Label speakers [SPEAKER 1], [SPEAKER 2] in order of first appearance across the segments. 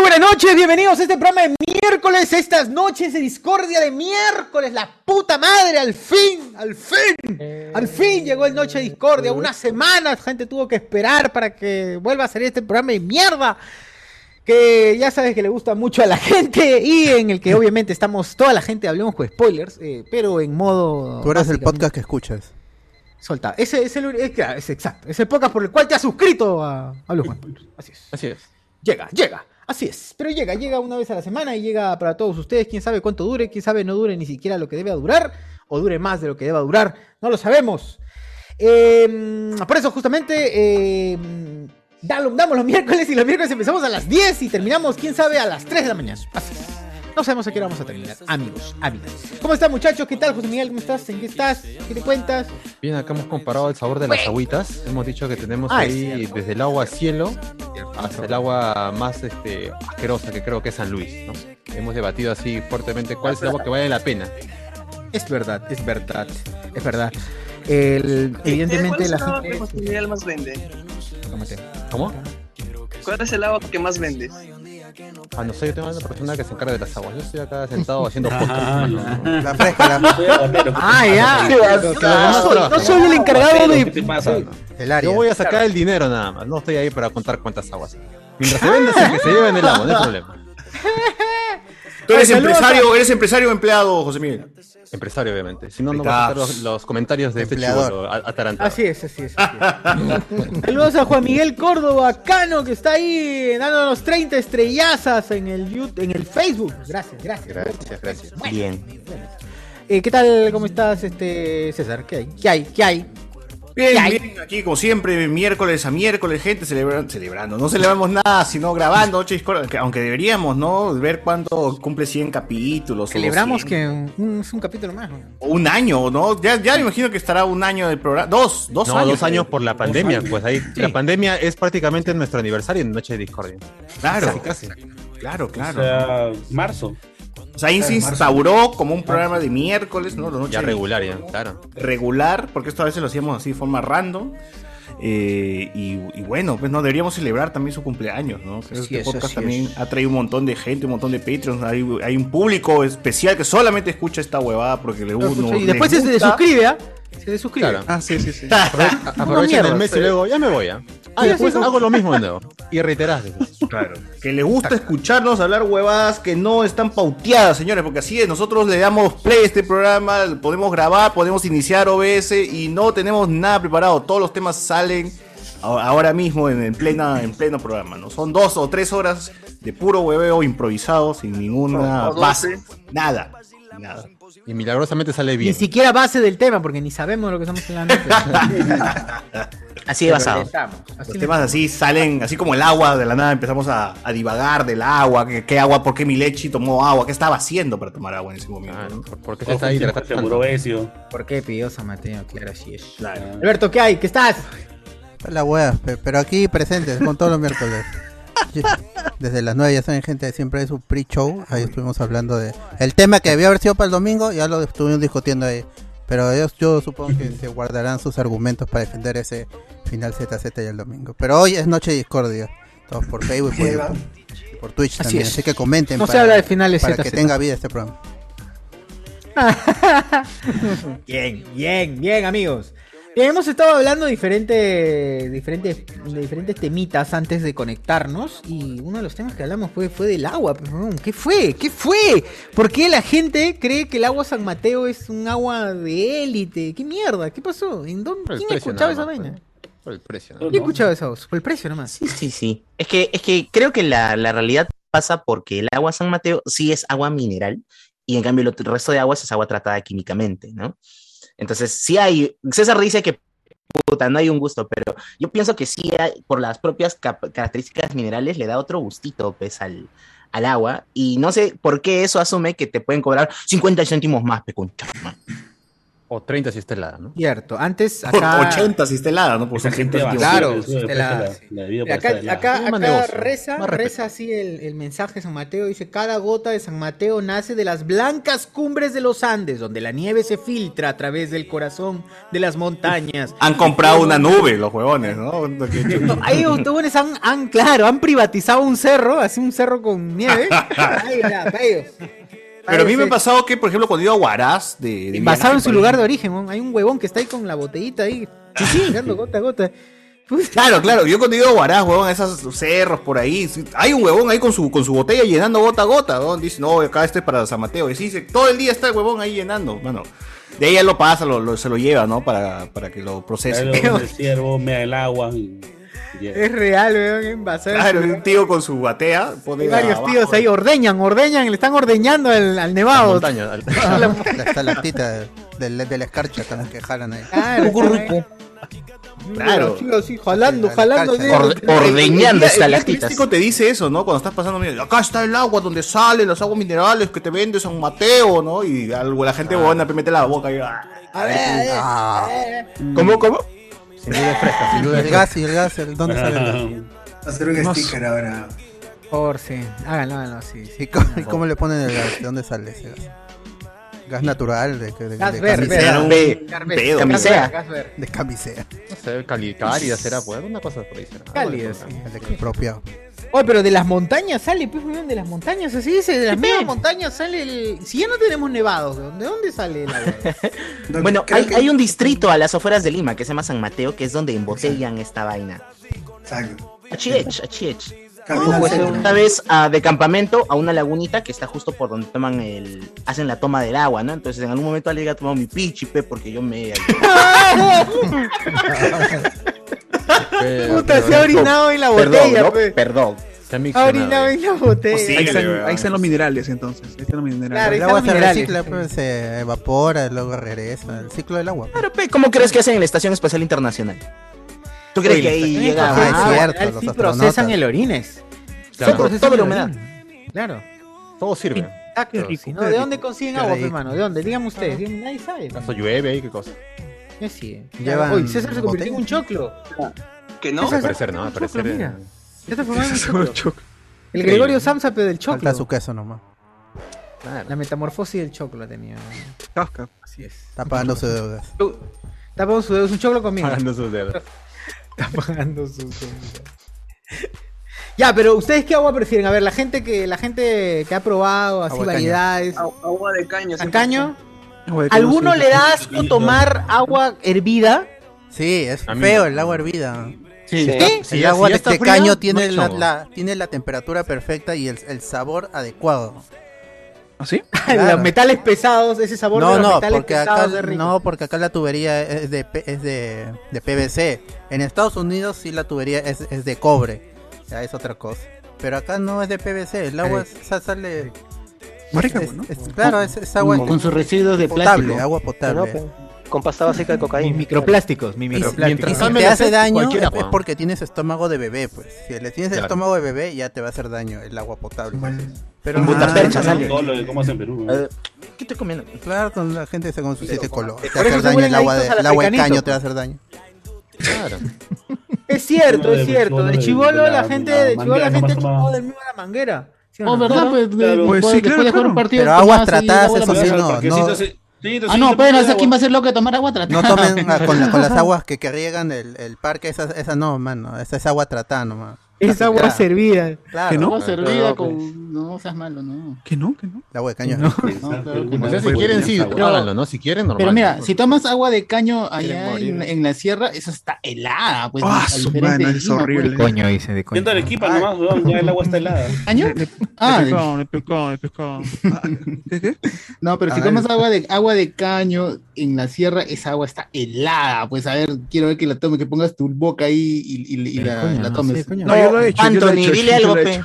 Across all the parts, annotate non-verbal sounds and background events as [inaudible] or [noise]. [SPEAKER 1] buenas noches, bienvenidos a este programa de miércoles, estas noches de discordia de miércoles, la puta madre, al fin, al fin,
[SPEAKER 2] Eh,
[SPEAKER 1] al fin llegó el noche de discordia, unas semanas gente tuvo que esperar para que vuelva a salir este programa de mierda, que ya sabes que le gusta mucho a la gente y en el
[SPEAKER 2] [laughs]
[SPEAKER 1] que obviamente estamos toda la gente, hablemos con spoilers, eh, pero en modo...
[SPEAKER 2] Tú eres el
[SPEAKER 1] básicamente
[SPEAKER 2] podcast que escuchas.
[SPEAKER 1] Soltado, ese es el, es, claro, es exacto, es el podcast por el cual te has suscrito a, a los spoilers, así es.
[SPEAKER 3] Así es.
[SPEAKER 1] Llega, llega. Así es. Pero llega, llega una vez a la semana y llega para todos ustedes. Quién sabe cuánto dure, quién sabe no dure ni siquiera lo que debe durar o dure más de lo que deba durar. No lo sabemos. Eh, por eso, justamente, eh, da- damos los [laughs] miércoles y los miércoles empezamos a las 10 y terminamos, quién sabe, a las 3 de la mañana. Así es. No sabemos a qué hora vamos a terminar, amigos, amigas. ¿Cómo están, muchachos? ¿Qué tal, José Miguel? ¿Cómo estás? ¿En qué estás? ¿Qué te cuentas?
[SPEAKER 3] Bien, acá hemos comparado el sabor de las agüitas. Hemos dicho que tenemos
[SPEAKER 1] Ah, es
[SPEAKER 3] ahí
[SPEAKER 1] cierto.
[SPEAKER 3] desde el agua cielo hasta el agua más este, asquerosa que creo que es San Luis. ¿no? Hemos debatido así fuertemente cuál es el agua que vale la pena.
[SPEAKER 1] Es verdad, es verdad, es verdad. El- evidentemente, la
[SPEAKER 4] ¿Cuál es el agua que
[SPEAKER 1] gente.
[SPEAKER 4] Miguel más vende?
[SPEAKER 1] Cálmate.
[SPEAKER 3] ¿Cómo?
[SPEAKER 4] ¿Cuál es el agua que más vende?
[SPEAKER 3] Ah, no sé, yo tengo una persona que se encarga de las aguas. Yo estoy acá sentado haciendo podcast.
[SPEAKER 2] La fresca, la,
[SPEAKER 1] Ah, ya.
[SPEAKER 3] Claro, claro.
[SPEAKER 1] No soy- no soy el encargado
[SPEAKER 5] Marcelo,
[SPEAKER 1] de
[SPEAKER 5] ¿Qué te pasa?
[SPEAKER 2] el área.
[SPEAKER 3] Yo voy a sacar el dinero nada más. No estoy ahí para contar cuántas aguas. Mientras
[SPEAKER 1] Ah.
[SPEAKER 3] se venda, se- que se lleven el agua, no hay [laughs] problema.
[SPEAKER 5] Tú eres
[SPEAKER 1] Ay, saludos
[SPEAKER 5] empresario, eres empresario o empleado, José Miguel.
[SPEAKER 3] Empresario, obviamente. Si no, no va a contar los, los comentarios de este
[SPEAKER 2] Empleador.
[SPEAKER 3] chivo atarantado.
[SPEAKER 1] Así es, así es. así es. Saludos a Juan Miguel Córdoba, Cano, que está ahí eh, dándonos 30 estrellazas en el YouTube, en el Facebook. Gracias, gracias.
[SPEAKER 3] Gracias, gracias.
[SPEAKER 1] Bueno,
[SPEAKER 3] Bien.
[SPEAKER 1] bueno. Eh, ¿Qué tal? ¿Cómo estás, este César? ¿Qué hay? ¿Qué hay? ¿Qué hay? ¿Qué
[SPEAKER 5] Bien,
[SPEAKER 1] hay?
[SPEAKER 5] bien, aquí como siempre, miércoles a miércoles, gente celebrando, celebrando. No celebramos nada, sino grabando, Noche Discord, que- aunque deberíamos, ¿no? Ver cuánto cumple 100 capítulos. o
[SPEAKER 1] Celebramos
[SPEAKER 5] 200,
[SPEAKER 1] que un- es un capítulo más. ¿no?
[SPEAKER 5] o Un año, ¿no? Ya, ya me imagino que estará un año del programa. Dos, dos
[SPEAKER 3] no,
[SPEAKER 5] años.
[SPEAKER 3] dos años por la pandemia.
[SPEAKER 5] años.
[SPEAKER 3] Pues ahí la pandemia es prácticamente nuestro aniversario en Noche de Discordia.
[SPEAKER 5] Claro,
[SPEAKER 3] Casi, casi.
[SPEAKER 5] claro,
[SPEAKER 2] Claro.
[SPEAKER 5] claro.
[SPEAKER 2] O
[SPEAKER 5] sea,
[SPEAKER 2] marzo.
[SPEAKER 5] ahí se instauró como un programa de miércoles, ¿no? La noche
[SPEAKER 3] Ya
[SPEAKER 5] de-
[SPEAKER 3] regular, ya, claro.
[SPEAKER 5] regular, porque esto a veces lo hacíamos así de forma random. Eh, y, y bueno, pues no deberíamos celebrar también su cumpleaños, ¿no? Creo que
[SPEAKER 1] Así
[SPEAKER 5] este
[SPEAKER 1] es,
[SPEAKER 5] podcast
[SPEAKER 1] así
[SPEAKER 5] también
[SPEAKER 1] es.
[SPEAKER 5] ha traído un montón de gente, un montón de Patreons. Hay, hay un público especial que solamente escucha esta huevada porque le uno.
[SPEAKER 1] y después
[SPEAKER 5] le
[SPEAKER 1] se
[SPEAKER 5] gusta. [laughs]
[SPEAKER 1] desuscribe, ¿ah? Se desuscribe.
[SPEAKER 3] Claro.
[SPEAKER 6] Ah, sí, sí, sí.
[SPEAKER 3] Aprove- Aprovechan
[SPEAKER 1] mierda,
[SPEAKER 3] el mes y
[SPEAKER 1] sí.
[SPEAKER 3] luego ya me voy. ¿ah? Ah,
[SPEAKER 1] Sí,
[SPEAKER 3] después
[SPEAKER 1] sí, sí.
[SPEAKER 3] hago lo mismo de nuevo. Y reiterás. después.
[SPEAKER 5] Claro, que le gusta escucharnos hablar huevadas que no están pauteadas, señores, porque así es, nosotros le damos play a este programa, podemos grabar, podemos iniciar OBS y no tenemos nada preparado, todos los temas salen a- ahora mismo en, en plena, en pleno programa, ¿no? Son dos o tres horas de puro hueveo improvisado, sin ninguna
[SPEAKER 4] O doce.
[SPEAKER 5] Ah, base, nada, nada.
[SPEAKER 3] Y milagrosamente sale
[SPEAKER 1] Ni
[SPEAKER 3] bien.
[SPEAKER 1] siquiera base del tema, porque ni sabemos lo que estamos hablando.
[SPEAKER 5] Así de basado.
[SPEAKER 1] Así
[SPEAKER 5] Los
[SPEAKER 1] no-
[SPEAKER 5] temas así salen, así como el agua, de la nada empezamos a, a divagar del agua, que- qué, agua, por qué mi leche tomó agua, qué estaba haciendo para tomar agua en ese momento.
[SPEAKER 3] Ah,
[SPEAKER 5] ¿no?
[SPEAKER 3] ¿por- ¿Por qué se está
[SPEAKER 6] Ojo,
[SPEAKER 3] ahí
[SPEAKER 6] sí,
[SPEAKER 3] hidratando
[SPEAKER 6] Seguro
[SPEAKER 3] tanto?
[SPEAKER 6] Ezio.
[SPEAKER 1] ¿Por qué pidió San Mateo? Claro, así es.
[SPEAKER 5] Claro.
[SPEAKER 1] Alberto, ¿qué hay? ¿Qué estás?
[SPEAKER 2] La hueá, pe- pero aquí presentes, con todos los miércoles. Desde las 9 ya saben, gente, siempre es un pre-show. Ahí estuvimos hablando de. El tema que debió haber sido para el domingo, ya lo estuvimos discutiendo ahí. Pero ellos, yo supongo que se guardarán sus argumentos para defender ese final ZZ y el domingo. Pero hoy es noche de discordia. Todos por Facebook, por, YouTube, y por Twitch
[SPEAKER 1] Así
[SPEAKER 2] también.
[SPEAKER 1] es.
[SPEAKER 2] Así que comenten.
[SPEAKER 1] No se habla de finales
[SPEAKER 2] Para
[SPEAKER 1] ZZ.
[SPEAKER 2] que tenga vida
[SPEAKER 1] [laughs]
[SPEAKER 2] este programa.
[SPEAKER 1] Bien, bien, bien, amigos. Bien, hemos estado hablando de diferentes, diferentes, de diferentes temitas antes de conectarnos y uno de los temas que hablamos fue, fue del agua. pues, weón. ¿Qué fue? ¿Qué fue? ¿Por qué la gente cree que el agua San Mateo es un agua de élite? ¿Qué mierda? ¿Qué pasó? ¿En dónde?
[SPEAKER 3] Por el
[SPEAKER 1] ¿Quién
[SPEAKER 3] precio
[SPEAKER 1] escuchaba esa
[SPEAKER 3] nada más,
[SPEAKER 1] vaina?
[SPEAKER 3] pues. Por el precio. nada
[SPEAKER 6] Todo
[SPEAKER 3] más.
[SPEAKER 1] ¿Quién
[SPEAKER 6] no.
[SPEAKER 1] escuchaba esa voz? Por el precio nomás.
[SPEAKER 7] Sí, sí, sí. Es que, es que creo que la, la realidad pasa porque el agua San Mateo sí es agua mineral y en cambio el otro- el resto de aguas es agua tratada químicamente, ¿no? Entonces, sí hay, César dice que puta, no hay un gusto, pero yo pienso que sí, hay- por las propias cap- características minerales le da otro gustito, pues, al, al agua. Y no sé por qué eso asume que te pueden cobrar 50 céntimos más, pe, concha, man.
[SPEAKER 3] O 30 si está helada, ¿no?
[SPEAKER 1] Cierto, antes
[SPEAKER 5] Por
[SPEAKER 1] acá...
[SPEAKER 5] 80 si está helada, ¿no? Por
[SPEAKER 6] Esa gente
[SPEAKER 5] 60
[SPEAKER 6] va-
[SPEAKER 5] tío.
[SPEAKER 1] Claro,
[SPEAKER 6] el suelo
[SPEAKER 1] te
[SPEAKER 6] de
[SPEAKER 1] la-
[SPEAKER 6] precio de la- la bebida puede
[SPEAKER 1] Acá,
[SPEAKER 6] estar helada.
[SPEAKER 1] acá,
[SPEAKER 3] Más
[SPEAKER 1] acá
[SPEAKER 3] negocio,
[SPEAKER 1] reza,
[SPEAKER 3] más respeto.
[SPEAKER 1] reza así el, el mensaje de San Mateo. Dice, cada gota de San Mateo nace de las blancas cumbres de los Andes, donde la nieve se filtra a través del corazón de las montañas.
[SPEAKER 5] Han comprado una nube, los huevones, ¿no?
[SPEAKER 1] [laughs] No, Ahí ustedes han, han, claro, han privatizado un cerro, así un cerro con
[SPEAKER 5] [laughs]
[SPEAKER 1] nieve. Ahí, ahí, ahí.
[SPEAKER 5] Pero a mí me
[SPEAKER 1] Parece-
[SPEAKER 5] ha pasado que, por ejemplo, cuando he ido a Huaraz de, de
[SPEAKER 1] Basado en
[SPEAKER 5] viaje,
[SPEAKER 1] su
[SPEAKER 5] por
[SPEAKER 1] lugar
[SPEAKER 5] ejemplo-
[SPEAKER 1] de origen, ¿no? hay un huevón que está ahí con la botellita ahí,
[SPEAKER 3] [laughs]
[SPEAKER 1] tirando gota a gota. Puta,
[SPEAKER 5] Claro, claro, yo cuando he ido a Huaraz, huevón, a esos cerros por ahí, sí, hay un huevón ahí con su, con su botella llenando gota a gota, huevón, dice, no, acá este es para San Mateo, y sí, se- todo el día está el huevón ahí llenando, bueno, de ahí él lo pasa, lo, lo- se lo lleva, ¿no? Para, para que lo procese.
[SPEAKER 6] Claro,
[SPEAKER 5] [laughs] Claro,
[SPEAKER 6] el ciervo, mea el agua. y- y-
[SPEAKER 1] es real, weón, basado en su lugar.
[SPEAKER 5] un tío con su batea, pone
[SPEAKER 1] Hay varios
[SPEAKER 5] abajo,
[SPEAKER 1] tíos ahí, ordeñan, ordeñan, le están ordeñando al, al
[SPEAKER 3] Las
[SPEAKER 1] nevado.
[SPEAKER 3] montañas,
[SPEAKER 1] [laughs]
[SPEAKER 3] al-
[SPEAKER 2] La estalactita de, de- de la escarcha con la que jalan ahí.
[SPEAKER 1] Claro, están ahí.
[SPEAKER 5] Claro.
[SPEAKER 1] Los tíos así, jalando,
[SPEAKER 2] Sí,
[SPEAKER 1] jalando.
[SPEAKER 2] la
[SPEAKER 1] así.
[SPEAKER 7] Orde- ordeñando
[SPEAKER 5] El guía
[SPEAKER 7] estalactitas.
[SPEAKER 5] turístico te dice eso, ¿no? Cuando estás pasando, mira, acá está el agua donde salen los aguas minerales que te vende San Mateo, ¿no? Y algo, la gente buena te mete la boca y ah,
[SPEAKER 1] A ver, a ver, a
[SPEAKER 2] Ah.
[SPEAKER 1] ver.
[SPEAKER 3] ¿Cómo, cómo? Sin duda es fresca, sin
[SPEAKER 2] Y
[SPEAKER 3] duda es
[SPEAKER 2] el
[SPEAKER 3] fresca.
[SPEAKER 2] gas, y el gas, el- ¿dónde sale el gas?
[SPEAKER 6] Ah,
[SPEAKER 8] Hacer un sticker ahora.
[SPEAKER 1] Por sí, háganlo, háganlo, sí. sí.
[SPEAKER 2] ¿Y cómo, y cómo le ponen el gas? ¿De dónde sale ese gas? Gas natural, de, de, de,
[SPEAKER 1] Gas
[SPEAKER 2] de
[SPEAKER 1] verde,
[SPEAKER 2] camisea,
[SPEAKER 1] verde.
[SPEAKER 7] Ve,
[SPEAKER 1] Carmen,
[SPEAKER 5] pedo,
[SPEAKER 1] Carmen,
[SPEAKER 7] camisea.
[SPEAKER 1] gas verde.
[SPEAKER 2] de camisea,
[SPEAKER 3] No sé, cali- cálida será, pues, alguna cosa por ahí será.
[SPEAKER 1] Cálida, sí.
[SPEAKER 2] el expropiado.
[SPEAKER 1] Oye, pero de las montañas sale, pues, weón, de las montañas, así dice, de las mismas montañas sale el... Si ya no tenemos nevados, weón, ¿de dónde sale el agua?
[SPEAKER 7] Bueno,
[SPEAKER 8] creo
[SPEAKER 7] hay,
[SPEAKER 8] que-
[SPEAKER 7] hay un distrito a las afueras de Lima que se llama San Mateo, que es donde embotellan esta vaina. E
[SPEAKER 8] Exacto.
[SPEAKER 7] Achiech, achiech.
[SPEAKER 8] Camina al
[SPEAKER 7] Pues
[SPEAKER 8] centro.
[SPEAKER 7] una vez ah, de campamento a una lagunita que está justo por donde toman el. hacen la toma del agua, ¿no? Entonces en algún momento alguien ha tomado mi pichipe porque yo me.
[SPEAKER 3] Pero-
[SPEAKER 1] [laughs] Puta, se ha orinado en la
[SPEAKER 7] Eh, Perdón,
[SPEAKER 1] botella,
[SPEAKER 7] ¿no?
[SPEAKER 1] pe.
[SPEAKER 7] Perdón.
[SPEAKER 3] Se ha
[SPEAKER 1] Ha
[SPEAKER 3] miccionado
[SPEAKER 1] orinado
[SPEAKER 3] ahí.
[SPEAKER 1] en la
[SPEAKER 7] Pues
[SPEAKER 1] botella.
[SPEAKER 8] Ahí
[SPEAKER 5] Posible,
[SPEAKER 8] están,
[SPEAKER 5] weón.
[SPEAKER 8] ahí están los minerales entonces. Ahí están los
[SPEAKER 1] Claro,
[SPEAKER 8] minerales.
[SPEAKER 2] El
[SPEAKER 1] están
[SPEAKER 2] agua
[SPEAKER 1] los
[SPEAKER 2] se
[SPEAKER 1] minerales.
[SPEAKER 2] recicla, pues, se evapora, luego regresa. El ciclo del agua.
[SPEAKER 7] Claro, pe, ¿cómo crees que hacen en la Estación Espacial Internacional? ¿Tú crees
[SPEAKER 1] Oye,
[SPEAKER 7] que ahí
[SPEAKER 1] la
[SPEAKER 7] llega
[SPEAKER 1] estación
[SPEAKER 2] Ah, es
[SPEAKER 1] espacial
[SPEAKER 2] cierto, los
[SPEAKER 1] sí
[SPEAKER 2] astronautas.
[SPEAKER 1] procesan el orines.
[SPEAKER 3] Claro,
[SPEAKER 7] Sí, pero
[SPEAKER 1] Procesan
[SPEAKER 7] todo la
[SPEAKER 1] el
[SPEAKER 7] humedad.
[SPEAKER 1] orín. Claro.
[SPEAKER 3] Todo sirve.
[SPEAKER 1] Exacto,
[SPEAKER 8] rico,
[SPEAKER 1] si no,
[SPEAKER 8] qué
[SPEAKER 1] ¿De
[SPEAKER 8] rico.
[SPEAKER 1] dónde consiguen
[SPEAKER 2] Qué
[SPEAKER 1] agua,
[SPEAKER 2] rico.
[SPEAKER 1] hermano? ¿De dónde? Díganme ustedes. díganme, Nadie sabe.
[SPEAKER 3] Caso llueve ahí, qué cosa.
[SPEAKER 1] ¿Qué sigue?
[SPEAKER 2] Llevan
[SPEAKER 1] Oye, César se convirtió en un choclo.
[SPEAKER 4] Que
[SPEAKER 1] No,
[SPEAKER 4] no.
[SPEAKER 3] Al
[SPEAKER 1] César,
[SPEAKER 3] parecer, no, al parecer.
[SPEAKER 1] Mira.
[SPEAKER 3] eh,
[SPEAKER 1] [laughs] Ya te formaron un
[SPEAKER 8] Son
[SPEAKER 1] choclo.
[SPEAKER 8] los chocos.
[SPEAKER 1] El Gregorio Samsape del
[SPEAKER 2] Falta su
[SPEAKER 1] choclo.
[SPEAKER 2] queso nomás.
[SPEAKER 3] claro.
[SPEAKER 1] La metamorfosis del choclo ha tenido.
[SPEAKER 8] Kafka.
[SPEAKER 1] Así es.
[SPEAKER 2] Está pagando sus deudas.
[SPEAKER 1] Está pagando su dedo, es un choclo conmigo.
[SPEAKER 3] Parando sus dedos.
[SPEAKER 1] Está pagando su comida. Ya, pero ¿ustedes qué agua prefieren? A ver, la gente que, la gente que ha probado así
[SPEAKER 2] Agua de caña.
[SPEAKER 1] variedades.
[SPEAKER 4] Agua- Agua de caño.
[SPEAKER 1] ¿San
[SPEAKER 4] 100%.
[SPEAKER 1] caño?
[SPEAKER 8] Joder, ¿cómo
[SPEAKER 1] ¿Alguno
[SPEAKER 8] se-
[SPEAKER 1] le da asco tomar agua hervida?
[SPEAKER 2] Sí, es
[SPEAKER 3] A mí
[SPEAKER 2] feo
[SPEAKER 3] no.
[SPEAKER 2] el agua hervida.
[SPEAKER 3] Sí,
[SPEAKER 2] el agua de
[SPEAKER 3] este
[SPEAKER 2] caño tiene, la, la- tiene la temperatura perfecta y el, el sabor adecuado.
[SPEAKER 8] ¿Ah, sí?
[SPEAKER 2] [laughs] Claro.
[SPEAKER 1] Los metales pesados, ese sabor de
[SPEAKER 2] No,
[SPEAKER 1] los
[SPEAKER 2] no,
[SPEAKER 1] metales
[SPEAKER 2] porque acá,
[SPEAKER 1] pesados es rico.
[SPEAKER 2] no, porque acá la tubería es de, P- es de, de PVC. En Estados Unidos sí la tubería es, es de cobre. Ya es otra cosa. Pero acá no es de PVC. El agua sa- sale.
[SPEAKER 8] Más rica,
[SPEAKER 2] es-
[SPEAKER 8] ¿no?
[SPEAKER 2] es- claro, es, es agua
[SPEAKER 9] Con sus residuos de
[SPEAKER 2] potable,
[SPEAKER 9] plástico.
[SPEAKER 2] agua potable.
[SPEAKER 10] [laughs] Con pasta básica de
[SPEAKER 2] [laughs]
[SPEAKER 1] Mis
[SPEAKER 10] cocaína.
[SPEAKER 1] microplásticos, mi
[SPEAKER 2] Y si-
[SPEAKER 1] microplásticos.
[SPEAKER 2] y si
[SPEAKER 3] cambia
[SPEAKER 2] te
[SPEAKER 3] el
[SPEAKER 2] hace
[SPEAKER 3] efecto,
[SPEAKER 2] daño
[SPEAKER 3] cualquier
[SPEAKER 2] es
[SPEAKER 3] agua.
[SPEAKER 2] es porque tienes estómago de bebé, pues. Si le tienes el
[SPEAKER 3] Claro.
[SPEAKER 2] estómago de bebé ya te va a hacer daño el agua potable. Pero
[SPEAKER 7] Con
[SPEAKER 2] Ah,
[SPEAKER 7] Butapercha
[SPEAKER 2] no,
[SPEAKER 7] sale.
[SPEAKER 6] Todo lo que comas en Perú. ¿no?
[SPEAKER 7] Eh, ¿Qué estoy comiendo?
[SPEAKER 2] Claro, con la gente según su siete color. Te va a
[SPEAKER 1] eso
[SPEAKER 2] hacer
[SPEAKER 1] se
[SPEAKER 2] daño
[SPEAKER 1] vuelven
[SPEAKER 2] el agua, de,
[SPEAKER 1] adictos al
[SPEAKER 2] el agua de
[SPEAKER 1] africanito.
[SPEAKER 2] caño, te va a hacer daño.
[SPEAKER 3] Claro.
[SPEAKER 1] Es cierto,
[SPEAKER 6] Uno de
[SPEAKER 1] es cierto.
[SPEAKER 6] uno
[SPEAKER 1] De
[SPEAKER 6] de-
[SPEAKER 1] chivolo
[SPEAKER 6] de
[SPEAKER 1] la
[SPEAKER 6] la-
[SPEAKER 1] gente,
[SPEAKER 6] la
[SPEAKER 1] de chivolo la
[SPEAKER 6] manguera,
[SPEAKER 1] gente
[SPEAKER 6] nomás
[SPEAKER 1] chupó
[SPEAKER 6] toma-
[SPEAKER 1] del mismo la manguera. ¿sí o
[SPEAKER 9] No,
[SPEAKER 1] no?
[SPEAKER 9] ¿verdad? Pues, de-
[SPEAKER 6] Claro.
[SPEAKER 9] después-
[SPEAKER 8] Pues sí,
[SPEAKER 9] después
[SPEAKER 8] claro,
[SPEAKER 9] de jugar
[SPEAKER 8] claro.
[SPEAKER 9] un partido.
[SPEAKER 2] Pero
[SPEAKER 9] tomás
[SPEAKER 2] aguas
[SPEAKER 9] así,
[SPEAKER 2] tratadas,
[SPEAKER 9] agua de
[SPEAKER 2] eso
[SPEAKER 9] la
[SPEAKER 2] sí,
[SPEAKER 9] manguera.
[SPEAKER 2] no. no
[SPEAKER 9] Ah, no, pero no sé quién va a ser loco de tomar agua tratada.
[SPEAKER 2] no tomen ah, con, la- con las aguas que, que riegan el, el parque, esa, esa no, mano. Esa es agua tratada nomás.
[SPEAKER 1] Es agua
[SPEAKER 2] Claro.
[SPEAKER 1] servida.
[SPEAKER 2] Claro,
[SPEAKER 8] ¿Que no?
[SPEAKER 9] Agua servida
[SPEAKER 10] Claro,
[SPEAKER 9] con. [laughs] No seas malo, no.
[SPEAKER 8] ¿Que no? ¿Que no?
[SPEAKER 2] La agua de caño.
[SPEAKER 6] Pensar,
[SPEAKER 9] claro.
[SPEAKER 6] Perú,
[SPEAKER 3] O sea, si
[SPEAKER 6] Perú,
[SPEAKER 3] quieren,
[SPEAKER 6] Perú,
[SPEAKER 3] sí,
[SPEAKER 6] Perú.
[SPEAKER 9] Pero-
[SPEAKER 3] háganlo, ¿no? Si quieren, normal.
[SPEAKER 9] Pero mira,
[SPEAKER 3] ¿no?
[SPEAKER 9] si tomas agua de caño
[SPEAKER 3] Quieren
[SPEAKER 9] allá
[SPEAKER 3] morir.
[SPEAKER 9] en, en la sierra, eso está helada, pues.
[SPEAKER 8] Ah,
[SPEAKER 9] a
[SPEAKER 8] su
[SPEAKER 9] diferencia
[SPEAKER 8] mano,
[SPEAKER 9] de
[SPEAKER 8] es
[SPEAKER 9] Lima, pues.
[SPEAKER 8] horrible.
[SPEAKER 1] Coño, dice de
[SPEAKER 6] Yendo a Arequipa nomás, weón, ya el agua está helada.
[SPEAKER 9] ¿Caño? Ah,
[SPEAKER 8] le picó, le picó.
[SPEAKER 3] Ah,
[SPEAKER 8] ¿Qué? qué?
[SPEAKER 9] no, pero si
[SPEAKER 2] A ver.
[SPEAKER 9] tomas agua de agua de caño en la sierra, esa agua está helada, pues. A ver, quiero ver que la tomes, que pongas tu boca ahí y, y- y la, la tomes.
[SPEAKER 8] No, yo lo he hecho. yo lo he
[SPEAKER 7] Anthony,
[SPEAKER 8] hecho,
[SPEAKER 7] dile
[SPEAKER 8] yo lo
[SPEAKER 7] algo,
[SPEAKER 8] he
[SPEAKER 7] pe.
[SPEAKER 8] hecho.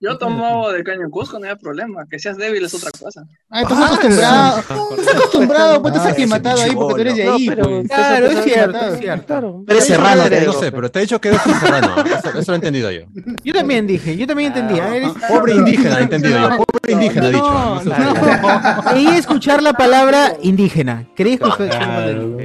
[SPEAKER 4] Yo tomo agua de caño en Cusco, no hay problema. Que seas débil es otra cosa.
[SPEAKER 9] Ah, estás acostumbrado. Estás acostumbrado, pues
[SPEAKER 1] Ah,
[SPEAKER 9] estás aclimatado ahí porque tú eres de ahí. pues. Estás
[SPEAKER 1] Claro, es
[SPEAKER 9] acostumbrado,
[SPEAKER 1] cierto,
[SPEAKER 9] aclimatado.
[SPEAKER 1] es cierto.
[SPEAKER 7] Pero es serrano, te
[SPEAKER 3] No
[SPEAKER 7] digo.
[SPEAKER 3] sé, pero te he dicho que eres un serrano. Eso, eso lo he entendido yo.
[SPEAKER 1] Yo también dije, yo también entendí. ah, eres-
[SPEAKER 3] Pobre indígena, he entendido yo. Pobre indígena, ha dicho.
[SPEAKER 1] No,
[SPEAKER 3] No, no.
[SPEAKER 1] no. Creí escuchar la palabra indígena. Creí escuchar.
[SPEAKER 6] Claro.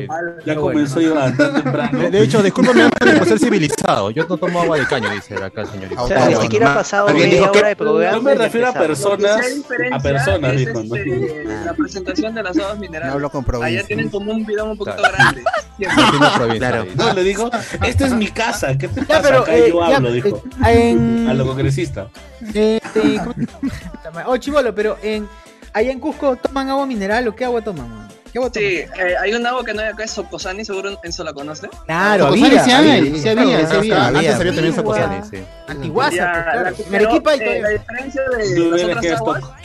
[SPEAKER 6] Ya comenzó yo a tan temprano.
[SPEAKER 3] De hecho, discúlpame Andrés, por ser civilizado. Yo no tomo agua de caño, dice acá el señor.
[SPEAKER 10] O sea, ni siquiera ha pasado
[SPEAKER 3] Alguien
[SPEAKER 10] media
[SPEAKER 3] dijo que-
[SPEAKER 10] hora de programa.
[SPEAKER 6] Yo me
[SPEAKER 10] y
[SPEAKER 6] refiero a
[SPEAKER 10] empezamos.
[SPEAKER 6] personas. A personas,
[SPEAKER 4] es
[SPEAKER 6] dijo, ¿no?
[SPEAKER 4] este, la presentación de las aguas
[SPEAKER 2] No
[SPEAKER 4] minerales.
[SPEAKER 2] hablo con
[SPEAKER 4] Allá
[SPEAKER 2] provincia.
[SPEAKER 4] tienen como un bidón un poquito
[SPEAKER 3] Claro.
[SPEAKER 4] grande. Siempre.
[SPEAKER 3] Claro.
[SPEAKER 6] No, le digo, esta es mi casa. ¿Qué te pasa?
[SPEAKER 1] pero,
[SPEAKER 6] Acá
[SPEAKER 1] eh,
[SPEAKER 6] yo
[SPEAKER 1] ya,
[SPEAKER 6] hablo, dijo.
[SPEAKER 1] eh, en-
[SPEAKER 6] A lo congresista.
[SPEAKER 1] Este, ¿cómo se llama? Puta madre. oh, chivolo, pero en, allá en Cusco toman agua mineral o qué agua toman, man? ¿Qué agua
[SPEAKER 4] Sí,
[SPEAKER 1] toman?
[SPEAKER 4] eh, hay un agua que no hay acá, es Socosani, seguro Enzo la conoce.
[SPEAKER 1] Claro,
[SPEAKER 9] Cocosari
[SPEAKER 1] había.
[SPEAKER 9] sí
[SPEAKER 1] había.
[SPEAKER 9] hay, sí había, sí había.
[SPEAKER 2] Había.
[SPEAKER 3] Antes había también esa cosa. sí.
[SPEAKER 1] Antiguaza,
[SPEAKER 4] Ya,
[SPEAKER 1] pues, claro.
[SPEAKER 4] la-
[SPEAKER 1] En Arequipa hay
[SPEAKER 4] pero, eh,
[SPEAKER 1] todavía.
[SPEAKER 4] la diferencia de
[SPEAKER 6] Yo
[SPEAKER 4] las
[SPEAKER 6] hubiera que
[SPEAKER 4] otras aguas
[SPEAKER 6] esto.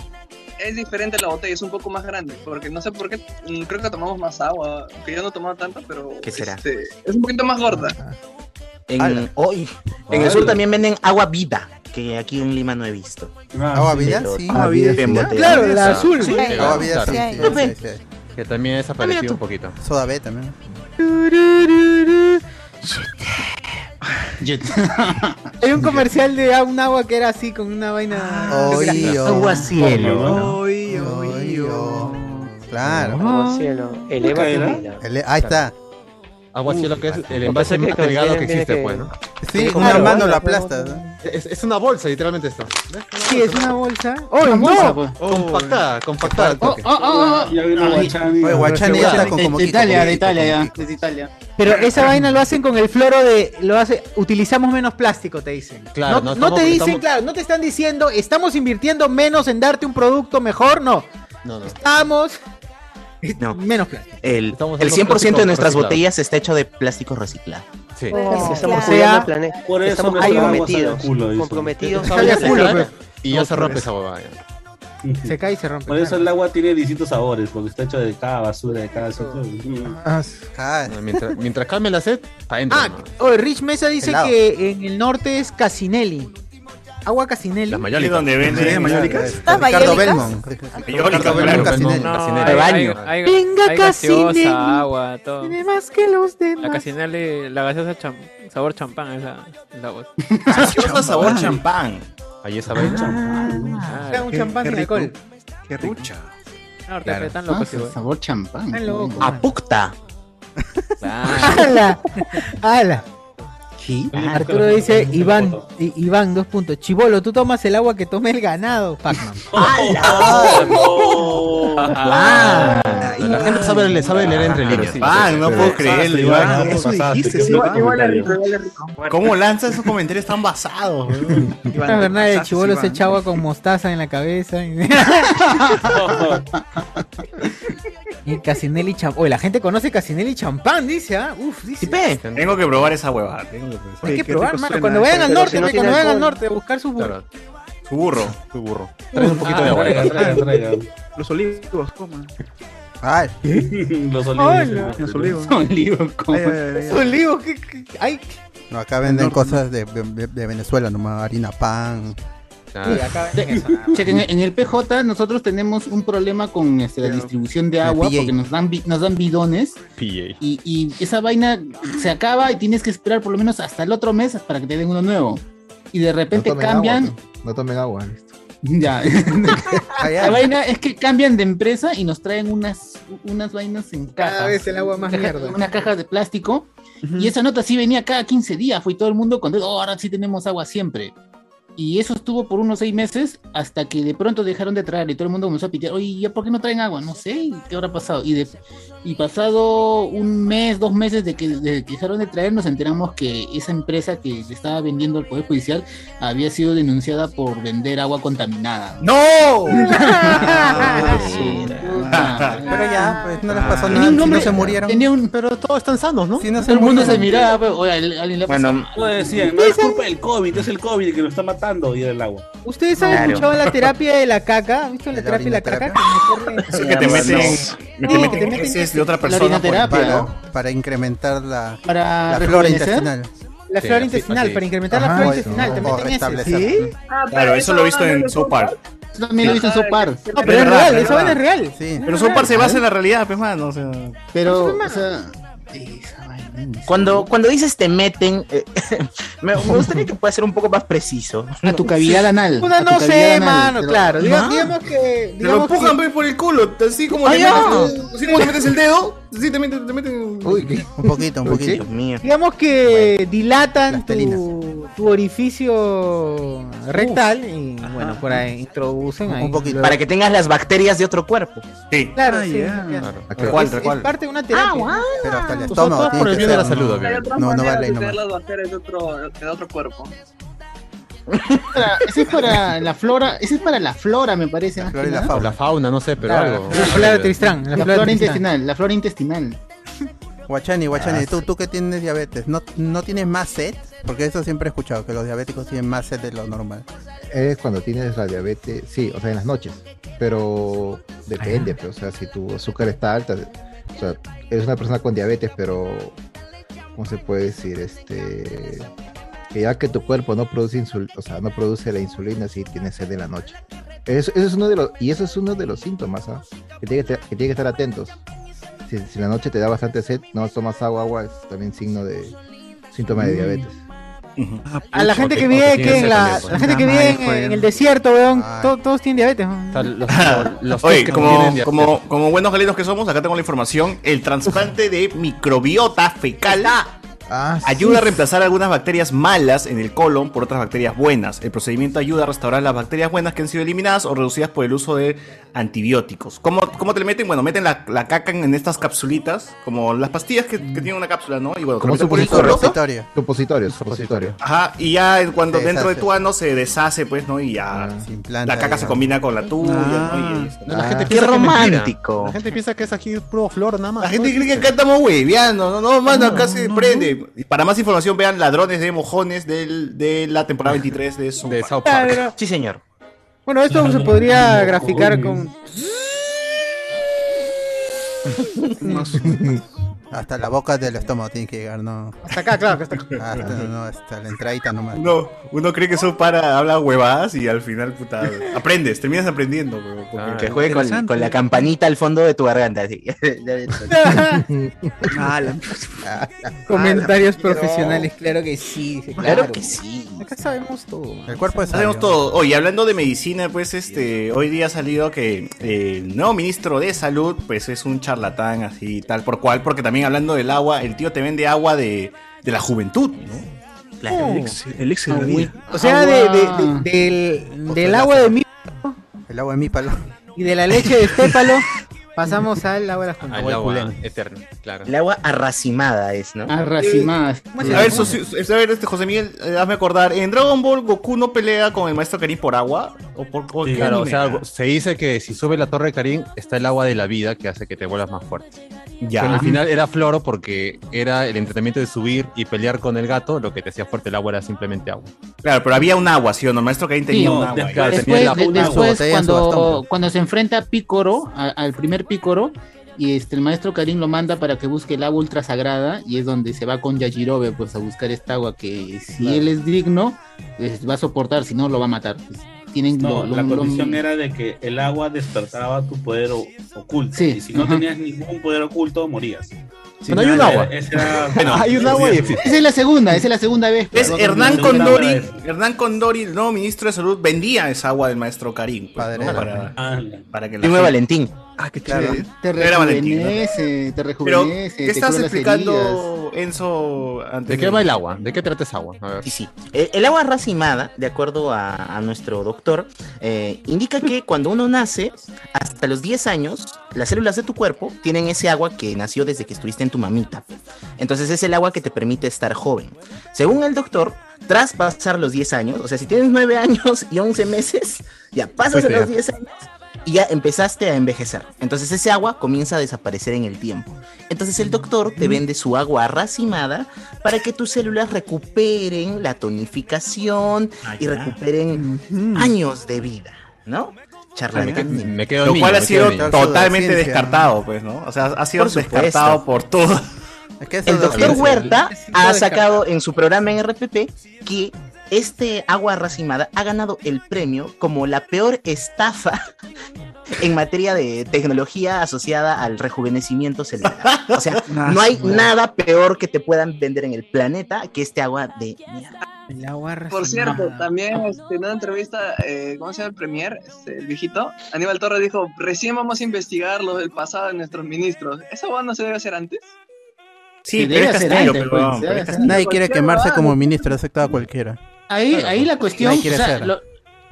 [SPEAKER 4] es diferente la botella, es un poco más grande, porque no sé por qué, mm, creo que tomamos más agua, que yo no tomaba tanta, pero
[SPEAKER 7] ¿Qué será?
[SPEAKER 4] este, es un poquito más gorda.
[SPEAKER 7] En, hoy, en el sur también venden agua viva, que aquí en Lima no he visto.
[SPEAKER 2] ¿Agua
[SPEAKER 6] Ah,
[SPEAKER 2] vida?
[SPEAKER 7] Pero-
[SPEAKER 2] Sí.
[SPEAKER 7] Ah,
[SPEAKER 2] Agua
[SPEAKER 7] vida,
[SPEAKER 2] vida. sí.
[SPEAKER 7] bien botellada.
[SPEAKER 1] Claro, la azul.
[SPEAKER 3] Sí,
[SPEAKER 2] Agua vida, sí,
[SPEAKER 3] claro,
[SPEAKER 2] sí,
[SPEAKER 7] Claro.
[SPEAKER 2] sí, sí, sí.
[SPEAKER 3] Que también es
[SPEAKER 7] Ah, mira
[SPEAKER 3] aparecido
[SPEAKER 7] tú.
[SPEAKER 3] un poquito.
[SPEAKER 2] Soda B también.
[SPEAKER 1] Hay un comercial de ah, un agua que era así con una vaina. creo que era-
[SPEAKER 2] Oío.
[SPEAKER 7] Agua cielo.
[SPEAKER 6] ¿no?
[SPEAKER 1] Oío,
[SPEAKER 2] Oío.
[SPEAKER 1] oío.
[SPEAKER 2] Claro.
[SPEAKER 10] Agua, cielo, eleva
[SPEAKER 6] ¿Qué era?
[SPEAKER 10] tu vida.
[SPEAKER 2] El- E, ahí está.
[SPEAKER 3] Agua cielo, que es el
[SPEAKER 10] pensé
[SPEAKER 3] envase
[SPEAKER 10] que
[SPEAKER 3] más delgado que
[SPEAKER 10] contiene-
[SPEAKER 3] existe,
[SPEAKER 10] tiene
[SPEAKER 3] pues,
[SPEAKER 10] que-
[SPEAKER 3] ¿no?
[SPEAKER 2] Sí,
[SPEAKER 10] Claro.
[SPEAKER 2] una mano lo
[SPEAKER 10] Claro.
[SPEAKER 2] aplasta. ¿no?
[SPEAKER 3] Es, es una bolsa, literalmente esto.
[SPEAKER 1] Sí, es una bolsa. ¡Oh,
[SPEAKER 9] Una
[SPEAKER 1] no!
[SPEAKER 9] bolsa, pues.
[SPEAKER 3] Compactada, compactada al toque.
[SPEAKER 9] Oh, oh,
[SPEAKER 3] ah.
[SPEAKER 9] oh.
[SPEAKER 6] Ya vino Guachani.
[SPEAKER 2] Oye, Guachani ya está con como
[SPEAKER 9] De
[SPEAKER 2] Kiko,
[SPEAKER 9] Italia,
[SPEAKER 2] como
[SPEAKER 9] de
[SPEAKER 2] Kiko,
[SPEAKER 9] Italia
[SPEAKER 2] como
[SPEAKER 9] ya,
[SPEAKER 2] Kiko.
[SPEAKER 9] desde Italia.
[SPEAKER 1] Pero esa vaina lo hacen con el floro de. lo hace Utilizamos menos plástico, te dicen.
[SPEAKER 3] Claro,
[SPEAKER 1] no,
[SPEAKER 3] no
[SPEAKER 1] no
[SPEAKER 3] estamos-
[SPEAKER 1] te dicen,
[SPEAKER 3] estamos-
[SPEAKER 1] claro, no te están diciendo, estamos invirtiendo menos en darte un producto mejor, no.
[SPEAKER 3] No, no.
[SPEAKER 1] Estamos.
[SPEAKER 7] No.
[SPEAKER 1] Menos plástico.
[SPEAKER 7] El,
[SPEAKER 3] Estamos
[SPEAKER 7] el
[SPEAKER 3] hablando
[SPEAKER 7] 100% de
[SPEAKER 3] plástico
[SPEAKER 7] nuestras
[SPEAKER 3] reciclado.
[SPEAKER 7] botellas está hecho de plástico reciclado.
[SPEAKER 3] Sí.
[SPEAKER 10] Es que
[SPEAKER 1] O
[SPEAKER 10] Estamos
[SPEAKER 1] sea,
[SPEAKER 10] cuidando el planeta.
[SPEAKER 6] Por eso
[SPEAKER 10] Estamos
[SPEAKER 6] nuestra agua
[SPEAKER 10] comprometidos.
[SPEAKER 6] sabe a culo, dice.
[SPEAKER 10] comprometidos
[SPEAKER 1] Sabe a
[SPEAKER 10] a
[SPEAKER 1] culo, pues.
[SPEAKER 10] culo,
[SPEAKER 3] Y ya se rompe esa huevada. ya.
[SPEAKER 1] Se cae y se rompe.
[SPEAKER 6] Por eso
[SPEAKER 1] claro.
[SPEAKER 6] el agua tiene distintos sabores, porque está hecho de cada basura, de cada azúcar. Mm.
[SPEAKER 2] Ah,
[SPEAKER 3] No, Mientras, mientras calme la sed, pa' dentro.
[SPEAKER 1] Ah,
[SPEAKER 3] ¿no?
[SPEAKER 1] oye, Rich Mesa dice
[SPEAKER 2] Helado.
[SPEAKER 1] que en el norte es Casinelli. Agua Casinelli.
[SPEAKER 3] Las
[SPEAKER 5] ¿Y
[SPEAKER 3] mayólicas.
[SPEAKER 5] dónde venden?
[SPEAKER 2] Ricardo
[SPEAKER 11] mayólicas?
[SPEAKER 2] Belmont. Ricardo
[SPEAKER 5] claro,
[SPEAKER 2] Belmont, Casinelli.
[SPEAKER 3] no,
[SPEAKER 7] De
[SPEAKER 3] hay-
[SPEAKER 7] baño.
[SPEAKER 11] Hay,
[SPEAKER 3] hay-
[SPEAKER 1] Venga,
[SPEAKER 11] hay gaseosa,
[SPEAKER 1] Casinelli.
[SPEAKER 11] agua, todo.
[SPEAKER 1] Tiene más que los
[SPEAKER 11] La
[SPEAKER 1] demás.
[SPEAKER 11] casinale, la gaseosa cham- sabor champán es la, es la
[SPEAKER 3] [laughs]
[SPEAKER 11] voz.
[SPEAKER 3] Ah,
[SPEAKER 5] Gaseosa sabor champán.
[SPEAKER 3] Ahí esa vaina.
[SPEAKER 11] Ah,
[SPEAKER 1] Era un champán sin alcohol.
[SPEAKER 11] no, ahorita
[SPEAKER 2] Claro.
[SPEAKER 11] que están
[SPEAKER 9] Ah,
[SPEAKER 11] locos igual.
[SPEAKER 9] sabor champán.
[SPEAKER 1] Están locos.
[SPEAKER 9] Bueno.
[SPEAKER 7] Apucta.
[SPEAKER 11] [laughs] Ah,
[SPEAKER 1] ¡Hala! ¡Hala!
[SPEAKER 7] Ah,
[SPEAKER 1] Arturo dice, Iván, I- Iván, dos puntos. Chibolo, tú tomas el agua que tome el ganado,
[SPEAKER 9] [laughs]
[SPEAKER 1] Pac-Man.
[SPEAKER 11] Ah,
[SPEAKER 3] Ah, La gente sabe, le sabe leer entre líneas. Ah,
[SPEAKER 5] Pan, no puedo creerlo, Iván.
[SPEAKER 6] Eso dijiste,
[SPEAKER 4] Igual, igual es rico, igual es rico.
[SPEAKER 5] ¿Cómo lanza esos comentarios tan basados? weón?
[SPEAKER 1] Iván Bernal, el chibolo se echa agua con mostaza en
[SPEAKER 9] [laughs]
[SPEAKER 1] la cabeza. Y, y Casinelli champán. Oye, la gente conoce Casinelli champán, dice, ¿ah? Uf, dice.
[SPEAKER 5] Tengo que probar esa huevada. Tengo que
[SPEAKER 1] Hay
[SPEAKER 5] probar.
[SPEAKER 1] que probar, mano. Cuando vayan al
[SPEAKER 10] Pero
[SPEAKER 1] norte,
[SPEAKER 10] si no
[SPEAKER 1] ve,
[SPEAKER 10] tiene
[SPEAKER 1] cuando vayan al
[SPEAKER 10] alcohol.
[SPEAKER 1] norte a buscar sus burros.
[SPEAKER 3] Claro.
[SPEAKER 5] Su burro.
[SPEAKER 3] Tu burro. Trae un
[SPEAKER 8] Ah,
[SPEAKER 3] poquito de agua.
[SPEAKER 6] Traigan, traigan, traigan.
[SPEAKER 8] Los olivos, coman.
[SPEAKER 2] Ah,
[SPEAKER 6] [laughs] Los
[SPEAKER 1] Hola.
[SPEAKER 6] olivos.
[SPEAKER 8] Los olivos.
[SPEAKER 9] Son libros como-
[SPEAKER 8] Ay, ay, ay, ay.
[SPEAKER 1] Olivo, ¿qué, qué- ay,
[SPEAKER 2] no, acá venden
[SPEAKER 8] Enorme.
[SPEAKER 2] cosas de, de- de Venezuela nomás, harina pan.
[SPEAKER 1] qué-
[SPEAKER 3] Ah,
[SPEAKER 1] acá ven eso, nada.
[SPEAKER 9] Chequen, en el PJ nosotros tenemos un problema con este, la distribución de
[SPEAKER 2] El
[SPEAKER 9] agua
[SPEAKER 2] PJ.
[SPEAKER 9] porque nos dan, bi- nos dan bidones
[SPEAKER 3] PA.
[SPEAKER 9] y, y esa vaina se acaba y tienes que esperar por lo menos hasta el otro mes para que te den uno nuevo. Y de repente cambian.
[SPEAKER 1] pues.
[SPEAKER 12] no tomen agua. listo.
[SPEAKER 9] [laughs]
[SPEAKER 8] [laughs]
[SPEAKER 9] Ya.
[SPEAKER 2] Ah, ya.
[SPEAKER 9] la vaina es que cambian de empresa y nos traen unas, unas vainas en
[SPEAKER 1] Cada
[SPEAKER 9] cajas.
[SPEAKER 1] vez el agua más
[SPEAKER 9] Caja-
[SPEAKER 1] mierda.
[SPEAKER 9] Unas cajas de plástico. Y esa nota sí venía cada 15 días. Fue todo el mundo contento. "Oh, ahora sí tenemos agua siempre. Y eso estuvo por unos seis meses hasta que de pronto dejaron de traer y todo el mundo comenzó a pitear. Oye, ¿ya por qué no traen agua? No sé, ¿qué habrá pasado? Y, de- y pasado un mes, dos meses de que, de que dejaron de traer, nos enteramos que esa empresa que le estaba vendiendo al Poder Judicial había sido denunciada por vender agua contaminada.
[SPEAKER 5] ¡No!
[SPEAKER 9] Puta.
[SPEAKER 2] [laughs] Pero ya, pues no les pasó
[SPEAKER 9] Tenía
[SPEAKER 2] nada.
[SPEAKER 9] un
[SPEAKER 2] Si no
[SPEAKER 9] nombre-
[SPEAKER 2] se murieron.
[SPEAKER 9] Tenía un.
[SPEAKER 3] Pero todos están sanos, ¿no?
[SPEAKER 2] Si no
[SPEAKER 9] Todo
[SPEAKER 2] se
[SPEAKER 9] el mundo se
[SPEAKER 2] murieron.
[SPEAKER 9] miraba, pues, oye, ¿al- alguien le ha pasado
[SPEAKER 7] Bueno,
[SPEAKER 6] No decían, no es culpa del COVID, es el COVID el que nos está matando y era el agua.
[SPEAKER 1] ¿Ustedes han
[SPEAKER 7] Claro.
[SPEAKER 1] escuchado la terapia de la caca? ¿Han visto la
[SPEAKER 2] La
[SPEAKER 1] terapia de la caca?
[SPEAKER 2] orinoterapia.
[SPEAKER 5] Es que te meten, que te
[SPEAKER 1] No.
[SPEAKER 5] meten heces de otra persona. por el
[SPEAKER 9] orinoterapia,
[SPEAKER 5] palo.
[SPEAKER 9] ¿no?
[SPEAKER 2] Para, para incrementar la,
[SPEAKER 9] para
[SPEAKER 2] la flora
[SPEAKER 9] rejuvenecer?
[SPEAKER 2] intestinal.
[SPEAKER 1] La
[SPEAKER 3] Sí,
[SPEAKER 1] flora
[SPEAKER 3] así,
[SPEAKER 1] intestinal,
[SPEAKER 3] así.
[SPEAKER 1] para incrementar la
[SPEAKER 2] Ajá,
[SPEAKER 1] flora
[SPEAKER 2] o-
[SPEAKER 1] intestinal.
[SPEAKER 2] o-
[SPEAKER 1] También
[SPEAKER 2] o
[SPEAKER 1] tienen ese.
[SPEAKER 2] restablecer.
[SPEAKER 4] Ah,
[SPEAKER 5] Claro, eso lo he
[SPEAKER 4] no,
[SPEAKER 5] visto
[SPEAKER 4] no,
[SPEAKER 5] en South Park.
[SPEAKER 9] Eso también lo hizo en South Park.
[SPEAKER 1] No, pero es
[SPEAKER 5] Es verdad,
[SPEAKER 1] real,
[SPEAKER 5] es
[SPEAKER 1] esa vaina es
[SPEAKER 5] verdad.
[SPEAKER 1] real.
[SPEAKER 2] Sí.
[SPEAKER 5] Pero South Park se basa en la realidad, pues, mano. O sea,
[SPEAKER 9] Pero, o sea,
[SPEAKER 7] Cuando, cuando dices te meten, eh, me, me gustaría que pueda ser un poco más preciso.
[SPEAKER 9] A tu cavidad anal.
[SPEAKER 8] Pues
[SPEAKER 1] Puta,
[SPEAKER 9] [laughs] a tu
[SPEAKER 1] no
[SPEAKER 9] cavidad
[SPEAKER 1] sé,
[SPEAKER 9] anal.
[SPEAKER 1] mano,
[SPEAKER 9] Pero-
[SPEAKER 1] claro. Diga-
[SPEAKER 9] No.
[SPEAKER 1] digamos que.
[SPEAKER 5] Te lo
[SPEAKER 1] Digamos
[SPEAKER 5] empujan
[SPEAKER 1] que-
[SPEAKER 5] pe, por el culo, así como,
[SPEAKER 1] Ay, ah.
[SPEAKER 5] te,
[SPEAKER 1] no.
[SPEAKER 5] metes, así como te metes el dedo, así te meten. Te meten...
[SPEAKER 2] Uy, un poquito, un poquito.
[SPEAKER 1] Digamos que dilatan tu, tu orificio rectal y bueno, por ahí introducen ahí. Ah,
[SPEAKER 7] Para que tengas las bacterias de otro cuerpo.
[SPEAKER 5] Sí.
[SPEAKER 1] Claro, sí, claro.
[SPEAKER 7] ¿Cuál,
[SPEAKER 1] Es- es
[SPEAKER 7] cuál?
[SPEAKER 1] parte de una terapia.
[SPEAKER 2] Pero hasta el
[SPEAKER 1] Pues
[SPEAKER 2] estómago.
[SPEAKER 1] todo
[SPEAKER 2] tiene
[SPEAKER 1] por el
[SPEAKER 2] que
[SPEAKER 1] bien de
[SPEAKER 2] ser,
[SPEAKER 1] la salud,
[SPEAKER 4] Hay otras
[SPEAKER 2] No, no
[SPEAKER 4] maneras
[SPEAKER 2] vale,
[SPEAKER 4] de
[SPEAKER 2] no
[SPEAKER 4] tener
[SPEAKER 2] vale.
[SPEAKER 4] las bacterias de otro, de otro cuerpo.
[SPEAKER 9] Para- Ese es para la flora, ese es para la flora, me parece. más que nada.
[SPEAKER 3] O La fauna, no sé, pero
[SPEAKER 9] Claro.
[SPEAKER 3] algo.
[SPEAKER 9] La, flora intestinal, la flora intestinal.
[SPEAKER 2] Guachani, Guachani,
[SPEAKER 3] Ah,
[SPEAKER 2] tú, tú que tienes diabetes, ¿no, ¿no tienes más sed? Porque eso siempre he escuchado, que los diabéticos tienen más sed de lo normal.
[SPEAKER 12] Es cuando tienes la diabetes, sí, o sea, en las noches. Pero depende, pues, o sea, si tu azúcar está alta, o sea, eres una persona con diabetes, pero ¿cómo se puede decir? Este que ya que tu cuerpo no produce insul- o sea, no produce la insulina si tienes sed en la noche. Eso, eso es uno de los y eso es uno de los síntomas, ¿ah? Que tiene que, te- que tiene que estar atentos. Si, si en la noche te da bastante sed, no tomas agua, agua es también signo de síntoma de
[SPEAKER 1] Mm.
[SPEAKER 12] diabetes.
[SPEAKER 1] A la gente que vive que en la, la gente que vive en, en el Ah. desierto, weón, to- todos tienen diabetes. weón.
[SPEAKER 5] [laughs] Oye,
[SPEAKER 1] que
[SPEAKER 5] como,
[SPEAKER 1] tienen
[SPEAKER 5] como, como buenos galenos que somos, acá tengo la información. El trasplante de microbiota fecal ayuda a reemplazar algunas bacterias malas en el colon por otras bacterias buenas. El procedimiento ayuda a restaurar las bacterias buenas que han sido eliminadas o reducidas por el uso de antibióticos. ¿Cómo, cómo te le meten? Bueno, meten la, la caca en, en estas capsulitas, como las pastillas que, que tienen una cápsula, ¿no? Y bueno,
[SPEAKER 12] Como un
[SPEAKER 5] te meten por el
[SPEAKER 12] supositorio.
[SPEAKER 5] colon.
[SPEAKER 12] Supositorio. Supositorio, supositorio.
[SPEAKER 1] Ah,
[SPEAKER 5] Ajá, y ya en- cuando
[SPEAKER 12] Se
[SPEAKER 5] dentro de
[SPEAKER 12] deshace.
[SPEAKER 5] tu ano se deshace, pues, ¿no? Y ya la caca se combina con la tuya, ¿no? Y- y-
[SPEAKER 3] No, la gente
[SPEAKER 5] Ah.
[SPEAKER 3] piensa que es mentira. La
[SPEAKER 5] La
[SPEAKER 3] gente piensa que es aquí puro flor nada más.
[SPEAKER 5] La gente cree que acá estamos hueveando, no, no, mano, acá se prende. Y Para más información, vean Ladrones de Mojones del, de la temporada 23 de South Park.
[SPEAKER 1] Claro.
[SPEAKER 7] Sí, señor.
[SPEAKER 1] Bueno, esto se podría graficar [laughs] con [laughs]
[SPEAKER 2] Hasta la boca del estómago tiene que llegar, ¿no?
[SPEAKER 1] Hasta acá, claro, hasta acá.
[SPEAKER 2] [laughs] Hasta, no, hasta la entradita nomás.
[SPEAKER 5] Uno, uno cree que South Park habla huevadas y al final, puta, aprendes, terminas aprendiendo. weón, porque-
[SPEAKER 7] Que juegue con, con la campanita al fondo de tu garganta. así. [laughs] Ah,
[SPEAKER 1] comentarios
[SPEAKER 2] Ah, la-
[SPEAKER 1] profesionales, claro que sí. dice,
[SPEAKER 5] Claro que
[SPEAKER 7] sí.
[SPEAKER 1] Acá sabemos todo. man.
[SPEAKER 2] El cuerpo es
[SPEAKER 5] Sabemos
[SPEAKER 2] sabio.
[SPEAKER 5] todo. Oye, hablando de medicina, pues este, hoy día ha salido que eh, el nuevo ministro de salud, pues es un charlatán así tal por cual, porque también hablando del agua, el tío te vende agua de, de la juventud, ¿no?
[SPEAKER 7] Claro.
[SPEAKER 1] El
[SPEAKER 5] exceso
[SPEAKER 1] O sea, de, de- de- del, del agua de mi
[SPEAKER 2] El agua de mi palo.
[SPEAKER 1] y de la leche de estéfalo [laughs] pasamos al agua de las
[SPEAKER 7] Al
[SPEAKER 1] conchas.
[SPEAKER 7] agua
[SPEAKER 3] Ah, eterna, claro.
[SPEAKER 7] El agua arracimada es, ¿no?
[SPEAKER 9] Arracimada.
[SPEAKER 5] A ver, socio- a ver, este José Miguel, eh, hazme acordar, ¿en Dragon Ball Goku no pelea con el maestro Karin por agua? ¿O por o qué
[SPEAKER 3] Claro, o
[SPEAKER 5] anime?
[SPEAKER 3] sea, se dice que si sube la torre de Karim está el agua de la vida que hace que te vuelvas más fuerte.
[SPEAKER 5] Ya.
[SPEAKER 3] Pero al final era floro porque era el entrenamiento de subir y pelear con el gato lo que te hacía fuerte el agua era simplemente agua.
[SPEAKER 5] Claro, pero había un agua, ¿sí o no? El maestro Karin
[SPEAKER 3] Sí,
[SPEAKER 5] tenía un agua.
[SPEAKER 3] claro,
[SPEAKER 5] Claro,
[SPEAKER 3] tenía
[SPEAKER 5] tenía
[SPEAKER 3] la-
[SPEAKER 5] la-
[SPEAKER 9] De-
[SPEAKER 3] una
[SPEAKER 9] después,
[SPEAKER 3] botella en su
[SPEAKER 9] cuando,
[SPEAKER 3] bastón.
[SPEAKER 9] cuando se enfrenta a Pícoro, a- al primer Pícoro, y este, el maestro Karim lo manda para que busque el agua ultra sagrada, y es donde se va con Yajirobe pues, a buscar esta agua que, si él es digno, pues, va a soportar, si no, lo va a matar. Pues, tienen
[SPEAKER 6] No,
[SPEAKER 9] lo- lo-
[SPEAKER 6] la
[SPEAKER 9] lo-
[SPEAKER 6] condición era de que el agua despertaba tu poder o- oculto.
[SPEAKER 9] Sí,
[SPEAKER 6] y si no
[SPEAKER 9] ajá.
[SPEAKER 6] tenías ningún poder oculto, morías.
[SPEAKER 9] Pero hay un
[SPEAKER 6] nada,
[SPEAKER 9] agua.
[SPEAKER 6] ese era-
[SPEAKER 3] hay un agua y existe.
[SPEAKER 9] Esa es la segunda, esa es la segunda vez.
[SPEAKER 5] Es
[SPEAKER 9] perdón,
[SPEAKER 5] Hernán
[SPEAKER 9] no, no, no,
[SPEAKER 5] Condori,
[SPEAKER 9] no, no,
[SPEAKER 5] Hernán Condori, el nuevo ministro de salud, vendía esa agua del maestro Karim. pues, ¿no? para, para que la
[SPEAKER 7] Primo de
[SPEAKER 5] gente-
[SPEAKER 7] Valentín.
[SPEAKER 5] Ah, qué
[SPEAKER 9] Claro,
[SPEAKER 5] chévere.
[SPEAKER 9] te
[SPEAKER 5] No era Valentín, ¿no?
[SPEAKER 9] rejuvenece, te
[SPEAKER 5] Pero,
[SPEAKER 9] rejuvenece.
[SPEAKER 5] ¿qué
[SPEAKER 9] te
[SPEAKER 5] estás
[SPEAKER 9] cura las heridas.
[SPEAKER 5] explicando, Enzo? Antes
[SPEAKER 3] ¿De qué va el agua? ¿De qué trata esa agua? A ver.
[SPEAKER 7] Sí, sí. Eh, El agua racimada, de acuerdo a, a nuestro doctor, eh, indica que cuando uno nace, hasta los 10 años, las células de tu cuerpo tienen ese agua que nació desde que estuviste en tu mamita. Entonces es el agua que te permite estar joven. Según el doctor, tras pasar los 10 años, o sea, si tienes 9 años y 11 meses, ya pasas
[SPEAKER 3] Fuiste
[SPEAKER 7] a los
[SPEAKER 3] ya.
[SPEAKER 7] 10 años y ya empezaste a envejecer. Entonces ese agua comienza a desaparecer en el tiempo. Entonces el doctor te vende su agua racimada para que tus células recuperen la tonificación y recuperen años de vida,
[SPEAKER 3] Ah,
[SPEAKER 7] ¿no?
[SPEAKER 3] me, que-
[SPEAKER 7] Charlatán.
[SPEAKER 3] me quedo
[SPEAKER 5] Lo
[SPEAKER 3] niño,
[SPEAKER 5] cual ha
[SPEAKER 3] me quedo
[SPEAKER 5] sido
[SPEAKER 3] niño.
[SPEAKER 5] totalmente
[SPEAKER 2] Pseudociencia,
[SPEAKER 5] descartado, pues, ¿no? O sea, ha sido
[SPEAKER 7] Por supuesto.
[SPEAKER 5] descartado por todo.
[SPEAKER 7] El doctor Huerta ha
[SPEAKER 5] descartado.
[SPEAKER 7] sacado en su programa en RPP que este agua racimada ha ganado el premio como la peor estafa en materia de tecnología asociada al rejuvenecimiento celular. O sea, no hay
[SPEAKER 4] Bueno.
[SPEAKER 7] nada peor que te puedan vender en el planeta que este agua de mierda.
[SPEAKER 13] El agua
[SPEAKER 4] Por cierto, también este, en una entrevista, eh, ¿cómo se llama el premier? Este, el viejito, Aníbal Torres dijo, recién vamos a investigar lo del pasado de nuestros ministros. ¿Esa hueá no se debe hacer antes?
[SPEAKER 2] Sí,
[SPEAKER 1] pero debe es hacer Castillo, antes, pero, pues, debe hacer
[SPEAKER 2] Nadie
[SPEAKER 1] antes.
[SPEAKER 2] quiere quemarse como ministro, aceptado a cualquiera.
[SPEAKER 1] Ahí,
[SPEAKER 12] pues,
[SPEAKER 1] ahí la cuestión,
[SPEAKER 2] Nadie quiere
[SPEAKER 1] o sea,
[SPEAKER 2] ser.
[SPEAKER 1] lo-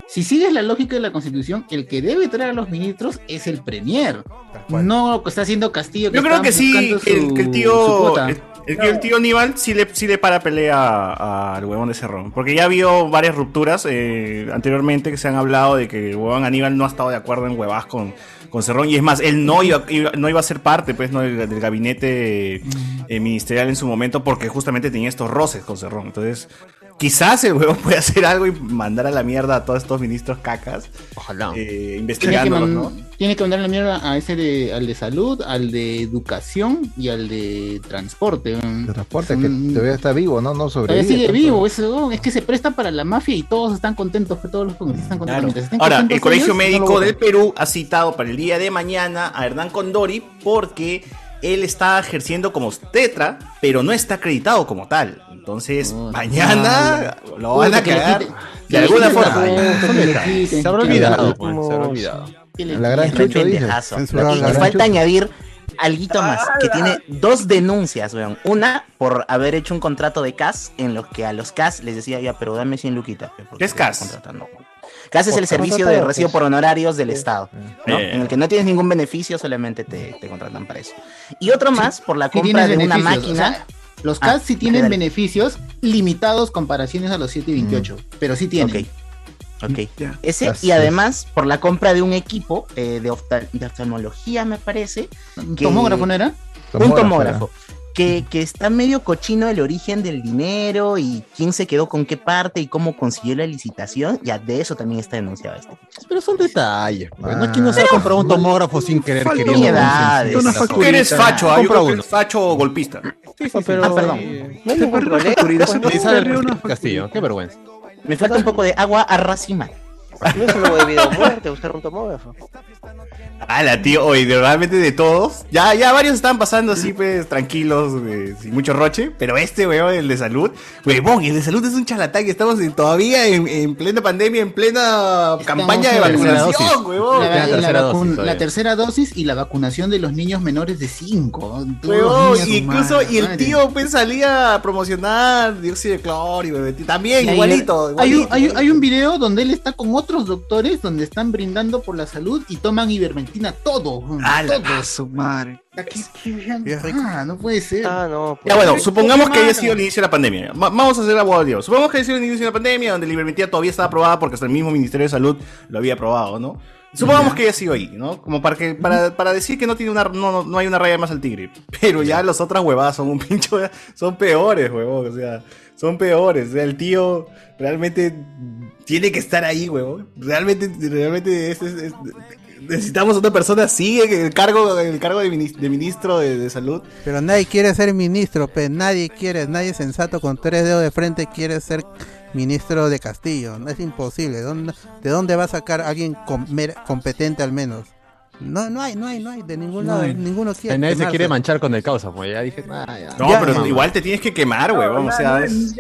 [SPEAKER 1] si sigues la lógica de la constitución, el que debe traer a los ministros es el premier. No lo que está haciendo Castillo.
[SPEAKER 5] Yo creo
[SPEAKER 1] está
[SPEAKER 5] que sí,
[SPEAKER 1] buscando
[SPEAKER 5] que el,
[SPEAKER 1] su-
[SPEAKER 5] que el
[SPEAKER 1] su
[SPEAKER 5] tío.
[SPEAKER 1] cuota.
[SPEAKER 5] el- el tío- el tío Aníbal sí le, sí le para pelea al huevón de Cerrón. Porque ya vio varias rupturas eh, anteriormente que se han hablado de que el huevón Aníbal no ha estado de acuerdo en huevas con, con Cerrón. Y es más, él no iba, iba- no iba a ser parte pues, ¿no? del, del gabinete eh, ministerial en su momento porque justamente tenía estos roces con Cerrón. Entonces, quizás el huevón puede hacer algo y mandar a la mierda a todos estos ministros cacas. Ojalá.
[SPEAKER 1] Tiene que,
[SPEAKER 5] investigándolos,
[SPEAKER 1] man-
[SPEAKER 5] ¿no?
[SPEAKER 1] tiene que mandar la mierda a ese de, al de salud, al de educación y al de transporte. Mm.
[SPEAKER 12] De transporte, que todavía está vivo, ¿no? No
[SPEAKER 1] Todavía
[SPEAKER 12] sobrevive.
[SPEAKER 1] sigue
[SPEAKER 12] tanto.
[SPEAKER 1] vivo, ese huevón, es que se presta para la mafia y todos están contentos, que todos los congresistas están contentos. Mientras estén
[SPEAKER 5] Ahora,
[SPEAKER 1] contentos
[SPEAKER 5] el Colegio
[SPEAKER 1] ellos, no lo
[SPEAKER 5] Médico
[SPEAKER 1] votan.
[SPEAKER 5] del Perú ha citado para el día de mañana a Hernán Condori porque él está ejerciendo como tetra, pero no está acreditado como tal. Entonces, mañana lo van a
[SPEAKER 1] Puta, Oh, que le
[SPEAKER 5] cagar de
[SPEAKER 1] quite- que le
[SPEAKER 5] alguna
[SPEAKER 1] quiten la
[SPEAKER 5] forma.
[SPEAKER 1] voz, que le quiten.
[SPEAKER 5] Se habrá olvidado, man, se habrá olvidado.
[SPEAKER 1] Que le
[SPEAKER 5] La gran
[SPEAKER 1] quiten.
[SPEAKER 5] chucho, dice.
[SPEAKER 7] Pendejazo.
[SPEAKER 5] Censurado,
[SPEAKER 7] Y
[SPEAKER 5] la
[SPEAKER 7] y
[SPEAKER 5] gran
[SPEAKER 7] falta
[SPEAKER 5] chucho.
[SPEAKER 7] añadir alguito más, que tiene dos denuncias, weón. Una por haber hecho un contrato de CAS en los que a los CAS les decía, ya, pero dame 100 luquitas. pe, porque
[SPEAKER 5] ¿Qué es
[SPEAKER 7] te estoy
[SPEAKER 5] CAS?
[SPEAKER 7] contratando". CAS es el
[SPEAKER 5] Por-
[SPEAKER 7] servicio
[SPEAKER 5] contrato
[SPEAKER 7] de
[SPEAKER 5] de
[SPEAKER 7] recibo
[SPEAKER 5] CAS.
[SPEAKER 7] por honorarios del Estado, ¿no?
[SPEAKER 5] Eh.
[SPEAKER 7] En el que no tienes ningún beneficio, solamente te, te contratan para eso. Y otro más por la
[SPEAKER 1] Sí
[SPEAKER 7] compra de
[SPEAKER 1] tienes
[SPEAKER 7] una
[SPEAKER 1] beneficios,
[SPEAKER 7] máquina.
[SPEAKER 1] o sea, los
[SPEAKER 7] Ah,
[SPEAKER 1] CAS sí tienen
[SPEAKER 7] dale.
[SPEAKER 1] beneficios limitados comparaciones a los 7 y 28, pero sí tienen.
[SPEAKER 7] Mm. Ok. Ese, y además por la compra de un equipo eh, de, oftal- de oftalmología, me parece. que-
[SPEAKER 1] ¿Tomógrafo no era?
[SPEAKER 7] un
[SPEAKER 1] Tomógrafo
[SPEAKER 7] tomógrafo. Que, que está medio cochino el origen del dinero y quién se quedó con qué parte y cómo consiguió la licitación. Ya de eso también está denunciado este.
[SPEAKER 3] Pero son detalles, pues. ¿no? ¿Quién no se ha comprado un tomógrafo sin querer
[SPEAKER 7] falta
[SPEAKER 3] queriendo?
[SPEAKER 7] piedades. Una
[SPEAKER 5] Tú que eres facho, ¿ah? Yo
[SPEAKER 3] Compra
[SPEAKER 5] creo que
[SPEAKER 3] uno.
[SPEAKER 5] eres facho o golpista.
[SPEAKER 3] pero-
[SPEAKER 7] Ah, perdón.
[SPEAKER 14] eh,
[SPEAKER 3] Te perdí una facturita, se me sale el
[SPEAKER 15] Castillo, qué vergüenza.
[SPEAKER 7] Me falta un poco de agua a racimar.
[SPEAKER 14] No es un nuevo debido a muerte usar un tomógrafo.
[SPEAKER 5] Ala, tío, hoy realmente de todos. Ya, ya varios están pasando así, pues, tranquilos, eh, sin mucho roche. Pero este, weón, el de salud, huevón, el de salud es un charlatán que estamos en- todavía en, en plena pandemia, en plena campaña de
[SPEAKER 1] en la tercera
[SPEAKER 5] vacunación,
[SPEAKER 1] dosis.
[SPEAKER 5] huevón.
[SPEAKER 1] La, la vacun- la
[SPEAKER 5] tercera
[SPEAKER 1] tercera dosis y la vacunación de los niños menores de 5.
[SPEAKER 5] Huevón, y incluso, y el tío, pues, salía a promocionar dióxido de cloro y bebé, también, igualito,
[SPEAKER 1] Hay un,
[SPEAKER 5] igualito.
[SPEAKER 1] hay, un- hay un video donde él está con otros doctores donde están brindando por la salud y toman ivermectina todo. todo.
[SPEAKER 16] su madre.
[SPEAKER 1] Aquí- Ah, no puede ser.
[SPEAKER 14] Ah, no.
[SPEAKER 1] Pues
[SPEAKER 5] Ya bueno, supongamos que haya sido el inicio de la pandemia. Va- vamos a hacer la boda, Diego. Supongamos que haya sido el inicio de la pandemia, donde la ivermectina todavía estaba aprobada porque hasta el mismo Ministerio de Salud lo había aprobado, ¿no? Supongamos que haya sido ahí, ¿no? Como para, que, para, para decir que no, tiene una, no, no- no hay una raya más al tigre. Pero ya las otras huevadas son un [laughs] pincho. Son peores, huevón. O sea, son peores. O sea, el tío realmente tiene que estar ahí, huevón. Realmente, realmente es- es- es- necesitamos otra persona así en el cargo, en el cargo de, minis- de ministro de- de salud.
[SPEAKER 2] Pero nadie quiere ser ministro, pe. Nadie quiere, nadie sensato con tres dedos de frente quiere ser ministro de Castillo. No es imposible. ¿Dónde- ¿De dónde va a sacar a alguien com- mer- competente al menos? No, no hay, no hay, no hay. De ningún
[SPEAKER 15] No
[SPEAKER 2] lado,
[SPEAKER 15] hay.
[SPEAKER 2] ninguno quiere.
[SPEAKER 15] Nadie se
[SPEAKER 2] quemarse.
[SPEAKER 15] quiere manchar con el causa, pues ya dije. nah, ya.
[SPEAKER 5] No,
[SPEAKER 15] Ya,
[SPEAKER 5] pero
[SPEAKER 15] mamá.
[SPEAKER 5] igual te tienes que quemar, weón. O sea, es-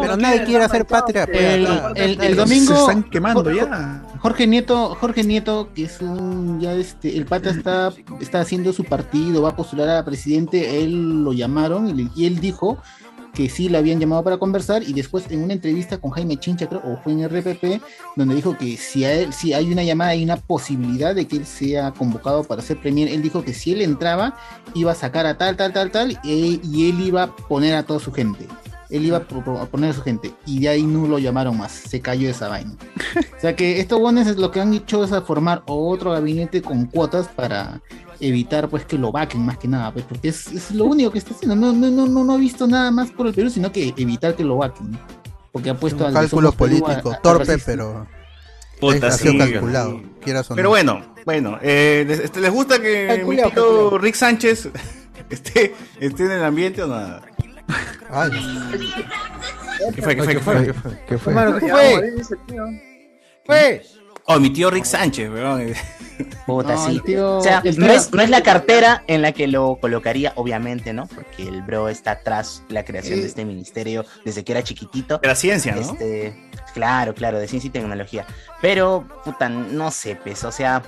[SPEAKER 1] Pero
[SPEAKER 2] nadie quiere hacer patria, pe.
[SPEAKER 1] El,
[SPEAKER 2] Acá.
[SPEAKER 1] el- el domingo.
[SPEAKER 2] Se están quemando
[SPEAKER 1] Jor-
[SPEAKER 2] ya.
[SPEAKER 1] Jorge Nieto, Jorge Nieto, que es un ya este, el pata está, está haciendo su partido, va a postular a presidente, él lo llamaron y, le- y él dijo que sí le habían llamado para conversar y después en una entrevista con Jaime Chincha, creo, o fue en RPP, donde dijo que si, a él- si hay una llamada, hay una posibilidad de que él sea convocado para ser premier, él dijo que si él entraba, iba a sacar a tal, tal, tal, tal, e- y él iba a poner a toda su gente. Él iba a pro- a poner a su gente y de ahí no lo llamaron más, se cayó esa vaina. O sea que estos guanes es lo que han hecho es a formar otro gabinete con cuotas para evitar pues que lo vaquen más que nada, pues porque es, es lo único que está haciendo. No, no, no, no, no ha visto nada más por el Perú, sino que evitar que lo vaquen. Porque ha puesto
[SPEAKER 2] Un
[SPEAKER 1] al de
[SPEAKER 2] cálculo
[SPEAKER 1] Somos Perú a-
[SPEAKER 2] político,
[SPEAKER 1] a- a
[SPEAKER 2] torpe,
[SPEAKER 1] racista.
[SPEAKER 2] pero.
[SPEAKER 5] Puta,
[SPEAKER 2] ha
[SPEAKER 5] sí,
[SPEAKER 2] sido
[SPEAKER 5] güey.
[SPEAKER 2] calculado. Quieras o no.
[SPEAKER 5] Pero bueno, bueno. eh, ¿les, este, ¿les gusta que
[SPEAKER 2] Calculeo,
[SPEAKER 5] mi tío Rick Sánchez [laughs] esté, esté en el ambiente o nada? ¿Qué fue? ¿Qué fue? ¿Qué fue?
[SPEAKER 12] ¿Qué fue?
[SPEAKER 5] Hermano,
[SPEAKER 4] Ya,
[SPEAKER 5] fue?
[SPEAKER 4] morir ese tío.
[SPEAKER 13] Pues,
[SPEAKER 5] Oh, mi tío Rick Sánchez, weón.
[SPEAKER 7] Puta, sí.
[SPEAKER 1] tío-
[SPEAKER 7] o sea,
[SPEAKER 1] el
[SPEAKER 7] no
[SPEAKER 1] tío-
[SPEAKER 7] es, no es la cartera en la que lo colocaría, obviamente, ¿no? Porque el bro está tras la creación de este ministerio desde que era chiquitito.
[SPEAKER 5] De la ciencia, ¿no?
[SPEAKER 7] Este, claro, claro, de ciencia y tecnología. Pero, puta, no sé, pues, o sea,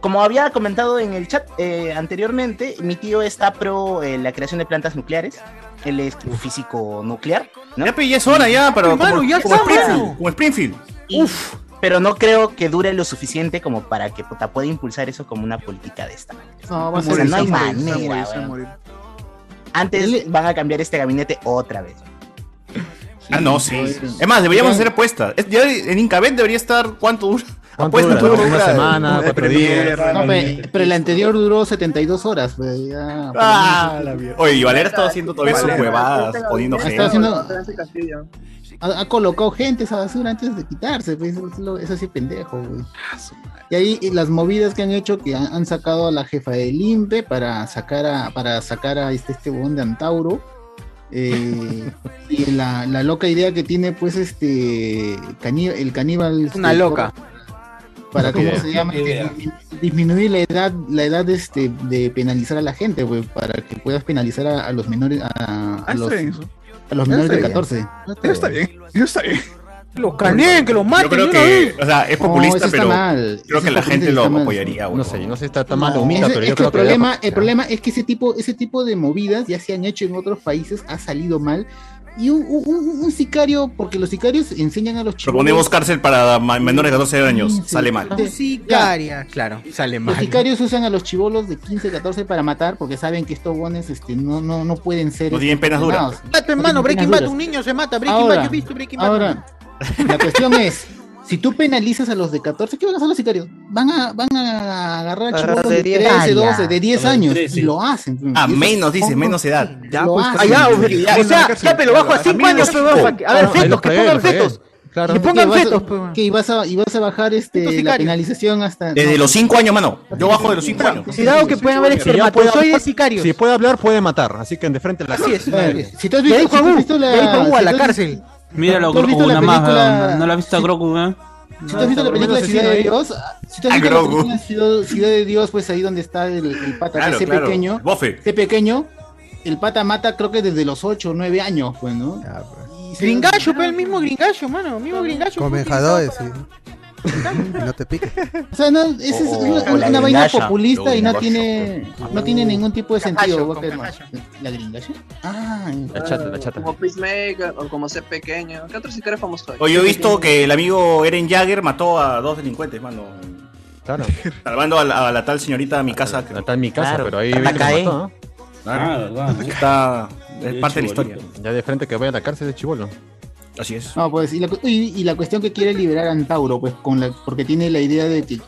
[SPEAKER 7] como había comentado en el chat eh, anteriormente, mi tío está pro eh, la creación de plantas nucleares. Él es físico nuclear. ¿no?
[SPEAKER 5] Ya, pe, ya es hora, ya, pero como-
[SPEAKER 7] Hermano, ya
[SPEAKER 5] como
[SPEAKER 7] estamos.
[SPEAKER 5] Springfield, como Springfield.
[SPEAKER 7] Y- Pero no creo que dure lo suficiente como para que puta, pueda impulsar eso como una política de esta.
[SPEAKER 1] No, va a
[SPEAKER 7] O sea,
[SPEAKER 1] morir,
[SPEAKER 7] no hay
[SPEAKER 1] va a morir, va a
[SPEAKER 7] manera,
[SPEAKER 1] morir, va a
[SPEAKER 7] weón.
[SPEAKER 1] morir.
[SPEAKER 7] Antes van a cambiar este gabinete otra vez.
[SPEAKER 5] Ah, no, sí. Es más, deberíamos hacer apuestas. Es- ya en Incabet debería estar cuánto dura. Apuesta
[SPEAKER 7] dura?
[SPEAKER 5] cuánto
[SPEAKER 7] Una
[SPEAKER 5] dura.
[SPEAKER 7] semana,
[SPEAKER 5] Eh,
[SPEAKER 7] cuatro
[SPEAKER 5] Premier,
[SPEAKER 7] días.
[SPEAKER 1] No,
[SPEAKER 5] Premier.
[SPEAKER 1] pe- pero el anterior duró 72 horas. pe, ya.
[SPEAKER 5] Ah, la mierda. Oye, y Valera estaba haciendo todavía sus
[SPEAKER 1] Valera.
[SPEAKER 5] huevadas, poniendo
[SPEAKER 1] Está
[SPEAKER 5] gente.
[SPEAKER 1] haciendo-
[SPEAKER 4] Francis Castillo.
[SPEAKER 1] ha, ha colocado gente esa basura antes de quitarse. pe, eso, es lo- eso sí, pendejo. güey. Y ahí y las movidas que han hecho, que han, han sacado a la jefa del INPE para sacar a, para sacar a este, este huevón de Antauro. eh, [laughs] y la, la loca idea que tiene, pues, este caní- el caníbal.
[SPEAKER 2] Una
[SPEAKER 1] este,
[SPEAKER 2] loca.
[SPEAKER 1] Para,
[SPEAKER 2] Loca
[SPEAKER 1] ¿cómo
[SPEAKER 2] idea.
[SPEAKER 1] se llama? Eh,
[SPEAKER 2] Loca idea.
[SPEAKER 1] disminuir la edad, la edad este, de penalizar a la gente, güey, para que puedas penalizar a, a los menores, a, a
[SPEAKER 8] Ah,
[SPEAKER 1] los,
[SPEAKER 8] está bien eso.
[SPEAKER 1] a los menores
[SPEAKER 8] Está
[SPEAKER 1] de
[SPEAKER 8] bien.
[SPEAKER 1] 14.
[SPEAKER 8] Eso está bien. Eso está bien.
[SPEAKER 2] Los caneen, que los maten.
[SPEAKER 5] Yo creo que, o sea, es
[SPEAKER 1] No,
[SPEAKER 5] populista,
[SPEAKER 1] eso está
[SPEAKER 5] pero
[SPEAKER 1] mal.
[SPEAKER 5] creo
[SPEAKER 1] Eso
[SPEAKER 5] que la
[SPEAKER 1] está
[SPEAKER 5] gente
[SPEAKER 1] mal,
[SPEAKER 5] lo
[SPEAKER 1] está mal.
[SPEAKER 5] apoyaría,
[SPEAKER 3] No sé, no sé si está tan mal o humilde,
[SPEAKER 1] Ese-
[SPEAKER 3] pero
[SPEAKER 1] es
[SPEAKER 3] yo
[SPEAKER 1] que
[SPEAKER 3] creo
[SPEAKER 1] el
[SPEAKER 3] que.
[SPEAKER 1] problema,
[SPEAKER 3] debería-
[SPEAKER 1] el problema es que ese tipo, ese tipo de movidas ya se han hecho en otros países, ha salido mal. Y un, un- un- un sicario, porque los sicarios enseñan a los chicos.
[SPEAKER 5] Proponemos cárcel para ma- menores de 12 años. Sale mal.
[SPEAKER 2] Sicaria, claro, sale
[SPEAKER 1] Los
[SPEAKER 2] mal.
[SPEAKER 1] sicarios usan a los chivolos de 15, 14 para matar porque saben que estos bones este, no, no, no pueden ser.
[SPEAKER 5] No
[SPEAKER 1] este,
[SPEAKER 5] tienen penas duras.
[SPEAKER 1] condenados.
[SPEAKER 2] Mata, hermano,
[SPEAKER 1] No tienen
[SPEAKER 2] Breaking
[SPEAKER 1] penas
[SPEAKER 2] Bad,
[SPEAKER 1] duras.
[SPEAKER 2] un niño se mata. Breaking
[SPEAKER 1] Ahora,
[SPEAKER 2] Bad, yo he visto Breaking Bad.
[SPEAKER 1] Ahora, la cuestión
[SPEAKER 2] [laughs]
[SPEAKER 1] es, si tú penalizas a los de 14, ¿qué van a hacer los sicarios? Van a, van a agarrar a
[SPEAKER 17] Agarrar
[SPEAKER 1] chivolos
[SPEAKER 17] de
[SPEAKER 1] de
[SPEAKER 17] 10.
[SPEAKER 1] 13,
[SPEAKER 17] Ah, ya.
[SPEAKER 1] 12, de 10
[SPEAKER 17] Los de
[SPEAKER 1] años
[SPEAKER 17] 13.
[SPEAKER 1] y lo hacen. pues.
[SPEAKER 5] Ah,
[SPEAKER 1] Y eso-
[SPEAKER 5] menos, dices, menos edad.
[SPEAKER 1] Ya, Lo pues, hacen.
[SPEAKER 2] Ah, ya, hombre, ya, o sea, ya, pero bajo a 5 años, pero bajo a- A ver, fetos, que pongan fetos. Que pongan fetos, pues,
[SPEAKER 1] Que ibas a, y vas a bajar este, la
[SPEAKER 2] sicarios.
[SPEAKER 1] penalización hasta.
[SPEAKER 5] Desde los 5 años, mano. Yo bajo de los 5 años.
[SPEAKER 2] Cuidado que pueden haber
[SPEAKER 3] Si ya puede
[SPEAKER 2] espermatozoides
[SPEAKER 3] hablar-
[SPEAKER 2] sicarios.
[SPEAKER 3] Si puede hablar, puede matar. Así que de frente a la.
[SPEAKER 2] Así es.
[SPEAKER 1] Si tú has visto,
[SPEAKER 2] Le dijo
[SPEAKER 1] si tú
[SPEAKER 2] a
[SPEAKER 1] has
[SPEAKER 2] Wu,
[SPEAKER 1] visto la,
[SPEAKER 2] le dijo a Wu a
[SPEAKER 1] si
[SPEAKER 2] la
[SPEAKER 1] tú has-
[SPEAKER 2] cárcel.
[SPEAKER 18] Míralo,
[SPEAKER 1] ¿Tú has
[SPEAKER 18] Grogu,
[SPEAKER 1] visto la
[SPEAKER 18] una más,
[SPEAKER 1] película-
[SPEAKER 18] weón. ¿No la has visto a Grogu, weón?
[SPEAKER 1] Si tú has visto la película Ciudad de Dios, si tú has
[SPEAKER 18] Ah,
[SPEAKER 1] visto la
[SPEAKER 18] Grogu.
[SPEAKER 1] película Ciudad, Ciudad de Dios, pues ahí donde está el, el pata,
[SPEAKER 5] Claro,
[SPEAKER 1] ese
[SPEAKER 5] claro.
[SPEAKER 1] pequeño,
[SPEAKER 5] Bofe.
[SPEAKER 1] ese pequeño, el pata mata creo que desde los 8 o 9 años, pues, ¿no? Y se-
[SPEAKER 2] Gringallo, pero el mismo gringallo, mano. El mismo
[SPEAKER 1] pues,
[SPEAKER 2] gringallo.
[SPEAKER 19] Con
[SPEAKER 2] fue
[SPEAKER 19] vengadores,
[SPEAKER 2] utilizado
[SPEAKER 19] y- y no te piques.
[SPEAKER 1] O sea, no, esa es
[SPEAKER 19] O-
[SPEAKER 1] una,
[SPEAKER 19] o la
[SPEAKER 1] una vaina
[SPEAKER 19] gringallo.
[SPEAKER 1] populista
[SPEAKER 19] Lo
[SPEAKER 1] y no
[SPEAKER 19] gringallo.
[SPEAKER 1] tiene, no tiene ningún tipo de sentido.
[SPEAKER 4] Cajacho,
[SPEAKER 1] Walker, no. ¿La gringallo? Ah,
[SPEAKER 3] La chata, la chata.
[SPEAKER 4] Como Peacemaker o como ser pequeño. ¿Qué otro sicario famoso hay?
[SPEAKER 5] Oye, yo he visto que el amigo Eren Jagger mató a dos delincuentes, mano.
[SPEAKER 3] Claro.
[SPEAKER 5] [laughs] Salvando a la, a la tal señorita mi casa. La
[SPEAKER 3] tal mi casa, pero ahí
[SPEAKER 5] la
[SPEAKER 3] viste que
[SPEAKER 5] cae.
[SPEAKER 3] mató, ¿no?
[SPEAKER 5] Ah, verdad. Está. Es
[SPEAKER 3] Ya
[SPEAKER 5] parte de la
[SPEAKER 3] chibolito.
[SPEAKER 5] historia.
[SPEAKER 3] Ya de frente que vaya a la cárcel de chivolo.
[SPEAKER 5] Así es.
[SPEAKER 1] No, pues, y la, cu- y- y la cuestión que quiere liberar a Antauro, pues, con la, porque tiene la idea de que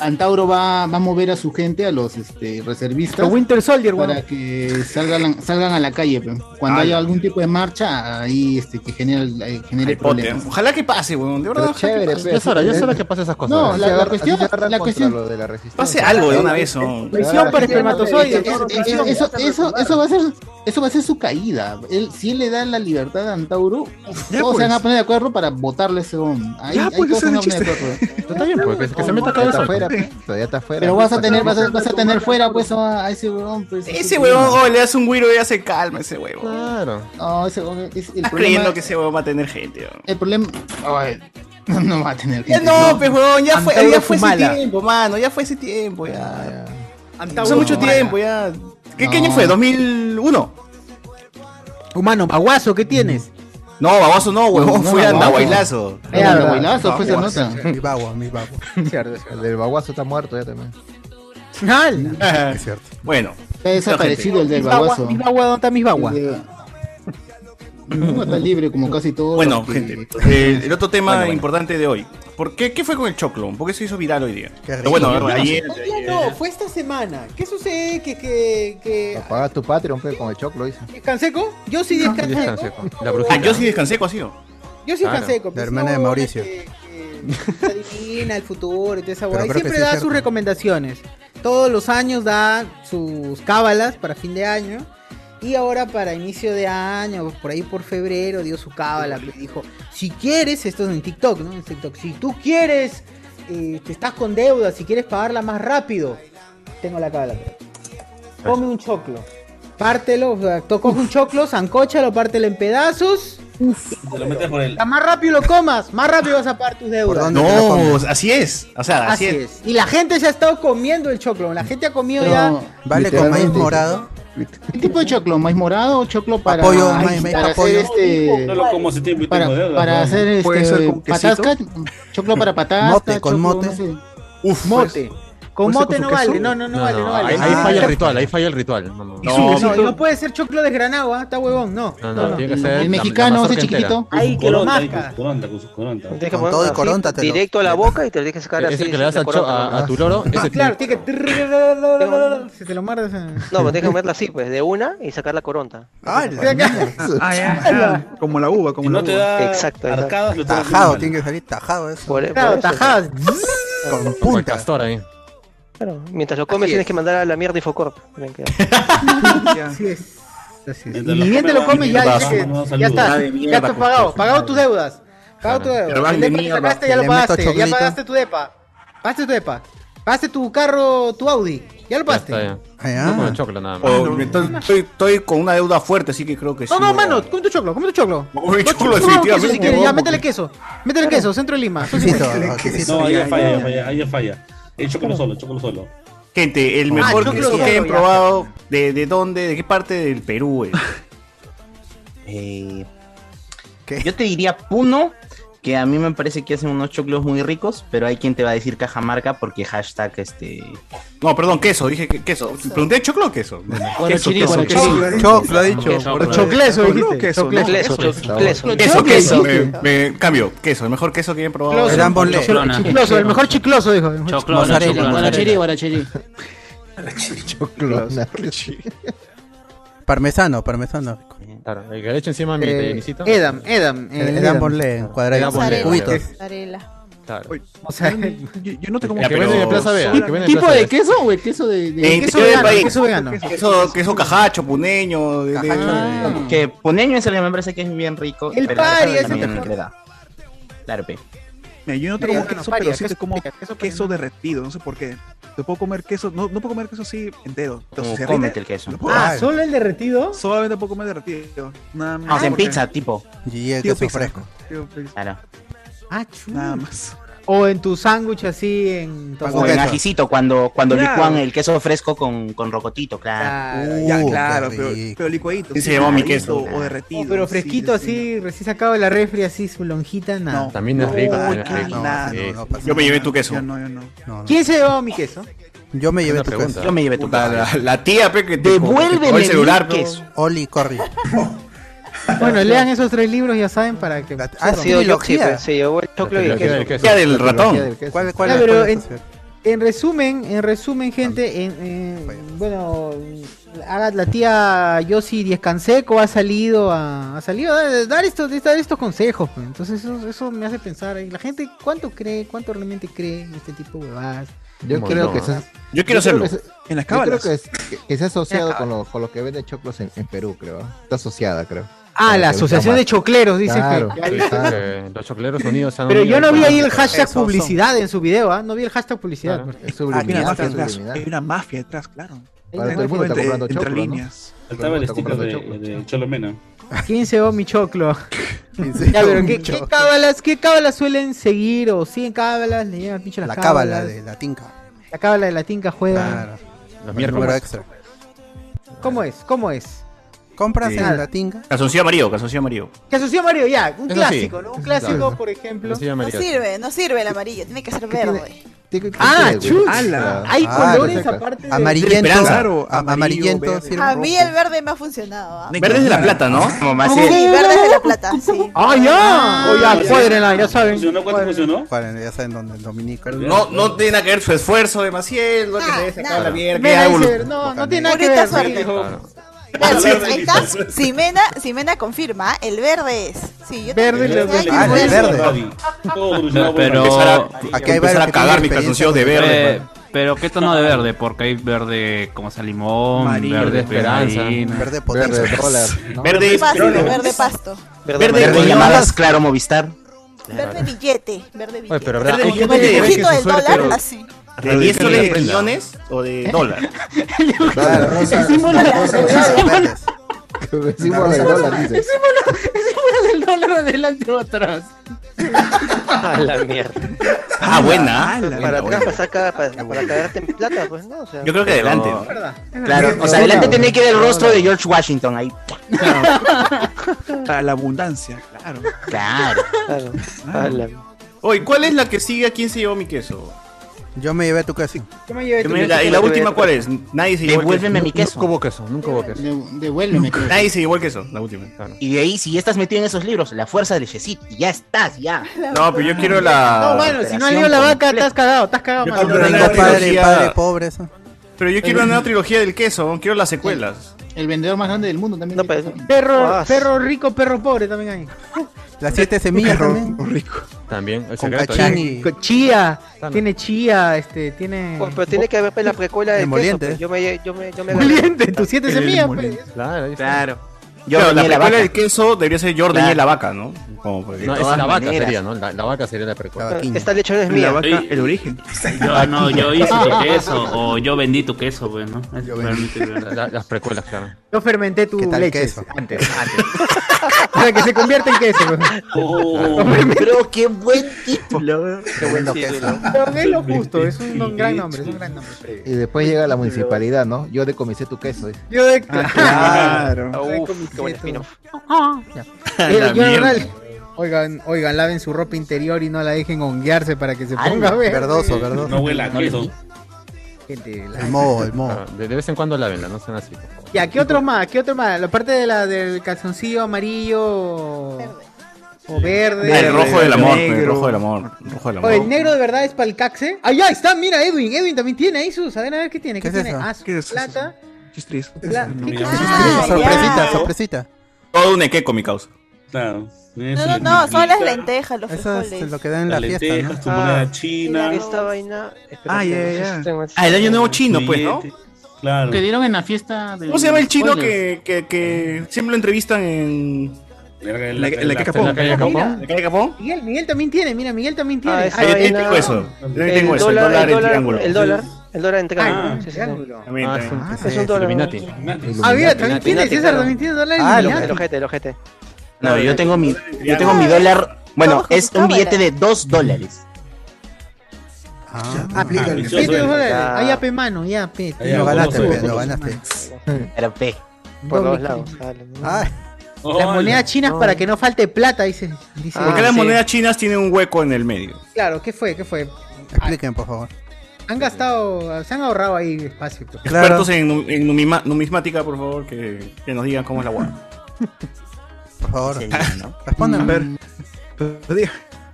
[SPEAKER 1] Antauro va, va a mover a su gente, a los este, reservistas.
[SPEAKER 2] Pero Winter Soldier,
[SPEAKER 1] Para
[SPEAKER 2] weón.
[SPEAKER 1] que salgan, salgan a la calle, pues. Cuando
[SPEAKER 5] Ah,
[SPEAKER 1] haya
[SPEAKER 5] ya.
[SPEAKER 1] algún tipo de marcha, ahí este, que genera, eh, genere
[SPEAKER 5] Harry Potter.
[SPEAKER 1] problemas.
[SPEAKER 5] Ojalá que pase, weón. De verdad.
[SPEAKER 1] Pero
[SPEAKER 5] ojalá que
[SPEAKER 1] chévere,
[SPEAKER 5] pase.
[SPEAKER 1] pero- Ya es hora, ya es hora que pase esas cosas. No,
[SPEAKER 12] Así
[SPEAKER 1] la-
[SPEAKER 12] se
[SPEAKER 1] la
[SPEAKER 12] agarra-
[SPEAKER 1] cuestión-
[SPEAKER 12] así se agarran
[SPEAKER 1] la
[SPEAKER 12] contra
[SPEAKER 1] cuestión-
[SPEAKER 12] lo de la resistencia.
[SPEAKER 5] Pase algo de una vez, son.
[SPEAKER 2] Prisión para
[SPEAKER 1] espermatozoides.
[SPEAKER 2] espermatozoides.
[SPEAKER 1] Eso, eso- eso- eso- eso va a ser, eso va a ser su caída. Él, si él le da la libertad a Antauro,
[SPEAKER 2] Ya,
[SPEAKER 1] todos
[SPEAKER 2] pues.
[SPEAKER 1] se van a poner de acuerdo para votarle ese hombre. Ahí,
[SPEAKER 2] Ya,
[SPEAKER 1] ahí todos
[SPEAKER 2] pues, ese
[SPEAKER 1] se van a
[SPEAKER 2] es el
[SPEAKER 1] poner de
[SPEAKER 2] chiste.
[SPEAKER 1] acuerdo.
[SPEAKER 3] Está bien, pues, que, que se meta
[SPEAKER 12] Ya
[SPEAKER 3] cada
[SPEAKER 12] está
[SPEAKER 3] sol.
[SPEAKER 12] afuera, pe, ya está afuera. pues,
[SPEAKER 1] Pero vas a tener, vas a, vas a tener fuera pues a, a ese huevón. Pues,
[SPEAKER 5] Ese huevón, oh, le das un güiro y ya se calma ese huevón. Claro.
[SPEAKER 1] No, ese huevón es el
[SPEAKER 5] Estás
[SPEAKER 1] problema.
[SPEAKER 5] creyendo que ese huevón va a tener gente, weón.
[SPEAKER 1] El problema. [laughs] ay, no va a tener
[SPEAKER 5] Ya
[SPEAKER 1] gente.
[SPEAKER 5] Eh, no, pues huevón, ya fue,
[SPEAKER 1] Antauro
[SPEAKER 5] ya fue ese
[SPEAKER 1] Fumala.
[SPEAKER 5] tiempo, mano. Ya fue ese tiempo, ya.
[SPEAKER 2] Antauro
[SPEAKER 5] Hace mucho
[SPEAKER 2] Fumala.
[SPEAKER 5] tiempo, ya. ¿Qué,
[SPEAKER 2] No.
[SPEAKER 5] qué año fue? ¿2001?
[SPEAKER 2] Humano, baguazo, ¿qué tienes?
[SPEAKER 5] No, baguazo no, huevón.
[SPEAKER 12] No,
[SPEAKER 5] fue
[SPEAKER 12] baguazo.
[SPEAKER 5] andahuaylazo.
[SPEAKER 2] Eh, andahuaylazo,
[SPEAKER 12] fue esa nota.
[SPEAKER 19] Mi bagua, mi
[SPEAKER 5] [laughs]
[SPEAKER 19] bagua.
[SPEAKER 12] El del baguazo está muerto ya también.
[SPEAKER 5] Es
[SPEAKER 19] cierto.
[SPEAKER 5] Bueno.
[SPEAKER 1] Ah. Está desaparecido el del
[SPEAKER 2] Mis bagua-
[SPEAKER 1] baguazo.
[SPEAKER 2] Mis bagua, ¿dónde está mis bagua?
[SPEAKER 1] No, está libre como casi todo.
[SPEAKER 5] Bueno,
[SPEAKER 1] porque-
[SPEAKER 5] gente, eh, el, el otro tema
[SPEAKER 1] Bueno, bueno.
[SPEAKER 5] importante de hoy. ¿Por qué, ¿Qué fue con el choclo? ¿Por qué se hizo viral hoy día?
[SPEAKER 12] agresivo.
[SPEAKER 5] bueno, a ver,
[SPEAKER 12] Sí,
[SPEAKER 5] ayer.
[SPEAKER 2] Oye, no, fue esta semana. ¿Qué sucede? Que, que, que...
[SPEAKER 12] Apaga tu Patreon pe, con el choclo, dice.
[SPEAKER 2] ¿Descanseco? Yo sí descansé.
[SPEAKER 5] La brujita. Ah, yo sí descansé, ¿ha sido?
[SPEAKER 2] Yo sí
[SPEAKER 5] Claro,
[SPEAKER 2] descansé.
[SPEAKER 19] La hermana de Mauricio.
[SPEAKER 2] adivina el futuro y toda esa
[SPEAKER 19] Pero
[SPEAKER 2] hueá. Y
[SPEAKER 19] creo que sí
[SPEAKER 2] siempre
[SPEAKER 19] es
[SPEAKER 2] da
[SPEAKER 19] cierto.
[SPEAKER 2] sus recomendaciones. Todos los años da sus cábalas para fin de año. Y ahora para inicio de año, por ahí por febrero, dio su cábala. pues, dijo, si quieres, esto es en TikTok, ¿no? En TikTok, si tú quieres
[SPEAKER 1] eh, que estás con deuda, si quieres pagarla más rápido, tengo la cabeza. Come un choclo. Pártelo, o sea, to- coge un choclo, zancóchalo, pártelo en pedazos.
[SPEAKER 6] Te lo metes por el.
[SPEAKER 1] Mientras Más rápido lo comas, más rápido vas a pagar tus deudas.
[SPEAKER 5] No, así es. O sea, así,
[SPEAKER 1] Así
[SPEAKER 5] es.
[SPEAKER 1] es. Y la gente se ha estado comiendo el choclo. La gente ha comido
[SPEAKER 9] Pero,
[SPEAKER 1] ya.
[SPEAKER 2] ¿Vale con maíz morado?
[SPEAKER 9] ¿Qué tipo de choclo? ¿Maíz morado o choclo para,
[SPEAKER 2] Apoyo,
[SPEAKER 9] ay,
[SPEAKER 2] maíz- maíz
[SPEAKER 9] para hacer
[SPEAKER 2] apoyo.
[SPEAKER 9] este
[SPEAKER 6] No lo como si tiempo y
[SPEAKER 9] para,
[SPEAKER 6] tengo deuda.
[SPEAKER 9] para
[SPEAKER 6] ¿no?
[SPEAKER 9] hacer
[SPEAKER 6] Puede ser
[SPEAKER 9] este
[SPEAKER 6] con quesito.
[SPEAKER 9] patasca, choclo para patasca,
[SPEAKER 2] Mote, con
[SPEAKER 9] choclo,
[SPEAKER 2] mote. pues.
[SPEAKER 9] no sé.
[SPEAKER 5] Uf,
[SPEAKER 1] mote. Con mote no vale, no, no, no, vale, no vale. Ah,
[SPEAKER 3] Ahí, ahí falla el ritual, ahí falla el ritual. No, no,
[SPEAKER 1] No,
[SPEAKER 3] no.
[SPEAKER 1] no, no puede ser choclo desgranado, ¿ah? está huevón, no.
[SPEAKER 3] No, no, tiene que ser
[SPEAKER 9] El
[SPEAKER 3] la- la
[SPEAKER 9] mexicano, ese
[SPEAKER 3] mazorca entera.
[SPEAKER 9] chiquitito.
[SPEAKER 1] Ahí que lo masca.
[SPEAKER 6] Coronta, con sus coronta.
[SPEAKER 10] Tienes que poner así, Directo a la boca y te lo tienes que sacar así.
[SPEAKER 3] Ese que le das
[SPEAKER 10] sin
[SPEAKER 3] al
[SPEAKER 10] la corona,
[SPEAKER 3] cho- a-
[SPEAKER 10] ¿no?
[SPEAKER 3] a tu loro, ese
[SPEAKER 1] Claro, tiene que. Si te lo muerdes. eh.
[SPEAKER 10] No, pero tienes que comerla así, pues, de una y sacar la coronta. [laughs]
[SPEAKER 1] Ah,
[SPEAKER 3] [laughs]
[SPEAKER 8] Como la uva, como
[SPEAKER 10] Si no
[SPEAKER 8] la uva.
[SPEAKER 10] te da Exacto, exacto. arcadas, lo tengo
[SPEAKER 2] Tajado,
[SPEAKER 10] que-
[SPEAKER 2] tiene que salir tajado eso.
[SPEAKER 10] Por- e-
[SPEAKER 1] Claro,
[SPEAKER 10] por eso,
[SPEAKER 1] tajadas.
[SPEAKER 2] Con
[SPEAKER 3] Como el
[SPEAKER 2] punta.
[SPEAKER 3] castor ahí.
[SPEAKER 10] claro. Mientras lo comes tienes que mandar a la mierda Infocorp. Ven, que-
[SPEAKER 1] Así es. Así es. Y
[SPEAKER 10] Mientras
[SPEAKER 1] ni
[SPEAKER 10] lo
[SPEAKER 1] bien te lo
[SPEAKER 10] come,
[SPEAKER 1] comes, ya
[SPEAKER 10] va.
[SPEAKER 1] dice que.
[SPEAKER 10] Vamos,
[SPEAKER 1] Ya
[SPEAKER 10] saludos.
[SPEAKER 1] está.
[SPEAKER 10] Va de
[SPEAKER 1] Ya
[SPEAKER 10] mierda,
[SPEAKER 1] estás
[SPEAKER 10] con
[SPEAKER 1] pagado.
[SPEAKER 10] todo
[SPEAKER 1] Pagado tus deudas. Pagado tus deudas.
[SPEAKER 5] Hermano
[SPEAKER 1] El
[SPEAKER 5] de
[SPEAKER 1] depa que
[SPEAKER 5] mierda.
[SPEAKER 1] sacaste, ya lo
[SPEAKER 5] Le meto
[SPEAKER 1] pagaste. Ya
[SPEAKER 5] choclito.
[SPEAKER 1] pagaste tu depa. Pagaste tu depa. Pagaste tu carro, tu Audi. Ya lo pagaste.
[SPEAKER 3] Está ya.
[SPEAKER 2] No
[SPEAKER 3] con el choclo nada más.
[SPEAKER 5] O- entonces, estoy, estoy con una deuda fuerte, así que creo
[SPEAKER 3] Pues
[SPEAKER 5] que sí.
[SPEAKER 1] No,
[SPEAKER 5] voy
[SPEAKER 1] no,
[SPEAKER 5] a- [laughs]
[SPEAKER 1] mano, come tu choclo, come tu choclo.
[SPEAKER 5] Come mi
[SPEAKER 1] Come
[SPEAKER 5] choclo,
[SPEAKER 1] tu choclo, queso,
[SPEAKER 5] definitivamente
[SPEAKER 1] si quieres,
[SPEAKER 5] que
[SPEAKER 1] ya
[SPEAKER 5] vamos,
[SPEAKER 1] métele queso. Métele queso, centro de Lima. Soy
[SPEAKER 2] Quesito,
[SPEAKER 1] sincero.
[SPEAKER 2] ah, quesito.
[SPEAKER 6] No, ahí
[SPEAKER 2] Ya,
[SPEAKER 6] ya falla,
[SPEAKER 2] ya.
[SPEAKER 6] ahí falla, ahí ya falla. El chocolo solo, el chocolo solo.
[SPEAKER 5] Gente, el
[SPEAKER 6] Ah,
[SPEAKER 5] mejor
[SPEAKER 6] yo
[SPEAKER 5] queso
[SPEAKER 6] creo
[SPEAKER 5] que
[SPEAKER 6] que
[SPEAKER 5] he
[SPEAKER 6] lo ya.
[SPEAKER 5] probado, de, ¿de dónde? ¿De qué parte del Perú es?
[SPEAKER 7] Eh, Yo te diría Puno, que a mí me parece que hacen unos choclos muy ricos, pero hay quien te va a decir Cajamarca porque hashtag este...
[SPEAKER 5] No, perdón, queso, dije que queso. ¿Pregunté choclo o queso?
[SPEAKER 7] Queso, queso, queso.
[SPEAKER 2] Choclo ha dicho.
[SPEAKER 7] Queso,
[SPEAKER 2] por-
[SPEAKER 1] Chocleso,
[SPEAKER 5] Choclo,
[SPEAKER 1] dijiste.
[SPEAKER 5] queso, ¿no? Queso,
[SPEAKER 1] Chocleso. Chocleso.
[SPEAKER 5] queso. queso.
[SPEAKER 1] Choclo.
[SPEAKER 5] Me- me- cambio, queso, el mejor queso que he probado.
[SPEAKER 1] Chocloso.
[SPEAKER 5] El
[SPEAKER 1] Choclo- Chicloso, el mejor chicloso, dijo.
[SPEAKER 5] Choclona,
[SPEAKER 1] Mozzarella,
[SPEAKER 5] choclona.
[SPEAKER 1] guaracheri,
[SPEAKER 9] Guaracheri, guaracheri.
[SPEAKER 2] Parmesano, parmesano.
[SPEAKER 3] Claro, el que le echo encima a mi
[SPEAKER 1] Eh,
[SPEAKER 3] tallercito.
[SPEAKER 1] Edam, Edam, eh,
[SPEAKER 2] Edam
[SPEAKER 1] Edam. Eh,
[SPEAKER 2] ponle en cuadraditos,
[SPEAKER 3] Edam ponle,
[SPEAKER 2] cubitos.
[SPEAKER 3] vale. Claro. Yo, yo no te como que venden en Plaza Vea. que venden en
[SPEAKER 9] ¿Tipo
[SPEAKER 3] Plaza
[SPEAKER 9] de
[SPEAKER 3] Vea.
[SPEAKER 9] queso o el queso de.? de-
[SPEAKER 5] Eh,
[SPEAKER 1] queso
[SPEAKER 5] interior del
[SPEAKER 1] vegano,
[SPEAKER 5] país.
[SPEAKER 1] queso vegano.
[SPEAKER 5] Queso, queso cajacho, puneño. de- de-
[SPEAKER 7] Ah, Que Puneño es el que me parece que es bien rico.
[SPEAKER 1] El
[SPEAKER 7] pero
[SPEAKER 1] pari,
[SPEAKER 7] hashtag
[SPEAKER 1] ese
[SPEAKER 7] también
[SPEAKER 1] te-
[SPEAKER 7] le da. Claro, pe.
[SPEAKER 8] Mira, yo no te como queso, pero sí te como queso derretido, no sé por qué. Te puedo comer queso, no, no puedo comer queso así entero.
[SPEAKER 7] Como
[SPEAKER 8] Entonces,
[SPEAKER 7] cómete el queso.
[SPEAKER 1] Ah, ¿solo el derretido?
[SPEAKER 8] Solamente puedo comer derretido. Nada más.
[SPEAKER 7] Ah, o sea, en
[SPEAKER 8] porque-
[SPEAKER 7] pizza, tipo.
[SPEAKER 2] Y el
[SPEAKER 8] Tío
[SPEAKER 2] queso
[SPEAKER 8] pizza.
[SPEAKER 2] fresco.
[SPEAKER 8] Tío pizza.
[SPEAKER 7] Claro.
[SPEAKER 1] Ah, chu.
[SPEAKER 8] Nada más.
[SPEAKER 1] O en tu sándwich así en
[SPEAKER 7] O en ajicito, cuando, cuando
[SPEAKER 8] Claro.
[SPEAKER 7] licuan el queso fresco con, con rocotito, claro.
[SPEAKER 1] Claro.
[SPEAKER 8] ya,
[SPEAKER 2] Uh,
[SPEAKER 8] claro,
[SPEAKER 2] qué
[SPEAKER 8] pero,
[SPEAKER 2] rico.
[SPEAKER 8] pero licuadito.
[SPEAKER 5] Sí, se llamó mi queso.
[SPEAKER 8] O derretido.
[SPEAKER 1] Oh, pero
[SPEAKER 8] sí,
[SPEAKER 1] fresquito
[SPEAKER 8] sí.
[SPEAKER 1] así, recién sacado de la refri así, su lonjita, nada.
[SPEAKER 8] No.
[SPEAKER 3] También es rico.
[SPEAKER 8] Uy,
[SPEAKER 3] también es
[SPEAKER 8] qué
[SPEAKER 3] rico.
[SPEAKER 8] nada,
[SPEAKER 3] Sí.
[SPEAKER 2] No pasa
[SPEAKER 5] Yo me llevé
[SPEAKER 2] nada.
[SPEAKER 5] tu queso.
[SPEAKER 8] Yo no, yo no.
[SPEAKER 2] No, no.
[SPEAKER 1] ¿Quién se llevaba mi queso?
[SPEAKER 2] Yo me llevé
[SPEAKER 3] Buena
[SPEAKER 2] tu
[SPEAKER 3] pregunta.
[SPEAKER 2] queso.
[SPEAKER 7] Yo me llevé tu
[SPEAKER 5] La,
[SPEAKER 7] queso.
[SPEAKER 5] la- la tía, pe, que te
[SPEAKER 7] Devuélveme
[SPEAKER 5] robó el
[SPEAKER 7] mi
[SPEAKER 5] celular, pe.
[SPEAKER 7] queso.
[SPEAKER 2] Oli, [laughs] corri.
[SPEAKER 1] Bueno, lean esos tres libros, ya saben, para que...
[SPEAKER 2] Ah,
[SPEAKER 10] Ha sido yo, sí,
[SPEAKER 2] trilogía.
[SPEAKER 10] pues, se llevó el choclo y el
[SPEAKER 3] trilogía del queso.
[SPEAKER 10] queso.
[SPEAKER 5] Tía del ratón.
[SPEAKER 2] ¿Cuál, cuál,
[SPEAKER 1] Ya,
[SPEAKER 2] cuál
[SPEAKER 1] Ah, pero
[SPEAKER 2] es Ah,
[SPEAKER 1] en-
[SPEAKER 2] tu queso?
[SPEAKER 1] En resumen, en resumen, gente, en,
[SPEAKER 2] pues.
[SPEAKER 1] en- bueno, haga la tía Yossi Diezcanseco ha salido a, ha salido a dar estos, a dar estos consejos. pues. Entonces eso, eso me hace pensar, ¿eh? la gente cuánto cree, cuánto realmente cree en este tipo de huevadas.
[SPEAKER 12] Yo
[SPEAKER 3] Un
[SPEAKER 12] creo
[SPEAKER 1] ¿eh?
[SPEAKER 3] montón.
[SPEAKER 12] que se,
[SPEAKER 5] Yo quiero hacerlo.
[SPEAKER 12] creo que se-
[SPEAKER 8] En las
[SPEAKER 12] yo creo
[SPEAKER 8] cábalas.
[SPEAKER 12] que, es- que- que se ha asociado
[SPEAKER 1] Las
[SPEAKER 12] con lo, con lo que vende choclos en, en Perú, creo. Está asociada, creo.
[SPEAKER 1] Ah, la asociación de chocleros, dicen [laughs]
[SPEAKER 12] Claro.
[SPEAKER 1] que.
[SPEAKER 3] Sí, porque Eh, Los chocleros unidos
[SPEAKER 1] [laughs]
[SPEAKER 3] se han
[SPEAKER 1] Pero
[SPEAKER 3] unido
[SPEAKER 1] yo no vi
[SPEAKER 3] para-
[SPEAKER 1] ahí el hashtag
[SPEAKER 8] Esos son.
[SPEAKER 1] publicidad en su video, ¿ah? No vi el hashtag publicidad. pues,
[SPEAKER 3] Claro.
[SPEAKER 12] Es
[SPEAKER 8] Ah, Hay una
[SPEAKER 12] subliminal,
[SPEAKER 8] mafia
[SPEAKER 12] es
[SPEAKER 8] detrás.
[SPEAKER 12] subliminal.
[SPEAKER 8] Hay una mafia detrás, claro.
[SPEAKER 12] Para todo el mundo está
[SPEAKER 8] Entre-
[SPEAKER 12] comprando
[SPEAKER 8] entre
[SPEAKER 12] choclo, ¿no?
[SPEAKER 8] líneas.
[SPEAKER 6] Faltaba el
[SPEAKER 12] Está
[SPEAKER 6] sticker
[SPEAKER 12] comprando
[SPEAKER 6] de,
[SPEAKER 12] choclo.
[SPEAKER 6] de Cholomena.
[SPEAKER 1] ¿Quién se va oh, mi
[SPEAKER 2] [laughs]
[SPEAKER 1] choclo?
[SPEAKER 2] Dice,
[SPEAKER 1] Ya, pero
[SPEAKER 2] un
[SPEAKER 1] ¿qué,
[SPEAKER 2] oh, choclo.
[SPEAKER 1] qué cábalas, ¿qué cábalas suelen seguir o siguen cábalas? Le llevan pinche las
[SPEAKER 2] La cábala
[SPEAKER 1] cábalas.
[SPEAKER 2] de la tinca.
[SPEAKER 1] La cábala de la tinca juega.
[SPEAKER 2] Claro.
[SPEAKER 3] Los
[SPEAKER 2] El número
[SPEAKER 3] miércoles.
[SPEAKER 2] extra.
[SPEAKER 1] ¿Cómo es? ¿Cómo es?
[SPEAKER 2] Compras
[SPEAKER 5] Sí.
[SPEAKER 2] en la tinga.
[SPEAKER 5] Calzoncillo amarillo, calzoncillo amarillo.
[SPEAKER 1] Que asoció Mario, ya, un
[SPEAKER 3] Eso
[SPEAKER 1] clásico,
[SPEAKER 3] sí.
[SPEAKER 1] ¿no? Un clásico,
[SPEAKER 3] Claro.
[SPEAKER 1] por ejemplo.
[SPEAKER 3] Así llama
[SPEAKER 20] No
[SPEAKER 3] el queso.
[SPEAKER 20] sirve, no sirve el amarillo, tiene que ser
[SPEAKER 12] ¿Qué tiene?
[SPEAKER 20] verde.
[SPEAKER 12] ¿Qué- qué
[SPEAKER 1] Ah,
[SPEAKER 12] tiene, güey?
[SPEAKER 1] chus.
[SPEAKER 12] Ala.
[SPEAKER 1] Hay
[SPEAKER 2] Ah,
[SPEAKER 1] colores
[SPEAKER 12] perfecto.
[SPEAKER 1] aparte de...
[SPEAKER 2] Amarillento.
[SPEAKER 5] Esperanza.
[SPEAKER 2] Claro, a- amarillento.
[SPEAKER 8] verde.
[SPEAKER 2] sirve
[SPEAKER 20] A mí
[SPEAKER 2] rojo.
[SPEAKER 20] el verde me ha funcionado. ¿ah?
[SPEAKER 5] Verde es de la plata, ¿no?
[SPEAKER 7] Mamá,
[SPEAKER 20] Sí,
[SPEAKER 7] sí.
[SPEAKER 20] verde es de la plata, sí.
[SPEAKER 1] ¡Ah, ya! Oh, ya, cuádrenla, ya saben.
[SPEAKER 6] ¿Funcionó? ¿Cuánto funcionó?
[SPEAKER 2] Bueno, ya saben dónde, en Dominica.
[SPEAKER 5] No, no tiene nada que ver su esfuerzo de Maciel, no que se haya sacado la mierda. que
[SPEAKER 1] Mena
[SPEAKER 5] hago
[SPEAKER 1] dice,
[SPEAKER 5] lo-
[SPEAKER 1] no, no tiene nada que
[SPEAKER 20] Purita
[SPEAKER 1] ver.
[SPEAKER 20] suerte.
[SPEAKER 1] sí.
[SPEAKER 3] Claro.
[SPEAKER 20] Claro,
[SPEAKER 6] verde
[SPEAKER 20] ahí
[SPEAKER 6] y
[SPEAKER 20] está.
[SPEAKER 6] verde.
[SPEAKER 20] Simena, Simena confirma, ¿ah? el verde es. Sí, yo
[SPEAKER 1] Verde,
[SPEAKER 20] también
[SPEAKER 1] verde,
[SPEAKER 20] pensé,
[SPEAKER 2] Ah,
[SPEAKER 20] ay,
[SPEAKER 2] el
[SPEAKER 20] verde.
[SPEAKER 2] verde.
[SPEAKER 6] Todo
[SPEAKER 5] Voy a
[SPEAKER 6] pero...
[SPEAKER 11] pero-
[SPEAKER 5] empezar a,
[SPEAKER 2] Aquí hay
[SPEAKER 5] empezar
[SPEAKER 2] varios
[SPEAKER 5] a cagar
[SPEAKER 2] que tienen
[SPEAKER 5] mis
[SPEAKER 2] experiencia
[SPEAKER 5] calzoncillos de verde.
[SPEAKER 11] Eh, pero qué tono de verde, porque hay verde como salimón,
[SPEAKER 8] Amarillo.
[SPEAKER 11] verde
[SPEAKER 3] Verde esperanza.
[SPEAKER 11] esperanza.
[SPEAKER 2] Verde potencia.
[SPEAKER 12] Verde, dólar. ¿no?
[SPEAKER 5] Verde,
[SPEAKER 20] Pasto,
[SPEAKER 5] verde,
[SPEAKER 20] verde pasto.
[SPEAKER 10] Verde,
[SPEAKER 5] Verde
[SPEAKER 10] amarillo.
[SPEAKER 7] Verde llamadas, claro, Movistar.
[SPEAKER 20] Verde billete, verde billete.
[SPEAKER 3] Oye, pero
[SPEAKER 5] ¿Verdad?
[SPEAKER 20] Con
[SPEAKER 5] ¿Hay gente
[SPEAKER 20] el
[SPEAKER 5] que cree que
[SPEAKER 20] dibujito
[SPEAKER 5] su
[SPEAKER 20] del
[SPEAKER 5] suerte
[SPEAKER 20] dólar,
[SPEAKER 5] lo-
[SPEAKER 20] así.
[SPEAKER 5] ¿De 10 soles de
[SPEAKER 3] Prenda.
[SPEAKER 5] millones o [laughs] de dólar?
[SPEAKER 1] [laughs]
[SPEAKER 12] Claro, rosa,
[SPEAKER 9] símbolo-
[SPEAKER 12] rosa,
[SPEAKER 9] el
[SPEAKER 12] rosa,
[SPEAKER 9] símbolo-
[SPEAKER 12] verdes. Pues, El símbolo del dólar, dice.
[SPEAKER 9] El
[SPEAKER 12] [laughs]
[SPEAKER 9] símbolo, el símbolo del dólar adelante o atrás.
[SPEAKER 10] A
[SPEAKER 2] [laughs]
[SPEAKER 10] la mierda.
[SPEAKER 5] Ah, buena.
[SPEAKER 10] Para
[SPEAKER 5] Buena,
[SPEAKER 10] atrás,
[SPEAKER 5] buena.
[SPEAKER 10] para, sacar, para, para cagarte en plata, pues no. O sea,
[SPEAKER 5] Yo creo que
[SPEAKER 7] Pero-
[SPEAKER 5] adelante.
[SPEAKER 7] Claro, o sea, adelante tiene que ver el rostro de George
[SPEAKER 1] [laughs]
[SPEAKER 7] Washington ahí.
[SPEAKER 8] Para la abundancia, claro.
[SPEAKER 7] Claro.
[SPEAKER 5] Oye, ¿cuál es la que sigue? ¿A quién se llevó mi queso?
[SPEAKER 2] Yo me llevé tu queso.
[SPEAKER 1] Yo me llevé
[SPEAKER 5] Yo me- la- ¿Y la última cuál es? Nadie se llevó el
[SPEAKER 7] Devuélveme mi queso.
[SPEAKER 5] Nunca hubo queso, nunca hubo queso.
[SPEAKER 9] Devuélveme. creo.
[SPEAKER 5] Nadie se llevó el queso, la última. claro.
[SPEAKER 7] Y de ahí, si ya estás metido en esos libros, la fuerza de lechecito, y ya estás, ya.
[SPEAKER 5] No, pero yo quiero la.
[SPEAKER 1] No, mano, si no has leído la vaca, estás cagado, estás cagado,
[SPEAKER 5] Yo
[SPEAKER 1] mano.
[SPEAKER 5] creo que
[SPEAKER 2] Tengo
[SPEAKER 5] la
[SPEAKER 2] padre,
[SPEAKER 5] trilogía-
[SPEAKER 1] ah.
[SPEAKER 2] padre pobre, eso.
[SPEAKER 5] Pero yo quiero una nueva trilogía del queso, quiero las secuelas.
[SPEAKER 9] El vendedor más grande del mundo también.
[SPEAKER 2] pues,
[SPEAKER 1] Perro,
[SPEAKER 2] oh,
[SPEAKER 5] Ah, sí.
[SPEAKER 1] perro rico, perro pobre también hay.
[SPEAKER 2] [laughs] Las siete semillas también.
[SPEAKER 5] Rico.
[SPEAKER 3] También, el
[SPEAKER 2] Con
[SPEAKER 3] secreto.
[SPEAKER 2] cachini.
[SPEAKER 1] Con Chía, tiene chía, este, tiene.
[SPEAKER 10] Pues, pero tiene que haber pues, la precuela del queso.
[SPEAKER 1] Emoliente.
[SPEAKER 10] Pues. Yo me, yo me, yo me
[SPEAKER 1] Emoliente, tus siete semillas, pues.
[SPEAKER 3] Claro,
[SPEAKER 5] Claro,
[SPEAKER 7] claro.
[SPEAKER 5] la
[SPEAKER 7] ordeñé la
[SPEAKER 5] precuela
[SPEAKER 7] vaca.
[SPEAKER 5] del queso debería ser yo ordeñé
[SPEAKER 7] Claro.
[SPEAKER 5] la vaca, ¿no? Como, pues,
[SPEAKER 3] No,
[SPEAKER 5] de
[SPEAKER 3] es
[SPEAKER 5] todas
[SPEAKER 3] la vaca
[SPEAKER 5] maneras.
[SPEAKER 3] sería, ¿no? La, la vaca sería la precuela.
[SPEAKER 10] Esta leche no es
[SPEAKER 3] La
[SPEAKER 10] mía.
[SPEAKER 3] vaca-
[SPEAKER 10] Ey,
[SPEAKER 5] El origen.
[SPEAKER 21] Yo, no, yo hice
[SPEAKER 3] [laughs]
[SPEAKER 21] tu queso o yo vendí tu queso, pues, ¿no? Es realmente verdad.
[SPEAKER 3] La- las precuelas, claro.
[SPEAKER 1] Yo fermenté tu
[SPEAKER 3] ¿Qué tal
[SPEAKER 1] leche
[SPEAKER 3] queso?
[SPEAKER 1] antes, antes. Para que se convierta en queso, pues.
[SPEAKER 10] [laughs]
[SPEAKER 1] weón.
[SPEAKER 7] Oh, pero qué buen título. Qué buen título.
[SPEAKER 1] Pero es lo justo, es un gran nombre, es un gran nombre.
[SPEAKER 12] Y después llega la municipalidad, ¿no? Yo decomité tu queso. dice. Ah,
[SPEAKER 1] Yo de
[SPEAKER 12] [laughs] claro.
[SPEAKER 5] Ah,
[SPEAKER 10] Uf, qué buen spin-off.
[SPEAKER 9] Ah.
[SPEAKER 2] [laughs]
[SPEAKER 1] Ya.
[SPEAKER 12] A
[SPEAKER 1] Eh,
[SPEAKER 12] la
[SPEAKER 1] John
[SPEAKER 12] mierda.
[SPEAKER 1] Ronald, Oigan, oigan, laven su ropa interior y no la dejen honguearse para que se
[SPEAKER 10] Ah,
[SPEAKER 2] Ay,
[SPEAKER 1] ponga verde.
[SPEAKER 2] verdoso, verdoso. No huela a queso. El moho, el moho.
[SPEAKER 3] Claro, Ah, de, de vez en cuando la venda, no sean así. por favor.
[SPEAKER 1] Ya, ¿qué otros más? ¿Qué otros más? La parte de la del calzoncillo amarillo o- o verde.
[SPEAKER 5] Ah, el rojo del amor, el
[SPEAKER 1] negro.
[SPEAKER 5] rojo del amor, el rojo del
[SPEAKER 1] Oye,
[SPEAKER 5] amor.
[SPEAKER 1] el negro de verdad es para el caxe. Ah, ya está, mira, Edwin. Edwin también tiene ahí sus. A ver, a ver qué tiene. ¿Qué,
[SPEAKER 2] ¿Qué es
[SPEAKER 1] tiene?
[SPEAKER 2] eso?
[SPEAKER 1] Ah, su
[SPEAKER 2] ¿Qué es eso?
[SPEAKER 1] plata.
[SPEAKER 8] Chistris.
[SPEAKER 1] La- ¿qué
[SPEAKER 8] mira.
[SPEAKER 1] cosa?
[SPEAKER 2] Ah, sorpresita,
[SPEAKER 1] ya.
[SPEAKER 2] sorpresita.
[SPEAKER 5] Todo un equeco, mi causa.
[SPEAKER 6] Claro.
[SPEAKER 20] No, no, no, son las lentejas, los
[SPEAKER 2] Eso
[SPEAKER 20] frijoles.
[SPEAKER 2] es lo que dan en la
[SPEAKER 6] Las
[SPEAKER 2] fiesta, ¿no?
[SPEAKER 6] lentejas, tu moneda china.
[SPEAKER 10] Esta vaina.
[SPEAKER 6] Ah, ya, ya.
[SPEAKER 5] Ah, el año nuevo chino, pues, ¿no?
[SPEAKER 6] Billete. Claro.
[SPEAKER 9] Que dieron en la fiesta de.
[SPEAKER 5] ¿Cómo se llama el chino que, que, que siempre lo entrevistan en.
[SPEAKER 6] En
[SPEAKER 5] la, en la que Ah,
[SPEAKER 6] en
[SPEAKER 5] Capón.
[SPEAKER 6] la calle Capón.
[SPEAKER 5] ¿En la calle Capón?
[SPEAKER 1] Miguel, Miguel también tiene. Mira, Miguel también tiene.
[SPEAKER 10] Ah,
[SPEAKER 1] Ah,
[SPEAKER 10] esa
[SPEAKER 5] Yo
[SPEAKER 10] vaina-
[SPEAKER 5] tengo eso. Yo tengo
[SPEAKER 10] El
[SPEAKER 5] eso, el
[SPEAKER 10] dólar,
[SPEAKER 5] dólar
[SPEAKER 10] el
[SPEAKER 5] en
[SPEAKER 10] dólar,
[SPEAKER 5] triángulo.
[SPEAKER 10] el dólar, el dólar en triángulo.
[SPEAKER 1] Ah,
[SPEAKER 10] Sí, sí, sí.
[SPEAKER 1] triángulo.
[SPEAKER 5] También,
[SPEAKER 3] Ah,
[SPEAKER 5] también.
[SPEAKER 10] es un dólar.
[SPEAKER 3] Illuminati.
[SPEAKER 1] Ah, mira, también tiene.
[SPEAKER 10] Illuminati,
[SPEAKER 1] César
[SPEAKER 10] claro.
[SPEAKER 1] también tiene dólares.
[SPEAKER 10] Ah, el,
[SPEAKER 1] Illuminati.
[SPEAKER 10] el ojete, el ojete.
[SPEAKER 7] No, yo tengo mi, yo tengo mi dólar. Bueno, es un billete de 2 dólares.
[SPEAKER 2] Ah,
[SPEAKER 1] Aplica el
[SPEAKER 7] vicioso
[SPEAKER 1] billete de
[SPEAKER 7] eres.
[SPEAKER 1] dólares.
[SPEAKER 7] Ah.
[SPEAKER 1] Ahí a pe mano, ya pe.
[SPEAKER 7] Ahí a
[SPEAKER 2] Lo ganaste,
[SPEAKER 7] gozoso,
[SPEAKER 2] pe, lo
[SPEAKER 7] gozoso.
[SPEAKER 2] ganaste.
[SPEAKER 7] Pero P.
[SPEAKER 10] Por
[SPEAKER 1] Doble
[SPEAKER 10] dos lados.
[SPEAKER 2] Ay,
[SPEAKER 1] Ah. Las monedas chinas para que no falte plata, dice. dice
[SPEAKER 5] Porque las monedas chinas tienen un hueco en el medio.
[SPEAKER 1] Claro, ¿qué fue? ¿Qué fue?
[SPEAKER 2] expliquen, por favor.
[SPEAKER 1] Han gastado, se han ahorrado ahí espacio. pues.
[SPEAKER 5] Expertos en, nu- en numima- numismática, por favor, que, que nos digan cómo es la guada.
[SPEAKER 2] Por favor,
[SPEAKER 8] A
[SPEAKER 2] respondan.
[SPEAKER 8] ver.
[SPEAKER 2] Oye,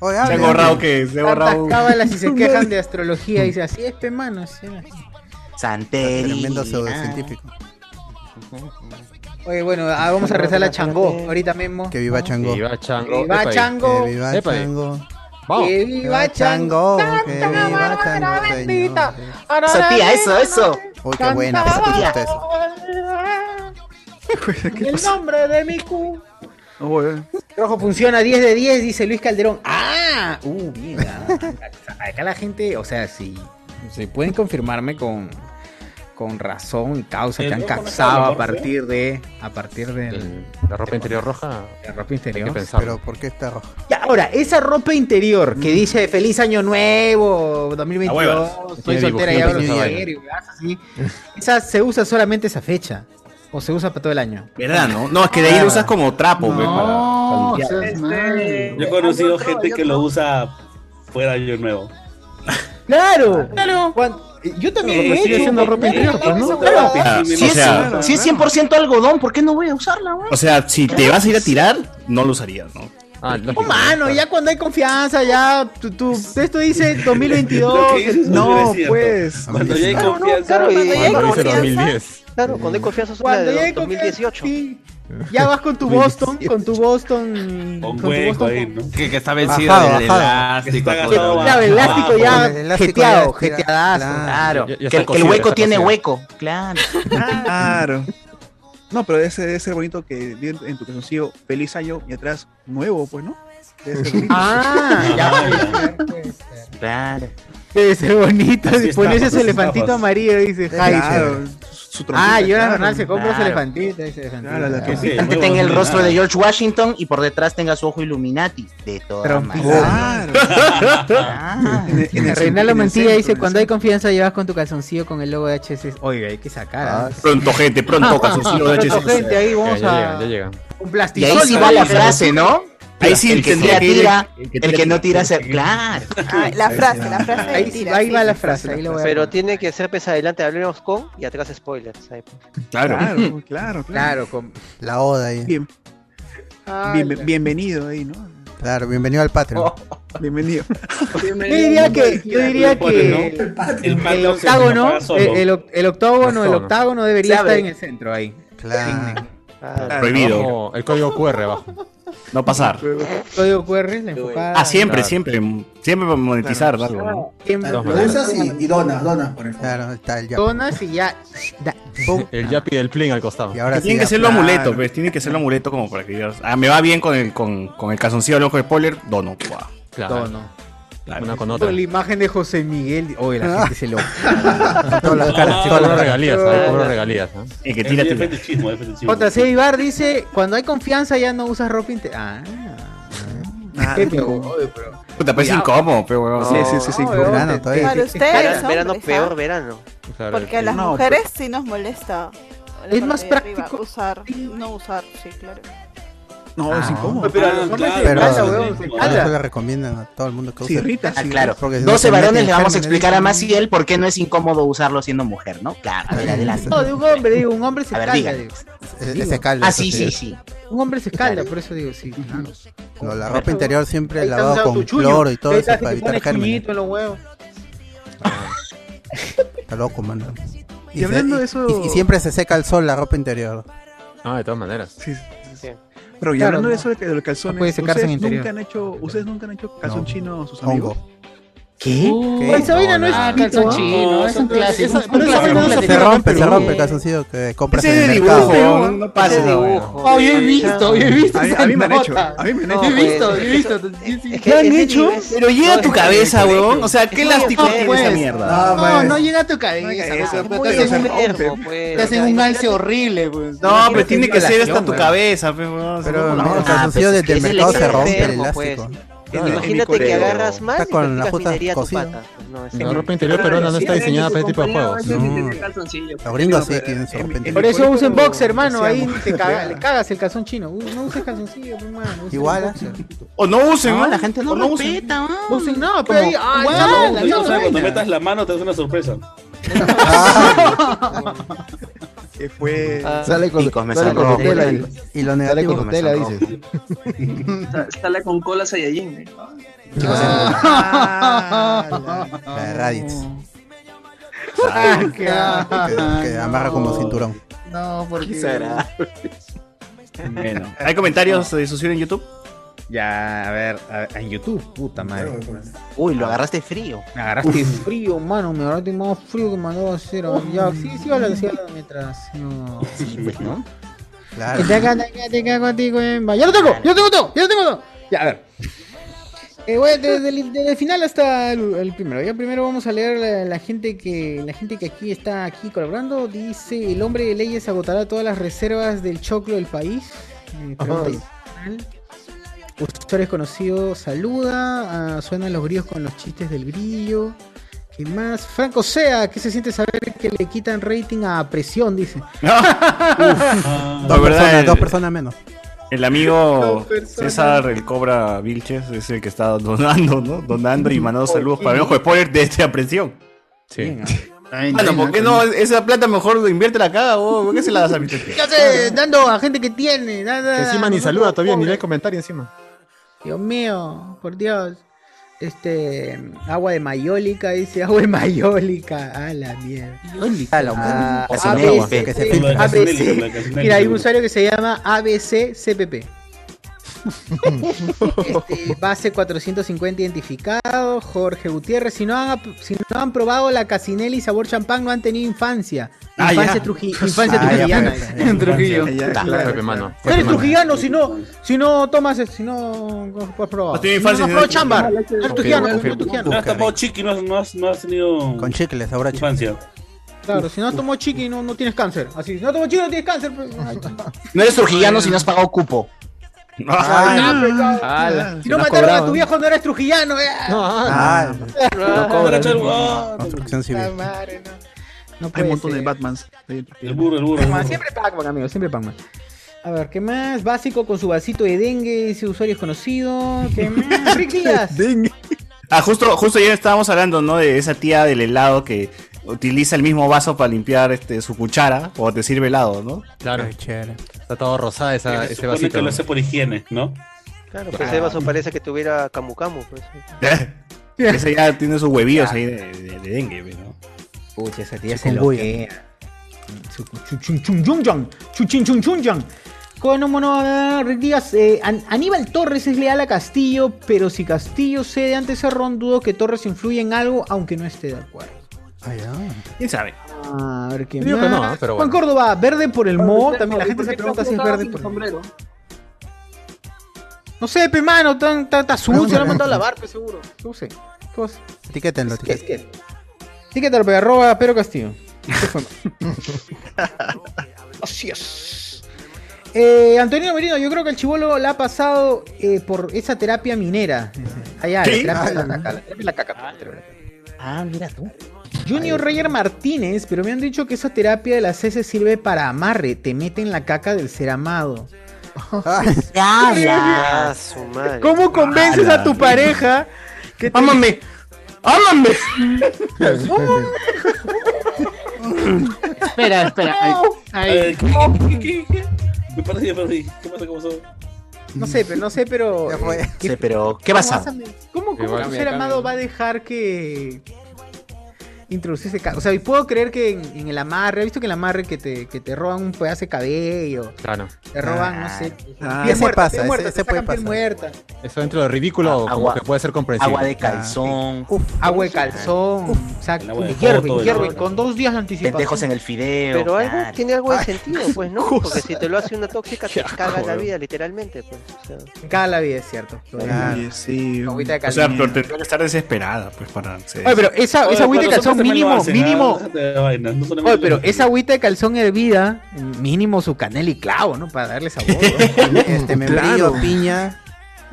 [SPEAKER 5] Se ha
[SPEAKER 2] hablen,
[SPEAKER 5] borrado
[SPEAKER 2] hablen.
[SPEAKER 5] que se ha
[SPEAKER 1] Tantas
[SPEAKER 5] borrado.
[SPEAKER 1] cábalas y se quejan [laughs] de astrología. Dice, así es, pe mano. así es.
[SPEAKER 7] Santería.
[SPEAKER 2] Tremendo pseudocientífico.
[SPEAKER 1] Oye, bueno, ah, vamos a rezar a Changó ahorita mismo.
[SPEAKER 2] Que
[SPEAKER 5] Ah,
[SPEAKER 2] viva Chango.
[SPEAKER 3] Que viva Chango.
[SPEAKER 1] Que viva
[SPEAKER 3] Epa ahí.
[SPEAKER 1] Chango.
[SPEAKER 2] Que viva
[SPEAKER 3] Epa ahí.
[SPEAKER 2] Chango.
[SPEAKER 3] Vamos.
[SPEAKER 1] Que viva Chango.
[SPEAKER 2] Chango, que
[SPEAKER 1] Santa
[SPEAKER 2] viva
[SPEAKER 1] Bárbara
[SPEAKER 2] Chango,
[SPEAKER 1] bendita. Arara,
[SPEAKER 7] Sofía, eso, eso.
[SPEAKER 2] Uy, qué buena,
[SPEAKER 1] Santa
[SPEAKER 2] pues,
[SPEAKER 1] Bárbara.
[SPEAKER 2] ustedes.
[SPEAKER 3] Pues,
[SPEAKER 1] El nombre de mi cu.
[SPEAKER 3] Ah,
[SPEAKER 8] No, weón.
[SPEAKER 1] Rojo funciona 10 de 10, dice Luis Calderón. ¡Ah! Uh, bien. ah. Acá la gente, o sea, si, si pueden confirmarme con, con razón y causa
[SPEAKER 3] El
[SPEAKER 1] que han
[SPEAKER 3] rojo no
[SPEAKER 1] calzado a
[SPEAKER 3] estaba, ¿no?
[SPEAKER 1] partir de. A partir de.
[SPEAKER 3] La ropa interior roja.
[SPEAKER 1] La ropa interior.
[SPEAKER 3] Hay que pensarlo.
[SPEAKER 2] Pero ¿por qué está roja?
[SPEAKER 1] Ya, ahora, esa ropa interior
[SPEAKER 3] Mm.
[SPEAKER 1] que dice Feliz Año Nuevo,
[SPEAKER 5] La
[SPEAKER 1] 2022,
[SPEAKER 5] hueva.
[SPEAKER 1] soy
[SPEAKER 3] Tiene
[SPEAKER 1] soltera y
[SPEAKER 3] dibujito,
[SPEAKER 1] abro
[SPEAKER 3] esa
[SPEAKER 1] soltero
[SPEAKER 3] vaina.
[SPEAKER 1] y vas así. Esa se usa solamente esa fecha. O se usa para todo el año.
[SPEAKER 5] ¿Verdad, no? No, es que de ahí lo usas como trapo, güey,
[SPEAKER 9] No,
[SPEAKER 5] para- para limpiar.
[SPEAKER 9] seas
[SPEAKER 1] Este
[SPEAKER 9] mal.
[SPEAKER 6] Yo he conocido gente que lo usa fuera de año nuevo.
[SPEAKER 1] Claro, claro. Cuando- yo también
[SPEAKER 6] Pero
[SPEAKER 1] lo he
[SPEAKER 6] sigue
[SPEAKER 1] hecho,
[SPEAKER 6] siendo
[SPEAKER 1] pe,
[SPEAKER 6] ropa
[SPEAKER 1] mira,
[SPEAKER 6] interior,
[SPEAKER 1] la
[SPEAKER 6] pues, ¿no?
[SPEAKER 1] huevada.
[SPEAKER 5] Ah,
[SPEAKER 7] Si
[SPEAKER 5] o
[SPEAKER 7] es,
[SPEAKER 5] sea-
[SPEAKER 7] si es 100% algodón, ¿por qué no voy a usarla, weón?
[SPEAKER 5] O sea, si te vas a ir a tirar, no lo usarías, ¿no?
[SPEAKER 3] Ah,
[SPEAKER 1] Oh,
[SPEAKER 3] lógico.
[SPEAKER 1] mano, ya cuando hay confianza, ya tú, tú-
[SPEAKER 6] [laughs]
[SPEAKER 1] esto dice 2022.
[SPEAKER 8] No,
[SPEAKER 6] es cierto.
[SPEAKER 8] pues.
[SPEAKER 6] Cuando ya hay
[SPEAKER 2] "Ah,
[SPEAKER 10] Claro, no,
[SPEAKER 6] confianza.
[SPEAKER 10] claro, y-
[SPEAKER 3] Cuando dice
[SPEAKER 10] confianza.
[SPEAKER 3] 2010.
[SPEAKER 10] Claro, cuando hay confianza son las
[SPEAKER 1] Cuando
[SPEAKER 10] de
[SPEAKER 1] ya hay confianza,
[SPEAKER 10] 2018.
[SPEAKER 1] sí. Ya vas
[SPEAKER 6] [laughs]
[SPEAKER 1] con tu Boston, con tu Boston,
[SPEAKER 6] Con
[SPEAKER 1] con tu
[SPEAKER 6] hueco
[SPEAKER 1] Boston
[SPEAKER 6] ahí, ¿no?
[SPEAKER 21] Que, que está vencido
[SPEAKER 2] Bajado,
[SPEAKER 21] del
[SPEAKER 2] bajado.
[SPEAKER 21] elástico.
[SPEAKER 6] Está
[SPEAKER 21] todo.
[SPEAKER 6] gastado,
[SPEAKER 1] Claro, el elástico
[SPEAKER 2] Ah, Con
[SPEAKER 1] ya
[SPEAKER 2] el elástico
[SPEAKER 1] jeteado,
[SPEAKER 2] ya estira-
[SPEAKER 1] jeteadazo.
[SPEAKER 7] Claro,
[SPEAKER 3] Ya- ya está
[SPEAKER 7] que, el- que el
[SPEAKER 3] cosido,
[SPEAKER 7] hueco
[SPEAKER 3] ya está
[SPEAKER 7] tiene
[SPEAKER 3] cosido.
[SPEAKER 7] hueco, claro.
[SPEAKER 8] Claro. No, pero ese debe ser bonito que diga en tu calzoncillo feliz año y atrás nuevo, pues, ¿no?
[SPEAKER 1] Ah, ya
[SPEAKER 7] Claro.
[SPEAKER 1] Debe ser bonito.
[SPEAKER 7] Así
[SPEAKER 1] Si pones
[SPEAKER 7] estamos,
[SPEAKER 1] ese
[SPEAKER 7] así
[SPEAKER 1] elefantito
[SPEAKER 7] estamos.
[SPEAKER 1] amarillo, dice Jaime.
[SPEAKER 7] Claro,
[SPEAKER 1] ah,
[SPEAKER 7] trompeta.
[SPEAKER 1] Jonas Bernal se compra ese
[SPEAKER 7] Claro.
[SPEAKER 1] elefantito. Ese elefantito.
[SPEAKER 7] Que antes tenga el rostro de George Washington y por detrás tenga su ojo Illuminati. De todas
[SPEAKER 1] Ah,
[SPEAKER 7] maneras.
[SPEAKER 1] Reinaldo Mantilla dice: Cuando hay confianza, llevas con tu calzoncillo con el logo de HC. Oiga, hay que sacar.
[SPEAKER 5] Ah,
[SPEAKER 1] ¿eh?
[SPEAKER 5] Pronto, gente, pronto, calzoncillo de
[SPEAKER 1] Pronto,
[SPEAKER 5] HC.
[SPEAKER 1] gente, ahí
[SPEAKER 5] Ya,
[SPEAKER 1] vamos
[SPEAKER 5] ya
[SPEAKER 1] a.
[SPEAKER 5] llegan, ya llegan.
[SPEAKER 1] Un
[SPEAKER 7] Y
[SPEAKER 1] plástico.
[SPEAKER 7] ahí sí va la frase, ¿no?
[SPEAKER 5] Ahí sí
[SPEAKER 7] el que
[SPEAKER 5] tendría
[SPEAKER 7] tira,
[SPEAKER 5] que ir-
[SPEAKER 7] tira.
[SPEAKER 5] el que
[SPEAKER 7] El
[SPEAKER 5] tira,
[SPEAKER 7] que no tira,
[SPEAKER 5] tira.
[SPEAKER 7] se. Claro.
[SPEAKER 20] La frase, la frase.
[SPEAKER 1] Ahí sí, ahí va la frase. Ahí lo voy a
[SPEAKER 10] Pero tiene que ser pesa adelante, hablemos con y atrás spoilers. ahí.
[SPEAKER 8] Claro, claro, claro.
[SPEAKER 1] Claro, con
[SPEAKER 2] la oda ahí.
[SPEAKER 8] Bien.
[SPEAKER 1] Ah,
[SPEAKER 8] Bien- bienvenido ahí, ¿no?
[SPEAKER 2] Claro, bienvenido al Patreon.
[SPEAKER 8] [laughs] Bienvenido.
[SPEAKER 1] Yo diría que, yo diría que el, octágono,
[SPEAKER 2] Eh,
[SPEAKER 1] el, el oc- el octógono, el
[SPEAKER 3] Solo.
[SPEAKER 1] octágono debería
[SPEAKER 3] Se abre.
[SPEAKER 1] estar en el centro ahí.
[SPEAKER 2] Claro.
[SPEAKER 1] Ah,
[SPEAKER 5] Prohibido.
[SPEAKER 3] Abajo, el código QR abajo.
[SPEAKER 5] No pasar.
[SPEAKER 1] Código QR, la enfocada.
[SPEAKER 5] Ah, siempre,
[SPEAKER 1] Claro.
[SPEAKER 5] siempre. Siempre para monetizar
[SPEAKER 1] Claro.
[SPEAKER 5] algo, ¿no?
[SPEAKER 1] Siempre.
[SPEAKER 5] De todas
[SPEAKER 1] Lo
[SPEAKER 5] maneras.
[SPEAKER 1] usas
[SPEAKER 2] y, donas, donas por el Claro, está el ya.
[SPEAKER 1] Donas y ya. da- pum.
[SPEAKER 3] El yapi del plin al costado.
[SPEAKER 2] Y ahora
[SPEAKER 5] tiene que ser lo amuleto, pues tiene que ser lo amuleto como para que digas, ah, me va bien con el con, con el calzoncillo loco de spoiler, dono. guau.
[SPEAKER 3] Claro.
[SPEAKER 1] Dono.
[SPEAKER 5] Claro.
[SPEAKER 3] Una con otra.
[SPEAKER 1] Con la imagen de José Miguel. Oye,
[SPEAKER 2] [laughs]
[SPEAKER 1] la gente se lo.
[SPEAKER 3] Todas las caras, todas las regalías, ¿sabes? Cobro regalías.
[SPEAKER 5] Y que
[SPEAKER 6] Es fetichismo, es fetichismo.
[SPEAKER 1] JC Ibar dice: Cuando hay confianza, ya no usas ropa interior. Ah.
[SPEAKER 2] Ah,
[SPEAKER 1] Qué pego.
[SPEAKER 5] Puta, pues es incómodo, pero weón.
[SPEAKER 8] Sí, sí, sí, sí,
[SPEAKER 1] incómodo.
[SPEAKER 2] Verano todavía.
[SPEAKER 20] Para ustedes,
[SPEAKER 10] Verano, verano,
[SPEAKER 20] hombres,
[SPEAKER 10] peor
[SPEAKER 20] ¿ah?
[SPEAKER 10] verano.
[SPEAKER 20] Porque a las
[SPEAKER 2] No, pues,
[SPEAKER 20] mujeres sí nos molesta. la
[SPEAKER 1] Es
[SPEAKER 20] parte
[SPEAKER 1] más
[SPEAKER 20] de arriba,
[SPEAKER 1] práctico.
[SPEAKER 20] Usar, no usar, sí, claro.
[SPEAKER 8] No, es incómodo.
[SPEAKER 1] Pero a los hombres se cala, weón, se
[SPEAKER 2] Ah. Pero
[SPEAKER 1] cala.
[SPEAKER 2] eso le recomiendan a todo el mundo que use.
[SPEAKER 8] Sí, Rita,
[SPEAKER 7] Ah, claro.
[SPEAKER 2] Porque si no
[SPEAKER 7] 12
[SPEAKER 2] se mete
[SPEAKER 7] varones le vamos a
[SPEAKER 2] enfermo,
[SPEAKER 7] explicar a
[SPEAKER 2] le dicen,
[SPEAKER 7] Maciel por qué no es incómodo usarlo siendo mujer, ¿no? Claro, a ver,
[SPEAKER 2] [laughs]
[SPEAKER 7] adelante.
[SPEAKER 1] No, de un hombre, digo, un hombre se
[SPEAKER 7] A ver,
[SPEAKER 1] cala.
[SPEAKER 7] diga.
[SPEAKER 1] digo.
[SPEAKER 2] "Eh,
[SPEAKER 1] Digo.
[SPEAKER 2] Se calda.
[SPEAKER 7] Ah,
[SPEAKER 2] eso
[SPEAKER 7] sí, sí,
[SPEAKER 2] es".
[SPEAKER 7] sí.
[SPEAKER 1] Un hombre se escalda, por eso digo, sí. claro.
[SPEAKER 2] No, la
[SPEAKER 1] Ahí
[SPEAKER 2] ropa
[SPEAKER 1] está
[SPEAKER 2] interior siempre
[SPEAKER 1] usando
[SPEAKER 2] lavada
[SPEAKER 1] tu
[SPEAKER 2] con
[SPEAKER 1] chuño.
[SPEAKER 2] cloro y todo
[SPEAKER 1] Ahí
[SPEAKER 2] eso
[SPEAKER 1] está,
[SPEAKER 2] para
[SPEAKER 1] se te pone
[SPEAKER 2] evitar gérmenes.
[SPEAKER 1] chuñito en los huevos.
[SPEAKER 2] Está loco, mano.
[SPEAKER 8] Y hablando de eso-
[SPEAKER 2] y- y siempre se seca el sol la ropa interior.
[SPEAKER 3] Ah, de todas maneras.
[SPEAKER 8] Pero y
[SPEAKER 2] Claro,
[SPEAKER 8] hablando de
[SPEAKER 2] no.
[SPEAKER 8] eso de que- de los calzones,
[SPEAKER 2] No puede secarse en
[SPEAKER 8] eh, ¿ustedes,
[SPEAKER 2] interior.
[SPEAKER 8] nunca han hecho, ustedes nunca han hecho calzón chino a sus
[SPEAKER 2] Hongo.
[SPEAKER 8] amigos.
[SPEAKER 7] ¿Qué?
[SPEAKER 11] Pues
[SPEAKER 1] Oye, esa vaina no es
[SPEAKER 9] Ah,
[SPEAKER 1] chino,
[SPEAKER 9] calzón
[SPEAKER 1] ¿ah?
[SPEAKER 9] chino, es un clásico.
[SPEAKER 1] Esa-
[SPEAKER 9] es un
[SPEAKER 1] pero esa
[SPEAKER 9] clásico.
[SPEAKER 1] vaina no se
[SPEAKER 2] Se rompe, se rompe el calzoncillo que compras en
[SPEAKER 5] Ese
[SPEAKER 2] el
[SPEAKER 5] es de
[SPEAKER 2] mercado.
[SPEAKER 5] dibujo, no pasa. weón.
[SPEAKER 9] Oh, yo he visto, yo he visto.
[SPEAKER 8] A mí-
[SPEAKER 9] esa
[SPEAKER 8] a mí me han
[SPEAKER 9] nota.
[SPEAKER 8] hecho, pues. a mí me han
[SPEAKER 9] Yo
[SPEAKER 8] hecho.
[SPEAKER 9] he visto, yo he visto.
[SPEAKER 5] ¿Lo han hecho? Pero llega a tu cabeza, weón. O sea, qué elástico tiene
[SPEAKER 7] pues.
[SPEAKER 5] esa mierda.
[SPEAKER 1] No, pues. Ah, no llega a tu cabeza.
[SPEAKER 8] eso,
[SPEAKER 1] pues,
[SPEAKER 8] pues,
[SPEAKER 1] te hacen
[SPEAKER 8] se
[SPEAKER 1] un- Te hacen un alce horrible, pues.
[SPEAKER 5] No, pero tiene que ser hasta
[SPEAKER 1] Violación,
[SPEAKER 5] tu
[SPEAKER 1] weón.
[SPEAKER 5] cabeza, pe, weón.
[SPEAKER 2] Pero
[SPEAKER 5] No,
[SPEAKER 2] no, el
[SPEAKER 5] no,
[SPEAKER 2] calzoncillo
[SPEAKER 5] pues,
[SPEAKER 2] desde el
[SPEAKER 5] es
[SPEAKER 2] mercado se
[SPEAKER 5] elástico.
[SPEAKER 2] rompe el
[SPEAKER 10] enfermo,
[SPEAKER 2] elástico.
[SPEAKER 10] En- Imagínate que agarras mal
[SPEAKER 2] Está
[SPEAKER 10] y
[SPEAKER 2] con la
[SPEAKER 10] practicas
[SPEAKER 2] puta
[SPEAKER 10] minería a tu
[SPEAKER 2] cocida.
[SPEAKER 10] pata. No, es
[SPEAKER 3] La ropa interior peruana no está diseñada para ese tipo de juegos.
[SPEAKER 1] [laughs]
[SPEAKER 2] Los gringos sí tienen su ropa
[SPEAKER 1] Por
[SPEAKER 2] interior.
[SPEAKER 1] eso usen box, hermano.
[SPEAKER 8] hacíamos-
[SPEAKER 1] Ahí te caga- le cagas el calzón chino. Uy, No uses calzoncillo, pues, hermano. usen
[SPEAKER 2] Igual,
[SPEAKER 1] boxer.
[SPEAKER 5] O no usen,
[SPEAKER 7] No,
[SPEAKER 5] ¿no?
[SPEAKER 7] la gente no
[SPEAKER 5] O
[SPEAKER 7] lo
[SPEAKER 5] usen.
[SPEAKER 7] respeta, ¿no?
[SPEAKER 1] No usen nada, pero
[SPEAKER 7] Como-
[SPEAKER 1] ahí. Ah,
[SPEAKER 7] Guau,
[SPEAKER 1] esa es la
[SPEAKER 6] Tú
[SPEAKER 1] misma
[SPEAKER 6] sabes, cuando
[SPEAKER 1] vaina.
[SPEAKER 6] metas la mano te das una sorpresa.
[SPEAKER 8] Que fue.
[SPEAKER 4] Ah,
[SPEAKER 12] Sale con,
[SPEAKER 7] Chicos, me
[SPEAKER 12] sale con
[SPEAKER 7] salvó.
[SPEAKER 12] Nutella.
[SPEAKER 7] Sale
[SPEAKER 12] dices.
[SPEAKER 2] Y lo
[SPEAKER 12] Sale
[SPEAKER 2] negativo
[SPEAKER 12] con Nutella,
[SPEAKER 7] salvó.
[SPEAKER 12] dices.
[SPEAKER 4] Sale con cola Saiyajin. ¿eh?
[SPEAKER 3] ¿eh?
[SPEAKER 2] La de Raditz.
[SPEAKER 1] Ah,
[SPEAKER 12] [laughs]
[SPEAKER 1] qué
[SPEAKER 2] Que, que
[SPEAKER 1] asco.
[SPEAKER 2] amarra como cinturón.
[SPEAKER 1] No, porque.
[SPEAKER 5] Bueno. ¿Hay comentarios de su en YouTube?
[SPEAKER 1] Ya, a ver, a ver, en YouTube, Ah. puta madre.
[SPEAKER 7] Uy, lo agarraste frío.
[SPEAKER 1] Me agarraste frío, mano, me agarraste más frío que mandó a hacer. a ver, Ya, sí, sí, habla, sí, habla mientras. No.
[SPEAKER 7] ¿No?
[SPEAKER 1] Que
[SPEAKER 2] Claro.
[SPEAKER 1] te haga, te haga, te cago a ti, Coemba. ¡Ya lo tengo! ¡Ya lo tengo todo! ¡Ya lo tengo todo! Ya, a ver. Eh, voy desde, el, desde el final hasta el, el primero. Ya primero vamos a leer la, la gente que la gente que aquí está aquí colaborando. Dice, el hombre de leyes agotará todas las reservas del choclo del país. Eh, pregunta adicional. Usuario desconocido saluda. ah, suenan los grillos con los chistes del brillo. ¿Qué más? Franco Sea, ¿qué se siente saber que le quitan rating a presión? Dice.
[SPEAKER 5] La
[SPEAKER 2] Dos
[SPEAKER 5] verdad,
[SPEAKER 2] personas,
[SPEAKER 5] el-
[SPEAKER 2] dos personas menos.
[SPEAKER 5] El amigo
[SPEAKER 7] [laughs]
[SPEAKER 1] Dos personas.
[SPEAKER 5] César, el Cobra Vilches, es el que está donando, ¿no? Donando y mandando saludos para el ojo de spoiler de esta presión.
[SPEAKER 3] Sí.
[SPEAKER 7] [laughs]
[SPEAKER 5] Bueno, ¿por qué no? Esa plata mejor lo invierte la caga, vos. ¿Por qué se la das
[SPEAKER 7] [laughs]
[SPEAKER 5] a mi
[SPEAKER 1] ¿Qué hace dando a gente que tiene? Da, da,
[SPEAKER 3] Que encima
[SPEAKER 1] da,
[SPEAKER 3] ni
[SPEAKER 1] nosotros,
[SPEAKER 3] saluda todavía, ni
[SPEAKER 1] pobres.
[SPEAKER 3] lee comentario encima.
[SPEAKER 1] Dios mío, por Dios. Este, agua de mayólica, dice, agua de mayólica. A la mierda.
[SPEAKER 9] Mayólica.
[SPEAKER 2] A la
[SPEAKER 1] Ah,
[SPEAKER 7] Casi un agua.
[SPEAKER 2] que se
[SPEAKER 1] ABC.
[SPEAKER 2] filtra.
[SPEAKER 1] ABC. Mira, hay un usuario que se llama ABCCPP. Este, base 450 identificado. Jorge Gutiérrez. Si no han, ap- si no han probado la Casinelli sabor champán, no han tenido infancia.
[SPEAKER 3] Ah,
[SPEAKER 1] Infancia,
[SPEAKER 3] ya.
[SPEAKER 1] Truji- infancia
[SPEAKER 3] Ah, ya,
[SPEAKER 1] trujillana.
[SPEAKER 3] pues,
[SPEAKER 1] dice.
[SPEAKER 3] ya, En Trujillo. ya, ya, claro. Pepe Mano,
[SPEAKER 1] Tú
[SPEAKER 3] Pepe
[SPEAKER 1] Eres
[SPEAKER 3] Mano.
[SPEAKER 1] trujillano si no, si no tomas, si no no has probado.
[SPEAKER 5] No tiene
[SPEAKER 1] Si
[SPEAKER 5] infancia,
[SPEAKER 1] no, no has probado
[SPEAKER 5] señor.
[SPEAKER 1] chambar. No eres
[SPEAKER 5] Confirmo,
[SPEAKER 1] trujillano, no
[SPEAKER 5] confirmo.
[SPEAKER 1] eres trujillano.
[SPEAKER 6] No has tomado chiqui, no has, no has- no has tenido. Con
[SPEAKER 2] chicles, ahora
[SPEAKER 6] infancia.
[SPEAKER 1] Claro, si no has tomado chiqui no, no tienes cáncer. Así, si no tomas chiqui no tienes cáncer. pues, ay, chamba.
[SPEAKER 7] No eres trujillano si no has pagado cupo.
[SPEAKER 1] Ah, pues, no.
[SPEAKER 7] ala.
[SPEAKER 1] si no
[SPEAKER 7] No
[SPEAKER 1] mataron
[SPEAKER 7] cobrado.
[SPEAKER 1] a tu viejo no eres trujillano. eh.
[SPEAKER 2] Ah,
[SPEAKER 1] Ah,
[SPEAKER 8] Ah,
[SPEAKER 1] puta
[SPEAKER 2] Construcción civil.
[SPEAKER 1] madre, no. No
[SPEAKER 8] Hay
[SPEAKER 1] puede
[SPEAKER 8] un montón
[SPEAKER 1] ser.
[SPEAKER 8] de Batmans.
[SPEAKER 6] El burro, el burro.
[SPEAKER 1] Pac-Man, Siempre Pac-Man, amigo, siempre Pac-Man. A ver, ¿qué más? Básico con su vasito de dengue, ese usuario es conocido. ¿Qué más? Rick Díaz.
[SPEAKER 5] Ah, justo, justo ayer estábamos hablando, ¿no? De esa tía del helado que utiliza el mismo vaso para limpiar este, su cuchara o te sirve helado, ¿no?
[SPEAKER 3] Claro. Está todo rosada esa, ese
[SPEAKER 6] Supone
[SPEAKER 3] vasito.
[SPEAKER 6] que lo
[SPEAKER 3] ¿no?
[SPEAKER 6] hace por higiene, ¿no?
[SPEAKER 10] Claro, pues ese vaso parece que tuviera camu camu. Pues.
[SPEAKER 5] Esa ¿Eh? ya tiene sus huevillos ahí de, de- de dengue, pues, ¿no?
[SPEAKER 1] Pucha, esa
[SPEAKER 5] tía
[SPEAKER 1] se loquea. Su- chu- chun- chun- chun- chun. Chu- chin- chun- chun- chun. Con un mono, a ver, Rick Díaz. eh, An- Aníbal Torres es leal a Castillo, pero si Castillo cede ante Cerrón, dudo que Torres influye en algo, aunque no esté de acuerdo.
[SPEAKER 5] ¿Quién sabe?
[SPEAKER 1] Ah, A ver qué
[SPEAKER 5] Yo digo que
[SPEAKER 1] más.
[SPEAKER 5] no, ¿eh? Pero
[SPEAKER 1] Juan
[SPEAKER 5] bueno.
[SPEAKER 1] Córdoba, verde por el mo.
[SPEAKER 4] Usted,
[SPEAKER 1] También la
[SPEAKER 4] ¿y
[SPEAKER 1] gente
[SPEAKER 4] por
[SPEAKER 1] se
[SPEAKER 4] qué
[SPEAKER 1] pregunta
[SPEAKER 4] Capu
[SPEAKER 1] si es
[SPEAKER 4] estaba
[SPEAKER 1] verde
[SPEAKER 4] sin
[SPEAKER 1] por el
[SPEAKER 4] sombrero.
[SPEAKER 1] No sé, pe mano, está, está- está sucio, lo han mandado a lavar, pe seguro. No sé. ¿Qué cosa?
[SPEAKER 2] Etiquétenlo,
[SPEAKER 1] ¿Qué es qué? Etiquétalo, pe arroba Pedro Castillo. ¿Qué fue? [laughs] Así es. Eh, Antonio Merino, yo creo que el chivolo la ha pasado eh, por esa terapia minera. Allá,
[SPEAKER 7] ¿Qué?
[SPEAKER 1] la terapia de la
[SPEAKER 7] Ah.
[SPEAKER 1] caca, la terapia de la caca. pe, la terapia de la caca.
[SPEAKER 7] Ah, mira tú.
[SPEAKER 1] Junior Reyer Martínez, pero me han dicho que esa terapia de la C se sirve para amarre, te mete en la caca del ser amado.
[SPEAKER 10] Ah, su madre.
[SPEAKER 1] ¿Cómo convences a tu pareja que te... ¡Ámame! ¡Ámame!
[SPEAKER 9] Espera, espera. Ay, ay.
[SPEAKER 6] Eh,
[SPEAKER 4] Oh.
[SPEAKER 6] ¿qué- qué- qué- qué? Me perdí, me perdí. ¿Qué pasa? ¿Cómo son?
[SPEAKER 1] No sé, pero no sé, pero.
[SPEAKER 7] Sí, pero, ¿qué pasa?
[SPEAKER 1] ¿Cómo, cómo
[SPEAKER 7] Igual.
[SPEAKER 1] un ser
[SPEAKER 7] Cambia,
[SPEAKER 1] amado va a dejar que introducirse ca- O sea, y puedo creer que en, en el amarre, he visto que en el amarre que te, que te roban un pedazo de cabello,
[SPEAKER 3] Claro.
[SPEAKER 1] te roban, no sé,
[SPEAKER 3] Ah,
[SPEAKER 1] piel
[SPEAKER 3] ese
[SPEAKER 1] muerta,
[SPEAKER 3] pasa,
[SPEAKER 1] piel
[SPEAKER 3] ese-
[SPEAKER 1] muerta,
[SPEAKER 3] ese
[SPEAKER 1] te sacan
[SPEAKER 3] puede
[SPEAKER 1] piel
[SPEAKER 3] pasar.
[SPEAKER 1] muerta.
[SPEAKER 3] Eso dentro de lo ridículo, como
[SPEAKER 7] agua-
[SPEAKER 3] que puede ser comprensible.
[SPEAKER 7] agua de
[SPEAKER 3] calzón.
[SPEAKER 1] Agua de calzón, exacto.
[SPEAKER 3] agua de
[SPEAKER 1] Hierve,
[SPEAKER 3] foto, el
[SPEAKER 1] hierve,
[SPEAKER 3] agua.
[SPEAKER 1] con dos días de anticipación.
[SPEAKER 7] Pendejos en el fideo.
[SPEAKER 10] Pero algo
[SPEAKER 7] claro.
[SPEAKER 10] tiene algo de
[SPEAKER 7] [laughs]
[SPEAKER 10] sentido, pues, ¿no? Porque si te lo hace una tóxica, te caga la vida, literalmente. Pues. O sea,
[SPEAKER 1] Cada la vida es cierto. Ah,
[SPEAKER 5] Oye,
[SPEAKER 8] sí.
[SPEAKER 1] Agüita de
[SPEAKER 5] O sea,
[SPEAKER 1] calzón.
[SPEAKER 5] pero tendría que estar desesperada, pues, para acceder.
[SPEAKER 1] Oye, pero esa,
[SPEAKER 6] Oye,
[SPEAKER 1] esa agüita de
[SPEAKER 6] pero nosotros
[SPEAKER 1] calzón
[SPEAKER 6] también lo
[SPEAKER 1] mínimo,
[SPEAKER 6] hacen, ¿ah?
[SPEAKER 1] mínimo.
[SPEAKER 6] Déjate de vainas, no solamente
[SPEAKER 1] Oye, pero
[SPEAKER 6] los-
[SPEAKER 1] esa agüita de calzón hervida, mínimo su canela y clavo, ¿no? Para darle sabor. ¿no?
[SPEAKER 2] Este membrillo, piña,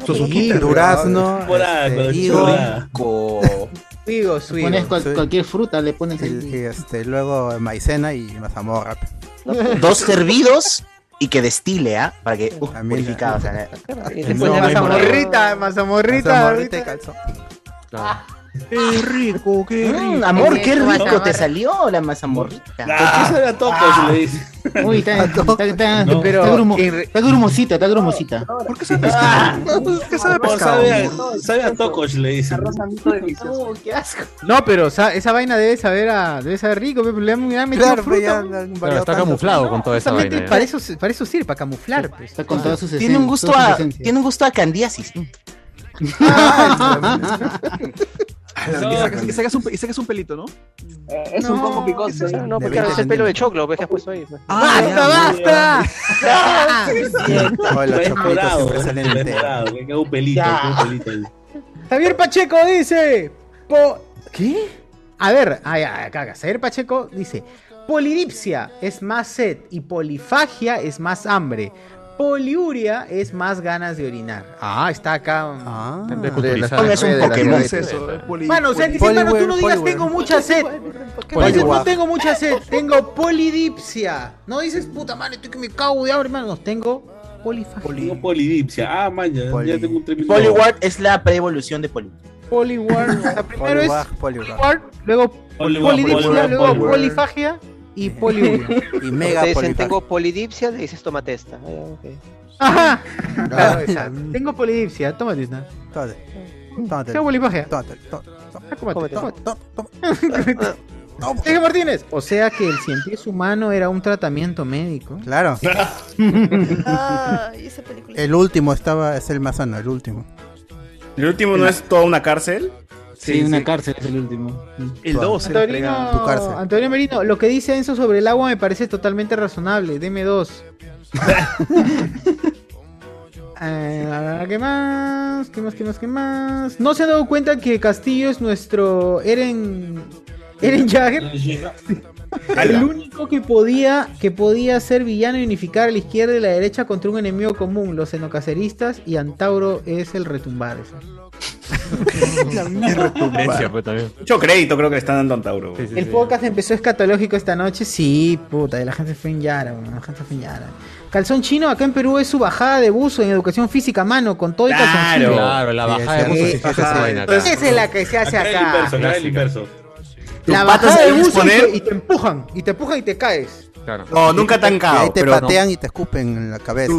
[SPEAKER 1] Suzuki,
[SPEAKER 2] durazno,
[SPEAKER 1] Temporada,
[SPEAKER 2] este,
[SPEAKER 1] con
[SPEAKER 2] higo,
[SPEAKER 1] temporada. Digo, su
[SPEAKER 9] Le pones cual-
[SPEAKER 2] Sí.
[SPEAKER 9] cualquier fruta, le pones
[SPEAKER 2] y, y, este, luego maicena y mazamorra.
[SPEAKER 7] Dos servidos y que destile, ¿ah? Para que. Uh,
[SPEAKER 1] [laughs]
[SPEAKER 7] purificado, o sea,
[SPEAKER 1] Y te pone mazamorrita, mazamorrita,
[SPEAKER 2] Mazamorrita y
[SPEAKER 1] ahorita.
[SPEAKER 8] Qué rico, qué rico.
[SPEAKER 1] Ah.
[SPEAKER 7] Mm, amor, qué
[SPEAKER 9] Mazamorra.
[SPEAKER 7] rico te salió la mazamorrita.
[SPEAKER 6] Eso era toco,
[SPEAKER 1] Ah.
[SPEAKER 6] si le dices.
[SPEAKER 9] [laughs] Uy,
[SPEAKER 1] [laughs]
[SPEAKER 9] está, está, está, está,
[SPEAKER 7] No.
[SPEAKER 9] pero,
[SPEAKER 7] Está
[SPEAKER 9] está, grumosita, está grumosita.
[SPEAKER 8] Ah, ¿Por qué
[SPEAKER 6] ¿Qué sabe pescado? Sabe a, sabe a tocos, le dicen.
[SPEAKER 9] qué asco.
[SPEAKER 1] No, pero sa- esa vaina debe saber a, debe saber rico, pe, le han, le han metido
[SPEAKER 2] Claro, pe,
[SPEAKER 1] fruta,
[SPEAKER 2] ya
[SPEAKER 1] pe.
[SPEAKER 2] le han
[SPEAKER 3] Claro, está camuflado con toda esa
[SPEAKER 1] Justamente
[SPEAKER 3] vaina. ¿eh?
[SPEAKER 1] para
[SPEAKER 3] ya.
[SPEAKER 1] eso, se- para eso sirve, para camuflar. pues. pe.
[SPEAKER 9] con todas sus
[SPEAKER 7] Tiene un gusto a. Tiene
[SPEAKER 1] [laughs]
[SPEAKER 7] un gusto a candiasis.
[SPEAKER 6] Ah,
[SPEAKER 8] Y sacas, y sacas un, pe- y sacas un pelito, ¿no? Eh,
[SPEAKER 4] es un poco picoso.
[SPEAKER 10] no, no, porque es el pelo de choclo, ves que has puesto ahí.
[SPEAKER 2] Ah,
[SPEAKER 10] pues.
[SPEAKER 1] ¡Basta,
[SPEAKER 8] Ah,
[SPEAKER 7] [laughs]
[SPEAKER 1] basta!
[SPEAKER 6] [laughs]
[SPEAKER 2] Oye, los chocolitos
[SPEAKER 6] Mejorado,
[SPEAKER 2] siempre salen enteros.
[SPEAKER 6] mejorado. Que queda un pelito,
[SPEAKER 1] Ya.
[SPEAKER 6] que queda un pelito ahí.
[SPEAKER 1] Javier Pacheco dice. po- ¿Qué? A ver, ay, ay, caga. Javier Pacheco dice: Polidipsia es más sed y polifagia es más hambre. Poliuria es más ganas de orinar. Ah, está acá.
[SPEAKER 2] Ah.
[SPEAKER 7] Pongas un Pokémon.
[SPEAKER 1] Mano, o sea, que si, mano, tú no digas tengo mucha sed. Tú dices, no
[SPEAKER 7] Poliwag.
[SPEAKER 1] tengo mucha sed, tengo polidipsia. No dices, puta madre, estoy que me cago de hambre, hermano. No, tengo polifagia.
[SPEAKER 6] Tengo [laughs] polidipsia. Ah, man, ya, ya tengo un tremendo.
[SPEAKER 7] Poliward es la preevolución de Poli.
[SPEAKER 1] Poliwar. O sea, primero es
[SPEAKER 2] Poliwag, poliwag.
[SPEAKER 1] poliwar, luego
[SPEAKER 7] Poliwag,
[SPEAKER 1] polidipsia,
[SPEAKER 7] poliwag,
[SPEAKER 1] luego
[SPEAKER 7] poliwag.
[SPEAKER 1] polifagia y poliuria.
[SPEAKER 2] [laughs] Y
[SPEAKER 10] te
[SPEAKER 2] mega
[SPEAKER 10] dicen,
[SPEAKER 2] polifagia.
[SPEAKER 10] tengo polidipsia, le dices toma testa. Ah, ya, ok.
[SPEAKER 1] Ajá.
[SPEAKER 2] [laughs]
[SPEAKER 1] Claro, exacto. Tengo polidipsia, tómate una.
[SPEAKER 2] Mm. Tómate. Tómate.
[SPEAKER 1] Tengo polifagia.
[SPEAKER 2] Tómate. Tómate.
[SPEAKER 1] Ah, cómate,
[SPEAKER 2] Tómate.
[SPEAKER 1] tómate. [laughs]
[SPEAKER 2] Tómate.
[SPEAKER 1] Jorge Martínez. O sea que el cien pies humano era un tratamiento médico.
[SPEAKER 2] Claro.
[SPEAKER 7] [laughs]
[SPEAKER 20] Ah, [laughs] y esa película.
[SPEAKER 2] El último estaba, es el más sano, el último.
[SPEAKER 5] ¿El último no es toda una cárcel?
[SPEAKER 9] Sí, una cárcel es el último.
[SPEAKER 5] El dos, el
[SPEAKER 1] Antonino,
[SPEAKER 5] Tu cárcel.
[SPEAKER 1] Antonio Merino, lo que dice Enzo sobre el agua me parece totalmente razonable.
[SPEAKER 5] [laughs]
[SPEAKER 1] Deme dos. Eh, ¿Qué más? ¿Qué más? ¿Qué más? ¿Qué más? ¿No se han dado cuenta que Castillo es nuestro Eren. Eren
[SPEAKER 8] eh?
[SPEAKER 1] Jagger? El único que podía, que podía ser villano y unificar a la izquierda y la derecha contra un enemigo común, los enocaceristas, y Antauro es el retumbar. eso.
[SPEAKER 5] [laughs] Mucho crédito creo que le están dando a Antauro.
[SPEAKER 1] El podcast empezó escatológico esta noche. Sí, puta, y la gente fue en Yara, weón, la gente fue en Yara. Calzón chino acá en Perú es su bajada de buzo en educación física, mano, con todo y calzón chino.
[SPEAKER 3] claro, la bajada de
[SPEAKER 1] sí,
[SPEAKER 3] buzo sí que se hace buena acá.
[SPEAKER 1] Esa es la que se hace [laughs] acá.
[SPEAKER 6] el inverso.
[SPEAKER 1] La
[SPEAKER 2] patas
[SPEAKER 1] bajada de
[SPEAKER 2] deben
[SPEAKER 1] buzo y
[SPEAKER 2] poner-
[SPEAKER 1] te- y te empujan, y te empujan y te caes.
[SPEAKER 2] No, nunca te han
[SPEAKER 1] caído,
[SPEAKER 2] Ahí te
[SPEAKER 1] pero
[SPEAKER 2] patean y te escupen en la cabeza.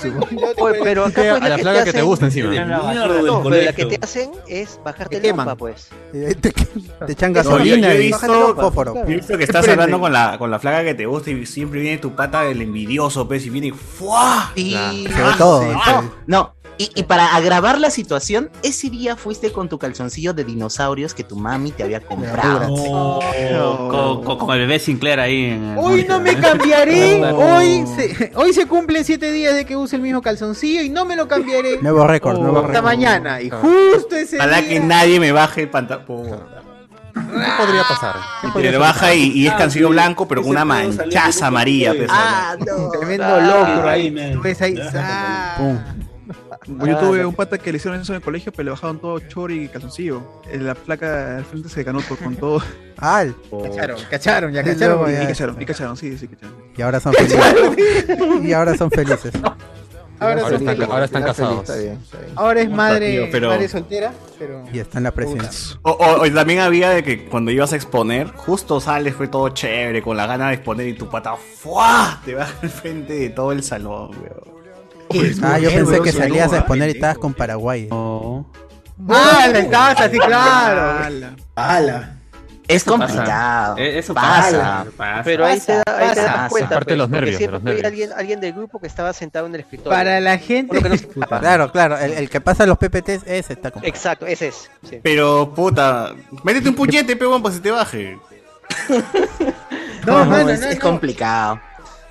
[SPEAKER 2] [laughs]
[SPEAKER 10] Oye, pero acá pues,
[SPEAKER 2] A la
[SPEAKER 10] que
[SPEAKER 2] plaga que te
[SPEAKER 10] hacen-
[SPEAKER 2] gusta encima.
[SPEAKER 10] No,
[SPEAKER 2] Mierda
[SPEAKER 10] basura,
[SPEAKER 2] del
[SPEAKER 10] no, pero la que
[SPEAKER 2] colegio.
[SPEAKER 10] te hacen es bajarte la
[SPEAKER 2] Te queman.
[SPEAKER 10] ropa, pues.
[SPEAKER 2] Te, te echan
[SPEAKER 5] No, yo- yo
[SPEAKER 2] gasolina
[SPEAKER 5] he
[SPEAKER 2] y
[SPEAKER 5] visto-
[SPEAKER 2] fósforo.
[SPEAKER 5] Yo he visto que estás hablando con la, con la flaca que te gusta y siempre viene tu pata del envidioso, pez, y viene y ¡fua!
[SPEAKER 2] Se ve todo.
[SPEAKER 7] No, no. Y, y para agravar la situación, ese día fuiste con tu calzoncillo de dinosaurios que tu mami te había comprado.
[SPEAKER 21] Con, con- con el bebé Sinclair ahí. en-
[SPEAKER 1] Hoy no me
[SPEAKER 21] [laughs]
[SPEAKER 1] cambiaré.
[SPEAKER 21] No.
[SPEAKER 1] Hoy se, hoy se cumplen siete días de que use el mismo calzoncillo y no me lo cambiaré.
[SPEAKER 2] Nuevo récord, nuevo
[SPEAKER 1] Hasta
[SPEAKER 2] récord.
[SPEAKER 1] mañana. Y justo ese
[SPEAKER 5] Ojalá
[SPEAKER 1] día.
[SPEAKER 5] que nadie me baje el pantalón.
[SPEAKER 3] ¿Qué podría pasar?
[SPEAKER 5] Y te lo baja y, y es cancillo blanco, pero con una manchaza amarilla. pues. pez.
[SPEAKER 1] Ah, no. Tremendo locro ahí. Tú ves ahí, ah.
[SPEAKER 8] Yo tuve un pata que le hicieron eso en el colegio, pero le bajaron todo chori y calzoncillo. Eh, La placa al frente se ganó por- con todo.
[SPEAKER 2] ¡Al!
[SPEAKER 1] Cacharon, cacharon, ya cacharon.
[SPEAKER 8] Y,
[SPEAKER 1] ya.
[SPEAKER 8] cacharon, y cacharon, sí, sí, cacharon.
[SPEAKER 2] Y ahora son felices. [laughs] y ahora son felices.
[SPEAKER 1] Ahora son
[SPEAKER 2] están-
[SPEAKER 1] felices.
[SPEAKER 2] ahora están
[SPEAKER 1] Está feliz,
[SPEAKER 2] casados.
[SPEAKER 1] está bien, está bien. Ahora es madre,
[SPEAKER 5] Tío, pero-
[SPEAKER 1] madre soltera, pero.
[SPEAKER 2] Y están la presión.
[SPEAKER 5] O, o- o también había de que cuando ibas a exponer, justo sales, fue todo chévere, con la gana de exponer y tu pata
[SPEAKER 17] Ah,
[SPEAKER 5] ¡fua! te baja al frente de todo el salón, weón.
[SPEAKER 17] Pues,
[SPEAKER 2] Ah, yo
[SPEAKER 5] Eh,
[SPEAKER 2] pensé
[SPEAKER 5] weón,
[SPEAKER 2] que
[SPEAKER 5] sí,
[SPEAKER 2] salías
[SPEAKER 5] no,
[SPEAKER 2] a
[SPEAKER 5] ah,
[SPEAKER 2] exponer y estabas con Paraguay.
[SPEAKER 1] Ah, la estabas así, claro.
[SPEAKER 2] ¡Hala!
[SPEAKER 7] Es
[SPEAKER 21] Eso pasa.
[SPEAKER 7] complicado.
[SPEAKER 21] Eh, Eso
[SPEAKER 7] Pasa.
[SPEAKER 21] pasa. pasa.
[SPEAKER 10] Pero ahí te, da, ahí te
[SPEAKER 7] pasa.
[SPEAKER 10] das cuenta. pues,
[SPEAKER 7] Aparte de los
[SPEAKER 10] porque
[SPEAKER 7] nervios, de
[SPEAKER 10] siempre
[SPEAKER 7] los
[SPEAKER 10] fue
[SPEAKER 7] nervios.
[SPEAKER 10] Alguien, alguien del grupo que estaba sentado en el escritorio.
[SPEAKER 1] Para la gente.
[SPEAKER 2] Claro, claro. El, el que pasa los PPTs,
[SPEAKER 1] eh,
[SPEAKER 2] ese está con.
[SPEAKER 10] Exacto, ese es. sí.
[SPEAKER 5] Pero puta, métete un puñete, pe, weón, para que se te baje.
[SPEAKER 1] No, mano,
[SPEAKER 7] es,
[SPEAKER 1] no,
[SPEAKER 7] es
[SPEAKER 1] no.
[SPEAKER 7] complicado.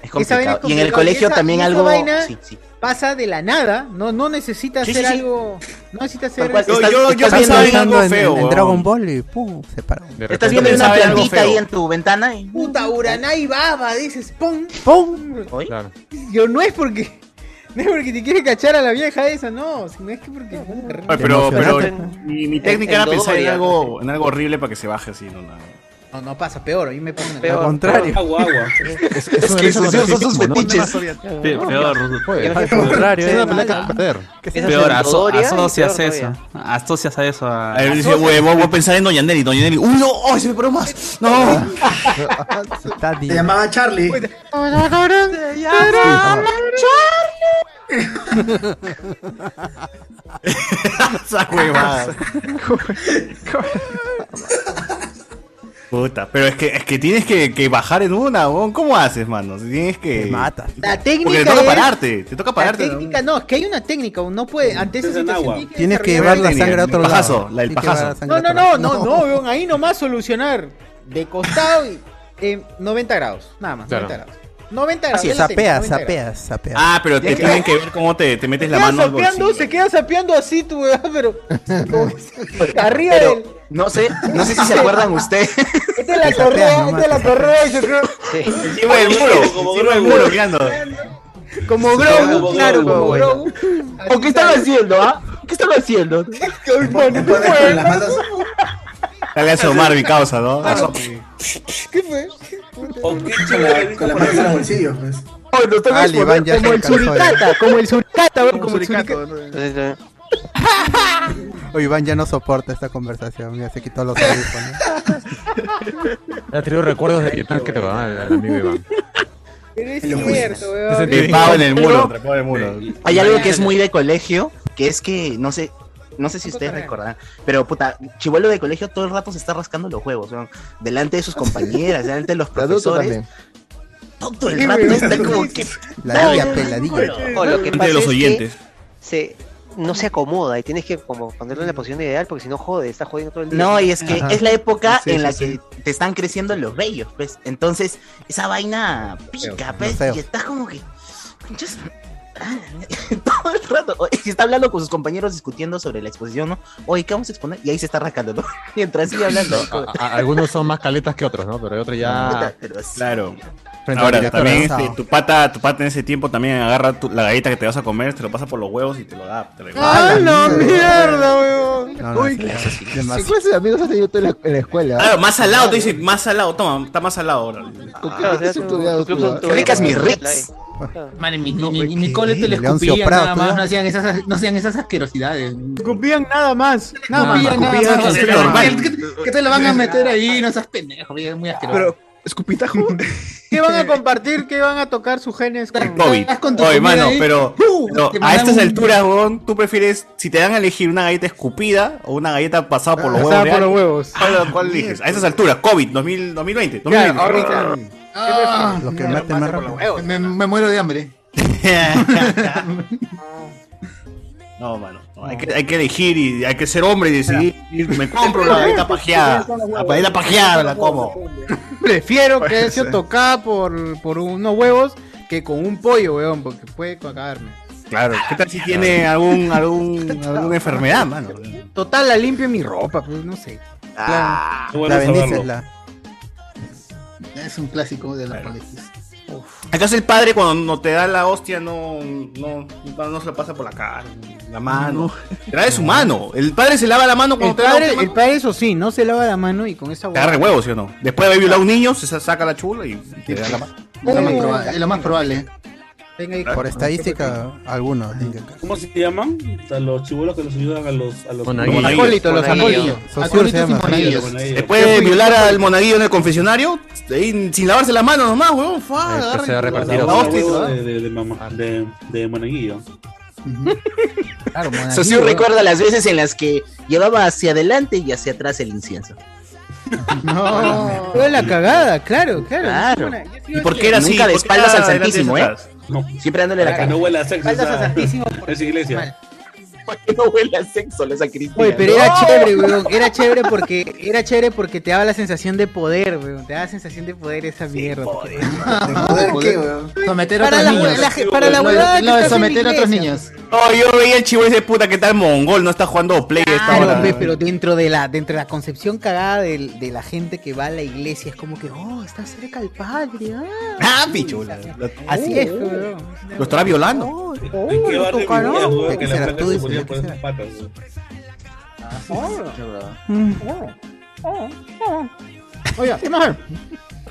[SPEAKER 7] Es
[SPEAKER 1] Esa vaina
[SPEAKER 7] complicado.
[SPEAKER 1] es
[SPEAKER 7] Y en el
[SPEAKER 1] complicado.
[SPEAKER 7] colegio
[SPEAKER 1] Esa-
[SPEAKER 7] también
[SPEAKER 1] esa
[SPEAKER 7] algo.
[SPEAKER 1] vaina
[SPEAKER 7] sí, sí.
[SPEAKER 1] Pasa de la nada, no, no necesita
[SPEAKER 7] Sí,
[SPEAKER 1] hacer
[SPEAKER 7] sí, sí.
[SPEAKER 1] algo. No necesita hacer.
[SPEAKER 7] cual,
[SPEAKER 2] Estás- estás pensando en, en Dragon Ball y pum, se paró.
[SPEAKER 7] Estás viendo una plantita ahí en tu ventana y.
[SPEAKER 1] Puta Uranai Baba, dices, ¡pum!
[SPEAKER 2] ¡pum!
[SPEAKER 7] Claro.
[SPEAKER 1] Yo no es porque. [laughs] No es porque te quiere cachar a la vieja esa, no. sino es que porque.
[SPEAKER 5] Ay, pero, pero
[SPEAKER 1] En-
[SPEAKER 5] mi, mi
[SPEAKER 1] en-
[SPEAKER 5] técnica
[SPEAKER 1] en
[SPEAKER 5] era
[SPEAKER 1] todo
[SPEAKER 5] pensar en
[SPEAKER 1] ya,
[SPEAKER 5] algo, en algo horrible para que se baje así, no nada.
[SPEAKER 1] No, no pasa, peor. A mí me pone una-
[SPEAKER 5] Peor, Al contrario. peor. Agua,
[SPEAKER 1] [laughs]
[SPEAKER 5] agua.
[SPEAKER 1] Es,
[SPEAKER 5] es una risa contra sí mismo, ¿no?
[SPEAKER 21] Peor.
[SPEAKER 3] Joder,
[SPEAKER 21] Peor.
[SPEAKER 3] al contrario,
[SPEAKER 21] Sí,
[SPEAKER 3] es una
[SPEAKER 21] no,
[SPEAKER 3] pelea
[SPEAKER 21] no.
[SPEAKER 3] que perder.
[SPEAKER 21] Peor, aso- asocias eso. Asocias a eso a.
[SPEAKER 5] A ver, dice, weón, voy
[SPEAKER 2] pues,
[SPEAKER 5] a pensar en Doña Nelly, Doña Nelly. uh". ¡Uy, no! ¡Ay, se me paró más! ¡No!
[SPEAKER 2] Te
[SPEAKER 17] llamaba Charlie.
[SPEAKER 5] Esa
[SPEAKER 11] [laughs]
[SPEAKER 5] huevada. Puta, pero es que, es que tienes que, que bajar en una, weón. ¿Cómo haces, mano? Si Tienes que. Te matas.
[SPEAKER 1] La
[SPEAKER 5] Porque
[SPEAKER 1] técnica
[SPEAKER 5] te toca
[SPEAKER 1] es-
[SPEAKER 5] pararte, te toca
[SPEAKER 1] La
[SPEAKER 5] pararte. ¿no?
[SPEAKER 1] técnica, no, es que hay una técnica, no puede, ante esa
[SPEAKER 5] en agua.
[SPEAKER 1] situación tienes que
[SPEAKER 2] Tienes que
[SPEAKER 1] desarrollar
[SPEAKER 2] llevar la
[SPEAKER 1] técnica.
[SPEAKER 2] sangre a otro
[SPEAKER 5] El
[SPEAKER 2] lado.
[SPEAKER 5] pajazo, la del
[SPEAKER 2] Tienes que llevar
[SPEAKER 5] pajazo.
[SPEAKER 1] No, no, no, no, no, weón, ahí nomás solucionar. De costado y eh, 90 grados, nada más,
[SPEAKER 5] Claro.
[SPEAKER 1] 90 grados. 90 grados.
[SPEAKER 2] Así,
[SPEAKER 1] es la técnica,
[SPEAKER 2] zapeas,
[SPEAKER 1] 90 grados.
[SPEAKER 2] zapeas, zapeas.
[SPEAKER 5] Ah, pero te
[SPEAKER 1] Ya que-
[SPEAKER 5] tienen que ver cómo te, te metes
[SPEAKER 1] Se
[SPEAKER 5] la
[SPEAKER 1] queda
[SPEAKER 5] mano al
[SPEAKER 1] sapeando,
[SPEAKER 5] bolsillo.
[SPEAKER 1] se queda sapeando así, tu weón, [laughs] pero. arriba
[SPEAKER 7] Pero
[SPEAKER 1] del.
[SPEAKER 7] No sé, no sé si se acuerdan ustedes.
[SPEAKER 1] Esta es la correa, esta es la correa y se queda-
[SPEAKER 5] Encima del muro, como encima del muro, mirando.
[SPEAKER 1] Como Grogu, claro, como Grogu.
[SPEAKER 7] ¿O qué están haciendo, ah? ¿Qué están haciendo?
[SPEAKER 1] pues
[SPEAKER 5] Dale a asomar mi causa, ¿no?
[SPEAKER 1] Ah, ¿Qué fue?
[SPEAKER 17] Con la mano en el bolsillo, pues.
[SPEAKER 7] Ay, no
[SPEAKER 2] Ah, Iván ya
[SPEAKER 1] como el
[SPEAKER 2] se alcanzó a ver.
[SPEAKER 1] suricata, como el suricata, weón, como el
[SPEAKER 8] suricato,
[SPEAKER 1] suricata.
[SPEAKER 2] [laughs] O eh. Iván ya no soporta esta conversación, ya se quitó los audífonos. [laughs]
[SPEAKER 3] Ya te recuerdos de Vietnam, creo, ah, al amigo Iván.
[SPEAKER 1] Pero es cierto, weón.
[SPEAKER 5] Trepado en el muro,
[SPEAKER 7] Pero-
[SPEAKER 5] trepado en el muro.
[SPEAKER 7] Hay algo que es muy de colegio, que es que, no sé, No sé si ustedes recordarán, pero puta, chivolo de colegio todo el rato se está rascando los huevos, weón. delante de sus compañeras, delante de los profesores. Todo el rato está como que.
[SPEAKER 2] La tía peladilla.
[SPEAKER 10] O lo que
[SPEAKER 2] Ante
[SPEAKER 10] pasa
[SPEAKER 2] los
[SPEAKER 10] es que
[SPEAKER 2] oyentes.
[SPEAKER 10] se- no se acomoda y tienes que como ponerlo en la posición ideal porque si no jode, está jodiendo todo el día.
[SPEAKER 7] No, y es que
[SPEAKER 10] Ajá.
[SPEAKER 7] es la época
[SPEAKER 10] Sí,
[SPEAKER 7] en
[SPEAKER 10] sí,
[SPEAKER 7] la
[SPEAKER 10] sí.
[SPEAKER 7] [laughs] que te están creciendo los vellos, pues. Entonces, esa vaina pica, pues.
[SPEAKER 10] feo.
[SPEAKER 7] Y estás como que. "Conchas, ah", [laughs] Todo el rato. O- Y está hablando con sus compañeros discutiendo sobre la exposición, ¿no? Oye, ¿qué vamos a exponer? Y ahí se está rascando, ¿no? [laughs] Mientras sigue
[SPEAKER 3] [laughs]
[SPEAKER 7] hablando.
[SPEAKER 3] A- a- algunos son más caletas que otros, ¿no? Pero hay otros
[SPEAKER 1] [laughs]
[SPEAKER 3] ya.
[SPEAKER 5] Claro.
[SPEAKER 3] Frente a
[SPEAKER 5] Ahora,
[SPEAKER 3] la
[SPEAKER 5] también
[SPEAKER 3] directora.
[SPEAKER 5] este, tu pata, tu pata en ese tiempo también agarra tu- la galleta que te vas a comer, te lo pasa por los huevos y te lo da. Te lo
[SPEAKER 12] ¡Ah, la mierda,
[SPEAKER 1] weón!
[SPEAKER 12] No,
[SPEAKER 5] no,
[SPEAKER 12] Uy,
[SPEAKER 5] sí,
[SPEAKER 12] ¿qué
[SPEAKER 5] eso sí.
[SPEAKER 12] qué clase de amigos has tenido tú en la, en la escuela?
[SPEAKER 5] Claro, Ah, más al lado, te dice, más al lado, toma, está más al lado ahora. Ah,
[SPEAKER 12] claro, has estudiado tú,
[SPEAKER 22] Man,
[SPEAKER 12] ah?
[SPEAKER 22] en pues. Ah. mi, en mi- en mi cole te les
[SPEAKER 2] Leoncio
[SPEAKER 22] cupían
[SPEAKER 2] Prado,
[SPEAKER 22] nada
[SPEAKER 2] tú
[SPEAKER 22] más,
[SPEAKER 2] ya.
[SPEAKER 22] no hacían esas, no hacían esas asquerosidades.
[SPEAKER 1] Cupían nada más. Nada
[SPEAKER 22] No,
[SPEAKER 1] más.
[SPEAKER 22] cupían nada
[SPEAKER 1] Cupían,
[SPEAKER 22] más.
[SPEAKER 1] es
[SPEAKER 22] Pero,
[SPEAKER 1] normal.
[SPEAKER 22] ¿qué- qué- ¿Qué te lo van a meter ahí? No seas pendejo, es muy asqueroso.
[SPEAKER 11] Pero,
[SPEAKER 22] [laughs]
[SPEAKER 11] escupitajo.
[SPEAKER 1] ¿Qué van a compartir? ¿Qué van a tocar sus genes? Con... ¡Uh!
[SPEAKER 5] COVID. Oye, mano, pero, pero
[SPEAKER 1] te
[SPEAKER 5] a
[SPEAKER 1] mandan
[SPEAKER 5] estas
[SPEAKER 1] un-
[SPEAKER 5] alturas, weón, tú prefieres, si te dan a elegir una galleta escupida o una galleta pasada por los huevos.
[SPEAKER 1] Pasada
[SPEAKER 5] de
[SPEAKER 1] por los
[SPEAKER 5] alguien,
[SPEAKER 1] huevos.
[SPEAKER 5] ¿Cuál, cuál eliges? A estas alturas, COVID 2000, 2020. 2020.
[SPEAKER 1] Claro, ahorita.
[SPEAKER 22] Ah,
[SPEAKER 2] Lo que
[SPEAKER 22] me-
[SPEAKER 2] mate, mate.
[SPEAKER 22] me, me muero
[SPEAKER 5] [laughs]
[SPEAKER 22] de
[SPEAKER 12] [laughs]
[SPEAKER 22] hambre.
[SPEAKER 5] No, mano. no, hay, que, hay que elegir y hay que ser hombre y decidir. Me compro la
[SPEAKER 22] [laughs]
[SPEAKER 5] galleta pajeada. La galleta pajeada me la como.
[SPEAKER 1] Prefiero
[SPEAKER 5] Puede
[SPEAKER 1] que se
[SPEAKER 5] ser.
[SPEAKER 1] tocada por, por unos huevos que con un pollo, weón, porque puede acabarme.
[SPEAKER 5] Claro, ¿qué tal si tiene algún, algún, alguna enfermedad, mano?
[SPEAKER 1] Total, la limpio en mi ropa, pues no sé.
[SPEAKER 5] Ah, qué bueno
[SPEAKER 2] la bendices,
[SPEAKER 5] saberlo.
[SPEAKER 2] la.
[SPEAKER 22] Es un clásico de los colegios.
[SPEAKER 5] ¿Acaso el padre cuando no te da la hostia no, no, no, no se lo pasa por la cara, la mano? Trae su mano. El padre se lava la mano
[SPEAKER 1] El
[SPEAKER 5] cuando te da la
[SPEAKER 1] padre,
[SPEAKER 5] hostia.
[SPEAKER 1] el padre, eso sí, no se lava la mano y con esa
[SPEAKER 5] Te agarra el huevo, ¿sí o no? Después de haber violado a un niño, se sa- saca la chula y te da la mano.
[SPEAKER 22] Es lo más proba- es lo más probable.
[SPEAKER 2] Por estadística, algunos.
[SPEAKER 8] ¿Cómo se llaman? O sea, los chibolos que nos ayudan a los. A los
[SPEAKER 2] Monaguillos. Los acólitos, los Monaguillos. acólitos. Acólitos y monaguillos.
[SPEAKER 5] Después de violar al monaguillo en el confesionario, ahí, sin lavarse la mano nomás, huevón. fa, agarra y-
[SPEAKER 8] La-
[SPEAKER 5] la
[SPEAKER 8] la
[SPEAKER 5] hostia y te
[SPEAKER 8] huevo
[SPEAKER 5] da.
[SPEAKER 8] de, de, de,
[SPEAKER 2] Ah.
[SPEAKER 8] mamá- de, de monaguillo.
[SPEAKER 1] ah.
[SPEAKER 7] Eso sí recuerda las veces en las que llevaba hacia adelante y hacia atrás el incienso.
[SPEAKER 1] No. Toda la cagada, claro, claro.
[SPEAKER 7] Claro.
[SPEAKER 1] Bueno, yo
[SPEAKER 7] ¿Y
[SPEAKER 1] digo
[SPEAKER 7] por
[SPEAKER 1] que-
[SPEAKER 7] qué era así?
[SPEAKER 1] Nunca de espaldas al Santísimo, ¿eh?
[SPEAKER 7] Siempre dándole la
[SPEAKER 8] Para
[SPEAKER 7] cara.
[SPEAKER 8] que no huela a sexo.
[SPEAKER 7] Espaldas
[SPEAKER 8] o sea,
[SPEAKER 7] al Santísimo.
[SPEAKER 8] Es iglesia.
[SPEAKER 7] Para que no huela a sexo la sacristía.
[SPEAKER 1] Oye, pero
[SPEAKER 7] No.
[SPEAKER 1] era chévere, weón. Era chévere porque era chévere porque te daba la sensación de poder, weón. Te daba la sensación de poder esa mierda. porque-
[SPEAKER 22] Someter a
[SPEAKER 1] Para
[SPEAKER 22] otros
[SPEAKER 1] la-
[SPEAKER 22] niños.
[SPEAKER 1] la- para la
[SPEAKER 22] Lo de-
[SPEAKER 1] huevada que
[SPEAKER 22] lo de
[SPEAKER 1] estás en la
[SPEAKER 22] someter a otros
[SPEAKER 1] iglesia.
[SPEAKER 22] niños.
[SPEAKER 5] No, yo veía el chivo ese puta que tal mongol, no está jugando play a esta
[SPEAKER 1] Claro,
[SPEAKER 5] hora.
[SPEAKER 1] pe, pero dentro de la dentro de la concepción cagada del- de, la gente que va a la iglesia es como que, oh, está cerca el padre. ah".
[SPEAKER 5] Ah, picho, la- la-
[SPEAKER 1] Así es, weón.
[SPEAKER 5] Lo estará violando.
[SPEAKER 1] Oh,
[SPEAKER 8] ¿En qué
[SPEAKER 1] lo
[SPEAKER 8] barrio
[SPEAKER 1] tocaron.
[SPEAKER 8] vivías, huevón, Que
[SPEAKER 1] Ese
[SPEAKER 8] la
[SPEAKER 1] era
[SPEAKER 8] placa
[SPEAKER 1] tú,
[SPEAKER 8] se
[SPEAKER 1] ese
[SPEAKER 8] ponía
[SPEAKER 1] era
[SPEAKER 8] por
[SPEAKER 1] tú.
[SPEAKER 8] esas patas. huevón.
[SPEAKER 1] Mm.
[SPEAKER 11] [laughs]
[SPEAKER 1] [laughs] Oiga, ¿qué más?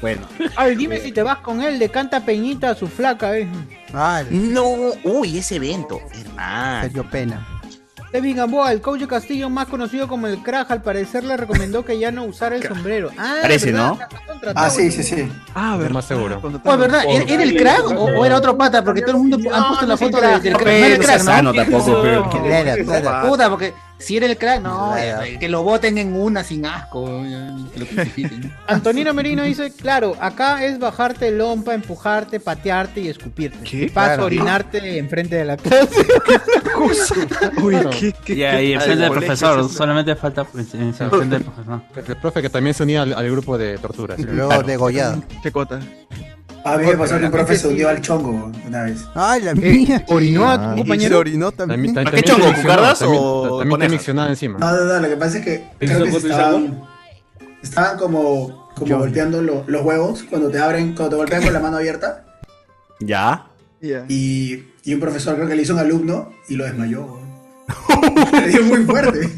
[SPEAKER 5] Bueno.
[SPEAKER 1] Ay, dime si te vas con él, le canta Peñita a su flaca, eh.
[SPEAKER 7] No, uy, ese evento, hermano.
[SPEAKER 2] Sergio Pena.
[SPEAKER 1] Kevin Gamboa, el coach de Castillo, más conocido como el Crash, al parecer le recomendó que ya no usara el sombrero. Ah,
[SPEAKER 5] Parece,
[SPEAKER 1] ¿verdad?
[SPEAKER 5] ¿no?
[SPEAKER 1] La contrató,
[SPEAKER 17] Ah, sí,
[SPEAKER 1] boludo.
[SPEAKER 17] sí, sí.
[SPEAKER 11] Ah,
[SPEAKER 3] verdad. Más seguro.
[SPEAKER 22] Pues verdad, ¿era era el crack o, o era otro pata? Porque todo el mundo han puesto la foto de- del
[SPEAKER 5] no,
[SPEAKER 22] crack. No era el
[SPEAKER 5] no
[SPEAKER 22] crack,
[SPEAKER 5] seas sano tampoco, pero-
[SPEAKER 22] Que
[SPEAKER 5] Era, era.
[SPEAKER 22] Puta, porque si era el crack, no,
[SPEAKER 1] Era.
[SPEAKER 22] eh, que lo voten en una sin asco. eh, que lo crucifiquen.
[SPEAKER 1] Antonino Merino dice, claro, acá es bajarte lompa, empujarte, patearte y escupirte.
[SPEAKER 11] ¿Qué?
[SPEAKER 1] Paso
[SPEAKER 11] Claro.
[SPEAKER 1] orinarte enfrente de la [laughs] clase.
[SPEAKER 11] Uy, qué, qué,
[SPEAKER 23] Y ahí,
[SPEAKER 11] qué-
[SPEAKER 23] enfrente del
[SPEAKER 11] colegio
[SPEAKER 23] profesor,
[SPEAKER 11] es eso?
[SPEAKER 23] solamente falta en- enfrente del profesor.
[SPEAKER 3] El profe que también se unía al, al grupo de torturas.
[SPEAKER 2] Luego degollado.
[SPEAKER 11] Qué cota.
[SPEAKER 17] A mí me pasó que un profe se hundió al chongo una vez.
[SPEAKER 2] Ay, la mía.
[SPEAKER 1] Eh, Orinó
[SPEAKER 17] a tu compañero.
[SPEAKER 2] Se orinó
[SPEAKER 3] También-
[SPEAKER 2] también.
[SPEAKER 3] también te miccionaba, también- También te miccionaba encima.
[SPEAKER 17] No, no, no, lo que pasa es que
[SPEAKER 3] ¿Te
[SPEAKER 17] creo
[SPEAKER 3] hizo
[SPEAKER 17] que
[SPEAKER 3] foto y
[SPEAKER 17] estaban, estaban como, como golpeando lo- los huevos cuando te abren, cuando te golpean con la mano abierta.
[SPEAKER 5] Ya.
[SPEAKER 17] Y, y un profesor creo que le hizo un alumno y lo desmayó. weón. Le dio muy fuerte.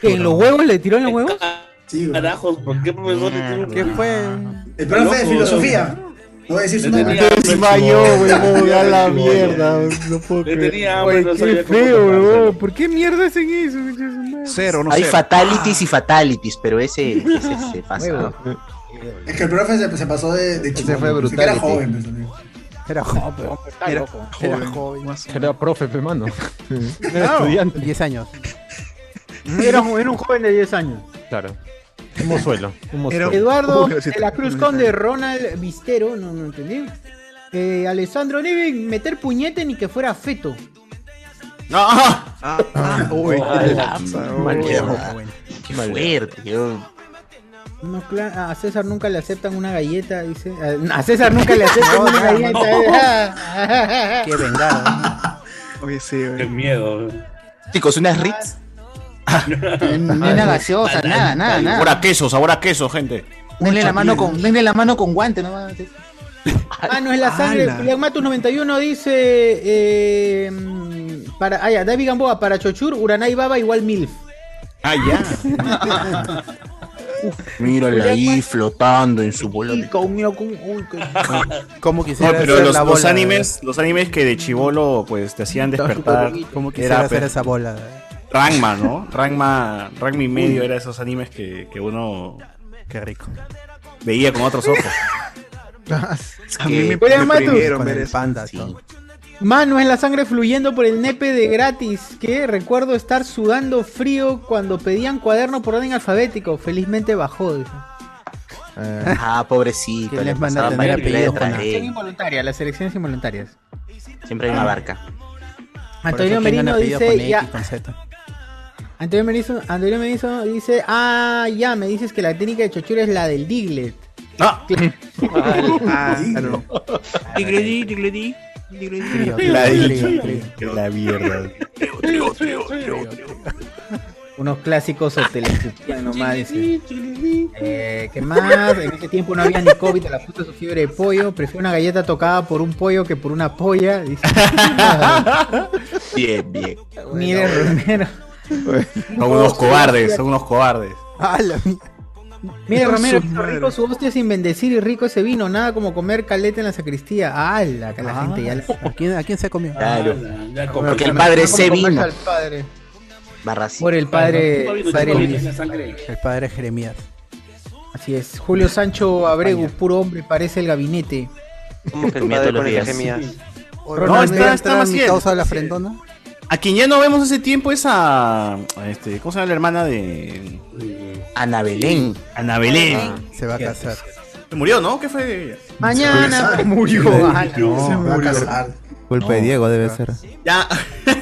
[SPEAKER 1] ¿Que en los huevos le tiró en los huevos?
[SPEAKER 17] Sí, weón.
[SPEAKER 8] Carajos, ¿por qué profesor te tiene
[SPEAKER 17] ¿Qué
[SPEAKER 8] fue?
[SPEAKER 17] El profe de filosofía. No voy a decir su nombre.
[SPEAKER 3] [laughs]
[SPEAKER 8] Desmayó,
[SPEAKER 17] huevón, a [laughs] la
[SPEAKER 8] mierda,
[SPEAKER 1] No puedo
[SPEAKER 8] Le tenía hambre, no
[SPEAKER 1] qué
[SPEAKER 8] sabía cómo
[SPEAKER 1] feo,
[SPEAKER 8] tocar.
[SPEAKER 1] weón. ¿Por qué mierda hacen eso?
[SPEAKER 11] Cero,
[SPEAKER 7] Hay fatalities y fatalities, pero ese, ese se pasa.
[SPEAKER 17] Huevo. Es que el profe se, se pasó de, de chico.
[SPEAKER 7] fue
[SPEAKER 17] weón. Se
[SPEAKER 7] brutality.
[SPEAKER 17] Era joven. pues, amigo.
[SPEAKER 2] Era joven.
[SPEAKER 1] Era
[SPEAKER 2] Era
[SPEAKER 1] joven.
[SPEAKER 2] joven.
[SPEAKER 3] Era profe, hermano.
[SPEAKER 2] Era estudiante. 10 años.
[SPEAKER 1] Era un, era un joven de 10 años.
[SPEAKER 3] Claro. Un mozuelo. Un mozuelo.
[SPEAKER 1] Eduardo de la Cruz Conde, Ronald Vistero, no, no entendí. Eh, Alessandro Niven, meter puñete ni que fuera feto.
[SPEAKER 5] ¡Ah!
[SPEAKER 1] uy,
[SPEAKER 7] Ay, la-
[SPEAKER 1] uy.
[SPEAKER 7] mal
[SPEAKER 1] Qué
[SPEAKER 7] viejo.
[SPEAKER 1] bueno.
[SPEAKER 7] Qué fuerte, yo.
[SPEAKER 1] No, cla- a César nunca le aceptan una galleta, dice. A- A César nunca le
[SPEAKER 9] [laughs]
[SPEAKER 1] aceptan
[SPEAKER 2] No,
[SPEAKER 1] una
[SPEAKER 2] no, no.
[SPEAKER 1] galleta.
[SPEAKER 2] Qué vengado.
[SPEAKER 8] Oye, sí,
[SPEAKER 6] Qué miedo.
[SPEAKER 7] Chicos, unas Ritz.
[SPEAKER 9] Nena gaseosa, nada, nada,
[SPEAKER 5] Sabor
[SPEAKER 9] nada.
[SPEAKER 5] a queso, sabor a queso, gente.
[SPEAKER 9] [laughs] Denle la mano con, denle la mano con guante nomás.
[SPEAKER 1] Ah, no es la sangre.
[SPEAKER 9] Ala.
[SPEAKER 1] Julián Matus 91 dice. eh, mm, para, ah, ya, David Gamboa, para Chochur, Uranai Baba igual MILF.
[SPEAKER 5] Ah,
[SPEAKER 9] Ah.
[SPEAKER 1] [laughs] ya.
[SPEAKER 7] Mírala ahí flotando en su bola. de-
[SPEAKER 1] [laughs]
[SPEAKER 2] Como
[SPEAKER 5] No,
[SPEAKER 2] quisiera
[SPEAKER 5] pero
[SPEAKER 2] hacer
[SPEAKER 5] los,
[SPEAKER 2] la
[SPEAKER 5] los
[SPEAKER 2] bola,
[SPEAKER 1] eh.
[SPEAKER 5] animes, los animes que de chivolo pues te hacían despertar.
[SPEAKER 2] Como quisiera
[SPEAKER 5] era,
[SPEAKER 2] hacer
[SPEAKER 5] pues,
[SPEAKER 2] esa bola.
[SPEAKER 5] Ranma, ¿no? Ranma, Ranma y medio era esos animes que, que uno
[SPEAKER 2] Qué rico.
[SPEAKER 5] veía con otros ojos.
[SPEAKER 1] [laughs] A mí me- Julián me Matus. prohibieron
[SPEAKER 2] Con
[SPEAKER 1] ver
[SPEAKER 2] el
[SPEAKER 1] eso.
[SPEAKER 2] panda, todo.
[SPEAKER 1] Mano es la sangre fluyendo por el nepe de gratis. Que recuerdo estar sudando frío cuando pedían cuaderno por orden alfabético. Felizmente bajó. dice.
[SPEAKER 7] Ah, pobrecito.
[SPEAKER 1] Que les manda
[SPEAKER 7] pasaba
[SPEAKER 1] a tener
[SPEAKER 7] para que le
[SPEAKER 1] apellidos
[SPEAKER 7] traje.
[SPEAKER 1] con acción involuntaria, las elecciones involuntarias.
[SPEAKER 7] Siempre hay una barca.
[SPEAKER 1] Antonio Merino dice, ya, Antonio Merino, Antonio Merino dice, ah, ya, me dices que la técnica de Chochura es la del Diglett.
[SPEAKER 5] Ah. [laughs]
[SPEAKER 8] Claro.
[SPEAKER 11] Digredí, digredí, digredí.
[SPEAKER 5] La, la mierda.
[SPEAKER 1] Unos clásicos hoteles nomás. dice. Eh, ¿Qué más? En ese tiempo no había ni COVID, a la puta su fiebre de pollo. Prefiero una galleta tocada por un pollo que por una polla.
[SPEAKER 2] [laughs]
[SPEAKER 1] Dice.
[SPEAKER 7] Bien, bien.
[SPEAKER 1] Ni de Romero. Ah,
[SPEAKER 5] Son unos cobardes, son unos cobardes.
[SPEAKER 1] Mira,
[SPEAKER 5] Con
[SPEAKER 1] Romero,
[SPEAKER 5] su
[SPEAKER 1] hizo rico su hostia sin bendecir y rico ese vino. Nada como comer caleta en la sacristía. Ah, la, que la
[SPEAKER 2] Ah,
[SPEAKER 1] gente ya le...
[SPEAKER 2] ¿A quién, a quién se comió?
[SPEAKER 1] Ah,
[SPEAKER 7] Claro.
[SPEAKER 2] ya
[SPEAKER 1] compró.
[SPEAKER 7] Porque el padre
[SPEAKER 1] Vamos a
[SPEAKER 7] se
[SPEAKER 1] comerse
[SPEAKER 7] vino.
[SPEAKER 1] al padre.
[SPEAKER 7] Barracito.
[SPEAKER 1] Por el padre,
[SPEAKER 2] Bueno,
[SPEAKER 1] padre
[SPEAKER 2] Luis.
[SPEAKER 1] Luis.
[SPEAKER 2] El padre Jeremías.
[SPEAKER 1] Así es. Julio Sancho Abreu, puro hombre, parece el gabinete.
[SPEAKER 10] Como que el
[SPEAKER 7] [laughs] Comía
[SPEAKER 10] padre
[SPEAKER 7] todos los
[SPEAKER 10] con el
[SPEAKER 7] días.
[SPEAKER 10] Jeremías.
[SPEAKER 5] No,
[SPEAKER 1] Ronald
[SPEAKER 5] está,
[SPEAKER 1] Reagan
[SPEAKER 5] está
[SPEAKER 1] era mi
[SPEAKER 5] Maciel.
[SPEAKER 1] causa de la
[SPEAKER 5] Maciel.
[SPEAKER 2] frentona.
[SPEAKER 5] A quien ya no vemos hace tiempo es a. a este, ¿Cómo se llama la hermana de.
[SPEAKER 7] Ana Belén.
[SPEAKER 5] Ana
[SPEAKER 1] Ah,
[SPEAKER 5] Belén.
[SPEAKER 2] Se va a casar.
[SPEAKER 5] Se murió, ¿no? ¿Qué fue de ella?
[SPEAKER 1] Mañana.
[SPEAKER 5] Se murió. Ah,
[SPEAKER 17] no, se va a
[SPEAKER 5] murió.
[SPEAKER 17] casar.
[SPEAKER 22] Culpa de Diego debe ser.
[SPEAKER 5] Ya.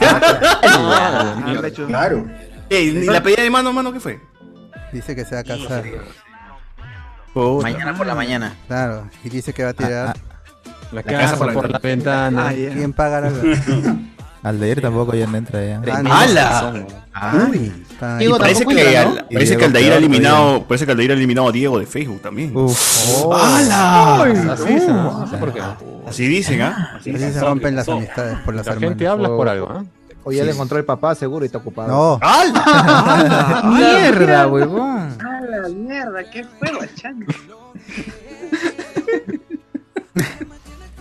[SPEAKER 2] Ah,
[SPEAKER 17] Claro.
[SPEAKER 5] Ey, ni la pedida de mano, mano, ¿qué fue?
[SPEAKER 2] Dice que se va a casar.
[SPEAKER 1] Mañana por la mañana.
[SPEAKER 2] Claro. Y dice que va a tirar. Ah,
[SPEAKER 3] La casa por, la ventana.
[SPEAKER 2] ¿Quién pagará la.?
[SPEAKER 22] Al de ir tampoco ya no entra ya. ¿Eh?
[SPEAKER 5] ¡Hala! Ay.
[SPEAKER 2] Está-
[SPEAKER 5] Y parece
[SPEAKER 2] tampoco
[SPEAKER 5] que,
[SPEAKER 2] entra,
[SPEAKER 5] al-
[SPEAKER 2] ¿no?
[SPEAKER 22] Y
[SPEAKER 5] parece
[SPEAKER 22] Diego
[SPEAKER 5] que Aldair ha
[SPEAKER 22] peor
[SPEAKER 5] eliminado, parece que Aldair ha eliminado a Diego de Facebook también.
[SPEAKER 3] ¡Hala!
[SPEAKER 2] [laughs]
[SPEAKER 3] Así es, ¿no? No sé por qué.
[SPEAKER 5] Así dicen, ¿ah?
[SPEAKER 2] Así se rompen las amistades por las
[SPEAKER 3] La
[SPEAKER 2] hermanas.
[SPEAKER 3] gente habla por algo, ¿ah?
[SPEAKER 12] O ya
[SPEAKER 2] Sí.
[SPEAKER 12] le encontró el papá, seguro, y está ocupado. [laughs]
[SPEAKER 2] No.
[SPEAKER 1] Mierda, huevón.
[SPEAKER 4] A la mierda, qué fue, guachán.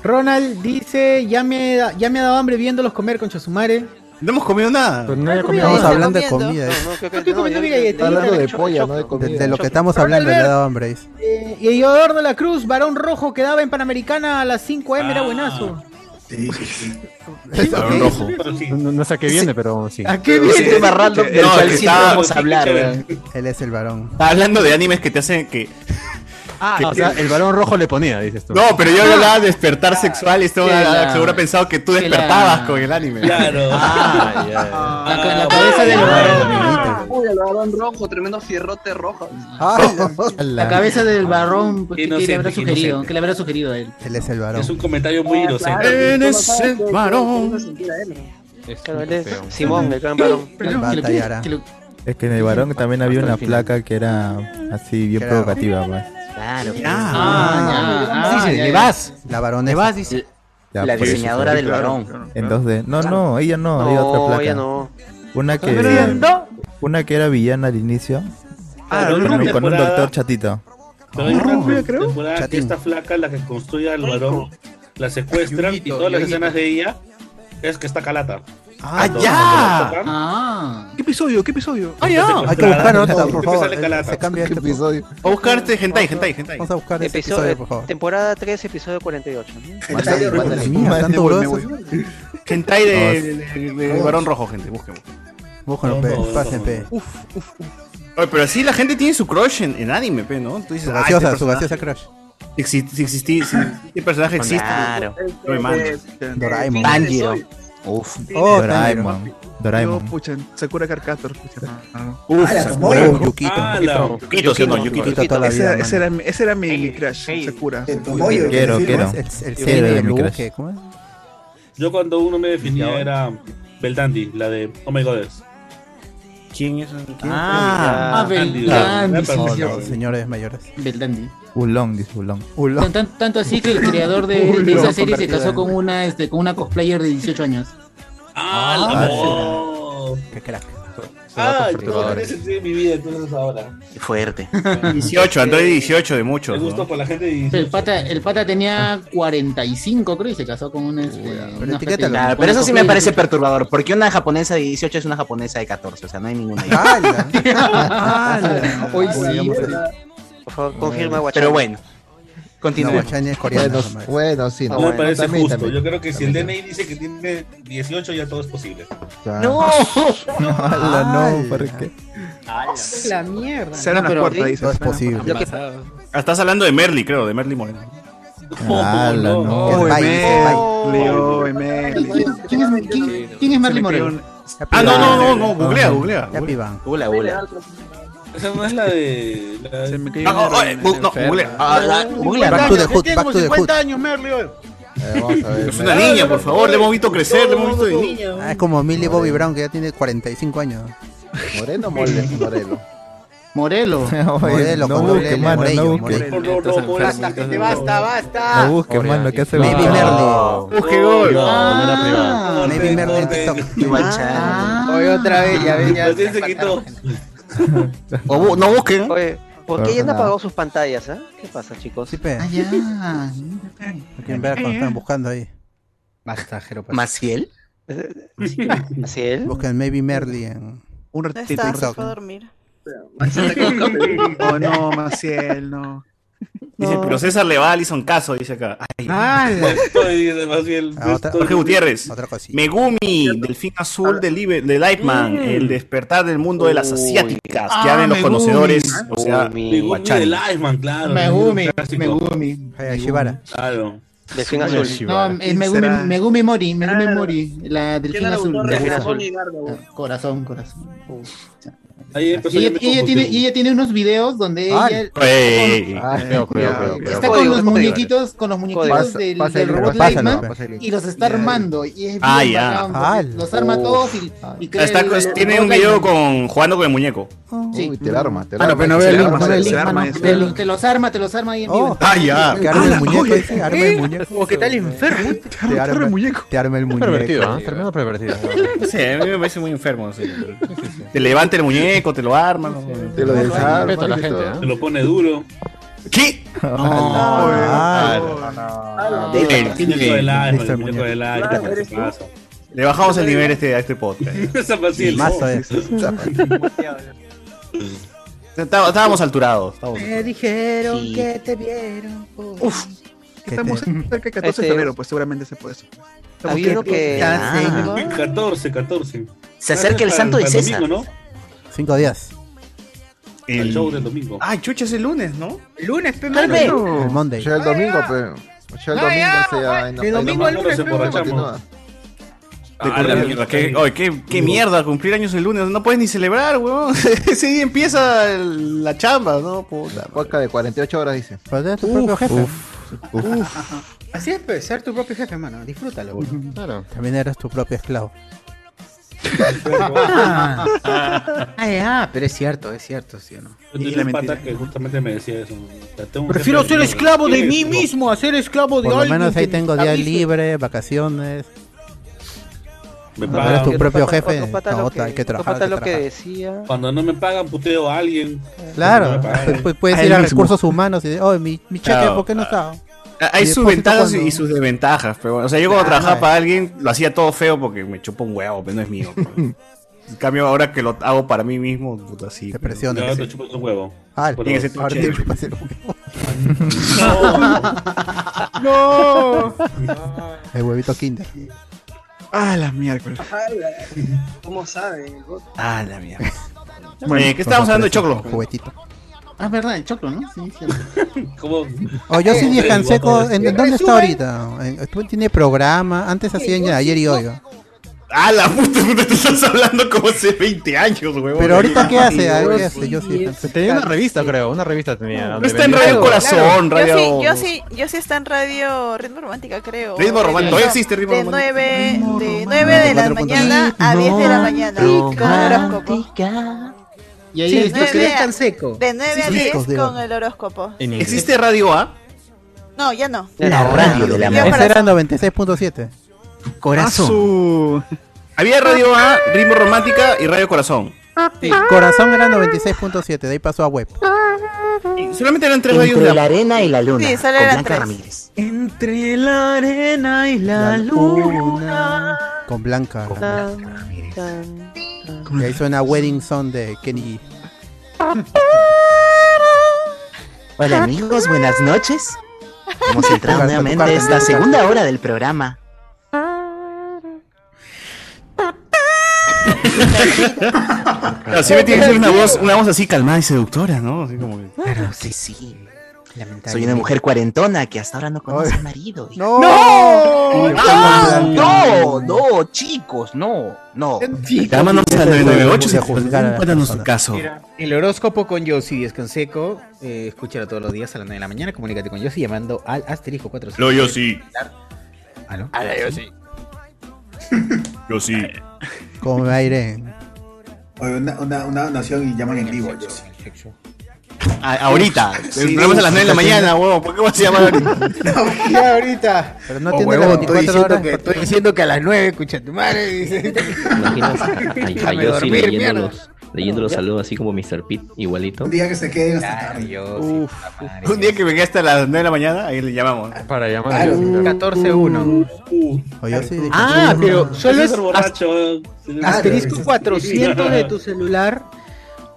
[SPEAKER 1] Ronald dice, ya me, da- ya me ha dado hambre viéndolos comer con Chosumare.
[SPEAKER 5] No hemos comido nada.
[SPEAKER 3] no había
[SPEAKER 1] Pues comido
[SPEAKER 2] Estamos
[SPEAKER 1] nada.
[SPEAKER 2] hablando de
[SPEAKER 1] Comiendo.
[SPEAKER 2] comida. eh.
[SPEAKER 10] No, creo que-
[SPEAKER 1] ¿Por qué
[SPEAKER 10] no,
[SPEAKER 1] comió
[SPEAKER 10] yo-
[SPEAKER 1] mi galletita?
[SPEAKER 12] Está hablando de
[SPEAKER 10] Choco,
[SPEAKER 12] polla, no de
[SPEAKER 10] choco.
[SPEAKER 2] De,
[SPEAKER 12] comida.
[SPEAKER 2] de lo que estamos hablando, le ha dado hambre. dice.
[SPEAKER 1] Eh, y Eduardo La Cruz, varón rojo que daba en Panamericana a las 5M, era buenazo.
[SPEAKER 3] Salón rojo. No, no sé a qué viene, pero sí.
[SPEAKER 1] ¿A qué
[SPEAKER 5] Sí,
[SPEAKER 1] viene?
[SPEAKER 5] es más random del cual sí vamos a hablar,
[SPEAKER 7] hablar.
[SPEAKER 2] Él es el varón.
[SPEAKER 5] Está hablando de animes que te hacen que.
[SPEAKER 3] Ah, o sea, el balón rojo le ponía, dices tú.
[SPEAKER 5] No, pero yo hablaba de despertar
[SPEAKER 2] Ah,
[SPEAKER 5] sexual y estaba
[SPEAKER 9] que la-
[SPEAKER 5] seguro ha pensado que tú
[SPEAKER 9] que la-
[SPEAKER 5] despertabas con el anime.
[SPEAKER 6] Claro.
[SPEAKER 3] Ah, ya, ya.
[SPEAKER 9] La, ca-
[SPEAKER 1] Ah,
[SPEAKER 9] la cabeza del varón.
[SPEAKER 4] Ah, Uy, el varón rojo, tremendo fierrote rojo.
[SPEAKER 9] La cabeza del varón, pues, ¿qué, qué le habrá
[SPEAKER 6] Inocente,
[SPEAKER 9] sugerido?
[SPEAKER 6] inocente.
[SPEAKER 9] ¿Qué le habrá sugerido a él? Ah,
[SPEAKER 2] Él es el varón.
[SPEAKER 6] Es un comentario muy inocente.
[SPEAKER 7] Mm.
[SPEAKER 10] Claro, él es
[SPEAKER 3] feo.
[SPEAKER 10] Simón, el gran varón.
[SPEAKER 2] Él batallará.
[SPEAKER 9] Que lo-
[SPEAKER 22] Es que en el varón también había una placa que era así bien
[SPEAKER 2] Claro.
[SPEAKER 22] provocativa, pues.
[SPEAKER 7] Claro.
[SPEAKER 11] Ah,
[SPEAKER 9] Ah, ya,
[SPEAKER 2] Dice,
[SPEAKER 9] ya,
[SPEAKER 2] le
[SPEAKER 9] ya.
[SPEAKER 2] vas. La varón vas, dice.
[SPEAKER 22] Ya,
[SPEAKER 7] La
[SPEAKER 22] pues,
[SPEAKER 7] diseñadora
[SPEAKER 22] sí,
[SPEAKER 7] del
[SPEAKER 22] claro.
[SPEAKER 7] varón.
[SPEAKER 22] En 2D. No, no, ella no, había otra
[SPEAKER 10] No,
[SPEAKER 22] placa.
[SPEAKER 10] ya no.
[SPEAKER 22] Una que una que era villana al inicio.
[SPEAKER 6] Ah,
[SPEAKER 22] con,
[SPEAKER 6] la
[SPEAKER 22] un-
[SPEAKER 6] última
[SPEAKER 22] con un
[SPEAKER 6] temporada-
[SPEAKER 22] doctor chatito.
[SPEAKER 6] Pero hay una
[SPEAKER 8] Ah, creo.
[SPEAKER 6] temporada que esta flaca, la que construye al varón, la secuestran y todas las escenas de ella es que está calata.
[SPEAKER 2] Ah,
[SPEAKER 6] Todo,
[SPEAKER 5] ya.
[SPEAKER 6] todo, todo, todo.
[SPEAKER 9] Ah,
[SPEAKER 8] ¿Qué episodio? ¿Qué episodio?
[SPEAKER 5] ¡Ah, ya!
[SPEAKER 2] Hay que buscar
[SPEAKER 6] Claro,
[SPEAKER 2] otra,
[SPEAKER 6] no,
[SPEAKER 2] por
[SPEAKER 6] que
[SPEAKER 2] favor.
[SPEAKER 6] sale Calata.
[SPEAKER 2] Se cambia
[SPEAKER 12] ¿Qué
[SPEAKER 2] este episodio.
[SPEAKER 12] episodio?
[SPEAKER 5] A buscarte hentai, hentai, hentai.
[SPEAKER 2] Vamos a buscar ese
[SPEAKER 10] Episodio,
[SPEAKER 2] episodio, por favor.
[SPEAKER 10] temporada 3, episodio 48.
[SPEAKER 17] Hentai
[SPEAKER 2] Mira, tanto
[SPEAKER 5] Me
[SPEAKER 2] bro,
[SPEAKER 5] [laughs] voy, me voy. Hentai de, de- de- de varón rojo, gente, busquemos.
[SPEAKER 2] Búscalo, pe. Pasen, pe.
[SPEAKER 5] Oye, pero así la gente tiene su crush en, en anime, pe, ¿no? Tú dices,
[SPEAKER 2] Su
[SPEAKER 5] ah, este
[SPEAKER 2] gaseosa, su
[SPEAKER 5] personaje-
[SPEAKER 2] gaseosa crush.
[SPEAKER 5] Si exi- si existí, si este personaje existe.
[SPEAKER 2] Claro.
[SPEAKER 5] No me
[SPEAKER 6] Eh,
[SPEAKER 5] mandes.
[SPEAKER 2] Doraemon.
[SPEAKER 5] Banjiro.
[SPEAKER 22] Uf.
[SPEAKER 5] Oh,
[SPEAKER 22] Doraemon.
[SPEAKER 8] Yo,
[SPEAKER 22] Doraemon.
[SPEAKER 8] pucha, Sakura Carcator, pucha. no.
[SPEAKER 22] Uf,
[SPEAKER 8] Ah,
[SPEAKER 22] Sakura,
[SPEAKER 8] Tomoko.
[SPEAKER 22] Yukito.
[SPEAKER 8] Ah, la-
[SPEAKER 22] Yukito, Yukito, sí, no, Yukito. Yukito toda la
[SPEAKER 8] Ese
[SPEAKER 22] vida,
[SPEAKER 8] era- ese
[SPEAKER 22] mano.
[SPEAKER 8] era mi- Ese era mi mi crush, Sakura. Sakura.
[SPEAKER 22] Quiero, quiero.
[SPEAKER 2] El, el,
[SPEAKER 22] Quiero
[SPEAKER 2] cero
[SPEAKER 22] de
[SPEAKER 2] de
[SPEAKER 22] mi
[SPEAKER 2] Luke,
[SPEAKER 22] crush.
[SPEAKER 2] ¿cómo es?
[SPEAKER 6] Yo cuando uno me definía era Beldandi, la de Oh My Goddess.
[SPEAKER 5] ¿Quién es?
[SPEAKER 2] Ah,
[SPEAKER 9] Beldandi,
[SPEAKER 2] No,
[SPEAKER 9] sí,
[SPEAKER 2] no,
[SPEAKER 9] sí.
[SPEAKER 2] señores mayores.
[SPEAKER 9] Beldandi.
[SPEAKER 22] Ulong, dice Ulong.
[SPEAKER 9] Tan- tan- tanto así
[SPEAKER 22] [laughs]
[SPEAKER 9] que el creador de,
[SPEAKER 22] Uy,
[SPEAKER 9] de
[SPEAKER 22] lo
[SPEAKER 9] esa serie se
[SPEAKER 22] convertido
[SPEAKER 9] casó
[SPEAKER 22] en-
[SPEAKER 9] con una, este, con una cosplayer de 18 años.
[SPEAKER 6] ¡Ah, [laughs]
[SPEAKER 2] ¡Qué crack!
[SPEAKER 6] Ah,
[SPEAKER 7] Son
[SPEAKER 6] yo en
[SPEAKER 7] perturbadores.
[SPEAKER 6] ese de mi vida, entonces ahora.
[SPEAKER 7] Qué fuerte.
[SPEAKER 5] 18, Android 18 de muchos.
[SPEAKER 6] Me gusta
[SPEAKER 5] ¿no?
[SPEAKER 6] por la gente
[SPEAKER 9] Ah. El
[SPEAKER 6] de
[SPEAKER 9] pata, el pata tenía 45, creo, y se casó con una. Este, una
[SPEAKER 7] Claro,
[SPEAKER 9] gente-
[SPEAKER 7] pero eso sí me
[SPEAKER 9] con-
[SPEAKER 7] parece perturbador, porque una japonesa de 18 es una japonesa de 14, o sea, no hay ninguna. [laughs]
[SPEAKER 10] [laughs]
[SPEAKER 9] Hoy sí,
[SPEAKER 10] Por favor, confirma, Guachani.
[SPEAKER 7] Pero bueno, continúa.
[SPEAKER 10] No, Guachani
[SPEAKER 2] es
[SPEAKER 10] Bueno,
[SPEAKER 2] coreano, Ah, no me-
[SPEAKER 10] bueno, sí,
[SPEAKER 6] No,
[SPEAKER 10] no,
[SPEAKER 6] me parece
[SPEAKER 10] también,
[SPEAKER 6] justo.
[SPEAKER 10] también.
[SPEAKER 6] Yo creo que si el
[SPEAKER 10] También.
[SPEAKER 6] DNI dice que tiene 18, ya todo es posible.
[SPEAKER 22] [laughs] No. Ala, no, ¿por qué?
[SPEAKER 1] La mierda.
[SPEAKER 5] Se abren las puertas, dice.
[SPEAKER 22] Todo es posible.
[SPEAKER 5] Lo que- Ah, Estás hablando de Merly, creo, de Merly Moreno.
[SPEAKER 22] Ala, no.
[SPEAKER 5] Oh,
[SPEAKER 9] ¿Quién es, quién- quién es Marilyn Moreno?
[SPEAKER 5] Ah, no, no, no, no, googlea, googlea.
[SPEAKER 2] Ya piban.
[SPEAKER 7] Hola, hola.
[SPEAKER 6] Esa no es la de. La... Se me cayó.
[SPEAKER 5] Ah, oh, eh, bu- no, googlea. Ah, ah, googlea.
[SPEAKER 1] Back to the hood, back to the hood.
[SPEAKER 5] años,
[SPEAKER 1] Merly, hoy.
[SPEAKER 2] Eh,
[SPEAKER 5] Es una niña, por favor, le hemos visto crecer, le hemos visto de niña.
[SPEAKER 2] Ah, es como Millie Bobby Brown, que ya tiene 45 años.
[SPEAKER 12] Moreno Moreno, Morelo.
[SPEAKER 9] Morelo.
[SPEAKER 2] [laughs] Morelo,
[SPEAKER 22] no
[SPEAKER 2] con
[SPEAKER 22] busque,
[SPEAKER 2] doble L,
[SPEAKER 22] mano,
[SPEAKER 2] Morello,
[SPEAKER 22] no busque.
[SPEAKER 2] Morello.
[SPEAKER 1] Basta, gente, basta, basta.
[SPEAKER 22] No busques, mano, que hace
[SPEAKER 2] Maybe Merly.
[SPEAKER 1] Busque gol.
[SPEAKER 2] Maybe Merly en TikTok.
[SPEAKER 1] Hoy otra vez, ya ven, ya.
[SPEAKER 6] se quitó.
[SPEAKER 7] no busquen.
[SPEAKER 10] Oye, ¿por
[SPEAKER 2] Pero
[SPEAKER 10] qué ella no
[SPEAKER 2] nada.
[SPEAKER 10] apagó sus pantallas, ah? ¿Qué pasa, chicos?
[SPEAKER 2] Sí, pe.
[SPEAKER 9] Ah,
[SPEAKER 2] Quieren ver cuando están buscando ahí.
[SPEAKER 10] Masajero,
[SPEAKER 6] [laughs]
[SPEAKER 7] ¿Maciel?
[SPEAKER 10] ¿Maciel?
[SPEAKER 2] Buscan Maybe Merly en
[SPEAKER 8] Un
[SPEAKER 20] No
[SPEAKER 8] ratito.
[SPEAKER 20] está, se fue a dormir.
[SPEAKER 2] [laughs]
[SPEAKER 8] Oh, no, Maciel, no.
[SPEAKER 5] [laughs] Dice, pero César le va a Alison caso, dice acá. Ay, [laughs]
[SPEAKER 1] Ala.
[SPEAKER 6] Estoy más bien.
[SPEAKER 5] Ah, otra-
[SPEAKER 6] estoy-
[SPEAKER 5] Jorge Gutiérrez.
[SPEAKER 2] Otra cosita.
[SPEAKER 5] Megumi, Delfín Azul de, Libe- de Lightman,
[SPEAKER 6] Mm.
[SPEAKER 5] el despertar del mundo de las
[SPEAKER 6] Uy.
[SPEAKER 5] asiáticas, que
[SPEAKER 6] Ah,
[SPEAKER 5] hablen los
[SPEAKER 6] Megumi.
[SPEAKER 5] conocedores, o sea,
[SPEAKER 6] Megumi
[SPEAKER 5] Guachani.
[SPEAKER 6] de Lifeman, claro.
[SPEAKER 9] Megumi,
[SPEAKER 6] es un clásico.
[SPEAKER 9] Megumi.
[SPEAKER 2] Hayashibara.
[SPEAKER 6] Claro.
[SPEAKER 10] Delfín
[SPEAKER 6] Azul.
[SPEAKER 9] No, es
[SPEAKER 6] ¿Quién
[SPEAKER 9] Megumi,
[SPEAKER 6] será?
[SPEAKER 9] Megumi Mori, Megumi Mori, la del
[SPEAKER 6] ¿Quién era el
[SPEAKER 9] azul.
[SPEAKER 6] autor de
[SPEAKER 9] Delfín
[SPEAKER 6] Corazón
[SPEAKER 9] azul.
[SPEAKER 6] y Garbo?
[SPEAKER 9] Ah, Corazón, corazón.
[SPEAKER 6] Ahí empezó
[SPEAKER 9] Y
[SPEAKER 6] ya
[SPEAKER 9] ella,
[SPEAKER 6] mi
[SPEAKER 9] y ella tiene,
[SPEAKER 6] confusión.
[SPEAKER 9] y ella tiene unos videos donde
[SPEAKER 6] Ah,
[SPEAKER 9] ella
[SPEAKER 22] Creo, creo, creo, creo.
[SPEAKER 9] está con los muñequitos, con los muñequitos
[SPEAKER 22] Pasa-
[SPEAKER 9] del,
[SPEAKER 22] pásale,
[SPEAKER 9] del robot
[SPEAKER 22] pásalo,
[SPEAKER 9] Lightman
[SPEAKER 22] pásale.
[SPEAKER 9] y los está armando. Y es bien
[SPEAKER 5] Ah, ya.
[SPEAKER 9] bacán, porque
[SPEAKER 5] Ah,
[SPEAKER 9] los arma
[SPEAKER 5] oh.
[SPEAKER 9] todos y, y crea
[SPEAKER 5] Está-
[SPEAKER 9] el- el
[SPEAKER 5] tiene
[SPEAKER 9] robot
[SPEAKER 5] un video
[SPEAKER 9] Lightman.
[SPEAKER 5] con jugando con el muñeco.
[SPEAKER 9] Sí.
[SPEAKER 12] Uy, te la arma, te la
[SPEAKER 5] Ah, no,
[SPEAKER 12] arma.
[SPEAKER 5] pero no veo
[SPEAKER 12] Se
[SPEAKER 5] el
[SPEAKER 12] la arma,
[SPEAKER 5] link, no veo el
[SPEAKER 12] se la
[SPEAKER 5] link,
[SPEAKER 12] arma,
[SPEAKER 5] mano.
[SPEAKER 12] se la
[SPEAKER 9] Te,
[SPEAKER 12] arma.
[SPEAKER 9] lo- te los arma, te los arma ahí en vivo.
[SPEAKER 5] Ah, ya.
[SPEAKER 2] Que arme el muñeco, ese, arme el muñeco.
[SPEAKER 1] ¿Qué tal enfermo?
[SPEAKER 2] Te arma el muñeco. Te arma el muñeco.
[SPEAKER 3] Pervertido, ¿ah? Tremendo pervertido.
[SPEAKER 5] Sí, a mí me parece muy enfermo. sí. Te levanta el muñeco, te lo arma. ¿no?
[SPEAKER 12] Te lo desarma,
[SPEAKER 3] Respeto a la
[SPEAKER 12] y
[SPEAKER 3] gente,
[SPEAKER 12] todo.
[SPEAKER 5] ¿eh?
[SPEAKER 3] ¿ah?
[SPEAKER 6] Se lo pone duro.
[SPEAKER 5] ¿Qué?
[SPEAKER 2] Ah,
[SPEAKER 5] Del-
[SPEAKER 6] El muñeco del alma, el muñeco del alma.
[SPEAKER 5] Claro, eres tú. Le bajamos el nivel este, a este podcast.
[SPEAKER 6] Zapatil.
[SPEAKER 2] Mazo es.
[SPEAKER 5] [laughs] Está- Estábamos alturados. estábamos-
[SPEAKER 1] Me dijeron
[SPEAKER 5] Sí.
[SPEAKER 1] que te vieron. por-
[SPEAKER 8] Estamos cerca de 14 de
[SPEAKER 10] Este-
[SPEAKER 8] febrero, pues seguramente se puede eso.
[SPEAKER 10] Aquí uno que.
[SPEAKER 2] Ah.
[SPEAKER 6] 14, 14.
[SPEAKER 7] Se acerca el
[SPEAKER 6] Para-
[SPEAKER 7] santo de
[SPEAKER 6] para
[SPEAKER 7] César.
[SPEAKER 6] domingo, ¿no?
[SPEAKER 2] Cinco días.
[SPEAKER 6] El show del
[SPEAKER 1] oh.
[SPEAKER 6] domingo.
[SPEAKER 5] Ay, chucha, es el lunes, ¿no?
[SPEAKER 1] Lunes, pe,
[SPEAKER 7] Tal vez.
[SPEAKER 1] mano.
[SPEAKER 2] El Monday.
[SPEAKER 12] Ya el domingo, pero. Ya el domingo se ya.
[SPEAKER 5] pues,
[SPEAKER 1] De domingo al lunes, pe, mano.
[SPEAKER 5] Ah, la mierda, qué, oye, qué- qué mierda, cumplir años el lunes, no puedes ni celebrar, weón. Ese día empieza el- la chamba, ¿no? Puta.
[SPEAKER 12] Podcast de 48 horas, dice.
[SPEAKER 2] Pero tienes tu propio jefe.
[SPEAKER 1] Así es, pe, ser tu propio jefe, mano. Disfrútalo, [laughs] boludo.
[SPEAKER 3] Claro.
[SPEAKER 2] También eres tu propio esclavo.
[SPEAKER 1] Ah, ya, pero es cierto, es cierto, sí o no.
[SPEAKER 6] Yo tenía un pata que justamente me decía eso. O sea, tengo un
[SPEAKER 1] Prefiero
[SPEAKER 6] jefe
[SPEAKER 1] ser
[SPEAKER 6] que-
[SPEAKER 1] esclavo de
[SPEAKER 6] que-
[SPEAKER 1] mí mismo a ser esclavo de
[SPEAKER 2] Por lo
[SPEAKER 1] alguien.
[SPEAKER 2] menos ahí
[SPEAKER 1] que me
[SPEAKER 2] tengo días
[SPEAKER 1] esclavice.
[SPEAKER 2] libres, vacaciones.
[SPEAKER 6] Me
[SPEAKER 2] No eres
[SPEAKER 6] pagan.
[SPEAKER 2] tu propio jefe.
[SPEAKER 10] Otro pata
[SPEAKER 2] No,
[SPEAKER 10] lo
[SPEAKER 2] otra, hay que trabajar.
[SPEAKER 10] otro pata
[SPEAKER 2] hay que
[SPEAKER 10] lo que
[SPEAKER 2] trabajar.
[SPEAKER 10] decía.
[SPEAKER 6] Cuando no me pagan, puteo a alguien.
[SPEAKER 2] Claro,
[SPEAKER 6] No me pagan.
[SPEAKER 2] pu- puedes
[SPEAKER 5] A él
[SPEAKER 2] ir a
[SPEAKER 5] Ah, mismo.
[SPEAKER 2] recursos humanos y decir, oh, mi, mi cheque,
[SPEAKER 5] Claro.
[SPEAKER 2] ¿por qué no está?
[SPEAKER 5] Ah, Hay
[SPEAKER 2] Mi
[SPEAKER 5] sus
[SPEAKER 2] depósito,
[SPEAKER 5] ventajas y-
[SPEAKER 2] ¿cuándo?
[SPEAKER 5] y sus desventajas, pero bueno, o sea, yo cuando
[SPEAKER 2] Claro.
[SPEAKER 5] trabajaba para alguien lo hacía todo feo porque me chupó un huevo, pero no es mío.
[SPEAKER 2] [laughs]
[SPEAKER 5] pero- en cambio, ahora que lo hago para mí mismo, puta, sí. Te
[SPEAKER 2] presiona.
[SPEAKER 6] No, te chupas un huevo.
[SPEAKER 2] Ah,
[SPEAKER 6] Por
[SPEAKER 5] Tiene que
[SPEAKER 6] dos.
[SPEAKER 5] ser tu chef. [laughs]
[SPEAKER 2] El huevito Kinder.
[SPEAKER 8] Ah, la miércoles.
[SPEAKER 4] ¿Cómo sabe?
[SPEAKER 5] Ah, la mierda.
[SPEAKER 1] Bueno,
[SPEAKER 5] Eh, ¿Qué estábamos hablando de Choclo?
[SPEAKER 2] Juguetito.
[SPEAKER 9] Ah, es verdad, el choclo, ¿no? Sí, sí.
[SPEAKER 5] [laughs]
[SPEAKER 6] ¿Cómo?
[SPEAKER 2] O Oh, yo sí
[SPEAKER 6] Hombre,
[SPEAKER 2] Canseco,
[SPEAKER 6] guapo,
[SPEAKER 2] ¿en,
[SPEAKER 6] este.
[SPEAKER 2] en dónde está ahorita? En- estuvo- tiene programa, antes hacían ya ayer y hoy. ¿no?
[SPEAKER 5] Ah, la puta, puta, [laughs] tú estás hablando como hace 20 años, huevón.
[SPEAKER 2] Pero ahorita qué hace,
[SPEAKER 5] Ah,
[SPEAKER 2] Ah,
[SPEAKER 5] huevón.
[SPEAKER 2] ¿qué hace? Yo sí.
[SPEAKER 3] Tenía una revista, creo, una revista tenía. donde
[SPEAKER 5] está en
[SPEAKER 3] vendía
[SPEAKER 5] Radio
[SPEAKER 3] algo.
[SPEAKER 5] Corazón,
[SPEAKER 20] Yo
[SPEAKER 5] Radio-
[SPEAKER 20] sí, yo sí, yo sí está en radio Ritmo Romántica, creo. Eh,
[SPEAKER 5] Ritmo Romántico, todavía existe Ritmo
[SPEAKER 20] de
[SPEAKER 5] Romántico.
[SPEAKER 20] 9, de 9 de la mañana a 10 de la mañana. Con el horóscopo.
[SPEAKER 1] Y
[SPEAKER 20] Sí,
[SPEAKER 1] ahí
[SPEAKER 20] no es
[SPEAKER 1] lo que
[SPEAKER 20] vea.
[SPEAKER 1] es tan seco.
[SPEAKER 20] De 9 a
[SPEAKER 1] Sí,
[SPEAKER 20] 10
[SPEAKER 1] chicos, digo.
[SPEAKER 20] con el horóscopo.
[SPEAKER 5] ¿Existe Radio A?
[SPEAKER 20] No, ya no.
[SPEAKER 2] La radio
[SPEAKER 5] de
[SPEAKER 2] de
[SPEAKER 5] la
[SPEAKER 2] la
[SPEAKER 5] mañana.
[SPEAKER 2] Esa era 96.7.
[SPEAKER 5] Corazón. Ah, Había Radio A, Ritmo Romántica y Radio Corazón.
[SPEAKER 2] Ah. Corazón era 96.7, de ahí pasó a web.
[SPEAKER 5] Solamente eran
[SPEAKER 2] tres
[SPEAKER 7] Entre radios de- la arena y la luna, Sí, solo con eran Blanca tres.
[SPEAKER 2] Ramírez.
[SPEAKER 11] Entre la arena y la luna.
[SPEAKER 2] Con Blanca.
[SPEAKER 4] Ah,
[SPEAKER 11] Tan,
[SPEAKER 2] Ramírez.
[SPEAKER 11] tan,
[SPEAKER 2] Y ahí suena Wedding Song de Kenny.
[SPEAKER 7] Hola amigos, buenas noches. Hemos entrado
[SPEAKER 2] Tocar,
[SPEAKER 7] nuevamente a
[SPEAKER 2] tocar,
[SPEAKER 7] esta
[SPEAKER 2] tocar.
[SPEAKER 7] segunda hora del programa.
[SPEAKER 5] Así me tiene que ser una voz, una voz así calmada y seductora, ¿no? Así como que-
[SPEAKER 7] Claro que sí. Soy una mujer cuarentona que hasta ahora no conoce al marido.
[SPEAKER 2] ¡No!
[SPEAKER 7] ¡No!
[SPEAKER 2] Ah,
[SPEAKER 7] ¡No! ¡No! ¡Chicos! ¡No! ¡No!
[SPEAKER 5] Llámanos al 998
[SPEAKER 2] De juzgar a las
[SPEAKER 5] cuéntanos su
[SPEAKER 2] personas.
[SPEAKER 5] caso.
[SPEAKER 1] El horóscopo con Yossi Descanseco. Eh, escúchalo todos los días a las 9 de la mañana. Comunícate con Yossi llamando al asterisco 4.
[SPEAKER 5] Lo yo sí.
[SPEAKER 1] ¿Aló?
[SPEAKER 5] yo Ah, sí. [laughs] Yo sí.
[SPEAKER 7] [laughs]
[SPEAKER 2] Con aire.
[SPEAKER 17] Oye, una, una, una donación y llaman en vivo. Yo sí.
[SPEAKER 5] A- ahorita.
[SPEAKER 17] Sí,
[SPEAKER 5] El programa es a las 9 de la mañana, huevón. ¿Por qué vas a llamar
[SPEAKER 17] [laughs]
[SPEAKER 5] ahorita?
[SPEAKER 1] Ya ahorita.
[SPEAKER 2] Pero
[SPEAKER 5] no atiende las 24
[SPEAKER 1] estoy diciendo
[SPEAKER 5] horas.
[SPEAKER 1] Que, estoy diciendo que a las 9, escucha tu madre. Dice.
[SPEAKER 24] Imaginas a, a- a
[SPEAKER 1] Déjame
[SPEAKER 24] Yossi
[SPEAKER 1] dormir,
[SPEAKER 24] leyendo
[SPEAKER 1] mierda.
[SPEAKER 24] los, leyendo los saludos así como Mr. Pete, igualito.
[SPEAKER 17] Un día que se queden hasta tarde.
[SPEAKER 5] Uf. Un día que venga hasta las 9 de la mañana, ahí le llamamos.
[SPEAKER 3] Para llamar
[SPEAKER 5] a Yossi.
[SPEAKER 1] 14-1. Ah, pero solo es asterisco 400 de tu celular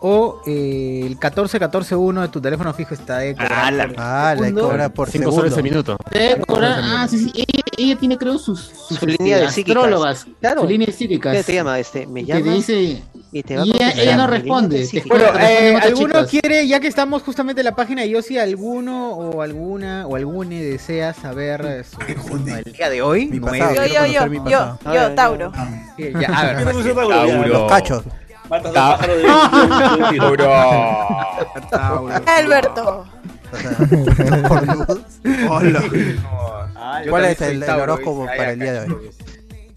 [SPEAKER 1] o eh, el 14141 de tu teléfono fijo está de
[SPEAKER 2] Ah, la- ah, le cobra por Cinco
[SPEAKER 1] sobre
[SPEAKER 2] soles segundo. el minuto.
[SPEAKER 1] Eh,
[SPEAKER 9] Debe cobrar- Ah, sí, sí. Ella, ella tiene, creo, sus, sus
[SPEAKER 10] Su línea de psíquicas.
[SPEAKER 9] Este, astrólogas.
[SPEAKER 10] Claro.
[SPEAKER 9] Su línea de psíquicas.
[SPEAKER 10] ¿Qué te llama? Este, me
[SPEAKER 9] Y te
[SPEAKER 10] llama.
[SPEAKER 9] dice-
[SPEAKER 10] Y te va a
[SPEAKER 9] Y ella,
[SPEAKER 10] contestar.
[SPEAKER 9] ella no
[SPEAKER 10] Mi línea
[SPEAKER 9] responde.
[SPEAKER 10] de
[SPEAKER 9] Te
[SPEAKER 10] psíquicas.
[SPEAKER 1] Bueno, eh,
[SPEAKER 9] muchas
[SPEAKER 1] ¿alguno
[SPEAKER 9] chicas.
[SPEAKER 1] quiere, ya que estamos justamente en la página de Yossi, alguno o alguna o algune desea saber eh, su, el día de hoy?
[SPEAKER 2] Mi
[SPEAKER 1] Nueve.
[SPEAKER 2] pasado,
[SPEAKER 20] Yo,
[SPEAKER 2] quiero
[SPEAKER 20] yo, yo,
[SPEAKER 2] conocer mi
[SPEAKER 20] yo,
[SPEAKER 2] pasado.
[SPEAKER 20] yo, Tauro.
[SPEAKER 1] Sí, ya, a ver,
[SPEAKER 2] Quiero conocer
[SPEAKER 1] fácil.
[SPEAKER 2] Tauro, ya. Los cachos.
[SPEAKER 6] Matas
[SPEAKER 1] Ta-
[SPEAKER 6] a pájaro de- de un tiro.
[SPEAKER 20] Alberto.
[SPEAKER 2] Hola.
[SPEAKER 1] yo
[SPEAKER 2] ¿Cuál
[SPEAKER 1] también
[SPEAKER 2] es
[SPEAKER 1] soy
[SPEAKER 2] el, el
[SPEAKER 1] Tauro,
[SPEAKER 2] horóscopo
[SPEAKER 1] dice,
[SPEAKER 2] para el día de hoy?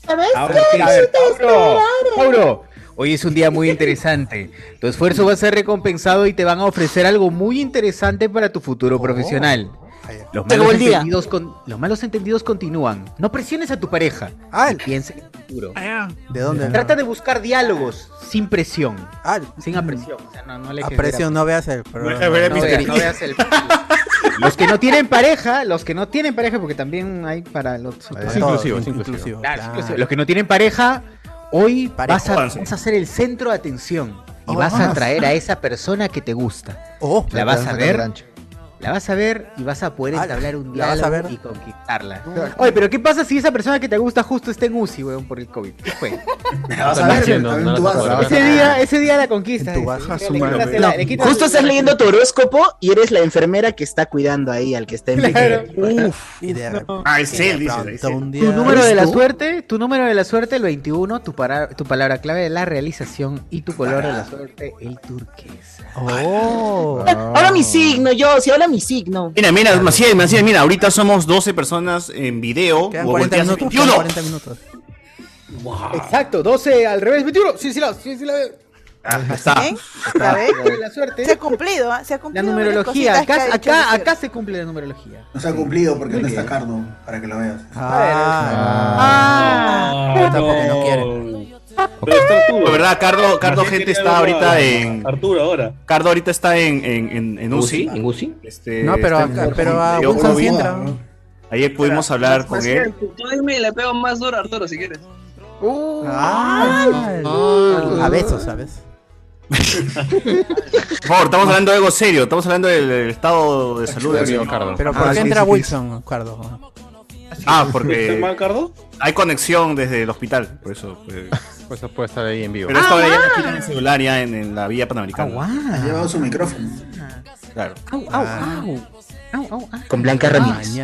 [SPEAKER 1] ¿Sabes qué? Ah, A ver, Tauro,
[SPEAKER 11] eh.
[SPEAKER 1] Tauro, hoy es un día muy interesante. Tu esfuerzo va a ser recompensado y te van a ofrecer algo muy interesante para tu futuro profesional. Los
[SPEAKER 7] Llegó
[SPEAKER 1] malos,
[SPEAKER 7] el día.
[SPEAKER 1] entendidos con- los malos entendidos continúan. No presiones a tu pareja. Y Piensa en el futuro.
[SPEAKER 2] ¿De dónde?
[SPEAKER 1] Trata de buscar diálogos sin presión. sin apresión. O sea, no, no le
[SPEAKER 2] A
[SPEAKER 1] generas-
[SPEAKER 2] presión no veas el
[SPEAKER 1] Ah, mm, No,
[SPEAKER 2] programa.
[SPEAKER 1] veas- no veas el- Los que no tienen pareja, los que no tienen pareja, porque también hay para los
[SPEAKER 2] Es
[SPEAKER 3] inclusivo, es
[SPEAKER 2] inclusivo.
[SPEAKER 1] Claro,
[SPEAKER 2] Claro.
[SPEAKER 1] inclusive, Los que no tienen pareja, hoy
[SPEAKER 2] Pareja.
[SPEAKER 1] vas a, vas a ser el centro de atención y vas a atraer a esa persona que te gusta.
[SPEAKER 2] Oh,
[SPEAKER 1] la vas a
[SPEAKER 2] sacar
[SPEAKER 1] ver,
[SPEAKER 2] el ancho.
[SPEAKER 1] la vas a ver y vas a poder
[SPEAKER 2] Ah,
[SPEAKER 1] entablar un
[SPEAKER 2] la vas a
[SPEAKER 1] diálogo
[SPEAKER 2] ver.
[SPEAKER 1] y conquistarla. Oye, pero ¿qué pasa si esa persona que te gusta justo está en UCI, weón, por el COVID? ¿Qué
[SPEAKER 2] [laughs]
[SPEAKER 1] fue?
[SPEAKER 7] [laughs]
[SPEAKER 17] La vas a ver,
[SPEAKER 1] Ese
[SPEAKER 17] pero también tú vas a
[SPEAKER 1] ese día, ese día la conquista. dice. Le quitas el-
[SPEAKER 7] No,
[SPEAKER 1] le quitas
[SPEAKER 7] justo
[SPEAKER 1] el-
[SPEAKER 7] estás leyendo tu horóscopo y eres la enfermera que está cuidando ahí al que está en
[SPEAKER 1] Claro.
[SPEAKER 2] Uf, y de
[SPEAKER 5] Ah, es él, dice.
[SPEAKER 2] pronto
[SPEAKER 5] es él.
[SPEAKER 2] un día-
[SPEAKER 1] Tu número de la
[SPEAKER 2] ¿Tú?
[SPEAKER 1] suerte, tu número de la suerte, el 21, tu, para- tu palabra clave de la realización y tu color de la suerte, el turquesa.
[SPEAKER 2] Oh.
[SPEAKER 7] Ahora Ah, mi signo, yo, si ahora mi signo.
[SPEAKER 5] Mira, mira, Macías, Macías, mira, ahorita somos 12 personas en video.
[SPEAKER 2] Quedan
[SPEAKER 5] o
[SPEAKER 2] 40
[SPEAKER 5] volteas-
[SPEAKER 2] minutos. quedan
[SPEAKER 5] 21.
[SPEAKER 2] 40 minutos.
[SPEAKER 1] Exacto, 12 al revés, 21. Sí, sí, la, sí, sí, la veo.
[SPEAKER 5] Ah, está.
[SPEAKER 20] ¿Ven? ¿La ves? Se ha cumplido, ¿ah? se ha
[SPEAKER 1] La
[SPEAKER 20] cumplido.
[SPEAKER 1] numerología,
[SPEAKER 20] varias
[SPEAKER 1] acá,
[SPEAKER 20] cositas que ha
[SPEAKER 1] acá,
[SPEAKER 20] dicho
[SPEAKER 1] acá se cumple la numerología.
[SPEAKER 17] No se ha cumplido porque no está Cardo, para que lo veas.
[SPEAKER 1] Ah.
[SPEAKER 6] Ah,
[SPEAKER 2] Eh,
[SPEAKER 6] Pero está Arturo.
[SPEAKER 5] De verdad, Cardo, Cardo
[SPEAKER 6] Así
[SPEAKER 5] gente
[SPEAKER 6] que
[SPEAKER 5] está
[SPEAKER 6] ahora-
[SPEAKER 5] ahorita en.
[SPEAKER 6] Arturo ahora.
[SPEAKER 5] Cardo ahorita está en, en, en, en UCI.
[SPEAKER 24] ¿En UCI?
[SPEAKER 5] Este,
[SPEAKER 2] No, pero
[SPEAKER 5] está en
[SPEAKER 2] acá-
[SPEAKER 5] UCI.
[SPEAKER 2] pero a
[SPEAKER 5] Yo
[SPEAKER 2] Wilson
[SPEAKER 5] lo vi.
[SPEAKER 2] sí entra.
[SPEAKER 5] Ayer pudimos hablar con
[SPEAKER 4] Macías,
[SPEAKER 5] él.
[SPEAKER 4] Pues Tú dime y le pego más duro a Arturo si quieres.
[SPEAKER 2] A besos, a besos.
[SPEAKER 5] Por favor, estamos hablando de algo serio. Estamos hablando del, del estado
[SPEAKER 2] Ah,
[SPEAKER 7] Ah,
[SPEAKER 5] de salud del señor Cardo.
[SPEAKER 2] Pero ¿por qué entra Wilson, Cardo?
[SPEAKER 5] Ah, porque.
[SPEAKER 6] ¿Está mal, Cardo?
[SPEAKER 5] Hay conexión desde el hospital, por eso. eh,
[SPEAKER 3] Pues eso puede estar ahí en vivo.
[SPEAKER 5] Pero
[SPEAKER 2] Ah,
[SPEAKER 5] esto ahora ya la tienen en el celular, ya en, en la vía panamericana.
[SPEAKER 17] Ha llevado su micrófono.
[SPEAKER 5] Claro.
[SPEAKER 2] Ah,
[SPEAKER 5] ah.
[SPEAKER 7] Con Blanca Ramírez.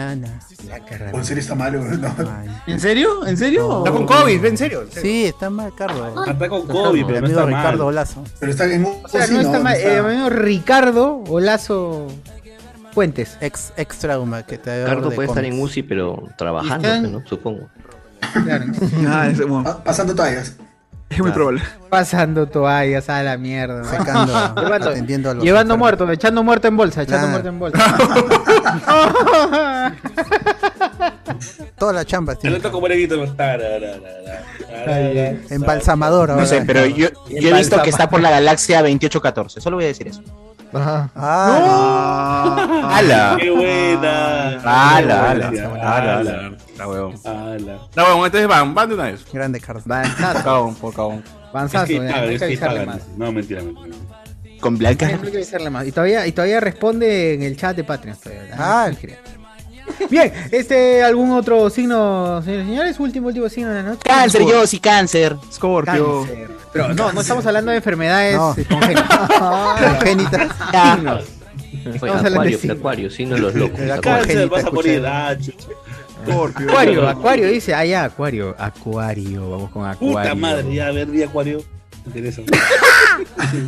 [SPEAKER 17] Bolsero está malo, bro, ¿no?
[SPEAKER 9] ¿En serio? ¿En serio?
[SPEAKER 5] Está con COVID, en serio.
[SPEAKER 2] Sí, está
[SPEAKER 1] Ah,
[SPEAKER 2] mal Carlos.
[SPEAKER 6] Está con
[SPEAKER 1] COVID, pero no
[SPEAKER 2] amigo
[SPEAKER 1] está mal.
[SPEAKER 2] Ricardo Olazo.
[SPEAKER 17] Pero está en
[SPEAKER 1] O sea, no está mal. eh, amigo Ricardo Olazo Puentes.
[SPEAKER 2] Ex, ex trauma que te
[SPEAKER 24] Cardo
[SPEAKER 2] de
[SPEAKER 24] puede estar
[SPEAKER 2] cómics.
[SPEAKER 24] en UCI, pero trabajando, pues,
[SPEAKER 1] ¿Y
[SPEAKER 24] ¿no? Supongo.
[SPEAKER 17] [laughs] Pa- Pasando toallas.
[SPEAKER 1] Es muy probable. Pasando toallas a la mierda.
[SPEAKER 2] Ah. Secando,
[SPEAKER 1] [laughs] llevando
[SPEAKER 2] atendiendo a los
[SPEAKER 1] llevando muerto, echando muerto en bolsa, echando
[SPEAKER 2] Claro.
[SPEAKER 1] muerto en bolsa.
[SPEAKER 2] [laughs] Toda la chamba
[SPEAKER 6] El
[SPEAKER 2] tiene.
[SPEAKER 6] otro como leguito no está.
[SPEAKER 2] Embalsamador ahora.
[SPEAKER 7] No sé, pero yo, yo he visto que está por la galaxia 2814. Solo voy a decir eso.
[SPEAKER 2] Ajá. Ah,
[SPEAKER 5] ¡Hala!
[SPEAKER 6] [laughs] ¡Qué buena!
[SPEAKER 5] ¡Hala, hala!
[SPEAKER 6] Qué buena.
[SPEAKER 5] ¡Hala, hala! Está huevón.
[SPEAKER 6] ¡Hala!
[SPEAKER 5] Está huevón, entonces van, van de una vez.
[SPEAKER 2] Grande Carlos.
[SPEAKER 1] Avanzazo.
[SPEAKER 5] Cabón, por cabón.
[SPEAKER 1] Avanzazo,
[SPEAKER 6] Es que
[SPEAKER 1] ya, no
[SPEAKER 6] pagan,
[SPEAKER 1] hay
[SPEAKER 6] es
[SPEAKER 1] que
[SPEAKER 6] que
[SPEAKER 1] avisarle
[SPEAKER 6] pagan.
[SPEAKER 1] más.
[SPEAKER 6] No, mentira, mentira.
[SPEAKER 5] Con
[SPEAKER 1] Eh,
[SPEAKER 5] Blanca.
[SPEAKER 1] no hay que avisarle más. Y todavía, y todavía responde en el chat de Patreon. todavía, ¿verdad?
[SPEAKER 2] Ah.
[SPEAKER 1] No se inscribe. Bien, este, ¿algún otro signo, señores y señores? Último, último signo de la noche.
[SPEAKER 7] Cáncer, yo sí, cáncer.
[SPEAKER 1] Scorpio. Pero no, no estamos hablando de enfermedades
[SPEAKER 2] No.
[SPEAKER 1] eh, congénitas.
[SPEAKER 2] [laughs] Congénitas.
[SPEAKER 1] Signos.
[SPEAKER 24] Fue
[SPEAKER 1] Estamos hablando de
[SPEAKER 24] Acuario, Acuario,
[SPEAKER 1] signos.
[SPEAKER 24] sí, no los locos.
[SPEAKER 2] La
[SPEAKER 24] Acuario.
[SPEAKER 6] Cáncer,
[SPEAKER 2] Congénita,
[SPEAKER 6] vas a morir.
[SPEAKER 2] escuché.
[SPEAKER 6] Ah, chucha.
[SPEAKER 1] Acuario, Acuario dice, ah ya, Acuario, Acuario, vamos con Acuario.
[SPEAKER 6] Puta madre, ya, a ver, di Acuario. Me interesa.
[SPEAKER 2] [laughs]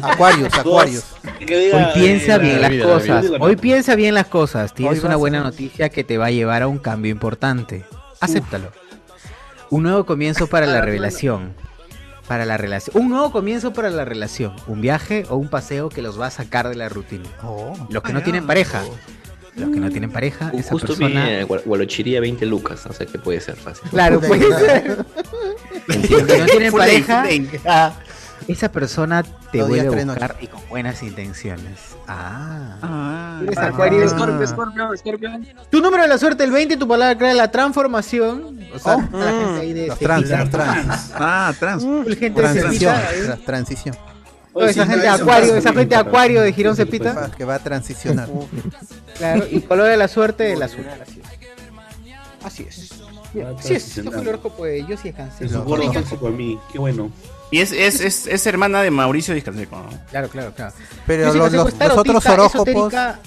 [SPEAKER 2] Acuarios,
[SPEAKER 6] Dos.
[SPEAKER 2] acuarios.
[SPEAKER 6] Que diga,
[SPEAKER 1] Hoy piensa
[SPEAKER 6] eh, la-
[SPEAKER 1] bien las
[SPEAKER 6] la-
[SPEAKER 1] cosas.
[SPEAKER 6] la-
[SPEAKER 1] Hoy piensa bien las cosas.
[SPEAKER 2] Hoy
[SPEAKER 1] Tienes
[SPEAKER 2] vas
[SPEAKER 1] una
[SPEAKER 2] a-
[SPEAKER 1] buena noticia que te va a llevar a un cambio importante. Acéptalo. Un nuevo comienzo para la revelación. Para la relación. Un nuevo comienzo para la relación. Un viaje o un paseo que los va a sacar de la rutina.
[SPEAKER 2] Oh.
[SPEAKER 1] Los que no tienen pareja. Los que no tienen pareja. Esa
[SPEAKER 24] Justo vi
[SPEAKER 1] persona.
[SPEAKER 24] eh, Gual- Gualochiría 20 lucas, o sea que puede ser fácil.
[SPEAKER 7] [laughs]
[SPEAKER 1] Claro, puede ser. Los que no tienen
[SPEAKER 5] Full
[SPEAKER 1] pareja.
[SPEAKER 5] length,
[SPEAKER 1] Esa persona te
[SPEAKER 2] Dos días,
[SPEAKER 1] vuelve a
[SPEAKER 2] tres
[SPEAKER 1] buscar y con buenas intenciones. Ah.
[SPEAKER 11] Ah,
[SPEAKER 1] Eres
[SPEAKER 4] Escorpio,
[SPEAKER 1] Acuario.
[SPEAKER 4] Escorpio, Escorpio, Escorpio.
[SPEAKER 1] Tu número de la suerte, el 20, tu palabra crea la transformación. O sea,
[SPEAKER 2] Oh,
[SPEAKER 1] la gente ahí de
[SPEAKER 2] Los
[SPEAKER 1] fetita,
[SPEAKER 2] trans, los trans.
[SPEAKER 5] [laughs]
[SPEAKER 17] Trans.
[SPEAKER 8] Ah, trans.
[SPEAKER 1] full gente de
[SPEAKER 2] Transición,
[SPEAKER 1] fetita, ¿eh?
[SPEAKER 2] tras- transición.
[SPEAKER 1] Toda esa
[SPEAKER 17] Sí,
[SPEAKER 1] gente de
[SPEAKER 17] eso,
[SPEAKER 1] acuario,
[SPEAKER 17] eso,
[SPEAKER 1] esa
[SPEAKER 17] sí.
[SPEAKER 1] gente de acuario de Girón Cepita.
[SPEAKER 2] Que va a transicionar.
[SPEAKER 1] [laughs] Claro, y color de la suerte, el azul. Así es. Bien,
[SPEAKER 2] Ah,
[SPEAKER 1] Así es, esto fue el horóscopo de Yo sí descansé.
[SPEAKER 6] Su gordo tóxico a mí. Qué bueno.
[SPEAKER 5] Y es, es, es, es hermana de Mauricio Discanseco, ¿no?
[SPEAKER 1] Claro, claro, claro.
[SPEAKER 2] Pero
[SPEAKER 1] Yo sí
[SPEAKER 2] los,
[SPEAKER 1] descansé,
[SPEAKER 2] los-
[SPEAKER 1] pues, tarotista,
[SPEAKER 2] los otros horóscopos
[SPEAKER 1] esotérica,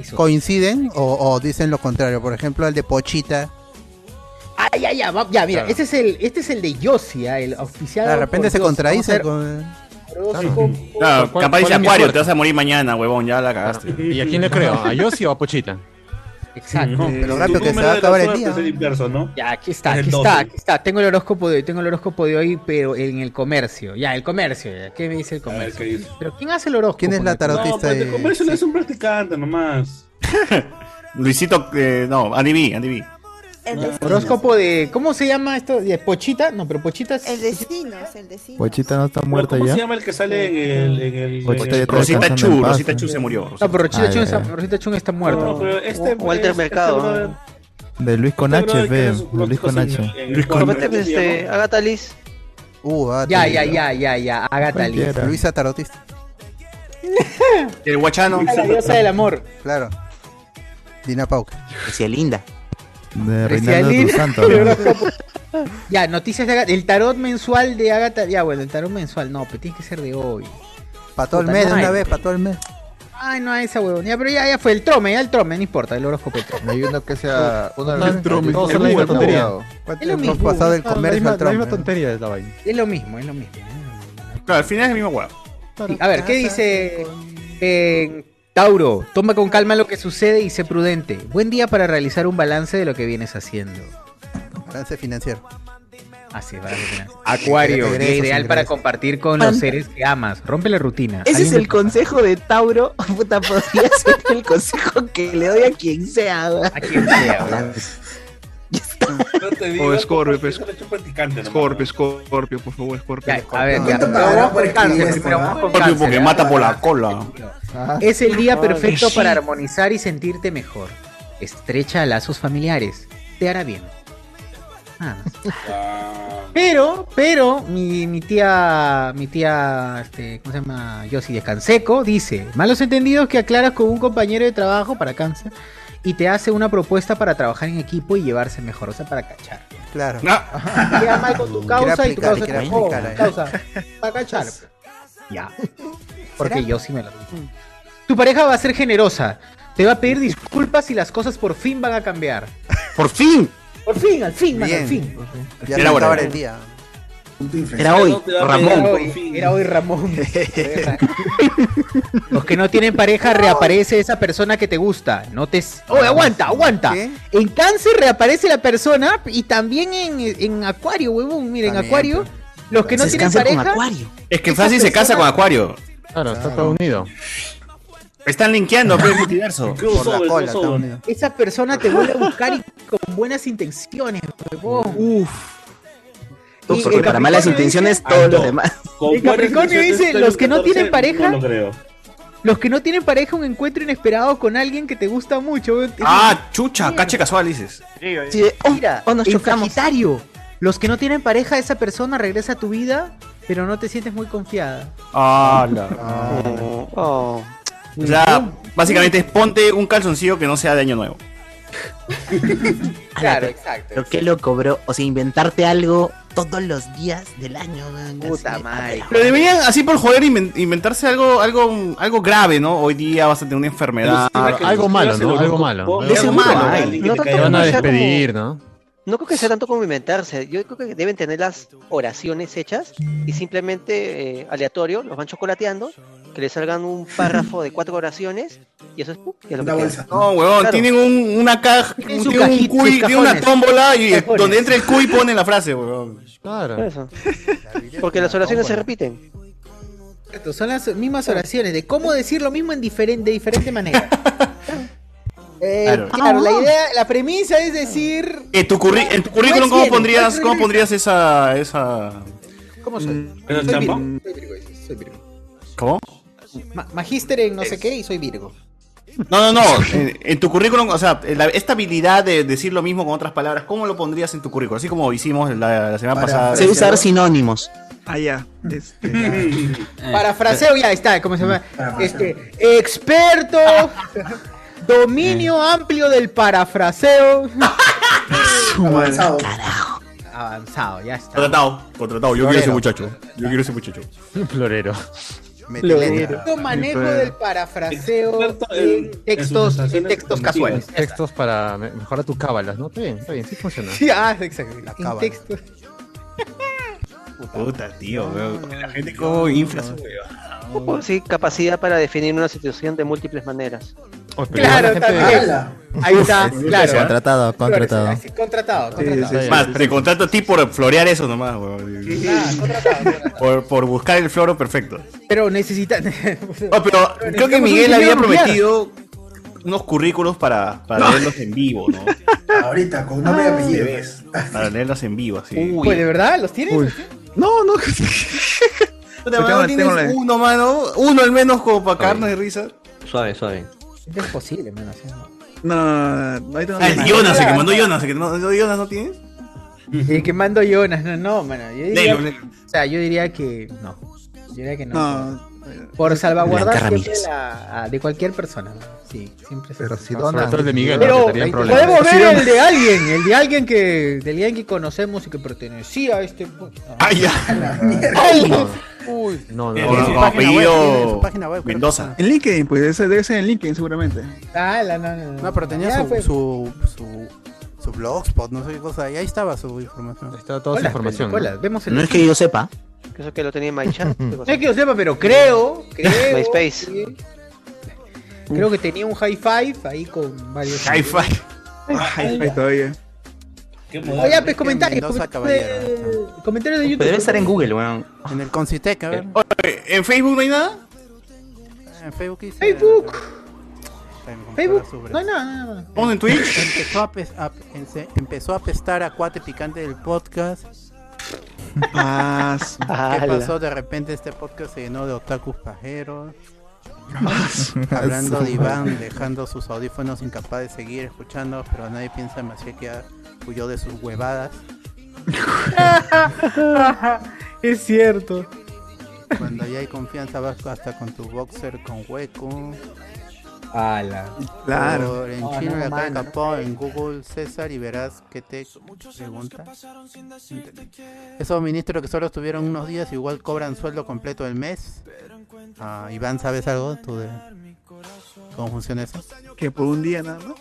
[SPEAKER 1] eso.
[SPEAKER 2] coinciden o, o dicen lo contrario. Por ejemplo, el de Pochita.
[SPEAKER 1] Ah, ya, ya, va- ya, mira,
[SPEAKER 24] Claro.
[SPEAKER 1] este es el, este es el de Yossi, ah, el auspiciado.
[SPEAKER 2] De repente
[SPEAKER 1] por
[SPEAKER 2] se
[SPEAKER 1] Yossi.
[SPEAKER 2] contradice.
[SPEAKER 1] Vamos
[SPEAKER 2] con-
[SPEAKER 1] a hacer horóscopo.
[SPEAKER 5] Claro,
[SPEAKER 3] ¿Cuál-
[SPEAKER 5] capaz
[SPEAKER 3] cuál
[SPEAKER 5] dice
[SPEAKER 3] es mi
[SPEAKER 5] Acuario,
[SPEAKER 3] suerte?
[SPEAKER 5] te vas a morir mañana, huevón, ya la cagaste.
[SPEAKER 3] [laughs] ¿Y a quién le creo? ¿A Yossi o a Pochita?
[SPEAKER 24] Ah,
[SPEAKER 1] Exacto.
[SPEAKER 2] pero
[SPEAKER 6] Eh,
[SPEAKER 2] rápido
[SPEAKER 6] tu
[SPEAKER 2] que se
[SPEAKER 6] número
[SPEAKER 2] va
[SPEAKER 6] de
[SPEAKER 2] a
[SPEAKER 6] la
[SPEAKER 2] acabar el
[SPEAKER 6] suerte
[SPEAKER 2] día.
[SPEAKER 6] Es el inverso, ¿no?
[SPEAKER 1] Ya, aquí está,
[SPEAKER 6] Es el
[SPEAKER 1] aquí
[SPEAKER 6] 12.
[SPEAKER 1] está, aquí está. Tengo el horóscopo de hoy, tengo el horóscopo de hoy, pero en el comercio. Ya, el comercio, ya. ¿Qué me dice el
[SPEAKER 6] A ver
[SPEAKER 1] comercio?
[SPEAKER 6] qué dice.
[SPEAKER 1] Pero ¿quién hace el horóscopo?
[SPEAKER 2] ¿Quién es
[SPEAKER 1] en
[SPEAKER 2] la
[SPEAKER 1] el comercio?
[SPEAKER 6] No,
[SPEAKER 2] Artista
[SPEAKER 6] pues
[SPEAKER 2] de-
[SPEAKER 6] de comercio es un practicante nomás.
[SPEAKER 5] Luisito, eh, no, Andy B, Andy B.
[SPEAKER 20] El destino.
[SPEAKER 1] Horóscopo de. ¿Cómo se llama esto? ¿De Pochita? No, pero Pochita es.
[SPEAKER 20] El destino es el destino.
[SPEAKER 22] Pochita no está
[SPEAKER 6] Bueno,
[SPEAKER 22] muerta
[SPEAKER 6] ¿Cómo
[SPEAKER 22] ya.
[SPEAKER 6] se llama el que sale en el. En el,
[SPEAKER 22] Pochita
[SPEAKER 6] en
[SPEAKER 22] ya
[SPEAKER 6] el-
[SPEAKER 22] está
[SPEAKER 5] Rosita
[SPEAKER 22] descansando en
[SPEAKER 5] Chu,
[SPEAKER 22] paz,
[SPEAKER 5] Rosita
[SPEAKER 22] ¿eh?
[SPEAKER 5] Chu se murió.
[SPEAKER 1] No, pero
[SPEAKER 2] Ah,
[SPEAKER 1] Rosita
[SPEAKER 22] Ay, eh,
[SPEAKER 1] Chun, está,
[SPEAKER 22] ay.
[SPEAKER 1] Rosita Chun está muerta.
[SPEAKER 6] No, pero este.
[SPEAKER 10] Walter Mercado,
[SPEAKER 6] brother-
[SPEAKER 22] De Luis
[SPEAKER 6] este
[SPEAKER 22] Conache,
[SPEAKER 6] brother que
[SPEAKER 22] ve.
[SPEAKER 6] era su-
[SPEAKER 22] De Luis Conache.
[SPEAKER 6] en el-
[SPEAKER 5] Luis
[SPEAKER 10] De
[SPEAKER 5] Conache.
[SPEAKER 10] repente, pues, este, Agatha Liz.
[SPEAKER 2] Uh, ah,
[SPEAKER 1] ya,
[SPEAKER 2] te-
[SPEAKER 1] ya, ya, ya, ya. Agatha Lee.
[SPEAKER 22] Cualquiera.
[SPEAKER 2] Luisa Tarotista.
[SPEAKER 5] El guachano.
[SPEAKER 1] La diosa del amor.
[SPEAKER 2] Claro. Dina Pauca.
[SPEAKER 7] Decía linda.
[SPEAKER 22] De Reinaldo
[SPEAKER 1] Recialina.
[SPEAKER 2] [laughs]
[SPEAKER 22] dos
[SPEAKER 1] [laughs]
[SPEAKER 22] Santos. ¿no?
[SPEAKER 1] Ya, noticias de Agatha. El tarot mensual de Agatha. Ya, bueno, el tarot mensual. No, pero tiene que ser de hoy.
[SPEAKER 2] Para todo el
[SPEAKER 1] Puta,
[SPEAKER 2] mes, de
[SPEAKER 1] no
[SPEAKER 2] una
[SPEAKER 1] hay.
[SPEAKER 2] vez, para todo el mes.
[SPEAKER 1] Ay, no, esa huevón. Ya, pero ya, ya fue el trome, ya el trome, no importa, el horóscopo del trome.
[SPEAKER 22] No hay uno que sea. Uno de los
[SPEAKER 8] Trump,
[SPEAKER 22] todos
[SPEAKER 8] el
[SPEAKER 22] son la misma
[SPEAKER 8] Google, tontería.
[SPEAKER 22] tontería.
[SPEAKER 1] Es lo
[SPEAKER 2] Hemos
[SPEAKER 1] mismo.
[SPEAKER 2] pasado del
[SPEAKER 22] Ah, la
[SPEAKER 2] comercio
[SPEAKER 22] misma-
[SPEAKER 2] al
[SPEAKER 22] la
[SPEAKER 2] trompo.
[SPEAKER 22] misma tontería es la vaina.
[SPEAKER 1] Es lo mismo, es lo mismo.
[SPEAKER 5] Claro, al final es el mismo huevo.
[SPEAKER 1] Sí, a ver, ¿qué dice eh, Tauro? Toma con calma lo que sucede y sé prudente. Buen día para realizar un balance de lo que vienes haciendo.
[SPEAKER 2] Balance financiero.
[SPEAKER 1] Así es, balance final. Acuario,
[SPEAKER 2] Ingresos,
[SPEAKER 1] día ideal para
[SPEAKER 2] ingresos.
[SPEAKER 1] compartir con los seres que amas. Rompe la rutina.
[SPEAKER 7] Ese es
[SPEAKER 1] Alguien-
[SPEAKER 7] el consejo de Tauro. Puta, podría ser el consejo que le doy a quien sea. ¿verdad?
[SPEAKER 1] a quien sea, ¿verdad?
[SPEAKER 6] No te digo,
[SPEAKER 8] O Scorpio, pues.
[SPEAKER 6] es un practicante nomás.
[SPEAKER 8] Scorpio, Scorpio, por favor, Scorpio.
[SPEAKER 1] Ya, a ver, ya.
[SPEAKER 17] ¿Cuánto
[SPEAKER 1] Pero
[SPEAKER 17] pagará
[SPEAKER 1] vamos
[SPEAKER 17] por
[SPEAKER 1] con cáncer,
[SPEAKER 17] escribir
[SPEAKER 1] primero
[SPEAKER 17] esto?
[SPEAKER 1] vamos con
[SPEAKER 5] Papi,
[SPEAKER 1] cáncer,
[SPEAKER 5] porque
[SPEAKER 1] ¿ah?
[SPEAKER 5] mata por la cola.
[SPEAKER 22] Ah,
[SPEAKER 1] Es el día perfecto
[SPEAKER 7] sí.
[SPEAKER 1] para armonizar y sentirte mejor. Estrecha lazos familiares. Te hará bien. Nada más.
[SPEAKER 6] Ah,
[SPEAKER 1] Pero, pero, mi, mi tía, mi tía, este, ¿cómo se llama? Yossi Descanseco dice, malos entendidos que aclaras con un compañero de trabajo para cáncer y te hace una propuesta para trabajar en equipo y llevarse mejor, o sea, para cachar.
[SPEAKER 2] Claro.
[SPEAKER 1] Ya, Michael, tu causa y tu causa te cojo,
[SPEAKER 7] eh.
[SPEAKER 1] tu causa. Para cachar. Ya. Porque
[SPEAKER 2] ¿Será?
[SPEAKER 1] yo sí me lo digo. Tu pareja va a ser generosa. Te va a pedir disculpas y las cosas por fin van a cambiar.
[SPEAKER 3] ¡Por fin!
[SPEAKER 1] Por fin, al fin, mano,
[SPEAKER 2] Bien.
[SPEAKER 1] al fin.
[SPEAKER 2] Ya se acaba el día.
[SPEAKER 1] Era hoy,
[SPEAKER 2] Ramón.
[SPEAKER 1] Era hoy, era hoy Ramón. [laughs] Los que no tienen pareja, reaparece esa persona que te gusta. No te... Oye, aguanta, aguanta. En cáncer reaparece la persona y también en, en acuario, huevón. Miren, en
[SPEAKER 5] También,
[SPEAKER 1] acuario. Los que no
[SPEAKER 5] Entonces,
[SPEAKER 1] tienen
[SPEAKER 5] Cáncer con
[SPEAKER 1] pareja...
[SPEAKER 5] Acuario. Es que
[SPEAKER 1] esas
[SPEAKER 5] Francis se casa con
[SPEAKER 1] personas-
[SPEAKER 5] Acuario.
[SPEAKER 3] Claro, está todo unido.
[SPEAKER 5] Están linkeando, pero el
[SPEAKER 7] [laughs]
[SPEAKER 5] multiverso.
[SPEAKER 2] Por la cola, está unido.
[SPEAKER 1] Esa persona te vuelve a buscar y con buenas intenciones, huevón. Uf.
[SPEAKER 7] Porque para malas intenciones, todos los demás.
[SPEAKER 1] El Capricornio dice, los que no tienen pareja,
[SPEAKER 25] No lo creo.
[SPEAKER 1] los que no tienen pareja, un encuentro inesperado con alguien que te gusta mucho.
[SPEAKER 5] Ah, chucha, cache casual dices.
[SPEAKER 1] Sí,
[SPEAKER 7] oh,
[SPEAKER 1] mira, en Sagitario, los que no tienen pareja, esa persona regresa a tu vida, pero no te sientes muy confiada.
[SPEAKER 5] Ah, la. O sea, básicamente es ponte un calzoncillo que no sea de año nuevo.
[SPEAKER 1] Claro, exacto.
[SPEAKER 7] Pero qué loco, bro. O sea, inventarte algo todos los días del año, man. Así,
[SPEAKER 5] Pero deberían, así por joder, inven- inventarse algo, algo, algo grave, ¿no? Hoy día vas a tener una enfermedad.
[SPEAKER 3] Algo- algo malo, ¿no? Algo malo.
[SPEAKER 5] De
[SPEAKER 3] Algo
[SPEAKER 5] seguro
[SPEAKER 3] malo.
[SPEAKER 5] hay.
[SPEAKER 3] Ay,
[SPEAKER 10] No
[SPEAKER 3] te
[SPEAKER 10] tanto
[SPEAKER 3] van a
[SPEAKER 10] como sea
[SPEAKER 3] despedir,
[SPEAKER 10] como-
[SPEAKER 3] ¿no?
[SPEAKER 10] No creo que sea tanto como inventarse. Yo creo que deben tener las oraciones hechas y simplemente eh, aleatorio los van chocolateando, que le salgan un párrafo de cuatro oraciones y eso es. ¡pum! y es lo que queda.
[SPEAKER 5] No, huevón,
[SPEAKER 10] Claro.
[SPEAKER 5] tienen un- una caja,
[SPEAKER 10] Tienen
[SPEAKER 5] un-
[SPEAKER 10] su
[SPEAKER 5] tienen un
[SPEAKER 10] cajita,
[SPEAKER 5] cuy,
[SPEAKER 10] sus
[SPEAKER 5] tienen una
[SPEAKER 10] cajones.
[SPEAKER 5] tómbola y
[SPEAKER 10] Cajones.
[SPEAKER 5] donde entra el cuy pone la frase, huevón.
[SPEAKER 10] Por eso. Porque las oraciones se repiten.
[SPEAKER 1] Exacto, Son las mismas oraciones de cómo decir lo mismo en diferente, de
[SPEAKER 5] [laughs]
[SPEAKER 1] diferente manera. Eh, claro,
[SPEAKER 5] Claro.
[SPEAKER 1] la idea, la premisa es decir.
[SPEAKER 5] En Eh, tu, curri- en tu currículum,
[SPEAKER 1] Pues
[SPEAKER 5] ¿cómo
[SPEAKER 1] bien,
[SPEAKER 5] pondrías,
[SPEAKER 1] pues
[SPEAKER 5] cómo
[SPEAKER 1] bien.
[SPEAKER 5] pondrías esa, esa.
[SPEAKER 1] ¿Cómo soy?
[SPEAKER 5] ¿Esa
[SPEAKER 1] Soy
[SPEAKER 5] chamba?
[SPEAKER 1] Virgo, soy Virgo, soy Virgo.
[SPEAKER 5] ¿Cómo?
[SPEAKER 1] Ma- magíster en no sé qué y soy Virgo.
[SPEAKER 5] No, no, no. En, en tu currículum, o sea, la- esta habilidad de decir lo mismo con otras palabras, ¿cómo lo pondrías en tu currículum? Así como hicimos la, la semana
[SPEAKER 1] Para-
[SPEAKER 5] pasada.
[SPEAKER 1] Se usa
[SPEAKER 7] usar sinónimos.
[SPEAKER 8] Ah, ya.
[SPEAKER 17] Mm. [laughs]
[SPEAKER 8] Este,
[SPEAKER 1] Parafraseo, ya está, ¿cómo se llama? Este,
[SPEAKER 17] [laughs]
[SPEAKER 1] experto, dominio
[SPEAKER 17] Eh.
[SPEAKER 1] amplio del
[SPEAKER 17] [laughs]
[SPEAKER 1] parafraseo.
[SPEAKER 17] Avanzado.
[SPEAKER 1] Avanzado, ya está.
[SPEAKER 5] Contratado, contratado. Yo quiero ese muchacho. Yo quiero ese muchacho.
[SPEAKER 3] Florero.
[SPEAKER 1] Perfecto manejo del parafraseo en textos, en textos casuales.
[SPEAKER 3] Textos para me- mejorar tus cábalas, ¿no? Está bien, está bien, sí funciona.
[SPEAKER 1] Sí, ah, exacto. En
[SPEAKER 3] cábala.
[SPEAKER 1] textos.
[SPEAKER 5] Puta, tío, weón. La gente como infla su
[SPEAKER 10] Ojo, Pues Sí, capacidad para definir una situación de múltiples maneras.
[SPEAKER 1] Claro, también. Ahí está,
[SPEAKER 10] Uf,
[SPEAKER 1] claro.
[SPEAKER 2] contratado, contratado.
[SPEAKER 1] Flores, sí, contratado, contratado.
[SPEAKER 5] Más, te contrato a ti por florear eso nomás, weón. Por, por buscar el floro perfecto.
[SPEAKER 1] Pero necesitan.
[SPEAKER 5] pero Creo que Miguel había prometido unos currículos para, para
[SPEAKER 17] No.
[SPEAKER 5] leerlos en vivo, ¿no?
[SPEAKER 17] Ahorita, con nombre y apellido. pues.
[SPEAKER 5] Para leerlos en vivo, así.
[SPEAKER 1] Pues de verdad, ¿los tienes?
[SPEAKER 8] No, no.
[SPEAKER 5] Puta, mano,
[SPEAKER 8] Tengo- tengo
[SPEAKER 5] tienes
[SPEAKER 8] la-
[SPEAKER 5] uno, mano. Uno al menos como para cagarnos de risa.
[SPEAKER 26] Suave, suave.
[SPEAKER 1] Es imposible, menos.
[SPEAKER 8] No, no, no, no. ahí tengo
[SPEAKER 5] Ah,
[SPEAKER 8] la-
[SPEAKER 5] el Jonas, el que mandó Jonas, el que no, no, Jonas no tienes.
[SPEAKER 1] [laughs] El que mando Jonas, no, no, mano. Yo diría,
[SPEAKER 5] Léelo, léelo.
[SPEAKER 1] o sea, yo diría que no. Yo diría que no.
[SPEAKER 8] No. eh,
[SPEAKER 1] Por salvaguardar
[SPEAKER 8] Blanca
[SPEAKER 1] siempre
[SPEAKER 8] Ramírez.
[SPEAKER 1] la- a- de cualquier persona. ¿no? Sí, siempre se-
[SPEAKER 12] Pero si
[SPEAKER 1] no,
[SPEAKER 12] donas-
[SPEAKER 1] sobre todo el de
[SPEAKER 12] Miguel,
[SPEAKER 1] Pero
[SPEAKER 12] no, que tenía problemas.
[SPEAKER 1] podemos
[SPEAKER 12] Si
[SPEAKER 1] ver
[SPEAKER 12] donas-
[SPEAKER 1] el de alguien, el de alguien que, del alguien que conocemos y que pertenecía a este.
[SPEAKER 5] ¡Ay, Ah, ya!
[SPEAKER 1] [laughs] ¡Ay!
[SPEAKER 2] Uy.
[SPEAKER 3] No,
[SPEAKER 8] no.
[SPEAKER 5] Con-
[SPEAKER 8] su
[SPEAKER 5] con
[SPEAKER 8] página web, tiene
[SPEAKER 5] apellido
[SPEAKER 8] su página web, creo.
[SPEAKER 5] Mendoza.
[SPEAKER 8] En LinkedIn, pues ese debe ser en LinkedIn seguramente.
[SPEAKER 1] Ah, la, no, no, no.
[SPEAKER 2] No, pero tenía
[SPEAKER 1] Ya,
[SPEAKER 2] su,
[SPEAKER 1] pues.
[SPEAKER 2] su, su, su blogspot, no sé qué cosa. Y ahí estaba su información. Ahí
[SPEAKER 3] estaba
[SPEAKER 1] toda su Hola, información, hola, ¿no? vemos el-
[SPEAKER 7] No es que yo sepa.
[SPEAKER 10] Eso que lo tenía en MyChat.
[SPEAKER 2] [laughs]
[SPEAKER 1] No es que yo sepa, pero creo, creo.
[SPEAKER 10] MySpace.
[SPEAKER 1] que- Creo que tenía un high five ahí con varios.
[SPEAKER 5] High five.
[SPEAKER 1] Ay,
[SPEAKER 8] Ahí todavía.
[SPEAKER 1] Oye, pues comentarios.
[SPEAKER 2] Mendoza,
[SPEAKER 1] Comentarios de, comentarios de YouTube.
[SPEAKER 7] Debe estar en Google, weón.
[SPEAKER 2] En el Concitec, a ver.
[SPEAKER 5] ¿En Facebook no hay nada?
[SPEAKER 2] Eh, En Facebook hice.
[SPEAKER 1] Facebook.
[SPEAKER 2] Ahí mi computadora
[SPEAKER 1] Facebook.
[SPEAKER 2] sube.
[SPEAKER 1] No, no, no. no.
[SPEAKER 5] ¿Vamos en Twitch?
[SPEAKER 2] Empezó a, pes- a- en- se- empezó a pestar a cuate picante del podcast.
[SPEAKER 8] Ah, su-
[SPEAKER 2] [laughs] ¿Qué pasó? De repente este podcast se llenó de otakus pajeros. Hablando de Iván, dejando sus audífonos incapaz de seguir escuchando, pero nadie piensa más que ya huyó de sus huevadas.
[SPEAKER 1] [laughs] es cierto.
[SPEAKER 2] Cuando ya hay confianza vas hasta con tu boxer con hueco.
[SPEAKER 27] Ala.
[SPEAKER 2] Claro.
[SPEAKER 27] Por
[SPEAKER 2] en
[SPEAKER 27] en
[SPEAKER 2] chino
[SPEAKER 27] chino y
[SPEAKER 2] la
[SPEAKER 27] acá en
[SPEAKER 2] ataca,
[SPEAKER 27] Japón,
[SPEAKER 2] en Google César y verás que te pregunta. Esos ministros que solo estuvieron unos días igual cobran sueldo completo del mes. Ah, Iván, ¿sabes algo tú de cómo funciona eso?
[SPEAKER 8] Que por un día nada más.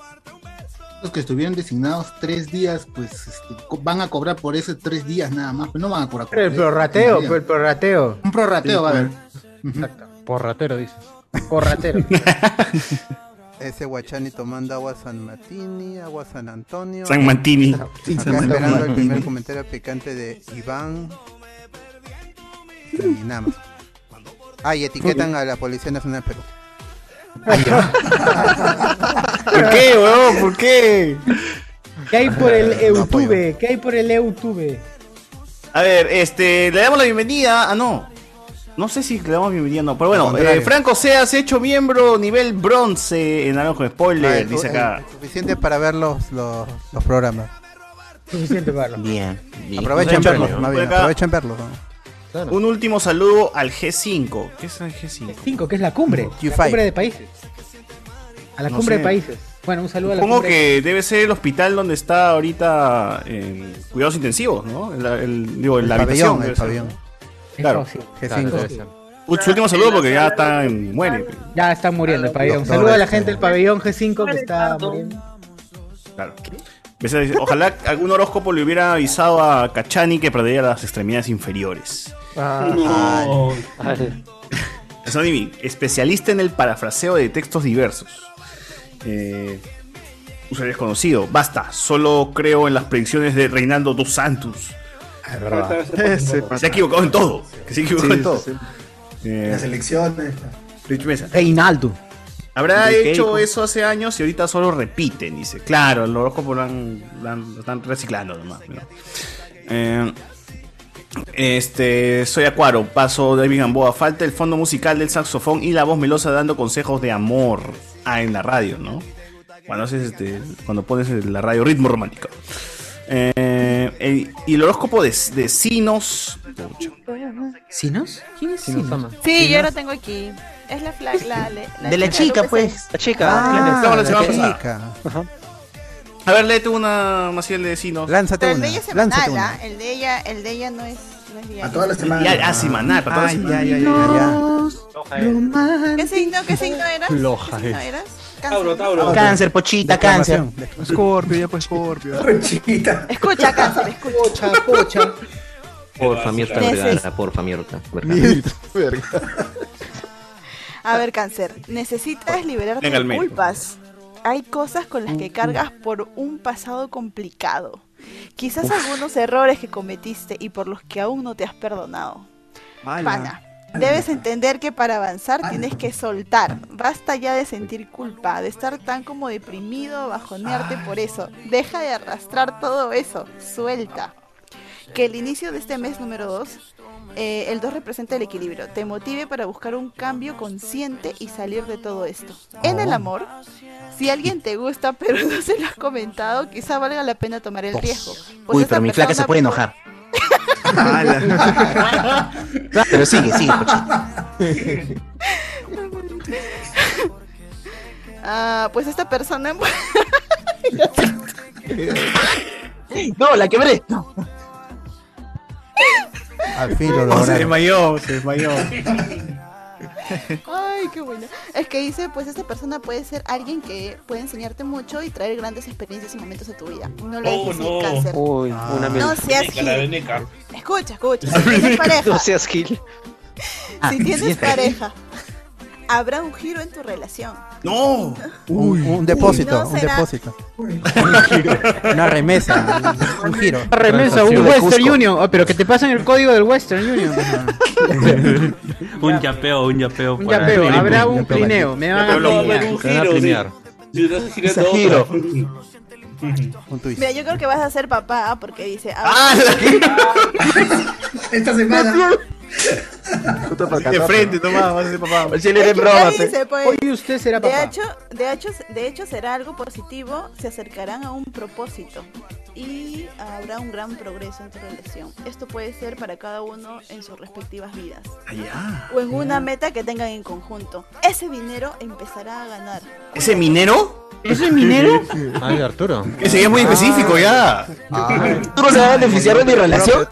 [SPEAKER 27] Los que estuvieron designados tres días, pues este, co- van a cobrar por esos tres días nada más, pero no van a cobrar por
[SPEAKER 1] El prorrateo, pues, el prorrateo.
[SPEAKER 27] Un prorrateo va a haber.
[SPEAKER 3] Porratero, dices.
[SPEAKER 5] [laughs]
[SPEAKER 8] [laughs]
[SPEAKER 1] Porratero.
[SPEAKER 2] Ese Guachani tomando agua San Martini, agua San Antonio.
[SPEAKER 28] San Martini.
[SPEAKER 2] Acá
[SPEAKER 28] Sí, San
[SPEAKER 2] esperando el
[SPEAKER 28] Martini.
[SPEAKER 2] primer comentario picante de Iván. Y nada más. Ah, y etiquetan a la Policía Nacional de Perú. [laughs]
[SPEAKER 1] ¿Por qué, weón? ¿Por qué? ¿Qué hay
[SPEAKER 2] [laughs]
[SPEAKER 1] por el E EUTube? ¿Qué hay por el E EUTube?
[SPEAKER 5] A ver, este, le damos la bienvenida. Ah, no. No sé si le damos bienvenida o no, pero
[SPEAKER 2] Al
[SPEAKER 5] bueno,
[SPEAKER 2] contrario.
[SPEAKER 5] eh, Franco Seas hecho miembro nivel bronce en Alonso Spoiler,
[SPEAKER 2] Ah, el-
[SPEAKER 5] dice
[SPEAKER 2] el-
[SPEAKER 5] acá.
[SPEAKER 2] Suficiente para ver los, los, los programas.
[SPEAKER 1] Suficiente verlo.
[SPEAKER 2] eh,
[SPEAKER 7] Bien.
[SPEAKER 5] Pues
[SPEAKER 2] Aprovechen verlos, más bien, aprovechen verlos. ¿no?
[SPEAKER 5] Un último saludo al G5. ¿Qué es el G5?
[SPEAKER 1] 5, que es la cumbre. La cumbre de países. A la
[SPEAKER 5] No
[SPEAKER 1] cumbre
[SPEAKER 5] sé.
[SPEAKER 1] de países. Bueno, un saludo a la
[SPEAKER 5] Supongo
[SPEAKER 1] cumbre.
[SPEAKER 5] que debe ser el hospital donde está ahorita en cuidados intensivos, ¿no? El, el- digo, en
[SPEAKER 2] El
[SPEAKER 5] la habitación.
[SPEAKER 2] pabellón, el
[SPEAKER 5] debe ser.
[SPEAKER 2] pabellón.
[SPEAKER 5] Claro.
[SPEAKER 1] Eso, sí.
[SPEAKER 5] Claro,
[SPEAKER 1] G5.
[SPEAKER 5] debe ser. Un- Su último saludo porque ya está en muere.
[SPEAKER 1] Ya están muriendo el pabellón.
[SPEAKER 5] Doctor,
[SPEAKER 1] Saludo a la
[SPEAKER 5] este-
[SPEAKER 1] gente del pabellón G5 que está muriendo.
[SPEAKER 5] Claro. Besé dice, Ojalá algún horóscopo le hubiera avisado a Cachani que perdería las extremidades inferiores.
[SPEAKER 1] Ah.
[SPEAKER 6] No.
[SPEAKER 5] [laughs] Sonimi, especialista en el parafraseo de textos diversos. Eh, usuario desconocido, basta, solo creo en las predicciones de Reinaldo dos Santos.
[SPEAKER 17] Ah, Es
[SPEAKER 5] verdad. [laughs] Se ha equivocado en todo. Que se ha equivocado en todo. Eh,
[SPEAKER 17] Las elecciones.
[SPEAKER 5] Rich Mesa.
[SPEAKER 1] Reinaldo.
[SPEAKER 5] Habrá
[SPEAKER 17] Enrique
[SPEAKER 5] hecho
[SPEAKER 17] Ico.
[SPEAKER 5] eso hace años y ahorita solo repiten, dice. Claro, el horóscopo lo, han- lo han- lo están reciclando nomás. ¿no? Eh, este, soy Acuaro, paso David Gamboa. Falta el fondo musical del saxofón y la voz melosa dando consejos de amor. Ah, en la radio, ¿no? Cuando, haces este, cuando pones el- la radio ritmo romántico. Eh, el- y el horóscopo de, de Sinos.
[SPEAKER 7] ¿Sinos? ¿Quién es
[SPEAKER 5] Sinos? Sama.
[SPEAKER 20] Sí, yo lo tengo aquí. Es la flag, la, la- la
[SPEAKER 7] De la chica, pues.
[SPEAKER 10] La
[SPEAKER 5] Ah, claro, la semana
[SPEAKER 2] la
[SPEAKER 5] pasada.
[SPEAKER 2] chica.
[SPEAKER 5] A ver, léete una Maciel de Sinos.
[SPEAKER 2] Lánzate
[SPEAKER 20] Pero el
[SPEAKER 2] una.
[SPEAKER 20] de ella es
[SPEAKER 2] Lánzate
[SPEAKER 20] semanal,
[SPEAKER 2] una.
[SPEAKER 20] ¿ah? El de ella, el de ella no es, no es diario.
[SPEAKER 5] Ya, ah, semanal, para todas
[SPEAKER 2] Ay,
[SPEAKER 5] las semanas.
[SPEAKER 2] ya, ya, ya,
[SPEAKER 20] ¿ah? ¿Qué signo, qué signo eras?
[SPEAKER 5] Floja
[SPEAKER 20] ¿Qué signo
[SPEAKER 5] es.
[SPEAKER 20] eras?
[SPEAKER 6] Tauro, Tauro.
[SPEAKER 7] Cáncer, pochita, cáncer.
[SPEAKER 8] Scorpio, ya pues Scorpio.
[SPEAKER 17] Pochita.
[SPEAKER 20] Escucha, cáncer, escucha. Pocha,
[SPEAKER 1] pocha.
[SPEAKER 24] Porfa, Mirta
[SPEAKER 20] Neces-
[SPEAKER 24] Vergara, porfa, Mirta Vergara.
[SPEAKER 27] [laughs]
[SPEAKER 20] A ver, cáncer, necesitas liberarte
[SPEAKER 24] Venga, al
[SPEAKER 20] de
[SPEAKER 24] médico.
[SPEAKER 20] culpas. Hay cosas con las que cargas por un pasado complicado. Quizás
[SPEAKER 29] Uf.
[SPEAKER 20] algunos errores que cometiste y por los que aún no te has perdonado.
[SPEAKER 8] Ala.
[SPEAKER 20] Pana, debes entender que para avanzar
[SPEAKER 7] Ah.
[SPEAKER 20] tienes que soltar. Basta ya de sentir culpa, de estar tan como deprimido, bajonearte
[SPEAKER 7] Ah.
[SPEAKER 20] por eso. Deja de arrastrar todo eso. Suelta. Que el inicio de este mes número 2, el 2 representa el equilibrio, te motive para buscar un cambio consciente y salir de todo esto. En el
[SPEAKER 29] Oh.
[SPEAKER 20] amor, si alguien te gusta [laughs] pero no se lo has comentado, quizá valga la pena tomar el riesgo. Pues
[SPEAKER 7] Uy,
[SPEAKER 20] esa
[SPEAKER 7] pero mi flaca se
[SPEAKER 20] persona-
[SPEAKER 7] puede enojar.
[SPEAKER 20] [laughs]
[SPEAKER 7] Claro, Pero sigue, sigue, pochita.
[SPEAKER 20] Ah, pues esta persona... [laughs]
[SPEAKER 7] No, la quebré.
[SPEAKER 2] Al fin lo
[SPEAKER 5] [laughs] se
[SPEAKER 2] lograron.
[SPEAKER 5] desmayó, se desmayó.
[SPEAKER 20] Ay, qué bueno. Es que dice, pues esta persona puede ser alguien que puede enseñarte mucho y traer grandes experiencias y momentos a tu vida. No lo
[SPEAKER 6] Oh,
[SPEAKER 20] dejes ir, cáncer.
[SPEAKER 6] no.
[SPEAKER 24] Uy, una
[SPEAKER 20] No seas
[SPEAKER 6] Veneca, la
[SPEAKER 20] gil.
[SPEAKER 6] veneca.
[SPEAKER 20] Escucha, escucha. Si
[SPEAKER 10] [laughs]
[SPEAKER 20] tienes pareja,
[SPEAKER 24] No seas Gil.
[SPEAKER 20] si tienes pareja, habrá un giro en tu relación.
[SPEAKER 5] No.
[SPEAKER 2] Un, un depósito,
[SPEAKER 20] No
[SPEAKER 2] un
[SPEAKER 20] será-
[SPEAKER 2] depósito. Una remesa, un giro.
[SPEAKER 1] Una remesa, un Western Union. Oh, pero que te pasen el código del Western
[SPEAKER 2] [laughs]
[SPEAKER 1] Union.
[SPEAKER 21] Un yapeo, un yapeo.
[SPEAKER 1] Un
[SPEAKER 21] para-
[SPEAKER 1] yapeo, habrá un
[SPEAKER 21] Yapeo.
[SPEAKER 1] plineo, me van a
[SPEAKER 21] Yapeo, lo- lo-
[SPEAKER 1] plinear. Te van a
[SPEAKER 21] giro,
[SPEAKER 1] plinear.
[SPEAKER 21] sí. Sí, das girando
[SPEAKER 1] Ese giro.
[SPEAKER 21] otra.
[SPEAKER 2] Un twist.
[SPEAKER 20] Mira, yo creo que vas a ser papá ¿ah? porque dice.
[SPEAKER 17] Esta semana.
[SPEAKER 5] De frente, toma, vas a ser papá.
[SPEAKER 2] Pues
[SPEAKER 20] Es que acá dice, pues,
[SPEAKER 1] Hoy usted será
[SPEAKER 20] De
[SPEAKER 1] papá.
[SPEAKER 20] hecho, de, hecho, de hecho, será algo positivo. Se acercarán a un propósito. y habrá un gran progreso en tu relación. Esto puede ser para cada uno en sus respectivas vidas
[SPEAKER 5] Allá.
[SPEAKER 20] o en una meta que tengan en conjunto. Ese dinero empezará a ganar.
[SPEAKER 5] ¿Ese minero? [laughs]
[SPEAKER 20] ¿Ese minero?
[SPEAKER 2] Ah,
[SPEAKER 3] Ay, Arturo.
[SPEAKER 5] Ese ya es muy específico, ya.
[SPEAKER 7] Arturo se va a beneficiar de mi relación.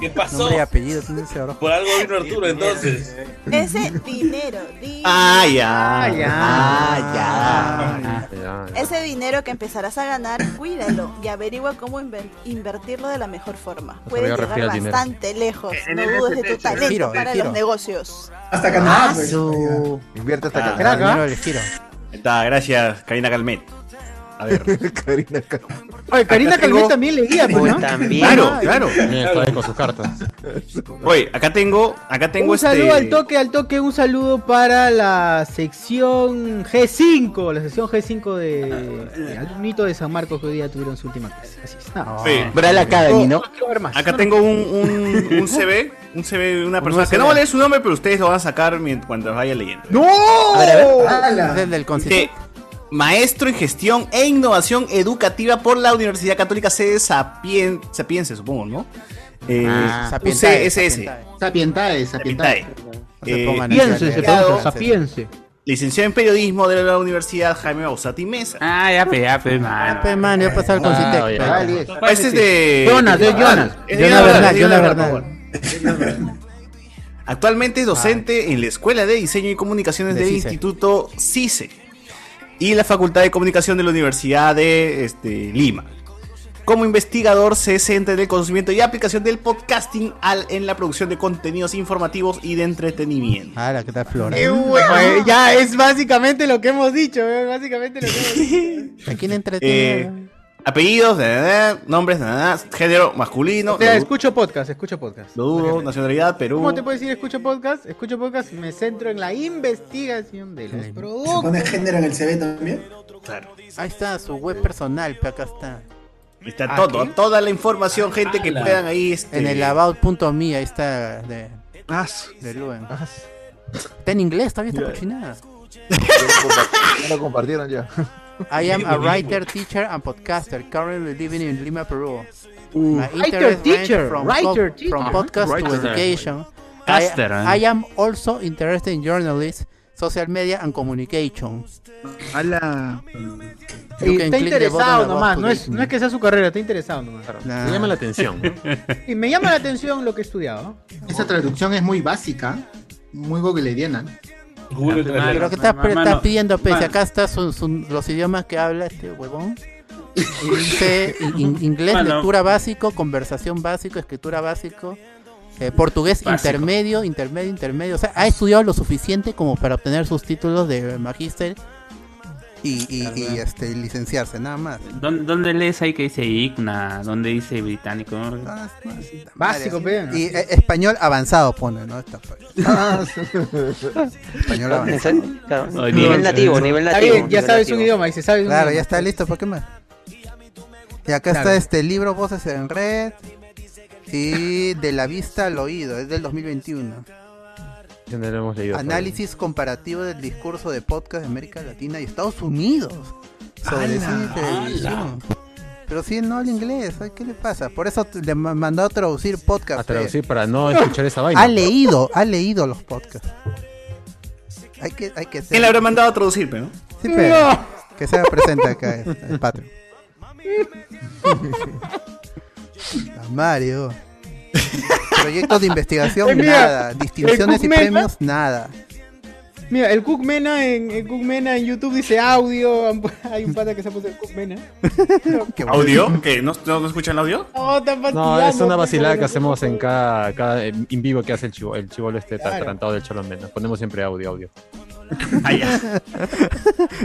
[SPEAKER 6] ¿Qué pasó?
[SPEAKER 2] Nombre y apellido, ¿quién se habrá?
[SPEAKER 6] Por algo vino Arturo entonces.
[SPEAKER 20] Ese dinero, di-
[SPEAKER 5] Ah, ya.
[SPEAKER 20] Ah, ya.
[SPEAKER 5] Ah, ya.
[SPEAKER 20] ese dinero que empezarás a ganar, cuídalo y averigua cómo inven- invertirlo de la mejor forma. Puedes
[SPEAKER 3] voy a
[SPEAKER 20] llegar
[SPEAKER 3] refiar al dinero.
[SPEAKER 20] bastante lejos.
[SPEAKER 17] En
[SPEAKER 20] No
[SPEAKER 17] el
[SPEAKER 20] dudes de tu
[SPEAKER 17] STC.
[SPEAKER 20] talento
[SPEAKER 17] Giro, el
[SPEAKER 20] para
[SPEAKER 17] giro.
[SPEAKER 20] los negocios.
[SPEAKER 17] Hasta Canadá, güey.
[SPEAKER 12] Invierte hasta
[SPEAKER 5] Ah,
[SPEAKER 12] que
[SPEAKER 5] crack, ¿ah?
[SPEAKER 12] dinero del giro.
[SPEAKER 5] Ahí Está, gracias, Karina Calmet. A ver.
[SPEAKER 12] Karina Calmet.
[SPEAKER 1] Oye, Karina
[SPEAKER 5] Acá tengo-
[SPEAKER 1] Calmet también le guía, pues, ¿no?
[SPEAKER 5] Claro, claro.
[SPEAKER 3] Está ahí con sus cartas.
[SPEAKER 5] Oye, acá tengo, acá tengo
[SPEAKER 1] un
[SPEAKER 5] este.
[SPEAKER 1] saludo al toque, al toque, un saludo para la sección G5, la sección G5 de, de Alumnito de San Marcos que hoy día tuvieron su última clase. Así es, nada. más.
[SPEAKER 5] Sí.
[SPEAKER 7] Bral Academy, ¿no?
[SPEAKER 5] Acá tengo un, un, un CV, un CV de una
[SPEAKER 2] Un
[SPEAKER 5] persona que
[SPEAKER 2] CV.
[SPEAKER 5] no va a leer su nombre, pero ustedes lo van a sacar mient- cuando vaya leyendo.
[SPEAKER 1] [laughs] ¡No!
[SPEAKER 2] A ver, Ah, a ver.
[SPEAKER 5] ¡Hala!
[SPEAKER 2] Es el
[SPEAKER 1] Este
[SPEAKER 2] del
[SPEAKER 5] Dice,
[SPEAKER 2] Constituto.
[SPEAKER 5] maestro en gestión e innovación educativa por la Universidad Católica sede Sapien Sapiense, supongo, ¿no? Eh,
[SPEAKER 2] Ah, Sapientae,
[SPEAKER 5] UCSS.
[SPEAKER 27] Sapientae, sapientae.
[SPEAKER 5] Eh,
[SPEAKER 27] Piense,
[SPEAKER 5] licenciado-
[SPEAKER 27] se pronuncia, sapiense.
[SPEAKER 5] Licenciado en periodismo de la Universidad Jaime Bausati Mesa.
[SPEAKER 21] Ah, ya pe, ya pe, mano.
[SPEAKER 2] Pe, man, ya pasó al Concitec, pe.
[SPEAKER 5] Ah, Este es de. Eh,
[SPEAKER 2] Jonas,
[SPEAKER 5] de
[SPEAKER 2] es Jonas.
[SPEAKER 5] Es de
[SPEAKER 2] Jonas Bernal,
[SPEAKER 5] es de
[SPEAKER 2] Jonas
[SPEAKER 5] por favor. Actualmente es docente en la Escuela de Diseño y Comunicaciones
[SPEAKER 2] De
[SPEAKER 5] del
[SPEAKER 2] CICE.
[SPEAKER 5] Instituto CICE y la Facultad de Comunicación de la Universidad de este, Lima. Como investigador se centra en el conocimiento y aplicación del podcasting al- en la producción de contenidos informativos y de entretenimiento.
[SPEAKER 2] Ah, la que está flora.
[SPEAKER 1] Qué bueno, eh, ya es básicamente lo que hemos dicho, eh, básicamente lo que hemos dicho.
[SPEAKER 2] ¿A quién
[SPEAKER 5] Eh,
[SPEAKER 2] entretiene?
[SPEAKER 5] apellidos, da, da, da, nombres, da, da, da, género masculino,
[SPEAKER 1] O sea,
[SPEAKER 5] lo-
[SPEAKER 1] escucho podcast, escucho podcast.
[SPEAKER 5] lo dudo, nacionalidad, Perú.
[SPEAKER 1] ¿Cómo te puedo decir escucho podcast? Escucho podcast, me centro en la investigación de los
[SPEAKER 17] ¿Se pone
[SPEAKER 1] productos.
[SPEAKER 17] género en el CV también?
[SPEAKER 5] Claro.
[SPEAKER 2] Ahí está su web personal, pe, acá está.
[SPEAKER 5] Está
[SPEAKER 2] ¿Ah,
[SPEAKER 5] todo,
[SPEAKER 2] qué?
[SPEAKER 5] toda la información, gente que puedan ahí. Este...
[SPEAKER 2] En el about.me, ahí está de, de Luen. Está en inglés, todavía está
[SPEAKER 12] Ya.
[SPEAKER 2] cochinada.
[SPEAKER 12] Ya lo compartieron ya.
[SPEAKER 2] I am a writer, teacher and podcaster currently living in Lima, Peru. My
[SPEAKER 1] Writer,
[SPEAKER 2] interest range
[SPEAKER 1] teacher,
[SPEAKER 2] from,
[SPEAKER 1] writer,
[SPEAKER 2] co-
[SPEAKER 1] teacher.
[SPEAKER 2] from podcast to
[SPEAKER 21] Writer.
[SPEAKER 2] education.
[SPEAKER 21] Caster,
[SPEAKER 2] I,
[SPEAKER 21] ¿eh?
[SPEAKER 2] I am also interested in journalism, social media and communication.
[SPEAKER 8] Ala.
[SPEAKER 2] You can
[SPEAKER 1] Está
[SPEAKER 2] click the
[SPEAKER 1] interesado
[SPEAKER 2] button above
[SPEAKER 1] nomás,
[SPEAKER 2] to
[SPEAKER 1] no es,
[SPEAKER 2] listen.
[SPEAKER 1] no es que sea su carrera, está interesado nomás.
[SPEAKER 2] Claro.
[SPEAKER 3] Me llama la atención. ¿no?
[SPEAKER 1] [laughs] Y me llama la atención lo que he estudiado.
[SPEAKER 27] Esa traducción es muy básica, muy googleriana.
[SPEAKER 21] Google Translate.
[SPEAKER 2] Pero que estás,
[SPEAKER 21] Mano,
[SPEAKER 2] estás pidiendo, pese
[SPEAKER 21] mano.
[SPEAKER 2] acá están los idiomas que habla este [laughs] huevón. Dice in- in- inglés,
[SPEAKER 21] Mano.
[SPEAKER 2] lectura básico, conversación básico, escritura básico, eh, portugués
[SPEAKER 21] Básico.
[SPEAKER 2] intermedio, intermedio, intermedio. O sea, ha estudiado lo suficiente como para obtener sus títulos de magíster y, y- y, este, y licenciarse, nada más.
[SPEAKER 21] ¿Dónde, ¿Dónde lees ahí que dice Igna? ¿Dónde dice británico?
[SPEAKER 1] Básico, pe. Ah,
[SPEAKER 2] Y eh, español avanzado pone, ¿no? Esta-
[SPEAKER 1] [laughs]
[SPEAKER 2] español
[SPEAKER 10] Claro,
[SPEAKER 2] avanzado.
[SPEAKER 10] claro, nivel nativo, nivel
[SPEAKER 1] Está
[SPEAKER 10] nativo.
[SPEAKER 1] bien, ya
[SPEAKER 10] nivel
[SPEAKER 1] sabes un
[SPEAKER 10] nativo.
[SPEAKER 1] idioma, y se sabe un
[SPEAKER 2] Claro, ya
[SPEAKER 1] idioma.
[SPEAKER 2] está listo, ¿para qué más? Y acá
[SPEAKER 1] Claro.
[SPEAKER 2] está este libro Voces en Red y De la Vista al Oído, es del 2021.
[SPEAKER 3] Ya no lo hemos leído. pues.
[SPEAKER 2] Análisis comparativo del discurso de podcast de América Latina y Estados Unidos sobre
[SPEAKER 8] ¡Ala!
[SPEAKER 2] cine y televisión. Pero si no al inglés, ay, ¿qué le pasa? Por eso t- le ma- mandó a traducir
[SPEAKER 3] A
[SPEAKER 2] podcast. eh.
[SPEAKER 3] traducir para no escuchar esa vaina.
[SPEAKER 2] Ha leído, ha leído los podcasts. Hay que, hay que ser-
[SPEAKER 5] ¿Quién [laughs] le habrá mandado a traducir, pero?
[SPEAKER 2] Sí, pe, Que sea presente acá el,
[SPEAKER 3] [laughs]
[SPEAKER 2] el Patreon. A Ah, Mario. Proyectos de investigación,
[SPEAKER 1] Eh, mira,
[SPEAKER 2] nada. Distinciones
[SPEAKER 1] el
[SPEAKER 2] y
[SPEAKER 1] Cookmena-
[SPEAKER 2] premios, nada.
[SPEAKER 1] Mira, el Cook Mena en, el Cook Mena en YouTube dice audio. [laughs] Hay un pata que se ha puesto el Cook Mena.
[SPEAKER 2] Qué bueno.
[SPEAKER 5] ¿Audio? ¿Qué? ¿No, no, no escuchan audio?
[SPEAKER 1] No, está
[SPEAKER 3] No,
[SPEAKER 1] fastidiando,
[SPEAKER 3] es una
[SPEAKER 1] pe,
[SPEAKER 3] vacilada que
[SPEAKER 1] bueno.
[SPEAKER 3] hacemos en cada, cada en vivo que hace el chivo, el chivolo este tan
[SPEAKER 1] Claro.
[SPEAKER 3] atarantado del Cholombe. Nos ponemos siempre audio,
[SPEAKER 5] [laughs]
[SPEAKER 3] audio.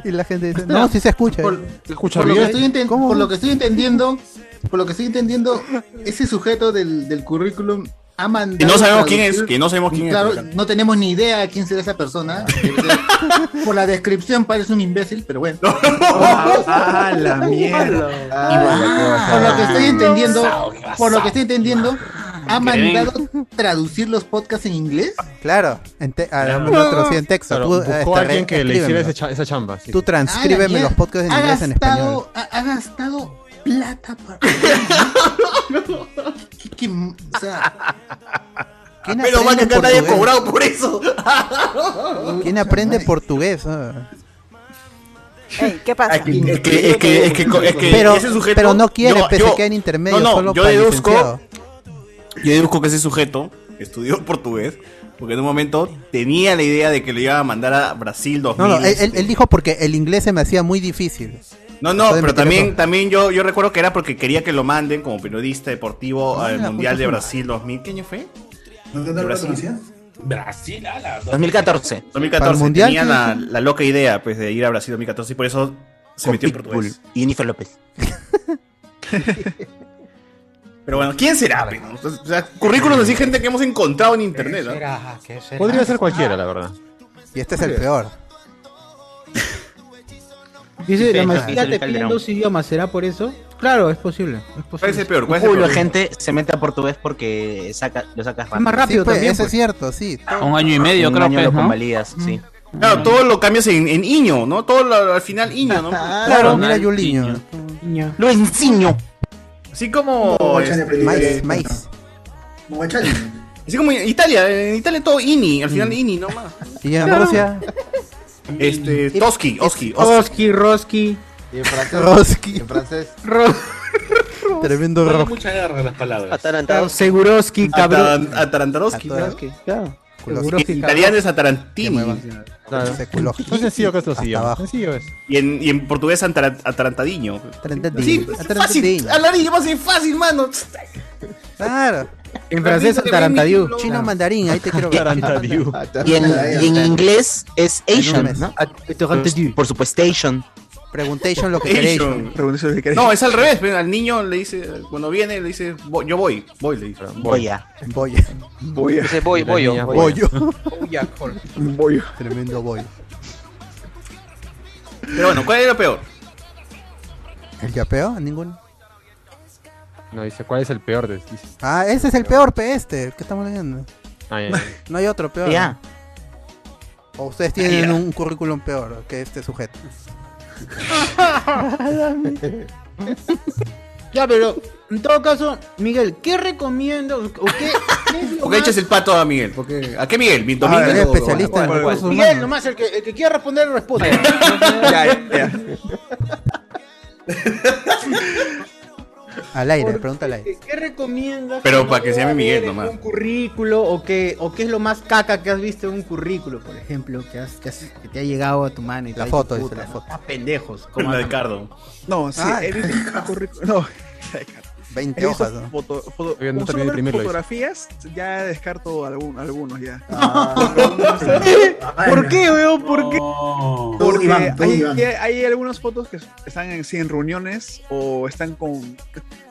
[SPEAKER 2] y la gente dice, no, si se escucha.
[SPEAKER 27] Por,
[SPEAKER 3] escucha
[SPEAKER 27] por lo, que
[SPEAKER 3] bien.
[SPEAKER 27] estoy enten- por lo que estoy entendiendo, por lo que estoy entendiendo, ese sujeto del, del currículum ha mandado.
[SPEAKER 5] Que no sabemos
[SPEAKER 27] traducir-
[SPEAKER 5] quién es, que no sabemos quién
[SPEAKER 27] Claro,
[SPEAKER 5] es.
[SPEAKER 27] no tenemos ni idea de quién será esa persona. Debe ser- por la descripción parece un imbécil, pero bueno.
[SPEAKER 8] Ah, la mierda.
[SPEAKER 27] Por lo que estoy entendiendo,
[SPEAKER 21] Sao, qué
[SPEAKER 27] por lo
[SPEAKER 21] sao.
[SPEAKER 27] que estoy entendiendo, ha mandado traducir los podcasts en inglés.
[SPEAKER 2] Claro, en te- a nosotros sí, en texto.
[SPEAKER 3] Claro,
[SPEAKER 2] Tú,
[SPEAKER 3] buscó
[SPEAKER 2] este,
[SPEAKER 3] a alguien
[SPEAKER 2] re-
[SPEAKER 3] que le hiciera
[SPEAKER 2] escríbemelo.
[SPEAKER 3] ese cha- esa chamba. sí.
[SPEAKER 2] Tú transcríbeme
[SPEAKER 5] Ah,
[SPEAKER 2] los podcasts en
[SPEAKER 27] ha
[SPEAKER 2] inglés en español.
[SPEAKER 27] gastado, ha, ha gastado plata para. ¿Qué, qué- o sea,
[SPEAKER 2] ¿Quién
[SPEAKER 27] Menos mal
[SPEAKER 2] aprende
[SPEAKER 27] que acá nadie ha
[SPEAKER 2] portugués?
[SPEAKER 27] cobrado por eso.
[SPEAKER 2] ¿Quién aprende portugués? Ah.
[SPEAKER 20] Ey, ¿qué pasa?
[SPEAKER 2] Es
[SPEAKER 5] que- es que- es que- es que
[SPEAKER 2] pero,
[SPEAKER 5] ese sujeto-
[SPEAKER 2] pero no quiere,
[SPEAKER 5] yo-
[SPEAKER 2] pese
[SPEAKER 5] yo-
[SPEAKER 2] que en intermedio,
[SPEAKER 5] no, no,
[SPEAKER 2] solo
[SPEAKER 5] yo
[SPEAKER 2] para
[SPEAKER 5] deduzco-
[SPEAKER 2] licenciado.
[SPEAKER 5] Yo deduzco que ese sujeto estudió [laughs] portugués porque en un momento tenía la idea de que lo iba a mandar a Brasil 2000.
[SPEAKER 2] No, no, él, él-
[SPEAKER 5] este
[SPEAKER 2] él dijo porque el inglés se me hacía muy difícil.
[SPEAKER 5] No, no,
[SPEAKER 2] Pueden
[SPEAKER 5] pero
[SPEAKER 2] meter
[SPEAKER 5] también,
[SPEAKER 2] eso.
[SPEAKER 5] también yo, yo recuerdo que era porque quería que lo manden como periodista deportivo
[SPEAKER 2] Ah,
[SPEAKER 5] al
[SPEAKER 2] la
[SPEAKER 5] Mundial
[SPEAKER 2] puta
[SPEAKER 5] de
[SPEAKER 2] madre.
[SPEAKER 5] Brasil 2000. ¿Qué año fue?
[SPEAKER 17] ¿No te
[SPEAKER 5] ¿De
[SPEAKER 17] acuerdas
[SPEAKER 5] Brasil?
[SPEAKER 17] cómo hacía?
[SPEAKER 6] Brasil, ala.
[SPEAKER 7] 2014.
[SPEAKER 5] 2014.
[SPEAKER 7] Mundial,
[SPEAKER 5] tenía
[SPEAKER 7] ¿qué
[SPEAKER 5] la,
[SPEAKER 7] dijo?
[SPEAKER 5] la loca idea pues, de ir a Brasil 2014 y por eso se
[SPEAKER 7] Con
[SPEAKER 5] metió en
[SPEAKER 7] Pitbull
[SPEAKER 5] portugués.
[SPEAKER 7] Y Jennifer [laughs] López.
[SPEAKER 5] [laughs] Pero bueno, ¿quién será? pe, no? Pues, O sea, currículos así, gente que hemos encontrado en internet. ¿no?
[SPEAKER 3] Podría ser cualquiera, la verdad.
[SPEAKER 2] Y este es el peor.
[SPEAKER 1] Dice, la
[SPEAKER 7] Fecha,
[SPEAKER 1] maestría
[SPEAKER 7] dice
[SPEAKER 1] te piden
[SPEAKER 7] el Calderón.
[SPEAKER 1] dos idiomas, ¿será por eso? Claro, es posible. Es posible.
[SPEAKER 7] Un culo de gente se mete a portugués porque saca, lo sacas rápido.
[SPEAKER 1] más rápido
[SPEAKER 2] Sí, pues,
[SPEAKER 1] también,
[SPEAKER 2] Eso
[SPEAKER 1] pues.
[SPEAKER 2] es cierto, sí.
[SPEAKER 7] Un año y medio,
[SPEAKER 5] Un
[SPEAKER 7] creo
[SPEAKER 5] año
[SPEAKER 7] que
[SPEAKER 5] lo
[SPEAKER 7] es, ¿no?
[SPEAKER 5] convalidas,
[SPEAKER 7] sí.
[SPEAKER 5] Claro, todo lo cambias en, en Iño, ¿no? Todo lo- al final Iño, ¿no?
[SPEAKER 2] Claro, mira Yuliño.
[SPEAKER 7] Lo enseño.
[SPEAKER 5] Así como.
[SPEAKER 17] No,
[SPEAKER 1] Pues,
[SPEAKER 5] este,
[SPEAKER 17] Chani,
[SPEAKER 2] Maíz, maíz.
[SPEAKER 5] Así como Italia, en Italia todo Ini, al
[SPEAKER 1] Mm.
[SPEAKER 5] final Ini, no más.
[SPEAKER 2] Y en
[SPEAKER 5] Claro.
[SPEAKER 2] Rusia,
[SPEAKER 5] Este, Toski, Oski, Oski.
[SPEAKER 1] Roski, Roski.
[SPEAKER 22] Y en francés.
[SPEAKER 2] Roski.
[SPEAKER 22] En
[SPEAKER 1] [laughs]
[SPEAKER 22] francés.
[SPEAKER 2] Tremendo
[SPEAKER 6] Vale
[SPEAKER 2] rock.
[SPEAKER 6] mucha guerra las palabras.
[SPEAKER 1] Claro, Seguroski, cabrón.
[SPEAKER 5] Ataran- Atarantaroski.
[SPEAKER 1] Roski, claro.
[SPEAKER 5] Seguroski,
[SPEAKER 1] Seguroski, cabrón.
[SPEAKER 5] Italiano es Atarantini.
[SPEAKER 2] Claro.
[SPEAKER 3] No sencillo que esto
[SPEAKER 2] Hasta
[SPEAKER 3] sí.
[SPEAKER 2] abajo.
[SPEAKER 3] Sencillo es.
[SPEAKER 5] Y en, y en portugués Antara- Atarantadiño.
[SPEAKER 2] Atarantadiño.
[SPEAKER 5] Sí, pues, fácil.
[SPEAKER 2] Atarantadiño.
[SPEAKER 5] Hablar idioma así fácil, mano.
[SPEAKER 2] Claro.
[SPEAKER 1] En francés, Atarantadiu.
[SPEAKER 2] Chino mandarín, ahí te
[SPEAKER 7] [laughs]
[SPEAKER 2] quiero ver.
[SPEAKER 3] Atarantadiu.
[SPEAKER 7] Y en, y en inglés es Asian, ¿no?
[SPEAKER 1] Atarantadiu.
[SPEAKER 7] Por supuesto, Asian.
[SPEAKER 2] Preguntation lo que queréis.
[SPEAKER 5] Asian.
[SPEAKER 8] Pregunté eso que queréis.
[SPEAKER 5] No, es al revés. pero Al niño le dice, cuando viene, le dice, "Voy- yo voy, voy, le dice.
[SPEAKER 7] Voy a.
[SPEAKER 2] Boy.
[SPEAKER 8] Voy a-
[SPEAKER 10] Dice, voy, voy yo.
[SPEAKER 2] Bollo.
[SPEAKER 8] Voy.
[SPEAKER 2] Tremendo bollo.
[SPEAKER 5] Pero bueno, ¿cuál era lo peor?
[SPEAKER 2] ¿El yapeo? Ninguno.
[SPEAKER 3] No, dice, ¿cuál es el peor? de- Dice.
[SPEAKER 2] Ah, ese es el peor, pe, este. ¿Qué estamos leyendo?
[SPEAKER 3] Ah, ya,
[SPEAKER 2] No,
[SPEAKER 3] ya.
[SPEAKER 2] hay otro peor.
[SPEAKER 7] Ya.
[SPEAKER 2] O ustedes tienen un currículum peor que este sujeto.
[SPEAKER 1] [laughs] Ya, pero en todo caso, Miguel, ¿qué recomiendo? ¿O
[SPEAKER 2] [laughs]
[SPEAKER 1] qué? qué
[SPEAKER 5] ¿Por qué echas el pato a Miguel? Porque, ¿A qué Miguel? ¿Mi Domingo?
[SPEAKER 2] Ah, es
[SPEAKER 5] ¿O-
[SPEAKER 2] especialista en
[SPEAKER 5] o-
[SPEAKER 2] recursos
[SPEAKER 1] Miguel,
[SPEAKER 2] humanos.
[SPEAKER 1] nomás el que, el que quiera responder,
[SPEAKER 2] [laughs]
[SPEAKER 1] responde. [laughs]
[SPEAKER 2] Al aire, pregunta al aire.
[SPEAKER 1] ¿Qué, qué recomiendas?
[SPEAKER 5] Pero
[SPEAKER 1] cuando
[SPEAKER 5] para que se llame
[SPEAKER 1] vas a
[SPEAKER 5] Miguel
[SPEAKER 1] ver en
[SPEAKER 5] nomás.
[SPEAKER 1] Un currículo o qué, o qué es lo más caca que has visto en un currículo, por ejemplo, que, has, que, has- que te ha llegado a tu mano y te
[SPEAKER 2] La
[SPEAKER 1] ha
[SPEAKER 2] foto,
[SPEAKER 1] dicho,
[SPEAKER 2] dice, la
[SPEAKER 1] ¿no?
[SPEAKER 2] foto.
[SPEAKER 1] Ah, pendejos.
[SPEAKER 5] Con [laughs]
[SPEAKER 1] ¿cómo
[SPEAKER 5] la de
[SPEAKER 1] hacen?
[SPEAKER 5] Cardo.
[SPEAKER 8] No, sí,
[SPEAKER 1] [laughs]
[SPEAKER 2] Ah.
[SPEAKER 8] he visto un currículum. No,
[SPEAKER 2] 20
[SPEAKER 8] he visto
[SPEAKER 2] hojas, ¿no?
[SPEAKER 8] foto- foto-
[SPEAKER 3] Todavía no terminé de
[SPEAKER 8] como solo ver
[SPEAKER 3] imprimirlo,
[SPEAKER 8] fotografías, ya descarto algún- algunos ya.
[SPEAKER 1] ¿Por qué, weón? ¿Por qué?
[SPEAKER 6] No.
[SPEAKER 8] Porque
[SPEAKER 17] Iván, tú,
[SPEAKER 8] hay,
[SPEAKER 17] Iván.
[SPEAKER 8] hay, hay algunas fotos que están en, sí, en reuniones o están con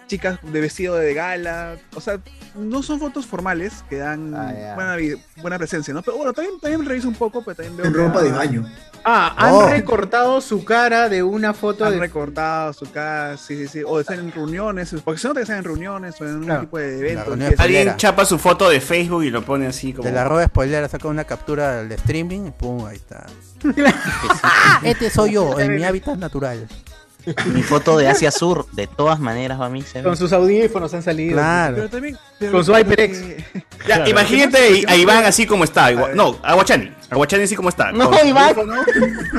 [SPEAKER 8] chicas de vestido de gala. O sea, no son fotos formales que dan
[SPEAKER 22] Ah, ya.
[SPEAKER 8] buena, vi- buena presencia, ¿no? Pero bueno, también, también reviso un poco, pero también veo.
[SPEAKER 17] En
[SPEAKER 8] que
[SPEAKER 17] ropa de
[SPEAKER 8] han-
[SPEAKER 17] baño.
[SPEAKER 1] Ah, han
[SPEAKER 2] Oh.
[SPEAKER 1] recortado su cara de una foto
[SPEAKER 8] Han
[SPEAKER 1] de.
[SPEAKER 8] recortado su casa, sí, sí, sí. O están en reuniones, porque se nota que están en reuniones o en un
[SPEAKER 1] Claro.
[SPEAKER 8] tipo de
[SPEAKER 2] La
[SPEAKER 8] evento.
[SPEAKER 2] reunión
[SPEAKER 8] que-
[SPEAKER 5] Alguien
[SPEAKER 2] Solera.
[SPEAKER 5] chapa su foto de Facebook y lo pone así como.
[SPEAKER 2] De la roba spoiler, saca una captura del streaming y pum, ahí está. este soy yo, en mi hábitat natural.
[SPEAKER 7] Mi foto de Asia Sur, de todas maneras, va a mí. se ve.
[SPEAKER 1] Con sus audífonos han salido.
[SPEAKER 8] Pero
[SPEAKER 2] Claro.
[SPEAKER 8] también. pero
[SPEAKER 1] Con
[SPEAKER 8] lo-
[SPEAKER 1] su
[SPEAKER 8] lo
[SPEAKER 1] HyperX.
[SPEAKER 8] que-
[SPEAKER 5] [laughs] Ya,
[SPEAKER 3] Claro.
[SPEAKER 5] imagínate a Iván así como está. Igua- No, Aguachani. Aguachani así como está.
[SPEAKER 7] No,
[SPEAKER 5] con
[SPEAKER 7] Iván.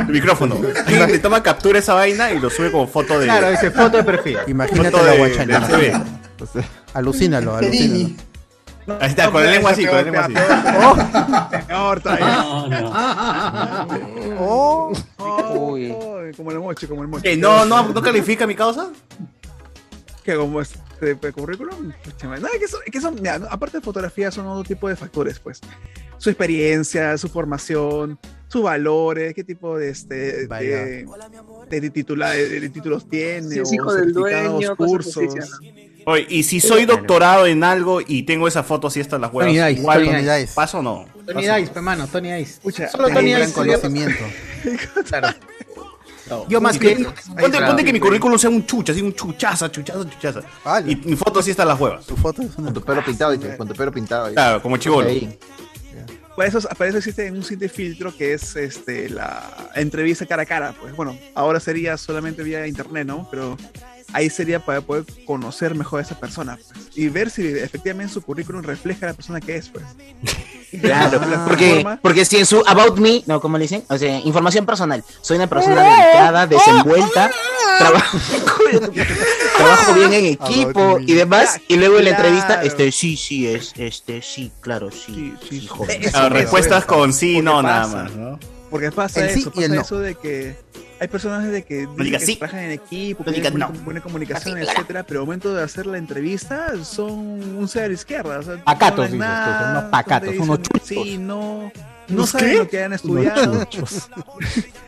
[SPEAKER 5] El
[SPEAKER 2] [laughs]
[SPEAKER 5] micrófono. Alguien le toma captura a esa vaina y lo sube como foto de.
[SPEAKER 1] Claro, dice foto de perfil.
[SPEAKER 2] Imagínate
[SPEAKER 5] foto
[SPEAKER 2] la
[SPEAKER 5] de,
[SPEAKER 2] guachana.
[SPEAKER 5] del CV.
[SPEAKER 2] Alucínalo, alucínalo.
[SPEAKER 5] Ahí está, con la lengua así, con la lengua así. Oh.
[SPEAKER 8] Señor, todavía.
[SPEAKER 21] No, no.
[SPEAKER 2] Oh,
[SPEAKER 8] Oh,
[SPEAKER 10] Uy.
[SPEAKER 8] oh, como el moche, como el moche.
[SPEAKER 5] ¿Qué? ¿No, no, no califica mi causa?
[SPEAKER 8] que como este pues, currículum, pucha madre. no, es que son, es que son- mira, no, aparte de fotografía son otro tipo de factores, pues. Su experiencia, su formación, sus valores, qué tipo de este
[SPEAKER 2] Vaya.
[SPEAKER 8] de, de, titula- de- de títulos tiene,
[SPEAKER 4] Si es
[SPEAKER 8] o
[SPEAKER 4] hijo del
[SPEAKER 8] certificados,
[SPEAKER 4] dueño, cosas
[SPEAKER 8] cursos.
[SPEAKER 4] así, ¿no?
[SPEAKER 5] Oye, y si soy doctorado en algo y tengo esa foto así hasta las huevas,
[SPEAKER 2] Tony Dice,
[SPEAKER 5] igual
[SPEAKER 2] Tony Dice.
[SPEAKER 5] paso o no.
[SPEAKER 1] Tony Dice, hermano, Tony Dice.
[SPEAKER 8] Pucha,
[SPEAKER 1] Solo
[SPEAKER 2] tengo un
[SPEAKER 1] Tony
[SPEAKER 2] gran
[SPEAKER 1] Dice.
[SPEAKER 2] conocimiento.
[SPEAKER 5] Yo más que. Ponte, ponte que mi
[SPEAKER 28] currículum.
[SPEAKER 5] currículum sea un chucha, así un chuchaza, chuchaza, chuchaza. Y mi foto así está en las huevas. Tu
[SPEAKER 2] foto
[SPEAKER 12] Con tu pelo pintado, dice, con tu pelo pintado.
[SPEAKER 5] Claro, como chibolo.
[SPEAKER 12] Ahí.
[SPEAKER 8] Para eso, para eso existe un sitio de filtro que es este, la entrevista cara a cara. Pues bueno, ahora sería solamente vía internet, ¿no? Pero ahí sería para poder conocer mejor a esa persona pues, y ver si efectivamente su currículum refleja a la persona que
[SPEAKER 7] [laughs]
[SPEAKER 8] es, pues. [laughs]
[SPEAKER 7] Claro,
[SPEAKER 8] Ah.
[SPEAKER 7] porque, porque si en su About Me, no, ¿cómo le dicen? O sea, información personal. Soy una persona dedicada, desenvuelta, trabajo, [laughs] trabajo bien en equipo y demás. Y luego en la entrevista, este, sí, sí, es, este, sí, claro, sí, sí, joven.
[SPEAKER 8] Eso, eso,
[SPEAKER 5] respuestas
[SPEAKER 8] eso.
[SPEAKER 5] con sí,
[SPEAKER 8] Porque
[SPEAKER 5] no, nada
[SPEAKER 8] pasa,
[SPEAKER 5] más, ¿no?
[SPEAKER 8] Porque pasa
[SPEAKER 5] El sí
[SPEAKER 8] eso,
[SPEAKER 5] y el
[SPEAKER 8] pasa
[SPEAKER 5] no.
[SPEAKER 8] eso de que hay personajes de que, dicen
[SPEAKER 5] digas
[SPEAKER 8] que
[SPEAKER 5] sí.
[SPEAKER 8] trabajan en equipo,
[SPEAKER 5] No
[SPEAKER 8] que
[SPEAKER 5] digas
[SPEAKER 8] tienen buena,
[SPEAKER 5] no.
[SPEAKER 8] buena comunicación,
[SPEAKER 5] Así, claro.
[SPEAKER 8] etcétera, pero al momento de hacer la entrevista son un ser izquierda. O sea, no
[SPEAKER 22] Pacatos,
[SPEAKER 8] hablan
[SPEAKER 22] dices tú,
[SPEAKER 8] nada,
[SPEAKER 22] son unos pacatos,
[SPEAKER 8] te
[SPEAKER 22] son unos
[SPEAKER 8] dicen, Sí, no. No
[SPEAKER 22] ¿Unos
[SPEAKER 8] saben
[SPEAKER 22] qué?
[SPEAKER 8] lo que han estudiado.
[SPEAKER 5] [laughs]
[SPEAKER 22] Unos chuchos.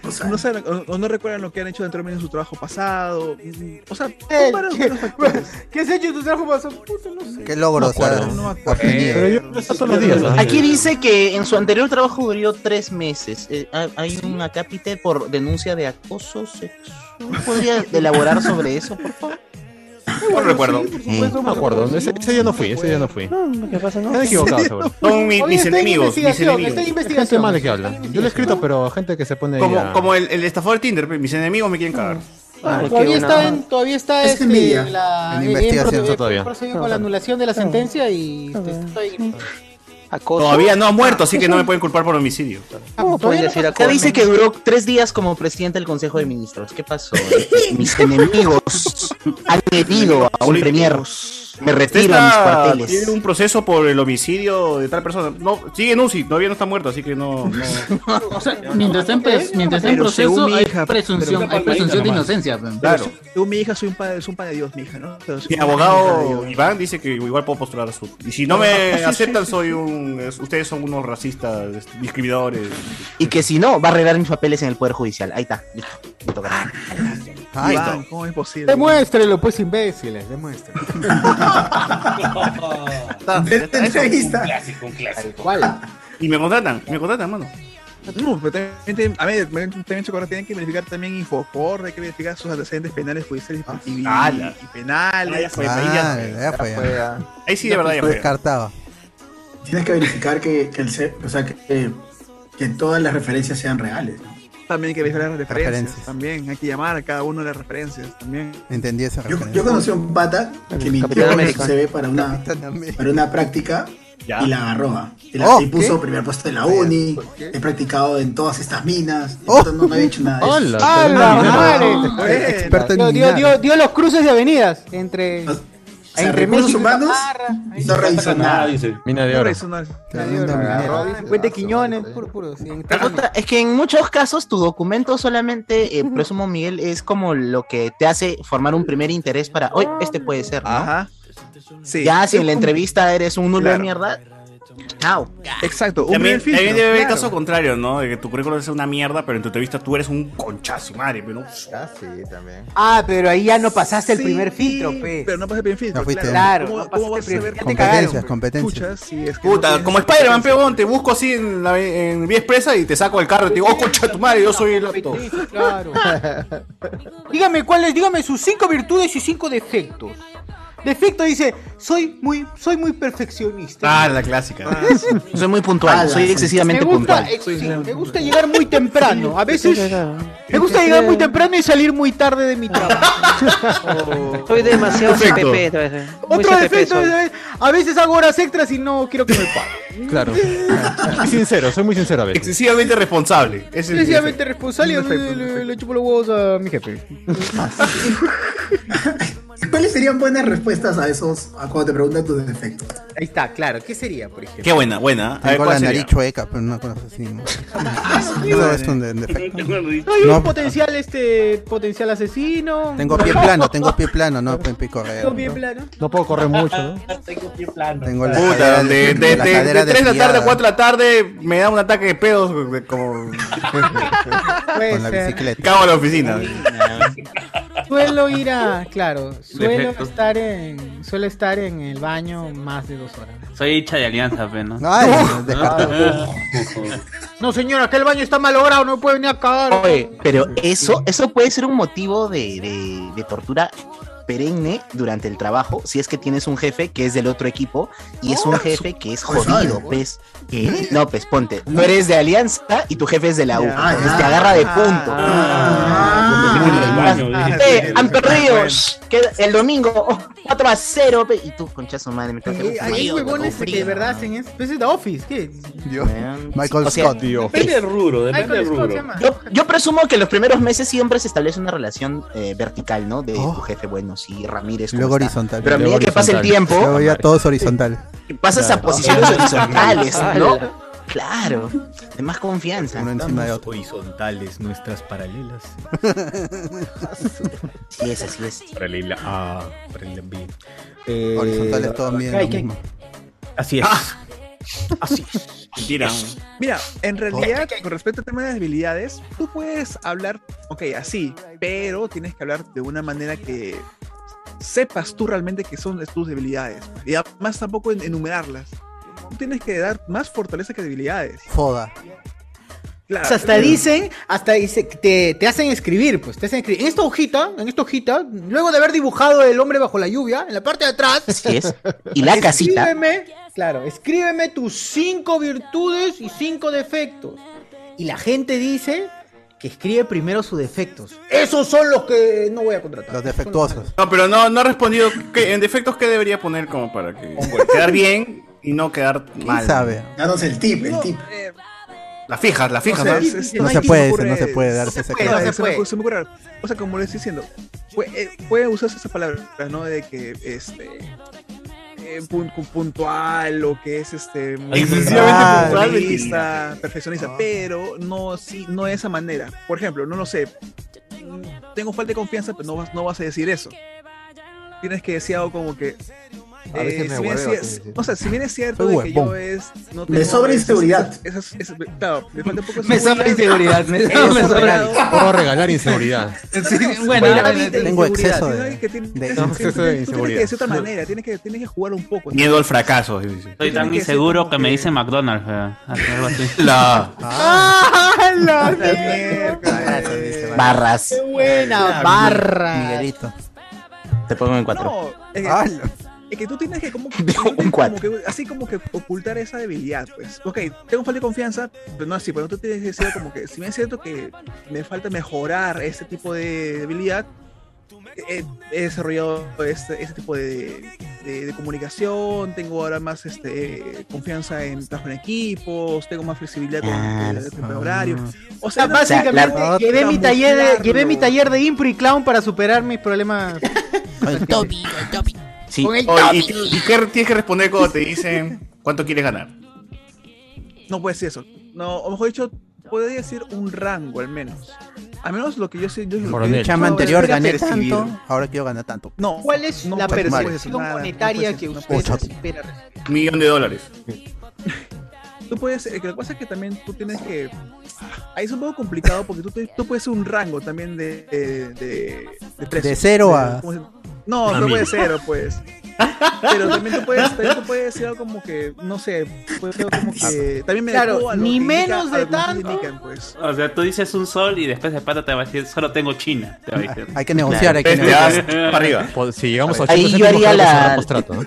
[SPEAKER 8] O sea, no saben- o- o no recuerdan lo que han hecho dentro de su trabajo pasado. O
[SPEAKER 5] Eh,
[SPEAKER 8] sea, son varios- varios factores.
[SPEAKER 1] ¿Qué has hecho tu trabajo pasado? Puta, no sé.
[SPEAKER 2] ¿Qué logros
[SPEAKER 7] No me
[SPEAKER 2] has
[SPEAKER 7] acuerdo, no
[SPEAKER 2] has tenido?
[SPEAKER 7] Aquí dice que en su anterior trabajo duró tres meses. Eh, hay- hay un acápite por denuncia de acoso sexual. ¿Podría elaborar sobre eso, por favor?
[SPEAKER 5] No recuerdo.
[SPEAKER 7] supuesto,
[SPEAKER 3] Mm. no me acuerdo. Ese, ese día no fui, ese día no fui.
[SPEAKER 7] No, ¿qué pasa?
[SPEAKER 3] Me han equivocado, seguro.
[SPEAKER 5] Son mi-
[SPEAKER 1] Oye,
[SPEAKER 5] mis
[SPEAKER 1] está en
[SPEAKER 5] enemigos, mis
[SPEAKER 1] investigación,
[SPEAKER 5] enemigos.
[SPEAKER 1] está en
[SPEAKER 3] Gente
[SPEAKER 1] investigación.
[SPEAKER 3] mala que habla. Yo lo he escrito, pero gente que se pone. ahí
[SPEAKER 5] Como,
[SPEAKER 3] a-
[SPEAKER 5] como el, el estafador de Tinder, mis enemigos me quieren cagar.
[SPEAKER 1] Ah, todavía, está en, todavía está
[SPEAKER 5] Es
[SPEAKER 1] este,
[SPEAKER 5] envidia.
[SPEAKER 1] en la
[SPEAKER 5] En investigación
[SPEAKER 1] proce-
[SPEAKER 5] todavía.
[SPEAKER 1] proceso con la anulación de la sentencia y este, estoy-
[SPEAKER 5] Todavía
[SPEAKER 7] Ah.
[SPEAKER 5] no ha muerto, así que no me pueden culpar por homicidio.
[SPEAKER 1] pueden
[SPEAKER 7] decir Acá dice que duró tres días como presidente del Consejo de Ministros. ¿Qué pasó? [laughs] Mis enemigos han herido a un premier. Me
[SPEAKER 5] Usted
[SPEAKER 7] retiro a mis
[SPEAKER 5] está-
[SPEAKER 7] cuarteles.
[SPEAKER 5] Tiene un proceso por el homicidio de tal persona. No, sigue en UCI, todavía no está muerto, así que no.
[SPEAKER 9] [laughs]
[SPEAKER 5] no.
[SPEAKER 8] [laughs]
[SPEAKER 9] Mientras está en, pre- mientras está en
[SPEAKER 5] Pero
[SPEAKER 9] proceso,
[SPEAKER 5] según mi
[SPEAKER 9] hay
[SPEAKER 5] hija,
[SPEAKER 9] presunción,
[SPEAKER 5] pero-
[SPEAKER 9] hay presunción de
[SPEAKER 5] Nomás.
[SPEAKER 9] inocencia.
[SPEAKER 5] Claro.
[SPEAKER 8] Yo, mi hija, soy un padre, soy un padre de Dios, mi hija, ¿no? Pero soy
[SPEAKER 5] Mi
[SPEAKER 8] un padre de
[SPEAKER 5] abogado
[SPEAKER 8] Dios.
[SPEAKER 5] Iván dice que igual puedo postular a su. Y si no me
[SPEAKER 8] Sí, sí,
[SPEAKER 5] aceptan, soy un. es- Ustedes son unos racistas, es- discriminadores.
[SPEAKER 7] Y que si no, va a arreglar mis papeles en el Poder Judicial. Ahí está. listo, me
[SPEAKER 1] Ah,
[SPEAKER 7] toca.
[SPEAKER 5] Ay,
[SPEAKER 8] Iván, ¿cómo es posible?
[SPEAKER 1] Demuéstrelo, pues imbéciles, [laughs] demuéstrelo.
[SPEAKER 5] Eso es
[SPEAKER 8] entrevista.
[SPEAKER 5] Un clásico, un clásico. [laughs] Y me contratan, me contratan, mano.
[SPEAKER 8] No, pero también, tienen- a ver, también, también Chocorra, tienen que verificar también Infopor, hay que verificar sus antecedentes penales judiciales y, y-
[SPEAKER 5] ala.
[SPEAKER 8] y penales.
[SPEAKER 5] Ah, ya fue, ahí ya fue.
[SPEAKER 2] ya fue, ya.
[SPEAKER 5] Ahí sí, de verdad, ya
[SPEAKER 2] Lo
[SPEAKER 5] fue.
[SPEAKER 2] descartaba.
[SPEAKER 17] Tienes que verificar que, que el se- o sea, que, que- que todas las referencias sean reales. ¿no?
[SPEAKER 8] También hay que verificar las referencias,
[SPEAKER 2] Referencias.
[SPEAKER 8] También hay que llamar a cada uno de las referencias. También.
[SPEAKER 2] Entendí esa
[SPEAKER 17] Yo,
[SPEAKER 2] referencia.
[SPEAKER 17] yo conocí a un pata que mintió
[SPEAKER 2] Capitán
[SPEAKER 17] en
[SPEAKER 2] América.
[SPEAKER 17] su CV para una, para una práctica
[SPEAKER 5] Ya.
[SPEAKER 17] y la agarró. ¿ah? Y, la,
[SPEAKER 2] Oh,
[SPEAKER 17] y puso
[SPEAKER 2] ¿qué?
[SPEAKER 17] primer puesto en la uni, he practicado en todas estas minas, y
[SPEAKER 2] Oh.
[SPEAKER 17] puta, no me había hecho nada de eso.
[SPEAKER 2] Hola,
[SPEAKER 1] ¡Hala,
[SPEAKER 17] No,
[SPEAKER 1] madre!
[SPEAKER 17] no, no,
[SPEAKER 2] Experto en
[SPEAKER 1] Dio, dio-
[SPEAKER 2] minar.
[SPEAKER 1] dio- dio los cruces de avenidas entre,
[SPEAKER 17] sea,
[SPEAKER 1] entre
[SPEAKER 17] recursos
[SPEAKER 1] México y
[SPEAKER 17] humanos,
[SPEAKER 1] Navarra. Ahí
[SPEAKER 17] no revisó nada.
[SPEAKER 3] Mina de
[SPEAKER 8] No
[SPEAKER 3] oro.
[SPEAKER 8] revisó nada.
[SPEAKER 2] Tremendo minero.
[SPEAKER 1] está. Puente Quiñones, puro, puro. sí, en-
[SPEAKER 7] La otra es que en muchos casos tu documento solamente, eh, presumo Miguel, es como lo que te hace formar un primer interés para, hoy este puede ser, ¿no?
[SPEAKER 8] Ajá. Sí.
[SPEAKER 7] Ya si en la entrevista eres un nulo de
[SPEAKER 8] Claro.
[SPEAKER 7] mierda, chao.
[SPEAKER 8] Exacto. un
[SPEAKER 5] También,
[SPEAKER 8] primer filtro,
[SPEAKER 5] también debe haber
[SPEAKER 8] claro.
[SPEAKER 5] caso contrario, ¿no? De que tu currículum es una mierda, pero en tu entrevista tú eres un conchazo, madre, pero.
[SPEAKER 12] Ah, sí, también.
[SPEAKER 1] Ah, pero ahí ya no pasaste el
[SPEAKER 8] Sí,
[SPEAKER 1] primer filtro, pues. pe.
[SPEAKER 8] Pero no pasa el primer filtro.
[SPEAKER 2] No fuiste.
[SPEAKER 1] Claro,
[SPEAKER 8] ¿Cómo,
[SPEAKER 1] no
[SPEAKER 8] cómo
[SPEAKER 1] pasaste
[SPEAKER 8] vas a
[SPEAKER 1] el
[SPEAKER 8] saber
[SPEAKER 1] primer- ya te
[SPEAKER 2] Competencias,
[SPEAKER 1] cagaron,
[SPEAKER 2] competencias.
[SPEAKER 8] escuchas si es que no
[SPEAKER 5] Puta,
[SPEAKER 8] tienes-
[SPEAKER 5] como Spider-Man, peón, te busco así en, la, en vía expresa y te saco el carro y te digo, oh, concha de tu madre, yo soy el apto.
[SPEAKER 1] Claro. dígame cuáles, dígame sus cinco virtudes y cinco defectos. Defecto dice, soy muy, soy muy perfeccionista. Ah,
[SPEAKER 5] Ah, la clásica. Ah,
[SPEAKER 7] Soy muy puntual, soy
[SPEAKER 1] me
[SPEAKER 7] excesivamente
[SPEAKER 1] gusta,
[SPEAKER 7] puntual.
[SPEAKER 1] ex- sí, me gusta llegar muy temprano. A veces me gusta llegar muy temprano y salir muy tarde de mi
[SPEAKER 8] Ah,
[SPEAKER 1] trabajo.
[SPEAKER 10] Soy demasiado
[SPEAKER 3] Perfecto.
[SPEAKER 10] CPP. entonces, muy
[SPEAKER 1] Otro
[SPEAKER 10] CPP
[SPEAKER 1] defecto
[SPEAKER 10] soy.
[SPEAKER 1] es, a veces hago horas extras y no quiero que me paguen. [laughs]
[SPEAKER 3] Claro. Soy sincero, soy muy sincero a veces.
[SPEAKER 5] Excesivamente responsable. Ese es el
[SPEAKER 1] Excesivamente responsable, yo le, le- le chupo los huevos a mi
[SPEAKER 17] [laughs]
[SPEAKER 1] jefe.
[SPEAKER 17] ¿Cuáles serían buenas respuestas a esos, a cuando te preguntan tus defectos?
[SPEAKER 1] Ahí está, claro. ¿Qué sería, por ejemplo?
[SPEAKER 5] Qué buena, buena. A ver,
[SPEAKER 2] Tengo la
[SPEAKER 5] ¿cuál
[SPEAKER 2] nariz
[SPEAKER 5] sería? Ah,
[SPEAKER 2] chueca, pero una cosa así. ¿no?
[SPEAKER 5] [laughs]
[SPEAKER 2] [laughs] Eso es un de- defecto.
[SPEAKER 1] No hay
[SPEAKER 2] No. ah.
[SPEAKER 1] un potencial, este, potencial asesino.
[SPEAKER 2] Tengo pie plano, tengo [laughs] pie plano, no puedo correr.
[SPEAKER 1] Tengo pie plano.
[SPEAKER 3] No puedo correr mucho, ¿no?
[SPEAKER 2] Tengo la
[SPEAKER 5] Puta,
[SPEAKER 2] cadera
[SPEAKER 5] donde de, de,
[SPEAKER 2] la
[SPEAKER 5] de-
[SPEAKER 2] cadera
[SPEAKER 5] de 3 de la tarde
[SPEAKER 2] desviada
[SPEAKER 5] a 4 de la tarde me da un ataque de pedos güey, como.
[SPEAKER 2] con la
[SPEAKER 1] Puede ser.
[SPEAKER 2] bicicleta.
[SPEAKER 5] Cago en la oficina.
[SPEAKER 1] Suelo ir a, claro, suelo
[SPEAKER 3] Defecto.
[SPEAKER 1] estar en, suelo estar en el baño más de dos horas.
[SPEAKER 21] Soy hincha de Alianza, pe, ¿no? Ah,
[SPEAKER 2] Ay, de
[SPEAKER 1] No, señora, acá el baño está malogrado, no puede venir a cagar.
[SPEAKER 7] Oye, pero eso, eso puede ser un motivo de, de- de tortura perenne durante el trabajo si es que tienes un jefe que es del otro equipo y es un jefe que es
[SPEAKER 10] Pues,
[SPEAKER 7] jodido,
[SPEAKER 10] ay,
[SPEAKER 7] pues. Que, no, pues ponte, tú eres de Alianza y tu jefe es de la U, entonces te agarra de punto. Eh, han perdido. shh, queda- el domingo, oh, 4 a 0. pe- Y tú, conchazo madre, me tengo que
[SPEAKER 1] Hay,
[SPEAKER 7] ir
[SPEAKER 1] hay huevones que de verdad hacen eso. Pues es The Office, ¿qué?
[SPEAKER 2] Michael Scott,
[SPEAKER 7] Depende
[SPEAKER 21] del rubro,
[SPEAKER 1] depende Michael del Scott rubro. se llama.
[SPEAKER 7] Yo, yo presumo que los primeros meses siempre se establece una relación eh, vertical, ¿no? De tu jefe, bueno, sí, Ramírez. ¿cómo
[SPEAKER 2] Oh. luego
[SPEAKER 7] está?
[SPEAKER 2] horizontal.
[SPEAKER 7] Pero a medida que pasa el tiempo,
[SPEAKER 2] Luego ya todo es horizontal.
[SPEAKER 7] pasas a
[SPEAKER 2] Claro. [laughs]
[SPEAKER 7] posiciones horizontales, ¿no?
[SPEAKER 2] Claro.
[SPEAKER 7] Claro, de más confianza. Uno
[SPEAKER 2] encima de
[SPEAKER 7] otro.
[SPEAKER 22] Horizontales, nuestras
[SPEAKER 2] [laughs]
[SPEAKER 22] paralelas.
[SPEAKER 7] Sí, es así es.
[SPEAKER 22] Paralela A, paralela B.
[SPEAKER 2] Horizontales todos miden lo
[SPEAKER 22] Ay,
[SPEAKER 2] mismo. Ah.
[SPEAKER 22] Así es.
[SPEAKER 1] Así
[SPEAKER 22] es. Mentira.
[SPEAKER 5] Pues,
[SPEAKER 8] Mira, en realidad, con respecto al tema de las debilidades, tú puedes hablar, ok, así, pero tienes que hablar de una manera que sepas tú realmente que son tus debilidades. Y además tampoco en- enumerarlas. Tú tienes que dar más fortaleza que debilidades.
[SPEAKER 2] Foda.
[SPEAKER 1] O sea, hasta dicen, hasta dice, te, te hacen escribir, pues, te hacen escribir. En esta hojita, en esta hojita, luego de haber dibujado el hombre bajo la lluvia, en la parte de atrás.
[SPEAKER 7] Así es. Y la casita.
[SPEAKER 1] Escríbeme, claro, escríbeme tus cinco virtudes y cinco defectos. Y la gente dice que escribe primero sus defectos. Esos son los que no voy a contratar.
[SPEAKER 2] Los defectuosos.
[SPEAKER 5] No, pero no, no ha respondido. ¿qué- en defectos, ¿qué debería poner como para que quedar bien y no quedar mal?
[SPEAKER 2] sabe?
[SPEAKER 5] Danos el tip, el
[SPEAKER 8] eh,
[SPEAKER 5] tip. Las fijas, las fijas.
[SPEAKER 8] O sea,
[SPEAKER 5] ¿no?
[SPEAKER 8] es- es-
[SPEAKER 2] No
[SPEAKER 8] hay
[SPEAKER 2] se
[SPEAKER 8] quien
[SPEAKER 2] puede,
[SPEAKER 8] ocurre-
[SPEAKER 2] no se puede darse
[SPEAKER 8] se
[SPEAKER 2] ese
[SPEAKER 8] puede,
[SPEAKER 2] crédito.
[SPEAKER 8] no se puede, se me ocurre. O sea, como le estoy diciendo, puede, eh, puede usarse esa palabra, ¿no? De que este. eh, pun- cu- puntual o que es este muy
[SPEAKER 28] Excesivamente puntual,
[SPEAKER 8] perfeccionista, perfeccionista, pero no sí, no de esa manera. Por ejemplo, no lo sé. mm, Tengo falta de confianza, pero no vas, no vas a decir eso. Tienes que decir algo como que. eh,
[SPEAKER 12] A veces me
[SPEAKER 8] si bien es
[SPEAKER 12] hueveo,
[SPEAKER 8] cier-
[SPEAKER 12] sí, sí.
[SPEAKER 8] O sea, si bien es cierto
[SPEAKER 12] Soy
[SPEAKER 8] de que yo
[SPEAKER 12] huevón.
[SPEAKER 8] es. no
[SPEAKER 12] Me
[SPEAKER 8] tengo
[SPEAKER 12] sobra
[SPEAKER 8] esas-
[SPEAKER 12] inseguridad.
[SPEAKER 8] esas- esas- claro, me falta un poco de
[SPEAKER 12] Me sobra inseguridad, me- me sobra-
[SPEAKER 3] Puedo regalar inseguridad.
[SPEAKER 8] bueno,
[SPEAKER 3] tengo exceso de-
[SPEAKER 8] de
[SPEAKER 3] tengo exceso de
[SPEAKER 8] Tienes que
[SPEAKER 3] inseguridad.
[SPEAKER 8] decir otra manera, tienes que, tienes que jugar un poco.
[SPEAKER 5] Miedo al fracaso.
[SPEAKER 21] Estoy tan inseguro que me dice McDonald's. eh, algo así.
[SPEAKER 5] [laughs] La.
[SPEAKER 1] ¡Ah, la
[SPEAKER 7] Barras.
[SPEAKER 1] ¡Qué buena barra!
[SPEAKER 2] Miguelito.
[SPEAKER 7] Te pongo en cuatro.
[SPEAKER 8] No, es que, es que tú tienes que como, tú tienes como que- así como que ocultar esa debilidad, pues. Ok, tengo falta de confianza, pero no así, pero tú tienes que decir como que, si bien es cierto que me falta mejorar ese tipo de debilidad, he, he desarrollado este, ese tipo de, de- de comunicación, tengo ahora más este, confianza en trabajo en equipos, tengo más flexibilidad con el- con el horario. O sea,
[SPEAKER 1] Ah, básicamente llevé, mi taller de, llevé mi taller de impro y clown para superar mis problemas.
[SPEAKER 7] Sí.
[SPEAKER 1] Con el
[SPEAKER 5] Oye,
[SPEAKER 1] Tommy.
[SPEAKER 5] ¿y, qué- y qué tienes que responder cuando te dicen cuánto quieres ganar?
[SPEAKER 8] No puede ser eso. No, o mejor dicho, puede decir un rango al menos. Al menos lo que yo sé. Yo,
[SPEAKER 2] Por el chama anterior gané tanto, ahora quiero ganar tanto.
[SPEAKER 8] No,
[SPEAKER 1] ¿Cuál es
[SPEAKER 8] no,
[SPEAKER 1] la
[SPEAKER 8] no puedes
[SPEAKER 1] percepción
[SPEAKER 8] decir nada, no
[SPEAKER 1] monetaria
[SPEAKER 8] puedes
[SPEAKER 1] que
[SPEAKER 8] decir- no
[SPEAKER 1] ustedes
[SPEAKER 8] puedes-
[SPEAKER 1] esperan?
[SPEAKER 5] Un millón de dólares.
[SPEAKER 8] Tú puedes. eh, que Lo que pasa es que también tú tienes que. Ahí es un poco complicado porque tú, te- tú puedes hacer un rango también de. De, de, de precio. Eh,
[SPEAKER 2] De cero a-
[SPEAKER 8] ¿cómo se- No,
[SPEAKER 2] A
[SPEAKER 8] no puede
[SPEAKER 2] mil.
[SPEAKER 8] cero, pues. Pero también tú puedes, también tú puedes decir algo como que, no sé, puede ser como que. También me
[SPEAKER 1] Claro,
[SPEAKER 8] adecuo a lo
[SPEAKER 1] ni
[SPEAKER 8] que indica-
[SPEAKER 1] menos
[SPEAKER 8] a lo
[SPEAKER 1] de
[SPEAKER 8] que ustedes
[SPEAKER 1] tanto.
[SPEAKER 8] indican, pues.
[SPEAKER 21] O sea, tú dices un sol y después de pata te va a decir, solo tengo China. te va a decir.
[SPEAKER 2] Hay que negociar, hay que
[SPEAKER 21] Este,
[SPEAKER 2] negociar.
[SPEAKER 21] ah, para arriba.
[SPEAKER 3] Pues, Si llegamos a
[SPEAKER 21] Ahí
[SPEAKER 3] 80
[SPEAKER 21] yo haría
[SPEAKER 3] creo que
[SPEAKER 21] la-
[SPEAKER 3] cerramos trato, ¿no?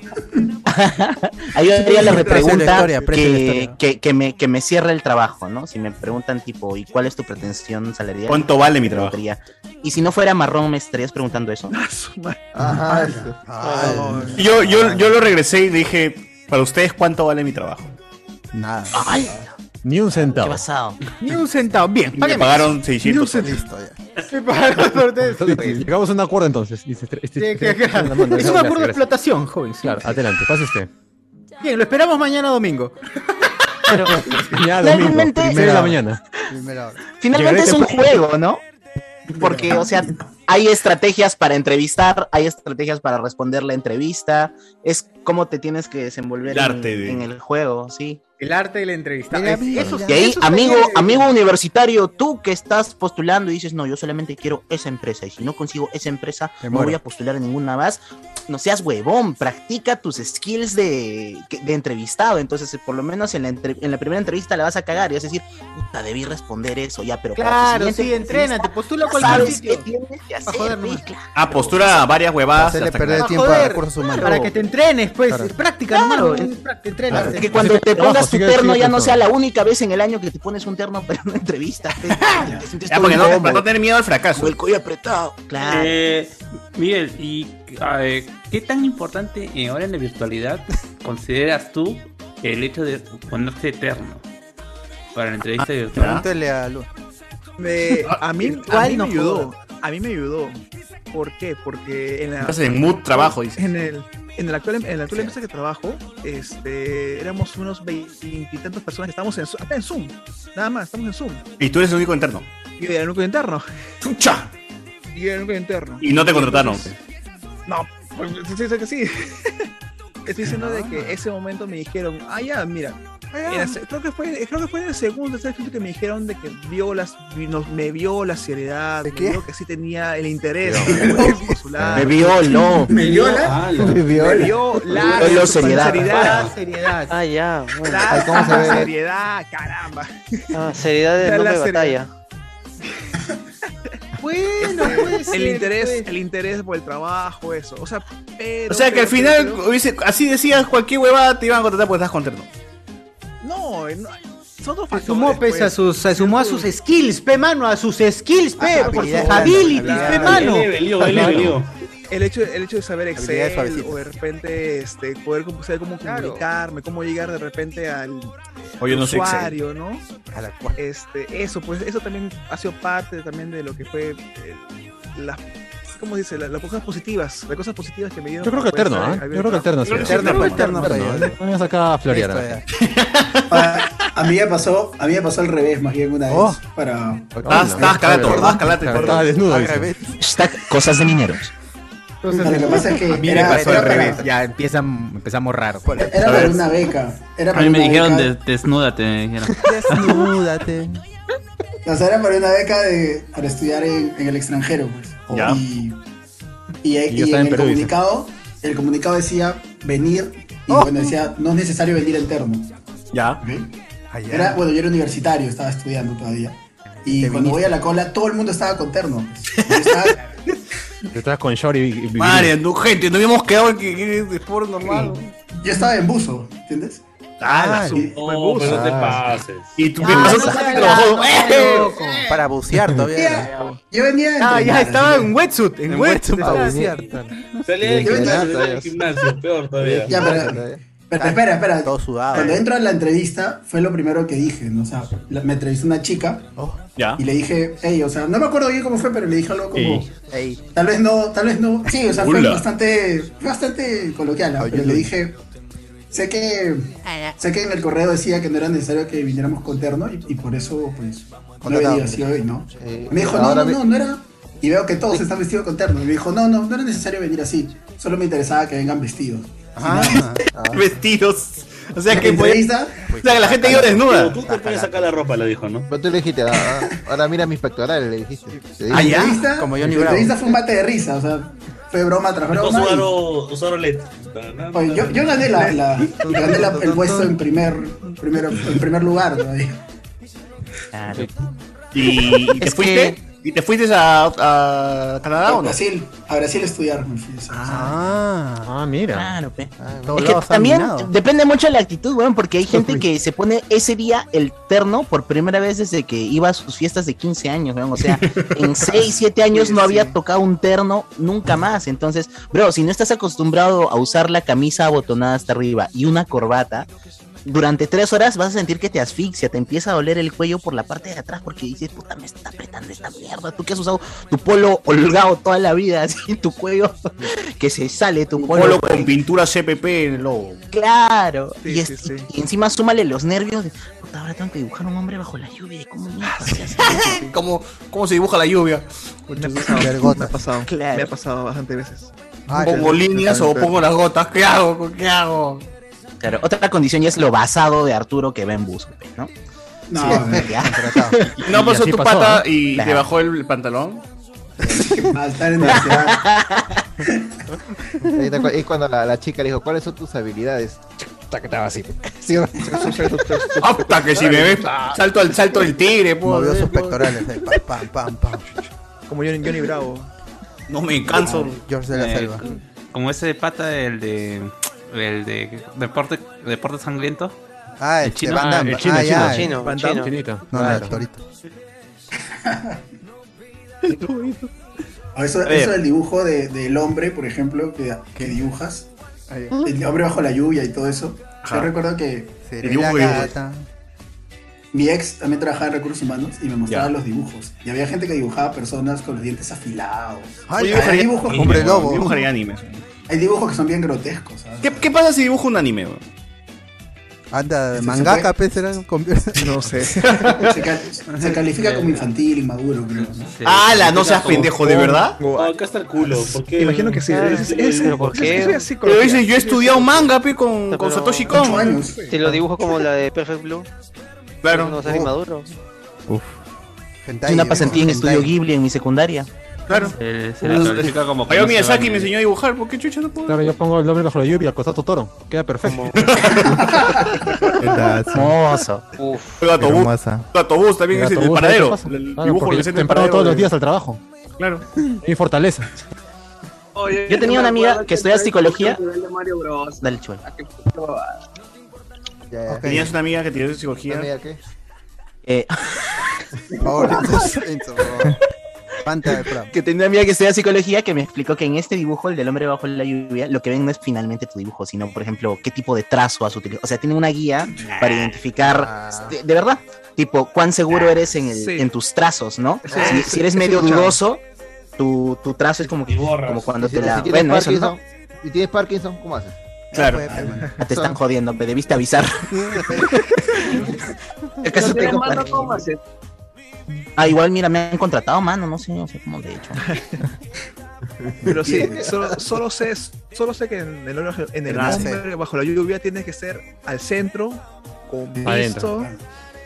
[SPEAKER 7] [laughs] Ahí yo haría la
[SPEAKER 2] Precio de
[SPEAKER 7] repregunta
[SPEAKER 2] la historia, precio de la
[SPEAKER 7] que,
[SPEAKER 2] historia.
[SPEAKER 7] que, que me, que me cierre el trabajo, ¿no? Si me preguntan tipo, ¿y cuál es tu pretensión salarial?
[SPEAKER 5] ¿Cuánto vale mi trabajo?
[SPEAKER 7] Preguntaría, Y si no fuera marrón, ¿me estarías preguntando
[SPEAKER 5] [laughs]
[SPEAKER 7] eso?
[SPEAKER 12] Ajá.
[SPEAKER 5] Yo, yo,
[SPEAKER 2] Ah.
[SPEAKER 5] yo lo regresé y le dije, para ustedes, ¿cuánto vale mi trabajo?
[SPEAKER 2] Nada.
[SPEAKER 22] Ni un centavo.
[SPEAKER 1] Ni un centavo. Bien,
[SPEAKER 5] Me pagaron 600.
[SPEAKER 1] Me [laughs] pagaron por eso.
[SPEAKER 3] eh,
[SPEAKER 22] Llegamos a un acuerdo entonces. Dice, este- este-
[SPEAKER 1] Sí,
[SPEAKER 22] este-
[SPEAKER 1] claro.
[SPEAKER 22] manda, manda,
[SPEAKER 1] Es un
[SPEAKER 22] gracias,
[SPEAKER 1] acuerdo de
[SPEAKER 22] gracias.
[SPEAKER 1] explotación, joven.
[SPEAKER 22] Claro, adelante, pase usted.
[SPEAKER 1] Bien, lo esperamos mañana domingo.
[SPEAKER 22] Ya, domingo,
[SPEAKER 7] Realmente-
[SPEAKER 22] primera de la mañana.
[SPEAKER 2] Primera hora.
[SPEAKER 7] Finalmente es un
[SPEAKER 22] Llegaré temprano.
[SPEAKER 7] juego, ¿no? Porque, o
[SPEAKER 2] [laughs]
[SPEAKER 7] sea, hay estrategias para entrevistar, hay estrategias para responder la entrevista, es cómo te tienes que desenvolver
[SPEAKER 5] El
[SPEAKER 7] en,
[SPEAKER 5] arte de-
[SPEAKER 7] en el juego, sí.
[SPEAKER 1] El arte de la entrevista.
[SPEAKER 7] Mira,
[SPEAKER 1] Es-
[SPEAKER 7] mira.
[SPEAKER 1] eso-
[SPEAKER 7] y ahí,
[SPEAKER 1] eso también
[SPEAKER 7] amigo,
[SPEAKER 1] es-
[SPEAKER 7] amigo universitario, tú que estás postulando y dices, no, yo solamente quiero esa empresa, y si no consigo esa empresa, no
[SPEAKER 1] muero.
[SPEAKER 7] voy a postular a ninguna más, no seas huevón, practica tus skills de, que- de entrevistado, entonces eh, por lo menos en la, entre- en la primera entrevista la vas a cagar y vas a decir, puta, debí responder eso, ya, pero... para la
[SPEAKER 1] Claro,
[SPEAKER 7] siguiente
[SPEAKER 1] sí,
[SPEAKER 7] entrevista,
[SPEAKER 1] entrénate, postula a
[SPEAKER 7] ya
[SPEAKER 1] cualquier
[SPEAKER 7] sabes
[SPEAKER 1] sitio.
[SPEAKER 7] qué tienes que
[SPEAKER 1] Pa' joder nomás.
[SPEAKER 5] Ah, postura varias huevadas.
[SPEAKER 2] Hacerle
[SPEAKER 5] hasta
[SPEAKER 2] perder
[SPEAKER 21] Ah,
[SPEAKER 5] que-
[SPEAKER 1] Pa'
[SPEAKER 2] tiempo a
[SPEAKER 1] joder,
[SPEAKER 2] recursos humanos.
[SPEAKER 1] Para que te entrenes, pues.
[SPEAKER 2] Claro.
[SPEAKER 1] Práctica,
[SPEAKER 7] Claro,
[SPEAKER 1] hermano.
[SPEAKER 7] es-
[SPEAKER 1] Entrenas.
[SPEAKER 7] Que cuando te
[SPEAKER 1] Trabajo,
[SPEAKER 7] pongas tu
[SPEAKER 1] sigue-
[SPEAKER 7] terno
[SPEAKER 1] sigue
[SPEAKER 7] ya no
[SPEAKER 1] pensando.
[SPEAKER 7] sea la única vez en el año que te pones un terno para una entrevista. Te-
[SPEAKER 5] [laughs]
[SPEAKER 7] te sientes
[SPEAKER 5] Ya,
[SPEAKER 7] todo
[SPEAKER 5] porque no,
[SPEAKER 7] incómodo.
[SPEAKER 5] para no tener miedo al fracaso.
[SPEAKER 7] El cuello apretado. Claro.
[SPEAKER 21] Eh, Miguel, ¿y eh, qué tan importante eh, ahora en la virtualidad consideras tú el hecho de ponerse eterno para la entrevista virtual?
[SPEAKER 22] [laughs]
[SPEAKER 2] Pregúntale a Lu. [laughs]
[SPEAKER 8] Me- a mí, a
[SPEAKER 2] Virtual
[SPEAKER 8] mí
[SPEAKER 2] no
[SPEAKER 8] me ayudó. A mí me ayudó. ¿Por qué? Porque en la.
[SPEAKER 5] Estás en mood trabajo, dices.
[SPEAKER 8] En el. En la actual, en la actual empresa que trabajo, este, éramos unos veintitantas personas que estábamos en, Zo- acá en Zoom. Nada más, estamos en Zoom.
[SPEAKER 5] Y tú eres el único interno.
[SPEAKER 8] Yo era el único interno.
[SPEAKER 5] ¡Chucha!
[SPEAKER 8] Yo era el único interno.
[SPEAKER 5] Y no te contrataron.
[SPEAKER 8] No, pues sí, sé que sí. [laughs] Estoy diciendo de que ese momento me dijeron, ah, ya, mira. en la se- creo, que fue, creo que fue en el segundo, tercer filtro que me dijeron de que vio las, vi- nos- me vio la seriedad, me vio que sí tenía el interés.
[SPEAKER 7] Me violó.
[SPEAKER 8] Me
[SPEAKER 5] Ah,
[SPEAKER 7] viola.
[SPEAKER 8] Me vio la
[SPEAKER 7] Me vio
[SPEAKER 8] la
[SPEAKER 7] seriedad.
[SPEAKER 8] seriedad.
[SPEAKER 1] seriedad.
[SPEAKER 10] Ah, ya. bueno.
[SPEAKER 8] La
[SPEAKER 10] ¿Cómo se ve?
[SPEAKER 8] seriedad, caramba.
[SPEAKER 10] Ah, seriedad
[SPEAKER 8] Ya
[SPEAKER 10] del
[SPEAKER 8] la
[SPEAKER 10] nombre de
[SPEAKER 8] seriedad.
[SPEAKER 10] batalla.
[SPEAKER 1] Bueno, puede ser,
[SPEAKER 8] Este, El interés,
[SPEAKER 1] puede ser.
[SPEAKER 8] el interés por el trabajo, eso. O sea, pero.
[SPEAKER 5] O sea que al
[SPEAKER 8] pero-
[SPEAKER 5] final,
[SPEAKER 8] pero-
[SPEAKER 5] hubiese- así decías, cualquier huevada te iban a contratar porque estás contento.
[SPEAKER 8] No, eh, no, son dos
[SPEAKER 1] Se sumó,
[SPEAKER 8] factores.
[SPEAKER 1] pues, a sus, se sumó a sus skills, pe mano, a sus skills, pe,
[SPEAKER 8] Ah,
[SPEAKER 1] por sus
[SPEAKER 8] habilidades,
[SPEAKER 1] abilities, pe
[SPEAKER 8] habilidades.
[SPEAKER 1] mano. Claro.
[SPEAKER 8] El hecho, el hecho de saber
[SPEAKER 1] Habilidades
[SPEAKER 8] Excel
[SPEAKER 1] suavecitas.
[SPEAKER 8] o de repente este, poder como- saber cómo comunicarme, cómo llegar de repente al
[SPEAKER 5] O yo no sé
[SPEAKER 8] usuario, ¿no?
[SPEAKER 2] A la
[SPEAKER 8] Este, eso, pues eso también ha sido parte también de lo que fue eh, las ¿cómo dice? La- Las, cosas positivas, las cosas positivas que me dieron.
[SPEAKER 22] Yo creo que
[SPEAKER 8] pues,
[SPEAKER 22] Eterno,
[SPEAKER 8] a-
[SPEAKER 22] ¿ah?
[SPEAKER 8] a
[SPEAKER 22] Yo
[SPEAKER 8] ver,
[SPEAKER 22] creo que Eterno. sí.
[SPEAKER 8] Creo que sí, creo que Eterno fue
[SPEAKER 22] Eterno.
[SPEAKER 8] ahí, ¿no?
[SPEAKER 22] No me saca a Floriana.
[SPEAKER 17] A mí me pasó, a mí me pasó al revés más bien una vez.
[SPEAKER 2] Oh. Ah,
[SPEAKER 17] para,
[SPEAKER 5] Ah, Estás- estás calato, estás calato.
[SPEAKER 22] Estaba desnudo. dice.
[SPEAKER 7] cosas de mineros.
[SPEAKER 17] No, lo que pasa es
[SPEAKER 1] Ah,
[SPEAKER 17] que
[SPEAKER 29] a mí
[SPEAKER 17] era-
[SPEAKER 29] me pasó
[SPEAKER 17] era
[SPEAKER 29] al
[SPEAKER 17] para-
[SPEAKER 29] revés. Ya empiezan, empezamos raro.
[SPEAKER 17] Era para una beca. Era
[SPEAKER 21] A
[SPEAKER 17] para
[SPEAKER 21] mí me
[SPEAKER 17] una
[SPEAKER 21] dijeron,
[SPEAKER 17] beca-
[SPEAKER 21] des- desnúdate, me dijeron.
[SPEAKER 2] Desnúdate.
[SPEAKER 17] O sea, era para una beca de, para estudiar en, en el extranjero. pues.
[SPEAKER 5] Oh,
[SPEAKER 21] Ya.
[SPEAKER 17] Y, y, eh,
[SPEAKER 22] Y yo
[SPEAKER 17] y
[SPEAKER 22] estaba
[SPEAKER 17] en
[SPEAKER 22] en
[SPEAKER 17] el
[SPEAKER 22] Perú, dice.
[SPEAKER 17] comunicado, el comunicado decía venir, y
[SPEAKER 2] Oh.
[SPEAKER 17] bueno, decía no es necesario venir en termo.
[SPEAKER 5] Ya.
[SPEAKER 17] Era, bueno, yo era universitario, estaba estudiando todavía. Y cuando voy a la cola, todo el mundo estaba con terno. pues. Yo estaba-
[SPEAKER 22] Tú estás con Short y- y. y-
[SPEAKER 5] Madre, no, gente, no habíamos quedado en que que es de sport normal.
[SPEAKER 17] yo estaba en buzo, ¿entiendes?
[SPEAKER 5] Ah,
[SPEAKER 2] su-
[SPEAKER 6] No, pero no te pases.
[SPEAKER 5] Y tú
[SPEAKER 2] Ah, no
[SPEAKER 5] Sasha
[SPEAKER 2] seas
[SPEAKER 5] que trabajó-
[SPEAKER 2] loco,
[SPEAKER 5] ¡Eh!
[SPEAKER 2] loco. Para bucear todavía. ¿eh? era.
[SPEAKER 17] Yo venía
[SPEAKER 1] Ah, ya
[SPEAKER 17] entrenar,
[SPEAKER 1] estaba
[SPEAKER 17] así que-
[SPEAKER 1] en wetsuit, en,
[SPEAKER 2] En
[SPEAKER 1] wetsuit.
[SPEAKER 2] wetsuit,
[SPEAKER 1] estaba
[SPEAKER 2] ah,
[SPEAKER 1] así.
[SPEAKER 6] [laughs] Salí del gimnasio, salí del gimnasio, peor todavía.
[SPEAKER 17] Ya, pero,
[SPEAKER 1] eh.
[SPEAKER 17] pero espera, espera.
[SPEAKER 2] Todo sudado. eh.
[SPEAKER 17] Cuando entro en la entrevista, fue lo primero que dije, ¿no? O sea, la- me entrevistó una chica
[SPEAKER 2] Oh.
[SPEAKER 5] Ya.
[SPEAKER 17] y le dije, hey, o sea, no me acuerdo bien cómo fue, pero le dije algo como,
[SPEAKER 5] Ey.
[SPEAKER 17] tal vez no, tal vez no. Sí, o sea, fue
[SPEAKER 5] Hola.
[SPEAKER 17] bastante, fue bastante coloquial, ¿ah? pero le dije, sé que, sé que en el correo decía que no era necesario que viniéramos con terno y, y por eso, pues, no he
[SPEAKER 2] Contratado.
[SPEAKER 17] venido así hoy, ¿no?
[SPEAKER 2] Eh,
[SPEAKER 17] Me dijo, no,
[SPEAKER 2] ahora
[SPEAKER 17] no,
[SPEAKER 2] ve-
[SPEAKER 17] no, no era. Y veo que todos están vestidos con terno. Y me dijo, no, no, no era necesario venir así. Solo me interesaba que vengan vestidos.
[SPEAKER 2] Ah,
[SPEAKER 5] [laughs] Vestidos. O sea que
[SPEAKER 17] En
[SPEAKER 5] podía-
[SPEAKER 17] entrevista,
[SPEAKER 5] O sea que la gente iba desnuda.
[SPEAKER 6] Tú te puedes sacar la ropa, le dijo, ¿no?
[SPEAKER 22] Pero tú le dijiste, ah, ah, ahora mira mis pectorales, le dijiste. Te dije.
[SPEAKER 17] en entrevista,
[SPEAKER 22] Como
[SPEAKER 17] en
[SPEAKER 22] Johnny Bravo.
[SPEAKER 17] entrevista fue un bate de risa, o sea, fue broma tras broma. y-
[SPEAKER 6] Usuario, usuario LED.
[SPEAKER 17] Oye, yo, yo gané, la, la- gané la- el puesto en primer, primero, en primer lugar. ¿no?
[SPEAKER 5] ¿Y, y te
[SPEAKER 17] Es
[SPEAKER 5] fuiste? ¿Y te fuiste a, a Canadá o
[SPEAKER 17] A
[SPEAKER 5] no?
[SPEAKER 17] Brasil, a Brasil estudiar. me fui, o sea,
[SPEAKER 2] Ah,
[SPEAKER 22] ah, mira.
[SPEAKER 7] Claro, pe.
[SPEAKER 2] todos
[SPEAKER 7] es que
[SPEAKER 2] lados
[SPEAKER 7] también
[SPEAKER 2] dominado.
[SPEAKER 7] depende mucho de la actitud, weón, porque hay gente que se pone ese día el terno por primera vez desde que iba a sus fiestas de 15 años, weón. O
[SPEAKER 2] [laughs]
[SPEAKER 7] sea, en 6, 7 años no había tocado un terno nunca más. Entonces, bro, si no estás acostumbrado a usar la camisa abotonada hasta arriba y una corbata, durante tres horas vas a sentir que te asfixia, te empieza a doler el cuello por la parte de atrás porque dices, puta, me está apretando esta mierda. Tú que has usado tu polo holgado toda la vida, [laughs] así, tu cuello que se sale, tu polo.
[SPEAKER 5] Polo con pintura CPP en el logo.
[SPEAKER 7] Claro. y, es- y encima súmale los nervios de, puta, ahora tengo que dibujar un hombre bajo la lluvia. ¿Cómo mierda se hace eso?
[SPEAKER 5] [laughs] ¿Cómo, ¿Cómo se dibuja la lluvia?
[SPEAKER 8] Me ha pasado, me ha pasado,
[SPEAKER 7] Claro.
[SPEAKER 5] Ah,
[SPEAKER 8] me ha pasado bastantes veces.
[SPEAKER 5] ¿Pongo líneas o pongo las gotas? ¿Qué hago? ¿Qué hago?
[SPEAKER 7] Claro, otra condición ya es lo basado de Arturo que va en bus, pues, ¿no?
[SPEAKER 5] No,
[SPEAKER 7] Sí,
[SPEAKER 5] a ver.
[SPEAKER 7] [laughs] ya.
[SPEAKER 5] Y no pasó
[SPEAKER 7] así
[SPEAKER 5] tu pata
[SPEAKER 7] ¿no?
[SPEAKER 5] y te
[SPEAKER 7] Claro.
[SPEAKER 5] bajó el pantalón.
[SPEAKER 12] [laughs]
[SPEAKER 17] Maltar en
[SPEAKER 12] Ahí te acuerdas- Es cuando la, la chica le dijo, ¿cuáles son tus habilidades? Chuta, que Estaba así. Sí, ¿no?
[SPEAKER 5] Hasta que si me ves, salto al salto del tigre, po.
[SPEAKER 2] Movió sus
[SPEAKER 5] po.
[SPEAKER 2] pectorales. ahí, pam, pam, pam, pam.
[SPEAKER 1] Como Johnny, Johnny Bravo.
[SPEAKER 5] No me canso.
[SPEAKER 2] Ah, George de la
[SPEAKER 21] Eh,
[SPEAKER 2] Selva.
[SPEAKER 21] Como ese de pata, el de. El de. Deporte, deporte sangriento.
[SPEAKER 2] Ah, el de Van Damme.
[SPEAKER 21] el chino,
[SPEAKER 2] Ah, ya,
[SPEAKER 21] chino.
[SPEAKER 2] el Van Damme. No, no, el torito.
[SPEAKER 17] O eso,
[SPEAKER 21] A ver.
[SPEAKER 17] eso del dibujo de- del hombre, por ejemplo, que, que dibujas. El hombre bajo la lluvia y todo eso.
[SPEAKER 5] Ajá.
[SPEAKER 17] Yo recuerdo que
[SPEAKER 5] El dibujo, la dibujo. gata.
[SPEAKER 17] mi ex también trabajaba en recursos humanos y me mostraba
[SPEAKER 5] Ya.
[SPEAKER 17] los dibujos. Y había gente que dibujaba personas con los dientes afilados.
[SPEAKER 5] Ay,
[SPEAKER 17] Hay
[SPEAKER 5] dibujaría-
[SPEAKER 17] dibujos-
[SPEAKER 5] hombre lobo. Yo dibujaría anime.
[SPEAKER 17] Hay dibujos que son bien grotescos. ¿sabes?
[SPEAKER 5] ¿Qué, ¿Qué pasa si dibujo un anime? weón?
[SPEAKER 2] Anda,
[SPEAKER 17] ¿Se
[SPEAKER 2] mangaka, pues, era un convier-
[SPEAKER 17] No
[SPEAKER 2] [laughs]
[SPEAKER 17] sé. se, cal- se califica como infantil, inmaduro, creo. ¿no?
[SPEAKER 5] ¡Hala! No seas pendejo, ¿de verdad?
[SPEAKER 6] No, acá está el culo. ¿por qué?
[SPEAKER 17] Imagino que sí,
[SPEAKER 6] Ah,
[SPEAKER 17] ese-
[SPEAKER 6] eh,
[SPEAKER 17] ese-
[SPEAKER 6] ¿pero por
[SPEAKER 17] ese-
[SPEAKER 6] qué?
[SPEAKER 17] ese- ese- ese-
[SPEAKER 5] Pero dice, yo he estudiado manga, pe, con, con
[SPEAKER 10] Pero-
[SPEAKER 5] Satoshi
[SPEAKER 10] Ocho
[SPEAKER 5] Kon.
[SPEAKER 10] años. Te lo dibujo como la de Perfect Blue.
[SPEAKER 5] Claro.
[SPEAKER 10] No seas inmaduro.
[SPEAKER 7] Hice una pasantía en estudio Ghibli en mi secundaria.
[SPEAKER 5] Claro.
[SPEAKER 21] Se la califica como.
[SPEAKER 5] Hayao
[SPEAKER 21] conoce
[SPEAKER 5] Miyazaki me
[SPEAKER 21] anime.
[SPEAKER 5] enseñó a dibujar, ¿por qué chucha no puedo?
[SPEAKER 22] Claro, yo pongo el nombre bajo la lluvia, al costado Totoro.
[SPEAKER 3] [laughs]
[SPEAKER 22] Queda perfecto.
[SPEAKER 7] Hermoso.
[SPEAKER 5] El autobús.
[SPEAKER 22] Hermosa.
[SPEAKER 5] El autobús también
[SPEAKER 22] El
[SPEAKER 5] es el
[SPEAKER 22] autobús, ¿sabes qué
[SPEAKER 5] paradero.
[SPEAKER 22] pasa?
[SPEAKER 5] El el
[SPEAKER 22] Claro,
[SPEAKER 5] dibujo que
[SPEAKER 22] porque yo
[SPEAKER 5] se hace en el
[SPEAKER 22] temprano
[SPEAKER 5] paradero
[SPEAKER 22] todos los
[SPEAKER 5] de-
[SPEAKER 22] días al trabajo.
[SPEAKER 5] Claro.
[SPEAKER 22] Mi fortaleza.
[SPEAKER 7] Yo tenía una amiga que estudiaba psicología.
[SPEAKER 4] Mario Bros.
[SPEAKER 7] Dale, chulo.
[SPEAKER 5] Tenías una amiga que tenía psicología.
[SPEAKER 12] ¿Una amiga qué?
[SPEAKER 7] Eh,
[SPEAKER 12] [laughs]
[SPEAKER 2] Por favor, Enzo, por
[SPEAKER 12] oh.
[SPEAKER 2] favor. Panta de Fran.
[SPEAKER 7] que tenía una amiga que estudia psicología que me explicó que en este dibujo, el del hombre bajo la lluvia, lo que ven no es finalmente tu dibujo, sino, por ejemplo, qué tipo de trazo has utilizado. O sea, tiene una guía para identificar, de, de verdad, tipo, cuán seguro eres en, el-
[SPEAKER 11] Sí.
[SPEAKER 7] en tus trazos, ¿no?
[SPEAKER 11] Sí,
[SPEAKER 7] si,
[SPEAKER 11] sí,
[SPEAKER 7] si eres
[SPEAKER 11] sí,
[SPEAKER 7] medio
[SPEAKER 11] escuchaba.
[SPEAKER 7] dudoso, tu, tu trazo es como, que, como cuando
[SPEAKER 12] Si-
[SPEAKER 7] te la...
[SPEAKER 12] si tienes
[SPEAKER 7] bueno, eso, ¿no?
[SPEAKER 12] Parkinson, ¿Y tienes Parkinson? ¿Cómo haces?
[SPEAKER 7] Claro. Ah, te están jodiendo, me debiste avisar. El caso
[SPEAKER 4] No tiene
[SPEAKER 7] tengo
[SPEAKER 4] más, no
[SPEAKER 7] para-
[SPEAKER 4] comas, eh.
[SPEAKER 7] Ah, igual, mira, me han contratado, mano, no sé, no sé cómo de hecho.
[SPEAKER 11] [laughs]
[SPEAKER 8] Pero sí, solo, solo sé, solo sé que en el, hombre- en el
[SPEAKER 7] Gracias.
[SPEAKER 8] hombre bajo la lluvia tienes que ser al centro, con
[SPEAKER 5] Adentro.
[SPEAKER 8] visto,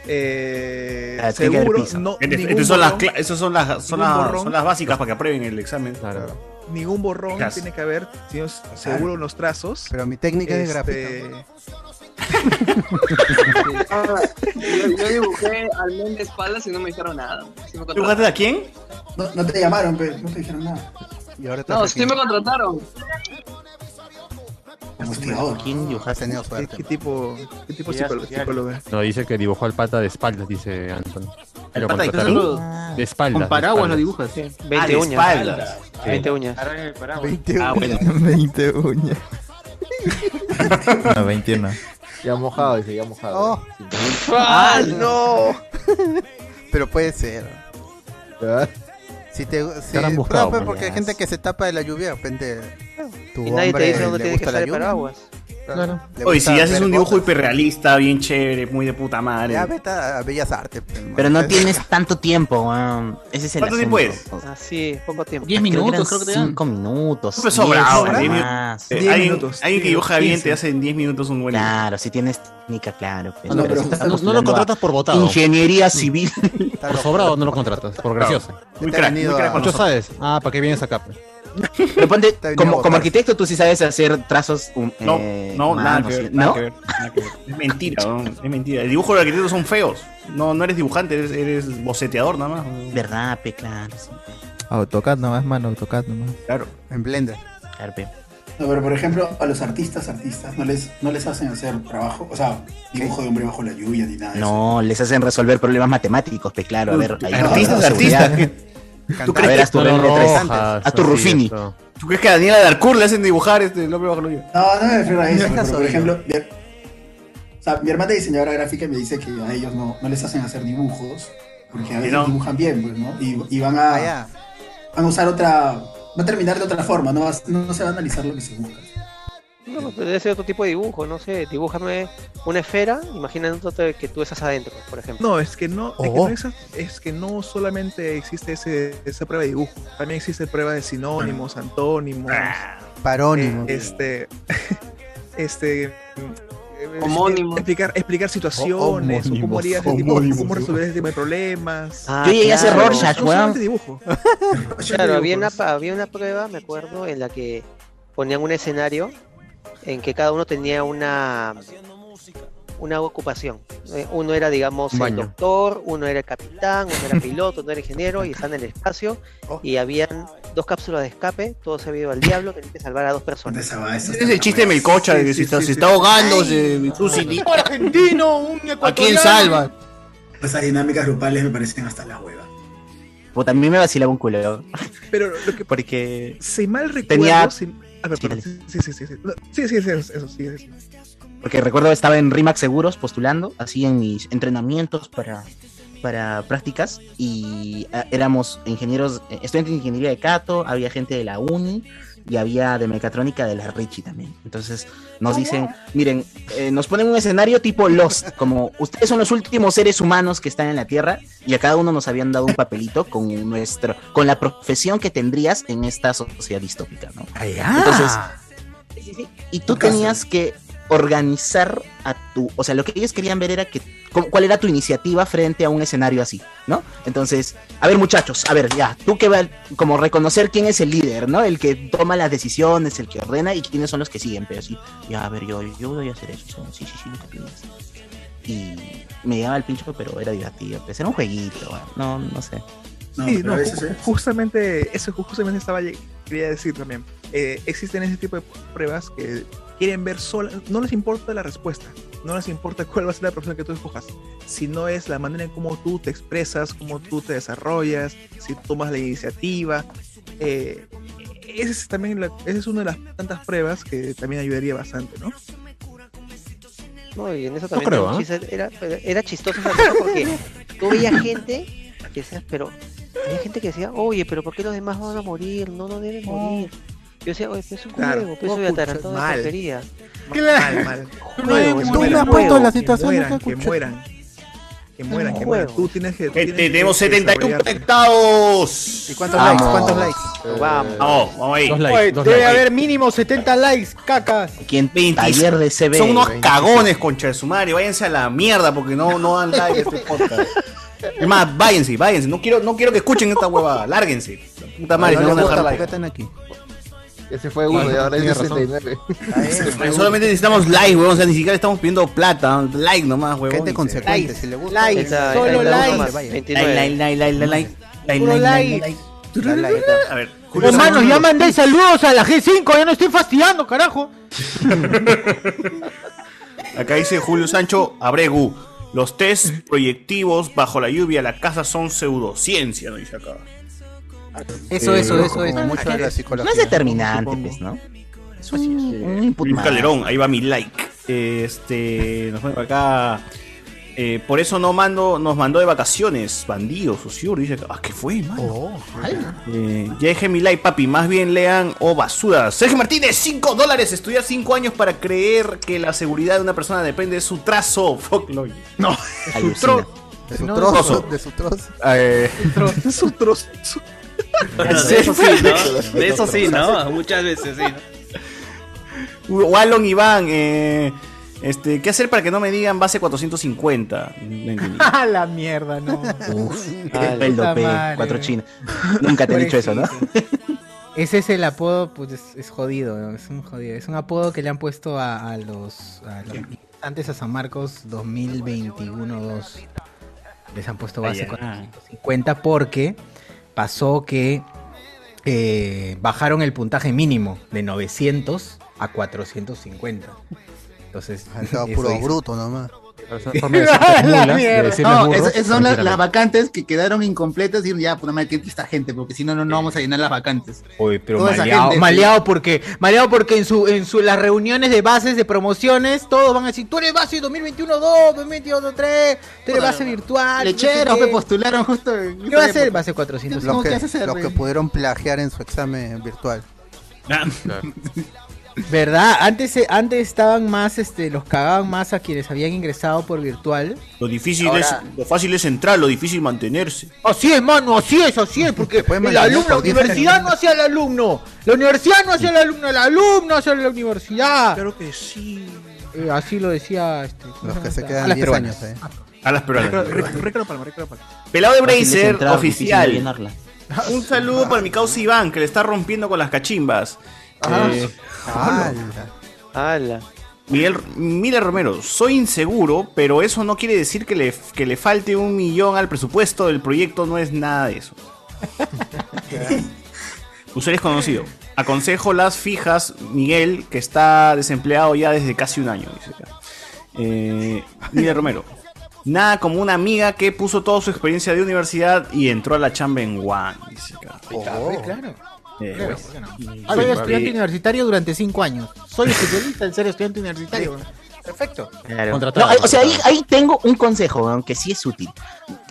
[SPEAKER 8] eh,
[SPEAKER 5] Ah, tiene que haber
[SPEAKER 8] seguro,
[SPEAKER 5] piso.
[SPEAKER 8] no,
[SPEAKER 5] Este-
[SPEAKER 8] ningún
[SPEAKER 5] estas son las,
[SPEAKER 8] borrón,
[SPEAKER 5] cla- esas son las, son
[SPEAKER 8] ningún
[SPEAKER 5] las,
[SPEAKER 8] borrón.
[SPEAKER 5] son las básicas para que aprueben el examen. Claro.
[SPEAKER 8] ningún borrón
[SPEAKER 5] Claro.
[SPEAKER 8] tiene que haber, sino seguro en los trazos. Este,
[SPEAKER 2] Pero mi técnica es
[SPEAKER 4] Ah, yo, yo dibujé al men de espaldas y no me dijeron nada. Sí me contrataron.
[SPEAKER 5] ¿Dibujaste a quién?
[SPEAKER 17] No, no te llamaron, pero no te dijeron nada.
[SPEAKER 2] Y ahora
[SPEAKER 4] No, sí me contrataron.
[SPEAKER 7] ¿Quién dibujaste?
[SPEAKER 2] Tenido suerte.
[SPEAKER 8] ¿Qué tipo, qué tipo de
[SPEAKER 11] Ya,
[SPEAKER 8] psicólogo?
[SPEAKER 11] ya.
[SPEAKER 8] psicólogo es?
[SPEAKER 3] No, dice que dibujó al pata de espaldas, dice Anton.
[SPEAKER 11] ¿Al
[SPEAKER 3] Lo
[SPEAKER 11] pata de qué
[SPEAKER 3] contrataron.
[SPEAKER 11] saludo?
[SPEAKER 1] Ah.
[SPEAKER 3] De espaldas.
[SPEAKER 11] Con paraguas lo
[SPEAKER 3] de espaldas.
[SPEAKER 11] dibujas, sí.
[SPEAKER 10] 20
[SPEAKER 11] Ah, de
[SPEAKER 10] uñas.
[SPEAKER 11] espaldas.
[SPEAKER 3] Sí.
[SPEAKER 10] 20 uñas.
[SPEAKER 11] Agarra el paraguas.
[SPEAKER 22] 20
[SPEAKER 10] Ah, bueno.
[SPEAKER 22] 20 uñas. No, 21.
[SPEAKER 12] Ya mojado, dice, ya mojado.
[SPEAKER 2] Oh.
[SPEAKER 12] Ah,
[SPEAKER 2] no! Pero puede ser. Si te, si,
[SPEAKER 12] Te habrán buscado,
[SPEAKER 2] no, pues,
[SPEAKER 12] man.
[SPEAKER 2] porque hay gente que se tapa de la lluvia, de repente tu
[SPEAKER 10] Y nadie te
[SPEAKER 2] hombre
[SPEAKER 10] dice dónde
[SPEAKER 2] le
[SPEAKER 10] tiene que
[SPEAKER 2] gusta la
[SPEAKER 10] estar el
[SPEAKER 2] lluvia.
[SPEAKER 10] paraguas.
[SPEAKER 2] Claro. Le
[SPEAKER 5] Oye,
[SPEAKER 2] gusta
[SPEAKER 5] si haces
[SPEAKER 2] ver
[SPEAKER 5] un dibujo
[SPEAKER 2] gotas.
[SPEAKER 5] hiperrealista, bien chévere, muy de puta madre.
[SPEAKER 2] Ya vete a a Bellas Artes. pues,
[SPEAKER 7] Pero
[SPEAKER 5] [laughs]
[SPEAKER 2] man.
[SPEAKER 7] no tienes tanto tiempo, weón. Ese es el
[SPEAKER 2] ¿Cuánto tiempo es?
[SPEAKER 7] asunto.
[SPEAKER 10] Ah, sí, poco tiempo.
[SPEAKER 7] 10 minutos, creo que te dan. 5 minutos.
[SPEAKER 5] Pues
[SPEAKER 7] 10
[SPEAKER 5] sobrado,
[SPEAKER 7] o
[SPEAKER 5] diez minu-
[SPEAKER 7] más.
[SPEAKER 5] eh, alguien, alguien que dibuja bien te hace en 10 minutos un buen
[SPEAKER 7] Claro, si tienes técnica, claro. pues,
[SPEAKER 22] No,
[SPEAKER 7] pero
[SPEAKER 22] pero
[SPEAKER 7] si estás
[SPEAKER 22] no- no lo
[SPEAKER 7] postulando a
[SPEAKER 22] contratas por votado.
[SPEAKER 1] [laughs]
[SPEAKER 7] Ingeniería civil.
[SPEAKER 22] Por sobrado no lo contratas, por gracioso.
[SPEAKER 5] Muy crack, muy crack con
[SPEAKER 22] Mucho
[SPEAKER 5] nosotros.
[SPEAKER 22] sabes. Ah, ¿para qué vienes acá? pues?
[SPEAKER 7] Pero ponte,
[SPEAKER 22] venido a
[SPEAKER 7] como,
[SPEAKER 22] votar.
[SPEAKER 7] como arquitecto, tú sí sabes hacer trazos. um,
[SPEAKER 5] No,
[SPEAKER 7] eh,
[SPEAKER 5] no, nada
[SPEAKER 7] humanos,
[SPEAKER 5] que ver,
[SPEAKER 7] ¿no?
[SPEAKER 5] nada que ver, nada que ver. Es mentira, weón, es mentira. El dibujo de los arquitectos son feos. No, no eres dibujante, eres, eres boceteador nada más.
[SPEAKER 7] Verdad, pe, claro. sí.
[SPEAKER 22] AutoCAD nomás, mano, AutoCAD nomás.
[SPEAKER 5] Claro.
[SPEAKER 2] En Blender.
[SPEAKER 7] Claro, pues. pe.
[SPEAKER 17] No, pero por ejemplo, a los artistas, artistas, no les, no les hacen hacer trabajo, o sea, dibujo de hombre bajo la lluvia ni nada de eso.
[SPEAKER 7] No, les hacen resolver problemas matemáticos, pe, claro. A ver, ahí no,
[SPEAKER 5] Artistas,
[SPEAKER 7] no,
[SPEAKER 5] artistas.
[SPEAKER 7] seguridad.
[SPEAKER 5] ¿Tú
[SPEAKER 7] A ver,
[SPEAKER 5] crees,
[SPEAKER 7] haz tu
[SPEAKER 5] que,
[SPEAKER 7] Rembrandt
[SPEAKER 5] Rojas,
[SPEAKER 7] tres antes. Haz tu
[SPEAKER 5] así,
[SPEAKER 7] Ruffini.
[SPEAKER 5] ¿Tú crees que a Daniela Darcourt le hacen dibujar este, el hombre bajo la lluvia?
[SPEAKER 17] No, no me refiero a eso,
[SPEAKER 5] No,
[SPEAKER 17] pero
[SPEAKER 5] no,
[SPEAKER 17] por
[SPEAKER 5] no.
[SPEAKER 17] ejemplo, mi, o sea, mi hermana es diseñadora gráfica y me dice que a ellos no, no les hacen hacer dibujos, porque a veces
[SPEAKER 5] no.
[SPEAKER 17] dibujan bien, pues, ¿no? Y, y van a van a usar otra, va a terminar de otra forma, no, vas- no, no se va a analizar lo que se busca.
[SPEAKER 10] No, pero debe ser otro tipo de dibujo, no sé. Dibújame una esfera, imaginándote que tú estás adentro, por ejemplo.
[SPEAKER 8] No, es que no, es,
[SPEAKER 10] Oh.
[SPEAKER 8] que no es, es que no solamente existe ese, esa prueba de dibujo, también existe prueba de sinónimos,
[SPEAKER 10] Ah,
[SPEAKER 8] antónimos,
[SPEAKER 2] Parónimo.
[SPEAKER 8] [laughs] este, este,
[SPEAKER 4] Homónimos.
[SPEAKER 8] Explicar, explicar situaciones, o cómo harías ese tipo,
[SPEAKER 4] Homónimos,
[SPEAKER 8] cómo resolver ese tipo de problemas.
[SPEAKER 10] Ah, Yo llegué a hacer claro. Rorschach,
[SPEAKER 8] No solamente
[SPEAKER 10] weón.
[SPEAKER 8] dibujo.
[SPEAKER 10] Claro, había una, pa- había una prueba, me acuerdo, en la que ponían un escenario en que cada uno tenía una una ocupación. Eh, Uno era, digamos, el
[SPEAKER 24] Baño.
[SPEAKER 10] doctor, uno era el capitán, uno era piloto, uno era ingeniero y están en el espacio y habían dos cápsulas de escape, todo se había ido al diablo, tenían que salvar a dos personas.
[SPEAKER 5] Ese es el chiste de Melcocha, de que si está- se está ahogando, se suicida.
[SPEAKER 1] Un argentino, un ecuatoriano.
[SPEAKER 17] Esas dinámicas grupales me parecen hasta la hueva.
[SPEAKER 7] Puta, a
[SPEAKER 17] [laughs]
[SPEAKER 7] mí me vacilaba un culo.
[SPEAKER 8] Pero lo que
[SPEAKER 7] Porque.
[SPEAKER 8] Si mal recuerdo.
[SPEAKER 7] Tenía-
[SPEAKER 8] si- a ver, perdón. Sí, sí, sí. Sí, No, sí, sí, sí, eso, eso, sí, eso.
[SPEAKER 7] Porque recuerdo estaba en Rimax Seguros postulando, así en mis entrenamientos para, para prácticas, y ah, éramos ingenieros, eh, estudiantes de ingeniería de Cato, había gente de la Uni y había de mecatrónica de la Richie también. Entonces nos dicen, miren, eh, nos ponen un escenario tipo Lost, como ustedes son los últimos seres humanos que están en la Tierra y a cada uno nos habían dado un papelito con nuestro, con la profesión que tendrías en esta sociedad distópica, ¿no? Entonces, y tú tenías que organizar a tu, o sea, lo que ellos querían ver era que cu- cuál era tu iniciativa frente a un escenario así, ¿no? Entonces, a ver muchachos, a ver, ya, tú que va como reconocer quién es el líder, ¿no? El que toma las decisiones, el que ordena y quiénes son los que siguen, pero sí, ya, a ver, yo, yo voy a hacer eso, sí, sí, sí, lo que pidas. Y me llegaba el pincho, pero era divertido, pues era un jueguito, no, no sé.
[SPEAKER 8] Sí, no, ju-
[SPEAKER 7] ¿eh?
[SPEAKER 2] ¿eh?
[SPEAKER 8] justamente eso ju- justamente estaba lleg- quería decir también. Eh, existen ese tipo de pruebas que quieren ver sola, no les importa la respuesta, no les importa cuál va a ser la profesión que tú escojas, sino es la manera en cómo tú te expresas, cómo tú te desarrollas, si tomas la iniciativa. Eh, ese es también la- esa es una de las tantas pruebas que también ayudaría bastante, ¿no?
[SPEAKER 10] No, y en eso también
[SPEAKER 8] creo,
[SPEAKER 10] era, un
[SPEAKER 8] ¿ah?
[SPEAKER 5] ¿eh?
[SPEAKER 10] chiste- era, era chistoso esa cosa porque tú veías
[SPEAKER 30] [laughs]
[SPEAKER 10] gente que decía, pero había gente que decía, oye, pero ¿por qué los demás van a morir? No, no deben morir. Yo decía, oye, pues es un
[SPEAKER 8] Claro.
[SPEAKER 10] juego, pues
[SPEAKER 8] Oh,
[SPEAKER 10] soy
[SPEAKER 8] pucha,
[SPEAKER 10] atarantado de
[SPEAKER 8] mal.
[SPEAKER 10] porquería. [laughs]
[SPEAKER 8] Mal, mal. Juego, es
[SPEAKER 10] Tú
[SPEAKER 8] un
[SPEAKER 10] me has
[SPEAKER 8] juego.
[SPEAKER 10] puesto en la
[SPEAKER 8] Que
[SPEAKER 10] situación de
[SPEAKER 8] mueran,
[SPEAKER 10] que
[SPEAKER 8] que
[SPEAKER 10] escuché.
[SPEAKER 8] mueran. Que mueran, que
[SPEAKER 10] juego.
[SPEAKER 8] mueran. Tú tienes que.
[SPEAKER 5] Gente,
[SPEAKER 8] tienes que
[SPEAKER 5] tenemos 71
[SPEAKER 8] desarrollarte.
[SPEAKER 5] conectados.
[SPEAKER 2] ¿Y
[SPEAKER 1] cuántos likes? ¿Cuántos likes?
[SPEAKER 5] Vamos. Vamos, vamos ahí.
[SPEAKER 1] Oye, Pues, debe haber mínimo 70 likes, cacas.
[SPEAKER 7] ¿Quién?
[SPEAKER 1] Taller de CB,
[SPEAKER 5] Son unos
[SPEAKER 1] 25.
[SPEAKER 5] cagones, concha de su madre. Váyanse a la mierda porque no, no dan like a este podcast. Es más, váyanse, váyanse. No quiero, no quiero que escuchen esta huevada. Lárguense. Puta madre,
[SPEAKER 2] No
[SPEAKER 5] no,
[SPEAKER 2] les
[SPEAKER 5] van a dejar
[SPEAKER 2] gusta, ¿por
[SPEAKER 5] like.
[SPEAKER 2] qué están aquí?
[SPEAKER 12] Ese fue uno, y ahora es
[SPEAKER 5] Tienes razón.
[SPEAKER 12] 69.
[SPEAKER 5] Pero solamente necesitamos like, huevón. O sea, ni siquiera estamos pidiendo plata. ¿no? Like nomás, huevón. Gente
[SPEAKER 2] este consecuente, si le gusta.
[SPEAKER 1] Likes,
[SPEAKER 2] Esa-
[SPEAKER 1] solo
[SPEAKER 2] esa-
[SPEAKER 1] likes.
[SPEAKER 2] esa- vaya.
[SPEAKER 7] Like, like, like, like, like, like,
[SPEAKER 1] Puro
[SPEAKER 7] like, like,
[SPEAKER 1] like.
[SPEAKER 7] like, like.
[SPEAKER 5] A ver,
[SPEAKER 1] Julio Hermanos, ya mandé saludos a la G5, ya no estén fastidiando, carajo.
[SPEAKER 5] Acá dice Julio Sancho Abregu. Los test proyectivos bajo la lluvia, la casa son pseudociencia, ¿no? dice acá.
[SPEAKER 2] Eso,
[SPEAKER 5] Eh,
[SPEAKER 2] eso, eso, eso.
[SPEAKER 5] como
[SPEAKER 2] Mucho de la psicología.
[SPEAKER 7] No es determinante, pues, ¿no?
[SPEAKER 2] Es
[SPEAKER 7] un, un input
[SPEAKER 5] Luis
[SPEAKER 7] más.
[SPEAKER 5] Calderón, ahí va mi like. Este, nos fue acá. eh, por eso no mando, nos mandó de vacaciones, bandidos, sucio, dice. acá. Ah, ¿qué fue, mano?
[SPEAKER 21] Oh.
[SPEAKER 5] Eh, ya dejé mi like, papi. Más bien lean o basura. Sergio Martínez, 5 dólares. Estudiar 5 años para creer que la seguridad de una persona depende de su trazo. [laughs] Fuck Lloyd. No, su
[SPEAKER 2] Alucina.
[SPEAKER 12] [laughs]
[SPEAKER 5] tro-
[SPEAKER 2] De su
[SPEAKER 5] No,
[SPEAKER 2] trozo. Ah, eh.
[SPEAKER 5] trozo.
[SPEAKER 2] De su trozo.
[SPEAKER 8] Es su trozo.
[SPEAKER 21] Bueno, de eso sí, ¿no? De eso sí,
[SPEAKER 2] [laughs]
[SPEAKER 21] ¿no? Muchas veces sí. ¿no?
[SPEAKER 5] Wallon Iván, eh, este, ¿qué hacer para que no me digan base 450? No entendí.
[SPEAKER 1] [laughs] A la mierda, no.
[SPEAKER 7] El
[SPEAKER 1] Puta
[SPEAKER 7] dope,
[SPEAKER 1] madre.
[SPEAKER 7] cuatro chinas. Nunca te he dicho eso, ¿no?
[SPEAKER 1] Ese es el apodo, pues es, es jodido, ¿no? es un jodido. Es un apodo que le han puesto a, a los, a los antes a San Marcos 2021-2. Les han puesto base
[SPEAKER 11] Ah, ya.
[SPEAKER 1] 450 porque pasó que eh, bajaron el puntaje mínimo de 900 a 450. Entonces,
[SPEAKER 7] Ah,
[SPEAKER 2] Estaba
[SPEAKER 1] [laughs] eso
[SPEAKER 2] puro
[SPEAKER 1] hizo.
[SPEAKER 2] bruto nomás.
[SPEAKER 12] [laughs]
[SPEAKER 27] No, es- esas son las, las vacantes que quedaron incompletas y ya, puta madre, tiene que esta gente, porque si no, no, no vamos a llenar las vacantes.
[SPEAKER 1] Uy, pero
[SPEAKER 27] Toda esa
[SPEAKER 1] maleado,
[SPEAKER 27] gente,
[SPEAKER 1] maleado porque, maleado porque en su, en su, las reuniones de bases de promociones, todos van a decir, tú eres base 2021 2, 2022 3, tú eres base virtual.
[SPEAKER 27] Lecheros
[SPEAKER 1] chévere".
[SPEAKER 27] me postularon justo.
[SPEAKER 1] ¿Qué va a hacer? Base 400.
[SPEAKER 2] Los que, los que pudieron plagiar en su examen virtual.
[SPEAKER 1] ¿Verdad? Antes, eh, antes estaban más, este, los cagaban más a quienes habían ingresado por virtual.
[SPEAKER 5] Lo difícil
[SPEAKER 1] Ahora- Oh,
[SPEAKER 5] es, lo fácil es entrar, lo difícil mantenerse.
[SPEAKER 1] Así es, mano, así es, así es, porque el
[SPEAKER 5] mantener
[SPEAKER 1] alumno, la
[SPEAKER 5] por diez
[SPEAKER 1] universidad no hace al alumno, la universidad no hace al alumno, el alumno hace a la universidad.
[SPEAKER 8] Claro que sí.
[SPEAKER 1] Eh, así lo decía este, ¿cómo
[SPEAKER 2] Los que
[SPEAKER 1] llama
[SPEAKER 2] se
[SPEAKER 1] esta?
[SPEAKER 2] quedan
[SPEAKER 1] A las
[SPEAKER 2] 10
[SPEAKER 1] peruanas.
[SPEAKER 2] años, eh.
[SPEAKER 1] Ah.
[SPEAKER 5] A las peruanas.
[SPEAKER 8] Recro- Recro Palma, Recro Palma.
[SPEAKER 5] Pelado de
[SPEAKER 7] Fácil de
[SPEAKER 5] Bracer,
[SPEAKER 7] centrar, difícil
[SPEAKER 5] oficial.
[SPEAKER 7] de llenarla.
[SPEAKER 5] Un saludo para mi causa Iván, que le está rompiendo con las cachimbas.
[SPEAKER 10] Ah.
[SPEAKER 5] Eh,
[SPEAKER 10] Ala. Ala.
[SPEAKER 5] Miguel Miller Romero, soy inseguro, pero eso no quiere decir que le, que le falte un millón al presupuesto del proyecto, no es nada
[SPEAKER 1] [laughs]
[SPEAKER 5] de eso. Usuario desconocido. Aconsejo las fijas, Miguel, que está desempleado ya desde casi un año, dice. Eh, Miguel Romero. Nada como una amiga que puso toda su experiencia de universidad y entró a la chamba en One, dice acá.
[SPEAKER 2] Oh.
[SPEAKER 1] Sí, claro.
[SPEAKER 5] Eh,
[SPEAKER 1] Claro,
[SPEAKER 5] bueno.
[SPEAKER 1] ¿por qué no? Ah,
[SPEAKER 5] Sí,
[SPEAKER 1] Soy
[SPEAKER 5] sí,
[SPEAKER 1] estudiante
[SPEAKER 5] sí.
[SPEAKER 1] universitario durante 5 años. Soy especialista en ser estudiante universitario. Perfecto.
[SPEAKER 7] Claro.
[SPEAKER 1] Contratado,
[SPEAKER 7] No, ahí- o sea, ahí,
[SPEAKER 1] contratado.
[SPEAKER 7] ahí tengo un consejo, aunque sí es útil.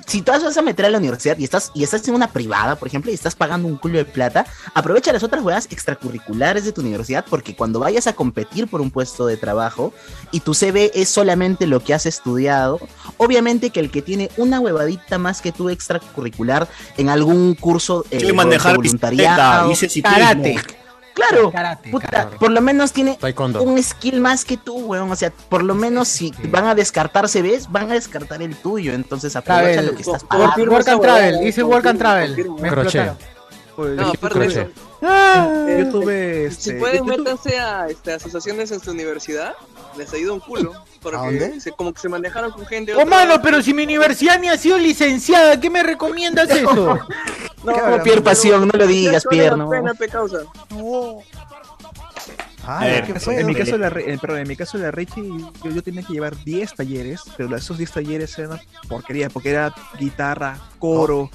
[SPEAKER 7] Si tú vas a meter a la universidad y estás, y estás en una privada, por ejemplo, y estás pagando un culo de plata, aprovecha las otras huevas extracurriculares de tu universidad porque cuando vayas a competir por un puesto de trabajo y tu CV es solamente lo que has estudiado, obviamente que el que tiene una huevadita más que tú extracurricular en algún curso eh,
[SPEAKER 5] Sé manejar
[SPEAKER 7] de
[SPEAKER 5] bicicleta,
[SPEAKER 7] voluntariado,
[SPEAKER 5] hice ciclismo.
[SPEAKER 7] karate, Claro, puta,
[SPEAKER 5] claro.
[SPEAKER 7] por lo menos tiene
[SPEAKER 5] Taekwondo.
[SPEAKER 7] un skill más que tú, weón. O sea, por lo menos si van a descartar CVs, van a descartar el tuyo. Entonces aprovecha
[SPEAKER 1] Travel.
[SPEAKER 7] lo que estás
[SPEAKER 1] Work-
[SPEAKER 7] pagando.
[SPEAKER 1] work and travel. Hice work and travel. Me explotaron.
[SPEAKER 8] Pues,
[SPEAKER 4] No, aparte de eso,
[SPEAKER 8] Ah,
[SPEAKER 4] Eh,
[SPEAKER 8] Yo tuve este.
[SPEAKER 4] si pueden,
[SPEAKER 8] yo tuve-
[SPEAKER 4] métanse a este, asociaciones en su universidad, les ayuda un culo. Porque
[SPEAKER 1] dónde?
[SPEAKER 4] Se, como que se manejaron con gente. de
[SPEAKER 1] Oh,
[SPEAKER 4] otra-
[SPEAKER 1] mano, pero si mi universidad ni ha sido licenciada, ¿qué me recomiendas eso?
[SPEAKER 4] [laughs] No,
[SPEAKER 7] Como Pierre Pasión, no lo digas, Pierre, no.
[SPEAKER 4] Pena, pe causa.
[SPEAKER 8] Ah, en mi caso- en, mi caso, la, Re- eh, perdón, en mi caso la Richie, yo, yo tenía que llevar 10 talleres, pero esos 10 talleres eran una porquería, porque era guitarra, coro,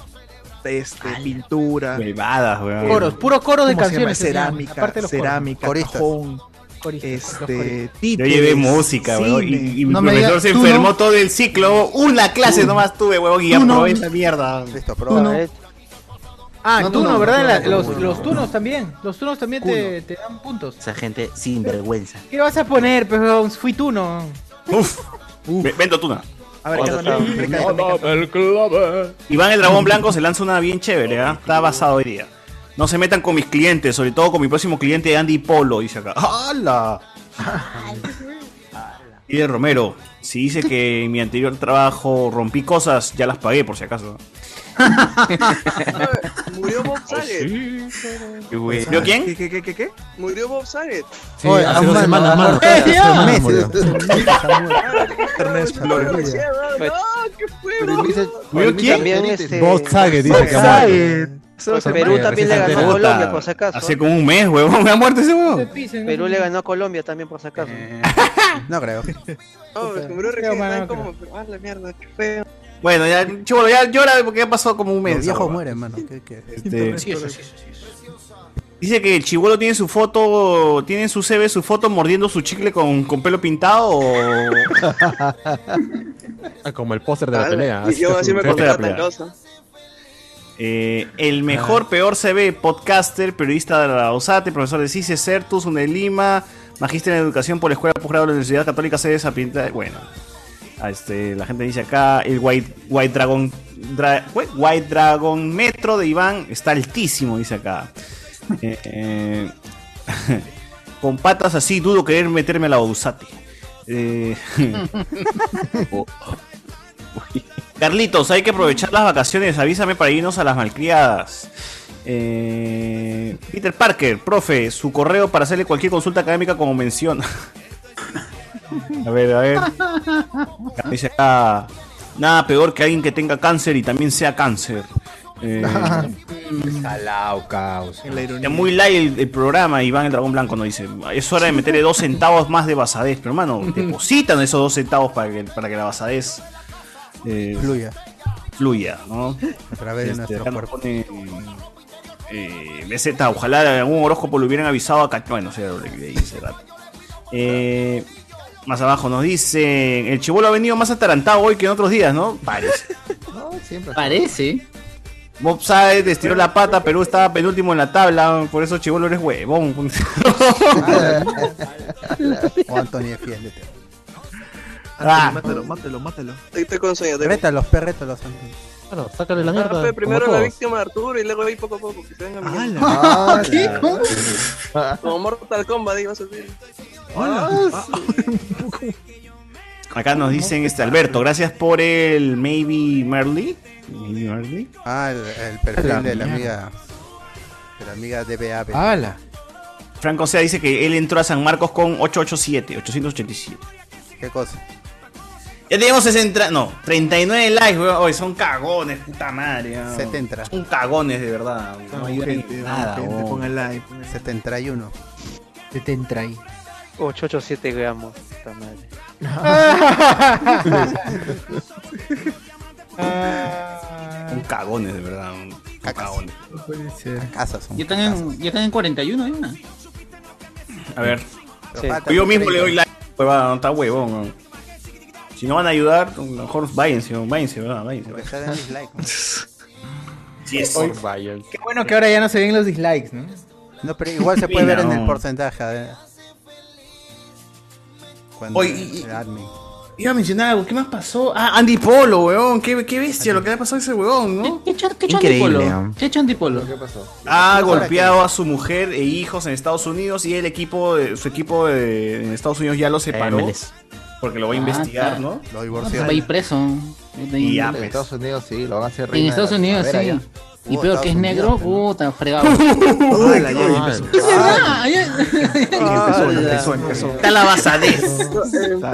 [SPEAKER 8] este, pintura. eh,
[SPEAKER 5] Huevadas, weón.
[SPEAKER 1] Coros, puro coros de
[SPEAKER 8] ¿cómo se llama?
[SPEAKER 1] canciones,
[SPEAKER 8] Cerámica,
[SPEAKER 1] aparte de los coros.
[SPEAKER 8] cerámica,
[SPEAKER 1] Coristas.
[SPEAKER 8] cajón, este, títeres,
[SPEAKER 5] Yo llevé música,
[SPEAKER 8] cine.
[SPEAKER 5] weón. Y, y mi
[SPEAKER 8] No me
[SPEAKER 5] profesor
[SPEAKER 8] digas,
[SPEAKER 5] se
[SPEAKER 8] tú no.
[SPEAKER 5] enfermó todo el ciclo. Una clase
[SPEAKER 8] Tú.
[SPEAKER 5] nomás tuve, weón. Y
[SPEAKER 8] Tú no.
[SPEAKER 5] aprobé esa mierda.
[SPEAKER 2] Listo,
[SPEAKER 1] no. Ah,
[SPEAKER 5] No,
[SPEAKER 1] tuno,
[SPEAKER 5] no, no,
[SPEAKER 1] ¿verdad?
[SPEAKER 5] no,
[SPEAKER 1] La-
[SPEAKER 5] no,
[SPEAKER 1] los,
[SPEAKER 5] no, no,
[SPEAKER 1] los
[SPEAKER 5] no.
[SPEAKER 1] tunos también. Los tunos también te, te dan puntos.
[SPEAKER 7] Esa gente sin vergüenza.
[SPEAKER 1] ¿Qué vas a poner, pues? Fui tuno.
[SPEAKER 5] Uf. Ve- Vendo tuna.
[SPEAKER 8] A ver,
[SPEAKER 5] Iván el Dragón Blanco se lanza una bien chévere, ¿ah? Está basado hoy día. No se metan con mis clientes, sobre todo con mi próximo cliente Andy Polo, dice acá. ¡Hala! Y de Romero, si dice que en mi anterior trabajo rompí cosas, ya las pagué por si acaso.
[SPEAKER 4] Murió Bob Saget.
[SPEAKER 5] Qué güey. ¿Yo quién?
[SPEAKER 8] Ah, ¿Qué, qué, qué, qué, qué?
[SPEAKER 4] Murió Bob Saget.
[SPEAKER 2] Sí, Oye, hace dos semanas, mano. Hace
[SPEAKER 1] [laughs]
[SPEAKER 2] dos meses.
[SPEAKER 4] [laughs]
[SPEAKER 2] [laughs] Ernesto,
[SPEAKER 4] Lo
[SPEAKER 2] Florida.
[SPEAKER 4] decía, no,
[SPEAKER 12] Pues,
[SPEAKER 4] no, qué juego.
[SPEAKER 2] Murió quién?
[SPEAKER 10] También este.
[SPEAKER 2] Bob Saget, dice que ha muerto.
[SPEAKER 10] Perú también le ganó a
[SPEAKER 5] Puta,
[SPEAKER 10] Colombia, por si acaso.
[SPEAKER 5] Hace como un mes, huevón, me ha muerto ese huevón.
[SPEAKER 10] Perú le ganó a Colombia también, por si acaso. [laughs]
[SPEAKER 2] No creo.
[SPEAKER 4] No, es que murió recién, ay, como, ah, la mierda, qué feo.
[SPEAKER 5] Bueno, ya, chulo, ya llora porque ya pasó como un mes.
[SPEAKER 2] Los viejos
[SPEAKER 5] huevón.
[SPEAKER 2] mueren, mano. ¿Qué, qué?
[SPEAKER 5] Este- Dice que el chivolo tiene su foto, tiene en su CV su foto mordiendo su chicle con, con pelo pintado o...
[SPEAKER 3] Como el póster de la
[SPEAKER 5] Ah,
[SPEAKER 3] pelea.
[SPEAKER 5] y yo así me
[SPEAKER 3] Póster de la
[SPEAKER 5] contratan,
[SPEAKER 3] pelea.
[SPEAKER 4] Cosa.
[SPEAKER 5] Eh, el mejor, peor CV, podcaster, periodista de la OSATE, profesor de CICE, CERTUS, UNELIMA, magíster en educación por la Escuela Posgrado de la Universidad Católica C de Sapienza. Bueno, Ah, este, la gente dice acá, el White, White Dragon Dra- White Dragon Metro de Iván está altísimo, dice acá. Eh, eh, [laughs] con patas así, dudo querer meterme a la OSATE. Eh, [laughs] Carlitos, hay que aprovechar las vacaciones. Avísame para irnos a las malcriadas. Eh, Peter Parker, profe, su correo para hacerle cualquier consulta académica como menciona. a ver, a ver. Dice acá, nada peor que alguien que tenga cáncer y también sea cáncer. Eh,
[SPEAKER 22] Salao, caos.
[SPEAKER 5] ya muy light el, el programa, Iván el Dragón Blanco nos dice, es hora de meterle dos centavos más de basadez, pero hermano, depositan esos dos centavos para que, para que la basadez eh,
[SPEAKER 2] Fluya.
[SPEAKER 5] fluya, ¿no? Este,
[SPEAKER 2] A través de nuestro
[SPEAKER 5] acá nos
[SPEAKER 2] cuerpo.
[SPEAKER 5] pone, eh, BZ, ojalá algún horóscopo le hubieran avisado a Cacho. Bueno, se lo leí hace rato. Eh, más abajo nos dicen, el chivolo ha venido más atarantado hoy que en otros días, ¿no? Parece.
[SPEAKER 2] No, siempre.
[SPEAKER 9] Parece.
[SPEAKER 5] Mob Saed estiró la pata, Perú estaba penúltimo en la tabla, por eso chivolo eres
[SPEAKER 2] [laughs]
[SPEAKER 5] huevón.
[SPEAKER 2] O Anthony, defiéndete.
[SPEAKER 5] Ah.
[SPEAKER 8] Mátalo, mátalo, mátalo.
[SPEAKER 4] Estoy, estoy con sueño. estoy-
[SPEAKER 2] Rétalos, pe, rétalos, Anthony.
[SPEAKER 29] Bueno, sácale la
[SPEAKER 4] Ah,
[SPEAKER 29] mierda.
[SPEAKER 4] pe, primero
[SPEAKER 29] como
[SPEAKER 4] la
[SPEAKER 29] todos.
[SPEAKER 4] víctima de Arturo y luego ahí poco a poco. Que se venga mi-
[SPEAKER 2] Ah, ¿qué?
[SPEAKER 4] Como Mortal Kombat, ahí va a subir.
[SPEAKER 5] Hola. Acá nos dicen este Alberto, gracias por el Maybe Merly. Maybe Merly.
[SPEAKER 2] Ah, el, el perfil
[SPEAKER 5] La
[SPEAKER 2] de la
[SPEAKER 5] mierda.
[SPEAKER 2] amiga. De la amiga DBA.
[SPEAKER 5] Ala. Franco Sea dice que él entró a San Marcos con 887, 887.
[SPEAKER 2] ¿Qué cosa?
[SPEAKER 5] Ya tenemos 60, no, 39 likes, weón. Oye, son cagones, puta madre. weón.
[SPEAKER 2] 70.
[SPEAKER 5] Son cagones de verdad. weón. No ayudan en nada. weón.
[SPEAKER 2] 71.
[SPEAKER 10] 71. 887 Oh, gramos. Puta madre.
[SPEAKER 1] [laughs] Ah.
[SPEAKER 2] [laughs]
[SPEAKER 5] Son cagones de verdad. weón. Son Cagones.
[SPEAKER 2] Casas son.
[SPEAKER 4] Ya están en, ya están en 41, ¿eh?
[SPEAKER 5] A ver.
[SPEAKER 4] Sí.
[SPEAKER 5] O Yo mismo le doy like. Huevada, no está huevón. weón. Si no van a ayudar, a lo mejor váyanse, weón, váyanse, ¿verdad? Váyanse. [laughs] Yes.
[SPEAKER 8] Hoy- Qué bueno que ahora ya no se ven los dislikes, ¿no?
[SPEAKER 2] No, pero igual se puede
[SPEAKER 8] Mira,
[SPEAKER 2] ver en
[SPEAKER 8] no.
[SPEAKER 2] el porcentaje. a ver. Cuando
[SPEAKER 5] Oye, y-
[SPEAKER 2] el admin.
[SPEAKER 5] Iba a mencionar algo, ¿qué más pasó? Ah, Andy Polo, weón, qué, qué bestia lo que le pasó a ese weón, ¿no?
[SPEAKER 4] ¿Qué, qué,
[SPEAKER 5] hecho Andy Increíble, Polo? ¿no?
[SPEAKER 4] ¿Qué hecho Andy Polo?
[SPEAKER 5] ¿Qué pasó? Ha
[SPEAKER 4] ¿Ahora
[SPEAKER 5] golpeado a su mujer e hijos en Estados Unidos y el equipo, de- su equipo de- en Estados Unidos ya lo separó.
[SPEAKER 31] MLS.
[SPEAKER 5] Porque lo va a
[SPEAKER 3] Ah,
[SPEAKER 5] investigar, ¿no?
[SPEAKER 2] Lo
[SPEAKER 4] Ah, va a ir preso.
[SPEAKER 5] Y ya,
[SPEAKER 12] En
[SPEAKER 5] pues.
[SPEAKER 12] Estados Unidos sí, lo van a hacer
[SPEAKER 4] En
[SPEAKER 12] reina de
[SPEAKER 4] Estados
[SPEAKER 12] la
[SPEAKER 4] Unidos, sí.
[SPEAKER 12] primavera ya.
[SPEAKER 4] Y
[SPEAKER 12] Uh,
[SPEAKER 4] peor que es
[SPEAKER 12] Estados
[SPEAKER 4] negro,
[SPEAKER 12] Unidos,
[SPEAKER 4] puta, fregado.
[SPEAKER 12] [laughs] Ala,
[SPEAKER 7] Ah,
[SPEAKER 12] ya
[SPEAKER 4] Es verdad, Ah,
[SPEAKER 5] empezó, empezó. Está la basadez.
[SPEAKER 4] No, pero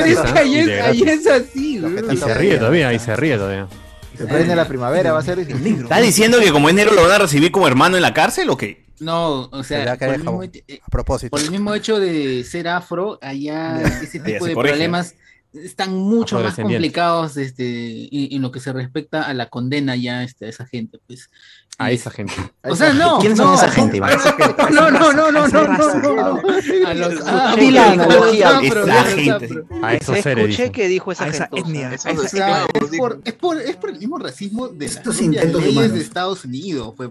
[SPEAKER 4] es que ayer,
[SPEAKER 12] Integrante.
[SPEAKER 4] ayer es así.
[SPEAKER 12] que
[SPEAKER 3] Y se ríe todavía, y se ríe todavía.
[SPEAKER 12] El reina de la
[SPEAKER 4] [laughs]
[SPEAKER 12] primavera va a ser negro.
[SPEAKER 5] ¿Estás diciendo que como es negro lo van a recibir como hermano en la cárcel o qué?
[SPEAKER 4] No, o sea, por el, mismo, hecho- eh,
[SPEAKER 2] A propósito.
[SPEAKER 4] por el mismo hecho de ser afro, allá ese
[SPEAKER 2] Allá
[SPEAKER 4] tipo
[SPEAKER 2] se
[SPEAKER 4] de
[SPEAKER 2] corrige.
[SPEAKER 4] problemas están mucho más
[SPEAKER 2] Afrodescendientes.
[SPEAKER 4] complicados este, en, en lo que se respecta a la condena ya este, a esa gente, pues.
[SPEAKER 3] A esa gente.
[SPEAKER 4] O sea, no.
[SPEAKER 7] ¿Quiénes
[SPEAKER 4] no,
[SPEAKER 7] son esa gente, Iván?
[SPEAKER 4] [laughs] No, no, no, no, no, no, no, no. A los
[SPEAKER 10] Escuché que dijo-
[SPEAKER 4] afro, a los afro.
[SPEAKER 3] A esos seres,
[SPEAKER 10] Escuché
[SPEAKER 3] dicen.
[SPEAKER 10] que dijo esa
[SPEAKER 1] A esa
[SPEAKER 10] gentuza.
[SPEAKER 1] etnia.
[SPEAKER 10] Esos
[SPEAKER 1] A esa
[SPEAKER 10] esclavos,
[SPEAKER 1] etnia.
[SPEAKER 10] dijo.
[SPEAKER 1] por, es, por, es por el mismo racismo de las
[SPEAKER 10] Estos
[SPEAKER 1] propias
[SPEAKER 10] intentos
[SPEAKER 1] leyes
[SPEAKER 10] humanos.
[SPEAKER 1] de Estados Unidos. fue-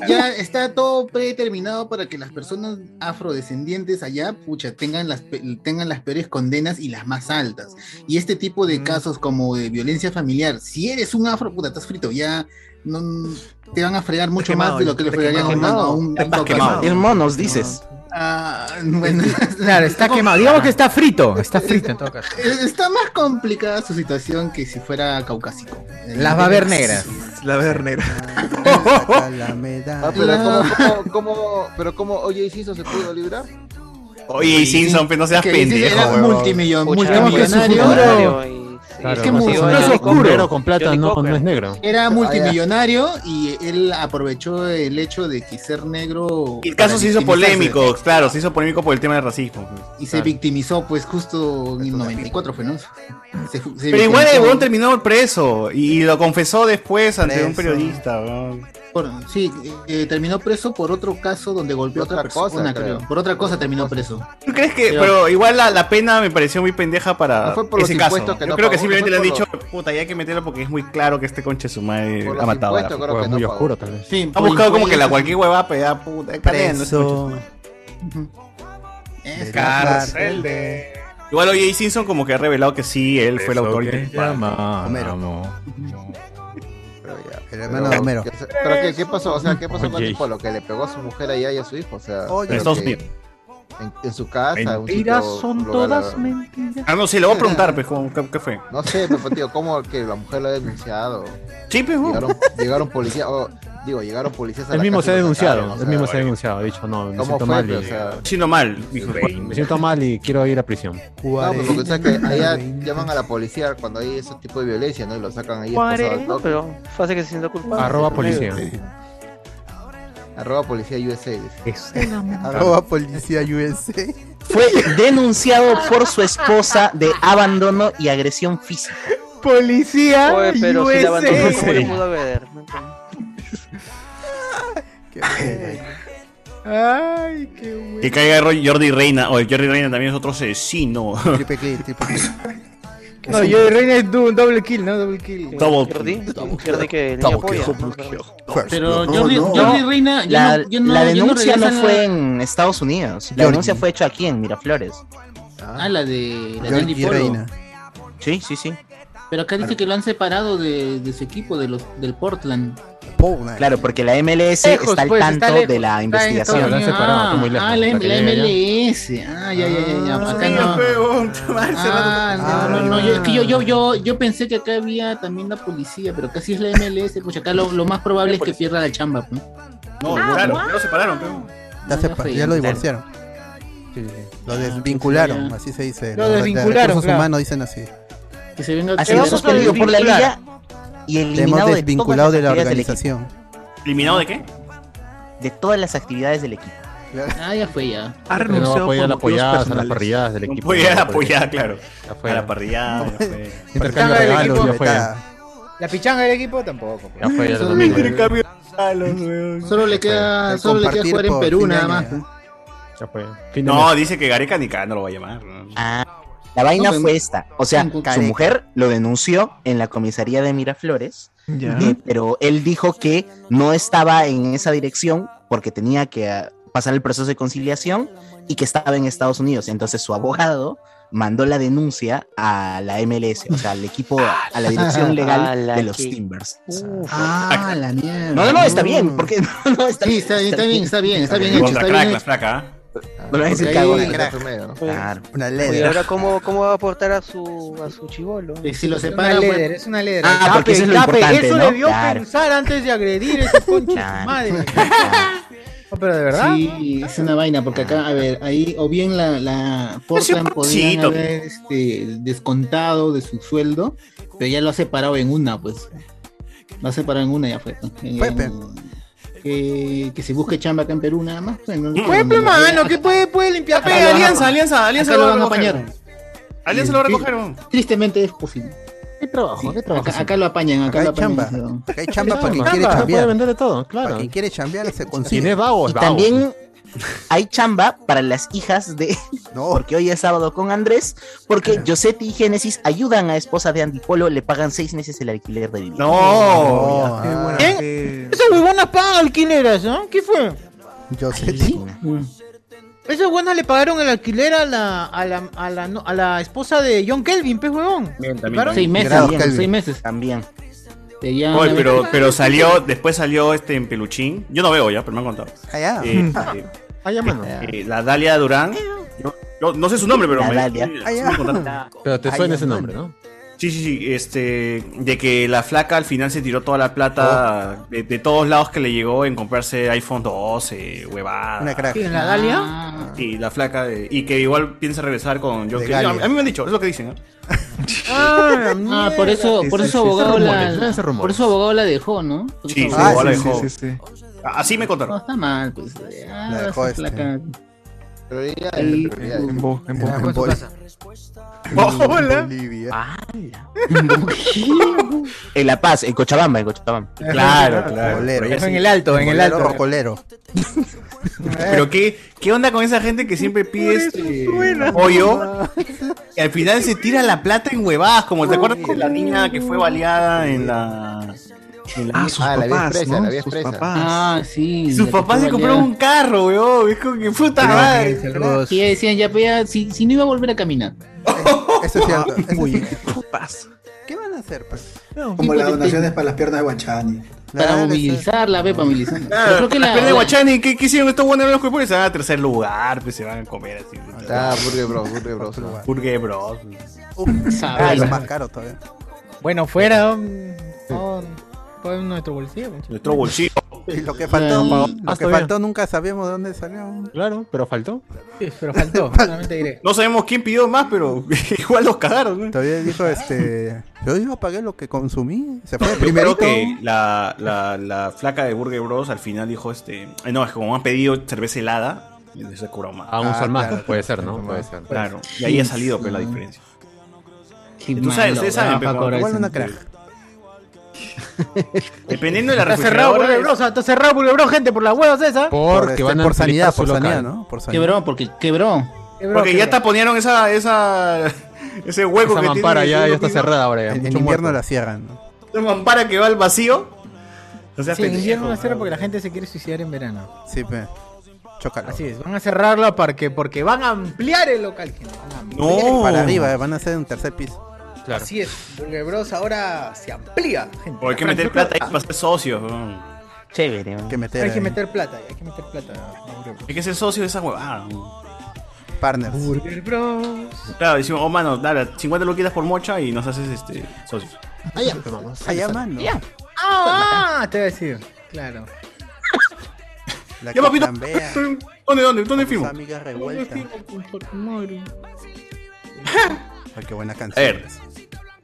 [SPEAKER 1] Ya, ya está todo predeterminado para que las personas afrodescendientes allá, pucha, tengan las, pe- tengan las peores condenas y las más altas. Y este tipo
[SPEAKER 8] Mm.
[SPEAKER 1] de casos como de violencia familiar, si eres un afro, puta, estás frito, ya no, te van a fregar mucho
[SPEAKER 10] quemado,
[SPEAKER 1] más de lo que le
[SPEAKER 10] te
[SPEAKER 1] fregarían a un-
[SPEAKER 10] quemado.
[SPEAKER 1] a un
[SPEAKER 10] Estás
[SPEAKER 1] afro-
[SPEAKER 10] quemado.
[SPEAKER 1] El
[SPEAKER 31] monos, dices.
[SPEAKER 1] Ah, bueno,
[SPEAKER 8] Claro, está quemado. Digamos que está frito. Está
[SPEAKER 1] [laughs]
[SPEAKER 8] frito en todo caso.
[SPEAKER 1] Eh, Está más complicada su situación que si fuera caucásico.
[SPEAKER 8] Las va a ver negras.
[SPEAKER 1] Las va a ver negras. [laughs]
[SPEAKER 12] Ah, pero ¿cómo, cómo, cómo, pero cómo OJ Simpson se pudo librar?
[SPEAKER 5] Oye, Simpson, pero no seas
[SPEAKER 12] Que
[SPEAKER 5] pendejo,
[SPEAKER 12] era
[SPEAKER 5] weón.
[SPEAKER 12] multimillon-
[SPEAKER 5] Pucha,
[SPEAKER 12] multimillonario.
[SPEAKER 5] millonario.
[SPEAKER 12] y-
[SPEAKER 3] Claro,
[SPEAKER 1] Es que
[SPEAKER 3] no
[SPEAKER 1] mu-
[SPEAKER 3] es
[SPEAKER 1] no es
[SPEAKER 3] con
[SPEAKER 1] oscuro.
[SPEAKER 3] negro, con plata,
[SPEAKER 1] Johnny
[SPEAKER 3] no,
[SPEAKER 1] Cocker.
[SPEAKER 3] no es negro.
[SPEAKER 5] Ah,
[SPEAKER 1] Era multimillonario y él aprovechó el hecho de que ser negro.
[SPEAKER 5] El caso se hizo
[SPEAKER 1] para victimizarse.
[SPEAKER 5] polémico, claro, se hizo polémico por el tema del racismo.
[SPEAKER 1] Y se
[SPEAKER 5] Claro.
[SPEAKER 1] victimizó, pues, justo en el 94, fue, ¿no? Se- se
[SPEAKER 5] Pero igual el
[SPEAKER 1] victimizó.
[SPEAKER 5] weón terminó preso y lo confesó después ante un
[SPEAKER 1] Preso.
[SPEAKER 5] periodista. weón.
[SPEAKER 1] Por- sí, eh, terminó preso por otro caso donde golpeó a otra,
[SPEAKER 5] cosa,
[SPEAKER 1] persona, creo.
[SPEAKER 5] creo.
[SPEAKER 1] Por otra cosa terminó preso.
[SPEAKER 5] ¿Tú crees que.?
[SPEAKER 1] Creo.
[SPEAKER 5] Pero igual la, la pena me pareció muy pendeja para
[SPEAKER 1] No fue por los
[SPEAKER 5] ese caso.
[SPEAKER 1] impuestos que
[SPEAKER 5] Yo
[SPEAKER 1] no
[SPEAKER 5] creo que
[SPEAKER 1] pagó,
[SPEAKER 5] simplemente le
[SPEAKER 1] no
[SPEAKER 5] han
[SPEAKER 1] fue
[SPEAKER 5] dicho, puta, ya hay que meterlo porque es muy claro que este conche su madre
[SPEAKER 12] Por
[SPEAKER 5] ha
[SPEAKER 12] los
[SPEAKER 5] matado a la
[SPEAKER 12] impuestos,
[SPEAKER 5] puta.
[SPEAKER 12] creo que
[SPEAKER 5] muy
[SPEAKER 12] no
[SPEAKER 5] oscuro,
[SPEAKER 12] pagó.
[SPEAKER 5] tal vez.
[SPEAKER 1] Sí,
[SPEAKER 5] ha
[SPEAKER 1] por
[SPEAKER 5] buscado como
[SPEAKER 1] impuestos.
[SPEAKER 5] que la cualquier hueva peda, puta, cadena, no sé,
[SPEAKER 1] Preso.
[SPEAKER 5] conche
[SPEAKER 1] Es
[SPEAKER 5] cárcel
[SPEAKER 1] de.
[SPEAKER 5] su madre. Igual OJ Simpson como que ha revelado que sí, él fue el autor intelectual.
[SPEAKER 12] Pero ya.
[SPEAKER 2] El hermano de Homero.
[SPEAKER 12] ¿qué- ¿Pero qué, qué pasó? O sea, ¿qué pasó con
[SPEAKER 2] Oye.
[SPEAKER 12] el Polo? Que le pegó a su mujer allá y a su hijo. O sea,
[SPEAKER 2] Oye.
[SPEAKER 12] creo
[SPEAKER 5] En Estados
[SPEAKER 12] que
[SPEAKER 5] Unidos.
[SPEAKER 12] En, en su casa. un
[SPEAKER 5] Mentiras
[SPEAKER 12] sitio-
[SPEAKER 5] son
[SPEAKER 12] un lugar, la-
[SPEAKER 5] todas mentiras. Ah, no sé, le voy a preguntar, pues, ¿cómo- ¿qué, qué fue?
[SPEAKER 12] No sé, pero pues, tío, ¿cómo que la mujer lo ha denunciado?
[SPEAKER 5] Sí, pues,
[SPEAKER 12] Llegaron, llegaron policías. o, digo, llegaron policías a
[SPEAKER 3] Él
[SPEAKER 12] la
[SPEAKER 3] mismo
[SPEAKER 12] casa
[SPEAKER 3] se ha
[SPEAKER 12] y lo
[SPEAKER 3] denunciado,
[SPEAKER 12] sacaron, o
[SPEAKER 3] él
[SPEAKER 12] sea,
[SPEAKER 3] mismo se ha denunciado, ha dicho, no, me
[SPEAKER 12] ¿Cómo
[SPEAKER 3] siento
[SPEAKER 12] fue,
[SPEAKER 3] mal.
[SPEAKER 12] pero, o
[SPEAKER 3] y-
[SPEAKER 12] sea?
[SPEAKER 5] Siento mal, dijo.
[SPEAKER 3] Me siento mal y quiero ir a prisión.
[SPEAKER 12] No, pues, porque sabes que allá llaman a la policía cuando hay ese tipo de violencia, ¿no? Y lo sacan ahí esposado al
[SPEAKER 10] No,
[SPEAKER 12] toque.
[SPEAKER 10] pero fácil que se sienta culpable.
[SPEAKER 3] Arroba policía.
[SPEAKER 12] Arroba policía USA. dice.
[SPEAKER 2] Arroba policía US.
[SPEAKER 7] Fue denunciado por su esposa de abandono y agresión física.
[SPEAKER 8] Policía.
[SPEAKER 10] Oye, pero si
[SPEAKER 8] USA.
[SPEAKER 10] la abandonó, ¿cómo le
[SPEAKER 8] Sí.
[SPEAKER 10] pudo ver? No
[SPEAKER 8] Ay, qué bueno.
[SPEAKER 5] Que caiga Roy- Jordi Reina, o el Jordi Reina también es otro asesino.
[SPEAKER 2] Triple kill, triple kill.
[SPEAKER 8] No, yo Reina es du- double kill, ¿no? Double kill.
[SPEAKER 5] Double
[SPEAKER 10] Jordi, Jordi que le
[SPEAKER 8] Double
[SPEAKER 10] apoya.
[SPEAKER 8] kill,
[SPEAKER 4] Pero
[SPEAKER 7] No,
[SPEAKER 4] Jordi,
[SPEAKER 7] no.
[SPEAKER 4] Jordi Reina, yo
[SPEAKER 7] la,
[SPEAKER 4] no- yo no-
[SPEAKER 7] la
[SPEAKER 4] yo
[SPEAKER 7] denuncia no,
[SPEAKER 4] regreso a la-
[SPEAKER 7] fue en Estados Unidos. La
[SPEAKER 4] Jordi.
[SPEAKER 7] denuncia fue hecha aquí en Miraflores.
[SPEAKER 4] Ah, la de la de
[SPEAKER 7] Jordi
[SPEAKER 4] Andy Polo.
[SPEAKER 7] Reina. Sí, sí, sí.
[SPEAKER 4] Pero acá dice que lo han separado de, de su equipo, de los, del Portland.
[SPEAKER 7] Claro, porque la MLS
[SPEAKER 9] Lejos,
[SPEAKER 7] está al
[SPEAKER 9] pues, está
[SPEAKER 7] tanto
[SPEAKER 9] lejos,
[SPEAKER 7] de la
[SPEAKER 9] está
[SPEAKER 7] investigación.
[SPEAKER 9] en Estados Unidos. Ah, ah, la, la MLS. Ah, ya, ya, ya. ya. Acá no. Ah, no, no, no, yo, es que yo, yo, yo, yo pensé que acá había también la policía, pero casi es la MLS. Pues acá lo, lo más probable es que pierda la chamba. ¿no?
[SPEAKER 5] [laughs] No,
[SPEAKER 2] Ah,
[SPEAKER 5] claro,
[SPEAKER 2] guau.
[SPEAKER 5] ya lo separaron, pero.
[SPEAKER 2] Ya, se pa- ya
[SPEAKER 5] Claro.
[SPEAKER 2] lo divorciaron. Lo desvincularon,
[SPEAKER 5] ya.
[SPEAKER 2] así se dice.
[SPEAKER 7] Lo
[SPEAKER 2] Los de- de
[SPEAKER 7] desvincularon,
[SPEAKER 2] Recursos
[SPEAKER 7] claro.
[SPEAKER 2] humanos dicen así.
[SPEAKER 9] Que se venga
[SPEAKER 7] Así nosotros lo digo, por la liga y
[SPEAKER 2] Te
[SPEAKER 7] eliminado
[SPEAKER 2] hemos
[SPEAKER 7] de
[SPEAKER 2] desvinculado de la
[SPEAKER 7] todas las actividades del
[SPEAKER 2] organización.
[SPEAKER 7] ¿Eliminado de qué? De todas las actividades del equipo.
[SPEAKER 9] Ah, ya fue ya.
[SPEAKER 7] Ha
[SPEAKER 3] Pero no apoya la apoyada, a las parrilladas del equipo.
[SPEAKER 5] apoya a la
[SPEAKER 1] Ah,
[SPEAKER 3] no
[SPEAKER 1] pues
[SPEAKER 3] apoya.
[SPEAKER 5] apoyada, claro.
[SPEAKER 3] Ya fue.
[SPEAKER 5] A la parrillada, ya fue.
[SPEAKER 3] Intercambio de
[SPEAKER 5] Pichanga del
[SPEAKER 3] regalos, ya
[SPEAKER 5] equipo.
[SPEAKER 3] fue.
[SPEAKER 1] La pichanga del equipo tampoco. pues.
[SPEAKER 3] Ya fue, ya lo
[SPEAKER 27] Solo-
[SPEAKER 3] domingo.
[SPEAKER 27] Solo le
[SPEAKER 1] Ah,
[SPEAKER 27] queda, solo le queda jugar en Perú nada más.
[SPEAKER 3] Ya fue. Fin de
[SPEAKER 5] No,
[SPEAKER 3] mes.
[SPEAKER 5] dice que Gareca ni cada no lo va a llamar.
[SPEAKER 7] Ah, la vaina
[SPEAKER 5] No, pero-
[SPEAKER 7] fue esta. O sea, su
[SPEAKER 5] Careca.
[SPEAKER 7] mujer lo denunció en la comisaría de Miraflores,
[SPEAKER 5] Ya.
[SPEAKER 7] eh, pero él dijo que no estaba en esa dirección porque tenía que ah, pasar el proceso de conciliación y que estaba en Estados Unidos. Entonces su abogado mandó la denuncia a la MLS, o sea,
[SPEAKER 9] [laughs]
[SPEAKER 7] al equipo,
[SPEAKER 9] Ah,
[SPEAKER 7] a la dirección
[SPEAKER 10] A
[SPEAKER 7] legal
[SPEAKER 10] la
[SPEAKER 7] de los
[SPEAKER 10] que-
[SPEAKER 7] Timbers.
[SPEAKER 27] Ah, la mierda.
[SPEAKER 7] No, no, no, está bien, porque no, no, está
[SPEAKER 27] Sí, está bien, está bien, está bien, está bien hecho.
[SPEAKER 5] Contra
[SPEAKER 27] Está
[SPEAKER 5] crack,
[SPEAKER 27] bien hecho.
[SPEAKER 5] la
[SPEAKER 1] ¿eh?
[SPEAKER 5] flaca.
[SPEAKER 7] Bueno, es el
[SPEAKER 27] Ahí-
[SPEAKER 7] cagón.
[SPEAKER 27] Claro.
[SPEAKER 2] Una
[SPEAKER 10] Pues, Y
[SPEAKER 2] leder.
[SPEAKER 10] ahora, ¿cómo, ¿cómo va a aportar a su, a su chivolo?
[SPEAKER 27] Y si lo
[SPEAKER 1] Es una
[SPEAKER 27] separa,
[SPEAKER 1] leder, es una leder.
[SPEAKER 7] Ah, porque eso es lo importante,
[SPEAKER 1] Eso
[SPEAKER 7] ¿no?
[SPEAKER 1] debió
[SPEAKER 7] Claro.
[SPEAKER 1] pensar antes de agredir ese concha de
[SPEAKER 27] [laughs]
[SPEAKER 1] su madre. pero de
[SPEAKER 27] verdad. Sí, es una vaina, porque acá, a ver, ahí, o bien la, la Portland podrían
[SPEAKER 1] parchito.
[SPEAKER 27] haber este, descontado de su sueldo, pero ya lo ha separado en una, pues. Lo ha separado en una, ya fue. En- que, que se busque chamba acá en Perú nada más. pues, no-
[SPEAKER 1] Fue,
[SPEAKER 27] no-
[SPEAKER 1] pues, mano, ¿qué puede, puede limpiar?
[SPEAKER 27] Acá
[SPEAKER 1] Pe,
[SPEAKER 27] lo van a-
[SPEAKER 1] alianza, alianza,
[SPEAKER 27] acá
[SPEAKER 1] alianza.
[SPEAKER 27] lo
[SPEAKER 1] lo
[SPEAKER 27] van a
[SPEAKER 1] recoger.
[SPEAKER 27] apañar.
[SPEAKER 5] Alianza lo
[SPEAKER 27] Sí.
[SPEAKER 5] recogieron.
[SPEAKER 27] Tristemente es posible.
[SPEAKER 7] ¿Qué trabajo?
[SPEAKER 27] ¿Qué trabajo? Acá, acá lo apañan, acá,
[SPEAKER 2] Acá hay
[SPEAKER 27] lo apañan.
[SPEAKER 2] chamba.
[SPEAKER 27] pero-
[SPEAKER 2] Acá hay chamba para quien
[SPEAKER 7] Chamba,
[SPEAKER 2] quiere
[SPEAKER 7] se puede
[SPEAKER 2] chambear.
[SPEAKER 7] vender de todo, claro.
[SPEAKER 2] Para quien quiere chambear se consigue.
[SPEAKER 7] Quien es vago, es Y vago. también- hay chamba para las hijas de. Porque hoy es sábado con Andrés. Porque Josetti y Génesis ayudan a esposa de Andy Polo, le pagan seis meses el alquiler de vivienda.
[SPEAKER 1] No. ¿Quién? Esas huevonas pagan alquileras, ¿no? ¿Qué fue?
[SPEAKER 2] Yo sé.
[SPEAKER 1] Esas huevonas le pagaron el alquiler a la, a la, a la, no- a la esposa de John Kelvin, pues huevón. ¿Pagaron?
[SPEAKER 9] Seis meses,
[SPEAKER 5] Gracias,
[SPEAKER 9] bien,
[SPEAKER 5] Kelvin.
[SPEAKER 9] seis meses.
[SPEAKER 7] También.
[SPEAKER 5] Oye, pero, pero salió, después salió este en Peluchín. Yo no veo ya, pero me han contado.
[SPEAKER 2] Allá. [laughs]
[SPEAKER 5] Eh, eh, eh, la Dalia Durán. Yo, yo no sé su nombre, pero
[SPEAKER 3] La
[SPEAKER 5] me,
[SPEAKER 3] Dalia.
[SPEAKER 5] sí,
[SPEAKER 3] Ay,
[SPEAKER 5] sí
[SPEAKER 3] ya.
[SPEAKER 5] me contaron.
[SPEAKER 3] Pero te suena ese nombre, ¿no?
[SPEAKER 5] Sí, sí, sí. Este, de que la flaca al final se tiró toda la
[SPEAKER 2] Oh.
[SPEAKER 5] plata de, de todos lados que le llegó en comprarse iPhone 12, huevada.
[SPEAKER 2] Una crack.
[SPEAKER 1] ¿Quién, la Dalia?
[SPEAKER 7] Ah,
[SPEAKER 5] Sí, la flaca. de- y que igual piensa regresar con John
[SPEAKER 2] De
[SPEAKER 5] Kelly. A,
[SPEAKER 2] Galia.
[SPEAKER 5] a mí me han dicho, es lo que dicen. ¿eh?
[SPEAKER 1] Ah,
[SPEAKER 9] Ah, por eso, por eso abogado la, por eso abogado la dejó, ¿no? Por
[SPEAKER 5] Sí,
[SPEAKER 9] eso
[SPEAKER 5] sí,
[SPEAKER 9] abogado
[SPEAKER 5] la
[SPEAKER 9] la dejó.
[SPEAKER 5] dejó. A- Así me
[SPEAKER 9] No
[SPEAKER 5] contaron.
[SPEAKER 9] está mal, pues. Ah,
[SPEAKER 5] La dejó
[SPEAKER 9] esa
[SPEAKER 5] este.
[SPEAKER 9] placa.
[SPEAKER 5] Ahí.
[SPEAKER 8] En Bo, en Bo.
[SPEAKER 5] pues, En Bo.
[SPEAKER 2] Hola.
[SPEAKER 7] En La Paz, en Cochabamba, en Cochabamba.
[SPEAKER 5] [laughs] Claro, claro.
[SPEAKER 2] Bolero.
[SPEAKER 5] Pero ya sí.
[SPEAKER 2] Bolero Rocolero.
[SPEAKER 5] Pero qué, qué onda con esa gente que siempre pide este pollo y al final se tira la plata en huevadas, como te acuerdas de la niña que fue baleada en la en la-
[SPEAKER 12] Ah, sus Ah, la vieja papás, presa, ¿no? la vieja Sus presa. papás.
[SPEAKER 9] Ah, sí.
[SPEAKER 5] Sus
[SPEAKER 9] la que
[SPEAKER 5] papás
[SPEAKER 9] fue
[SPEAKER 5] se compraron
[SPEAKER 9] baleada.
[SPEAKER 5] un carro, weón. Es como que puta madre.
[SPEAKER 9] Y ya decían, ya, pues, ya, si, si no iba a volver a caminar.
[SPEAKER 2] Eso es cierto.
[SPEAKER 9] ¿Qué van a hacer,
[SPEAKER 17] Como las donaciones para las piernas de Guachani.
[SPEAKER 9] Para movilizarla, ve, para movilizarla. Yo creo que la-
[SPEAKER 5] Depende de
[SPEAKER 9] la-
[SPEAKER 5] Guachani, ¿qué, qué hicieron estos buenos los japoneses? Se van a tercer lugar, pues se van a comer así.
[SPEAKER 12] Ah, Burger Bros, Burger Bros.
[SPEAKER 5] Burger Bros.
[SPEAKER 9] Esa
[SPEAKER 2] Ah, lo
[SPEAKER 9] vaina.
[SPEAKER 2] más caro todavía.
[SPEAKER 1] Bueno, fuera. um, con- con nuestro bolsillo. muchachos.
[SPEAKER 5] Nuestro bolsillo.
[SPEAKER 2] [laughs] Y lo que faltó,
[SPEAKER 1] Ah,
[SPEAKER 2] lo que
[SPEAKER 1] todavía.
[SPEAKER 2] faltó nunca sabíamos de dónde salió.
[SPEAKER 3] Claro, pero faltó.
[SPEAKER 1] Sí, pero
[SPEAKER 2] [laughs]
[SPEAKER 1] faltó, solamente diré.
[SPEAKER 5] No sabemos quién pidió más, pero [laughs] igual los cagaron. ¿no?
[SPEAKER 2] Todavía dijo este. Yo yo pagué lo que consumí. Se
[SPEAKER 5] [laughs]
[SPEAKER 2] fue
[SPEAKER 5] Yo
[SPEAKER 2] primero.
[SPEAKER 5] creo que la, la, la flaca de Burger Bros al final dijo este. "Ay, No, es que como han pedido cerveza helada, les he cobrado más.
[SPEAKER 3] A un sol más, puede ser, ¿no? Puede ser.
[SPEAKER 5] Claro. Y ahí ha salido pues, la diferencia.
[SPEAKER 9] Qué
[SPEAKER 5] Tú sabes,
[SPEAKER 9] malo,
[SPEAKER 5] ustedes saben,
[SPEAKER 9] ah,
[SPEAKER 5] pero
[SPEAKER 9] Paco,
[SPEAKER 5] igual
[SPEAKER 9] ahora
[SPEAKER 5] una
[SPEAKER 9] sí.
[SPEAKER 5] crack. Dependiendo de la
[SPEAKER 1] Está cerrado
[SPEAKER 5] refrigeradora.
[SPEAKER 1] Burger Bros, está cerrado Burger Bros, gente, por las huevas esa.
[SPEAKER 2] este,
[SPEAKER 9] Quebró, porque quebró.
[SPEAKER 1] Quebró,
[SPEAKER 5] Porque ya
[SPEAKER 1] quebró.
[SPEAKER 5] taponearon esa, esa, ese hueco
[SPEAKER 3] Esa
[SPEAKER 5] que
[SPEAKER 3] mampara
[SPEAKER 5] tiene.
[SPEAKER 3] ya-
[SPEAKER 5] el
[SPEAKER 3] ya está
[SPEAKER 5] piso.
[SPEAKER 3] cerrada ahora, ya. En- en Mucho invierno muerto. la
[SPEAKER 2] cierran.
[SPEAKER 5] Esa mampara que va al vacío. O sea,
[SPEAKER 1] Sí, en invierno van a
[SPEAKER 5] pendejo.
[SPEAKER 1] cerrar porque la gente se quiere suicidar en verano.
[SPEAKER 2] Sí, pe. Chócalo.
[SPEAKER 1] Así es, van a cerrarla porque, porque van a ampliar el local. gente, van a ampliar el-
[SPEAKER 2] No. Para arriba, eh, van a hacer un tercer piso.
[SPEAKER 1] Así es, Burger Bros ahora se amplía, gente.
[SPEAKER 5] O hay que meter plata ahí para ser socios. ¿no?
[SPEAKER 7] Chévere.
[SPEAKER 2] Que meter
[SPEAKER 1] hay que
[SPEAKER 2] ahí.
[SPEAKER 1] meter plata, hay que meter plata. Mauro.
[SPEAKER 5] Hay que ser socio de esa huevada. ¿no?
[SPEAKER 2] Partners.
[SPEAKER 1] Burger Bros.
[SPEAKER 5] Claro, decimos, oh mano, dale, 50 loquitas por mocha y nos haces este socio.
[SPEAKER 2] Allá,
[SPEAKER 1] allá, mano. Ah, ah, te voy a decir. Claro.
[SPEAKER 2] La
[SPEAKER 5] Ya, papito. [laughs]
[SPEAKER 2] cachambea.
[SPEAKER 5] ¿Dónde, dónde, dónde firmo?
[SPEAKER 2] Amiga
[SPEAKER 1] [laughs]
[SPEAKER 2] revuelta. Ay, Ah, qué buena
[SPEAKER 5] A
[SPEAKER 2] canción.
[SPEAKER 5] ver.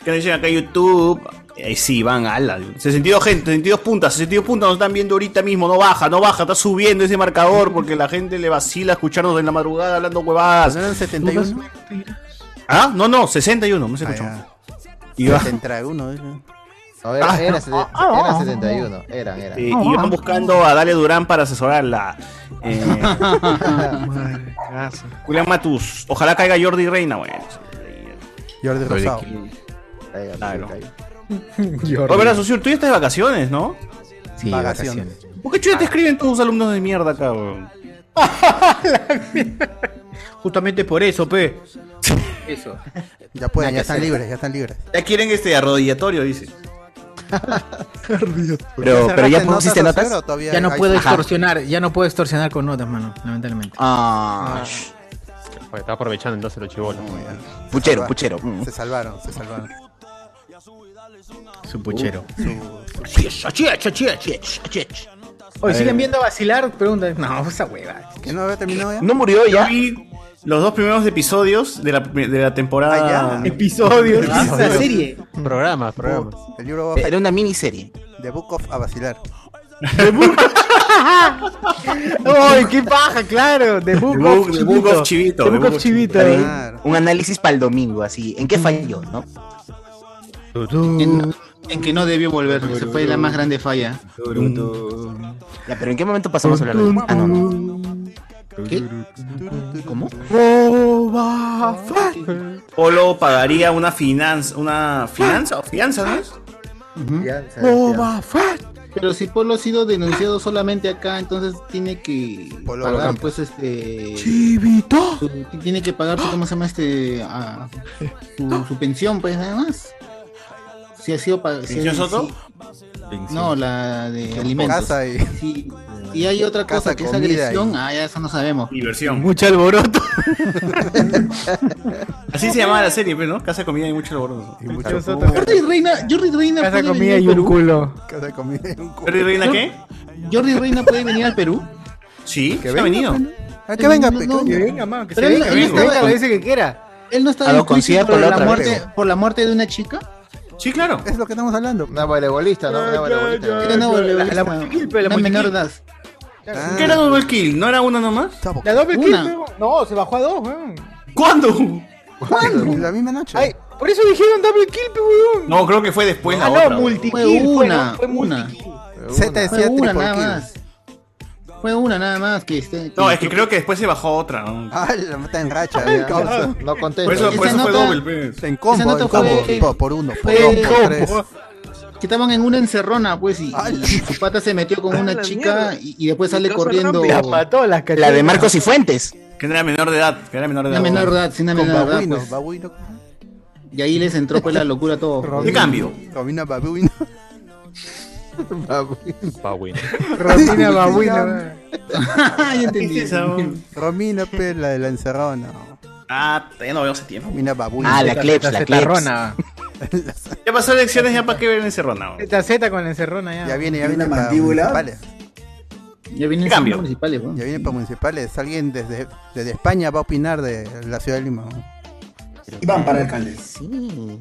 [SPEAKER 5] Que nos llegan acá a YouTube. Ahí sí, van a la. 62 gente, 62 puntas, 62 puntas nos están viendo ahorita mismo. No baja, no baja, está subiendo ese marcador porque la gente le vacila escucharnos en la madrugada hablando huevadas.
[SPEAKER 2] ¿No eran 71?
[SPEAKER 5] Ah, no, no, 61, no se
[SPEAKER 2] Ah,
[SPEAKER 5] escuchó. Y va.
[SPEAKER 2] Entra uno, ¿eh?
[SPEAKER 12] No, era,
[SPEAKER 5] Ah.
[SPEAKER 12] era, sete-
[SPEAKER 5] Ah, ah,
[SPEAKER 12] era
[SPEAKER 5] ah,
[SPEAKER 12] 71, eran, eran.
[SPEAKER 5] Eh, y van buscando a Dale Durán para asesorarla.
[SPEAKER 2] [laughs]
[SPEAKER 5] Eh, Julián Matus, ojalá caiga Jordi Reina, bueno. eh.
[SPEAKER 2] Jordi Rosado.
[SPEAKER 5] Claro.
[SPEAKER 2] Jordi.
[SPEAKER 5] Oye, verás, Susur, tú ya estás de vacaciones, ¿no?
[SPEAKER 2] Sí, Vacaciones. vacaciones.
[SPEAKER 5] ¿Por qué chulo te escriben todos los alumnos de mierda acá, weón?
[SPEAKER 1] Justamente por eso, pe. Eso.
[SPEAKER 2] Ya pueden,
[SPEAKER 1] Nada que
[SPEAKER 2] ya están
[SPEAKER 1] hacer.
[SPEAKER 2] libres, [laughs] ya están
[SPEAKER 1] [laughs]
[SPEAKER 2] libres.
[SPEAKER 5] Ya quieren este arrodillatorio, dice.
[SPEAKER 7] Pero, pero ya pusiste notas.
[SPEAKER 1] Ya no puedo
[SPEAKER 7] Ajá.
[SPEAKER 1] extorsionar, ya no puedo extorsionar con notas, mano, lamentablemente.
[SPEAKER 7] Ah.
[SPEAKER 3] Porque Pues, estaba aprovechando entonces los chivolos.
[SPEAKER 7] Puchero, puchero.
[SPEAKER 2] Se salvaron, se salvaron.
[SPEAKER 1] Su puchero.
[SPEAKER 3] Uh.
[SPEAKER 2] A
[SPEAKER 1] Hoy
[SPEAKER 2] ver.
[SPEAKER 1] siguen viendo a vacilar, pregunta. No, esa hueva.
[SPEAKER 2] Que no había terminado ya.
[SPEAKER 1] No murió
[SPEAKER 5] Yo vi los dos primeros episodios de la, de la temporada.
[SPEAKER 2] Ah, ya.
[SPEAKER 1] Episodios.
[SPEAKER 2] Episodios.
[SPEAKER 3] Programas, programas.
[SPEAKER 2] El libro va a
[SPEAKER 7] Era una miniserie.
[SPEAKER 2] The Book of a vacilar. [laughs]
[SPEAKER 1] ¡Ay, qué paja, claro! The Book, of
[SPEAKER 7] The
[SPEAKER 1] Chivito.
[SPEAKER 7] Book of Chivito,
[SPEAKER 1] The
[SPEAKER 7] The
[SPEAKER 1] Book of
[SPEAKER 7] Book of
[SPEAKER 1] Chivito.
[SPEAKER 7] También Un análisis para el domingo, así. ¿En qué falló, no?
[SPEAKER 27] En, en que no debió volver, esa fue la más grande falla.
[SPEAKER 7] Ya, pero ¿en qué momento pasamos a hablar de.? Ah, no, no.
[SPEAKER 27] ¿Qué?
[SPEAKER 7] ¿Cómo?
[SPEAKER 5] Polo pagaría una finanza. ¿Una finanza? ¿O fianza, no es?
[SPEAKER 27] Pero si Polo ha sido denunciado solamente acá, entonces tiene que pagar,
[SPEAKER 2] Ocampo.
[SPEAKER 27] pues, este... ¡Chivito! tiene que pagar, pues, ¿cómo se llama este? ah, su, su pensión, pues, nada más. Si ha sido... pa- si-
[SPEAKER 5] ¿Pensión Soto?
[SPEAKER 27] si- No, la de
[SPEAKER 2] Pensión
[SPEAKER 27] alimentos.
[SPEAKER 2] Casa y-
[SPEAKER 27] Sí, y hay otra
[SPEAKER 2] Casa,
[SPEAKER 27] cosa que es
[SPEAKER 2] comida
[SPEAKER 27] agresión,
[SPEAKER 2] y-
[SPEAKER 27] ah, ya eso no sabemos.
[SPEAKER 5] Diversión.
[SPEAKER 1] Mucho alboroto.
[SPEAKER 5] [laughs] Así se llamaba la serie, pero ¿no? Casa de comida y mucho labor. Y
[SPEAKER 2] mucho
[SPEAKER 27] Jordi Reina, Jordi Reina
[SPEAKER 1] Casa
[SPEAKER 27] puede
[SPEAKER 1] comida
[SPEAKER 27] venir
[SPEAKER 1] y
[SPEAKER 27] al
[SPEAKER 1] un
[SPEAKER 27] Perú.
[SPEAKER 1] culo.
[SPEAKER 2] Cada comida en un cubo.
[SPEAKER 5] ¿Jordi Reina qué?
[SPEAKER 27] Jordi Reina puede venir al Perú.
[SPEAKER 5] Sí, que ha
[SPEAKER 2] venga,
[SPEAKER 5] venido.
[SPEAKER 2] Ah, que venga,
[SPEAKER 27] No,
[SPEAKER 2] pe-
[SPEAKER 27] no,
[SPEAKER 2] que venga.
[SPEAKER 1] mano, que
[SPEAKER 27] Pero
[SPEAKER 1] se
[SPEAKER 27] él-
[SPEAKER 1] venga,
[SPEAKER 27] él
[SPEAKER 1] que
[SPEAKER 27] estaba-
[SPEAKER 1] venga, lo dice que quiera.
[SPEAKER 27] Él no está
[SPEAKER 7] A lo
[SPEAKER 27] en juicio
[SPEAKER 7] concierto
[SPEAKER 27] por
[SPEAKER 7] la
[SPEAKER 27] la
[SPEAKER 7] otra
[SPEAKER 27] muerte,
[SPEAKER 7] vez.
[SPEAKER 27] por la muerte de una chica.
[SPEAKER 5] Sí, claro.
[SPEAKER 2] Es lo que estamos hablando.
[SPEAKER 12] Una voleibolista, ¿no? Una voleibolista.
[SPEAKER 27] Era una voleibolista,
[SPEAKER 1] la multikill, pero la
[SPEAKER 27] una menor
[SPEAKER 1] multikill.
[SPEAKER 27] de edad.
[SPEAKER 2] Ah,
[SPEAKER 5] ¿Qué era Double Kill? ¿No era una nomás?
[SPEAKER 2] tampoco.
[SPEAKER 1] La doble kill,
[SPEAKER 27] Una.
[SPEAKER 1] weón. No, se bajó a dos, weón.
[SPEAKER 5] ¿Cuándo?
[SPEAKER 2] La misma noche.
[SPEAKER 1] Ay, por eso dijeron double kill, pe, weón.
[SPEAKER 5] No, creo que fue después la
[SPEAKER 1] Ah, no,
[SPEAKER 5] otra.
[SPEAKER 27] Fue
[SPEAKER 1] multikill. fue,
[SPEAKER 27] una,
[SPEAKER 1] ¿no? Fue
[SPEAKER 27] una.
[SPEAKER 1] multikill.
[SPEAKER 2] Z
[SPEAKER 27] Fue
[SPEAKER 2] decía
[SPEAKER 27] una
[SPEAKER 2] triple
[SPEAKER 27] nada
[SPEAKER 2] kill.
[SPEAKER 27] más. Fue una nada más que este.
[SPEAKER 5] No, es que creo que después se bajó otra. ¿no?
[SPEAKER 2] Ah, la está
[SPEAKER 27] [laughs]
[SPEAKER 2] en racha,
[SPEAKER 12] Ya,
[SPEAKER 2] eh, causa.
[SPEAKER 12] No
[SPEAKER 5] Por
[SPEAKER 12] contento.
[SPEAKER 5] eso, por
[SPEAKER 27] Esa
[SPEAKER 5] eso fue
[SPEAKER 27] nota-
[SPEAKER 5] Double. pues.
[SPEAKER 2] En combo,
[SPEAKER 27] Esa nota
[SPEAKER 2] en combo.
[SPEAKER 27] fue-
[SPEAKER 2] po- por uno, por
[SPEAKER 27] fue-
[SPEAKER 2] dos, por tres.
[SPEAKER 27] Que estaban en una encerrona, pues, y,
[SPEAKER 2] Ay,
[SPEAKER 27] y su pata se metió
[SPEAKER 4] [laughs]
[SPEAKER 27] con
[SPEAKER 4] Ah,
[SPEAKER 27] una
[SPEAKER 4] la
[SPEAKER 27] chica
[SPEAKER 4] mierda.
[SPEAKER 27] y, y después sale
[SPEAKER 4] Cosa
[SPEAKER 27] corriendo.
[SPEAKER 4] rápida.
[SPEAKER 1] La mató, la cachó.
[SPEAKER 7] La de Marcos y Fuentes.
[SPEAKER 5] Que no era menor de edad. Que era menor de
[SPEAKER 27] Una
[SPEAKER 5] edad.
[SPEAKER 27] menor de edad, sí, una
[SPEAKER 2] Con
[SPEAKER 27] menor de edad,
[SPEAKER 2] babuino,
[SPEAKER 27] pues.
[SPEAKER 2] babuino.
[SPEAKER 27] Y ahí les entró pues la locura a todos. pues.
[SPEAKER 5] ¿Qué cambio?
[SPEAKER 2] Robina babuino.
[SPEAKER 3] Pawin.
[SPEAKER 1] Romina Babuina,
[SPEAKER 2] [laughs]
[SPEAKER 1] weón.
[SPEAKER 27] Ah, ya entendí.
[SPEAKER 2] Romina, pe, la de la encerrona.
[SPEAKER 5] Ah, todavía no veo hace tiempo.
[SPEAKER 2] Romina babuino.
[SPEAKER 7] Ah, la Cleps,
[SPEAKER 1] La
[SPEAKER 7] la Cleps.
[SPEAKER 1] cetarrona.
[SPEAKER 5] Ya pasó elecciones, ya para qué ver encerrona. weón.
[SPEAKER 1] La Z con la encerrona ya.
[SPEAKER 2] Ya viene, ya
[SPEAKER 17] ¿Tiene
[SPEAKER 2] viene
[SPEAKER 17] una
[SPEAKER 2] para
[SPEAKER 17] mandíbula?
[SPEAKER 2] municipales.
[SPEAKER 27] Ya vienen
[SPEAKER 5] ¿Qué cambio?
[SPEAKER 27] los municipales, weón.
[SPEAKER 2] Ya viene para municipales. Alguien desde, desde España va a opinar de la ciudad de Lima. ¿no?
[SPEAKER 17] Y van para alcaldes.
[SPEAKER 7] Sí.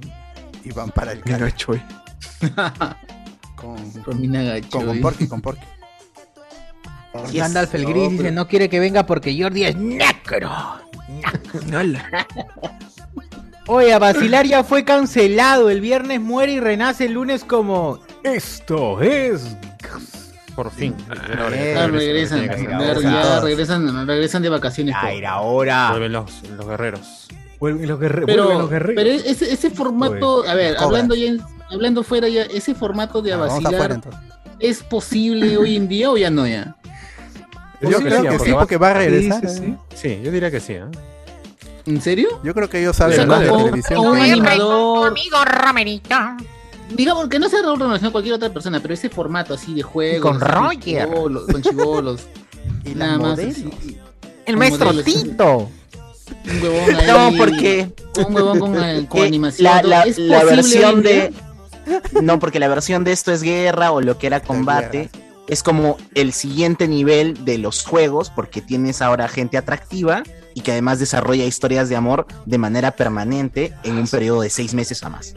[SPEAKER 2] Y van para el canal
[SPEAKER 17] [laughs]
[SPEAKER 2] con,
[SPEAKER 27] Romina Gacho.
[SPEAKER 2] con, con
[SPEAKER 27] eh.
[SPEAKER 2] Porky, con Porky.
[SPEAKER 1] Gandalf el gris dice, no quiere que venga porque Jordi es negro. Oye, a vacilar ya fue cancelado. El viernes muere y renace el lunes como... Esto es... Eh,
[SPEAKER 3] Por fin. Ah,
[SPEAKER 27] Ya regresan, ya, ya regresan, regresan de vacaciones. todos.
[SPEAKER 1] ahora.
[SPEAKER 3] Vuelven los, los guerreros.
[SPEAKER 1] Vuelven los guerre- vuelven
[SPEAKER 27] Pero,
[SPEAKER 1] los guerreros.
[SPEAKER 27] pero ese, ese formato, a ver,
[SPEAKER 2] Cobra.
[SPEAKER 27] hablando ya, en- hablando fuera ya, ese formato de
[SPEAKER 2] Ah, vamos afuera
[SPEAKER 27] vacilar,
[SPEAKER 2] entonces.
[SPEAKER 27] ¿es posible hoy en día o ya no ya?
[SPEAKER 3] Yo
[SPEAKER 2] Yo
[SPEAKER 3] creo
[SPEAKER 2] creo
[SPEAKER 3] que Pues sí,
[SPEAKER 2] que
[SPEAKER 3] porque
[SPEAKER 2] sí,
[SPEAKER 3] va-
[SPEAKER 2] porque va a regresar.
[SPEAKER 8] sí,
[SPEAKER 2] ¿eh?
[SPEAKER 3] Sí, yo diría que sí. ¿eh?
[SPEAKER 27] ¿En serio?
[SPEAKER 2] Yo creo que ellos
[SPEAKER 27] O
[SPEAKER 2] saben
[SPEAKER 27] sea,
[SPEAKER 2] más de
[SPEAKER 27] o-
[SPEAKER 2] televisión.
[SPEAKER 27] o un
[SPEAKER 2] que-
[SPEAKER 27] animador,
[SPEAKER 32] Amigo Romerito.
[SPEAKER 9] digamos que no sea Raúl Renovación cualquier otra persona, pero ese formato así de juego.
[SPEAKER 2] Con Roger.
[SPEAKER 9] Con
[SPEAKER 7] [laughs]
[SPEAKER 9] chivolos.
[SPEAKER 2] Y
[SPEAKER 9] nada
[SPEAKER 2] las
[SPEAKER 9] más.
[SPEAKER 2] modelos.
[SPEAKER 9] así.
[SPEAKER 2] El
[SPEAKER 9] Con
[SPEAKER 2] maestro
[SPEAKER 9] modelos, un-
[SPEAKER 2] Tito.
[SPEAKER 9] Un huevón ahí.
[SPEAKER 7] [laughs] No, porque-
[SPEAKER 9] Un huevón
[SPEAKER 7] [laughs]
[SPEAKER 9] con, eh, con
[SPEAKER 7] que
[SPEAKER 9] animación.
[SPEAKER 7] La, la-
[SPEAKER 9] ¿Es
[SPEAKER 7] la
[SPEAKER 9] posible hoy
[SPEAKER 7] versión
[SPEAKER 9] en día?
[SPEAKER 7] de. No, porque la versión de esto es guerra o lo que era combate. Es como el siguiente nivel de los juegos, porque tienes ahora gente atractiva y que además desarrolla historias de amor de manera permanente en un periodo de seis meses a más.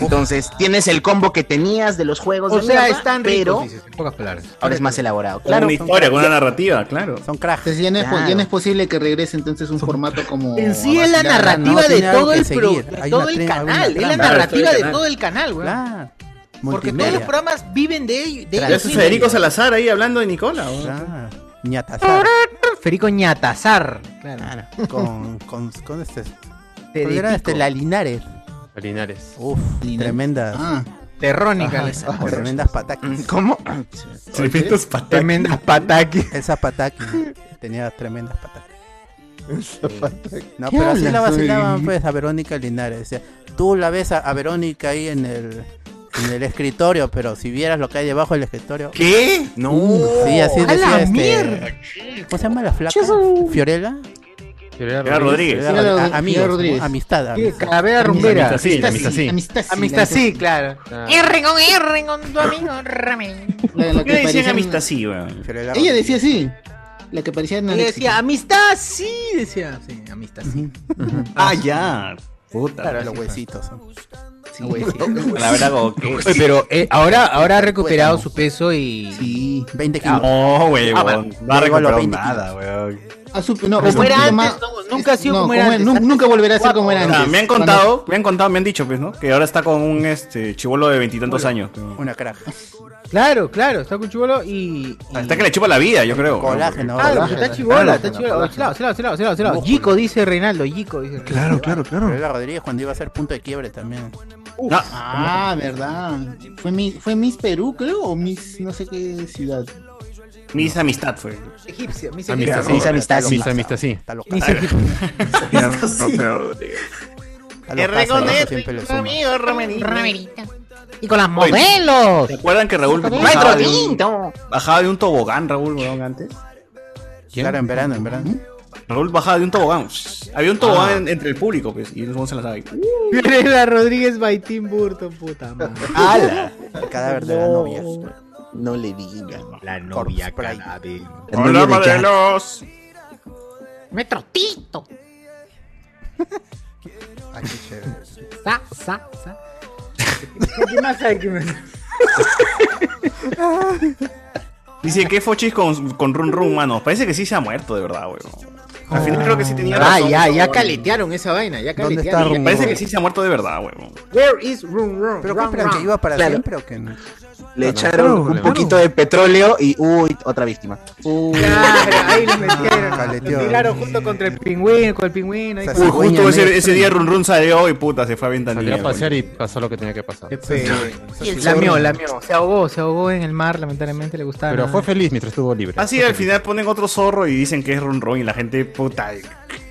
[SPEAKER 7] Entonces, tienes el combo que tenías de los juegos
[SPEAKER 2] O
[SPEAKER 7] de
[SPEAKER 2] sea,
[SPEAKER 7] mierda,
[SPEAKER 2] están
[SPEAKER 7] pero
[SPEAKER 2] ricos, dices, en pocas palabras.
[SPEAKER 7] ahora es más elaborado.
[SPEAKER 5] Con
[SPEAKER 7] Claro,
[SPEAKER 5] una historia, con una narrativa, claro.
[SPEAKER 2] Son cracks.
[SPEAKER 27] Entonces ya
[SPEAKER 9] pues,
[SPEAKER 27] no, es, po-
[SPEAKER 7] Claro.
[SPEAKER 27] ya no es posible que regrese entonces un
[SPEAKER 2] [laughs]
[SPEAKER 27] formato como.
[SPEAKER 1] En sí es la
[SPEAKER 27] Vacilar, ¿no?
[SPEAKER 1] narrativa de
[SPEAKER 27] Tiene algo
[SPEAKER 1] todo
[SPEAKER 27] que
[SPEAKER 1] el, pro-
[SPEAKER 27] seguir.
[SPEAKER 1] de
[SPEAKER 27] Hay
[SPEAKER 1] todo
[SPEAKER 27] una
[SPEAKER 1] el
[SPEAKER 27] trama, hay una
[SPEAKER 1] canal, es la
[SPEAKER 27] trama.
[SPEAKER 1] narrativa
[SPEAKER 5] todo el
[SPEAKER 1] de
[SPEAKER 5] canal.
[SPEAKER 1] todo el canal, weón. Porque todos los
[SPEAKER 2] multimedia.
[SPEAKER 1] programas viven de ello. De
[SPEAKER 5] Ya
[SPEAKER 1] ellos
[SPEAKER 5] es
[SPEAKER 1] mismos.
[SPEAKER 5] Federico Salazar ahí hablando de Nicola. weón.
[SPEAKER 2] Ñatazar. Federico Ñatazar.
[SPEAKER 1] Claro.
[SPEAKER 2] Con, con, con este.
[SPEAKER 1] Federico.
[SPEAKER 2] ¿cuál era este? La Linares.
[SPEAKER 3] Linares.
[SPEAKER 2] Uf, tremendas.
[SPEAKER 27] Ah.
[SPEAKER 2] Terrónica.
[SPEAKER 3] les
[SPEAKER 2] Ajá, tremendas
[SPEAKER 1] [laughs]
[SPEAKER 2] pataquis.
[SPEAKER 7] ¿Cómo?
[SPEAKER 2] Tremendas pataquis. Tremendas [laughs] pataquis. Esas pataquis. Tenía tremendas pataquis. No,
[SPEAKER 27] ¿Qué
[SPEAKER 2] pero así
[SPEAKER 27] hablas,
[SPEAKER 2] la vacilaban
[SPEAKER 27] oye?
[SPEAKER 2] pues a Verónica Linares. Decía, tú la ves a, a Verónica ahí en el, en el escritorio, pero si vieras lo que hay debajo del escritorio.
[SPEAKER 5] ¿Qué?
[SPEAKER 2] No.
[SPEAKER 7] Uh,
[SPEAKER 2] Sí, así
[SPEAKER 1] Oh. ¡A la
[SPEAKER 2] decía este,
[SPEAKER 1] mierda!
[SPEAKER 2] ¿Cómo se llama la flaca? ¿Fiorella?
[SPEAKER 3] Fiorella Rodríguez.
[SPEAKER 2] Fiorella
[SPEAKER 3] Fiorella
[SPEAKER 2] Rodríguez. eh, A- amigos,
[SPEAKER 3] Fiorella Rodríguez.
[SPEAKER 2] ¿no? Amistad.
[SPEAKER 3] Sí,
[SPEAKER 2] amistad.
[SPEAKER 3] Calavera Rumbera. Amistad sí, la amistad sí.
[SPEAKER 2] Amistad sí,
[SPEAKER 1] Amistad sí, claro.
[SPEAKER 7] Ah.
[SPEAKER 20] Irringón, Irringón, tu amigo Rami.
[SPEAKER 5] ¿Por qué
[SPEAKER 27] que
[SPEAKER 5] le decían
[SPEAKER 27] parecen-
[SPEAKER 5] amistad así, weón?
[SPEAKER 27] Ella decía así. La que parecía en
[SPEAKER 1] Y
[SPEAKER 27] Alexis.
[SPEAKER 1] decía, amistad sí, decía. Sí, amistad sí.
[SPEAKER 5] Ah, ya. Puta.
[SPEAKER 2] Claro, pues. los huesitos. ¿no?
[SPEAKER 1] Los huesitos.
[SPEAKER 5] La verdad, como que-
[SPEAKER 29] Oye, pero eh, ahora, ahora ha recuperado su peso y.
[SPEAKER 27] Sí,
[SPEAKER 2] 20
[SPEAKER 29] kilos.
[SPEAKER 5] No, weón.
[SPEAKER 29] Ah, bueno,
[SPEAKER 5] no ha
[SPEAKER 29] luego los
[SPEAKER 5] recuperado
[SPEAKER 29] 20
[SPEAKER 5] nada, weón.
[SPEAKER 27] A su- no,
[SPEAKER 5] Como
[SPEAKER 27] es un
[SPEAKER 5] era
[SPEAKER 27] poquito
[SPEAKER 5] antes,
[SPEAKER 1] Nunca ha sido
[SPEAKER 27] No,
[SPEAKER 1] como era
[SPEAKER 27] como
[SPEAKER 1] antes.
[SPEAKER 27] nu- nunca volverá a ser como era
[SPEAKER 5] O sea,
[SPEAKER 27] antes.
[SPEAKER 5] me han
[SPEAKER 27] Cuando-
[SPEAKER 5] contado, me han contado, me han dicho, pues, ¿no? Que ahora está con un este chivolo de veintitantos años.
[SPEAKER 2] Una caraja.
[SPEAKER 1] Claro, claro, está con chivolo y. y-
[SPEAKER 5] Está que le chupa la vida, yo creo.
[SPEAKER 2] Colágeno,
[SPEAKER 1] Claro,
[SPEAKER 2] colágeno.
[SPEAKER 1] Ah, está chivolo, está
[SPEAKER 2] Colágeno,
[SPEAKER 1] chivolo.
[SPEAKER 2] colágeno.
[SPEAKER 1] Celado, celado, celado, celado, celado.
[SPEAKER 2] Músculo.
[SPEAKER 1] Gico dice Reinaldo, Gico dice Reinaldo.
[SPEAKER 2] claro, claro. Pero era Rodríguez cuando iba a ser punto de quiebre también.
[SPEAKER 27] Ah, verdad. Fue Miss, fue Miss Perú, creo, o Miss no sé qué ciudad.
[SPEAKER 5] Mis amistad fue.
[SPEAKER 1] Egipcia, mis
[SPEAKER 5] Ah,
[SPEAKER 3] Amistad,
[SPEAKER 1] egipcias.
[SPEAKER 3] sí. Mis amistad, sí.
[SPEAKER 2] Está loca.
[SPEAKER 1] Mis egipcias.
[SPEAKER 5] [laughs]
[SPEAKER 2] Está locazo, ¿no? Siempre le suma.
[SPEAKER 1] Y con las
[SPEAKER 5] Oye,
[SPEAKER 1] modelos.
[SPEAKER 5] ¿Se acuerdan que Raúl bajaba de, un, bajaba de un tobogán, Raúl, weón, antes?
[SPEAKER 2] Claro, en verano, en
[SPEAKER 5] ¿Mm?
[SPEAKER 2] verano.
[SPEAKER 5] Raúl bajaba de un tobogán. Había un tobogán en- entre el público, pues, y Luis González ahí.
[SPEAKER 1] Fiorella Rodríguez by Tim Burton, puta madre.
[SPEAKER 2] ¡Hala! El cadáver de la novia.
[SPEAKER 7] No le digan.
[SPEAKER 29] La
[SPEAKER 2] novia
[SPEAKER 29] cadáver.
[SPEAKER 5] Hola, modelos.
[SPEAKER 1] Metro Tito.
[SPEAKER 2] Ah, qué chévere.
[SPEAKER 1] Sa, sa, sa. ¿Qué más hay que me...
[SPEAKER 5] Dice que Fochis con, con Run Run, mano. Parece que sí se ha muerto, de verdad, weón. Al final creo que sí tenía
[SPEAKER 1] Ah,
[SPEAKER 5] razón,
[SPEAKER 1] ya, ya
[SPEAKER 5] weón.
[SPEAKER 1] caletearon esa vaina, ya
[SPEAKER 2] ¿Dónde
[SPEAKER 1] caletearon.
[SPEAKER 2] está Run
[SPEAKER 5] Parece
[SPEAKER 2] Run?
[SPEAKER 5] que sí se ha muerto de verdad, weón.
[SPEAKER 1] Where is Room Room?
[SPEAKER 2] ¿Pero qué esperan? ¿Que iba para
[SPEAKER 7] Claro.
[SPEAKER 2] siempre o que no?
[SPEAKER 7] Le
[SPEAKER 2] No, no,
[SPEAKER 7] echaron
[SPEAKER 2] no,
[SPEAKER 7] un
[SPEAKER 2] problema.
[SPEAKER 7] poquito de petróleo y uy, otra víctima.
[SPEAKER 1] Ah, ahí lo metieron.
[SPEAKER 2] Caleteó.
[SPEAKER 1] Lo tiraron junto contra el pingüino, con el pingüino. ahí
[SPEAKER 2] O sea,
[SPEAKER 1] con-
[SPEAKER 5] Uy, justo ese,
[SPEAKER 2] Extra.
[SPEAKER 5] ese día Run Run salió y puta, se fue a
[SPEAKER 3] Salió
[SPEAKER 5] ventanilla.
[SPEAKER 3] a pasear y pasó lo que tenía que pasar.
[SPEAKER 1] Lamió, lamió. Se ahogó, se ahogó en el mar, lamentablemente le gustaba.
[SPEAKER 3] Pero
[SPEAKER 1] nadar.
[SPEAKER 3] fue feliz mientras estuvo libre.
[SPEAKER 5] Así al final ponen otro zorro y dicen que es Run Run y la gente, puta, que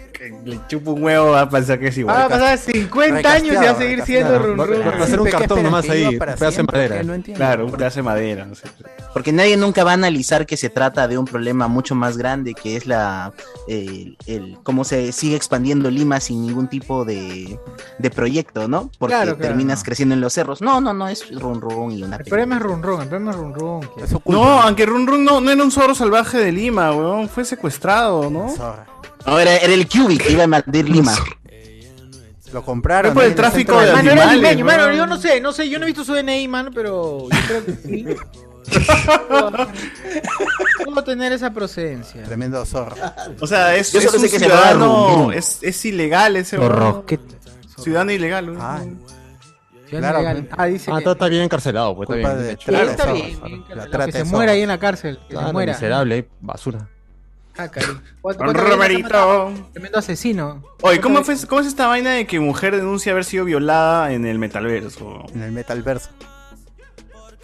[SPEAKER 5] le chupa un huevo va a pensar que es igual.
[SPEAKER 1] Va a pasar 50 Ah, años y va a seguir siendo Run
[SPEAKER 3] Va-
[SPEAKER 1] Run.
[SPEAKER 3] va a hacer un
[SPEAKER 2] ¿qué
[SPEAKER 3] cartón
[SPEAKER 2] esperan?
[SPEAKER 3] nomás
[SPEAKER 2] ¿Que
[SPEAKER 3] ahí,
[SPEAKER 2] iba para
[SPEAKER 3] pedazo de
[SPEAKER 2] siempre?
[SPEAKER 3] madera.
[SPEAKER 2] ¿Qué? No entiendo.
[SPEAKER 5] Claro, un pedazo de madera. no sé.
[SPEAKER 7] Porque nadie nunca va a analizar que se trata de un problema mucho más grande que es la el, el- cómo se sigue expandiendo Lima sin ningún tipo de, de proyecto, ¿no? Porque
[SPEAKER 1] Claro, claro,
[SPEAKER 7] terminas creciendo en los cerros. No, no, no, es run run y una
[SPEAKER 1] El problema es Run Run, el problema es Run Run. que-
[SPEAKER 5] No, aunque Run Run no, no era un zorro salvaje de Lima, weón. Fue secuestrado, ¿no?
[SPEAKER 2] Zorra.
[SPEAKER 7] No, era, era el Cubic que iba a invadir Lima.
[SPEAKER 2] Lo
[SPEAKER 5] Fue
[SPEAKER 2] compraron.
[SPEAKER 5] por el
[SPEAKER 2] ahí en
[SPEAKER 5] tráfico
[SPEAKER 2] centro
[SPEAKER 5] de
[SPEAKER 2] Lima.
[SPEAKER 1] Mano, era
[SPEAKER 5] Animales,
[SPEAKER 1] limeño,
[SPEAKER 5] weón.
[SPEAKER 1] mano, yo no sé, no sé, yo no he visto su DNI, mano, pero yo creo que
[SPEAKER 5] [laughs]
[SPEAKER 1] sí. ¿Cómo tener esa procedencia?
[SPEAKER 2] Tremendo zorra.
[SPEAKER 5] O sea, es,
[SPEAKER 7] Yo
[SPEAKER 5] es
[SPEAKER 7] solo
[SPEAKER 5] un
[SPEAKER 7] sé que se llamaba Run
[SPEAKER 5] ciudadano.
[SPEAKER 7] Run.
[SPEAKER 5] Es, es ilegal ese weón. Ciudadano ilegal, weón.
[SPEAKER 2] Ah,
[SPEAKER 1] Ciudadano
[SPEAKER 2] claro,
[SPEAKER 1] legal. Ah, dice
[SPEAKER 3] Ah,
[SPEAKER 1] que,
[SPEAKER 3] todo está bien encarcelado, pues está
[SPEAKER 2] culpa
[SPEAKER 3] bien.
[SPEAKER 2] de
[SPEAKER 3] Claro,
[SPEAKER 2] trata de
[SPEAKER 1] está
[SPEAKER 2] zorros,
[SPEAKER 1] bien,
[SPEAKER 2] claro.
[SPEAKER 1] bien,
[SPEAKER 2] La
[SPEAKER 1] que
[SPEAKER 2] trata de
[SPEAKER 1] se muera ahí
[SPEAKER 2] zorros.
[SPEAKER 1] en la cárcel, que
[SPEAKER 3] Claro,
[SPEAKER 1] se muera.
[SPEAKER 3] miserable, eh, basura.
[SPEAKER 1] Ah, cariño. ¿Cuánto-
[SPEAKER 5] Don
[SPEAKER 1] cuántas veces
[SPEAKER 5] Romerito.
[SPEAKER 1] ha matado? Tremendo asesino.
[SPEAKER 5] Oye, ¿cómo, fue, ¿cómo es esta vaina de
[SPEAKER 3] [laughs]
[SPEAKER 5] que mujer denuncia haber sido violada en el metaverso?
[SPEAKER 2] En el metalverso.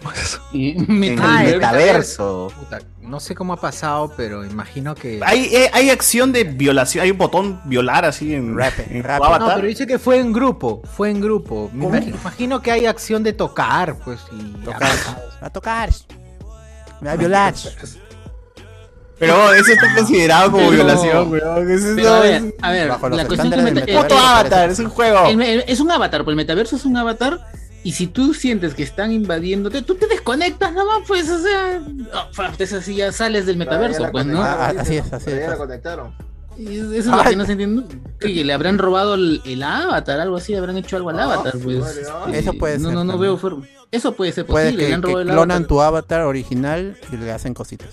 [SPEAKER 1] Ah,
[SPEAKER 33] Y
[SPEAKER 7] meta- el metaverso.
[SPEAKER 33] Puta, no sé cómo ha pasado, pero imagino que.
[SPEAKER 5] Hay, eh, hay acción de violación, hay un botón violar así en, en tu
[SPEAKER 33] No,
[SPEAKER 5] avatar.
[SPEAKER 33] pero dice que fue en grupo, fue en grupo. Me
[SPEAKER 5] ¿Cómo?
[SPEAKER 33] imagino, imagino que hay acción de tocar, pues. Y
[SPEAKER 1] Va a tocar. Me va a violar.
[SPEAKER 5] Pero eso está considerado como
[SPEAKER 1] Pero-
[SPEAKER 5] violación, weón. Eso
[SPEAKER 30] Pero
[SPEAKER 5] no
[SPEAKER 30] a ver,
[SPEAKER 5] es-
[SPEAKER 30] a ver,
[SPEAKER 5] Bajo los
[SPEAKER 30] la cuestión es que
[SPEAKER 5] estándares
[SPEAKER 30] el
[SPEAKER 5] del
[SPEAKER 30] meta-
[SPEAKER 5] metaverso. Puto avatar, es un juego.
[SPEAKER 30] El me- es un avatar, pues el metaverso es un avatar. Y si tú sientes que están invadiéndote, tú te desconectas nomás, pues, o sea, oh, fa, es así, ya sales del metaverso, pues, ¿no?
[SPEAKER 2] así es, así es.
[SPEAKER 34] conectaron.
[SPEAKER 30] Y Eso es lo que no se entiende. Que le habrán robado el, el avatar, algo así, le habrán hecho algo al avatar, pues.
[SPEAKER 2] vale, Eso puede
[SPEAKER 30] no,
[SPEAKER 2] ser
[SPEAKER 30] No, no
[SPEAKER 2] también.
[SPEAKER 30] veo forma. Eso puede ser
[SPEAKER 2] Puede
[SPEAKER 30] posible,
[SPEAKER 2] que,
[SPEAKER 30] le han
[SPEAKER 2] que
[SPEAKER 30] robado el
[SPEAKER 2] clonan
[SPEAKER 30] avatar.
[SPEAKER 2] tu avatar original y le hacen cositas.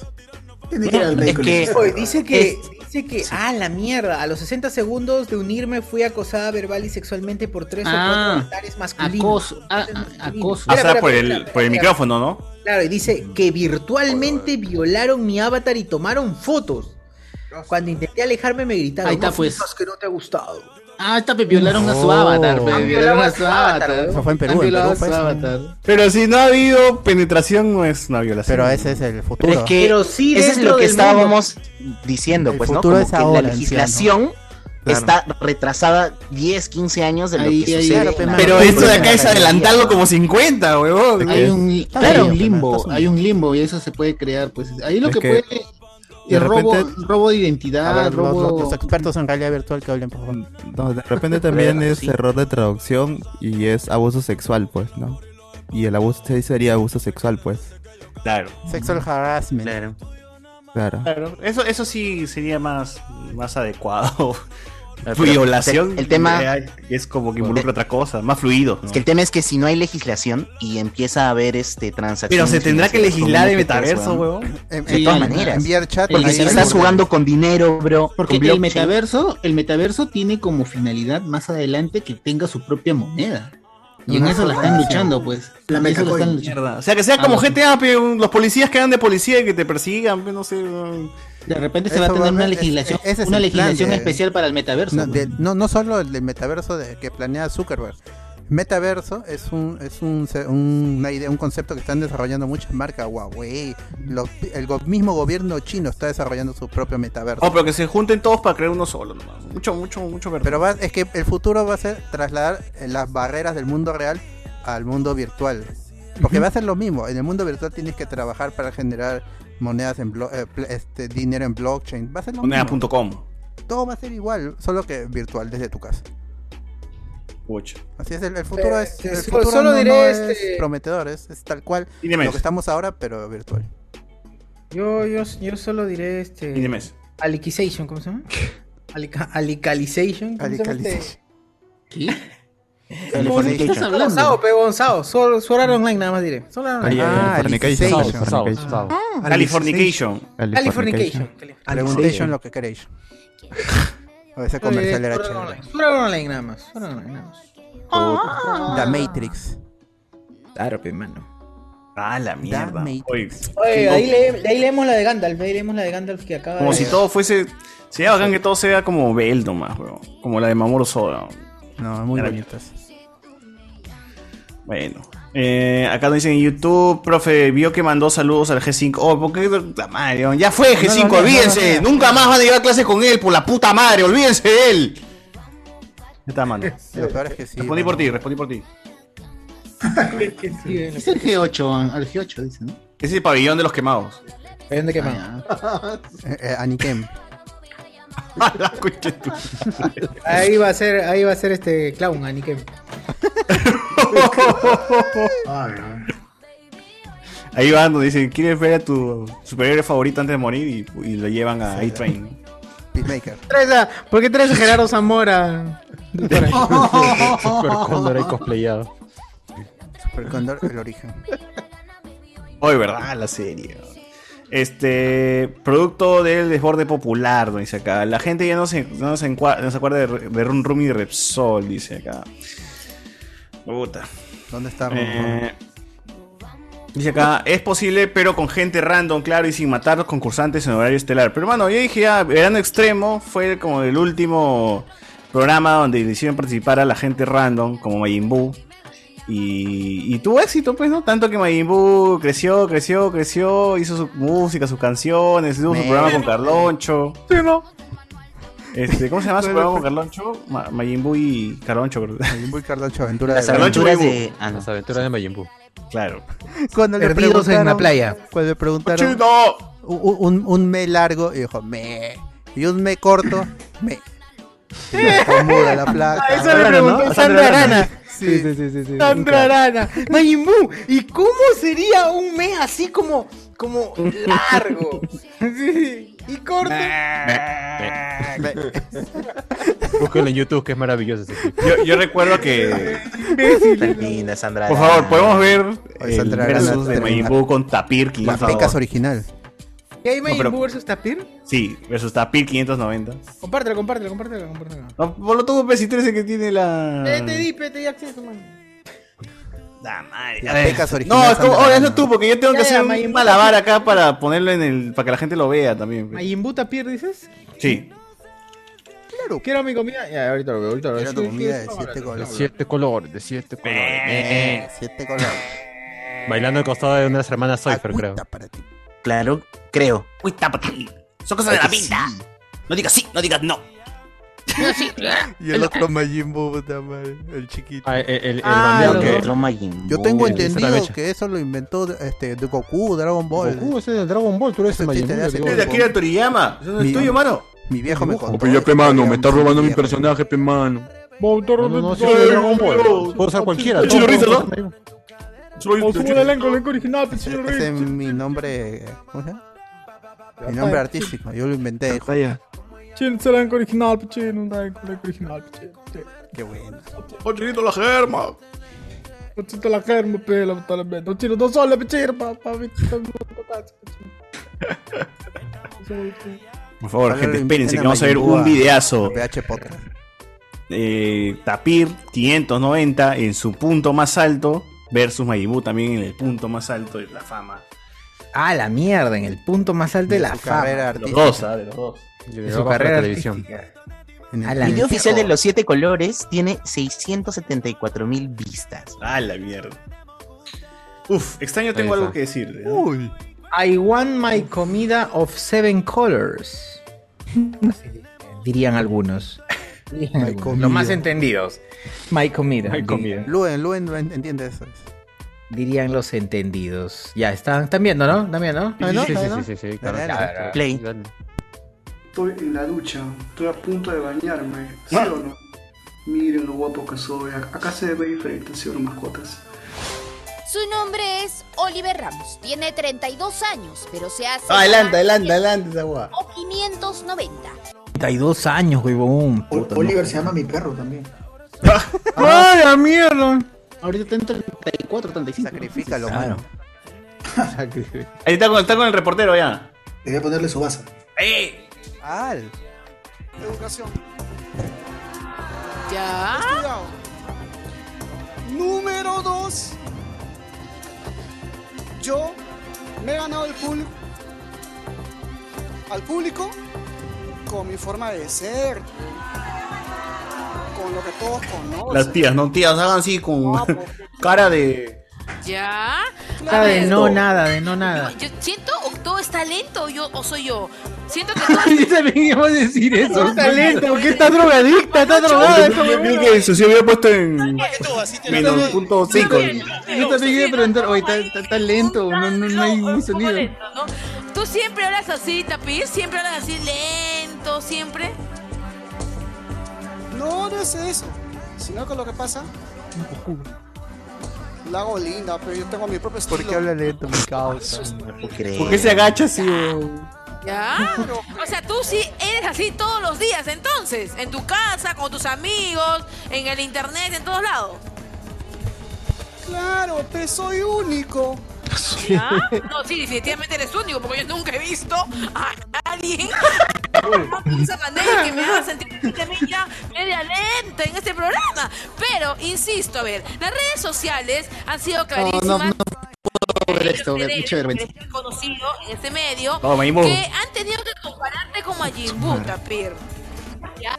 [SPEAKER 1] Es que,
[SPEAKER 2] Oye,
[SPEAKER 1] dice que, dice que, ah, la mierda, a los 60 segundos de unirme fui acosada verbal y sexualmente por tres o cuatro
[SPEAKER 30] Ah,
[SPEAKER 1] avatares masculinos.
[SPEAKER 30] acoso, ah, ah, acoso.
[SPEAKER 5] Ah,
[SPEAKER 1] Espera,
[SPEAKER 5] será
[SPEAKER 1] espera,
[SPEAKER 5] por
[SPEAKER 1] espera,
[SPEAKER 5] el, por el
[SPEAKER 1] espera.
[SPEAKER 5] micrófono, ¿no?
[SPEAKER 1] Claro, y
[SPEAKER 7] Mm.
[SPEAKER 1] dice que virtualmente violaron mi avatar y tomaron fotos. Cuando intenté alejarme me gritaron.
[SPEAKER 30] Ahí está,
[SPEAKER 1] "No
[SPEAKER 30] pues.
[SPEAKER 1] finjas que no te ha gustado.
[SPEAKER 30] Ah, está, pe, violaron a su
[SPEAKER 1] Oh.
[SPEAKER 30] avatar, pe,
[SPEAKER 1] Ah,
[SPEAKER 30] violaron a su
[SPEAKER 1] violaron a su
[SPEAKER 30] avatar.
[SPEAKER 1] avatar.
[SPEAKER 2] Eso fue en Perú, pues.
[SPEAKER 30] Han
[SPEAKER 2] en
[SPEAKER 30] violado
[SPEAKER 2] Perú
[SPEAKER 30] a su
[SPEAKER 2] fue
[SPEAKER 30] avatar.
[SPEAKER 5] Pero si no ha habido penetración, no es una violación.
[SPEAKER 2] Pero ese es el futuro.
[SPEAKER 7] Es que
[SPEAKER 1] Pero sí
[SPEAKER 7] eso es
[SPEAKER 1] dentro
[SPEAKER 7] lo que
[SPEAKER 1] del
[SPEAKER 7] estábamos diciendo, pues, ¿no?
[SPEAKER 2] futuro
[SPEAKER 7] Como
[SPEAKER 2] es
[SPEAKER 7] que
[SPEAKER 2] ahora,
[SPEAKER 7] la
[SPEAKER 2] anciano.
[SPEAKER 7] legislación
[SPEAKER 2] Claro.
[SPEAKER 7] está retrasada 10, 15 años de lo
[SPEAKER 30] Ahí,
[SPEAKER 7] que
[SPEAKER 30] ahí,
[SPEAKER 7] sucede.
[SPEAKER 30] ahí,
[SPEAKER 7] en la-
[SPEAKER 5] Pero
[SPEAKER 7] en
[SPEAKER 5] esto de
[SPEAKER 7] la
[SPEAKER 5] acá es
[SPEAKER 7] realidad.
[SPEAKER 5] adelantarlo como 50, weón.
[SPEAKER 30] Hay un,
[SPEAKER 5] Está
[SPEAKER 30] claro,
[SPEAKER 5] bien.
[SPEAKER 30] un limbo, hay un limbo y eso se puede crear, pues. Ahí lo
[SPEAKER 5] Es
[SPEAKER 30] que,
[SPEAKER 5] que
[SPEAKER 30] puede
[SPEAKER 5] de
[SPEAKER 30] el robo,
[SPEAKER 5] repente-
[SPEAKER 30] robo de
[SPEAKER 2] A
[SPEAKER 30] identidad,
[SPEAKER 2] ver, los,
[SPEAKER 30] robo
[SPEAKER 2] los- los expertos en realidad virtual que hablen, por favor.
[SPEAKER 22] No, de repente
[SPEAKER 1] [laughs]
[SPEAKER 22] también es error de traducción y es abuso sexual, pues, ¿no? Y el abuso sí sería abuso sexual, pues.
[SPEAKER 5] Claro.
[SPEAKER 2] Sexual harassment.
[SPEAKER 22] Claro.
[SPEAKER 5] Claro, eso, eso sí sería más, más adecuado. [laughs] Violación.
[SPEAKER 7] el tema-
[SPEAKER 5] eh, es como que involucra otra cosa, más fluido. ¿no?
[SPEAKER 7] Es que el tema es que si no hay legislación y empieza a haber este transacciones.
[SPEAKER 5] Pero se tendrá que
[SPEAKER 7] financieras
[SPEAKER 5] legislar
[SPEAKER 7] con
[SPEAKER 5] de
[SPEAKER 7] NFTs,
[SPEAKER 5] metaverso,
[SPEAKER 7] weón.
[SPEAKER 5] weón.
[SPEAKER 7] De todas maneras. Porque si estás jugando con dinero, bro.
[SPEAKER 30] porque
[SPEAKER 7] con
[SPEAKER 30] el
[SPEAKER 7] blockchain,
[SPEAKER 30] metaverso, el metaverso tiene como finalidad más adelante que tenga su propia moneda. Y en
[SPEAKER 5] Una
[SPEAKER 30] eso la están
[SPEAKER 5] federación.
[SPEAKER 30] luchando, pues.
[SPEAKER 5] La
[SPEAKER 30] En eso la están luchando.
[SPEAKER 5] Mierda. O sea, que sea
[SPEAKER 30] Ah,
[SPEAKER 5] como
[SPEAKER 30] no.
[SPEAKER 5] GTA, pe, un- los policías que dan de policía y que te persigan, pe, no sé. weón.
[SPEAKER 30] De repente se va a tener una legislación,
[SPEAKER 2] Ese es
[SPEAKER 30] una
[SPEAKER 2] el plan
[SPEAKER 30] legislación
[SPEAKER 2] de-
[SPEAKER 30] especial para el metaverso.
[SPEAKER 2] No,
[SPEAKER 30] pues.
[SPEAKER 2] de- no, no solo el de metaverso de, que planea Zuckerberg. Metaverso es un es un, se- un- una idea, un concepto que están desarrollando muchas marcas. Huawei, los- el go- mismo gobierno chino está desarrollando su propio metaverso.
[SPEAKER 5] Oh, pero que se junten todos para crear uno solo, nomás. Mucho, mucho, mucho verdad.
[SPEAKER 2] Pero va- es que el futuro va a ser trasladar eh, las barreras del mundo real al mundo virtual. Porque va a ser lo mismo. En el mundo virtual tienes que trabajar para generar monedas en blo- eh, pl- este, dinero en blockchain. Va a ser lo mismo.
[SPEAKER 5] Moneda.com.
[SPEAKER 2] Todo va a ser igual, solo que virtual desde tu casa.
[SPEAKER 5] Pucha.
[SPEAKER 2] Así es, el, el futuro
[SPEAKER 1] Eh,
[SPEAKER 2] es,
[SPEAKER 1] sí,
[SPEAKER 2] el
[SPEAKER 1] solo-
[SPEAKER 2] futuro
[SPEAKER 1] solo
[SPEAKER 2] no- no
[SPEAKER 1] diré,
[SPEAKER 2] es
[SPEAKER 1] este-
[SPEAKER 2] prometedor, es, es tal cual
[SPEAKER 5] Dime.
[SPEAKER 2] lo que estamos ahora, pero virtual.
[SPEAKER 1] Yo, yo, yo solo diré este.
[SPEAKER 5] Dinemes.
[SPEAKER 1] Alicization, ¿cómo se llama? Alica- alicalization. ¿cómo se llama este?
[SPEAKER 22] Californication.
[SPEAKER 1] ¿Qué estás hablando? Sao, pe, Gonzao. Sol, Sword Art Online, nada más diré. Sword Art Online.
[SPEAKER 2] Ah,
[SPEAKER 22] Californication. Californication.
[SPEAKER 1] Ah,
[SPEAKER 5] eh, Californication.
[SPEAKER 1] Californication.
[SPEAKER 2] Preguntation, lo que queréis. O ese Este comercial era
[SPEAKER 1] Sword Art
[SPEAKER 2] chévere.
[SPEAKER 1] Eh, Online. Sword Art Online, nada más. Sword Art Online, nada más.
[SPEAKER 7] Ah.
[SPEAKER 1] Ah.
[SPEAKER 2] The Matrix.
[SPEAKER 33] Claro, pe, mano.
[SPEAKER 5] Ah, la mierda. Oye,
[SPEAKER 1] Oye,
[SPEAKER 5] no,
[SPEAKER 1] ahí, le- de ahí leemos la de Gandalf, de ahí leemos la de Gandalf que acaba
[SPEAKER 5] Como
[SPEAKER 1] de...
[SPEAKER 5] si todo fuese. Sería bacán que todo sea como Bell nomás, weón. Como la de Mamoru Soda.
[SPEAKER 2] No,
[SPEAKER 1] [laughs]
[SPEAKER 2] muy
[SPEAKER 5] bonitas. Bueno. Eh, acá nos dicen en YouTube, profe, vio que mandó saludos al G5. Oh, ¿por qué? La madre, weón. ya fue
[SPEAKER 35] No lo
[SPEAKER 5] G5,
[SPEAKER 35] leas,
[SPEAKER 5] olvídense.
[SPEAKER 35] no lo leas.
[SPEAKER 5] Nunca más van a llevar clases con él, por la puta madre, olvídense de él. Ya Está, mano.
[SPEAKER 2] Lo peor es que sí.
[SPEAKER 5] Respondí por ti, respondí por ti.
[SPEAKER 30] Es el G8, al G8 dicen, ¿no?
[SPEAKER 5] Ese es el pabellón de los quemados.
[SPEAKER 1] ¿Dónde
[SPEAKER 30] qué
[SPEAKER 2] Eh, eh, Anikem.
[SPEAKER 1] Ahí va a ser, ahí va a ser este
[SPEAKER 5] [laughs]
[SPEAKER 1] clown, Anikem.
[SPEAKER 5] Ahí van, nos dicen, ¿quieres ver a tu superhéroe favorito antes de morir? Y, y lo llevan a A-Train.
[SPEAKER 2] Peacemaker.
[SPEAKER 1] Traes a- ¿Por qué traes a Gerardo
[SPEAKER 2] [laughs]
[SPEAKER 1] Zamora?
[SPEAKER 22] Super Cóndor ahí
[SPEAKER 1] [laughs]
[SPEAKER 22] cosplayado.
[SPEAKER 2] Super Cóndor, el origen.
[SPEAKER 5] Hoy, ¿verdad? La serie. Este, producto del desborde popular, ¿no? dice acá. La gente ya no se, no se, encua- no se acuerda de, de Run Run y Repsol, dice acá. Puta.
[SPEAKER 2] ¿Dónde está
[SPEAKER 5] Run
[SPEAKER 12] Eh.
[SPEAKER 5] Dice acá, es posible, pero con gente random, claro, y sin matar a los concursantes en horario estelar. Pero bueno, yo dije, ah, Verano Extremo fue como el último programa donde le hicieron participar a la gente random, como Majin Buu. Y, y tuvo éxito, pues, ¿no? Tanto que Majin Buu creció, creció, creció, hizo su música, sus canciones, tuvo su
[SPEAKER 28] Me-
[SPEAKER 5] programa con Carloncho.
[SPEAKER 28] Sí, ¿no?
[SPEAKER 5] Este, ¿Cómo se llama su
[SPEAKER 28] Bueno,
[SPEAKER 5] programa con
[SPEAKER 28] pues.
[SPEAKER 5] Carloncho? Ma- Majin Buu y Carloncho, creo. Majin
[SPEAKER 2] Buu y Carloncho, aventura
[SPEAKER 3] Las aventuras de- ah, no. Las aventuras de
[SPEAKER 5] Majin
[SPEAKER 3] Buu.
[SPEAKER 5] Claro.
[SPEAKER 2] Cuando le
[SPEAKER 3] Perdidos en
[SPEAKER 2] preguntaron-
[SPEAKER 3] la playa.
[SPEAKER 2] Cuando le preguntaron. u- u- Un, un me largo y dijo me. Y un me corto, me. Y la comuda, la placa.
[SPEAKER 1] Ah, Eso le preguntó Sandra Arana.
[SPEAKER 2] Sí, sí, sí.
[SPEAKER 1] Sandra Arana. Majin Buu, ¿y cómo sería un me así como, como largo? Sí, [laughs] y corto.
[SPEAKER 3] Búsquenlo en YouTube, que es maravilloso ese clip.
[SPEAKER 5] Yo, yo recuerdo
[SPEAKER 3] [laughs]
[SPEAKER 5] que.
[SPEAKER 7] Tan linda, Sandra.
[SPEAKER 5] Por favor, podemos ver
[SPEAKER 2] Oye,
[SPEAKER 5] el
[SPEAKER 2] Sandra Arana
[SPEAKER 5] versus de
[SPEAKER 2] termina-
[SPEAKER 5] Majin Buu con Tapir 590.
[SPEAKER 2] Mapecas original.
[SPEAKER 1] ¿Qué hay
[SPEAKER 5] No,
[SPEAKER 1] Majin
[SPEAKER 5] pero-
[SPEAKER 1] Buu versus Tapir?
[SPEAKER 5] Sí, versus Tapir 590.
[SPEAKER 1] Compártelo, compártelo, compártelo, compártelo.
[SPEAKER 5] No, por lo tanto, pues, si tú eres el que tiene la.
[SPEAKER 1] Eh, te di, pe, te di acceso, man.
[SPEAKER 5] A
[SPEAKER 2] Las
[SPEAKER 5] ver.
[SPEAKER 2] pecas
[SPEAKER 5] No,
[SPEAKER 2] originales.
[SPEAKER 5] es como,
[SPEAKER 2] Sandra
[SPEAKER 5] oh,
[SPEAKER 2] Arana.
[SPEAKER 5] hazlo tú, porque yo tengo
[SPEAKER 1] Ya,
[SPEAKER 5] que
[SPEAKER 1] ya,
[SPEAKER 5] hacer
[SPEAKER 1] Majin
[SPEAKER 5] un
[SPEAKER 1] Buu
[SPEAKER 5] malabar
[SPEAKER 1] Tapir.
[SPEAKER 5] acá para ponerlo en el. para que la gente lo vea también. pues.
[SPEAKER 1] Majin Buu Tapir, dices?
[SPEAKER 5] Sí.
[SPEAKER 1] Claro. Quiero mi comida. Ya, ahorita lo veo, ahorita lo veo.
[SPEAKER 2] Quiero tu comida de siete
[SPEAKER 3] De
[SPEAKER 2] colores.
[SPEAKER 3] siete colores, de siete colores. Eh.
[SPEAKER 2] Siete colores.
[SPEAKER 3] Bailando al costado de una de las hermanas Cypher, creo.
[SPEAKER 7] Claro, creo.
[SPEAKER 28] Uy, tápate. Son cosas de la pinta. No digas sí, no digas no.
[SPEAKER 27] [laughs]
[SPEAKER 2] Y el otro Majin Buu, puta madre, el chiquito.
[SPEAKER 3] Ah, el- el- el
[SPEAKER 7] Ah,
[SPEAKER 2] bandido
[SPEAKER 7] el
[SPEAKER 2] que-
[SPEAKER 7] otro Majin Buu.
[SPEAKER 2] Yo tengo
[SPEAKER 7] El
[SPEAKER 2] entendido
[SPEAKER 7] Saramecha.
[SPEAKER 2] que eso lo inventó este, de Goku, Dragon Ball.
[SPEAKER 3] Goku, ese es el Dragon Ball, tú eres el Majin Buu, yo digo.
[SPEAKER 5] ¿Eres de Akira Toriyama? ¿Eso no es
[SPEAKER 2] Mi-
[SPEAKER 5] tuyo, mano?
[SPEAKER 2] Mi viejo me contó.
[SPEAKER 6] Ope, ya, pe mano, me está robando mi personaje, pe mano.
[SPEAKER 3] No, no, no, sí, es de Dragon Ball. Puedo usar cualquiera.
[SPEAKER 6] El chino
[SPEAKER 3] todo,
[SPEAKER 6] Rizzo,
[SPEAKER 3] todo,
[SPEAKER 6] ¿no?
[SPEAKER 3] todo.
[SPEAKER 6] Solo hice-
[SPEAKER 1] el elenco, el elenco original, pues,
[SPEAKER 3] Este,
[SPEAKER 2] Ese es mi nombre. ¿Cómo se llama? Mi nombre artístico, yo lo inventé.
[SPEAKER 1] Chino, el elenco original, pe, chino, el elenco original, pe, chino, pe.
[SPEAKER 2] Qué bueno.
[SPEAKER 1] Oh, chinito la germa. Oh, chinito la germa, pe, la puta la mierda. Oh, chino, dos soles, pe, chino, pa, pa, mi- pa, mi- pa, chino.
[SPEAKER 5] Por favor,
[SPEAKER 2] Ahora
[SPEAKER 5] gente,
[SPEAKER 2] lo
[SPEAKER 5] espérense,
[SPEAKER 2] invitan
[SPEAKER 5] que
[SPEAKER 2] a
[SPEAKER 5] vamos a ver
[SPEAKER 2] Majin Buu
[SPEAKER 5] un
[SPEAKER 2] a-
[SPEAKER 5] videazo.
[SPEAKER 2] PH Podcast.
[SPEAKER 5] eh, Tapir 590 en su punto más alto versus Majibú también en el punto más alto de la fama.
[SPEAKER 32] Ah, la mierda, en el punto más alto de, la
[SPEAKER 2] su
[SPEAKER 32] fama.
[SPEAKER 2] carrera
[SPEAKER 5] De los dos, ¿ah? de los dos.
[SPEAKER 32] De su carrera televisión.
[SPEAKER 2] En
[SPEAKER 32] A
[SPEAKER 7] El
[SPEAKER 32] la
[SPEAKER 7] video
[SPEAKER 32] mierda.
[SPEAKER 7] oficial de Los Siete Colores tiene 674 mil vistas.
[SPEAKER 5] Ah, la mierda. Uf, extraño tengo
[SPEAKER 32] Ahí está.
[SPEAKER 5] algo que ¿eh? decirle. ¿no?
[SPEAKER 32] Uy. I want my comida of seven [laughs] colors. Así Dirían algunos. Dirían algunos, Los más entendidos. My comida.
[SPEAKER 2] My comida. Luen, Luen no en- entiende eso.
[SPEAKER 32] Dirían los entendidos. Ya, están, están viendo, ¿no? ¿Están viendo, no? ¿Están viendo? ¿Están
[SPEAKER 3] Sí, sí, sí,
[SPEAKER 32] viendo?
[SPEAKER 3] sí, sí, claro,
[SPEAKER 32] Dale,
[SPEAKER 3] sí,
[SPEAKER 32] dale.
[SPEAKER 3] claro.
[SPEAKER 32] Play.
[SPEAKER 3] Dale.
[SPEAKER 17] Estoy en la ducha, estoy a punto de bañarme, ¿sí o no? Miren lo guapo que soy, ac- acá se ve diferente, ¿sí o no, mascotas?
[SPEAKER 30] Su nombre es Oliver Ramos. Tiene 32 años, pero se hace.
[SPEAKER 1] Ah, Adelante,
[SPEAKER 30] llamar
[SPEAKER 1] adelante, adelante, esa guapa.
[SPEAKER 30] O 590.
[SPEAKER 32] 32 años, huevón. puta, no.
[SPEAKER 17] Oliver se llama mi perro también.
[SPEAKER 32] [laughs]
[SPEAKER 1] ¡Ay, la mierda!
[SPEAKER 27] Ahorita está en 34, 35.
[SPEAKER 2] Sacrifícalo,
[SPEAKER 27] Claro.
[SPEAKER 5] [laughs]
[SPEAKER 2] mano.
[SPEAKER 5] Ahí está con, está con el reportero ya.
[SPEAKER 17] Debe ponerle su base.
[SPEAKER 5] ¡Eh!
[SPEAKER 2] ¡Al!
[SPEAKER 36] Educación.
[SPEAKER 30] Ya.
[SPEAKER 36] Estudiado. Número dos. Yo me he ganado el público. Al público con mi forma de ser. Con lo que todos conocen.
[SPEAKER 5] Las tías, no tías, hagan así con [laughs] cara de.
[SPEAKER 30] Ya.
[SPEAKER 32] Ah, de no nada, de
[SPEAKER 27] [laughs]
[SPEAKER 32] no nada.
[SPEAKER 30] Yo siento o todo está lento yo, o soy yo. Siento que todo.
[SPEAKER 32] Yo también iba a decir eso.
[SPEAKER 1] Está lento, porque está drogadicta, está drogada. esa
[SPEAKER 5] Yo creo
[SPEAKER 1] huevona.
[SPEAKER 5] que el socio había puesto en.
[SPEAKER 1] lo-
[SPEAKER 5] Menos punto cinco.
[SPEAKER 27] Yo también iba a preguntar, hoy está, está- está lento, no, no, no hay un sonido.
[SPEAKER 30] ¿no? Tú siempre hablas así, Tapir. Siempre hablas así lento, siempre.
[SPEAKER 36] No, no es eso. Sino que lo que pasa, la hago linda, pero yo tengo mi propio estilo.
[SPEAKER 2] ¿Por qué habla lento, mi causa?
[SPEAKER 5] ¿Por qué se agacha así? weón?
[SPEAKER 30] Ya. O sea, tú sí eres así todos los días, entonces. En tu casa, con tus amigos, en el internet, en todos lados.
[SPEAKER 36] Claro, pero soy único.
[SPEAKER 30] ¿Ya? No, sí, definitivamente eres único, porque yo nunca he visto a alguien de esa manera que me haga sentir que me ya media lenta en este programa. Pero, insisto, a ver, las redes sociales han sido
[SPEAKER 27] No,
[SPEAKER 30] clarísimas.
[SPEAKER 27] no, no puedo ver esto,
[SPEAKER 30] Eres-
[SPEAKER 27] mucha vergüenza.
[SPEAKER 30] eres conocido en este medio
[SPEAKER 28] Oh,
[SPEAKER 27] Vamos, Majin Buu.
[SPEAKER 30] que han tenido que compararte con Majin Buu, Tapir. ¿Ya?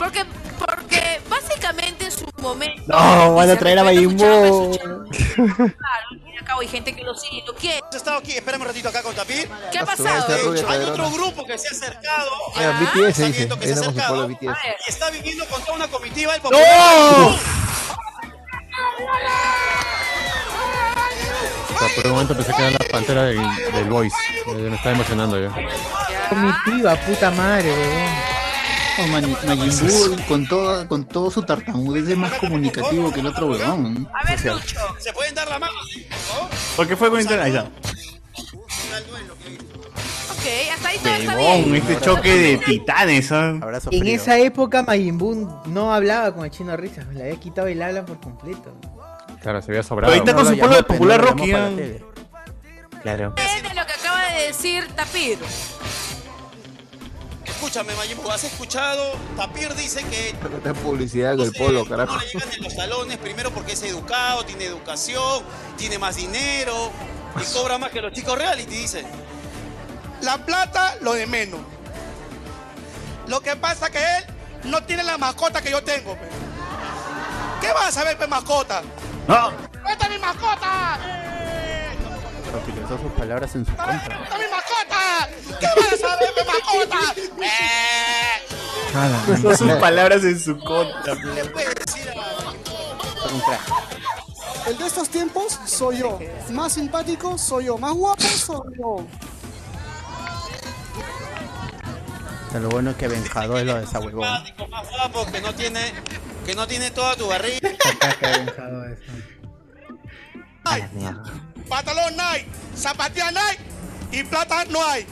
[SPEAKER 30] Porque, porque Eh, básicamente en su momento.
[SPEAKER 11] No, van a traer a Majin Buu.
[SPEAKER 1] [laughs]
[SPEAKER 30] y acabo hay gente que lo sigue y lo quiere.
[SPEAKER 36] Has estado aquí, espérame un ratito acá con Tapir.
[SPEAKER 30] ¿Qué
[SPEAKER 36] ha
[SPEAKER 30] ha
[SPEAKER 36] pasado?
[SPEAKER 30] pasado?
[SPEAKER 36] De
[SPEAKER 12] Rubio
[SPEAKER 36] hecho, hay
[SPEAKER 12] Calderón.
[SPEAKER 36] otro grupo que se ha acercado.
[SPEAKER 12] Mira,
[SPEAKER 36] Ah,
[SPEAKER 12] BTS
[SPEAKER 36] está
[SPEAKER 12] dice,
[SPEAKER 36] viendo que se ha
[SPEAKER 12] ahí nomás se
[SPEAKER 36] acercado.
[SPEAKER 12] pone BTS.
[SPEAKER 36] Y está viniendo con toda una comitiva el
[SPEAKER 12] ¡No!
[SPEAKER 3] O sea, por un momento pensé que era la pantera del, del Voice. Me me estaba emocionando yo.
[SPEAKER 32] Comitiva, puta madre, weón.
[SPEAKER 27] Oh, Mani- Majin Buu, con, todo, con todo su tartamudez es más comunicativo que el otro huevón.
[SPEAKER 36] A ver, Lucho. ¿Se pueden dar la mano? sí, por favor?
[SPEAKER 5] ¿Por qué fue con internet? Ahí está.
[SPEAKER 30] Ok, hasta ahí todo está
[SPEAKER 5] Huevón,
[SPEAKER 30] bien.
[SPEAKER 5] este choque de titanes. ¿ah?
[SPEAKER 1] En esa época Majin Buu no hablaba con el chino Risas, le había quitado el habla por completo.
[SPEAKER 3] Claro, se veía
[SPEAKER 5] Pero
[SPEAKER 3] sobrado.
[SPEAKER 5] ahí está con su polo de popular Rocky. ¿ah?
[SPEAKER 3] Claro.
[SPEAKER 30] Es de lo que acaba de decir Tapir.
[SPEAKER 36] Escúchame, Majin Buu, ¿has escuchado? Tapir dice que
[SPEAKER 12] Tanta publicidad con el polo, carajo.
[SPEAKER 36] no le llegan en los talones, primero porque es educado, tiene educación, tiene más dinero y cobra más que los chicos reality, dice. La plata, lo de menos. Lo que pasa que él no tiene la mascota que yo tengo, pe. ¿Qué vas a saber, pe, mascota?
[SPEAKER 5] No.
[SPEAKER 36] ¡Esta es mi mascota!
[SPEAKER 2] Utilizó sus palabras en su contra.
[SPEAKER 36] ¡Esta es mi mascota! ¿Qué vas a saber, pe,
[SPEAKER 1] [laughs]
[SPEAKER 36] mascota? ¡Eh!
[SPEAKER 5] Son sus palabras en su contra.
[SPEAKER 36] ¿Qué puedes decir a El de estos tiempos soy yo. Más simpático soy yo. Más guapo soy yo.
[SPEAKER 2] Pero lo bueno es que Benjador es lo de esa
[SPEAKER 5] [laughs]
[SPEAKER 2] huevón.
[SPEAKER 36] más guapo que no tiene que no tiene toda tu barriga.
[SPEAKER 1] [laughs]
[SPEAKER 36] Pantalón no hay, zapatilla no hay y plata no hay.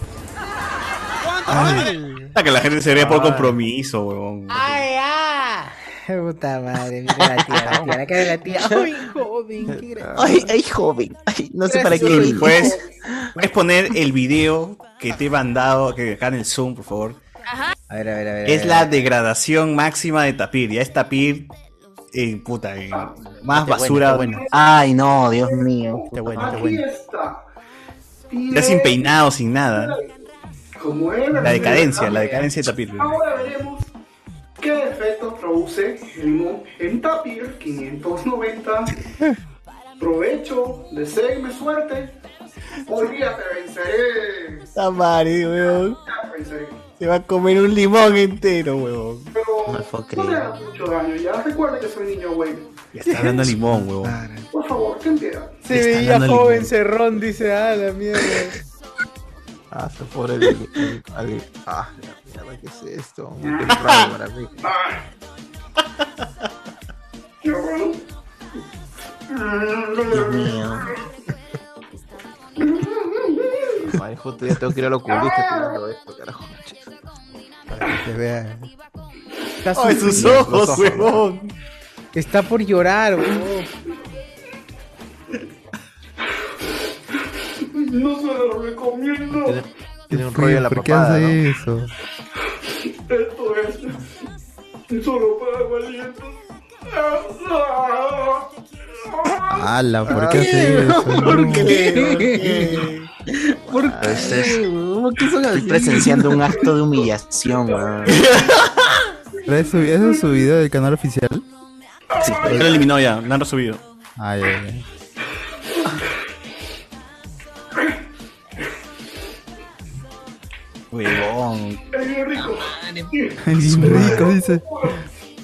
[SPEAKER 36] ¿Cuánto vale?
[SPEAKER 5] Hasta que la gente se vea por compromiso, huevón.
[SPEAKER 1] ¡Ay, ah! Puta madre, mira la tía, la tía, la cara de la tía. [laughs] ¡Ay, joven! ¡Qué gracioso!
[SPEAKER 7] Ay, ay, joven. [laughs] Ay, no sé para qué.
[SPEAKER 5] Sí,
[SPEAKER 7] grito. [laughs]
[SPEAKER 5] Puedes, puedes poner el video que te he mandado que acá en el Zoom, por favor.
[SPEAKER 32] A ver, a ver, a ver.
[SPEAKER 5] Es la degradación máxima de Tapir. Ya es Tapir en puta, en más
[SPEAKER 7] Está
[SPEAKER 5] basura.
[SPEAKER 7] bueno, está bueno. Ay, no, Dios mío. Qué bueno,
[SPEAKER 5] está bueno. Ya sin peinado, sin nada.
[SPEAKER 17] Como él,
[SPEAKER 5] La decadencia, la decadencia de Tapir.
[SPEAKER 17] Ahora veremos qué efecto produce el limón en Tapir 590. Provecho, deseenme suerte. Hoy día te venceré.
[SPEAKER 11] Está Mari, weón.
[SPEAKER 17] Ya venceré.
[SPEAKER 11] Se va a comer un limón entero, weón.
[SPEAKER 17] No le hagas mucho daño ya. Recuerda que soy niño bueno.
[SPEAKER 5] Ya está dando limón, huevón.
[SPEAKER 17] Por favor, ten piedad.
[SPEAKER 1] Se veía joven cerrón, dice, ah, la mierda.
[SPEAKER 12] Ah, se pobre el, el- el- alguien. Ah, la mierda, ¿qué es esto?
[SPEAKER 17] Ah.
[SPEAKER 12] Muy temprano para mí. Ay, justo ya tengo que ir al
[SPEAKER 27] Ah.
[SPEAKER 12] oculista estoy viendo esto, carajo.
[SPEAKER 2] Para que se vea.
[SPEAKER 5] Ay, sus ojos, huevón.
[SPEAKER 1] Está por llorar, huevón.
[SPEAKER 17] No se lo recomiendo.
[SPEAKER 12] Tiene un rollo en la
[SPEAKER 2] ¿Por qué
[SPEAKER 12] papada,
[SPEAKER 2] hace
[SPEAKER 12] ¿no?
[SPEAKER 2] eso?
[SPEAKER 17] Esto es solo para valientes.
[SPEAKER 2] Ala, Ah, ¿por qué hace eso?
[SPEAKER 11] ¿Por
[SPEAKER 7] qué?
[SPEAKER 11] ¿Por
[SPEAKER 7] qué?
[SPEAKER 11] ¿Por qué son
[SPEAKER 7] Pues Estoy presenciando un acto de humillación, weón.
[SPEAKER 22] ¿Pero ¿Es su, ¿Eso es su video del canal oficial?
[SPEAKER 5] Sí, ya lo eliminó ya, lo han resubido.
[SPEAKER 22] Ay, ay, ay.
[SPEAKER 5] Huevón.
[SPEAKER 17] Es bien rico.
[SPEAKER 22] rico, dice.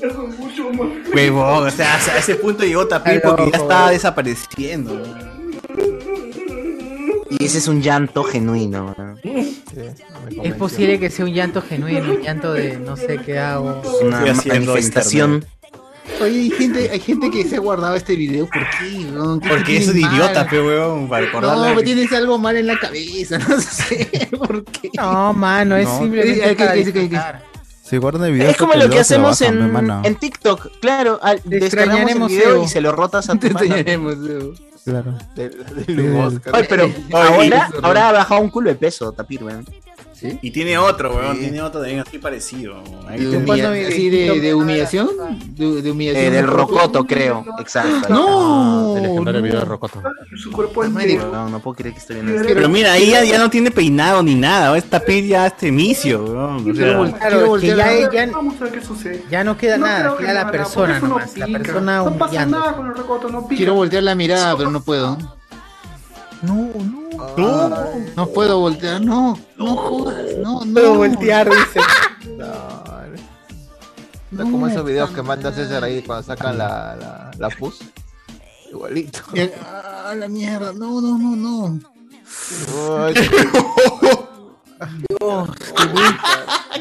[SPEAKER 17] Eso es mucho más.
[SPEAKER 5] Huevón, o sea, a ese punto llegó Tapir porque ya está desapareciendo. huevón.
[SPEAKER 7] Y ese es un llanto genuino, weón.
[SPEAKER 1] Es posible que sea un llanto genuino, un llanto de no sé qué hago.
[SPEAKER 7] Es una
[SPEAKER 5] Estoy haciendo
[SPEAKER 7] manifestación.
[SPEAKER 27] Oye, hay gente, hay gente que se ha guardado este video. ¿Por qué, weón? ¿Qué- qué
[SPEAKER 5] Porque es un
[SPEAKER 27] tienen
[SPEAKER 5] idiota,
[SPEAKER 27] mal?
[SPEAKER 5] pe, huevón, para
[SPEAKER 27] No,
[SPEAKER 5] recordarle.
[SPEAKER 1] pues
[SPEAKER 27] pero tienes algo mal en la
[SPEAKER 1] [laughs]
[SPEAKER 27] cabeza. No sé por qué.
[SPEAKER 1] No, mano,
[SPEAKER 22] es
[SPEAKER 1] simplemente para
[SPEAKER 22] Se guardan el video.
[SPEAKER 7] Es como
[SPEAKER 22] porque
[SPEAKER 7] lo que
[SPEAKER 22] luego se
[SPEAKER 7] hacemos
[SPEAKER 22] bajan,
[SPEAKER 7] en,
[SPEAKER 22] mi mano.
[SPEAKER 7] en TikTok, claro, al,
[SPEAKER 1] Te
[SPEAKER 7] descargamos el
[SPEAKER 1] extrañaremos,
[SPEAKER 7] video
[SPEAKER 1] Evo.
[SPEAKER 7] y se
[SPEAKER 1] [laughs]
[SPEAKER 7] lo rotas a tu
[SPEAKER 1] Te
[SPEAKER 7] mano.
[SPEAKER 22] Claro.
[SPEAKER 7] Ay, pero ahora, ahora ha bajado un culo de peso, Tapir, weón.
[SPEAKER 5] Y tiene otro, weón. Tiene otro también así parecido. Ahí
[SPEAKER 27] De,
[SPEAKER 5] te-
[SPEAKER 27] humilla- así de, de humillación? De, de humillación.
[SPEAKER 7] Eh, del Rocoto, creo. Exacto.
[SPEAKER 27] ¡No!
[SPEAKER 7] El Ah, legendario video de Rocoto.
[SPEAKER 27] Su cuerpo es
[SPEAKER 7] No, no puedo creer que estoy viendo esto.
[SPEAKER 5] Pero mira, ahí ya, ya no tiene peinado ni nada. Esta piel ya este inicio, weón. O sea,
[SPEAKER 1] Claro, es que ya, ya-
[SPEAKER 17] Vamos a ver qué sucede.
[SPEAKER 1] ya no queda
[SPEAKER 17] No
[SPEAKER 1] nada,
[SPEAKER 17] creo que
[SPEAKER 1] queda la
[SPEAKER 17] nada, porque
[SPEAKER 1] persona
[SPEAKER 17] eso no
[SPEAKER 1] nomás. La
[SPEAKER 17] pica.
[SPEAKER 1] persona
[SPEAKER 17] No pasa
[SPEAKER 1] humillando.
[SPEAKER 17] nada con el recoto, no pica.
[SPEAKER 27] Quiero voltear la mirada, pero no puedo. No, no. No, no puedo voltear, no. No jodas, no, no.
[SPEAKER 2] Puedo voltear,
[SPEAKER 27] [laughs] dice.
[SPEAKER 2] No,
[SPEAKER 27] No,
[SPEAKER 2] como esos videos que manda César ahí cuando sacan la, la, la pus. Igualito.
[SPEAKER 27] A Eh, ah, la mierda, no, no, no, no.
[SPEAKER 2] Ay,
[SPEAKER 27] Dios,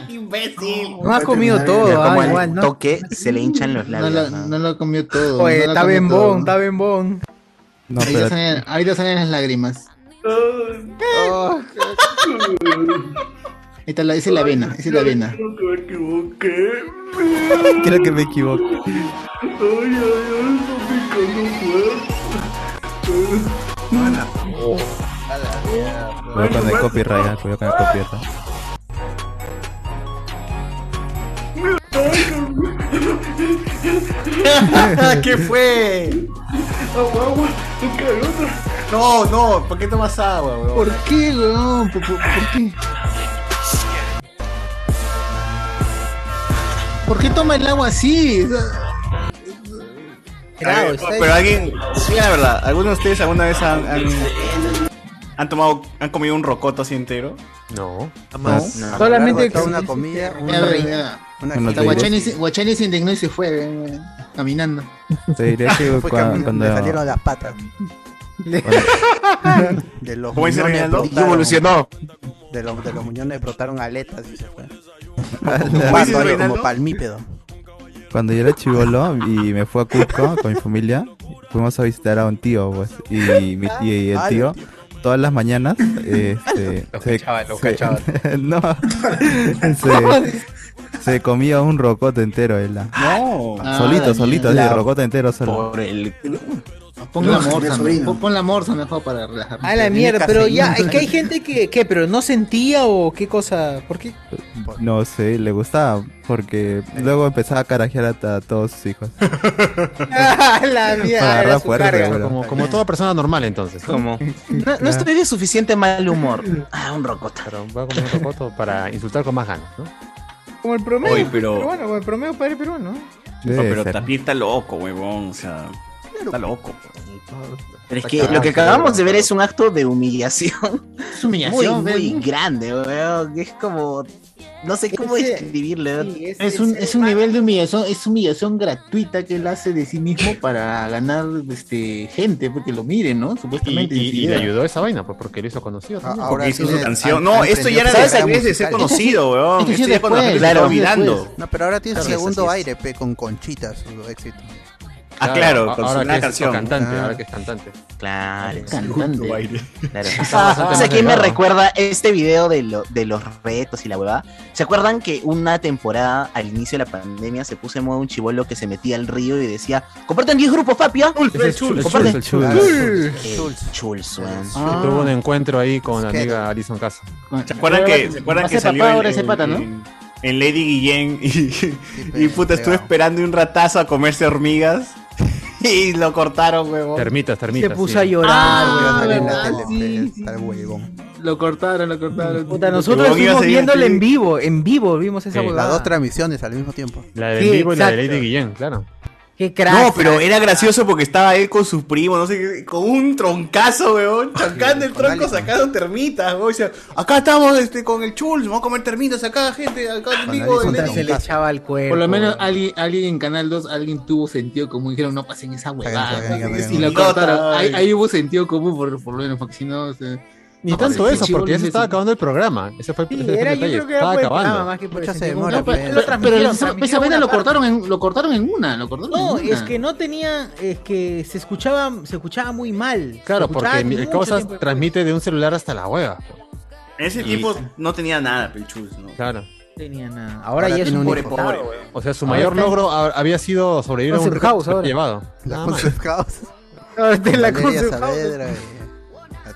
[SPEAKER 28] Imbécil.
[SPEAKER 27] No ha comido todo,
[SPEAKER 7] Mira, como
[SPEAKER 27] ah,
[SPEAKER 7] al
[SPEAKER 27] igual, ¿no? Pues,
[SPEAKER 7] toque se le hinchan los
[SPEAKER 27] No
[SPEAKER 7] labios.
[SPEAKER 27] lo, no lo comió todo.
[SPEAKER 1] Oye,
[SPEAKER 27] no lo
[SPEAKER 1] está
[SPEAKER 27] comió
[SPEAKER 1] bien
[SPEAKER 27] todo.
[SPEAKER 1] bon, está bien bon.
[SPEAKER 22] No,
[SPEAKER 27] ahí, te
[SPEAKER 22] pero-
[SPEAKER 27] salen, ahí te salen las lágrimas. Ahí está la, esa es la vena, esa es la
[SPEAKER 4] [laughs]
[SPEAKER 27] vena.
[SPEAKER 22] Creo que me equivoco. Voy a poner copyright, ah, voy a poner copyright.
[SPEAKER 5] ¿Qué fue? No, no, ¿por qué tomas agua, weón?
[SPEAKER 27] ¿Por qué, weón? ¿Por, por- por qué? ¿Por qué toma el agua así? O sea,
[SPEAKER 5] A ver, pero alguien, sí, la verdad, ¿alguno de ustedes alguna vez han, han, han tomado, han comido un rocoto así entero?
[SPEAKER 3] No.
[SPEAKER 5] Jamás.
[SPEAKER 27] No.
[SPEAKER 5] No.
[SPEAKER 27] Solamente
[SPEAKER 2] toda
[SPEAKER 27] que-
[SPEAKER 2] una comida, una
[SPEAKER 27] Una
[SPEAKER 2] reinada.
[SPEAKER 27] Una
[SPEAKER 22] Bueno,
[SPEAKER 27] La
[SPEAKER 22] te
[SPEAKER 27] Guachani
[SPEAKER 22] diré-
[SPEAKER 27] se- Guachani se indignó y se fue eh, caminando.
[SPEAKER 22] Te diré que
[SPEAKER 27] Fue
[SPEAKER 22] cua-
[SPEAKER 27] caminando,
[SPEAKER 22] cuando.
[SPEAKER 27] le salieron
[SPEAKER 2] las patas.
[SPEAKER 27] [laughs] De
[SPEAKER 2] los
[SPEAKER 22] ¿Cómo dice
[SPEAKER 2] muñones
[SPEAKER 22] Reinaldo?
[SPEAKER 2] brotaron-
[SPEAKER 22] Evolucionó.
[SPEAKER 2] De los, de los muñones brotaron aletas y se fue.
[SPEAKER 22] ¿Cómo
[SPEAKER 2] Como,
[SPEAKER 22] dice
[SPEAKER 2] pato, algo
[SPEAKER 22] Reinaldo?
[SPEAKER 2] como palmípedo.
[SPEAKER 22] Cuando yo era chivolo y me fui a Cusco con mi familia, fuimos a visitar a un tío, pues, y, mi, y el
[SPEAKER 11] Ah,
[SPEAKER 22] tío, todas las mañanas, este,
[SPEAKER 11] [laughs] Lo
[SPEAKER 22] se-
[SPEAKER 11] cachaba, lo
[SPEAKER 22] se-
[SPEAKER 11] cachaba.
[SPEAKER 22] [laughs] no, se, se comía un rocote entero, él. ah.
[SPEAKER 5] No.
[SPEAKER 22] solito, solito, así,
[SPEAKER 27] La-
[SPEAKER 22] rocote entero solo.
[SPEAKER 27] Pon la
[SPEAKER 1] No,
[SPEAKER 27] morsa,
[SPEAKER 1] sobrino.
[SPEAKER 27] pon- pon la morsa mejor para relajar.
[SPEAKER 1] A la mierda, pero ya, es que hay gente que, que, pero no sentía o qué cosa,
[SPEAKER 27] [laughs]
[SPEAKER 1] ¿por qué?
[SPEAKER 22] No sé, le gustaba, porque luego empezaba a carajear a, a todos sus hijos.
[SPEAKER 1] A la [laughs]
[SPEAKER 22] Para
[SPEAKER 1] mierda.
[SPEAKER 22] agarrar
[SPEAKER 7] era su
[SPEAKER 22] fuerza,
[SPEAKER 7] carga.
[SPEAKER 22] seguro.
[SPEAKER 3] Como, como toda persona normal, entonces.
[SPEAKER 7] Como. No, no estoy de suficiente mal humor. Ah, un rocoto.
[SPEAKER 3] Voy a comer un rocoto para insultar con más ganas, ¿no?
[SPEAKER 1] Como el promedio.
[SPEAKER 3] Oye, pero-
[SPEAKER 1] Peruano, como el promedio padre peruano.
[SPEAKER 5] No, pero
[SPEAKER 3] ser.
[SPEAKER 5] también está loco, weón, o sea, está loco.
[SPEAKER 7] Pero es que lo que acabamos de ver es un acto de humillación.
[SPEAKER 27] Es humillación,
[SPEAKER 7] muy, muy
[SPEAKER 27] weón.
[SPEAKER 7] grande, weón. Es como. No sé cómo describirlo. weón.
[SPEAKER 27] Es un, es un nivel de humillación, es humillación gratuita que él hace de sí mismo para ganar este, gente, porque lo miren, ¿no?
[SPEAKER 3] Y,
[SPEAKER 27] Supuestamente.
[SPEAKER 3] y- y le
[SPEAKER 27] infidelidad.
[SPEAKER 3] ayudó esa vaina, pues porque lo hizo
[SPEAKER 2] Ah,
[SPEAKER 3] conocido. también.
[SPEAKER 27] ahora
[SPEAKER 3] Porque
[SPEAKER 27] sí le-
[SPEAKER 5] canción. No, esto ya era
[SPEAKER 2] ¿Sabes?
[SPEAKER 5] de debe de ser
[SPEAKER 2] Esto sí-
[SPEAKER 5] conocido, weón.
[SPEAKER 2] esto sí
[SPEAKER 5] Esto ya cuando la gente se
[SPEAKER 2] después,
[SPEAKER 5] está
[SPEAKER 2] claro,
[SPEAKER 5] olvidando.
[SPEAKER 2] después. No, pero ahora tiene
[SPEAKER 5] Claro,
[SPEAKER 2] segundo
[SPEAKER 5] así es.
[SPEAKER 2] aire, pe, con conchitas, su éxito.
[SPEAKER 5] Ah, claro, con
[SPEAKER 3] ahora
[SPEAKER 5] su
[SPEAKER 3] que
[SPEAKER 5] una
[SPEAKER 3] es
[SPEAKER 5] canción.
[SPEAKER 3] cantante,
[SPEAKER 2] Ah.
[SPEAKER 3] ahora que es cantante.
[SPEAKER 7] Claro,
[SPEAKER 3] Cantante.
[SPEAKER 27] [laughs]
[SPEAKER 7] Claro.
[SPEAKER 3] Está
[SPEAKER 1] Ah,
[SPEAKER 3] bastante
[SPEAKER 7] ¿Sabes
[SPEAKER 3] más
[SPEAKER 7] a quién me
[SPEAKER 3] delgado.
[SPEAKER 7] recuerda este video de, lo- de los retos y la huevada? ¿Se acuerdan que una temporada al inicio de la pandemia se puso en moda un chivolo que se metía al río y decía: Compartan 10 grupos, papi, ¿ah?
[SPEAKER 3] Ese es Chul,
[SPEAKER 7] Comparten".
[SPEAKER 3] Chul, Chul.
[SPEAKER 7] El
[SPEAKER 3] Chul.
[SPEAKER 7] Chul, weón.
[SPEAKER 3] Que Ah, Tuvo un encuentro ahí con la amiga Alison Casa.
[SPEAKER 5] ¿Se acuerdan que, ¿se acuerdan que salió en- en- en- en Lady Guillén [laughs] y, y puta, estuve esperando un ratazo a comerse hormigas [laughs] y lo cortaron, huevón.
[SPEAKER 3] Termitas, termitas.
[SPEAKER 1] Se puso a llorar,
[SPEAKER 5] Ah,
[SPEAKER 1] weón.
[SPEAKER 5] verdad,
[SPEAKER 27] Lo cortaron, lo cortaron.
[SPEAKER 1] Puta, nosotros estuvimos viéndole en vivo, en vivo vimos esa
[SPEAKER 2] Las
[SPEAKER 1] huevada.
[SPEAKER 2] dos transmisiones al mismo tiempo.
[SPEAKER 3] La
[SPEAKER 1] de Sí, vivo y la de exacto.
[SPEAKER 3] Lady Guillén, claro.
[SPEAKER 1] Qué crack.
[SPEAKER 5] no, pero era gracioso porque estaba él con sus primos, no sé, qué, con un troncazo, weón, chancando el tronco, sacando termitas, weón. O sea, acá estamos este, con el chul, vamos a comer termitas acá, gente, acá amigo de
[SPEAKER 1] se le echaba al cuerpo.
[SPEAKER 27] Por lo menos alguien, alguien en Canal 2, alguien tuvo sentido común y dijeron, no pasen esa huevada.
[SPEAKER 2] Hagan, hagan, hagan,
[SPEAKER 27] Y la
[SPEAKER 2] hagan.
[SPEAKER 27] cortaron.
[SPEAKER 2] Ay.
[SPEAKER 27] Ahí, ahí hubo sentido común, por, por lo menos, porque si no... se-
[SPEAKER 3] Ni
[SPEAKER 27] no,
[SPEAKER 3] tanto
[SPEAKER 27] ese
[SPEAKER 3] eso,
[SPEAKER 27] chivolo
[SPEAKER 3] porque ya se
[SPEAKER 27] imbécil.
[SPEAKER 3] estaba acabando el programa. Ese fue, ese
[SPEAKER 27] Sí,
[SPEAKER 3] fue el
[SPEAKER 27] era- yo
[SPEAKER 3] detalle.
[SPEAKER 27] creo que era
[SPEAKER 3] Estaba
[SPEAKER 27] por el
[SPEAKER 3] acabando.
[SPEAKER 27] programa, más
[SPEAKER 1] pues, que por
[SPEAKER 3] Mucha
[SPEAKER 1] el
[SPEAKER 3] se
[SPEAKER 1] sentido
[SPEAKER 3] demora,
[SPEAKER 1] común.
[SPEAKER 3] pe.
[SPEAKER 1] Lo
[SPEAKER 27] Pero
[SPEAKER 1] transmitieron,
[SPEAKER 27] esa, esa
[SPEAKER 1] transmitieron
[SPEAKER 27] vaina
[SPEAKER 1] una
[SPEAKER 27] lo
[SPEAKER 1] parte.
[SPEAKER 27] cortaron, en, lo cortaron en una, lo cortaron
[SPEAKER 1] No,
[SPEAKER 27] en una.
[SPEAKER 1] es que no tenía, es que se escuchaba, se escuchaba muy mal.
[SPEAKER 3] Claro,
[SPEAKER 1] Se escuchaba
[SPEAKER 3] porque el
[SPEAKER 1] mucho
[SPEAKER 3] Cosas
[SPEAKER 1] tiempo.
[SPEAKER 3] transmite de un celular hasta la hueva.
[SPEAKER 5] Ese tipo no tenía nada, pero el chul, ¿no?
[SPEAKER 3] Claro.
[SPEAKER 1] Tenía nada. Ahora, ya es un pobre pobre. weón.
[SPEAKER 3] O sea, su
[SPEAKER 1] Ahora
[SPEAKER 3] mayor
[SPEAKER 1] está en-
[SPEAKER 3] logro ha- había sido sobrevivir a un
[SPEAKER 1] Concept
[SPEAKER 3] reto Ah,
[SPEAKER 1] House ahora.
[SPEAKER 3] llevado.
[SPEAKER 2] La
[SPEAKER 3] Nada más.
[SPEAKER 2] Concept
[SPEAKER 1] [laughs]
[SPEAKER 2] House.
[SPEAKER 1] Ahora está en este, la
[SPEAKER 2] Valeria
[SPEAKER 1] eh, Concept House.
[SPEAKER 2] Saavedra, eh.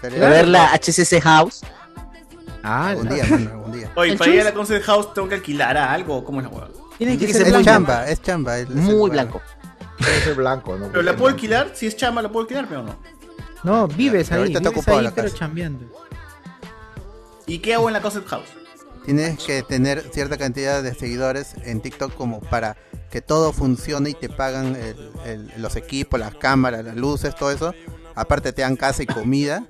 [SPEAKER 7] A ver la HCC House.
[SPEAKER 32] Ah,
[SPEAKER 2] Algún día, mano, algún día.
[SPEAKER 5] Oye,
[SPEAKER 2] ¿El
[SPEAKER 5] para ir a
[SPEAKER 2] Chus?
[SPEAKER 5] la Concert House tengo que alquilar a algo. ¿Cómo es la hueá?
[SPEAKER 2] Tiene que
[SPEAKER 5] Es
[SPEAKER 2] ser
[SPEAKER 5] muy
[SPEAKER 2] chamba,
[SPEAKER 5] blanco.
[SPEAKER 2] es chamba. es- es
[SPEAKER 5] Muy
[SPEAKER 2] el lugar.
[SPEAKER 5] blanco.
[SPEAKER 12] Debe ser blanco, ¿no?
[SPEAKER 5] ¿Pero la puedo alquilar? Si es chamba, ¿la puedo alquilarme o no?
[SPEAKER 1] No, vives
[SPEAKER 5] Pero
[SPEAKER 1] ahí,
[SPEAKER 5] ahorita está
[SPEAKER 1] vives
[SPEAKER 5] ocupada
[SPEAKER 1] ahí,
[SPEAKER 5] la
[SPEAKER 1] pero
[SPEAKER 5] casa.
[SPEAKER 1] chambeando.
[SPEAKER 5] ¿Y qué hago en la Concept House?
[SPEAKER 2] Tienes que tener cierta cantidad de seguidores en TikTok como para que todo funcione y te pagan el- el- los equipos, las cámaras, las luces, todo eso. Aparte te dan casa y comida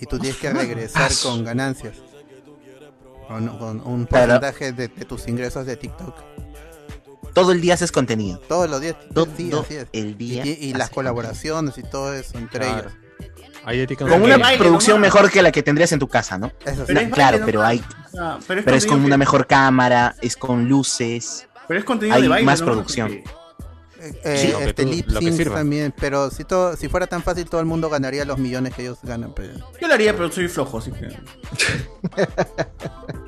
[SPEAKER 2] y
[SPEAKER 7] [laughs]
[SPEAKER 2] tú tienes que regresar con ganancias. Con, con un
[SPEAKER 7] Claro.
[SPEAKER 2] porcentaje de, de tus ingresos de TikTok.
[SPEAKER 7] Todo el día haces contenido.
[SPEAKER 2] Todos los días.
[SPEAKER 7] Todo
[SPEAKER 2] sí, así es.
[SPEAKER 7] el día.
[SPEAKER 2] Y, y las colaboraciones y todo eso entre
[SPEAKER 7] Claro.
[SPEAKER 2] ellas.
[SPEAKER 3] Ahí ética
[SPEAKER 7] Con una
[SPEAKER 2] Baile
[SPEAKER 7] producción
[SPEAKER 2] nomás.
[SPEAKER 7] mejor que la que tendrías en tu casa, ¿no?
[SPEAKER 2] Eso
[SPEAKER 7] No,
[SPEAKER 5] sí.
[SPEAKER 7] claro,
[SPEAKER 5] Pero es baile
[SPEAKER 7] pero
[SPEAKER 5] nomás.
[SPEAKER 7] hay.
[SPEAKER 5] O sea, Ah, pero
[SPEAKER 7] pero
[SPEAKER 5] es
[SPEAKER 7] es,
[SPEAKER 5] contenido
[SPEAKER 7] con
[SPEAKER 5] que-
[SPEAKER 7] una mejor cámara, es con luces.
[SPEAKER 5] Pero es contenido
[SPEAKER 7] hay
[SPEAKER 5] de baile
[SPEAKER 7] más
[SPEAKER 5] nomás,
[SPEAKER 7] producción.
[SPEAKER 2] Eh,
[SPEAKER 7] Sí, lo que
[SPEAKER 2] este
[SPEAKER 7] tú-
[SPEAKER 2] lip
[SPEAKER 7] lo que
[SPEAKER 2] syncs
[SPEAKER 7] sirva.
[SPEAKER 2] también, pero si todo, si fuera tan fácil todo el mundo ganaría los millones que ellos ganan. pues. Pero...
[SPEAKER 5] Yo lo haría, pero soy flojo, así que.
[SPEAKER 2] [laughs]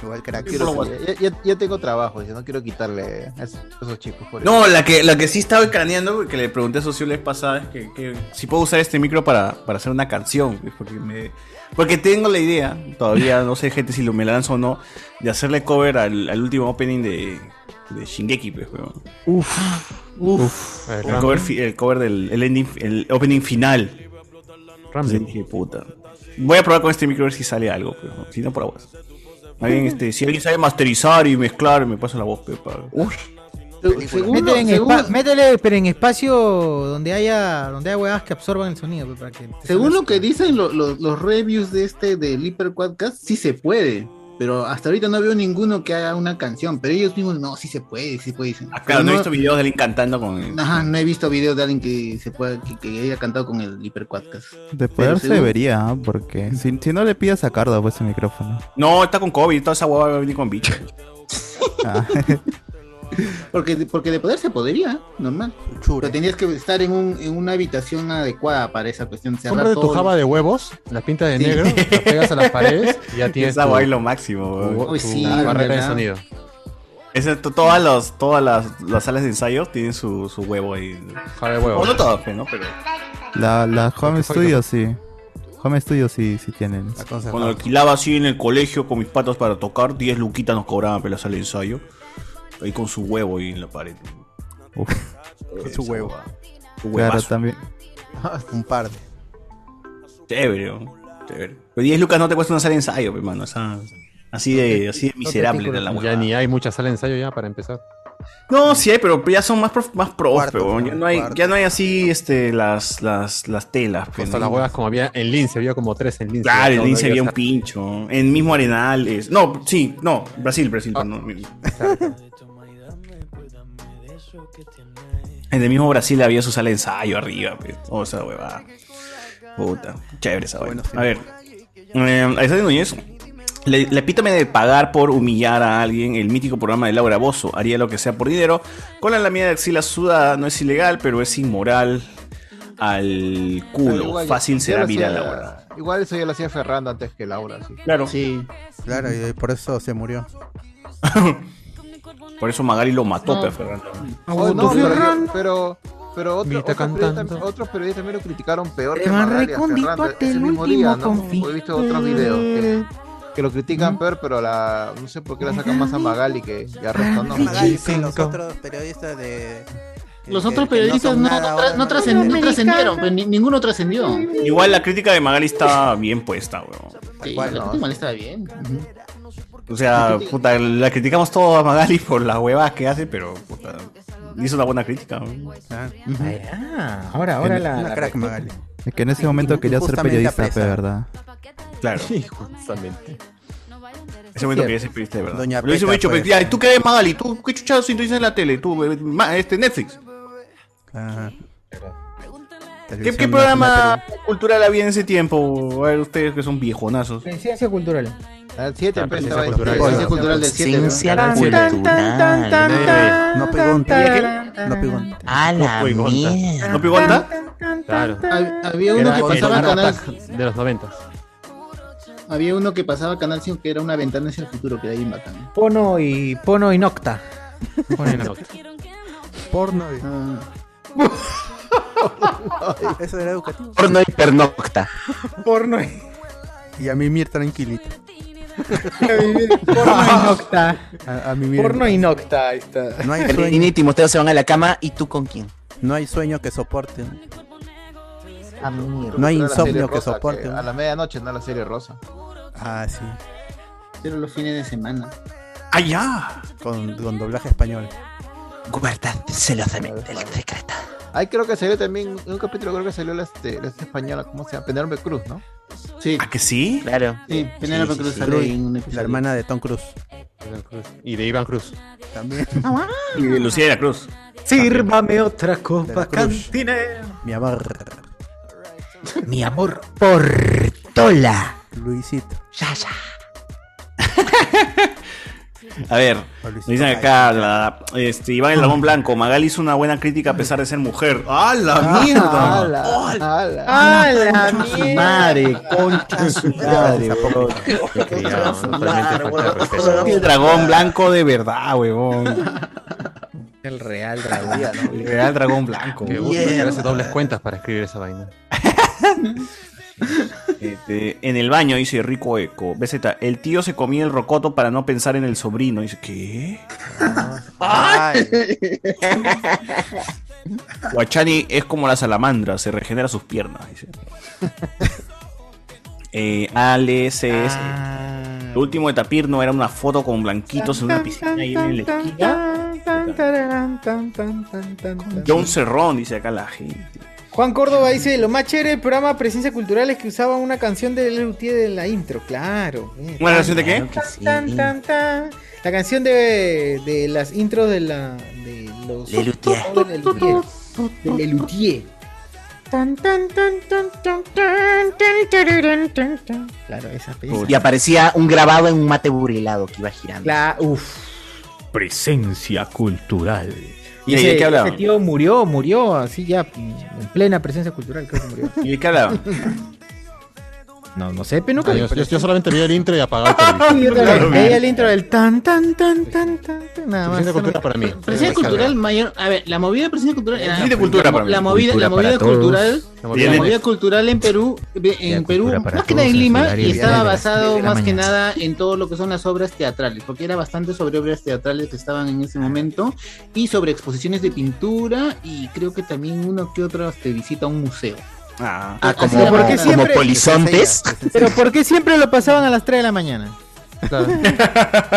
[SPEAKER 2] Igual crack.
[SPEAKER 12] Yo, yo- yo tengo trabajo, yo no quiero quitarle a esos, a esos chicos. por
[SPEAKER 5] No,
[SPEAKER 12] eso.
[SPEAKER 5] la que, la que sí estaba craneando, que le pregunté a Socio la vez pasada, es que, que si puedo usar este micro para, para hacer una canción. pues, Porque, me- porque tengo la idea, todavía no sé, gente, si lo me lanzo o no, de hacerle cover al, al último opening de, de Shingeki. Pues, weón.
[SPEAKER 32] Uf.
[SPEAKER 5] Uf. el, cover, fi- el cover del el ending, el opening final. Ramsey. Dije, puta. Voy a probar con este micro a ver si sale algo, pero si no, por aguas. Alguien, este, si alguien sabe masterizar y mezclar, me pasa la voz, pepa. Uy.
[SPEAKER 1] Métele, en espa- métele, pero en espacio donde haya donde haya huevadas que absorban el sonido. pues, Para que te
[SPEAKER 27] Según
[SPEAKER 1] suene
[SPEAKER 27] lo que dicen lo- lo- los reviews de este del Hyper Quadcast, sí se puede. Pero hasta ahorita no veo ninguno que haga una canción. Pero ellos mismos, no, sí se puede, sí se puede. Dicen.
[SPEAKER 5] Ah, Claro,
[SPEAKER 27] Pero
[SPEAKER 5] no he visto videos de alguien cantando con.
[SPEAKER 27] Ajá, no he visto videos de alguien que se pueda, que, que haya cantado con el Hyper Quadcast.
[SPEAKER 22] De
[SPEAKER 27] Pero
[SPEAKER 22] poderse
[SPEAKER 27] según-
[SPEAKER 22] debería, ¿ah? porque si, si no le pidas a Cardo pues el micrófono.
[SPEAKER 5] No, está con COVID, toda esa hueva va a venir con [laughs] bicho. [laughs]
[SPEAKER 22] Ah.
[SPEAKER 27] Porque, porque de poder se podría, ¿eh? normal. Pero tenías que estar en, un, en una habitación adecuada para esa cuestión.
[SPEAKER 3] Compra tu
[SPEAKER 27] todo.
[SPEAKER 3] java de huevos, la pintas de
[SPEAKER 27] Sí.
[SPEAKER 3] negro, la pegas a las paredes y
[SPEAKER 5] [laughs]
[SPEAKER 3] ya tienes.
[SPEAKER 5] Esa
[SPEAKER 3] tu-
[SPEAKER 5] guay lo máximo, weón.
[SPEAKER 3] tu- tu barrera de sonido.
[SPEAKER 5] Excepto todas, las- todas las, las salas de ensayo tienen su, su huevo ahí.
[SPEAKER 3] Java de
[SPEAKER 5] O no todas, pues, ¿no? Pero
[SPEAKER 22] La, la Home
[SPEAKER 5] fue, no?
[SPEAKER 22] Studio sí. Home Studio sí, sí tienen.
[SPEAKER 5] cuando alquilaba así en el colegio con mis patas para tocar, 10 luquitas nos cobraban para la sala de ensayo. Ahí con su huevo ahí en la pared.
[SPEAKER 2] Con su huevo.
[SPEAKER 5] Su
[SPEAKER 22] Claro,
[SPEAKER 5] huevazo.
[SPEAKER 22] también.
[SPEAKER 2] [laughs] Un par de.
[SPEAKER 5] Chévere, weón. Chévere. Pero 10 lucas no te cuesta una sala de ensayo, hermano. Ah, Así de, así de miserable era la hueá.
[SPEAKER 3] Ya ni hay mucha sala de ensayo ya para empezar.
[SPEAKER 5] No, sí hay, pero ya son más, prof- más pros,
[SPEAKER 3] Cuartos,
[SPEAKER 5] pero ya,
[SPEAKER 3] ¿no?
[SPEAKER 5] no hay,
[SPEAKER 3] Cuartos.
[SPEAKER 5] ya no hay así este, las, las, las telas. pues,
[SPEAKER 3] Hasta
[SPEAKER 5] ¿no?
[SPEAKER 3] las huevas como había en Lince, había como tres en Lince.
[SPEAKER 5] Claro, en
[SPEAKER 3] Todo
[SPEAKER 5] Lince
[SPEAKER 3] había
[SPEAKER 5] había un
[SPEAKER 3] hasta-
[SPEAKER 5] pincho. En mismo Arenales. No, sí, no, Brasil, Brasil. pero
[SPEAKER 3] Ah,
[SPEAKER 5] no, mira. en el mismo Brasil había su sala de ensayo arriba. Pues. O sea, huevada. Puta, chévere esa vaina. A ver, eh, a Estadio Núñez. Le- La epítome de pagar por humillar a alguien, el mítico programa de Laura Bozo, haría lo que sea por dinero, con la lamida de axila sudada, no es ilegal, pero es inmoral al
[SPEAKER 12] Pero
[SPEAKER 5] culo,
[SPEAKER 12] igual,
[SPEAKER 5] fácil
[SPEAKER 12] ya
[SPEAKER 5] será
[SPEAKER 12] lo
[SPEAKER 5] viral
[SPEAKER 12] hacía-
[SPEAKER 5] ahora.
[SPEAKER 12] Igual eso ya lo hacía Ferrando antes que Laura. Sí.
[SPEAKER 5] Claro.
[SPEAKER 27] Sí.
[SPEAKER 2] Claro, y por eso se murió.
[SPEAKER 5] Por eso Magali lo mató,
[SPEAKER 12] No.
[SPEAKER 5] pe, Fernando.
[SPEAKER 12] Oh, no, pero, yo- pero, pero otro-
[SPEAKER 3] Me está
[SPEAKER 12] otros, periodistas,
[SPEAKER 3] cantando.
[SPEAKER 12] otros periodistas también lo criticaron peor
[SPEAKER 3] Te
[SPEAKER 12] que
[SPEAKER 3] van
[SPEAKER 12] Magali a
[SPEAKER 3] recondito
[SPEAKER 12] Ferrando
[SPEAKER 3] hasta
[SPEAKER 12] ese
[SPEAKER 3] el
[SPEAKER 12] mismo
[SPEAKER 3] último
[SPEAKER 12] día, ¿no?
[SPEAKER 3] confite.
[SPEAKER 12] He visto otros videos que, que lo critican peor, pero la no sé por qué la sacan más a Magali que, que a resto, ¿no?
[SPEAKER 2] Magali, pero los otros periodistas de.
[SPEAKER 9] Los
[SPEAKER 2] que-
[SPEAKER 9] otros
[SPEAKER 2] que no
[SPEAKER 9] periodistas
[SPEAKER 2] son
[SPEAKER 9] no,
[SPEAKER 2] nada
[SPEAKER 9] no
[SPEAKER 2] ahora,
[SPEAKER 9] tra- no trascend- no trascendieron, pues, ni- ninguno trascendió.
[SPEAKER 5] Igual la crítica de Magali está bien puesta, weón.
[SPEAKER 9] Sí,
[SPEAKER 5] Igual,
[SPEAKER 9] la
[SPEAKER 5] ¿no?
[SPEAKER 9] gente mal estaba bien.
[SPEAKER 5] O sea, puta, la criticamos todos a Magali por las huevas que hace, pero puta, hizo una buena crítica. weón.
[SPEAKER 1] Ah, ahora, ahora
[SPEAKER 22] En-
[SPEAKER 1] la,
[SPEAKER 22] una
[SPEAKER 1] la
[SPEAKER 22] crack,
[SPEAKER 1] respeto.
[SPEAKER 22] Magali. Es que en ese momento quería ser
[SPEAKER 1] Injustamente
[SPEAKER 22] periodista,
[SPEAKER 1] apresa.
[SPEAKER 22] pero verdad.
[SPEAKER 12] [laughs]
[SPEAKER 5] Claro.
[SPEAKER 3] Sí, justamente.
[SPEAKER 5] Ese momento que ya se pediste, de verdad.
[SPEAKER 22] Doña
[SPEAKER 5] Lo hizo
[SPEAKER 22] Peta,
[SPEAKER 5] mucho,
[SPEAKER 22] pues.
[SPEAKER 5] pero, ya, ¿tú qué ves, Magali? ¿Tú qué chuchazo sintonizas en la tele? ¿Tú, eh, ma- este, Netflix? ¿Qué, qué programa cultural había en ese tiempo? A ver, ustedes que son viejonazos.
[SPEAKER 1] Ciencia cultural.
[SPEAKER 12] Al 7
[SPEAKER 5] Claro,
[SPEAKER 12] empezó
[SPEAKER 5] Ciencia
[SPEAKER 12] ahí.
[SPEAKER 5] Cultural.
[SPEAKER 12] Sí,
[SPEAKER 5] Ciencia Cultural del siete,
[SPEAKER 7] Ciencia
[SPEAKER 5] ¿verdad?
[SPEAKER 7] cultural.
[SPEAKER 2] No pregunta. No pregunta.
[SPEAKER 7] A la mierda.
[SPEAKER 5] ¿No pigonta?
[SPEAKER 3] Claro.
[SPEAKER 27] Había uno
[SPEAKER 3] Era
[SPEAKER 27] que
[SPEAKER 3] el
[SPEAKER 27] pasaba
[SPEAKER 3] Art
[SPEAKER 27] canal,
[SPEAKER 3] Attack de los 90.
[SPEAKER 27] había uno que pasaba canal 5 que era una ventana hacia el futuro que era bien bacán.
[SPEAKER 1] Pono y Pono y Nocta.
[SPEAKER 2] Porno.
[SPEAKER 27] Ah.
[SPEAKER 2] Eso era educativo.
[SPEAKER 7] Porno y pernocta.
[SPEAKER 1] Porno y. [laughs]
[SPEAKER 2] Y a mimir tranquilito. [laughs] A, a mi vida.
[SPEAKER 1] Ah. Porno y nocta, ahí está.
[SPEAKER 2] No hay
[SPEAKER 7] Cristina y Timoteo se van a la cama y tú con quién.
[SPEAKER 2] No hay sueño que soporte. ¿no?
[SPEAKER 37] Pero
[SPEAKER 2] No hay
[SPEAKER 37] era la serie
[SPEAKER 2] insomnio que
[SPEAKER 37] rosa,
[SPEAKER 2] soporte. ¿no?
[SPEAKER 37] a la medianoche, no la serie rosa.
[SPEAKER 2] Ah, sí.
[SPEAKER 12] Pero los fines de semana.
[SPEAKER 2] ¡Allá! Con, con doblaje español.
[SPEAKER 7] Guardad celosamente la secreta.
[SPEAKER 37] Ahí creo que salió también, en un capítulo creo que salió la, este, la esta española, ¿cómo se llama? Penélope Cruz, ¿no?
[SPEAKER 12] Sí.
[SPEAKER 5] ¿A ¿Ah, que sí?
[SPEAKER 7] Claro.
[SPEAKER 12] Sí, Penélope Cruz salió en un episodio.
[SPEAKER 2] La hermana de Tom Cruise.
[SPEAKER 3] Y de Iván Cruz.
[SPEAKER 1] [laughs]
[SPEAKER 2] También.
[SPEAKER 1] Ah.
[SPEAKER 5] Y de Lucía de la Cruz.
[SPEAKER 1] Sírvame otra copa
[SPEAKER 2] Cruz.
[SPEAKER 1] cantinera.
[SPEAKER 2] Mi amor.
[SPEAKER 1] [laughs] Mi amor, Portola.
[SPEAKER 2] Luisito.
[SPEAKER 7] Ya, ya.
[SPEAKER 5] A ver, nos dicen acá, la, este, Iván el Dragón Blanco, Magali hizo una buena crítica a pesar de ser mujer. ¡A
[SPEAKER 3] Ah.
[SPEAKER 5] la mierda!
[SPEAKER 1] Ah, ¡A Ah, la
[SPEAKER 38] Madre, concha su madre,
[SPEAKER 5] El dragón blanco de verdad, huevón.
[SPEAKER 39] El Real Dragón.
[SPEAKER 5] El Real Dragón Blanco.
[SPEAKER 3] Que gusta
[SPEAKER 5] Mierda.
[SPEAKER 3] que hace dobles cuentas para escribir esa vaina.
[SPEAKER 5] [laughs] Este, en el baño dice Rico Eco. BZ, el tío se comía el rocoto para no pensar en el sobrino. Dice, ¿qué?
[SPEAKER 11] [laughs]
[SPEAKER 5] Guachani es como la salamandra, se regenera sus piernas. Dice. [laughs] Eh, Ale CS.
[SPEAKER 3] Ah.
[SPEAKER 11] eh,
[SPEAKER 5] Lo último de Tapirno era una foto con blanquitos en una piscina ahí en la esquina. John Cerrón, dice acá la gente.
[SPEAKER 1] Juan Córdoba dice, lo más chévere del programa Presencia Cultural es que usaban una canción de Lelutier de la intro, claro. eh.
[SPEAKER 5] ¿Una canción de qué?
[SPEAKER 1] Tan, tan, tan. La canción de, de las intros de la de los
[SPEAKER 7] Lelutier.
[SPEAKER 1] de Lelutier. De Lelutier. Tan, tan, tan, tan, tan, tan, tan, tararán, tan, tan. Claro, esa película.
[SPEAKER 7] Y aparecía un grabado en un mate burilado que iba girando.
[SPEAKER 1] La uff.
[SPEAKER 39] Presencia cultural.
[SPEAKER 1] Y ese, ese tío murió, murió así ya en plena presencia cultural, creo que murió.
[SPEAKER 5] ¿Y de qué hablaban?
[SPEAKER 1] No, no sé, pero nunca
[SPEAKER 3] Ah,
[SPEAKER 1] le
[SPEAKER 3] yo, yo-
[SPEAKER 1] presté.
[SPEAKER 3] yo solamente vi el intro y apagaba el televisor.
[SPEAKER 1] [laughs] Sí, yo también.
[SPEAKER 3] Claro,
[SPEAKER 1] Veía
[SPEAKER 3] Ah, vi.
[SPEAKER 1] el intro del tan tan tan tan tan, tan, nada más.
[SPEAKER 3] Suficiente cultura para mí.
[SPEAKER 40] Presencia cultural mayor. A ver, la movida de presencia cultural era.
[SPEAKER 3] Sí, de cultura
[SPEAKER 40] la,
[SPEAKER 3] para mí.
[SPEAKER 40] la movida, la
[SPEAKER 3] Cultura
[SPEAKER 40] movida
[SPEAKER 3] para todos.
[SPEAKER 40] cultural.
[SPEAKER 3] La
[SPEAKER 40] La
[SPEAKER 3] movida
[SPEAKER 40] movida
[SPEAKER 3] de-
[SPEAKER 40] cultural en Perú. ve- En Perú,
[SPEAKER 39] para
[SPEAKER 40] más que nada
[SPEAKER 39] todos,
[SPEAKER 40] en
[SPEAKER 39] en
[SPEAKER 40] Lima.
[SPEAKER 39] horario
[SPEAKER 40] Y
[SPEAKER 39] de
[SPEAKER 40] estaba
[SPEAKER 39] las
[SPEAKER 40] basado
[SPEAKER 39] diez de la
[SPEAKER 40] más que
[SPEAKER 39] mañana.
[SPEAKER 40] nada en todo lo que son las obras
[SPEAKER 1] [laughs]
[SPEAKER 40] teatrales. Porque era bastante sobre obras teatrales que estaban en ese momento. Y sobre exposiciones de pintura. Y creo que también uno que otro te visita a un museo.
[SPEAKER 5] Ah,
[SPEAKER 1] Ah, como- Pero ¿por qué como siempre-
[SPEAKER 40] [laughs]
[SPEAKER 7] polizontes.
[SPEAKER 1] Pero ¿por qué siempre lo pasaban a las 3 de la mañana?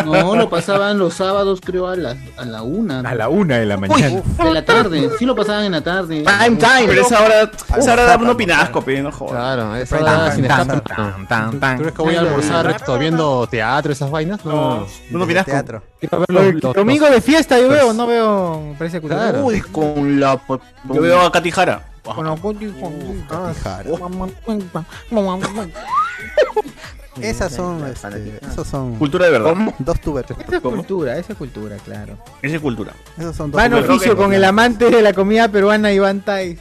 [SPEAKER 40] No, lo pasaban los sábados, creo, a la, a la una.
[SPEAKER 39] A la una de la mañana.
[SPEAKER 40] De la tarde, sí lo pasaban en la tarde.
[SPEAKER 5] Time, time. Pero esa hora, esa hora da uno pinasco, pe, no
[SPEAKER 3] Claro, esa
[SPEAKER 5] Tan,
[SPEAKER 3] hora
[SPEAKER 5] tan,
[SPEAKER 3] sin
[SPEAKER 5] tan,
[SPEAKER 3] escape. ¿Tú tú crees que voy a almorzar todo viendo teatro, esas vainas? No,
[SPEAKER 5] no, no pinasco.
[SPEAKER 2] Teatro.
[SPEAKER 3] Quiero ver los- los-
[SPEAKER 1] Domingo
[SPEAKER 3] los-
[SPEAKER 1] de fiesta yo veo, no veo presencia cultural.
[SPEAKER 3] Claro.
[SPEAKER 1] Uy,
[SPEAKER 7] con la
[SPEAKER 5] Yo veo a Katy Jara.
[SPEAKER 1] con la- con- con- [laughs]
[SPEAKER 2] Esas son, este, esos son.
[SPEAKER 5] Cultura de verdad.
[SPEAKER 2] Dos tubers.
[SPEAKER 1] Esa es cultura, esa es cultura, claro.
[SPEAKER 5] Esa es cultura.
[SPEAKER 2] Esos son dos
[SPEAKER 1] Van
[SPEAKER 2] tubers.
[SPEAKER 1] oficio con el amante de la comida peruana Iván Tai.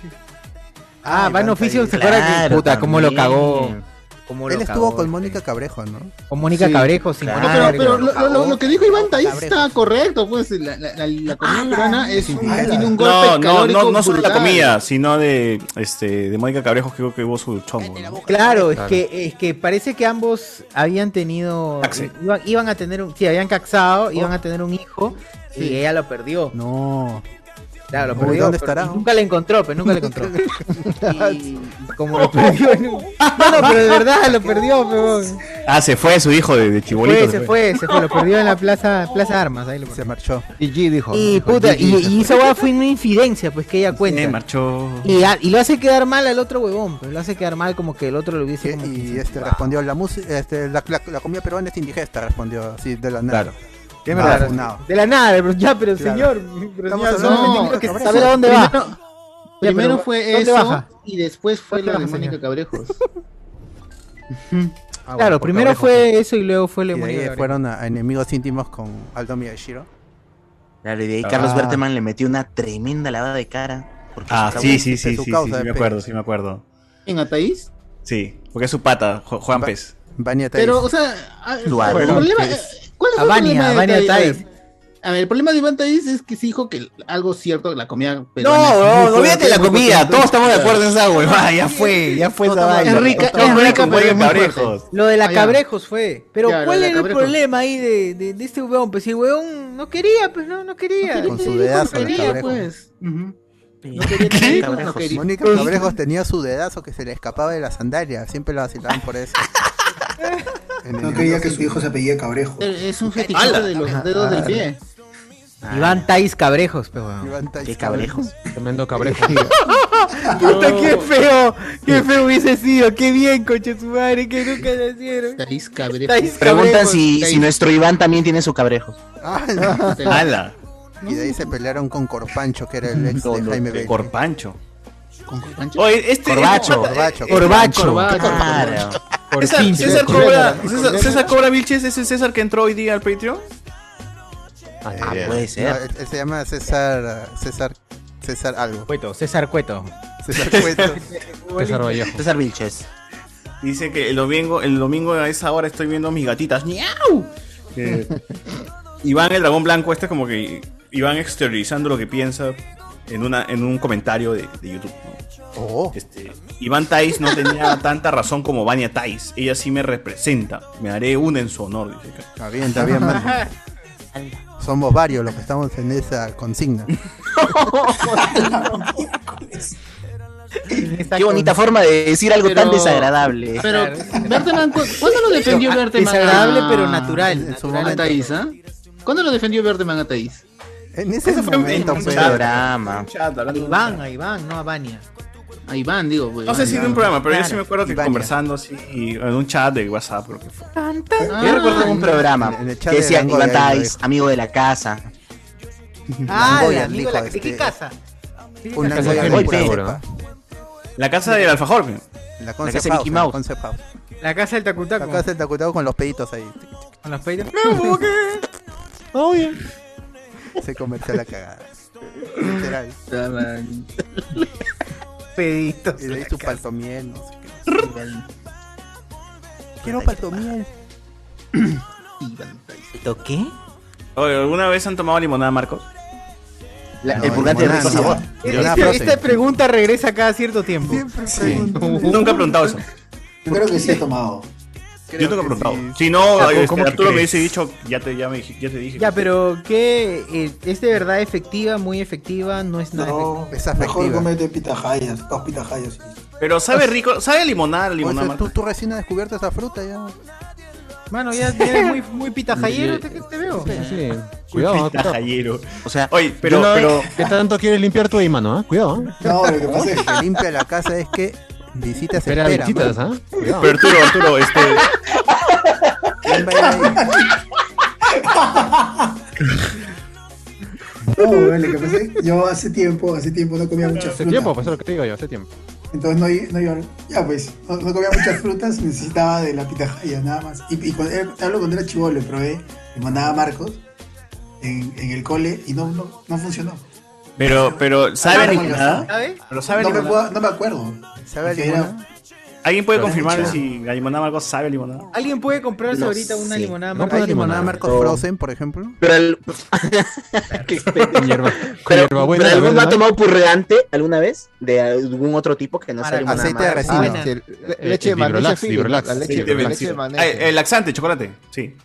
[SPEAKER 1] Ah, van
[SPEAKER 2] Ay, Iván
[SPEAKER 1] oficio,
[SPEAKER 2] Tai.
[SPEAKER 1] se acuerda que
[SPEAKER 2] Claro,
[SPEAKER 1] puta, cómo lo
[SPEAKER 2] también.
[SPEAKER 1] cagó. Cómo lo
[SPEAKER 2] Él estuvo
[SPEAKER 1] cagó,
[SPEAKER 2] con Mónica Cabrejo, ¿no?
[SPEAKER 1] Con Mónica
[SPEAKER 2] Sí.
[SPEAKER 1] Cabrejo, sin
[SPEAKER 2] Claro.
[SPEAKER 12] No,
[SPEAKER 1] Mónica
[SPEAKER 12] pero, pero
[SPEAKER 1] Cabrejo.
[SPEAKER 12] lo, lo- lo- lo que dijo Iván Taís está correcto, pues la, la, la, la comida peruana es un, tiene un golpe
[SPEAKER 5] No, no, no,
[SPEAKER 12] calórico
[SPEAKER 5] no solo la
[SPEAKER 12] brutal.
[SPEAKER 5] comida, sino de este de Mónica Cabrejo, creo que hubo su chongo. ¿no?
[SPEAKER 1] Claro, Ah, es
[SPEAKER 5] Claro.
[SPEAKER 1] que es que parece que ambos habían tenido iban, iban a tener un sí, habían caxado, iban a tener un hijo y ella lo perdió.
[SPEAKER 2] No.
[SPEAKER 1] Claro, lo
[SPEAKER 2] Uy,
[SPEAKER 1] perdió.
[SPEAKER 2] ¿dónde
[SPEAKER 1] pero
[SPEAKER 2] estará?
[SPEAKER 1] Nunca le encontró, pero nunca le
[SPEAKER 2] [laughs]
[SPEAKER 1] encontró. [laughs] Como lo perdió. en un- No, no, pero de verdad lo perdió, pebón.
[SPEAKER 5] [laughs] Ah, se fue su hijo de, de chibolito.
[SPEAKER 1] Fue, se fue, se fue, lo perdió en la plaza, plaza Armas, ahí lo Se
[SPEAKER 2] marchó.
[SPEAKER 1] Y G dijo. Y
[SPEAKER 2] dijo,
[SPEAKER 1] puta,
[SPEAKER 2] GG
[SPEAKER 1] y,
[SPEAKER 2] se
[SPEAKER 1] y esa hueá fue una infidencia, pues que ella cuenta.
[SPEAKER 5] Se Eh, marchó.
[SPEAKER 1] Y, a- y lo hace quedar mal al otro huevón, pues, lo hace quedar mal como que el otro lo hubiese como
[SPEAKER 2] Y este respondió la música, este, la, la- la comida peruana es indigesta, respondió así de la nada.
[SPEAKER 1] ¿Qué
[SPEAKER 2] me
[SPEAKER 5] Ah.
[SPEAKER 1] me da? De la nada, pero ya, pero
[SPEAKER 2] Claro.
[SPEAKER 1] señor, pero
[SPEAKER 2] Estamos
[SPEAKER 1] señor,
[SPEAKER 2] hablando
[SPEAKER 1] solamente
[SPEAKER 2] de
[SPEAKER 1] quiero que
[SPEAKER 2] Mónica
[SPEAKER 1] saber a dónde va.
[SPEAKER 40] Primero,
[SPEAKER 1] Ya,
[SPEAKER 40] primero
[SPEAKER 1] pero,
[SPEAKER 40] fue
[SPEAKER 1] ¿dónde
[SPEAKER 40] eso
[SPEAKER 1] baja?
[SPEAKER 40] y después fue lo
[SPEAKER 1] ¿Dónde
[SPEAKER 40] de
[SPEAKER 1] baja,
[SPEAKER 40] Mónica
[SPEAKER 2] [laughs]
[SPEAKER 40] Cabrejos.
[SPEAKER 2] Ah,
[SPEAKER 1] Claro, primero fue eso y luego fue
[SPEAKER 2] Y de
[SPEAKER 1] Lemonade
[SPEAKER 2] ahí
[SPEAKER 1] Gabriel.
[SPEAKER 2] fueron a, a enemigos íntimos con Aldo Miyashiro.
[SPEAKER 7] Claro, y de ahí Carlos
[SPEAKER 2] Ah.
[SPEAKER 7] Berteman le metió una tremenda lavada de cara. porque
[SPEAKER 5] Ah,
[SPEAKER 7] su
[SPEAKER 5] sí,
[SPEAKER 7] causa-
[SPEAKER 5] sí, sí, sí,
[SPEAKER 7] su
[SPEAKER 5] sí,
[SPEAKER 7] causa
[SPEAKER 5] sí,
[SPEAKER 7] de
[SPEAKER 5] me
[SPEAKER 7] pe-
[SPEAKER 5] acuerdo, sí, me acuerdo.
[SPEAKER 40] ¿En Ataís?
[SPEAKER 5] Sí, porque es su pata, Ju- Juan Pez.
[SPEAKER 2] Vania
[SPEAKER 40] Pero, o sea, a-
[SPEAKER 5] Luar.
[SPEAKER 40] el problema-
[SPEAKER 5] Pues,
[SPEAKER 40] ¿cuál es
[SPEAKER 1] a
[SPEAKER 40] el
[SPEAKER 1] Vania,
[SPEAKER 40] problema
[SPEAKER 1] a
[SPEAKER 40] de
[SPEAKER 1] Vania
[SPEAKER 40] Taís?
[SPEAKER 1] Taís.
[SPEAKER 41] A ver, el problema de Iván Taiz es que se dijo que algo cierto, la comida
[SPEAKER 5] No,
[SPEAKER 41] peruana es muy
[SPEAKER 5] no, no
[SPEAKER 41] fuerte,
[SPEAKER 5] olvídate de la
[SPEAKER 41] muy
[SPEAKER 5] comida.
[SPEAKER 41] potente.
[SPEAKER 5] Todos estamos de acuerdo en esa
[SPEAKER 41] Claro.
[SPEAKER 5] huevada. Ya fue, ya fue esa vaina.
[SPEAKER 1] Es rica,
[SPEAKER 5] Todos
[SPEAKER 1] es
[SPEAKER 5] comieron
[SPEAKER 1] rica,
[SPEAKER 5] con
[SPEAKER 1] pero es
[SPEAKER 5] huevos
[SPEAKER 1] muy
[SPEAKER 5] cabrejos.
[SPEAKER 1] fuerte. Lo de la
[SPEAKER 5] Ah, ya.
[SPEAKER 1] Cabrejos fue. Pero
[SPEAKER 5] Ya, lo
[SPEAKER 1] ¿cuál
[SPEAKER 5] de la
[SPEAKER 1] era el
[SPEAKER 5] Cabrejos.
[SPEAKER 1] problema ahí de, de, de este huevón? Pues si el huevón no quería, pues no, no quería.
[SPEAKER 2] Con su
[SPEAKER 1] Sí,
[SPEAKER 2] dedazo,
[SPEAKER 1] no
[SPEAKER 2] el
[SPEAKER 1] quería,
[SPEAKER 2] Cabrejo.
[SPEAKER 1] pues.
[SPEAKER 2] Cabrejos. Mónica Cabrejos tenía su dedazo que se le escapaba de la sandalia, siempre lo vacilaban por
[SPEAKER 17] [laughs]
[SPEAKER 2] eso.
[SPEAKER 17] No quería que su hijo se
[SPEAKER 2] [laughs]
[SPEAKER 17] apellide Cabrejo.
[SPEAKER 41] Es un fetichito
[SPEAKER 17] Ala.
[SPEAKER 41] de los dedos del
[SPEAKER 1] Ah.
[SPEAKER 41] pie.
[SPEAKER 1] Iván Tais Cabrejos, pero
[SPEAKER 2] Iván Tais
[SPEAKER 1] ¿Qué
[SPEAKER 2] Cabrejos?
[SPEAKER 3] Tremendo cabrejo.
[SPEAKER 1] [laughs] Puta, qué feo, qué feo hubiese sido, qué bien, coche su madre, que nunca nacieron.
[SPEAKER 41] Tais Cabrejo.
[SPEAKER 1] Tais
[SPEAKER 7] Preguntan
[SPEAKER 1] Cabrejos.
[SPEAKER 7] si, si
[SPEAKER 1] Tais-
[SPEAKER 7] nuestro Iván también tiene su [laughs] cabrejo.
[SPEAKER 2] ¡Hala! Ah, Y de ahí se pelearon con Corpancho, que era el ex de Jaime Bailey.
[SPEAKER 5] Corpancho.
[SPEAKER 41] ¿Con Corpancho?
[SPEAKER 5] Oye, este.
[SPEAKER 2] Corbacho,
[SPEAKER 5] este-
[SPEAKER 2] Corbacho,
[SPEAKER 5] eh,
[SPEAKER 2] Corbacho.
[SPEAKER 5] Corbacho.
[SPEAKER 2] Claro.
[SPEAKER 5] César,
[SPEAKER 2] Corpincho.
[SPEAKER 5] César Cobra,
[SPEAKER 2] Corleone.
[SPEAKER 5] César, César Cobra Vilches, ¿es el César que entró hoy día al Patreon?
[SPEAKER 7] Ah, puede ser.
[SPEAKER 2] Eh, No, él- él se llama César. César. César algo.
[SPEAKER 1] Cueto, César Cueto.
[SPEAKER 2] César Cueto.
[SPEAKER 1] César
[SPEAKER 2] Vallejo.
[SPEAKER 7] César Vilches.
[SPEAKER 5] Dice que el domingo, el domingo a esa hora estoy viendo mis gatitas. ¡Miau! Eh, Iván el dragón blanco, este como que Iván exteriorizando lo que piensa en, una, en un comentario de, de YouTube. ¿no? Este, Iván Tais no tenía tanta razón como Vania Tais. Ella sí me representa. Me haré una en su honor. Dice acá.
[SPEAKER 2] Está bien, está bien, mano. [laughs] Somos varios los que estamos en esa consigna.
[SPEAKER 7] Qué bonita forma de decir algo tan desagradable.
[SPEAKER 41] Pero, Berteman, ¿cu- ¿cuándo lo defendió
[SPEAKER 7] Pero,
[SPEAKER 41] Berteman?
[SPEAKER 7] desagradable,
[SPEAKER 41] a-
[SPEAKER 7] pero natural,
[SPEAKER 41] En su
[SPEAKER 7] natural.
[SPEAKER 41] momento. A Thaís, ¿ah? ¿Cuándo lo defendió Berteman a Thaís?
[SPEAKER 2] En ese
[SPEAKER 1] momento,
[SPEAKER 41] un
[SPEAKER 1] pues.
[SPEAKER 41] programa.
[SPEAKER 1] A Iván, a Iván, no a Vania.
[SPEAKER 41] A Iván, digo. pues,
[SPEAKER 5] [laughs] No sé si de un programa, pero yo sí
[SPEAKER 41] Claro.
[SPEAKER 5] me acuerdo que
[SPEAKER 41] Ivania. Ah,
[SPEAKER 5] conversando así en un chat de WhatsApp, creo que fue.
[SPEAKER 7] Yo recuerdo un programa
[SPEAKER 5] en el chat
[SPEAKER 7] que
[SPEAKER 5] de
[SPEAKER 7] decía
[SPEAKER 5] Dango
[SPEAKER 7] Iván
[SPEAKER 5] de ahí lo
[SPEAKER 7] Tais, amigo de la casa.
[SPEAKER 1] Ah,
[SPEAKER 2] Langoy
[SPEAKER 1] el
[SPEAKER 2] al
[SPEAKER 1] amigo de
[SPEAKER 2] hijo,
[SPEAKER 1] la ¿De qué
[SPEAKER 2] este,
[SPEAKER 1] casa? ¿De qué
[SPEAKER 2] Una
[SPEAKER 1] casa?
[SPEAKER 2] Langoy al
[SPEAKER 1] Golpe.
[SPEAKER 2] pura cepa.
[SPEAKER 5] La casa del alfajor. ¿no?
[SPEAKER 2] La
[SPEAKER 5] La
[SPEAKER 2] Concept
[SPEAKER 5] casa de
[SPEAKER 2] House.
[SPEAKER 5] Mickey
[SPEAKER 2] La
[SPEAKER 5] Mouse.
[SPEAKER 2] Concept House.
[SPEAKER 1] La casa del Tacutaco.
[SPEAKER 2] La casa del Tacutaco con los peditos
[SPEAKER 1] [laughs]
[SPEAKER 2] ahí.
[SPEAKER 1] ¿Con los peitos? No, ¿por qué?
[SPEAKER 11] [laughs]
[SPEAKER 1] Todo bien.
[SPEAKER 2] Se comercial la cagada. Literal.
[SPEAKER 1] [laughs] Peditos.
[SPEAKER 2] Y de ahí su paltomiel, no sé qué. Quiero paltomiel.
[SPEAKER 7] ¿Qué?
[SPEAKER 5] Oye, ¿alguna vez han tomado limonada, Marcos?
[SPEAKER 7] La- el purgante de rico sabor.
[SPEAKER 1] Esta, esta pregunta regresa cada cierto tiempo.
[SPEAKER 5] Nunca he preguntado eso.
[SPEAKER 17] Yo creo que sí he tomado.
[SPEAKER 5] Yo nunca he preguntado. Si no,
[SPEAKER 1] Ya, ¿cómo-
[SPEAKER 5] este,
[SPEAKER 1] cómo que
[SPEAKER 5] Arturo me
[SPEAKER 1] crees?
[SPEAKER 5] hubiese dicho, ya te, ya me, dij- ya te dije.
[SPEAKER 1] Ya, pero ¿qué? Eh, ¿Es de verdad efectiva, muy efectiva? ¿No es nada
[SPEAKER 17] No,
[SPEAKER 1] efectiva?
[SPEAKER 2] es
[SPEAKER 17] mejor comete pitahayas, dos pitahayas. Pues,
[SPEAKER 5] Pero sabe rico, sabe limonada, la limonada,
[SPEAKER 2] Oye,
[SPEAKER 5] Marcos.
[SPEAKER 2] tú, tú recién has descubierto esa fruta ya.
[SPEAKER 1] Mano, ya, ya eres muy, muy
[SPEAKER 17] [laughs]
[SPEAKER 1] pitajayero, ¿te, te veo?
[SPEAKER 3] Sí, cuidado,
[SPEAKER 5] Está
[SPEAKER 3] cuidado.
[SPEAKER 5] jayero.
[SPEAKER 7] pues. O sea,
[SPEAKER 5] oye, eh, pero,
[SPEAKER 3] Yo no- eh,
[SPEAKER 5] pero
[SPEAKER 3] ¿Qué tanto quieres limpiar tu ahí, mano? ah? Cuidado. ah.
[SPEAKER 17] No, lo que
[SPEAKER 2] Lo
[SPEAKER 17] pasa es
[SPEAKER 2] que limpia la casa es que visitas
[SPEAKER 3] Espera
[SPEAKER 2] espera,
[SPEAKER 3] visitas,
[SPEAKER 2] mano.
[SPEAKER 3] ¿ah? Cuidado.
[SPEAKER 5] Pero Arturo, Arturo, este.
[SPEAKER 2] ¿Quién va a ir ahí?
[SPEAKER 17] No, güey, lo que pasa es que yo hace tiempo, hace tiempo no comía mucha
[SPEAKER 3] Hace
[SPEAKER 17] fruta.
[SPEAKER 3] tiempo, pues es lo que te digo yo, hace tiempo.
[SPEAKER 17] Entonces no, no iba- ya pues, no, no comía muchas [laughs] frutas, necesitaba de la pitahaya nada más. Y, y cuando, era- te hablo cuando era chivolo, probé y mandaba Marcos en, en el cole y no, no, no funcionó.
[SPEAKER 5] Pero, pero, ¿sabe
[SPEAKER 17] Ah,
[SPEAKER 5] limonada?
[SPEAKER 17] ¿sabe?
[SPEAKER 5] Pero sabe
[SPEAKER 17] no, me
[SPEAKER 5] limonada.
[SPEAKER 17] puedo- no me acuerdo.
[SPEAKER 2] ¿Sabe a
[SPEAKER 17] Porque era-
[SPEAKER 2] limonada?
[SPEAKER 5] ¿Alguien puede
[SPEAKER 2] Pero
[SPEAKER 5] confirmar
[SPEAKER 2] mucho.
[SPEAKER 5] si la limonada Marcos sabe limonada?
[SPEAKER 1] ¿Alguien puede comprarse
[SPEAKER 5] No
[SPEAKER 1] ahorita una
[SPEAKER 5] sé.
[SPEAKER 1] limonada?
[SPEAKER 5] No
[SPEAKER 1] Marco?
[SPEAKER 2] ¿Hay limonada Marcos
[SPEAKER 1] Todo.
[SPEAKER 2] Frozen, por ejemplo?
[SPEAKER 7] [laughs] Pero el... [laughs] Qué
[SPEAKER 3] Con hierba- con
[SPEAKER 7] Pero,
[SPEAKER 3] hierbabuena,
[SPEAKER 7] ¿pero
[SPEAKER 3] la
[SPEAKER 7] ¿Algún
[SPEAKER 3] verdad.
[SPEAKER 7] ha tomado purreante alguna vez? ¿De algún otro tipo que no sea limonada?
[SPEAKER 2] Maraca. Aceite de
[SPEAKER 7] amarga?
[SPEAKER 2] resina. Ah,
[SPEAKER 7] Buena.
[SPEAKER 2] le-
[SPEAKER 5] eh,
[SPEAKER 2] leche de magnesia
[SPEAKER 3] Vibrolax,
[SPEAKER 2] Philip,
[SPEAKER 3] Vibrolax.
[SPEAKER 2] la leche-
[SPEAKER 3] Sí,
[SPEAKER 2] la leche
[SPEAKER 3] sí.
[SPEAKER 2] de magnesio.
[SPEAKER 5] Ah, el laxante, chocolate. Sí.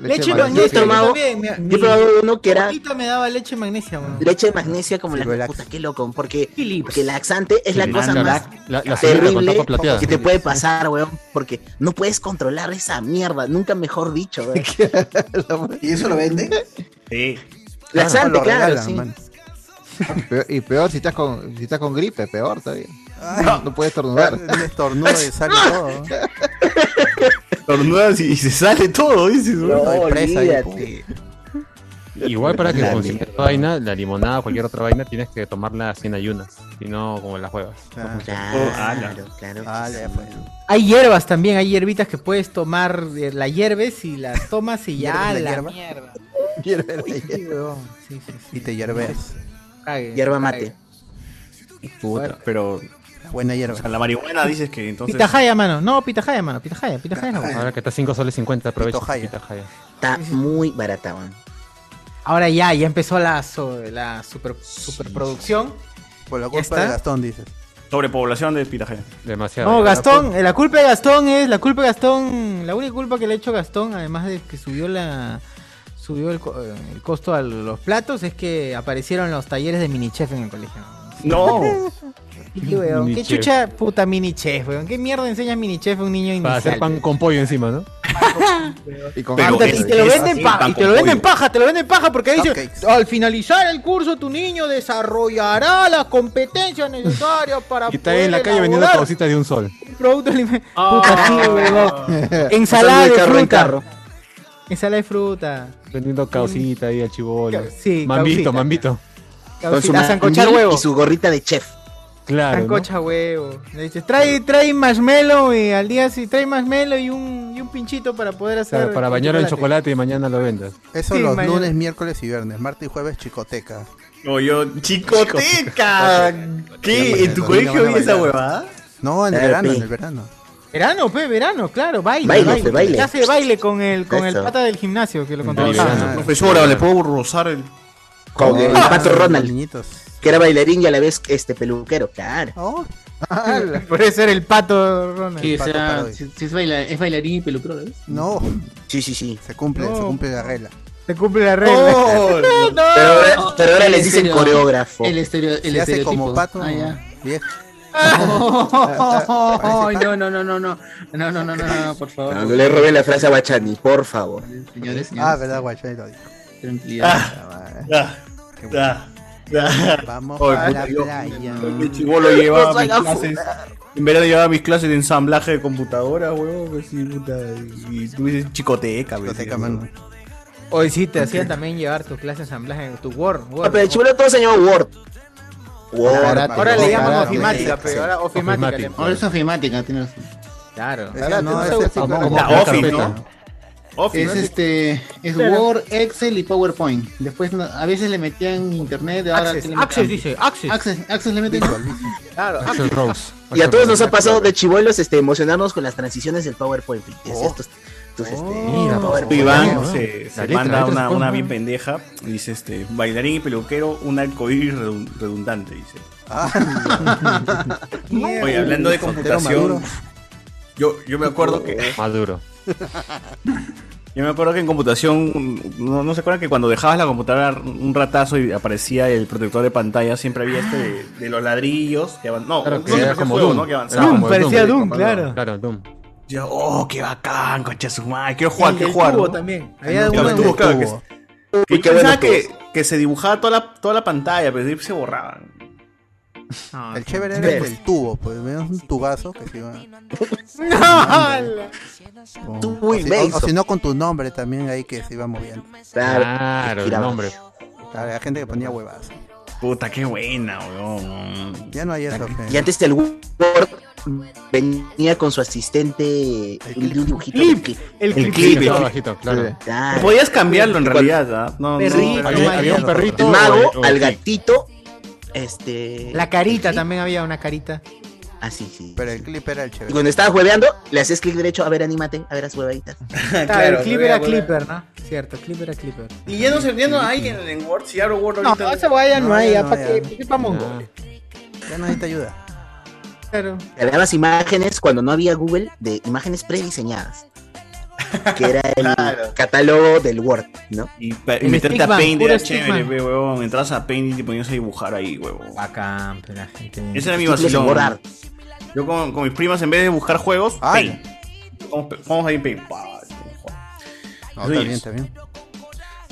[SPEAKER 1] Leche
[SPEAKER 7] Yo he
[SPEAKER 1] magnesia.
[SPEAKER 7] tomado-
[SPEAKER 1] también, mira,
[SPEAKER 7] yo he probado uno que era
[SPEAKER 1] Ahorita me daba leche magnesia, weón.
[SPEAKER 7] leche de magnesia como la puta, qué loco, porque, porque laxante es la
[SPEAKER 1] Sí,
[SPEAKER 7] cosa
[SPEAKER 1] la-
[SPEAKER 7] más
[SPEAKER 1] la- la señora con
[SPEAKER 7] terrible
[SPEAKER 1] tapa plateada.
[SPEAKER 7] que te puede pasar, weón, porque no puedes controlar esa mierda, nunca mejor dicho, weón.
[SPEAKER 17] ¿Y eso lo vende?
[SPEAKER 5] Sí.
[SPEAKER 7] Laxante,
[SPEAKER 2] lo
[SPEAKER 7] claro,
[SPEAKER 2] regalan,
[SPEAKER 7] sí.
[SPEAKER 2] mano.
[SPEAKER 12] [laughs] Y peor- y peor si estás con, si estás con gripe, peor todavía. No, no puedes estornudar.
[SPEAKER 2] Un estornudo y sale
[SPEAKER 12] [laughs]
[SPEAKER 2] todo.
[SPEAKER 5] Tornudas y, y se sale todo, dices.
[SPEAKER 7] No,
[SPEAKER 2] Estoy presa ahí,
[SPEAKER 7] olvídate.
[SPEAKER 3] Igual para que
[SPEAKER 7] La
[SPEAKER 3] consigas esta vaina, la limonada, cualquier otra vaina, tienes que tomarla sin ayunas, si no como las huevas.
[SPEAKER 10] Ah,
[SPEAKER 1] Oh, ah,
[SPEAKER 7] Claro, claro.
[SPEAKER 1] Hay hierbas también, hay hierbitas que puedes tomar, eh, la hierves y las tomas y ya
[SPEAKER 2] Hierves
[SPEAKER 1] la
[SPEAKER 2] la
[SPEAKER 7] [laughs]
[SPEAKER 2] hierba.
[SPEAKER 1] mierda.
[SPEAKER 2] Hierve la hierba. Y te hierveas.
[SPEAKER 1] Cague,
[SPEAKER 7] Hierba
[SPEAKER 1] cague.
[SPEAKER 7] mate.
[SPEAKER 5] Puta, pero.
[SPEAKER 2] Buena hierba.
[SPEAKER 5] O sea, la marihuana dices que entonces.
[SPEAKER 1] Pitahaya, mano. No, pitahaya, mano. Pitahaya, pitahaya. no.
[SPEAKER 3] Ahora que está 5 soles 50, aprovecha.
[SPEAKER 2] Pitojaya.
[SPEAKER 3] Pitojaya.
[SPEAKER 7] Está muy barata, weón.
[SPEAKER 1] Ahora ya, ya empezó la, so- la super, superproducción.
[SPEAKER 2] Por la
[SPEAKER 1] culpa
[SPEAKER 2] de Gastón, dices.
[SPEAKER 5] Sobrepoblación de Pitagena.
[SPEAKER 3] Demasiado.
[SPEAKER 1] No, [laughs] Gastón, eh, la culpa de Gastón es, la culpa de Gastón, la única culpa que le ha hecho Gastón, además de que subió la subió el, co- eh, el costo a los platos, es que aparecieron los talleres de mini chef en el colegio.
[SPEAKER 5] No.
[SPEAKER 1] [laughs] Qué weón,
[SPEAKER 3] Mini
[SPEAKER 1] qué
[SPEAKER 3] chef.
[SPEAKER 1] chucha puta mini chef, weón. ¿Qué mierda enseña mini chef a un niño
[SPEAKER 3] Para
[SPEAKER 1] inicial?
[SPEAKER 3] hacer pan con pollo encima, ¿no?
[SPEAKER 1] y,
[SPEAKER 3] con Pero
[SPEAKER 1] y
[SPEAKER 3] es-
[SPEAKER 1] te lo
[SPEAKER 3] es
[SPEAKER 1] venden
[SPEAKER 3] así,
[SPEAKER 1] paja,
[SPEAKER 3] pan
[SPEAKER 1] y te
[SPEAKER 3] con
[SPEAKER 1] lo venden
[SPEAKER 3] pollo.
[SPEAKER 1] paja, te lo venden paja porque dice, al finalizar el curso tu niño desarrollará las competencias necesarias para
[SPEAKER 3] [laughs] Y está ahí en la
[SPEAKER 1] poder
[SPEAKER 3] calle vendiendo
[SPEAKER 1] elaborar
[SPEAKER 3] cositas de un sol.
[SPEAKER 1] producto alime- Puta, sí, huevón. Ensalada de fruta. Ensalada de fruta.
[SPEAKER 3] Vendiendo causita ahí al chivolo.
[SPEAKER 1] Mm. Sí,
[SPEAKER 3] Mambito,
[SPEAKER 1] causita.
[SPEAKER 3] mambito.
[SPEAKER 1] Con su A sancochar mandil huevo. y su
[SPEAKER 3] gorrita de chef. Claro. ¿no?
[SPEAKER 1] Sancocha huevo. Le dices, trae, trae marshmallow y al día sí, trae marshmallow y un, y un pinchito para poder hacer.
[SPEAKER 3] Claro, para bañarlo en chocolate y mañana lo vendas.
[SPEAKER 2] Eso
[SPEAKER 1] Sí,
[SPEAKER 2] los
[SPEAKER 1] mañana.
[SPEAKER 2] lunes, miércoles y viernes. Martes y jueves, chicoteca.
[SPEAKER 5] O yo,
[SPEAKER 2] [laughs]
[SPEAKER 5] chicoteca. ¿Qué? ¿En tu colegio vi esa huevada?
[SPEAKER 2] No, en el
[SPEAKER 5] Eh,
[SPEAKER 2] verano,
[SPEAKER 5] pi.
[SPEAKER 2] en el verano.
[SPEAKER 1] Verano, pe, verano, claro, baile.
[SPEAKER 2] Baile, pe, baile.
[SPEAKER 1] Ya hace baile con el, con el
[SPEAKER 2] Eso.
[SPEAKER 1] pata del gimnasio que lo contaba.
[SPEAKER 5] Ah, Profesora, ¿le puedo rozar el...?
[SPEAKER 7] Con el
[SPEAKER 5] Ah,
[SPEAKER 7] pato
[SPEAKER 5] los
[SPEAKER 7] Ronald,
[SPEAKER 2] niñitos.
[SPEAKER 7] que era bailarín y a la vez este peluquero, claro.
[SPEAKER 1] [laughs] Puede ser el pato, Ronald.
[SPEAKER 7] Sí,
[SPEAKER 1] El
[SPEAKER 7] o
[SPEAKER 1] pato
[SPEAKER 7] sea,
[SPEAKER 1] Parodi.
[SPEAKER 12] Si, si es, baila- es bailarín y ¿eh? peluquero, ¿ves?
[SPEAKER 2] No.
[SPEAKER 7] Sí, sí, sí.
[SPEAKER 2] Se cumple,
[SPEAKER 1] No.
[SPEAKER 2] se cumple la regla.
[SPEAKER 1] Se cumple la regla. [laughs]
[SPEAKER 2] Oh,
[SPEAKER 1] No.
[SPEAKER 7] Pero ahora- pero ahora
[SPEAKER 12] El
[SPEAKER 7] les dicen
[SPEAKER 12] estereo-
[SPEAKER 7] coreógrafo.
[SPEAKER 12] El, estereo, el
[SPEAKER 2] Se hace
[SPEAKER 12] estereotipo.
[SPEAKER 2] como pato.
[SPEAKER 12] Ah, ya.
[SPEAKER 2] viejo.
[SPEAKER 12] Ay, no, no, no, no, no, no, no, no, no, no, no, por favor.
[SPEAKER 7] No, no le roben la frase a Bachani, por favor.
[SPEAKER 12] Señores, señores.
[SPEAKER 2] Ah, verdad, Guachani lo dijo.
[SPEAKER 12] Tranquilidad.
[SPEAKER 5] Ah, ah, ah.
[SPEAKER 2] Vamos
[SPEAKER 5] Oye,
[SPEAKER 2] a
[SPEAKER 5] puta,
[SPEAKER 2] la
[SPEAKER 5] yo-
[SPEAKER 2] playa.
[SPEAKER 5] El chivolo llevaba
[SPEAKER 2] Nos van
[SPEAKER 5] mis
[SPEAKER 2] a
[SPEAKER 5] clases. En verano llevaba mis clases de ensamblaje de computadora, huevón. que sí, puta, Y tú dices chicoteca, güey. Chicoteca, mano.
[SPEAKER 1] Hoy sí te hacían también llevar tu clase de ensamblaje, tu Word. Word
[SPEAKER 7] Ah, pero el chulo todo enseñó Word.
[SPEAKER 1] Ahora- ahora le llaman
[SPEAKER 12] Claro,
[SPEAKER 1] ofimática,
[SPEAKER 12] sí,
[SPEAKER 1] pero
[SPEAKER 12] sí.
[SPEAKER 1] ahora ofimática. le
[SPEAKER 12] Ahora
[SPEAKER 1] llaman.
[SPEAKER 12] es ofimática, tiene razón.
[SPEAKER 1] Claro.
[SPEAKER 12] Ahora
[SPEAKER 1] no,
[SPEAKER 12] te-
[SPEAKER 1] ese es como- como
[SPEAKER 12] La
[SPEAKER 1] crear
[SPEAKER 12] Office,
[SPEAKER 1] carpeta.
[SPEAKER 12] ¿no?
[SPEAKER 5] Office,
[SPEAKER 12] Es
[SPEAKER 5] ¿no?
[SPEAKER 12] este, es
[SPEAKER 1] Claro.
[SPEAKER 12] Word, Excel y PowerPoint. Después no- a veces le metían internet, ahora
[SPEAKER 1] Access,
[SPEAKER 12] le meten-
[SPEAKER 1] Access dice, Access.
[SPEAKER 12] Access, Access le meten.
[SPEAKER 1] Claro,
[SPEAKER 7] Axel
[SPEAKER 3] Rose.
[SPEAKER 7] Y a todos nos ha pasado de chivolos este, emocionarnos con las transiciones del PowerPoint. Es estos- estos, este,
[SPEAKER 5] Oh.
[SPEAKER 7] PowerPoint.
[SPEAKER 5] Iván
[SPEAKER 7] Ah,
[SPEAKER 5] se, se
[SPEAKER 7] la letra, la
[SPEAKER 5] manda
[SPEAKER 7] letra
[SPEAKER 5] una,
[SPEAKER 7] se
[SPEAKER 5] una
[SPEAKER 7] forma.
[SPEAKER 5] bien pendeja. y Dice este, bailarín y peluquero, un arcoíris redun- redundante, dice. [laughs] Oye, hablando de computación. Yo, yo me
[SPEAKER 8] [laughs]
[SPEAKER 5] acuerdo que.
[SPEAKER 3] Maduro.
[SPEAKER 5] Yo me acuerdo que en computación, no, no se acuerdan que cuando dejabas la computadora un ratazo y aparecía el protector de pantalla, siempre había este de, de los ladrillos que avanzaban. No,
[SPEAKER 3] Claro,
[SPEAKER 5] no,
[SPEAKER 3] que
[SPEAKER 5] no,
[SPEAKER 3] era
[SPEAKER 5] parecía
[SPEAKER 3] como
[SPEAKER 5] juego,
[SPEAKER 3] Doom.
[SPEAKER 5] ¿no? Que
[SPEAKER 3] Era
[SPEAKER 5] avanzaban.
[SPEAKER 3] como el
[SPEAKER 1] Doom, claro.
[SPEAKER 3] Claro, Doom.
[SPEAKER 5] Yo, oh, qué bacán, concha su madre. Quiero jugar, quiero jugar. ¿no?
[SPEAKER 1] también.
[SPEAKER 5] Ya,
[SPEAKER 1] Había
[SPEAKER 5] me
[SPEAKER 1] uno
[SPEAKER 5] tuvo,
[SPEAKER 1] donde
[SPEAKER 5] claro,
[SPEAKER 1] tuvo.
[SPEAKER 5] que- que yo pensaba que, que se dibujaba toda la, toda la pantalla, pero se borraban. ah.
[SPEAKER 2] El chévere
[SPEAKER 7] Ah.
[SPEAKER 2] era el
[SPEAKER 1] [laughs]
[SPEAKER 2] del tubo, pues me das un tubazo que se iba. O-
[SPEAKER 7] Tubo
[SPEAKER 2] o si-
[SPEAKER 7] inmenso.
[SPEAKER 2] o- o si no con tu nombre también ahí que se iba moviendo.
[SPEAKER 7] Claro,
[SPEAKER 3] Claro, el nombre.
[SPEAKER 2] Claro, la gente que ponía huevas.
[SPEAKER 5] Puta, qué buena, weón.
[SPEAKER 2] Ya no hay eso, fe.
[SPEAKER 7] Y antes el Word venía con su asistente el, de un dibujito del clip.
[SPEAKER 1] El
[SPEAKER 7] clip.
[SPEAKER 5] clip.
[SPEAKER 7] Claro.
[SPEAKER 3] Bajito, claro.
[SPEAKER 7] Claro.
[SPEAKER 5] Podías cambiarlo en realidad, ¿ah? No, no,
[SPEAKER 7] Perrito,
[SPEAKER 5] no, había- había un perrito
[SPEAKER 7] El
[SPEAKER 5] o
[SPEAKER 7] mago,
[SPEAKER 5] el- o el
[SPEAKER 7] al
[SPEAKER 5] clip.
[SPEAKER 7] gatito, este...
[SPEAKER 1] La carita también había una carita.
[SPEAKER 7] Así, sí.
[SPEAKER 2] Pero el clip era el
[SPEAKER 7] Y
[SPEAKER 2] chévere.
[SPEAKER 7] cuando estabas hueveando, le haces clic derecho, a ver, anímate, a ver,
[SPEAKER 1] [laughs]
[SPEAKER 7] haz huevaditas.
[SPEAKER 1] Claro, el clip era clipper, ¿no? Cierto, clip era clipper.
[SPEAKER 5] Y ya no se ya no hay en, en Word, si abro Word
[SPEAKER 1] No,
[SPEAKER 5] ahorita.
[SPEAKER 1] esa vaya no,
[SPEAKER 2] No,
[SPEAKER 1] hay,
[SPEAKER 2] ya
[SPEAKER 1] ya
[SPEAKER 2] no
[SPEAKER 1] para
[SPEAKER 2] hay,
[SPEAKER 1] qué,
[SPEAKER 2] ya.
[SPEAKER 1] ¿pa' qué pa' mongoles.
[SPEAKER 2] Ya nadie te ayuda.
[SPEAKER 1] Claro.
[SPEAKER 7] Grababas imágenes cuando no había Google de imágenes prediseñadas. Que era
[SPEAKER 5] [laughs]
[SPEAKER 7] el catálogo del Word, ¿no?
[SPEAKER 5] Y, pa- y
[SPEAKER 7] El
[SPEAKER 5] meterte a
[SPEAKER 7] Stickman,
[SPEAKER 5] Paint
[SPEAKER 7] puro
[SPEAKER 5] era chévere,
[SPEAKER 7] Stickman.
[SPEAKER 5] pe, weón. Entras a Paint y te ponías a dibujar ahí, weón.
[SPEAKER 1] Bacán, pero la gente.
[SPEAKER 5] Ese era mi
[SPEAKER 7] Stickless en
[SPEAKER 5] vacilón.
[SPEAKER 7] borrar.
[SPEAKER 5] Yo con, con mis primas, en vez de buscar juegos,
[SPEAKER 2] Ay.
[SPEAKER 5] Paint. Vamos, vamos a ir Paint. Pa,
[SPEAKER 2] No,
[SPEAKER 5] Eso
[SPEAKER 2] está
[SPEAKER 5] es.
[SPEAKER 2] bien, está bien.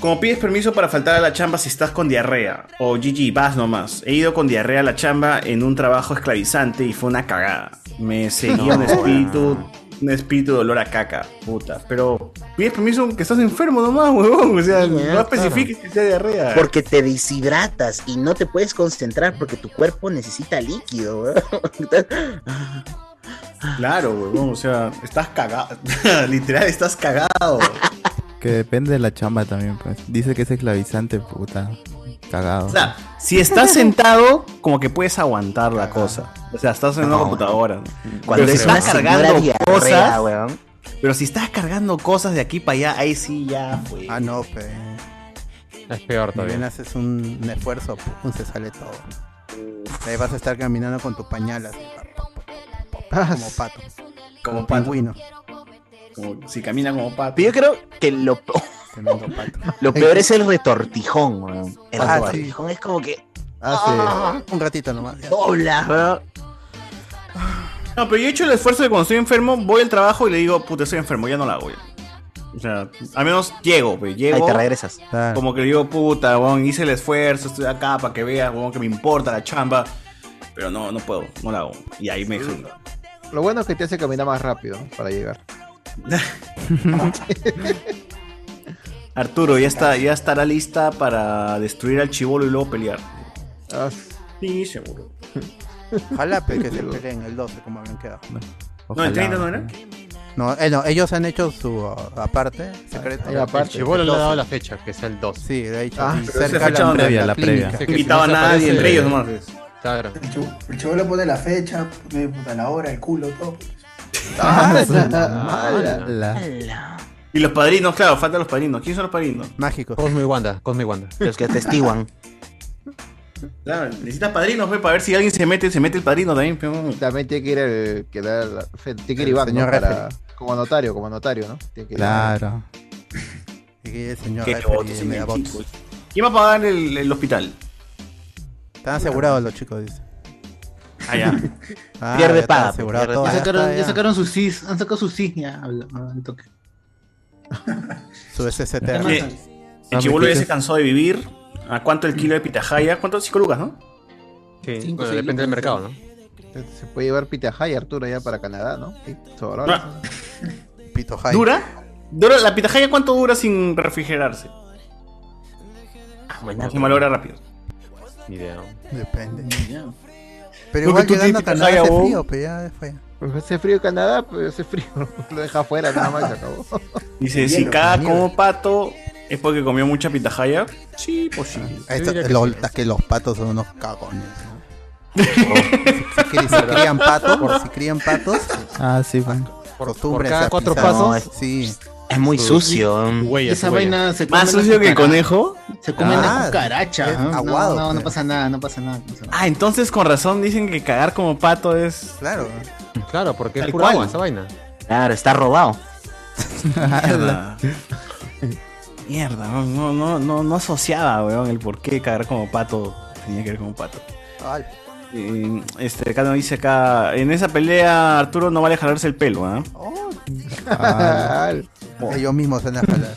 [SPEAKER 5] Como pides permiso para faltar a la chamba si estás con diarrea, o GG, vas nomás. He ido con diarrea a la chamba en un trabajo esclavizante y fue una cagada. Me seguía un
[SPEAKER 3] No.
[SPEAKER 5] espíritu, un espíritu de olor a caca, puta. Pero pides permiso que estás enfermo nomás, huevón. O sea, no especifiques que sea diarrea.
[SPEAKER 7] Porque te deshidratas y no te puedes concentrar porque tu cuerpo necesita líquido. weón.
[SPEAKER 5] [laughs] Claro, huevón. O sea, estás cagado. [laughs] Literal, estás cagado.
[SPEAKER 22] Que depende de la chamba también, pues. Dice que es esclavizante, puta. Cagado.
[SPEAKER 5] O sea, si estás sentado, como que puedes aguantar la cosa. O sea, estás en una
[SPEAKER 22] No.
[SPEAKER 5] computadora.
[SPEAKER 7] Cuando
[SPEAKER 5] Pero
[SPEAKER 7] es
[SPEAKER 5] si
[SPEAKER 7] una
[SPEAKER 5] estás
[SPEAKER 7] señora
[SPEAKER 5] cargando
[SPEAKER 7] diarrea,
[SPEAKER 5] cosas.
[SPEAKER 7] weón.
[SPEAKER 5] Pero si estás cargando cosas de aquí para allá, ahí sí ya fue.
[SPEAKER 2] Ah, no, fe.
[SPEAKER 3] Es peor
[SPEAKER 2] Y bien
[SPEAKER 3] todavía.
[SPEAKER 2] haces un, un esfuerzo, pum, se sale todo. Ahí vas a estar caminando con tu pañal así, pa, pa, pa, pa, pa, como pato.
[SPEAKER 5] Como
[SPEAKER 2] pato. pingüino.
[SPEAKER 5] Como- si camina como pato.
[SPEAKER 7] Pero yo creo que lo, [laughs] pe-
[SPEAKER 5] [laughs]
[SPEAKER 7] lo peor es el retortijón, weón. El
[SPEAKER 2] Ah, sí.
[SPEAKER 7] retortijón es como que.
[SPEAKER 2] Ah, sí. Un ratito nomás. ya.
[SPEAKER 7] Doblas, bro.
[SPEAKER 5] No, pero yo he hecho el esfuerzo de cuando estoy enfermo, voy al trabajo y le digo, puta, estoy enfermo, ya no la hago. ya". O sea, al menos llego, pues llego.
[SPEAKER 7] Ahí te regresas.
[SPEAKER 5] Como que le digo, puta, weón, hice el esfuerzo, estoy acá para que veas, weón, que me importa la chamba. Pero no, no puedo, no la hago. Y ahí me fundo.
[SPEAKER 12] Lo bueno es que te hace caminar más rápido para llegar.
[SPEAKER 5] Arturo, ya está, ya estará lista para destruir al chivolo y luego pelear. Ah, Sí, seguro.
[SPEAKER 2] Ojalá pe, que se peleen el 12 como habían quedado.
[SPEAKER 5] No, el 30 no era.
[SPEAKER 2] No, eh, no, ellos han hecho su uh, aparte, secreto.
[SPEAKER 3] Ahí aparte. El chibolo le ha dado la
[SPEAKER 2] fecha, que es el 12. Sí, le ha dicho
[SPEAKER 3] Ah,
[SPEAKER 2] y
[SPEAKER 3] pero
[SPEAKER 2] cerca
[SPEAKER 3] esa fecha
[SPEAKER 2] la
[SPEAKER 3] dónde
[SPEAKER 2] previa,
[SPEAKER 3] había,
[SPEAKER 2] la
[SPEAKER 3] la
[SPEAKER 2] previa.
[SPEAKER 3] previa.
[SPEAKER 2] Que
[SPEAKER 3] Que
[SPEAKER 2] si
[SPEAKER 3] invitaba
[SPEAKER 2] no se
[SPEAKER 3] a nadie,
[SPEAKER 2] aparece-
[SPEAKER 3] entre ellos nomás. Claro.
[SPEAKER 17] El chavo le pone la fecha, pone puta, la hora, el culo, todo.
[SPEAKER 5] [laughs] Ah, la-
[SPEAKER 17] mala.
[SPEAKER 5] Y los padrinos, claro, faltan los padrinos. ¿Quiénes son los padrinos?
[SPEAKER 2] Mágicos.
[SPEAKER 3] Cosmo y Wanda, Cosmo y Wanda.
[SPEAKER 7] Los que atestiguan.
[SPEAKER 5] [laughs] Claro, necesitas padrinos, pues, para ver si alguien se mete, se mete el padrino también.
[SPEAKER 12] También tiene que ir el, que da la- fe- tiene que ir
[SPEAKER 2] El
[SPEAKER 12] Iván, ¿no?
[SPEAKER 2] señor
[SPEAKER 12] Para-
[SPEAKER 2] referee.
[SPEAKER 12] como notario, como notario, ¿no? Tiene que ir-
[SPEAKER 2] Claro. Y que el señor
[SPEAKER 5] Qué
[SPEAKER 2] referee
[SPEAKER 5] votos en
[SPEAKER 2] me da
[SPEAKER 5] el
[SPEAKER 2] votos.
[SPEAKER 5] equipo. ¿Quién va a pagar el, el hospital?
[SPEAKER 2] Están asegurados los chicos, dice.
[SPEAKER 5] Ah, ya.
[SPEAKER 2] [laughs] Ah,
[SPEAKER 5] Pierde
[SPEAKER 2] ya está
[SPEAKER 5] paga,
[SPEAKER 2] asegurado
[SPEAKER 5] pierde
[SPEAKER 2] todo,
[SPEAKER 5] paga.
[SPEAKER 1] Ya
[SPEAKER 2] ya
[SPEAKER 1] sacaron,
[SPEAKER 2] está,
[SPEAKER 1] ya
[SPEAKER 2] ya.
[SPEAKER 1] sacaron sus CIS, han sacado sus CIS, ya habla, habla, al toque.
[SPEAKER 2] Su SST.
[SPEAKER 5] Eh, El chibolo ya se cansó de vivir. ¿A cuánto el kilo de pitahaya? ¿Cuánto? 5 lucas, ¿no?
[SPEAKER 3] Sí,
[SPEAKER 12] Cinco, bueno, seis depende
[SPEAKER 3] del mercado, ¿no?
[SPEAKER 12] Este, Se puede llevar Pitahaya Arturo ya para Canadá, ¿no? Sí, sobrado.
[SPEAKER 5] Ah.
[SPEAKER 2] Pito
[SPEAKER 5] ¿Dura? ¿Dura? ¿La pitahaya cuánto dura sin refrigerarse?
[SPEAKER 3] Ah,
[SPEAKER 7] Bueno,
[SPEAKER 5] se malogra rápido.
[SPEAKER 3] Ni idea.
[SPEAKER 2] Depende.
[SPEAKER 12] No,
[SPEAKER 2] Pero igual
[SPEAKER 12] que tú
[SPEAKER 2] llegando
[SPEAKER 12] tienes
[SPEAKER 2] a Canadá hace
[SPEAKER 12] pitahaya, vos.
[SPEAKER 2] frío, pero ya fue.
[SPEAKER 12] Pues hace frío en Canadá, pues hace frío. [laughs] Lo deja afuera nada más y se acabó.
[SPEAKER 5] Dice, si cada como pato es porque comió mucha pitahaya. Sí, pues sí.
[SPEAKER 2] Ahí
[SPEAKER 5] Yo
[SPEAKER 2] está,
[SPEAKER 5] diría que
[SPEAKER 2] lo-
[SPEAKER 5] sí.
[SPEAKER 2] hasta que los patos son unos cagones. ¿no? si, cri- si crían patos, por si crían patos,
[SPEAKER 22] Ah, sí, pues.
[SPEAKER 2] por,
[SPEAKER 22] por cada cuatro pasos,
[SPEAKER 2] sí.
[SPEAKER 7] Es muy sucio.
[SPEAKER 2] huella,
[SPEAKER 1] Esa
[SPEAKER 2] su huella.
[SPEAKER 1] vaina se
[SPEAKER 2] Más
[SPEAKER 1] come la
[SPEAKER 2] sucio que el
[SPEAKER 1] cucaracha.
[SPEAKER 5] conejo.
[SPEAKER 1] Se come
[SPEAKER 5] Ah,
[SPEAKER 1] la cucaracha.
[SPEAKER 5] es
[SPEAKER 1] ¿no? No,
[SPEAKER 5] aguado,
[SPEAKER 1] No, no,
[SPEAKER 5] pero.
[SPEAKER 1] pasa nada, no pasa nada. no pasa nada.
[SPEAKER 5] Ah, entonces con razón dicen que cagar como pato es.
[SPEAKER 2] Claro.
[SPEAKER 3] Claro, porque
[SPEAKER 5] Tal
[SPEAKER 3] es pura
[SPEAKER 5] cual.
[SPEAKER 3] agua esa vaina.
[SPEAKER 7] Claro, está robado.
[SPEAKER 5] Mierda. Mierda, no, no, no, no, no asociaba, weón, el por qué cagar como pato tenía que ver como pato.
[SPEAKER 2] Ay.
[SPEAKER 5] Eh, este, acá nos dice acá, en esa pelea Arturo no vale jalarse el pelo, ¿ah?
[SPEAKER 3] Oh.
[SPEAKER 2] Ah, Ellos mismos se van a jalar.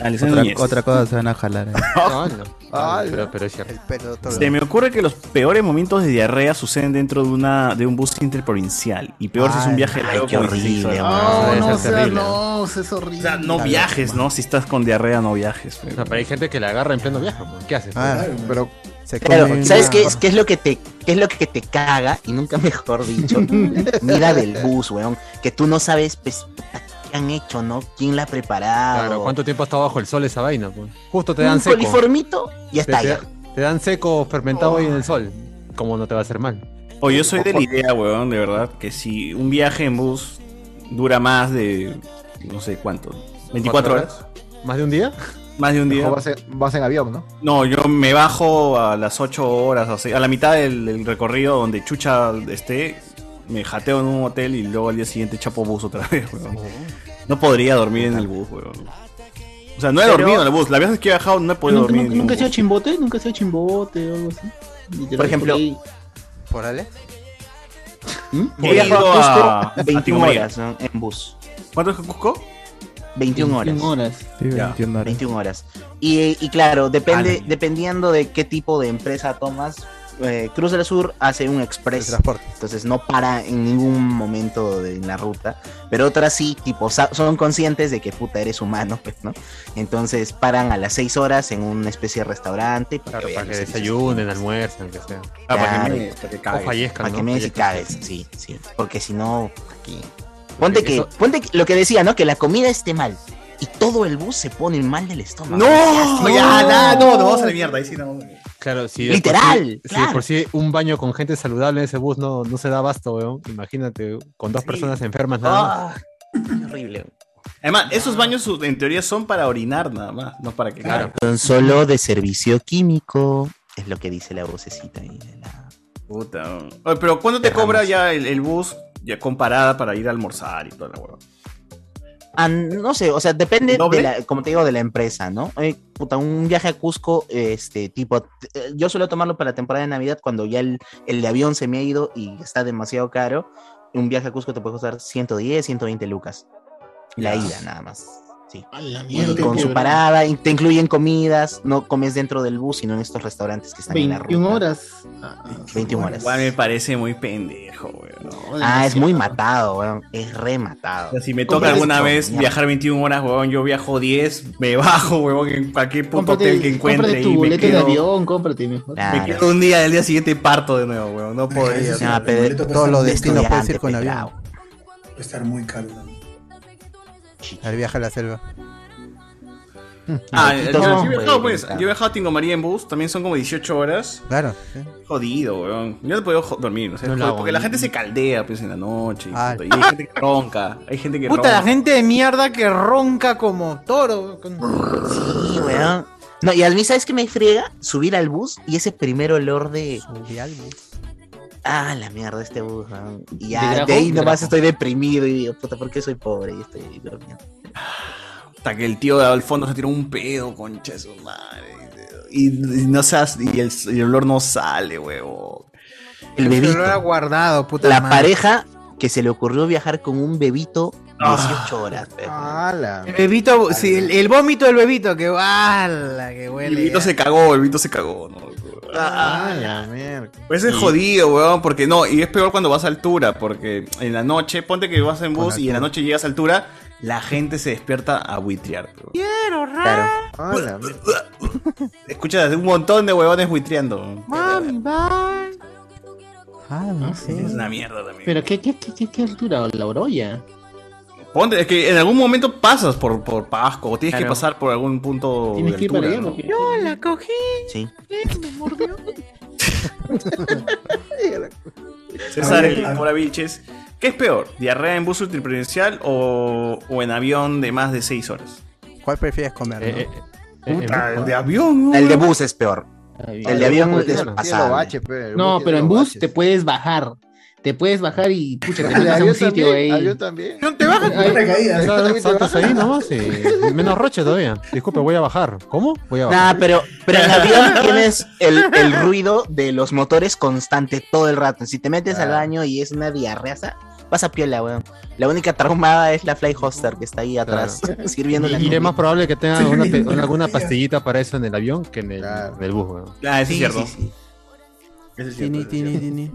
[SPEAKER 5] Alessandro
[SPEAKER 22] Otra,
[SPEAKER 5] Núñez.
[SPEAKER 22] otra cosa se van a jalar.
[SPEAKER 5] [laughs]
[SPEAKER 22] eh.
[SPEAKER 2] Ah,
[SPEAKER 3] Pero, pero es cierto.
[SPEAKER 2] Pero todo
[SPEAKER 5] Se me ocurre que los peores momentos de diarrea suceden dentro de una de un bus interprovincial y peor si es un
[SPEAKER 2] Ay,
[SPEAKER 5] viaje
[SPEAKER 2] ay,
[SPEAKER 5] largo
[SPEAKER 2] qué
[SPEAKER 5] como 16
[SPEAKER 2] horrible,
[SPEAKER 5] horas.
[SPEAKER 2] weón.
[SPEAKER 5] Debe
[SPEAKER 1] No,
[SPEAKER 5] ser
[SPEAKER 1] o sea,
[SPEAKER 5] terrible, ¿no?
[SPEAKER 1] no, o sea, es horrible.
[SPEAKER 5] O sea, no viajes, ¿no? Si estás con diarrea, no viajes. weón.
[SPEAKER 3] No, pero hay gente que la agarra en pleno viaje. pues, ¿Qué haces?
[SPEAKER 2] Ah,
[SPEAKER 3] Claro.
[SPEAKER 12] pero
[SPEAKER 2] se
[SPEAKER 7] pues. Claro,
[SPEAKER 3] come
[SPEAKER 7] ¿sabes
[SPEAKER 3] una-
[SPEAKER 7] qué es, qué es lo que te qué es lo que te caga? Y nunca mejor dicho, mira del bus, weón, que tú no sabes pues, puta, qué han hecho, ¿no? ¿Quién la ha preparado?
[SPEAKER 3] Claro, ¿cuánto tiempo ha estado bajo el sol esa vaina? pues? Justo te
[SPEAKER 7] Un
[SPEAKER 3] dan seco.
[SPEAKER 7] coliformito y ya
[SPEAKER 3] Te-
[SPEAKER 7] está,
[SPEAKER 3] Te,
[SPEAKER 7] ya.
[SPEAKER 3] te dan seco, fermentado ahí en el sol. Como no te va a hacer mal.
[SPEAKER 5] O yo soy de la idea, weón, de verdad, que si un viaje en bus dura más de, no sé cuánto, 24
[SPEAKER 3] ¿Cuatro
[SPEAKER 5] horas.
[SPEAKER 3] ¿Más de un día?
[SPEAKER 5] Más de un día.
[SPEAKER 12] Mejor vas, en, vas en avión, ¿no?
[SPEAKER 5] No, yo me bajo a las 8 horas, o sea, a la mitad del, del recorrido donde Chucha esté, me jateo en un hotel y luego al día siguiente chapo bus otra vez, weón. No podría dormir en el bus, weón. O sea, no he
[SPEAKER 1] Pero-
[SPEAKER 5] dormido en el bus. Las veces que he bajado no he podido
[SPEAKER 1] ¿Nunca,
[SPEAKER 5] dormir.
[SPEAKER 1] nunca,
[SPEAKER 5] en ningún
[SPEAKER 1] nunca
[SPEAKER 5] bus.
[SPEAKER 1] ha sido chimbote? ¿Nunca ha sido chimbote o algo así?
[SPEAKER 5] Por ejemplo,
[SPEAKER 2] ¿Por Ale?
[SPEAKER 7] He
[SPEAKER 5] He
[SPEAKER 7] viajado
[SPEAKER 5] ido
[SPEAKER 7] ¿Mm? a
[SPEAKER 5] a-
[SPEAKER 7] Cusco 21
[SPEAKER 5] a Timoría.
[SPEAKER 7] horas ¿no? en bus.
[SPEAKER 5] ¿Cuánto es Cusco?
[SPEAKER 7] 21 horas.
[SPEAKER 1] 21 horas.
[SPEAKER 22] Sí, 21 horas.
[SPEAKER 7] 21 horas. Y, y claro, depende, dependiendo de qué tipo de empresa tomas, eh, Cruz del Sur hace un express. Entonces no para en ningún momento de en la ruta. Pero otras sí, tipo, sa- son conscientes de que puta eres humano, pues, ¿no? Entonces paran a las 6 horas en una especie de restaurante. para
[SPEAKER 3] Claro,
[SPEAKER 7] vean
[SPEAKER 3] para que
[SPEAKER 7] los servicios.
[SPEAKER 3] desayunen, almuercen, que sea.
[SPEAKER 7] Ah, para que
[SPEAKER 3] Claro.
[SPEAKER 7] mees,
[SPEAKER 5] para que
[SPEAKER 3] O fallezcan,
[SPEAKER 7] Para
[SPEAKER 3] ¿no?
[SPEAKER 7] que mees y
[SPEAKER 3] Fallezcan.
[SPEAKER 7] cagues, sí, sí. Porque si no, aquí. Ponte que,
[SPEAKER 3] eso-
[SPEAKER 7] ponte que- lo que decía, ¿no? Que la comida esté mal. Y todo el bus se pone mal del estómago.
[SPEAKER 5] ¡No!
[SPEAKER 7] Sí,
[SPEAKER 5] Ya,
[SPEAKER 7] así.
[SPEAKER 5] nada, no, nos vamos a la mierda. Ahí sí nos vamos a la mierda.
[SPEAKER 3] Claro, si
[SPEAKER 7] Literal,
[SPEAKER 3] De por sí, si
[SPEAKER 7] claro.
[SPEAKER 3] de por sí un baño con gente saludable en ese bus no, no se da abasto, weón. Imagínate, con dos personas enfermas nada más.
[SPEAKER 7] Ah, qué horrible.
[SPEAKER 5] Además, esos baños su- en teoría son para orinar nada más, no para que
[SPEAKER 7] Claro, son solo de servicio químico, es lo que dice la vocecita ahí.
[SPEAKER 5] Puta. Oye, pero ¿cuándo te cobra ya el, el bus ya con parada para ir a almorzar y toda la hueva?
[SPEAKER 7] Ah, no sé, o sea, depende
[SPEAKER 5] ¿Doble?
[SPEAKER 7] de la, como te digo, de la empresa, ¿no? Eh, puta, un viaje a Cusco, este tipo, eh, yo suelo tomarlo para la temporada de Navidad cuando ya el, el de avión se me ha ido y está demasiado caro. Un viaje a Cusco te puede costar 110, 120 lucas. La
[SPEAKER 42] Ya.
[SPEAKER 7] ida, nada más. Sí.
[SPEAKER 42] mierda,
[SPEAKER 7] Y con
[SPEAKER 42] qué
[SPEAKER 7] su
[SPEAKER 42] bravo.
[SPEAKER 7] parada, y te incluyen comidas, no comes dentro del bus, sino en estos restaurantes que están en la ruta.
[SPEAKER 12] 21 horas.
[SPEAKER 7] 21 horas.
[SPEAKER 5] Igual me parece muy pendejo, weón.
[SPEAKER 7] Ah, es muy matado, weón. Es rematado.
[SPEAKER 5] O sea, si me toca alguna vez viajar 21 horas, huevón, yo viajo 10, me bajo, huevón, en cualquier puto
[SPEAKER 12] Cómprate,
[SPEAKER 5] hotel que
[SPEAKER 12] cómprate
[SPEAKER 5] encuentre
[SPEAKER 12] tu
[SPEAKER 5] y me
[SPEAKER 12] boleto de
[SPEAKER 5] quedo,
[SPEAKER 12] avión, cómprate mejor.
[SPEAKER 5] me quedo un día, el día siguiente parto de nuevo, huevón, no podría.
[SPEAKER 7] Ah, se llama
[SPEAKER 5] huevón.
[SPEAKER 7] pedir-
[SPEAKER 2] Todos los destinos puedes ir con avión.
[SPEAKER 17] Puede estar muy caro. también.
[SPEAKER 2] El viaje a la selva.
[SPEAKER 5] Ah,
[SPEAKER 2] Loquito,
[SPEAKER 5] yo, yo
[SPEAKER 2] no,
[SPEAKER 5] he viajado,
[SPEAKER 2] güey,
[SPEAKER 5] pues, yo he viajado a Tingo María en bus, también son como 18 horas.
[SPEAKER 2] Claro.
[SPEAKER 5] Jodido, weón. Yo no puedo jo- dormir, no sé,
[SPEAKER 1] No lo
[SPEAKER 5] joder,
[SPEAKER 1] hago,
[SPEAKER 5] porque la
[SPEAKER 1] ¿no?
[SPEAKER 5] gente se caldea pues en la noche. y puta, y hay gente que ronca, hay gente que
[SPEAKER 1] Ah, Puta, la
[SPEAKER 5] ronca.
[SPEAKER 1] gente de mierda que ronca como toro.
[SPEAKER 7] Sí, weón. No, y a mí, ¿sabes qué me friega? Subir al bus y ese primer olor de. Ah, la mierda, este bus, weón. Y ya,
[SPEAKER 5] ¿De
[SPEAKER 7] de,
[SPEAKER 5] grajo?
[SPEAKER 7] ahí
[SPEAKER 5] ¿De
[SPEAKER 7] nomás
[SPEAKER 5] grajo?
[SPEAKER 7] estoy deprimido y digo, puta, ¿por qué soy pobre? Y estoy ahí durmiendo.
[SPEAKER 5] Hasta que el tío de al fondo se tiró un pedo, concha de su madre. Y, y no seas, y el, y el olor no sale, huevón.
[SPEAKER 7] El
[SPEAKER 1] bebito. olor
[SPEAKER 7] guardado,
[SPEAKER 1] puta
[SPEAKER 7] La
[SPEAKER 1] madre.
[SPEAKER 7] pareja que se le ocurrió viajar con un bebito 18
[SPEAKER 5] Ah.
[SPEAKER 1] Ah.
[SPEAKER 7] horas, weón.
[SPEAKER 1] El bebito, sí, el, el vómito del bebito, que ala, que
[SPEAKER 5] El
[SPEAKER 1] huele.
[SPEAKER 5] Vito se cagó, el Vito se cagó. ¿no?
[SPEAKER 1] Ah, la mierda.
[SPEAKER 5] Pues es
[SPEAKER 1] Sí.
[SPEAKER 5] jodido, weón, porque no, y es peor cuando vas a altura, porque en la noche, ponte que vas en bus y en la noche llegas a altura, la gente se despierta a buitrear. pues. weón.
[SPEAKER 1] Quiero rar.
[SPEAKER 5] Escuchas un montón de huevones buitreando.
[SPEAKER 1] Mami, bye.
[SPEAKER 2] Ah, no
[SPEAKER 5] Es una mierda también.
[SPEAKER 12] Pero qué, qué, qué, qué, qué altura, la orolla.
[SPEAKER 5] Ponte, es que en algún momento pasas por, por Pasco, o tienes que
[SPEAKER 12] Claro.
[SPEAKER 5] pasar por algún punto de
[SPEAKER 12] Tienes que ir para
[SPEAKER 5] altura.
[SPEAKER 12] allá,
[SPEAKER 5] ¿no?
[SPEAKER 12] porque-
[SPEAKER 1] Yo la cogí.
[SPEAKER 7] Sí.
[SPEAKER 1] Él me mordió.
[SPEAKER 5] César el Mora Vilches. ¿Qué es peor? ¿Diarrea en bus ultraprovincial o, o en avión de más de 6 horas?
[SPEAKER 2] ¿Cuál prefieres comer?
[SPEAKER 5] Eh,
[SPEAKER 2] no?
[SPEAKER 5] Puta, el de avión. ¿no?
[SPEAKER 7] El de bus es peor. El de avión
[SPEAKER 2] Tiene
[SPEAKER 7] es
[SPEAKER 2] los
[SPEAKER 7] pasable.
[SPEAKER 2] baches, pe, el
[SPEAKER 12] No,
[SPEAKER 2] bus tiene
[SPEAKER 12] pero en
[SPEAKER 2] los
[SPEAKER 12] bus te puedes bajar. Te puedes bajar y pucha, te
[SPEAKER 2] El
[SPEAKER 12] metes a un
[SPEAKER 2] avión
[SPEAKER 12] sitio
[SPEAKER 2] también,
[SPEAKER 12] ahí.
[SPEAKER 2] avión
[SPEAKER 12] también.
[SPEAKER 1] No te bajas
[SPEAKER 12] Ay,
[SPEAKER 17] Recaídas.
[SPEAKER 12] no, no,
[SPEAKER 3] Saltas ahí nomás y menos roche todavía. Disculpe, voy a bajar. ¿Cómo? Voy a
[SPEAKER 7] Nah,
[SPEAKER 3] bajar.
[SPEAKER 7] pero, pero
[SPEAKER 1] [laughs]
[SPEAKER 7] en avión tienes el, el ruido de los motores constante todo el rato. Si te metes
[SPEAKER 3] Ah.
[SPEAKER 7] al baño y es una diarreaza, vas a piola, weón. La única traumada es la Fly Hoster que está ahí atrás sirviendo la
[SPEAKER 3] Ah. Y
[SPEAKER 7] comida.
[SPEAKER 3] es más probable que tengan alguna, pe- alguna pastillita para eso en el avión que en el, en el bus, weón.
[SPEAKER 5] Ah, eso
[SPEAKER 3] Sí,
[SPEAKER 5] es cierto.
[SPEAKER 3] sí,
[SPEAKER 5] Eso es cierto,
[SPEAKER 2] Tini,
[SPEAKER 5] eso es cierto.
[SPEAKER 2] tini, tini.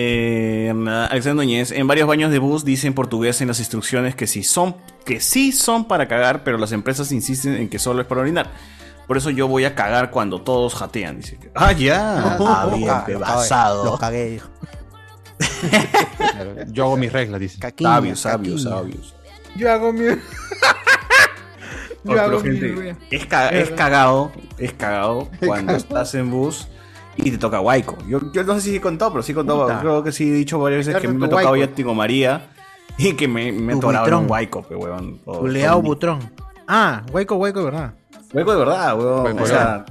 [SPEAKER 5] Eh, Alexander Núñez, en varios baños de bus dicen portugués en las instrucciones que sí son, que sí son para cagar, pero las empresas insisten en que solo es para orinar. Por eso yo voy a cagar cuando todos jatean, dice. Ah, ya.
[SPEAKER 3] Ah, bien, pe,
[SPEAKER 5] lo
[SPEAKER 3] basado.
[SPEAKER 2] Lo cagué, hijo.
[SPEAKER 3] Claro, Yo hago mis reglas, dice.
[SPEAKER 5] Sabios, sabios, sabios.
[SPEAKER 1] Yo hago mi.
[SPEAKER 5] Oh,
[SPEAKER 1] Yo hago
[SPEAKER 5] pero,
[SPEAKER 1] mi.
[SPEAKER 5] gente,
[SPEAKER 1] rueda.
[SPEAKER 5] es, ca-
[SPEAKER 1] Eh.
[SPEAKER 5] es cagado,
[SPEAKER 1] [laughs]
[SPEAKER 5] es cagado cuando estás en bus y te toca guayco. Yo, yo no sé si he contado, pero sí he contado.
[SPEAKER 1] Puta.
[SPEAKER 5] Creo que sí he dicho varias veces
[SPEAKER 1] Claro,
[SPEAKER 5] que me ha
[SPEAKER 1] tu
[SPEAKER 5] tocado
[SPEAKER 1] huaico.
[SPEAKER 5] ya Tigo María y que me, me he
[SPEAKER 1] Tu
[SPEAKER 5] atorado en un
[SPEAKER 1] buitrón.
[SPEAKER 5] guayco, pe Oh, weón. O-
[SPEAKER 1] Tuleao
[SPEAKER 5] o-
[SPEAKER 1] Butrón. Ah, hueco, hueco, ¿verdad?
[SPEAKER 5] Hueco de verdad, weón.
[SPEAKER 1] Hueco
[SPEAKER 5] o
[SPEAKER 1] de
[SPEAKER 5] sea,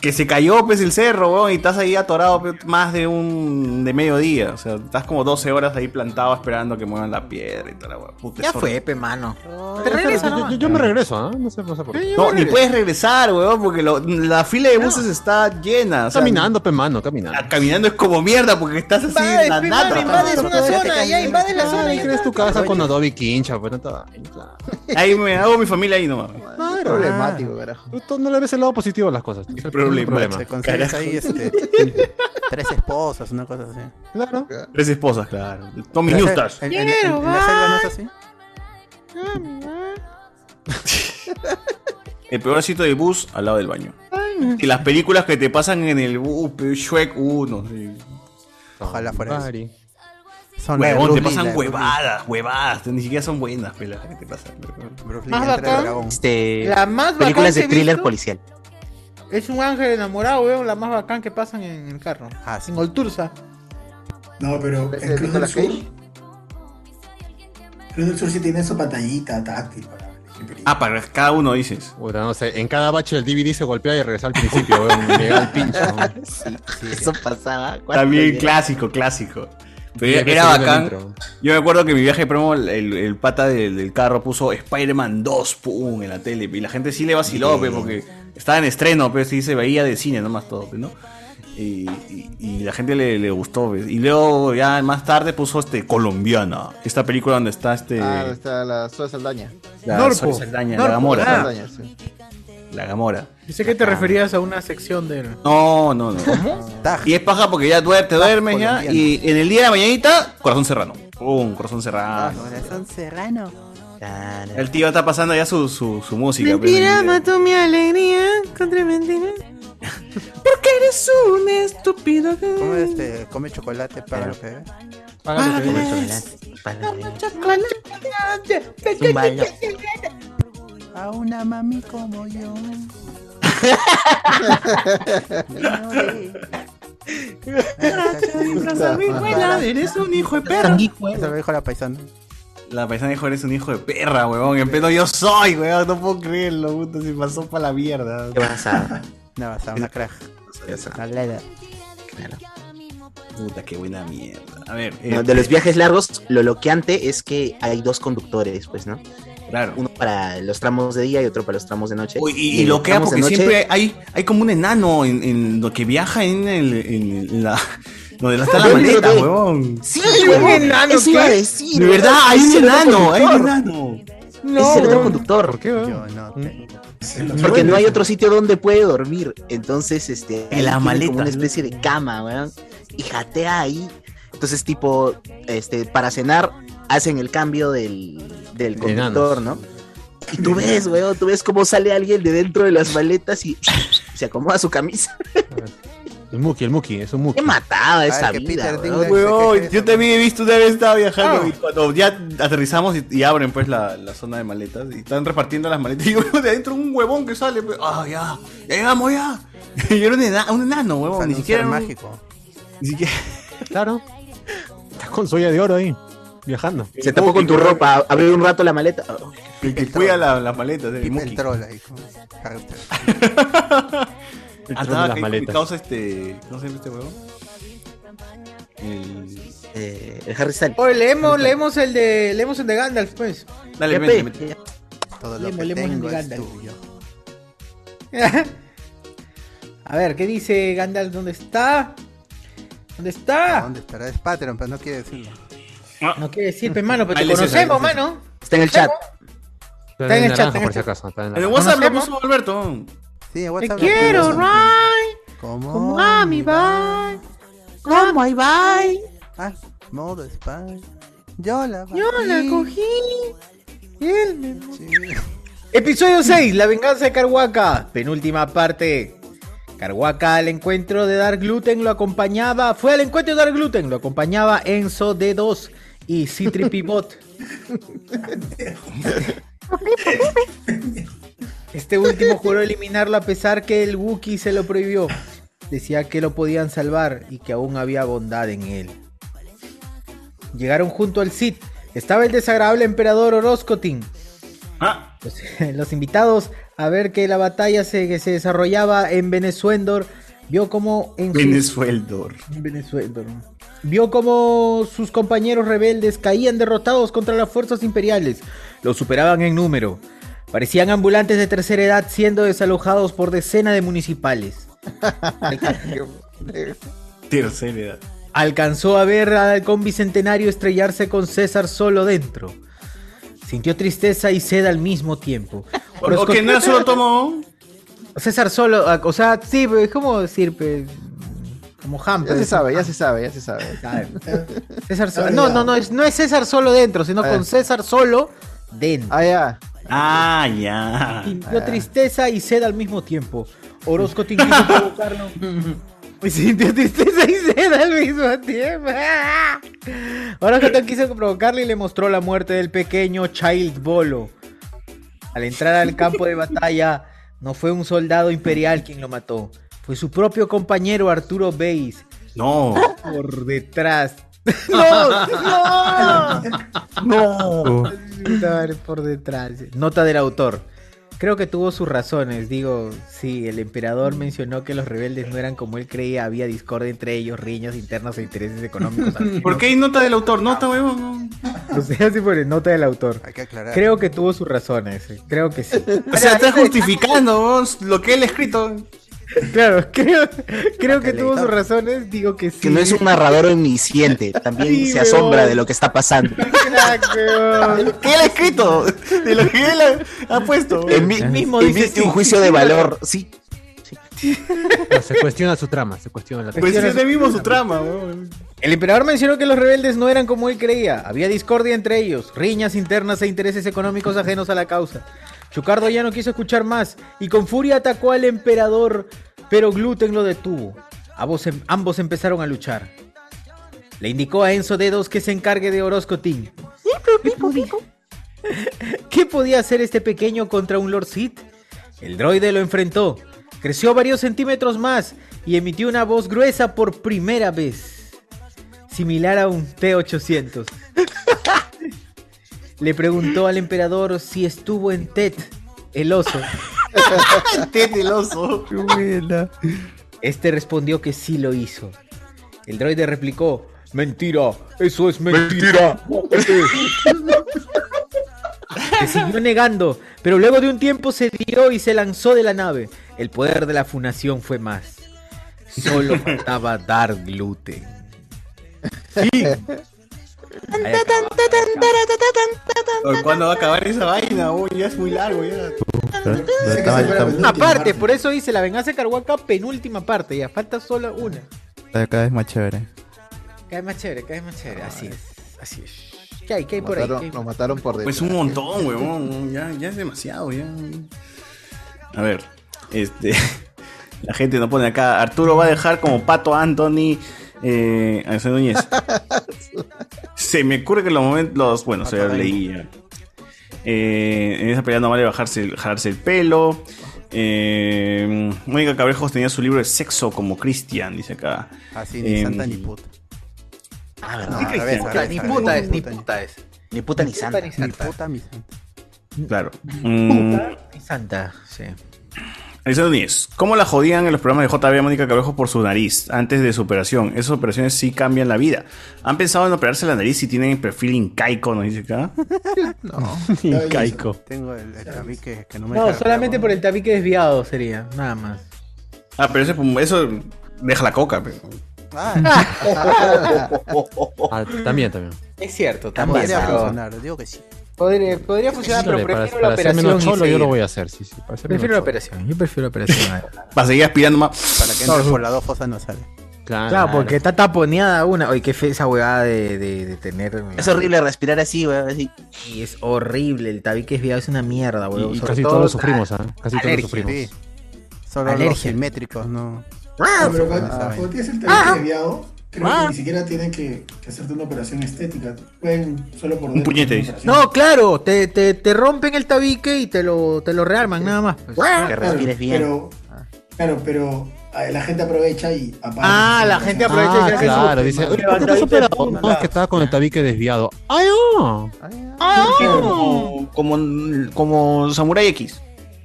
[SPEAKER 5] que se cayó pues el cerro, weón, y estás ahí atorado pe, más de un de mediodía. O sea, estás como 12 horas ahí plantado esperando que muevan la piedra y toda la weón. Puta,
[SPEAKER 1] Ya
[SPEAKER 5] eso-
[SPEAKER 1] fue, pe mano.
[SPEAKER 3] Yo- yo-
[SPEAKER 1] regresa
[SPEAKER 3] yo,
[SPEAKER 1] nomás.
[SPEAKER 3] yo me regreso, ¿ah? No sé, no sé por qué.
[SPEAKER 5] No, ni puedes regresar, weón, porque lo- la fila de buses está llena.
[SPEAKER 3] Caminando, pe mano, caminando.
[SPEAKER 5] Caminando es como mierda, porque estás así en la nata.
[SPEAKER 3] crees tu casa con Adobe Quincha, pues no te va.
[SPEAKER 5] Ahí me hago mi familia ahí nomás.
[SPEAKER 1] Ah.
[SPEAKER 3] Problemático,
[SPEAKER 2] carajo.
[SPEAKER 3] Tú, tú no le ves el lado positivo a las cosas. Es el
[SPEAKER 5] Problema,
[SPEAKER 3] problema.
[SPEAKER 2] Te consigues ahí
[SPEAKER 3] Carajo.
[SPEAKER 2] este, tres esposas, una cosa así.
[SPEAKER 3] Claro.
[SPEAKER 5] Tres esposas, claro. Tommy
[SPEAKER 2] En la
[SPEAKER 5] Newstars.
[SPEAKER 2] sel- en- en- en- en la selva no es así.
[SPEAKER 5] El peor sitio de bus al lado del baño. Y las películas que te pasan en el bus, pe, Shrek 1. sí.
[SPEAKER 2] Ojalá fuera eso. Son las de
[SPEAKER 5] Huevón, te
[SPEAKER 2] Bruce Lee,
[SPEAKER 5] pasan
[SPEAKER 2] la de
[SPEAKER 5] huevadas, huevadas. Ni siquiera son buenas pelas que te pasan.
[SPEAKER 2] Bruce
[SPEAKER 1] Más bacán.
[SPEAKER 7] Este,
[SPEAKER 1] La más bacán
[SPEAKER 7] películas de
[SPEAKER 1] que he
[SPEAKER 7] thriller
[SPEAKER 1] visto.
[SPEAKER 7] policial.
[SPEAKER 1] Es un ángel enamorado, weón. La más bacán que pasan en el carro.
[SPEAKER 7] Ah,
[SPEAKER 1] En Olturza.
[SPEAKER 17] No, pero
[SPEAKER 1] Ese
[SPEAKER 17] en
[SPEAKER 1] de
[SPEAKER 17] Cruz del
[SPEAKER 1] Nicolas
[SPEAKER 17] Sur. Pero el Sur sí tiene su pantallita táctil. para-
[SPEAKER 5] Ah, para cada uno dices.
[SPEAKER 3] Puta, no sé, en cada bache del DVD se golpeaba y regresaba al principio, weón. Me llegaba el pincho.
[SPEAKER 7] [laughs] Eso pasaba.
[SPEAKER 5] También clásico, clásico. Pero
[SPEAKER 3] Y
[SPEAKER 5] era
[SPEAKER 3] había que
[SPEAKER 5] bacán.
[SPEAKER 3] subirlo dentro.
[SPEAKER 5] Yo me acuerdo que en mi viaje de promo, el, el pata del, del carro puso Spider-Man 2, pum, en la tele. Y la gente sí le vaciló, pe, porque estaba en estreno, pero sí se veía de cine nomás todo, pe, ¿no? Y, y- y la gente le, le gustó. pe. Y luego, ya más tarde, puso este Colombiana. Esta película donde está este.
[SPEAKER 12] Ah, donde está la Suez Saldaña.
[SPEAKER 5] la
[SPEAKER 1] Norpo.
[SPEAKER 5] Sol Saldaña,
[SPEAKER 1] Norpo,
[SPEAKER 5] la Gamora.
[SPEAKER 1] ah.
[SPEAKER 12] Saldaña, sí.
[SPEAKER 5] La Gamora.
[SPEAKER 1] Yo sé que te referías a una sección de.
[SPEAKER 5] No, no, no. Y es paja porque ya duer- te duermes ya. Y en el día de la mañanita, corazón serrano. Pum, corazón serrano.
[SPEAKER 43] Corazón serrano.
[SPEAKER 5] El tío está pasando ya su, su, su música. pues,
[SPEAKER 11] Mentira
[SPEAKER 5] en el-
[SPEAKER 11] mató mi alegría contra
[SPEAKER 5] [laughs]
[SPEAKER 11] mentira. Porque eres un estúpido.
[SPEAKER 2] Come, este, come chocolate, paga lo que debes.
[SPEAKER 5] Ah,
[SPEAKER 7] Paga lo que debes. Zúmbalo.
[SPEAKER 2] A una mami como yo.
[SPEAKER 11] Eres un hijo de perro.
[SPEAKER 2] Eso lo dijo la paisana.
[SPEAKER 5] La paisana dijo, eres un hijo de perra, huevón. En pedo yo soy, huevón. No puedo creerlo, puta. Se pasó para la mierda.
[SPEAKER 7] Qué basada.
[SPEAKER 2] Una basada, una crack. Una lera.
[SPEAKER 5] Puta, qué buena mierda. A ver. eh,
[SPEAKER 7] No, de los viajes largos, lo loqueante es que hay dos conductores, pues, ¿no?
[SPEAKER 5] Claro.
[SPEAKER 7] Uno para los tramos de día y otro para los tramos de noche.
[SPEAKER 5] Uy, y,
[SPEAKER 7] en
[SPEAKER 5] y
[SPEAKER 7] los
[SPEAKER 5] loquea
[SPEAKER 7] tramos de
[SPEAKER 5] porque
[SPEAKER 7] noche-
[SPEAKER 5] siempre hay, hay como un enano en, en lo que viaja en, el, en, el- en la. [laughs] Donde está la maleta, huevón.
[SPEAKER 7] Sí,
[SPEAKER 11] Hay un
[SPEAKER 7] huevón,
[SPEAKER 11] enano,
[SPEAKER 7] eso iba a
[SPEAKER 11] ¿qué?
[SPEAKER 7] decir.
[SPEAKER 5] De verdad, hay un
[SPEAKER 7] Ese era otro
[SPEAKER 5] enano, hay un
[SPEAKER 7] conductor.
[SPEAKER 5] enano.
[SPEAKER 7] Ese era otro
[SPEAKER 5] huevón.
[SPEAKER 7] conductor. ¿Por qué, Mm. Porque
[SPEAKER 5] suena.
[SPEAKER 7] no hay otro sitio donde puede dormir. Entonces, este. ahí
[SPEAKER 5] la
[SPEAKER 7] tiene
[SPEAKER 5] maleta,
[SPEAKER 7] Como una especie de cama, weón. Y jatea ahí. Entonces, tipo, este, para cenar, hacen el cambio del, del conductor, ¿no? Y tú ves, weón, tú ves cómo sale alguien de dentro de las maletas y se acomoda su camisa. [laughs]
[SPEAKER 3] El Muki, el Muki, es un Muki.
[SPEAKER 7] Qué matada esa
[SPEAKER 5] que
[SPEAKER 7] vida,
[SPEAKER 5] Peter
[SPEAKER 7] weón.
[SPEAKER 5] Huevón, yo también he visto una vez estaba viajando y cuando ya aterrizamos y, y abren pues la, la zona de maletas y están repartiendo las maletas [laughs] y yo veo de adentro un huevón que sale. pues, Ah, ya, ya llegamos ya. [laughs] Y era un, ena- un enano, huevón, ni siquiera. era un-
[SPEAKER 2] mágico.
[SPEAKER 5] Ni siquiera.
[SPEAKER 3] Claro. Estás con soya de oro ahí, viajando.
[SPEAKER 7] Se tapó con tu ropa, abrió un rato la maleta. Oh,
[SPEAKER 5] El que cuida la- las maletas, el,
[SPEAKER 2] El
[SPEAKER 5] Muki.
[SPEAKER 2] troll ahí. con- carácter.
[SPEAKER 5] [laughs] Ah,
[SPEAKER 2] troll de
[SPEAKER 5] estaba ahí
[SPEAKER 2] las
[SPEAKER 5] con mi
[SPEAKER 2] maletas.
[SPEAKER 5] causa este. ¿Cómo se llama este huevón? El.
[SPEAKER 7] Eh, el Harry Styles.
[SPEAKER 1] Oye, leemos, leemos el de. Leemos el de Gandalf, pues.
[SPEAKER 5] Dale,
[SPEAKER 1] Ya,
[SPEAKER 5] mete,
[SPEAKER 1] pe.
[SPEAKER 5] mete.
[SPEAKER 2] Todo lo
[SPEAKER 1] Lemo,
[SPEAKER 2] que
[SPEAKER 1] lemo,
[SPEAKER 2] tengo
[SPEAKER 1] Andy
[SPEAKER 2] es
[SPEAKER 1] Gandalf.
[SPEAKER 2] tuyo.
[SPEAKER 1] [laughs] A ver, ¿qué dice Gandalf? ¿Dónde está? ¿Dónnde está?
[SPEAKER 2] ¿Dónde estará? Es Patreon, pero no quiere decirlo.
[SPEAKER 3] Ah.
[SPEAKER 1] No quiere decir, pe, mano, pero
[SPEAKER 2] Ahí
[SPEAKER 1] te
[SPEAKER 2] le dices,
[SPEAKER 1] conocemos,
[SPEAKER 2] ahí le dices.
[SPEAKER 1] mano.
[SPEAKER 7] Está en el chat.
[SPEAKER 1] Está en el chat.
[SPEAKER 3] naranja, por si
[SPEAKER 1] está
[SPEAKER 3] acaso, está en
[SPEAKER 1] el
[SPEAKER 3] la-
[SPEAKER 1] chat.
[SPEAKER 3] En WhatsApp
[SPEAKER 1] Conocemos.
[SPEAKER 5] puso Alberto.
[SPEAKER 2] Sí, en
[SPEAKER 11] Te
[SPEAKER 2] WhatsApp. lo
[SPEAKER 11] quiero,
[SPEAKER 2] puso.
[SPEAKER 11] right.
[SPEAKER 2] ¿Cómo?
[SPEAKER 11] Como a mi bye. Como a mi bye.
[SPEAKER 2] Ah, modo spy. Yo la
[SPEAKER 11] Yo la
[SPEAKER 2] batí.
[SPEAKER 11] cogí.
[SPEAKER 1] Y él me- Episodio 6, La venganza de Carhuaca, penúltima parte. Carhuaca al encuentro de Dark Gluten lo acompañaba, fue al encuentro de Dark Gluten, lo acompañaba Enzo D2 y
[SPEAKER 11] [laughs]
[SPEAKER 1] Citri Pivot. Este último juró eliminarlo a pesar que el Wookiee se lo prohibió. Decía que lo podían salvar y que aún había bondad en él. Llegaron junto al Cid. Estaba el desagradable emperador Orozcotin. Los, [laughs] los invitados a ver que la batalla se, que se desarrollaba en Venezuendor vio como en sus-
[SPEAKER 5] Venezueldor.
[SPEAKER 1] en Venezueldor. Vio como sus compañeros rebeldes caían derrotados contra las fuerzas imperiales. Los superaban en número. Parecían ambulantes de tercera edad siendo desalojados por decenas
[SPEAKER 5] [laughs]
[SPEAKER 1] de municipales.
[SPEAKER 5] Tercera edad.
[SPEAKER 1] Alcanzó a ver al halcón bicentenario estrellarse con César solo dentro. Sintió tristeza y sed al mismo tiempo.
[SPEAKER 5] O- o que no solo tomó.
[SPEAKER 1] César solo, ah, o sea, sí, pero es como decir, pues, como Hampa.
[SPEAKER 12] Ya se sabe, ya se sabe, ya se sabe.
[SPEAKER 1] César solo. No, no, no es, no es César solo dentro, sino
[SPEAKER 12] Ah, ya.
[SPEAKER 1] con César solo dentro.
[SPEAKER 12] Ah, ya.
[SPEAKER 5] Ah, ya.
[SPEAKER 1] Sintió tristeza y sed al mismo tiempo. Orozco te quiso
[SPEAKER 12] [laughs]
[SPEAKER 1] provocarlo. Sintió tristeza y sed al mismo tiempo. Orozco te quiso provocarle y le mostró la muerte del pequeño Child Bolo. Al entrar al campo de batalla, no fue un soldado imperial quien lo mató. Fue su propio compañero Arturo Beis.
[SPEAKER 5] No.
[SPEAKER 1] Por detrás. ¡No! ¡No! ¡No! por detrás. Nota del autor. Creo que tuvo sus razones. Digo, sí, el emperador mencionó que los rebeldes no eran como él creía. Había discordia entre ellos, riñas internas e intereses económicos.
[SPEAKER 5] ¿Por qué hay nota del autor? Nota, huevón.
[SPEAKER 1] [laughs] O sea, sí, por nota del autor.
[SPEAKER 5] que aclarar.
[SPEAKER 1] Creo que tuvo sus razones. eh. Creo que
[SPEAKER 7] [laughs]
[SPEAKER 1] sí.
[SPEAKER 5] O sea, está justificando huevón, lo que él ha escrito.
[SPEAKER 1] [laughs] Claro, creo, creo que tuvo sus razones. Digo que sí.
[SPEAKER 7] Que no es un
[SPEAKER 1] [laughs]
[SPEAKER 7] narrador omnisciente, también
[SPEAKER 1] Sí,
[SPEAKER 7] se
[SPEAKER 1] weón.
[SPEAKER 7] asombra de lo que está pasando.
[SPEAKER 5] [laughs]
[SPEAKER 1] ¿Qué
[SPEAKER 5] él ha escrito? De lo que él ha, ha puesto.
[SPEAKER 7] Él mi-
[SPEAKER 5] mismo
[SPEAKER 7] él
[SPEAKER 5] dice,
[SPEAKER 7] emite
[SPEAKER 5] sí,
[SPEAKER 7] un juicio
[SPEAKER 5] sí,
[SPEAKER 7] de
[SPEAKER 5] sí,
[SPEAKER 7] valor, sí.
[SPEAKER 3] No, se cuestiona su trama, se cuestiona la
[SPEAKER 1] Pues sí, es el mismo su
[SPEAKER 5] trama,
[SPEAKER 1] El emperador mencionó que los rebeldes no eran como él creía. Había discordia entre ellos, riñas internas e intereses económicos ajenos a la causa. Chucardo ya no quiso escuchar más y con furia atacó al emperador, pero Gluten lo detuvo. Ambos, em- ambos empezaron a luchar. Le indicó a Enzo Dedos que se encargue de Orozco Team. [laughs] ¿Qué podía hacer este pequeño contra un Lord Sith? El droide lo enfrentó, creció varios centímetros más y emitió una voz gruesa por primera vez, similar a un T-800. Le preguntó al emperador si estuvo en Tet, el oso.
[SPEAKER 5] [laughs] Tet, el oso.
[SPEAKER 1] Este respondió que sí lo hizo. El droide replicó, mentira, eso es mentira. [laughs] que siguió negando, pero luego de un tiempo se dio y se lanzó de la nave. El poder de la funación fue más.
[SPEAKER 5] [laughs]
[SPEAKER 1] Solo faltaba dar gluten.
[SPEAKER 5] ¿Cuándo va a acabar esa vaina? Uy, ya es muy largo. Ya.
[SPEAKER 22] estaba- estaba-
[SPEAKER 1] Una parte, por eso dice la venganza de Carhuaca, penúltima parte, ya falta solo una.
[SPEAKER 22] está cada vez más chévere.
[SPEAKER 1] Cae más chévere, cae más chévere, así Ah, es, así es. ¿Qué hay? ¿Qué hay por ahí?
[SPEAKER 12] mataron,
[SPEAKER 1] ¿Qué hay?
[SPEAKER 12] Lo mataron por
[SPEAKER 5] Pues un montón, huevón. Ya, ya es demasiado, ya. A ver, este. [laughs] La gente nos pone acá. Arturo va a dejar como pato a Anthony. Eh, a José Núñez. Se me ocurre que los momentos. Los, bueno, se lo leí ya. Eh, en esa pelea no vale bajarse, el- jalarse el pelo. Eh, Mónica Cabrejos tenía su libro de sexo como Cristian, dice acá.
[SPEAKER 2] Así, Ah, ni
[SPEAKER 5] Em,
[SPEAKER 2] santa ni puta.
[SPEAKER 7] Ah,
[SPEAKER 2] verdad.
[SPEAKER 5] Ni
[SPEAKER 2] revés,
[SPEAKER 5] puta,
[SPEAKER 2] revés,
[SPEAKER 5] ni
[SPEAKER 2] revés.
[SPEAKER 5] puta
[SPEAKER 7] es, ni puta
[SPEAKER 1] es.
[SPEAKER 7] Ni puta ni santa.
[SPEAKER 2] Ni puta ni santa. [laughs]
[SPEAKER 5] Claro. Mm,
[SPEAKER 1] Santa, sí.
[SPEAKER 5] Alexander Núñez, ¿cómo la jodían en los programas de JB a Mónica Cabrejo por su nariz antes de su operación? Esas operaciones sí cambian la vida. ¿Han pensado en operarse la nariz si tienen perfil incaico, nos dice acá?
[SPEAKER 3] [laughs]
[SPEAKER 2] No.
[SPEAKER 5] Incaico.
[SPEAKER 2] Tengo el, el tabique que no me
[SPEAKER 1] No,
[SPEAKER 2] deja
[SPEAKER 1] solamente por el tabique desviado sería, nada más.
[SPEAKER 5] Ah, pero ese, eso deja la coca. pero-
[SPEAKER 3] Ah, También, también.
[SPEAKER 1] [laughs] Es cierto,
[SPEAKER 2] También
[SPEAKER 1] también.
[SPEAKER 2] podría
[SPEAKER 1] pero-
[SPEAKER 2] funcionar, digo que sí.
[SPEAKER 1] Podría, podría funcionar, pero
[SPEAKER 3] Chole,
[SPEAKER 1] prefiero
[SPEAKER 3] para-
[SPEAKER 1] la
[SPEAKER 3] para ser menos
[SPEAKER 1] operación. y
[SPEAKER 3] cholo, yo
[SPEAKER 1] seguir.
[SPEAKER 3] lo voy a hacer, sí, sí. para ser
[SPEAKER 1] Prefiero la
[SPEAKER 3] menos
[SPEAKER 1] operación, yo prefiero la operación.
[SPEAKER 5] Para seguir aspirando más.
[SPEAKER 2] Para que entre por las dos fosas no sale.
[SPEAKER 3] Claro,
[SPEAKER 1] Claro, porque está taponeada una. Oye, qué fe esa huevada de, de- de tener.
[SPEAKER 7] Es horrible respirar así, weón. así.
[SPEAKER 1] Y es horrible, el tabique desviado es una mierda,
[SPEAKER 3] cholo.
[SPEAKER 1] huevón.
[SPEAKER 3] Y, y
[SPEAKER 1] Sobre
[SPEAKER 3] casi
[SPEAKER 1] todo-
[SPEAKER 3] todos lo sufrimos, ¿ah? Casi todos lo
[SPEAKER 1] Alergia.
[SPEAKER 3] sufrimos.
[SPEAKER 1] Sí.
[SPEAKER 2] Solo los
[SPEAKER 1] Alergia.
[SPEAKER 2] simétricos, no.
[SPEAKER 17] Ah,
[SPEAKER 2] no
[SPEAKER 17] pero
[SPEAKER 2] se
[SPEAKER 17] cuando,
[SPEAKER 2] pueden saber.
[SPEAKER 17] cuando tienes
[SPEAKER 1] Ah,
[SPEAKER 17] el tabique desviado, creo que ni siquiera tienen que, que hacerte una operación estética. Pueden solo por
[SPEAKER 5] Un puñete, dice.
[SPEAKER 1] No, claro, te, te, te rompen el tabique y te lo, te lo rearman, nada más. pues.
[SPEAKER 17] Claro, Pero, claro, pero eh, la gente aprovecha y apaga.
[SPEAKER 1] Ah, la gente aprovecha y se
[SPEAKER 3] Ah,
[SPEAKER 1] hace
[SPEAKER 3] claro,
[SPEAKER 1] su-
[SPEAKER 3] dice.
[SPEAKER 1] su
[SPEAKER 3] "Oye, ¿Por qué te has
[SPEAKER 1] levantadita de
[SPEAKER 3] operado? No, es que estaba con el tabique desviado.
[SPEAKER 44] ¡Ay, oh!
[SPEAKER 1] Ah.
[SPEAKER 5] Como, como, como Samurai X.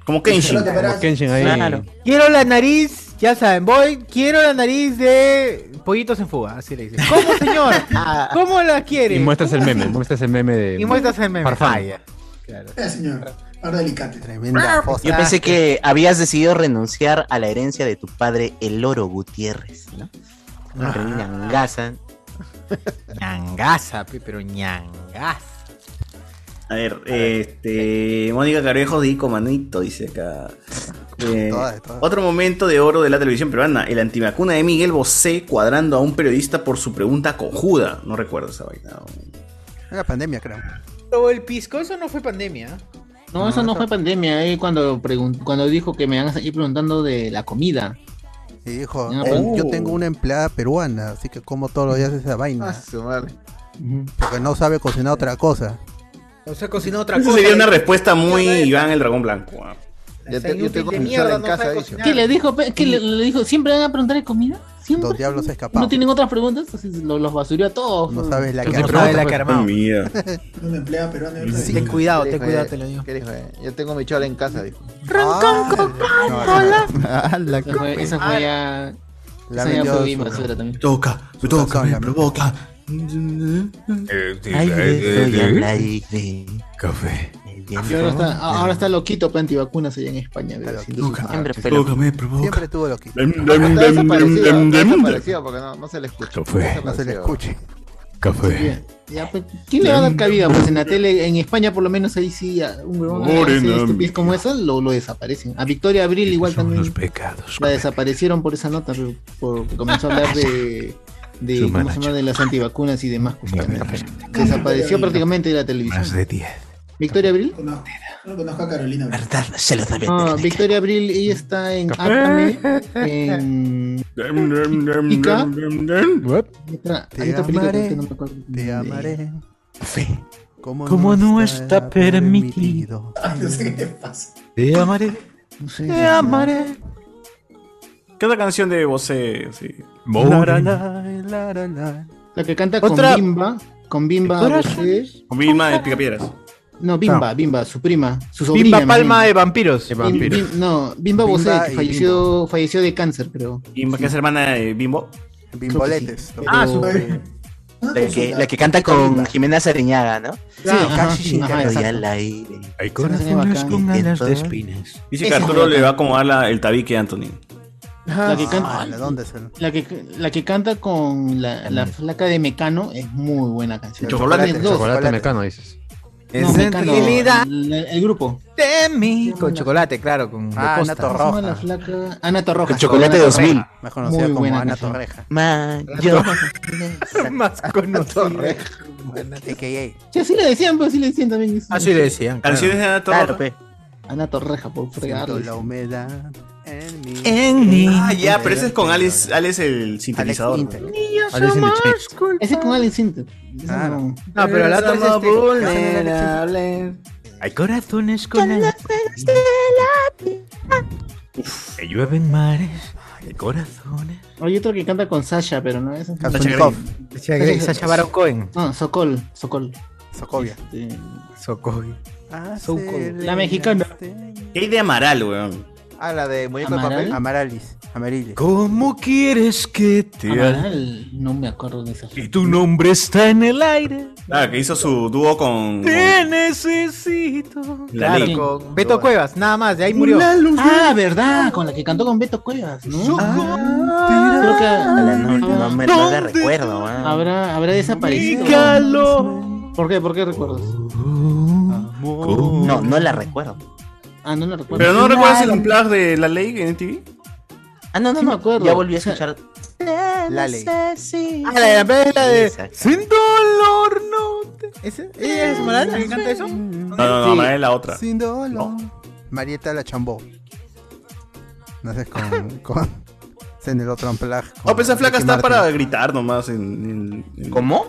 [SPEAKER 5] Como Kenshin.
[SPEAKER 3] Como Kenshin ahí.
[SPEAKER 1] Claro. Quiero la nariz, ya saben, voy, quiero la nariz de pollitos en fuga, así le dicen. ¿Cómo, señor? ¿Cómo la quiere?
[SPEAKER 3] Y muestras el meme, muestras el meme de.
[SPEAKER 1] Y muestras el meme.
[SPEAKER 3] Farfán.
[SPEAKER 1] Ah, ya. Claro.
[SPEAKER 17] Ya, señor. Ahora delicate.
[SPEAKER 1] Ah.
[SPEAKER 2] Tremenda fosa.
[SPEAKER 7] Yo pensé
[SPEAKER 17] [laughs]
[SPEAKER 7] que habías decidido renunciar a la herencia de tu padre, el oro Gutiérrez, ¿no?
[SPEAKER 1] Ah.
[SPEAKER 7] Pero ñangaza.
[SPEAKER 1] Ñangaza, pe, pero ñangaza.
[SPEAKER 5] A ver, este. Mónica Cabrejos de Ico Manito, dice acá. Eh,
[SPEAKER 2] todas, de todas.
[SPEAKER 5] Otro momento de oro de la televisión peruana, el antivacuna de Miguel Bosé cuadrando a un periodista por su pregunta cojuda. No recuerdo esa vaina.
[SPEAKER 2] Era pandemia, creo.
[SPEAKER 1] O el pisco, eso no fue pandemia.
[SPEAKER 45] No, eso no fue pandemia, eh, cuando, pregun- cuando dijo que me van a seguir preguntando de la comida.
[SPEAKER 2] Y dijo,
[SPEAKER 45] No,
[SPEAKER 2] "Oh,
[SPEAKER 45] pero-
[SPEAKER 2] yo tengo una empleada peruana, así que como todos los días esa vaina. Porque no sabe cocinar otra cosa.
[SPEAKER 1] O sea, cocinó otra
[SPEAKER 5] Esa
[SPEAKER 1] cosa.
[SPEAKER 5] sería una respuesta muy Iván el Dragón Blanco. ah.
[SPEAKER 1] Esa inútil de mierda, no sabe cocinar.
[SPEAKER 45] ¿Qué le dijo? pe- ¿Qué le, le dijo? ¿Siempre van a preguntar de comida?
[SPEAKER 2] Los diablos escapados.
[SPEAKER 1] ¿No tienen otras preguntas? Así Los, los basurió a todos.
[SPEAKER 2] No sabes la
[SPEAKER 1] Los
[SPEAKER 2] que
[SPEAKER 1] basurió.
[SPEAKER 2] armado.
[SPEAKER 17] Un empleado peruano. y otro
[SPEAKER 2] Sí.
[SPEAKER 17] de-
[SPEAKER 2] cuidado,
[SPEAKER 12] ¿Qué
[SPEAKER 2] ten
[SPEAKER 12] dijo
[SPEAKER 2] cuidado,
[SPEAKER 12] ella?
[SPEAKER 2] te lo digo.
[SPEAKER 12] ¿Qué dijo ella? Yo tengo mi chola en casa, dijo.
[SPEAKER 1] Ah,
[SPEAKER 12] Ah.
[SPEAKER 22] [laughs] Ah,
[SPEAKER 1] Esa fue, esa fue ya.
[SPEAKER 12] La
[SPEAKER 1] esa ya
[SPEAKER 12] vendió
[SPEAKER 1] fue bien
[SPEAKER 12] su-
[SPEAKER 1] basura también.
[SPEAKER 2] Ah,
[SPEAKER 22] Toca, me toca, me provoca.
[SPEAKER 1] Café.
[SPEAKER 7] Y
[SPEAKER 1] ahora está, a- ahora está loquito para antivacunas allá en España. bebé, sin duda.
[SPEAKER 7] Siempre fue
[SPEAKER 1] loco.
[SPEAKER 22] me provoca.
[SPEAKER 2] Siempre tuvo lo que.
[SPEAKER 12] Está desaparecido, está desaparecido porque no, no se le escucha.
[SPEAKER 2] No se le escuche.
[SPEAKER 1] Café. Ya,
[SPEAKER 12] Ah,
[SPEAKER 1] pues, ¿Quién le va a dar cabida? Pues en la tele, en España por lo menos ahí sí, a- un huevón hace
[SPEAKER 46] Morena,
[SPEAKER 1] estupidez como esa, lo, lo desaparecen. A Victoria Abril igual también la desaparecieron por esa nota, pero por- porque comenzó a
[SPEAKER 11] [laughs]
[SPEAKER 1] hablar de, de,
[SPEAKER 11] Su
[SPEAKER 1] ¿cómo se llama? de las antivacunas y demás. cuestiones. Desapareció prácticamente de la televisión.
[SPEAKER 11] de 10.
[SPEAKER 1] Victoria Abril.
[SPEAKER 17] No, no conozco a Carolina. pero-
[SPEAKER 1] Se lo ah, Victoria Abril, ella está en
[SPEAKER 17] Café.
[SPEAKER 1] Acme,
[SPEAKER 2] Ah.
[SPEAKER 17] Em,
[SPEAKER 1] en Ica. Hay otra- hay otra película que no me acuerdo.
[SPEAKER 2] Te amaré. Como,
[SPEAKER 1] Como
[SPEAKER 2] no,
[SPEAKER 1] no
[SPEAKER 2] está,
[SPEAKER 1] está
[SPEAKER 2] permitido.
[SPEAKER 17] Ah, No sé qué te pasa.
[SPEAKER 2] Te amaré.
[SPEAKER 17] Te amaré.
[SPEAKER 5] ¿Qué otra canción de Bosé? Sí.
[SPEAKER 1] La que canta
[SPEAKER 5] Otra-
[SPEAKER 1] con Bimba. Con Bimba.
[SPEAKER 5] Corazón.
[SPEAKER 1] Bosé.
[SPEAKER 5] Con Vilma de Picapiedras.
[SPEAKER 1] No, Bimba, Bimba, su prima. Su
[SPEAKER 5] Bimba
[SPEAKER 1] sobrina,
[SPEAKER 5] Palma
[SPEAKER 1] imagino.
[SPEAKER 5] de vampiros.
[SPEAKER 1] Bim-
[SPEAKER 5] De vampiros.
[SPEAKER 1] Bim- no, Bimba Bosé,
[SPEAKER 5] Bimba
[SPEAKER 1] que
[SPEAKER 5] y
[SPEAKER 1] falleció, falleció de cáncer, creo.
[SPEAKER 5] Vilma, que es hermana de Bimbo.
[SPEAKER 2] Bimboletes.
[SPEAKER 1] Ah, su-
[SPEAKER 7] La que, eh, la que canta con Jimena Sariñaga, ¿no?
[SPEAKER 1] ajá,
[SPEAKER 7] casi
[SPEAKER 1] ajá,
[SPEAKER 7] voy
[SPEAKER 1] exacto.
[SPEAKER 7] al aire.
[SPEAKER 1] Hay corazones
[SPEAKER 7] con alas de
[SPEAKER 1] espinas.
[SPEAKER 5] Dice que Arturo le va a acomodar la- el tabique a Anthony.
[SPEAKER 1] La que canta,
[SPEAKER 2] Ah, ¿de dónde se lo-
[SPEAKER 1] la que, la que canta con la, la flaca de Mecano es muy buena canción.
[SPEAKER 47] Chocolate,
[SPEAKER 1] Tiene dos.
[SPEAKER 47] chocolate mecano, dices.
[SPEAKER 1] No,
[SPEAKER 11] Es
[SPEAKER 1] Mecano,
[SPEAKER 11] sensibilidad.
[SPEAKER 1] el, el grupo.
[SPEAKER 11] De mí. Con chocolate, claro, con de
[SPEAKER 1] Ah,
[SPEAKER 11] posta.
[SPEAKER 1] Ana Torroja. Ah, ¿Cómo se llama la flaca? Ana Torroja.
[SPEAKER 11] Con chocolate
[SPEAKER 1] Ana
[SPEAKER 11] 2000.
[SPEAKER 1] Torroja.
[SPEAKER 11] Más conocida como Ana
[SPEAKER 1] canción.
[SPEAKER 11] Torreja.
[SPEAKER 7] Man,
[SPEAKER 11] yo-
[SPEAKER 1] [laughs]
[SPEAKER 2] Más
[SPEAKER 11] [laughs]
[SPEAKER 2] con [laughs]
[SPEAKER 1] Sí, así le decían, pues así le decían también. eso.
[SPEAKER 11] Así Ah, le decían, claro. Canciones de Ana Torroja. Claro, pe.
[SPEAKER 1] Ana Torreja, por
[SPEAKER 2] Siento
[SPEAKER 1] fregarles.
[SPEAKER 2] la humedad en mi.
[SPEAKER 5] Ah, ya, pero ese es con Alex, Alex el sintetizador.
[SPEAKER 1] Niños
[SPEAKER 5] Alice in the
[SPEAKER 1] somos culpa. Ese con Alice Sinter.
[SPEAKER 11] Claro.
[SPEAKER 1] No,
[SPEAKER 11] No, pero la otra es
[SPEAKER 1] Somos
[SPEAKER 11] este,
[SPEAKER 1] vulnerables.
[SPEAKER 11] Hay corazones con alas que llueven mares de corazones.
[SPEAKER 1] Hay otro que canta con Sasha, pero no es.
[SPEAKER 11] Kazunikov. Sasha Grey, Sasha Baron Cohen.
[SPEAKER 1] No, Sokol. Sokol.
[SPEAKER 2] Sokovia.
[SPEAKER 11] Sokovia.
[SPEAKER 1] Sokol. La mexicana.
[SPEAKER 5] ¿Qué hay de Amaral, weón?
[SPEAKER 2] Ah, la de muñeco de
[SPEAKER 1] ¿Amaral?
[SPEAKER 2] papel. Amaralis. Amarilis.
[SPEAKER 11] ¿Cómo quieres que te
[SPEAKER 1] Amaral. No me acuerdo de esa.
[SPEAKER 11] Y tu nombre está en el aire.
[SPEAKER 5] Ah, que hizo su dúo con.
[SPEAKER 11] Te necesito.
[SPEAKER 5] La ley.
[SPEAKER 11] con Beto Cuevas, nada más, de ahí murió.
[SPEAKER 1] Ah, verdad, con la que cantó con Beto Cuevas, ¿no? Ah, Creo que
[SPEAKER 7] No, no me no la recuerdo, ah.
[SPEAKER 1] habrá, habrá desaparecido. ¿Por qué? ¿Por qué recuerdas?
[SPEAKER 7] No, no la recuerdo.
[SPEAKER 1] Ah, no la recuerdo.
[SPEAKER 5] ¿Pero no recuerdas el unplug de la ley en TV?
[SPEAKER 7] Ah, no, no,
[SPEAKER 1] Sí
[SPEAKER 7] no.
[SPEAKER 1] me acuerdo.
[SPEAKER 7] Ya volví a escuchar.
[SPEAKER 2] La ley.
[SPEAKER 48] Ah, la de la vez la de.
[SPEAKER 7] Exacto.
[SPEAKER 48] Sin dolor, no. te- ¿Ese? ¿Ella es Amaral la que canta eso?
[SPEAKER 5] No, no, no,
[SPEAKER 2] Sí.
[SPEAKER 5] Amaral es la otra.
[SPEAKER 2] Sin dolor. Marieta la chambó. No sé, [laughs] con. con... Es en el otro amplaje.
[SPEAKER 5] Oh, pues esa flaca está para gritar nomás. En,
[SPEAKER 7] ¿Cómo?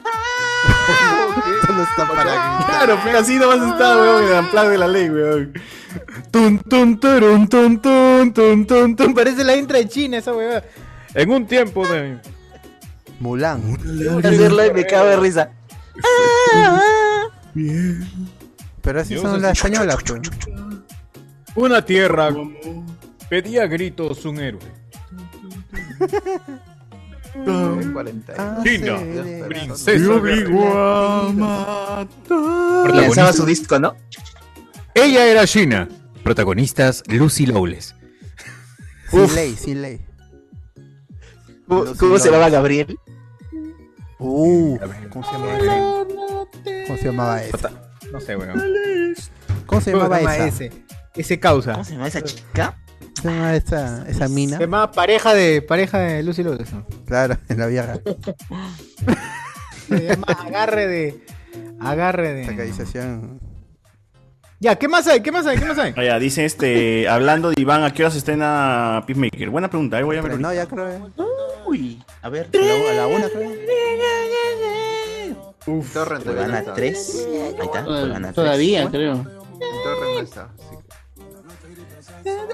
[SPEAKER 2] Solo está para
[SPEAKER 5] Claro, pero así nomás está, weón, en el unplug de la ley, weón.
[SPEAKER 11] Tun, tun, turun, tun, tun, tun, tun, tun. Parece la intro de China esa huevada. En un tiempo de.
[SPEAKER 2] Mulan.
[SPEAKER 7] Hacerla y me cago de risa.
[SPEAKER 2] Pero así son las españolas, pues.
[SPEAKER 3] Una tierra pedía a gritos un héroe.
[SPEAKER 2] ah,
[SPEAKER 3] China, princesa.
[SPEAKER 46] Lo
[SPEAKER 7] Lanzaba su disco, ¿no?
[SPEAKER 3] Ella era China. Protagonistas Lucy Lowles.
[SPEAKER 2] Sin ley, sin ley.
[SPEAKER 7] ¿Cómo, cómo se llamaba Gabriel?
[SPEAKER 2] Uh, ¿cómo se llamaba ese? ¿Cómo se llamaba ese?
[SPEAKER 11] No sé, weón.
[SPEAKER 2] ¿Cómo se llamaba esa?
[SPEAKER 11] ese? Ese causa.
[SPEAKER 7] ¿Cómo se llama esa chica?
[SPEAKER 2] ¿Cómo se llamaba Ah, esa, esa mina?
[SPEAKER 11] Se llama pareja de pareja de Lucy López.
[SPEAKER 2] Claro, en la vieja.
[SPEAKER 11] Se llama agarre de. Agarre de.
[SPEAKER 2] Sacadización.
[SPEAKER 11] Ya, ¿qué más hay? ¿Qué más hay? ¿Qué más hay?
[SPEAKER 5] Ah, ya, dice
[SPEAKER 2] [laughs]
[SPEAKER 5] este, hablando de Iván, ¿a qué horas estrena Peacemaker? Buena pregunta, ahí voy a ver.
[SPEAKER 2] No,
[SPEAKER 5] ahorita.
[SPEAKER 2] ya creo. eh.
[SPEAKER 7] Uy, a ver.
[SPEAKER 2] La, a la una creo.
[SPEAKER 7] Uf, Cuevana 3. Ahí está, Cuevana 3.
[SPEAKER 1] Todavía, creo.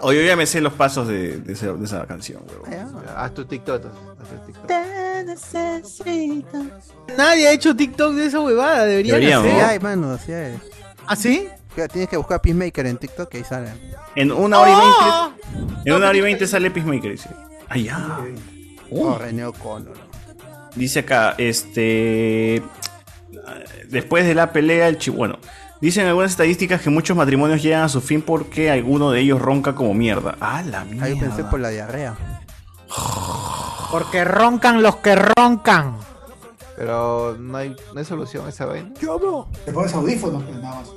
[SPEAKER 5] Hoy yo ya me sé los pasos de, de ese- de esa canción, weón.
[SPEAKER 12] haz tu TikTok. entonces, haz tu TikTok.
[SPEAKER 49] Te necesito.
[SPEAKER 1] Nadie ha hecho TikTok de esa huevada, debería
[SPEAKER 12] Deberíamos.
[SPEAKER 2] Sí hay, mano, sí hay.
[SPEAKER 1] ¿Ah, sí?
[SPEAKER 2] Tienes que buscar Peacemaker en TikTok y ahí sale.
[SPEAKER 5] En una hora y
[SPEAKER 1] ¡Oh!
[SPEAKER 5] veinte. En una hora y veinte sale Peacemaker. Dice. Ay,
[SPEAKER 1] Ah.
[SPEAKER 5] ya.
[SPEAKER 2] Oh, René O'Connor.
[SPEAKER 5] Dice acá, este. Después de la pelea, el chivo. Bueno, dicen algunas estadísticas que muchos matrimonios llegan a su fin porque alguno de ellos ronca como mierda. Ah, la mierda.
[SPEAKER 2] Ahí pensé por la diarrea.
[SPEAKER 1] Porque roncan los que roncan.
[SPEAKER 12] Pero no hay, no hay solución a esa vaina.
[SPEAKER 17] Yo no. Te pones audífonos, pero nada más.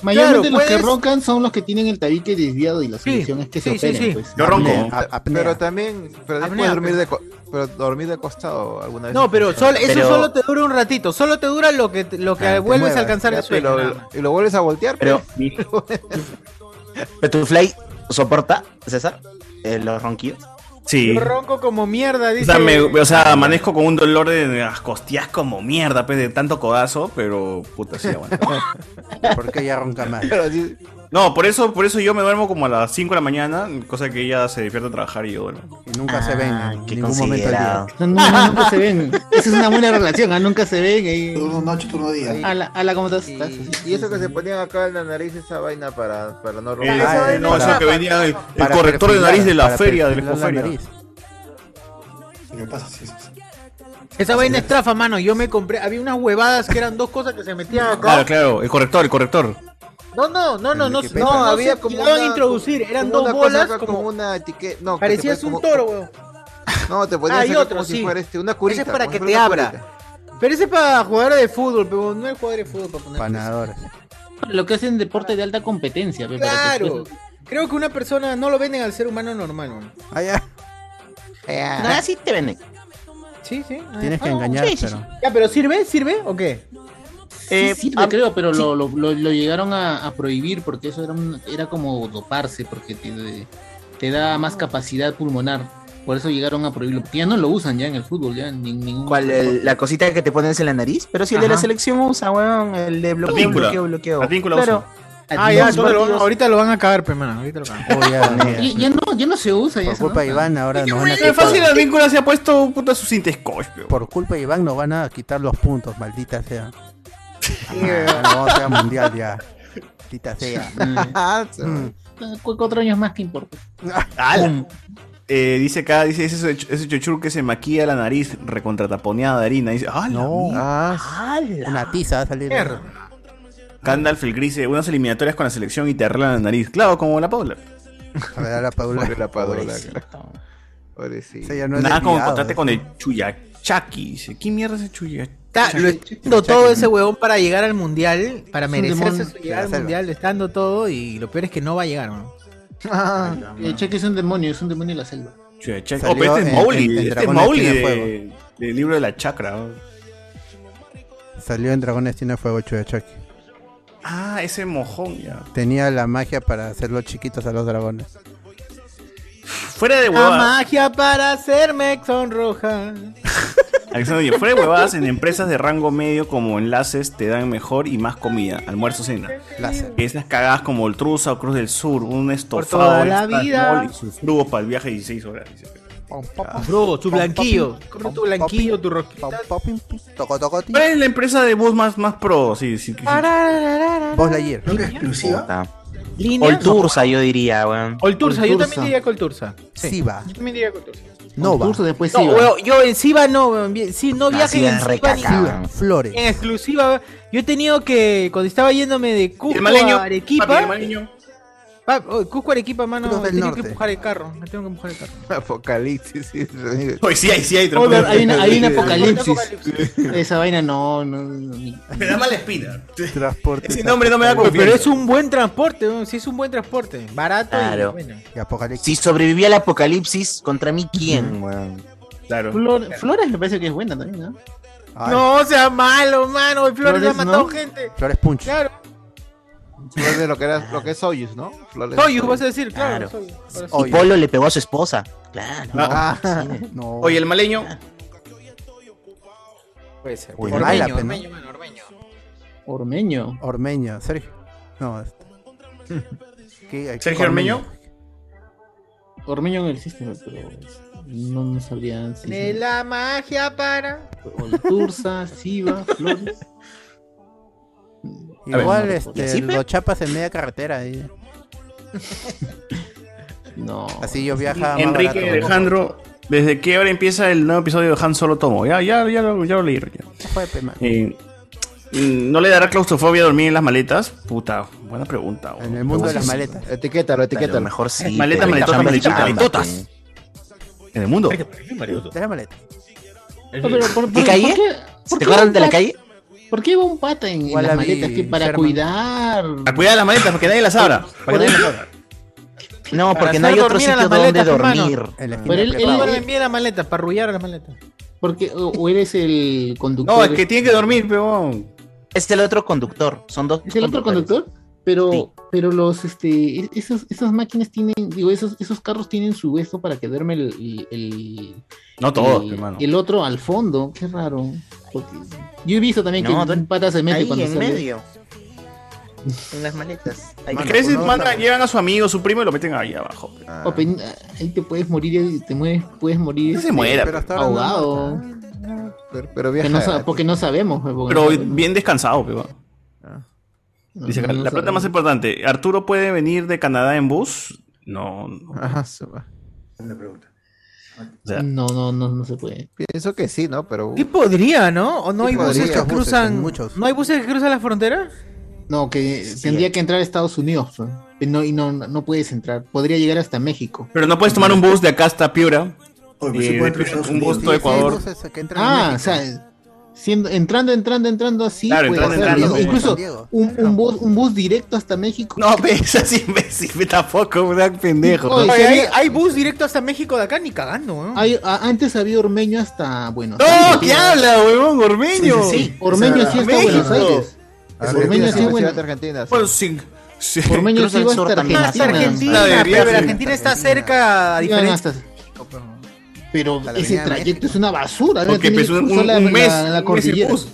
[SPEAKER 8] Mayormente
[SPEAKER 12] Claro,
[SPEAKER 8] los que
[SPEAKER 1] pues.
[SPEAKER 12] puedes-
[SPEAKER 8] roncan son los que tienen el tabique desviado y la solución es que se operen. pues.
[SPEAKER 12] Apnea. Ah, Pero también, pero también
[SPEAKER 8] Apnea,
[SPEAKER 12] puedes dormir de, co- pero dormir de costado alguna vez.
[SPEAKER 1] No, pero sol- eso
[SPEAKER 12] Pero-
[SPEAKER 1] solo te dura un ratito, solo te dura lo que lo que
[SPEAKER 12] Ah, te
[SPEAKER 1] vuelves
[SPEAKER 12] muevas,
[SPEAKER 1] a alcanzar
[SPEAKER 12] ya,
[SPEAKER 1] el sueño.
[SPEAKER 12] pero-
[SPEAKER 1] nada más.
[SPEAKER 12] Y lo vuelves a voltear,
[SPEAKER 7] Pero-
[SPEAKER 12] pues.
[SPEAKER 7] ¿Petufly soporta, César, eh, los ronquidos?
[SPEAKER 5] Sí.
[SPEAKER 1] Yo ronco como mierda,
[SPEAKER 5] O
[SPEAKER 1] dice.
[SPEAKER 5] sea, me- o sea, amanezco con un dolor de, de las costillas como mierda, pues, de tanto codazo, pero puta, sí
[SPEAKER 2] [laughs]
[SPEAKER 5] aguanta.
[SPEAKER 2] Porque ella ronca más.
[SPEAKER 5] No, por eso, por eso yo me duermo como a las 5 de la mañana, cosa que ella se despierta a trabajar y yo duermo.
[SPEAKER 2] Y nunca se ven
[SPEAKER 7] Ah,
[SPEAKER 2] en
[SPEAKER 5] qué
[SPEAKER 2] ningún momento del día.
[SPEAKER 5] considerado.
[SPEAKER 8] No, no, no, nunca se ven. Esa es una buena relación, ¿ah? nunca se ven.
[SPEAKER 1] eh.
[SPEAKER 8] ahí.
[SPEAKER 17] noche, turno día.
[SPEAKER 8] A la, a la como estás.
[SPEAKER 12] Y eso que se ponían acá en la nariz esa vaina para, para no
[SPEAKER 5] Eh,
[SPEAKER 12] romper. Ah,
[SPEAKER 5] esa no, eso que venía el, el corrector de nariz de la feria, de la expoferia.
[SPEAKER 17] ¿Qué pasa si es
[SPEAKER 1] Esa vaina es trafa, mano. Yo me compré, había unas huevadas que eran dos cosas que se metían acá.
[SPEAKER 5] Claro, claro, el corrector, el corrector.
[SPEAKER 1] No, no, no, no, no, no,
[SPEAKER 12] Pero no
[SPEAKER 1] había
[SPEAKER 12] se
[SPEAKER 1] como
[SPEAKER 12] llegaban
[SPEAKER 1] a introducir, eran
[SPEAKER 12] como
[SPEAKER 1] dos
[SPEAKER 12] una cosa
[SPEAKER 1] bolas
[SPEAKER 12] acá,
[SPEAKER 1] como,
[SPEAKER 12] una etiqueta, no, que
[SPEAKER 1] parecías
[SPEAKER 12] te pones
[SPEAKER 1] un
[SPEAKER 12] como-
[SPEAKER 1] toro, weón.
[SPEAKER 12] No, te ponías
[SPEAKER 1] Ah, y
[SPEAKER 12] acá
[SPEAKER 1] otro,
[SPEAKER 12] como si
[SPEAKER 1] sí.
[SPEAKER 12] fuera este, una curita.
[SPEAKER 1] Ese es para
[SPEAKER 12] como
[SPEAKER 1] que
[SPEAKER 12] si
[SPEAKER 1] te
[SPEAKER 12] fuera una
[SPEAKER 1] abra. Pero ese es para jugadores de fútbol, pero no es jugadores de fútbol para poner.
[SPEAKER 2] Panador.
[SPEAKER 8] Lo que hacen deporte de alta competencia. pe, para que
[SPEAKER 1] Claro. Creo que una persona no lo venden al ser humano normal, weón.
[SPEAKER 11] Ah,
[SPEAKER 7] No, así te venden.
[SPEAKER 1] Sí, sí. ah,
[SPEAKER 2] Tienes que
[SPEAKER 1] ah,
[SPEAKER 2] engañar,
[SPEAKER 1] sí, sí,
[SPEAKER 2] pero-
[SPEAKER 1] sí. Ya, pero ¿sirve? ¿Sirve o qué?
[SPEAKER 7] Eh,
[SPEAKER 8] Sí
[SPEAKER 7] ah,
[SPEAKER 8] sirve, creo, pero lo, lo- lo- lo llegaron a, a prohibir porque eso era, un- era como doparse, porque te, te da más capacidad pulmonar. Por eso llegaron a prohibirlo. porque Ya no lo usan ya en el fútbol, ya en nin- ningún.
[SPEAKER 7] ¿Cuál? el- la cosita que te pones en la nariz. Pero si el de la
[SPEAKER 8] Ajá.
[SPEAKER 7] selección usa, weón, el de bloqueo,
[SPEAKER 8] Advíncula.
[SPEAKER 7] bloqueo, bloqueo.
[SPEAKER 8] Advíncula
[SPEAKER 7] Claro.
[SPEAKER 1] Ah, ya, entonces lo van- ahorita lo van a cagar, pe, mano, Ahorita lo cagan. [laughs]
[SPEAKER 8] Ya, ya no, ya no se usa. Ya
[SPEAKER 2] Por culpa de Iván ahora nos van a
[SPEAKER 5] Qué
[SPEAKER 2] quitar.
[SPEAKER 5] fácil el vínculo se ha puesto puta su cinta scotch, pero.
[SPEAKER 2] Por culpa de Iván nos van a quitar los puntos, maldita sea. Ah, no vamos a ir al mundial ya. Maldita
[SPEAKER 1] [laughs]
[SPEAKER 2] sea.
[SPEAKER 1] Ah,
[SPEAKER 2] Mm.
[SPEAKER 8] Eh, cu- Cuatro años más que importa.
[SPEAKER 5] ¡Ala! Eh, dice acá, dice ese, ese chochur que se maquilla la nariz recontrataponeada de harina. Dice, ¡ah, no!
[SPEAKER 2] Una tiza va a salir.
[SPEAKER 5] Gandalf el gris, eh, unas eliminatorias con la selección y te arreglan la nariz. Claro, como la Paula.
[SPEAKER 2] A ver, a la Paula.
[SPEAKER 12] Pobre la Paula,
[SPEAKER 2] Esa ya no es
[SPEAKER 5] Nada
[SPEAKER 2] del
[SPEAKER 5] como
[SPEAKER 2] cuidado,
[SPEAKER 5] contarte
[SPEAKER 2] ¿eh?
[SPEAKER 5] con el Chuyachaki. Dice, ¿qué mierda es el Chuyachaki?
[SPEAKER 1] Está, lo está dando todo ese huevón para llegar al mundial, para
[SPEAKER 5] Es un
[SPEAKER 1] merecerse
[SPEAKER 5] demonio
[SPEAKER 1] su
[SPEAKER 5] de
[SPEAKER 1] llegada
[SPEAKER 5] la
[SPEAKER 1] al
[SPEAKER 5] selva.
[SPEAKER 1] mundial, le está dando todo y lo peor es que no va a llegar, weón.
[SPEAKER 8] El cheque Eh, es un demonio, es un demonio de la selva.
[SPEAKER 5] Chuyachaki.
[SPEAKER 8] Salió
[SPEAKER 5] Oh, pero este es
[SPEAKER 8] en-
[SPEAKER 5] Mowgli.
[SPEAKER 8] en- en
[SPEAKER 5] este es
[SPEAKER 8] Dragones
[SPEAKER 5] Mowgli
[SPEAKER 8] tiene
[SPEAKER 5] de- del libro de la chacra. ¿no?
[SPEAKER 2] Salió en Dragones Tiene Fuego Chuyachaki.
[SPEAKER 5] Ah, ese mojón ya.
[SPEAKER 2] Tenía la magia para hacerlos chiquitos a los dragones.
[SPEAKER 5] Fuera de
[SPEAKER 8] Ah,
[SPEAKER 1] La
[SPEAKER 5] huevadas.
[SPEAKER 1] magia para hacerme sonroja.
[SPEAKER 5] Alexander Díaz, fuera de huevadas, en empresas de rango medio como enlaces te dan mejor y más comida, almuerzo, cena. Esas cagadas como Oltruza o Cruz del Sur, un estofado.
[SPEAKER 1] toda la
[SPEAKER 5] extra
[SPEAKER 1] vida.
[SPEAKER 5] small Y sus frugos para el viaje de 16 horas. dice.
[SPEAKER 1] Bro, tu blanquillo.
[SPEAKER 2] pom,
[SPEAKER 1] Compra tu blanquillo, tu roquita.
[SPEAKER 5] ¿Cuál es la empresa de bus más, más pro? Sí, sí, sí.
[SPEAKER 2] Vos Lightyear.
[SPEAKER 1] exclusiva?
[SPEAKER 7] O
[SPEAKER 1] Línea.
[SPEAKER 7] el Tursa, yo diría, weón.
[SPEAKER 1] Oltursa, yo también diría Coltursa.
[SPEAKER 2] Siva.
[SPEAKER 1] Yo también diría Coltursa.
[SPEAKER 2] Nova.
[SPEAKER 8] después
[SPEAKER 1] No, weón, yo en Siva no, weón. bien- Sí, no
[SPEAKER 7] No,
[SPEAKER 1] viaje
[SPEAKER 7] Siva
[SPEAKER 1] en
[SPEAKER 7] es
[SPEAKER 1] Siva ni-
[SPEAKER 7] recaca, weón.
[SPEAKER 2] Flores.
[SPEAKER 1] En exclusiva, yo he tenido que, cuando estaba yéndome de Cusco
[SPEAKER 5] maleño?
[SPEAKER 1] a Arequipa.
[SPEAKER 5] Papi, el maleño.
[SPEAKER 1] Pa- oh, Cusco Arequipa, mano,
[SPEAKER 2] Cruz
[SPEAKER 1] he
[SPEAKER 2] del
[SPEAKER 1] tenido que
[SPEAKER 2] Norte.
[SPEAKER 1] empujar el carro. Me tengo que empujar el carro.
[SPEAKER 12] [laughs] Apocalipsis, sí.
[SPEAKER 5] Hoy sí hay, [laughs] sí hay.
[SPEAKER 8] Oh, pero hay una, hay una
[SPEAKER 12] Sí,
[SPEAKER 8] apocalipsis. Esa vaina no, no.
[SPEAKER 5] Me da mala espina.
[SPEAKER 2] Transporte.
[SPEAKER 5] Ese nombre no me da confianza.
[SPEAKER 1] Pero es un buen transporte, weón, sí es un buen transporte. Barato y
[SPEAKER 7] Claro.
[SPEAKER 1] bueno.
[SPEAKER 7] Si sobreviví al apocalipsis, ¿contra mí quién, weón?
[SPEAKER 5] Claro.
[SPEAKER 8] Flor- Flores me parece que es buena también, ¿no?
[SPEAKER 1] No sea malo, mano. El Flores,
[SPEAKER 8] Flores,
[SPEAKER 1] ha matado
[SPEAKER 8] ¿no?
[SPEAKER 1] gente.
[SPEAKER 2] Flores Punch.
[SPEAKER 1] Claro.
[SPEAKER 12] Flores de lo que, era, lo que es Soyuz, ¿no? Flores de
[SPEAKER 1] Soyuz, vas a decir, claro.
[SPEAKER 7] Claro.
[SPEAKER 1] Soyuz.
[SPEAKER 7] Y Polo le pegó a su esposa. Claro.
[SPEAKER 5] Ah, [laughs] Oye, el maleño.
[SPEAKER 1] Puede ser.
[SPEAKER 2] Uy,
[SPEAKER 1] Ormeño,
[SPEAKER 2] mala, pe, ¿no?
[SPEAKER 1] Ormeño, mano, Ormeño.
[SPEAKER 8] Ormeño.
[SPEAKER 2] Ormeño, Sergio. No, este. ¿Qué- qué
[SPEAKER 5] ¿Sergio Ormeño?
[SPEAKER 1] Ormeño en el sistema, pero no, no sabría si.
[SPEAKER 12] De la magia para.
[SPEAKER 1] Tursa, Siva, Flores.
[SPEAKER 2] A ver, Igual
[SPEAKER 1] no
[SPEAKER 2] este,
[SPEAKER 1] recuerdo. ¿Sí, fe?
[SPEAKER 2] los chapas en media carretera. ahí.
[SPEAKER 1] No.
[SPEAKER 2] Así yo viajaba más
[SPEAKER 5] Enrique
[SPEAKER 2] barato.
[SPEAKER 5] Alejandro, ¿desde qué hora empieza el nuevo episodio de Han Solo Tomo? Ya, ya, ya, lo, ya lo leí. ya. Eh, mm, ¿No le dará claustrofobia dormir en las maletas? Puta, buena pregunta. En el
[SPEAKER 50] mundo de las maletas. Etiquétalo, etiquétalo.
[SPEAKER 7] mejor sí.
[SPEAKER 5] Maletas,
[SPEAKER 7] pero
[SPEAKER 5] maletotas,
[SPEAKER 7] chamba,
[SPEAKER 5] maletitas,
[SPEAKER 7] chamba,
[SPEAKER 5] maletotas. En el mundo.
[SPEAKER 2] De la maleta.
[SPEAKER 1] No, [laughs] pero por- por-
[SPEAKER 7] ¿Qué calle?
[SPEAKER 1] por qué-
[SPEAKER 7] ¿Se
[SPEAKER 1] por qué
[SPEAKER 7] acuerdan
[SPEAKER 1] un
[SPEAKER 7] de la
[SPEAKER 1] pat-
[SPEAKER 7] calle?
[SPEAKER 1] ¿Por qué va un pata en, en
[SPEAKER 7] Igual
[SPEAKER 1] las
[SPEAKER 7] a mí,
[SPEAKER 1] maletas? Que para
[SPEAKER 7] Sherman.
[SPEAKER 1] cuidar.
[SPEAKER 5] A cuidar las maletas, porque nadie las abra. Para que nadie las abra.
[SPEAKER 7] No,
[SPEAKER 12] Para
[SPEAKER 7] porque no hay
[SPEAKER 12] hacer
[SPEAKER 7] otro
[SPEAKER 12] dormir a
[SPEAKER 7] sitio
[SPEAKER 12] las
[SPEAKER 7] donde
[SPEAKER 12] maletas, hermano.
[SPEAKER 7] dormir.
[SPEAKER 2] En la
[SPEAKER 1] esquina Pero él- él- preparado.
[SPEAKER 12] Envía la maleta, para arrullar las maletas.
[SPEAKER 1] Porque, o, o eres el conductor.
[SPEAKER 7] No, es que
[SPEAKER 5] tiene que dormir, peón.
[SPEAKER 7] Es el otro conductor. Son dos.
[SPEAKER 1] ¿Es el otro conductor? Pero, pero los, este, es- esos, esas máquinas tienen, digo, esos, esos carros tienen su esto para que duerme el, el- el-
[SPEAKER 5] No todos,
[SPEAKER 1] el,
[SPEAKER 5] hermano.
[SPEAKER 1] el otro al fondo. Qué raro. Porque yo he visto también
[SPEAKER 7] No,
[SPEAKER 1] que
[SPEAKER 7] duerme
[SPEAKER 1] un pata se mete
[SPEAKER 7] ahí
[SPEAKER 1] cuando
[SPEAKER 7] en
[SPEAKER 1] sale.
[SPEAKER 7] medio. En las maletas. Ahí.
[SPEAKER 5] Es que a veces mandan, llevan a su amigo, su primo y lo meten ahí abajo.
[SPEAKER 1] O pen- ahí te puedes morir, ahí te mueres, puedes morir.
[SPEAKER 5] Ah. No se
[SPEAKER 1] este,
[SPEAKER 5] muera, pero hasta ahora no
[SPEAKER 1] ahogado.
[SPEAKER 50] Pero,
[SPEAKER 1] Que no sa- porque no sabemos. pues, porque
[SPEAKER 5] Pero
[SPEAKER 1] no sabemos.
[SPEAKER 5] bien descansado, peón. Dice, acá,
[SPEAKER 1] No
[SPEAKER 5] la plata
[SPEAKER 1] sabemos.
[SPEAKER 5] más importante, ¿Arturo puede venir de Canadá en bus? No, no.
[SPEAKER 50] Ajá, se va. Buena pregunta.
[SPEAKER 1] No, no, no, no se puede.
[SPEAKER 50] Pienso que sí, ¿no? Pero.
[SPEAKER 12] Sí podría, ¿no? ¿O no
[SPEAKER 50] Sí
[SPEAKER 12] hay buses
[SPEAKER 50] podría,
[SPEAKER 12] que
[SPEAKER 50] buses,
[SPEAKER 12] cruzan.
[SPEAKER 50] muchos.
[SPEAKER 12] ¿No hay buses que cruzan la frontera?
[SPEAKER 1] No, que tendría que entrar a Estados Unidos. pues. No, y no, no puedes entrar. Podría llegar hasta México.
[SPEAKER 5] Pero no puedes tomar un bus de acá hasta Piura.
[SPEAKER 1] Oye,
[SPEAKER 5] y
[SPEAKER 1] sí
[SPEAKER 5] de
[SPEAKER 1] puede
[SPEAKER 5] Piura
[SPEAKER 1] cruzar
[SPEAKER 5] un bus
[SPEAKER 1] Sí,
[SPEAKER 5] todo
[SPEAKER 1] sí,
[SPEAKER 5] Ecuador.
[SPEAKER 1] sí, Ah, o sea, siendo, entrando, entrando, entrando así.
[SPEAKER 5] Claro,
[SPEAKER 1] puede
[SPEAKER 5] entrando,
[SPEAKER 1] ser.
[SPEAKER 5] entrando,
[SPEAKER 1] Incluso
[SPEAKER 5] San Diego.
[SPEAKER 1] un, un bus, un bus directo hasta México.
[SPEAKER 5] No, [laughs]
[SPEAKER 12] pues,
[SPEAKER 5] es así, imbécil, tampoco, un pendejo.
[SPEAKER 12] Oye,
[SPEAKER 5] ¿no?
[SPEAKER 12] ¿hay, hay bus directo hasta México de acá ni cagando, weón.
[SPEAKER 1] Hay- a- antes había ah, Ormeño hasta Buenos
[SPEAKER 12] No,
[SPEAKER 1] Aires.
[SPEAKER 12] ¿qué habla,
[SPEAKER 5] huevón? Ormeño.
[SPEAKER 1] Sí, sí, sí. Ormeño sí hasta Buenos Aires. Ormeño sí, bueno.
[SPEAKER 50] Argentina.
[SPEAKER 5] Bueno, sí. sí.
[SPEAKER 1] Ormeño
[SPEAKER 5] Cruza
[SPEAKER 1] sí
[SPEAKER 5] el
[SPEAKER 1] va
[SPEAKER 5] sur
[SPEAKER 1] hasta
[SPEAKER 5] también.
[SPEAKER 1] Argentina.
[SPEAKER 12] Hasta Argentina,
[SPEAKER 5] Ah, debería
[SPEAKER 12] pero
[SPEAKER 5] ser.
[SPEAKER 12] Argentina está cerca a
[SPEAKER 1] Iban
[SPEAKER 12] diferencia.
[SPEAKER 1] hasta- Pero
[SPEAKER 12] Hasta la
[SPEAKER 1] ese
[SPEAKER 12] Avenida de
[SPEAKER 1] trayecto es una basura. ¿no?
[SPEAKER 12] Porque
[SPEAKER 1] Tiene que
[SPEAKER 12] empezó un-
[SPEAKER 1] cruzar la-
[SPEAKER 12] un
[SPEAKER 1] la-
[SPEAKER 12] mes,
[SPEAKER 1] la
[SPEAKER 12] un mes en
[SPEAKER 1] cordillera.
[SPEAKER 12] bus.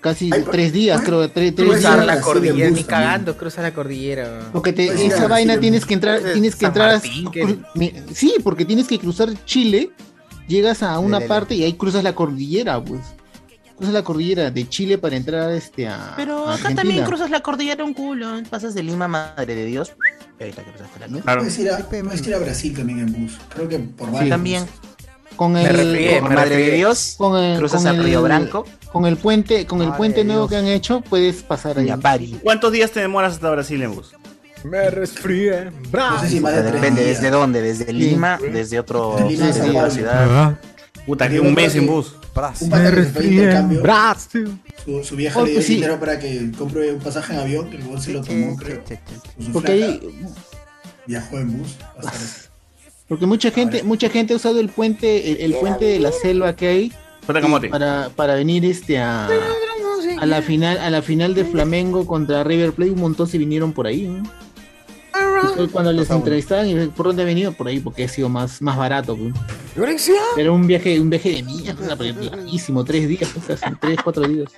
[SPEAKER 1] Casi tres días, creo. Tres, tres
[SPEAKER 12] Cruzar
[SPEAKER 1] días.
[SPEAKER 12] la cordillera, ni cagando, cruza la cordillera. weón.
[SPEAKER 1] Porque te-
[SPEAKER 12] Oye,
[SPEAKER 1] esa
[SPEAKER 12] sí,
[SPEAKER 1] vaina
[SPEAKER 12] sí,
[SPEAKER 1] tienes que entrar, tienes que
[SPEAKER 12] San
[SPEAKER 1] entrar a-
[SPEAKER 12] Martín, que-
[SPEAKER 1] cru- mi- sí, porque tienes que cruzar Chile, llegas a una
[SPEAKER 12] Lele.
[SPEAKER 1] parte y ahí cruzas la cordillera, pues. Cruzas la cordillera de Chile para entrar este a
[SPEAKER 7] Pero
[SPEAKER 1] a
[SPEAKER 7] acá
[SPEAKER 1] Argentina.
[SPEAKER 7] también cruzas la cordillera un culo. ¿eh? Pasas de Lima, madre de Dios. Y ahorita que pasaste la
[SPEAKER 17] Claro.
[SPEAKER 5] Pues
[SPEAKER 17] Puedes ir, a, puedes ir a Brasil también en bus. Creo que por varios.
[SPEAKER 7] también.
[SPEAKER 1] Con el
[SPEAKER 7] refrié,
[SPEAKER 1] con-
[SPEAKER 7] me Madre de refrié. Dios,
[SPEAKER 1] con el-
[SPEAKER 7] cruzas
[SPEAKER 1] con
[SPEAKER 7] a
[SPEAKER 1] el-
[SPEAKER 7] Río Branco.
[SPEAKER 1] Con el puente, con el puente nuevo que han hecho, puedes pasar ahí.
[SPEAKER 5] ¿Cuántos días te demoras hasta Brasil en bus?
[SPEAKER 51] Me resfríe.
[SPEAKER 5] No sé si más de tres
[SPEAKER 7] Depende,
[SPEAKER 5] días.
[SPEAKER 7] ¿desde dónde? ¿Desde Lima?
[SPEAKER 5] Sí.
[SPEAKER 7] ¿Desde otro
[SPEAKER 5] Desde Lima a
[SPEAKER 7] desde
[SPEAKER 5] San
[SPEAKER 7] otra
[SPEAKER 5] Pablo.
[SPEAKER 7] ciudad?
[SPEAKER 5] Puta, que un mes en bus.
[SPEAKER 17] Un pata que se fue de intercambio. Su, su vieja
[SPEAKER 1] Oh,
[SPEAKER 17] le dio
[SPEAKER 1] pues sí.
[SPEAKER 17] dinero para que compre un pasaje en avión, el bolso lo tomó, creo. Con su
[SPEAKER 1] Porque
[SPEAKER 17] flaca,
[SPEAKER 1] ahí-
[SPEAKER 17] viajó
[SPEAKER 1] [laughs]
[SPEAKER 17] en bus hasta Brasil.
[SPEAKER 1] Porque mucha gente, mucha gente ha usado el puente, el, el puente de la selva que hay
[SPEAKER 5] Puta camote.
[SPEAKER 1] para, para venir este a, a la final, a la final de Flamengo contra River Plate, un montón se vinieron por ahí, ¿no? Y fue Cuando les entrevistaban y por dónde ha venido, por ahí, porque ha sido más, más barato. pues. Era un viaje, un viaje de mierda, porque larguísimo, tres días, o sea, son tres, cuatro días.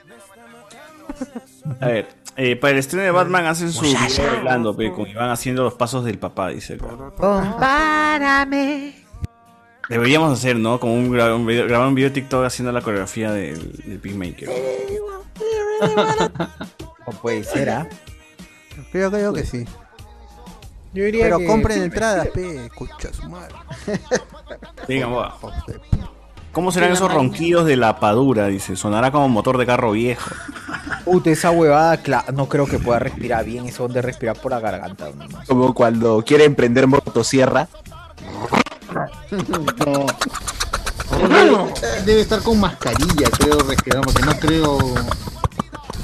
[SPEAKER 5] A ver, eh, para el estreno de Batman hacen su video bailando, pe, con- y van haciendo los pasos del papá, dice. acá.
[SPEAKER 52] Compárame.
[SPEAKER 5] Deberíamos hacer, ¿no? Como un, gra- un video- grabar un video de TikTok haciendo la coreografía del, del Peacemaker.
[SPEAKER 2] O puede ser, ¿ah? Creo, creo que sí.
[SPEAKER 12] Yo diría
[SPEAKER 2] Pero
[SPEAKER 12] que-
[SPEAKER 2] compren entradas, pe, escuchas [laughs] mal.
[SPEAKER 5] Digan, va. ¿Cómo serán esos ronquidos de la padura? Dice, sonará como motor de carro viejo.
[SPEAKER 53] Puta, esa huevada, cla- no creo que pueda respirar bien. Eso de respirar por la garganta. ¿no?
[SPEAKER 54] Como cuando quiere emprender motosierra.
[SPEAKER 1] No. eh, Debe estar con mascarilla, creo, respirar, porque no creo.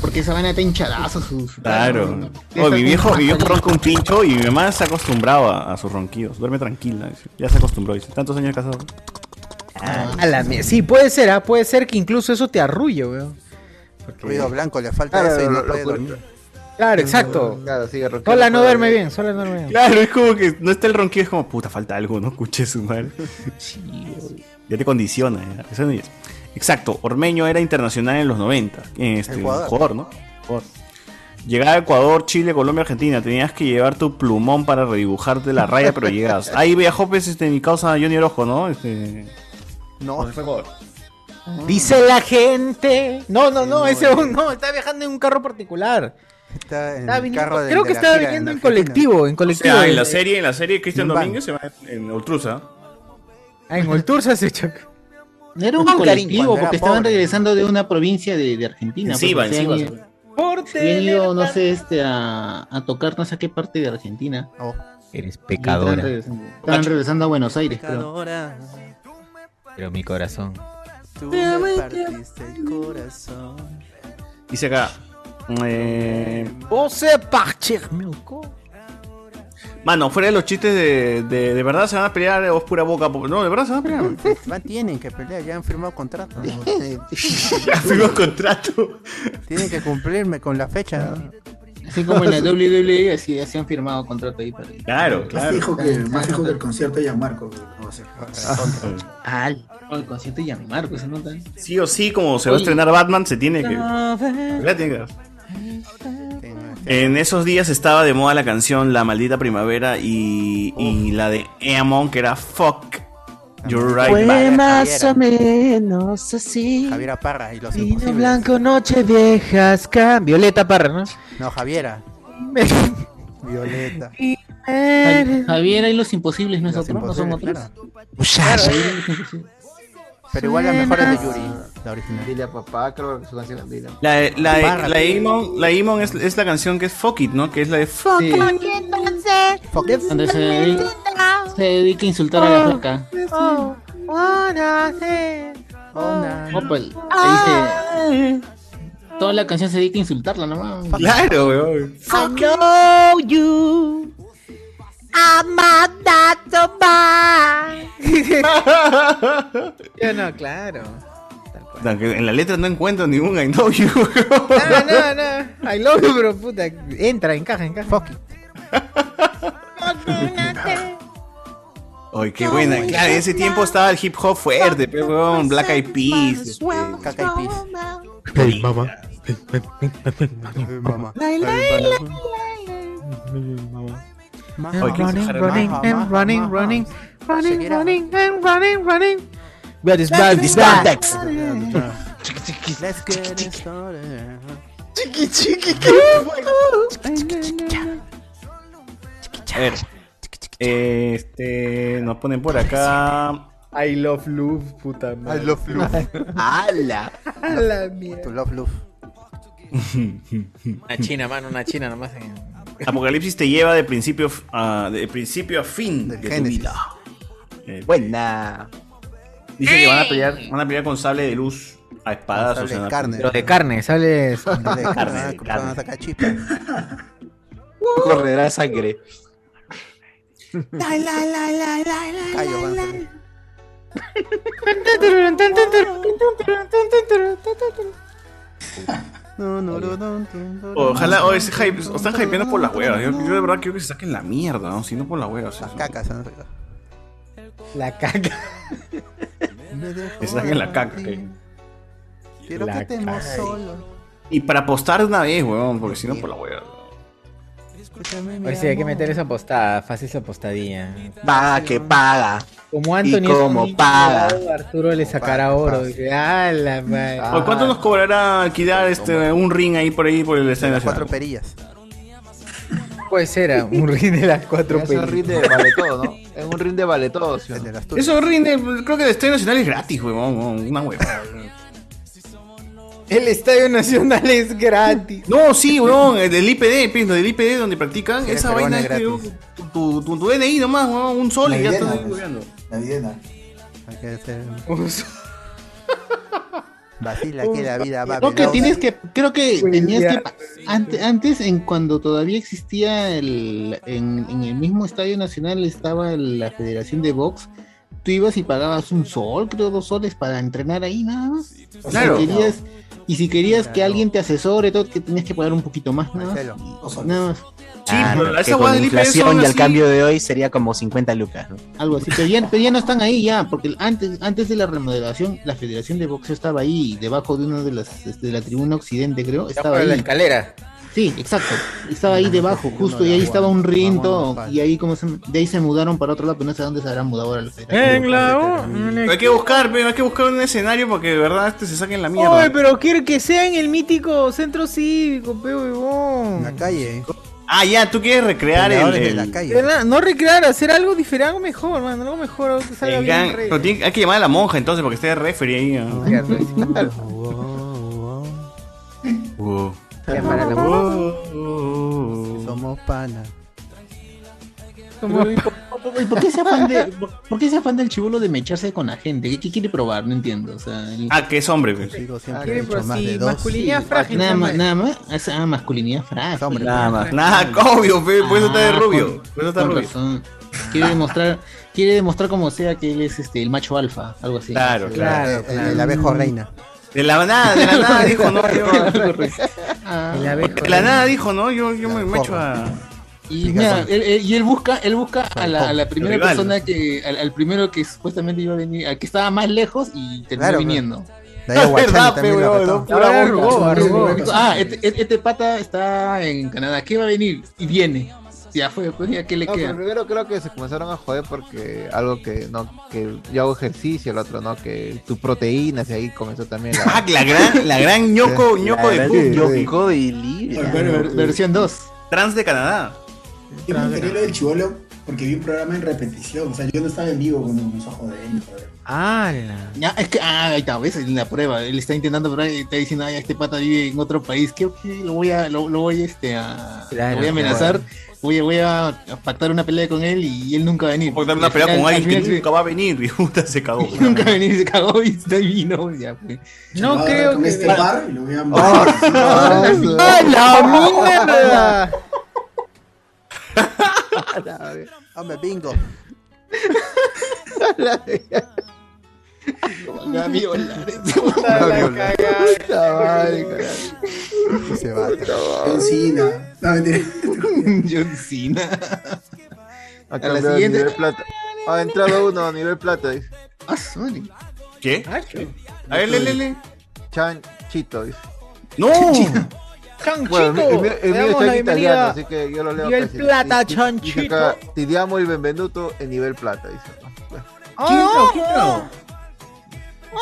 [SPEAKER 1] Porque esa vaina está hinchadazo. Su, su-
[SPEAKER 5] Claro.
[SPEAKER 1] Debe
[SPEAKER 5] Oye,
[SPEAKER 1] estar
[SPEAKER 5] mi
[SPEAKER 1] con
[SPEAKER 5] viejo, mi viejo
[SPEAKER 1] mascarilla.
[SPEAKER 5] ronca un pincho y mi mamá se acostumbraba a sus ronquidos. Duerme tranquila, dice. Ya se acostumbró, dice. Tantos años casado.
[SPEAKER 12] A Ah, la mierda. Sí, puede ser, ¿ah? puede ser que incluso eso te arrulle, weón.
[SPEAKER 2] Ruido blanco, le falta
[SPEAKER 12] Claro,
[SPEAKER 2] eso y no
[SPEAKER 12] lo- lo-
[SPEAKER 2] puede
[SPEAKER 12] lo-
[SPEAKER 2] dormir.
[SPEAKER 12] Claro, exacto.
[SPEAKER 50] Claro, sigue roqueando.
[SPEAKER 12] Sola no duerme bien, sola no duerme bien.
[SPEAKER 5] Claro, es como que no está el ronquido, es como, puta, falta algo, no escuché su madre. ya te condiciona. ya. Eso no es. Exacto, Ormeño era internacional en los 90. en Este,
[SPEAKER 2] Ecuador.
[SPEAKER 5] jugador, ¿no? Jugador. Llegaba a Ecuador, Chile, Colombia, Argentina. Tenías que llevar tu plumón para redibujarte la raya, pero llegas. Ahí viajó, pues, este, mi causa Johnny Orojo, ¿no? Este...
[SPEAKER 55] No,
[SPEAKER 5] fue Ecuador.
[SPEAKER 11] Dice la gente. No, no, no, ese aún no, está viajando en un carro particular. Estaba
[SPEAKER 2] Está en el
[SPEAKER 11] viniendo-
[SPEAKER 2] carro de-
[SPEAKER 11] creo
[SPEAKER 2] de
[SPEAKER 11] que
[SPEAKER 2] la
[SPEAKER 11] estaba
[SPEAKER 2] gira
[SPEAKER 11] viniendo en
[SPEAKER 2] Argentina.
[SPEAKER 11] colectivo, en
[SPEAKER 5] O
[SPEAKER 11] colectivo.
[SPEAKER 5] sea, en la serie, en la serie Cristian
[SPEAKER 11] Van.
[SPEAKER 5] Domínguez se va en Ultruza.
[SPEAKER 11] Ah, en Ulturza se chocó.
[SPEAKER 1] No era un
[SPEAKER 11] Con cariño,
[SPEAKER 1] colectivo,
[SPEAKER 11] cuando era
[SPEAKER 1] porque estaban
[SPEAKER 11] pobre.
[SPEAKER 1] regresando de una provincia de, de Argentina.
[SPEAKER 11] Sí,
[SPEAKER 1] pues,
[SPEAKER 11] va,
[SPEAKER 1] se
[SPEAKER 11] sí, va,
[SPEAKER 1] han
[SPEAKER 11] sí,
[SPEAKER 1] ido-
[SPEAKER 11] va.
[SPEAKER 1] se han ido, no sé, este, a, a tocar no sé a qué parte de Argentina.
[SPEAKER 2] Oh,
[SPEAKER 56] Eres
[SPEAKER 1] Y estaban
[SPEAKER 56] pecadora.
[SPEAKER 1] regresando- Estaban regresando a Buenos Aires, creo.
[SPEAKER 22] Pecadora,
[SPEAKER 56] Pero mi corazón.
[SPEAKER 22] tú me partiste el corazón.
[SPEAKER 5] Dice acá. eh,
[SPEAKER 11] José Parcher,
[SPEAKER 5] Mano, fuera de los chistes de, de, de verdad se van a pelear o es pura boca. po- No, de verdad se van a pelear.
[SPEAKER 2] Van, tienen que pelear, ya han firmado [laughs] contrato. [laughs]
[SPEAKER 5] Ya firmó contrato.
[SPEAKER 2] Tienen que cumplirme con la fecha. ¿no?
[SPEAKER 1] Así como en
[SPEAKER 2] [laughs]
[SPEAKER 1] la WWE, así, así han firmado contrato ahí. Para...
[SPEAKER 5] Claro,
[SPEAKER 17] Más fijo que, más fijo que el concierto de Gianmarco. no sé.
[SPEAKER 1] Ah, el, el concierto de Gianmarco, se nota.
[SPEAKER 5] Sí o sí, como se va a
[SPEAKER 1] Oye.
[SPEAKER 5] estrenar Batman, se tiene que. Ya tiene que- En esos días estaba de moda la canción La Maldita Primavera y, y la de Eamon, que era Fuck. You're right.
[SPEAKER 22] Fue
[SPEAKER 5] back.
[SPEAKER 22] más o menos así.
[SPEAKER 2] Javiera Parra y los
[SPEAKER 22] Vino
[SPEAKER 2] imposibles.
[SPEAKER 22] blanco, noche viejas, cam... Violeta Parra, ¿no?
[SPEAKER 2] No, Javiera. Violeta.
[SPEAKER 1] Javier Javiera y los imposibles, ¿no, es
[SPEAKER 2] Los
[SPEAKER 1] otro? ¿No son
[SPEAKER 2] Imposibles,
[SPEAKER 1] otros?
[SPEAKER 2] Muchacho.
[SPEAKER 1] Javiera y los imposibles.
[SPEAKER 2] Pero igual la mejor es de Yuri,
[SPEAKER 12] la original. Dile a papá, creo que su canción dile.
[SPEAKER 5] La de, la de-
[SPEAKER 12] Parra,
[SPEAKER 5] la de
[SPEAKER 12] tío.
[SPEAKER 5] Eamon, la de Eamon es, es la canción que es Fuck It, ¿no? Que es la de Fuck
[SPEAKER 1] Sí.
[SPEAKER 5] It.
[SPEAKER 1] Donde se dedica, se dedica a insultar a la flaca.
[SPEAKER 22] Oh, wanna say,
[SPEAKER 1] Opa, ahí se- Toda la canción se dedica a insultarla nomás.
[SPEAKER 5] Claro, weón.
[SPEAKER 22] I know you. I'm a dato
[SPEAKER 11] [laughs] Yo no, claro.
[SPEAKER 5] La que- En la letra no encuentro ningún I know you. [laughs]
[SPEAKER 11] No, no, no. I love you, pero puta. Entra, encaja, encaja.
[SPEAKER 5] Ay, qué buena. Claro, en ese tiempo estaba el hip hop fuerte, pero weón, Black Eyed Peas. este,
[SPEAKER 2] Caca y pis.
[SPEAKER 22] Hey,
[SPEAKER 5] mamá.
[SPEAKER 11] Ừ,
[SPEAKER 2] Mamá.
[SPEAKER 22] Lay, lay, lay,
[SPEAKER 1] Ờ,
[SPEAKER 11] I'm running, running, and running, running, running,
[SPEAKER 22] Shakira.
[SPEAKER 11] running, and running, running. But it's
[SPEAKER 22] Back
[SPEAKER 11] bad,
[SPEAKER 22] to
[SPEAKER 11] it's
[SPEAKER 22] back.
[SPEAKER 11] bad.
[SPEAKER 2] Let's get it started.
[SPEAKER 22] Chiqui, chiqui,
[SPEAKER 5] A ver. Este. Nos ponen por acá.
[SPEAKER 11] I love love, puta madre.
[SPEAKER 5] I love [laughs] love.
[SPEAKER 11] ¡Hala! ¡Hala, mierda!
[SPEAKER 2] Tu love love.
[SPEAKER 11] Una china, mano, una china nomás. eh. En...
[SPEAKER 5] Apocalipsis te lleva de principio a, de principio a fin de tu
[SPEAKER 2] Génesis.
[SPEAKER 5] vida. Buena. Dice que van a pelear, van a pelear con sable de luz a espadazos.
[SPEAKER 2] sable de
[SPEAKER 5] en la-
[SPEAKER 2] carne.
[SPEAKER 11] Pero de carne, sale.
[SPEAKER 1] [laughs]
[SPEAKER 2] Dale,
[SPEAKER 5] Carne, carne.
[SPEAKER 2] carne, [laughs] van a sacar chispas.
[SPEAKER 7] Correrá sangre.
[SPEAKER 2] Callo, van a salir. No, no, no, no, no.
[SPEAKER 5] Ojalá, o es hype, o están hypeando por las huevas. Yo, yo de verdad quiero que se saquen la mierda, ¿no? Si no por las huevas. Las
[SPEAKER 2] cacas,
[SPEAKER 11] La caca.
[SPEAKER 5] Que se saquen la caca. que-
[SPEAKER 2] Quiero
[SPEAKER 5] La
[SPEAKER 2] que estemos
[SPEAKER 5] caca.
[SPEAKER 2] solos.
[SPEAKER 5] Y para apostar de una vez, weón, porque si no por la hueva.
[SPEAKER 2] Escúchame, mi
[SPEAKER 11] Oye, sí, hay que
[SPEAKER 2] amor.
[SPEAKER 11] meter esa postada, fácil esa postadilla.
[SPEAKER 7] Paga que paga.
[SPEAKER 11] Como Anthony.
[SPEAKER 7] Y como paga.
[SPEAKER 11] Arturo le sacará oro. Dice, ¡Ah, la
[SPEAKER 2] Eh,
[SPEAKER 11] madre!
[SPEAKER 5] Oye,
[SPEAKER 2] ah,
[SPEAKER 5] ¿Cuánto nos cobrará alquilar este, un ring ahí por ahí por el estadio nacional?
[SPEAKER 2] perillas.
[SPEAKER 11] Pues era un ring de las cuatro
[SPEAKER 12] Es un
[SPEAKER 11] perillas. [laughs]
[SPEAKER 12] ring de vale todo, ¿no? Es un ring de vale todo, ¿sí o no?
[SPEAKER 5] Eso ring, de- pues, creo que el estadio nacional es gratis, weón. weón, Una hueva.
[SPEAKER 11] El Estadio Nacional es gratis.
[SPEAKER 5] No, sí, weón, el del IPD, pues, el del IPD donde practican,
[SPEAKER 11] Sí, pero
[SPEAKER 5] esa
[SPEAKER 11] bueno,
[SPEAKER 5] vaina es que,
[SPEAKER 11] gratis.
[SPEAKER 5] weón, tu, tu, tu- tu DNI nomás, weón, un sol
[SPEAKER 17] La
[SPEAKER 5] y ya
[SPEAKER 17] hiena,
[SPEAKER 5] estás ahí
[SPEAKER 17] pues.
[SPEAKER 5] hueveando.
[SPEAKER 17] La Viena.
[SPEAKER 2] Hay que hacer-
[SPEAKER 11] Uso.
[SPEAKER 2] Vacila que la vida va
[SPEAKER 1] Creo que
[SPEAKER 2] veloz.
[SPEAKER 1] tienes que, creo que
[SPEAKER 2] Pues
[SPEAKER 1] tenías
[SPEAKER 2] ya.
[SPEAKER 1] que pa- ante- antes, en cuando todavía existía el en, en el mismo estadio nacional estaba la Federación de Box, tú ibas y pagabas un sol, creo dos soles para entrenar ahí nada más. O sea,
[SPEAKER 5] Claro.
[SPEAKER 1] si querías- y si querías que alguien te asesore, todo, que tenías que pagar un poquito más, nada más. Nada más.
[SPEAKER 7] Claro,
[SPEAKER 1] pero esa
[SPEAKER 7] Ah, que
[SPEAKER 1] hueá
[SPEAKER 7] con
[SPEAKER 1] del IPS
[SPEAKER 7] inflación
[SPEAKER 1] son
[SPEAKER 7] y al
[SPEAKER 1] así.
[SPEAKER 7] cambio de hoy sería como 50 lucas. ¿no?
[SPEAKER 1] algo así, pero ya, pero ya no están ahí ya, porque antes, antes de la remodelación, la Federación de Boxeo estaba ahí, debajo de una de las este, de la tribuna occidente, creo, estaba
[SPEAKER 11] por
[SPEAKER 1] ahí.
[SPEAKER 11] la escalera.
[SPEAKER 1] Sí, exacto. Estaba ahí debajo, justo, y ahí estaba un rinto, y ahí como se, de ahí se mudaron para otro lado, pero no sé a dónde se habrán mudado ahora los
[SPEAKER 5] En la Hay que buscar, pero hay que buscar un escenario porque de verdad este se saquen la mierda.
[SPEAKER 7] Oye, pero quiero que sea en el mítico centro cívico, peo huevón. La
[SPEAKER 2] calle.
[SPEAKER 5] Ah, ya, tú quieres recrear el.
[SPEAKER 7] Pobladores de
[SPEAKER 5] el-
[SPEAKER 7] la Pero No recrear, hacer algo diferente, algo mejor, mano, algo mejor, algo que salga
[SPEAKER 5] el
[SPEAKER 7] bien.
[SPEAKER 5] gang-
[SPEAKER 7] re-
[SPEAKER 5] pero tiene- hay que llamar a la monja entonces porque esté de referee ahí. ¿no? Wow.
[SPEAKER 2] Ya, para la- Somos pana.
[SPEAKER 7] Como-
[SPEAKER 1] ¿Y por, y por qué se afán de- [laughs] por- por qué se afán del chivolo de mecharse con la gente? ¿Qué, qué quiere probar? No entiendo. O sea, el-
[SPEAKER 5] [laughs] Ah, que es hombre. pues.
[SPEAKER 2] siempre
[SPEAKER 7] quiere
[SPEAKER 2] he dicho
[SPEAKER 7] por
[SPEAKER 2] más
[SPEAKER 7] Ah, sí,
[SPEAKER 2] de dos.
[SPEAKER 7] masculinidad
[SPEAKER 2] Sí.
[SPEAKER 7] frágil,
[SPEAKER 1] Nada más,
[SPEAKER 7] hombre.
[SPEAKER 1] nada más. es- [laughs] Ah, masculinidad frágil. Ah,
[SPEAKER 5] Nada más. Nada, obvio, fe, por eso está de rubio, por eso está rubio.
[SPEAKER 1] razón. Quiere demostrar, quiere demostrar como sea que él es este el macho alfa, algo así.
[SPEAKER 5] Claro,
[SPEAKER 1] Sí.
[SPEAKER 5] claro. Mm.
[SPEAKER 2] El, el abejo reina.
[SPEAKER 5] De la nada, de la nada dijo,
[SPEAKER 1] [laughs]
[SPEAKER 5] no, yo.
[SPEAKER 1] Ah.
[SPEAKER 5] De la nada dijo, no, yo, yo me, me echo a.
[SPEAKER 1] Y, mira, él, él- y él busca, él busca a la, a la primera
[SPEAKER 5] Rival.
[SPEAKER 1] persona que, al, al primero que supuestamente iba a venir, al que estaba más lejos y terminó
[SPEAKER 2] Claro,
[SPEAKER 1] viniendo.
[SPEAKER 2] De ahí
[SPEAKER 1] [laughs]
[SPEAKER 2] a Huachani también lo apretó.
[SPEAKER 1] Ahora arrugó, [laughs] arrugó. Ah, este, este- este pata está en Canadá. ¿Qué va a venir? Y viene. Ya fue, pues ya, ¿qué le
[SPEAKER 12] No, pero
[SPEAKER 1] queda?
[SPEAKER 12] primero creo que se comenzaron a joder porque algo que no, que yo hago ejercicio, el otro no, que tu proteína, y ahí comenzó también la.
[SPEAKER 5] Ah, [laughs] la gran, la gran ñoco, ñoco de
[SPEAKER 12] Ñoco
[SPEAKER 5] de
[SPEAKER 1] versión 2.
[SPEAKER 5] Trans de Canadá.
[SPEAKER 17] Yo preferí lo del chivolo porque vi un programa en repetición. O sea, yo no estaba en vivo cuando comenzó a joder.
[SPEAKER 7] Ah,
[SPEAKER 1] Ya, es que, ah, ahí está, ves, en la prueba. Él está intentando probar y está diciendo, ay, este pata vive en otro país. Creo que lo voy a, lo, lo voy este, a,
[SPEAKER 7] Claro,
[SPEAKER 1] lo voy a amenazar. Voy, a- voy a a pactar una pelea con él y él nunca va a venir.
[SPEAKER 5] Porque una
[SPEAKER 1] Al
[SPEAKER 5] pelea con
[SPEAKER 1] final- al
[SPEAKER 5] alguien que
[SPEAKER 1] final
[SPEAKER 5] nunca va a venir [laughs] y puta se cagó.
[SPEAKER 1] se- [laughs] nunca va a venir, se cagó y está ahí vino. Ya, pues.
[SPEAKER 7] No creo
[SPEAKER 17] con
[SPEAKER 7] que.
[SPEAKER 17] este par y lo
[SPEAKER 1] Ah,
[SPEAKER 17] voy a
[SPEAKER 7] ¡A
[SPEAKER 1] [laughs]
[SPEAKER 7] la mierda!
[SPEAKER 2] Hombre, bingo.
[SPEAKER 1] Ya,
[SPEAKER 17] [laughs]
[SPEAKER 1] viola.
[SPEAKER 17] Puta madre,
[SPEAKER 2] Y se va.
[SPEAKER 17] John Cena. No, mentira.
[SPEAKER 1] [laughs] John
[SPEAKER 17] [laughs]
[SPEAKER 1] Cena.
[SPEAKER 12] Ha
[SPEAKER 1] la
[SPEAKER 12] cambiado de
[SPEAKER 1] siguiente.
[SPEAKER 12] nivel plata. Ha entrado uno a nivel plata. dice.
[SPEAKER 5] ¿Qué? A ver, le, le, le.
[SPEAKER 12] Chanchito, dice.
[SPEAKER 5] ¡No!
[SPEAKER 12] Bueno, el mío, el mío
[SPEAKER 7] damos
[SPEAKER 12] está
[SPEAKER 7] la
[SPEAKER 12] en italiano,
[SPEAKER 7] bienvenida
[SPEAKER 12] así que yo lo leo.
[SPEAKER 7] nivel
[SPEAKER 12] fácil.
[SPEAKER 7] plata,
[SPEAKER 12] Dice- dice
[SPEAKER 7] Chanchito.
[SPEAKER 12] acá, Ti diamo il benvenuto en nivel plata, dice.
[SPEAKER 7] Ah,
[SPEAKER 12] Ah.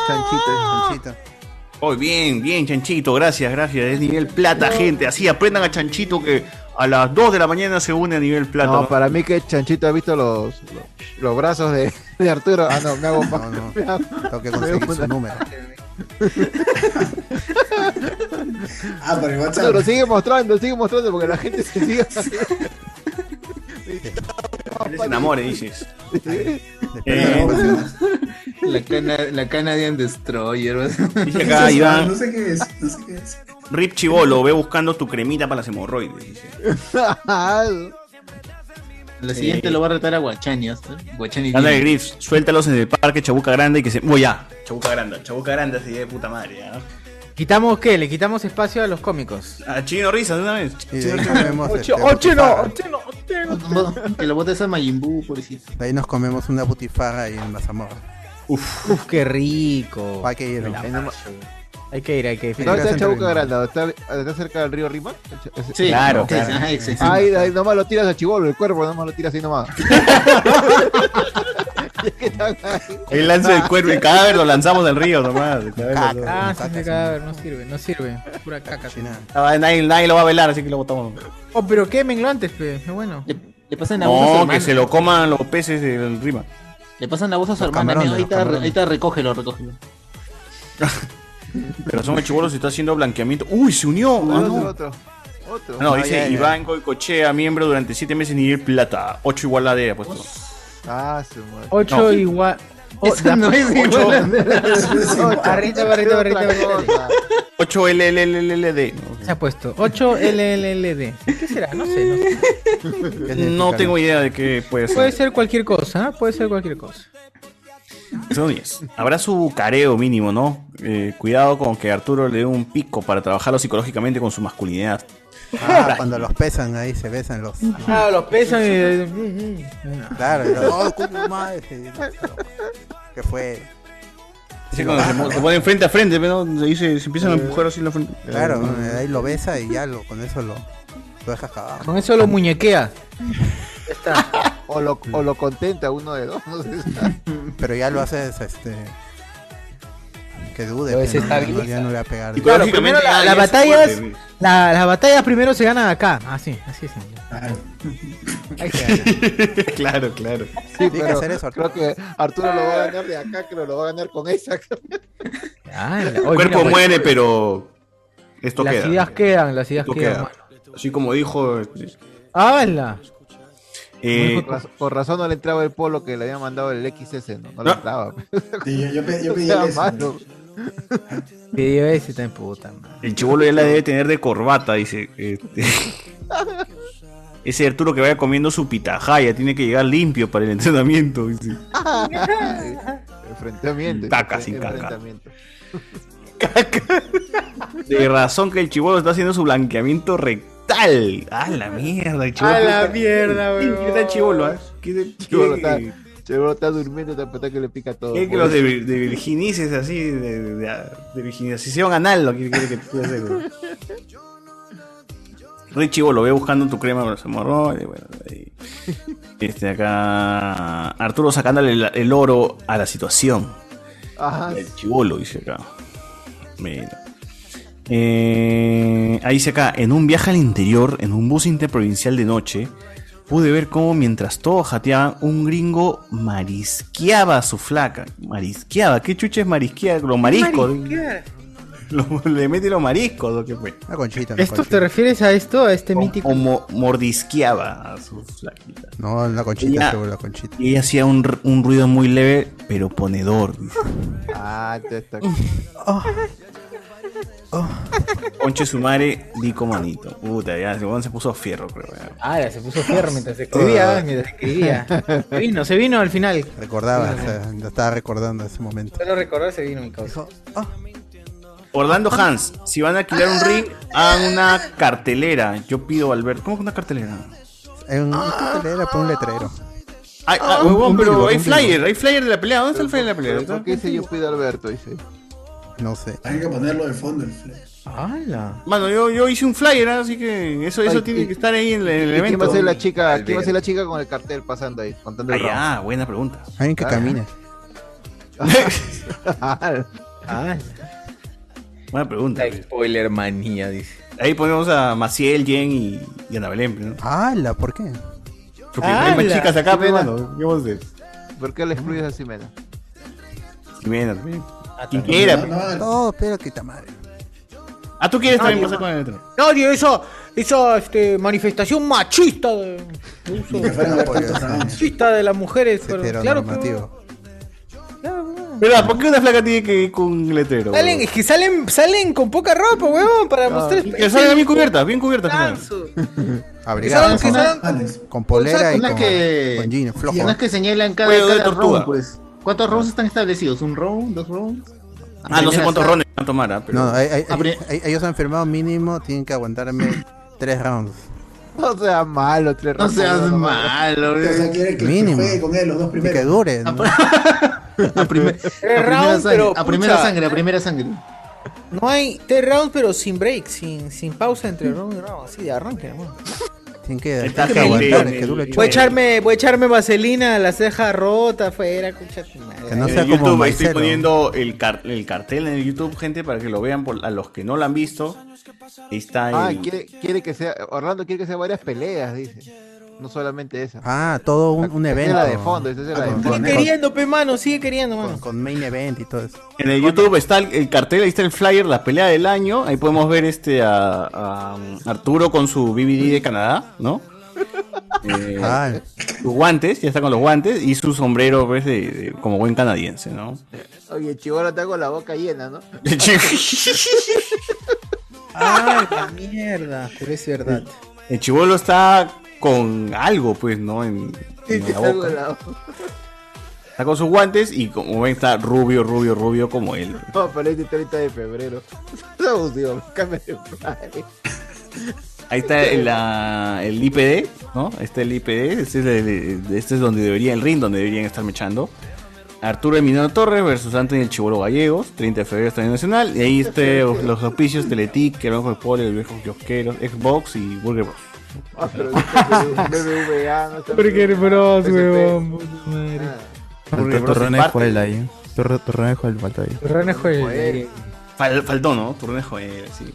[SPEAKER 12] Chanchito, dice.
[SPEAKER 2] Chanchito.
[SPEAKER 5] Oh, bien, bien, Chanchito, gracias, gracias. Es nivel plata, gente. Así aprendan a Chanchito que a las 2 de la mañana se une a nivel plata.
[SPEAKER 12] No, para mí que Chanchito ha visto los, los, los brazos de, de Arturo. Ah, [laughs] no, me hago pa- me hago-
[SPEAKER 2] Tengo que
[SPEAKER 12] me hago
[SPEAKER 2] conseguir su
[SPEAKER 12] una-
[SPEAKER 1] [laughs]
[SPEAKER 2] número.
[SPEAKER 17] Ah, por el WhatsApp.
[SPEAKER 12] Arturo, sigue mostrando, sigue mostrando porque la gente se sigue.
[SPEAKER 5] Se enamore, dices.
[SPEAKER 1] Eh,
[SPEAKER 5] Eh,
[SPEAKER 1] la, cana, la Canadian Destroyer. ¿ves?
[SPEAKER 5] Dice acá, Iván.
[SPEAKER 17] No sé qué es, no sé qué
[SPEAKER 12] [laughs]
[SPEAKER 17] es.
[SPEAKER 5] Rip Chivolo, ve buscando tu cremita para las hemorroides. dice.
[SPEAKER 12] Ah,
[SPEAKER 1] La siguiente
[SPEAKER 5] Eh.
[SPEAKER 1] lo va a retar a Guachani. ¿hasta? Guachani.
[SPEAKER 5] Anda de
[SPEAKER 1] viene.
[SPEAKER 5] Griffs, suéltalos en el parque Chabuca Grande y que se. Voy ya. Chabuca Grande, Chabuca Grande, así de puta madre. ¿ya?
[SPEAKER 7] ¿Quitamos qué? Le quitamos espacio a los cómicos.
[SPEAKER 5] A Chino Risa, de una vez.
[SPEAKER 7] Ocho-
[SPEAKER 1] este,
[SPEAKER 12] oh,
[SPEAKER 7] ocho no, ocho no, ocho no.
[SPEAKER 1] Que lo botes a Majin Buu, pobrecito.
[SPEAKER 2] De ahí nos comemos una butifaga y en Mazamorra.
[SPEAKER 5] Uf,
[SPEAKER 7] Uf, qué rico.
[SPEAKER 2] Hay que ir. ¿no?
[SPEAKER 7] Hay que ir, hay que ir.
[SPEAKER 12] No, está en
[SPEAKER 7] Centro
[SPEAKER 12] Chabuca
[SPEAKER 7] Lima.
[SPEAKER 12] Grande, está, está cerca del río Rima.
[SPEAKER 7] Sí, Claro, sí, claro.
[SPEAKER 1] ajá, sí, sí.
[SPEAKER 12] Ahí, ahí nomás lo tiras a Chibolo, el cuerpo nomás lo tiras ahí nomás.
[SPEAKER 5] El lance del cuervo, el cadáver lo lanzamos al río nomás. el cadáver lo-
[SPEAKER 7] Ah, sí, ese cadáver, no sirve, no sirve. Pura caca.
[SPEAKER 5] Ah, Nadie, nadie lo va a velar, así que lo botamos.
[SPEAKER 7] Oh, pero quémenlo antes, pe. Qué bueno.
[SPEAKER 1] Le pasan la voz a su
[SPEAKER 5] No, que
[SPEAKER 1] hermana.
[SPEAKER 5] se lo coman los peces del rima.
[SPEAKER 1] Le pasan la voz a su
[SPEAKER 5] Los
[SPEAKER 1] hermana.
[SPEAKER 5] camarones,
[SPEAKER 1] amigo, Ahí
[SPEAKER 5] los
[SPEAKER 1] está,
[SPEAKER 5] camarones.
[SPEAKER 1] ahí está, recógelo, recógelo.
[SPEAKER 5] Pero son chibolos y está haciendo blanqueamiento. ¡Uy, se unió! Ah, [laughs]
[SPEAKER 12] otro,
[SPEAKER 5] no.
[SPEAKER 12] otro. otro.
[SPEAKER 5] Ah, no, dice
[SPEAKER 12] ya, ya.
[SPEAKER 5] Iván Goicochea, miembro durante 7 meses en nivel plata. 8 igual a D, ha puesto.
[SPEAKER 12] Ah, su madre.
[SPEAKER 7] Ocho
[SPEAKER 5] No.
[SPEAKER 7] igual. oh,
[SPEAKER 5] Eso no es
[SPEAKER 1] [laughs]
[SPEAKER 5] igual.
[SPEAKER 7] Ocho. Barrita, barrita, barrita, barrita.
[SPEAKER 5] 8 LLLLD.
[SPEAKER 7] Se ha puesto 8 LLLD. ¿Qué será? No sé. no sé.
[SPEAKER 5] [laughs] No tengo idea de qué puede ser.
[SPEAKER 7] Puede ser cualquier cosa, ¿ah? puede ser cualquier cosa. Pues.
[SPEAKER 5] Son 10. Habrá su careo mínimo, ¿no? Eh, cuidado con que Arturo le dé un pico para trabajarlo psicológicamente con su masculinidad.
[SPEAKER 1] [laughs]
[SPEAKER 2] Ah, cuando los pesan ahí se besan los.
[SPEAKER 7] Ah, los pesan
[SPEAKER 2] Claro, y los- oh, ¿cómo más? Este, ¿Qué fue?
[SPEAKER 5] Dice cuando se, mo- se ponen frente a frente, pero se, dice, se empiezan a empujar así en la frente.
[SPEAKER 2] Claro, ahí lo besa y ya lo, con eso lo, lo dejas cagado.
[SPEAKER 1] Con eso lo muñequea.
[SPEAKER 12] O lo, o lo contenta uno de dos. [laughs] no sé.
[SPEAKER 2] Pero ya lo haces, este. Que dude.
[SPEAKER 1] Lo
[SPEAKER 2] pues, no,
[SPEAKER 1] desestabiliza.
[SPEAKER 2] no, ya no le va a pegar.
[SPEAKER 1] Claro, primero la- las batallas,
[SPEAKER 2] fuerte.
[SPEAKER 1] la- las batallas primero se ganan acá. Así, así es. Ahí se gana.
[SPEAKER 5] [laughs] claro, claro.
[SPEAKER 12] Sí,
[SPEAKER 2] que
[SPEAKER 12] pero
[SPEAKER 2] hacer eso,
[SPEAKER 12] creo que Arturo lo va a ganar de acá, que lo va a ganar con esa. [laughs]
[SPEAKER 5] El cuerpo
[SPEAKER 7] pues.
[SPEAKER 5] muere, pero esto
[SPEAKER 1] Las
[SPEAKER 5] queda.
[SPEAKER 1] ideas quedan, las ideas
[SPEAKER 5] Esto
[SPEAKER 1] quedan.
[SPEAKER 5] queda. Así como dijo. eh,
[SPEAKER 1] ¡Hala!
[SPEAKER 5] eh,
[SPEAKER 12] por, raz- por razón no le entraba el polo que le había mandado el XS, no, no le
[SPEAKER 5] No.
[SPEAKER 12] entraba. [laughs]
[SPEAKER 17] Sí, yo- yo pe- yo
[SPEAKER 12] O
[SPEAKER 17] pedí
[SPEAKER 12] sea,
[SPEAKER 17] el
[SPEAKER 12] [laughs]
[SPEAKER 17] S,
[SPEAKER 12] mano.
[SPEAKER 1] Pidió ese tan puta. madre.
[SPEAKER 5] el chivolo ya la debe tener de corbata, dice. este. Ese Arturo que vaya comiendo su pitajaya tiene que llegar limpio para el entrenamiento. dice.
[SPEAKER 12] Enfrentamiento.
[SPEAKER 5] Sin caca, sin caca.
[SPEAKER 12] Enfrentamiento.
[SPEAKER 5] De razón que el chivolo está haciendo su blanqueamiento rectal. A la mierda, el chivolo.
[SPEAKER 12] A la mierda,
[SPEAKER 5] Sí,
[SPEAKER 12] weón.
[SPEAKER 5] [laughs] ¿Qué tal chivolo? ah? ¿Qué tal
[SPEAKER 12] Chivolo
[SPEAKER 5] qué-
[SPEAKER 12] está, Chivolo está durmiendo, te apetece que le pica todo.
[SPEAKER 5] ¿Qué que
[SPEAKER 12] Por
[SPEAKER 5] los de,
[SPEAKER 12] eso.
[SPEAKER 5] vir- de virginices así? De, de, de virginización anal, lo que quiere que tú haces, güey. [laughs] Richie, vos lo ve buscando tu crema con los hemorroides. Bueno, ahí. Este acá. Arturo sacándole la- el oro a la situación.
[SPEAKER 12] [laughs] Ajá.
[SPEAKER 5] El chivolo, dice acá. Mira. Eh, ahí dice acá, en un viaje al interior, en un bus interprovincial de noche, pude ver cómo mientras todos jateaban, un gringo marisqueaba a su flaca. Marisqueaba, ¿qué chuches marisquear? Los mariscos. [laughs] Los- le mete los mariscos, ¿o qué fue?
[SPEAKER 2] Una conchita. una
[SPEAKER 1] ¿Esto
[SPEAKER 2] conchita.
[SPEAKER 1] te refieres a esto, a este mítico?
[SPEAKER 5] O mo- mordisqueaba a su flaquita.
[SPEAKER 2] No, una conchita,
[SPEAKER 5] Ya.
[SPEAKER 2] seguro la conchita.
[SPEAKER 5] Y ella hacía un, r- un ruido muy leve, pero ponedor. dice.
[SPEAKER 12] Ah, te está.
[SPEAKER 5] Ah, Conche su madre, dico manito. Puta, ya, el huevón se puso fierro, creo. ya.
[SPEAKER 1] Ah, ya se puso fierro mientras escribía,
[SPEAKER 2] Ah.
[SPEAKER 1] mientras escribía. Se vino, se vino al final. Sí,
[SPEAKER 2] Recordaba, o sea, lo estaba recordando ese momento.
[SPEAKER 1] Solo recordar se vino mi causa.
[SPEAKER 5] Orlando Hans, si van a alquilar un ring, hagan una cartelera. Yo pido al ver. ¿Cómo que una cartelera?
[SPEAKER 2] En un cartelera, pon un letrero.
[SPEAKER 5] Ay, ah,
[SPEAKER 2] Ah,
[SPEAKER 5] huevón,
[SPEAKER 2] un
[SPEAKER 5] pero
[SPEAKER 2] libro,
[SPEAKER 5] hay
[SPEAKER 2] un
[SPEAKER 5] flyer,
[SPEAKER 2] libro.
[SPEAKER 5] hay flyer de la pelea. ¿Dónde está el flyer de la pelea?
[SPEAKER 12] Pero ¿Por qué dice yo pido a Alberto? Dice.
[SPEAKER 2] No sé.
[SPEAKER 17] Hay que ponerlo de fondo el flash.
[SPEAKER 1] ¡Hala!
[SPEAKER 5] Mano, yo, yo hice un flyer, ¿ah? así que eso, eso
[SPEAKER 12] Ay,
[SPEAKER 5] tiene
[SPEAKER 12] y-
[SPEAKER 5] que estar ahí en el, en el
[SPEAKER 12] ¿Y
[SPEAKER 5] evento.
[SPEAKER 12] ¿Quién va a ser la chica? ¿Quién va a
[SPEAKER 5] Albert.
[SPEAKER 12] ser la chica con el cartel pasando ahí? Contando el
[SPEAKER 5] Ay,
[SPEAKER 12] round.
[SPEAKER 5] ah, buena pregunta.
[SPEAKER 2] Alguien que camine.
[SPEAKER 5] Buena pregunta.
[SPEAKER 57] Spoiler manía, dice.
[SPEAKER 5] Ahí ponemos a Maciel, Jen y, y Ana Belén, ¿no?
[SPEAKER 2] ¡Hala! ¿Por qué?
[SPEAKER 5] Porque hay más
[SPEAKER 12] ¡Hala!
[SPEAKER 5] chicas acá, pero
[SPEAKER 12] Jimena.
[SPEAKER 5] mano, ¿qué vamos a hacer?
[SPEAKER 12] ¿Por qué le excluyes a Simena?
[SPEAKER 5] Jimena también. Quien quiera.
[SPEAKER 17] No, no,
[SPEAKER 2] No, pero quita madre.
[SPEAKER 5] Ah, tú quieres
[SPEAKER 1] No,
[SPEAKER 5] también
[SPEAKER 1] no.
[SPEAKER 5] pasar con el otro.
[SPEAKER 1] No, tío, esa, esa este, manifestación machista de, de uso-
[SPEAKER 17] Que fueran a ver
[SPEAKER 2] Apoyo,
[SPEAKER 17] tantos rounds.
[SPEAKER 1] machista de las mujeres. pero- claro,
[SPEAKER 2] Heteronormativo.
[SPEAKER 5] ¿Verdad? ¿Por qué una flaca tiene que ir con un letrero?
[SPEAKER 1] pero salen, es que salen, salen con poca ropa, huevón, para mostrar.
[SPEAKER 5] Ah, Que salgan bien cubiertas, bien cubiertas.
[SPEAKER 2] [laughs] Abrigado.
[SPEAKER 1] Esa-
[SPEAKER 2] Con, con polera
[SPEAKER 58] Usar
[SPEAKER 2] y
[SPEAKER 58] una
[SPEAKER 2] con,
[SPEAKER 58] que-
[SPEAKER 2] con jeans, flojo.
[SPEAKER 58] Y unas que señalan cada,
[SPEAKER 5] Juego de
[SPEAKER 58] cada
[SPEAKER 5] tortuga.
[SPEAKER 58] round, pues. ¿Cuántos rounds están establecidos? ¿Un round? ¿Dos rounds?
[SPEAKER 5] Ah, no sé cuántos rones van a tomar, ah, pero.
[SPEAKER 2] No, no, hay- hay-
[SPEAKER 58] Abre-
[SPEAKER 2] hay- ellos han firmado mínimo, tienen
[SPEAKER 12] [laughs]
[SPEAKER 2] que aguantarme tres rounds.
[SPEAKER 12] No seas malo, tres
[SPEAKER 58] No
[SPEAKER 12] rounds.
[SPEAKER 58] seas malo,
[SPEAKER 17] O sea, quiere que, que
[SPEAKER 2] Mínimo.
[SPEAKER 17] juegue con él los dos
[SPEAKER 2] Y que
[SPEAKER 17] primeros.
[SPEAKER 12] Ah,
[SPEAKER 2] dure. ¿no?
[SPEAKER 58] A, primer- a primera
[SPEAKER 1] rounds,
[SPEAKER 58] sangre,
[SPEAKER 1] pero,
[SPEAKER 58] a primera
[SPEAKER 1] pucha.
[SPEAKER 58] sangre, a primera sangre.
[SPEAKER 1] No hay tres rounds, pero sin break, sin, sin pausa entre round y round, así de arranque, huevón.
[SPEAKER 2] Tienen que,
[SPEAKER 5] Está
[SPEAKER 2] tienen que
[SPEAKER 5] gente,
[SPEAKER 2] aguantar,
[SPEAKER 5] el-
[SPEAKER 2] que dure
[SPEAKER 5] el-
[SPEAKER 1] Voy a
[SPEAKER 2] chulo.
[SPEAKER 1] echarme, voy a echarme vaselina a la ceja rota, fuera, cucha tu madre.
[SPEAKER 2] Que no
[SPEAKER 5] en
[SPEAKER 2] sea
[SPEAKER 5] el
[SPEAKER 2] como
[SPEAKER 5] YouTube, ahí estoy
[SPEAKER 2] Marcelo.
[SPEAKER 5] poniendo el, car- el cartel en el YouTube, gente, para que lo vean por- a los que no lo han visto. Ahí está
[SPEAKER 12] Ah,
[SPEAKER 5] el-
[SPEAKER 12] quiere, quiere que sea. Orlando quiere que sea varias peleas, dice. No solamente esa.
[SPEAKER 2] Ah, todo un, un
[SPEAKER 12] Esa es
[SPEAKER 2] evento.
[SPEAKER 12] la de fondo, esa es la de
[SPEAKER 1] Sigue
[SPEAKER 12] fondo.
[SPEAKER 1] queriendo, pe mano, sigue queriendo, mano. [laughs]
[SPEAKER 2] Con, con main event y todo eso.
[SPEAKER 5] en el YouTube está el, el cartel, ahí está el flyer, la pelea del año. Ahí podemos ver este a, a um, Arturo con su BBD de Canadá,
[SPEAKER 12] [laughs]
[SPEAKER 5] ¿no? Eh,
[SPEAKER 2] Ah,
[SPEAKER 5] sus guantes, ya está con los guantes, y su sombrero, pues, de- de- como buen canadiense, ¿no?
[SPEAKER 12] Oye, Chivolo está con la boca llena, ¿no?
[SPEAKER 1] [laughs]
[SPEAKER 12] [laughs]
[SPEAKER 1] Ay, la mierda, pero es verdad.
[SPEAKER 5] El chivolo está con algo, pues, ¿no? En, en la
[SPEAKER 12] Algo de
[SPEAKER 5] boca.
[SPEAKER 12] la boca.
[SPEAKER 5] Está con sus guantes y como ven está rubio, rubio, rubio como él.
[SPEAKER 12] No, pero es de 30 de febrero. [laughs] No, Dios, cambia de flyer.
[SPEAKER 5] Ahí está el, la- el IPD, ¿no? Ahí está el IPD, este es, el- este es donde debería el ring, donde deberían estar mechando. Arturo Emiliano Torres versus Anthony el Chibolo Gallegos, 30 de febrero Estadio Nacional. Y ahí este, los auspicios Teletic, el Banco de Polo, el viejo Kiosquero, Xbox y Burger Bros.
[SPEAKER 12] Ah, pero BBVA, no está
[SPEAKER 3] Burger Bros,
[SPEAKER 12] PSP.
[SPEAKER 3] huevón. puta madre.
[SPEAKER 5] Porque Bros
[SPEAKER 22] Torrenejo
[SPEAKER 5] es parte.
[SPEAKER 22] juega el ahí. Torre- Torrenejo el falta ahí.
[SPEAKER 3] Renejo
[SPEAKER 5] Joder. Fal- faltó, ¿no? Turné joder, sí.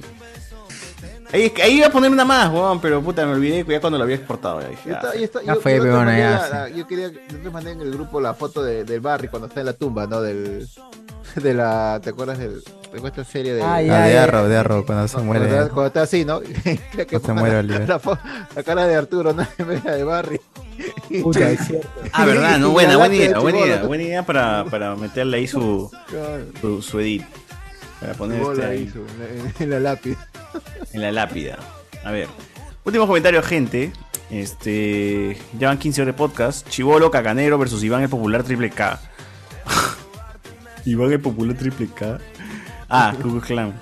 [SPEAKER 5] Ahí, es que- ahí iba a poner una más, weón, pero puta, me olvidé ya cuando lo había exportado. Ya, dije,
[SPEAKER 12] Yo,
[SPEAKER 5] ah,
[SPEAKER 12] ta-
[SPEAKER 5] sí.
[SPEAKER 12] yo ta-
[SPEAKER 3] Ya
[SPEAKER 12] yo-
[SPEAKER 3] fue,
[SPEAKER 12] yo te
[SPEAKER 3] weón,
[SPEAKER 12] mandé
[SPEAKER 3] ya,
[SPEAKER 12] la- la- yo quería, yo te mandé en el grupo la foto de- del Barry cuando está en la tumba, ¿no? Del, de la, ¿te acuerdas del- de esta serie de...
[SPEAKER 1] Ah,
[SPEAKER 22] Ah, de Arrow, de Arrow, cuando se
[SPEAKER 12] Cuando,
[SPEAKER 22] muere.
[SPEAKER 12] está- cuando está así, ¿no? [laughs] Creo que
[SPEAKER 22] No se muere,
[SPEAKER 12] la,
[SPEAKER 22] Oliver.
[SPEAKER 12] la fo- la cara de Arturo, ¿no? [laughs] En vez de la de Barry.
[SPEAKER 1] Puta, es cierto.
[SPEAKER 12] [laughs]
[SPEAKER 5] Ah, verdad, no, buena, buena idea, buena idea,
[SPEAKER 12] Chibolo.
[SPEAKER 5] buena idea para, para meterle ahí su,
[SPEAKER 12] Claro.
[SPEAKER 5] su, su edit. Para poner
[SPEAKER 12] Bola
[SPEAKER 5] este ahí,
[SPEAKER 12] hizo, en la- en la lápiz.
[SPEAKER 5] en la lápida. A ver. Último comentario, gente. Este. Ya van 15 horas de podcast. Chivolo Cacanero versus Iván el Popular Triple K. Iván el Popular Triple K. Ah, Ku Klux Klan.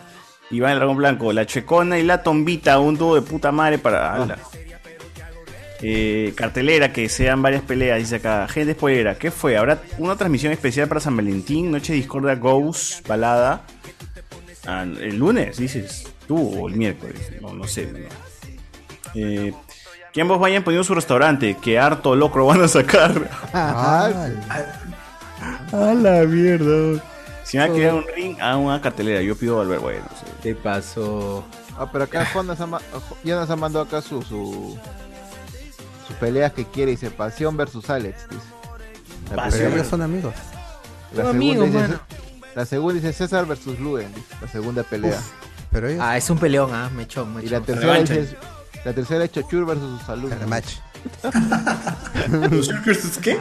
[SPEAKER 5] Iván el Dragón Blanco. La Checona y la Tombita. Un dúo de puta madre para. ala. Eh, cartelera, que sean varias peleas, dice acá. Gente spoilera, ¿qué fue? ¿Habrá una transmisión especial para San Valentín? Noche Discordia Ghost, balada. Ah, el lunes, dices tú, o el miércoles, no, no sé. ¿no? Eh, que ambos vayan poniendo su restaurante, que harto locro van a sacar. [laughs]
[SPEAKER 22] A la mierda.
[SPEAKER 5] Si me va a crear un ring a una cartelera, yo pido al verbo no sé.
[SPEAKER 3] Te pasó.
[SPEAKER 12] Ah, pero acá Juan nos ha, ma- Ju- ya nos ha mandado acá su, su sus peleas que quiere, dice Pasión versus Alex, dice. La
[SPEAKER 22] Pasión.
[SPEAKER 12] primera.
[SPEAKER 22] Pero ellos son amigos.
[SPEAKER 12] La
[SPEAKER 3] Son
[SPEAKER 12] segunda,
[SPEAKER 3] amigos,
[SPEAKER 12] dice,
[SPEAKER 3] mano.
[SPEAKER 12] la segunda dice César versus Luden, dice, la segunda pelea.
[SPEAKER 3] Uf.
[SPEAKER 12] pero ellos-
[SPEAKER 3] Ah, es un peleón, ah, mechón, mechón.
[SPEAKER 12] Y la tercera dice- la tercera es Chochur versus sus alumnos. match.
[SPEAKER 5] ¿Chochur versus qué?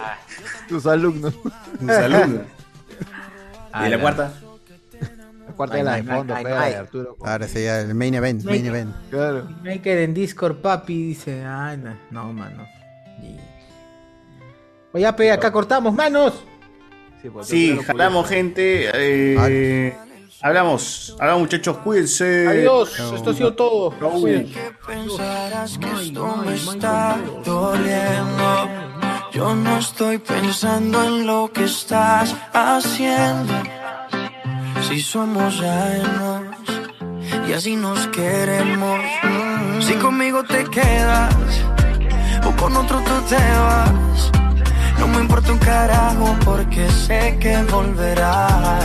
[SPEAKER 12] Sus alumnos.
[SPEAKER 5] Sus
[SPEAKER 12] [laughs]
[SPEAKER 5] alumnos. ¿Y
[SPEAKER 2] Ah,
[SPEAKER 5] la cuarta?
[SPEAKER 12] La Ah, cuarta es la de
[SPEAKER 1] Ay, ay,
[SPEAKER 12] fondo,
[SPEAKER 1] ay,
[SPEAKER 12] pero la de
[SPEAKER 1] ay.
[SPEAKER 12] Arturo.
[SPEAKER 2] Ahora sí, ya, el main event, main event.
[SPEAKER 12] Claro.
[SPEAKER 1] Naked en Discord, papi, dice. Ay, no, no, mano. Y- Oye, pe, acá cortamos, manos.
[SPEAKER 5] Sí, jalamos gente. eh, hablamos. Hablamos muchachos, cuídense.
[SPEAKER 1] Adiós, esto ha sido todo. Cuídense.
[SPEAKER 11] pensarás que esto me está doliendo. Yo no estoy pensando en lo que estás haciendo. Si somos ajenos y así nos queremos. Mm. Si conmigo te quedas o con otro tú te vas. No me importa un carajo porque sé que volverás.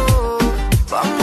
[SPEAKER 11] vamos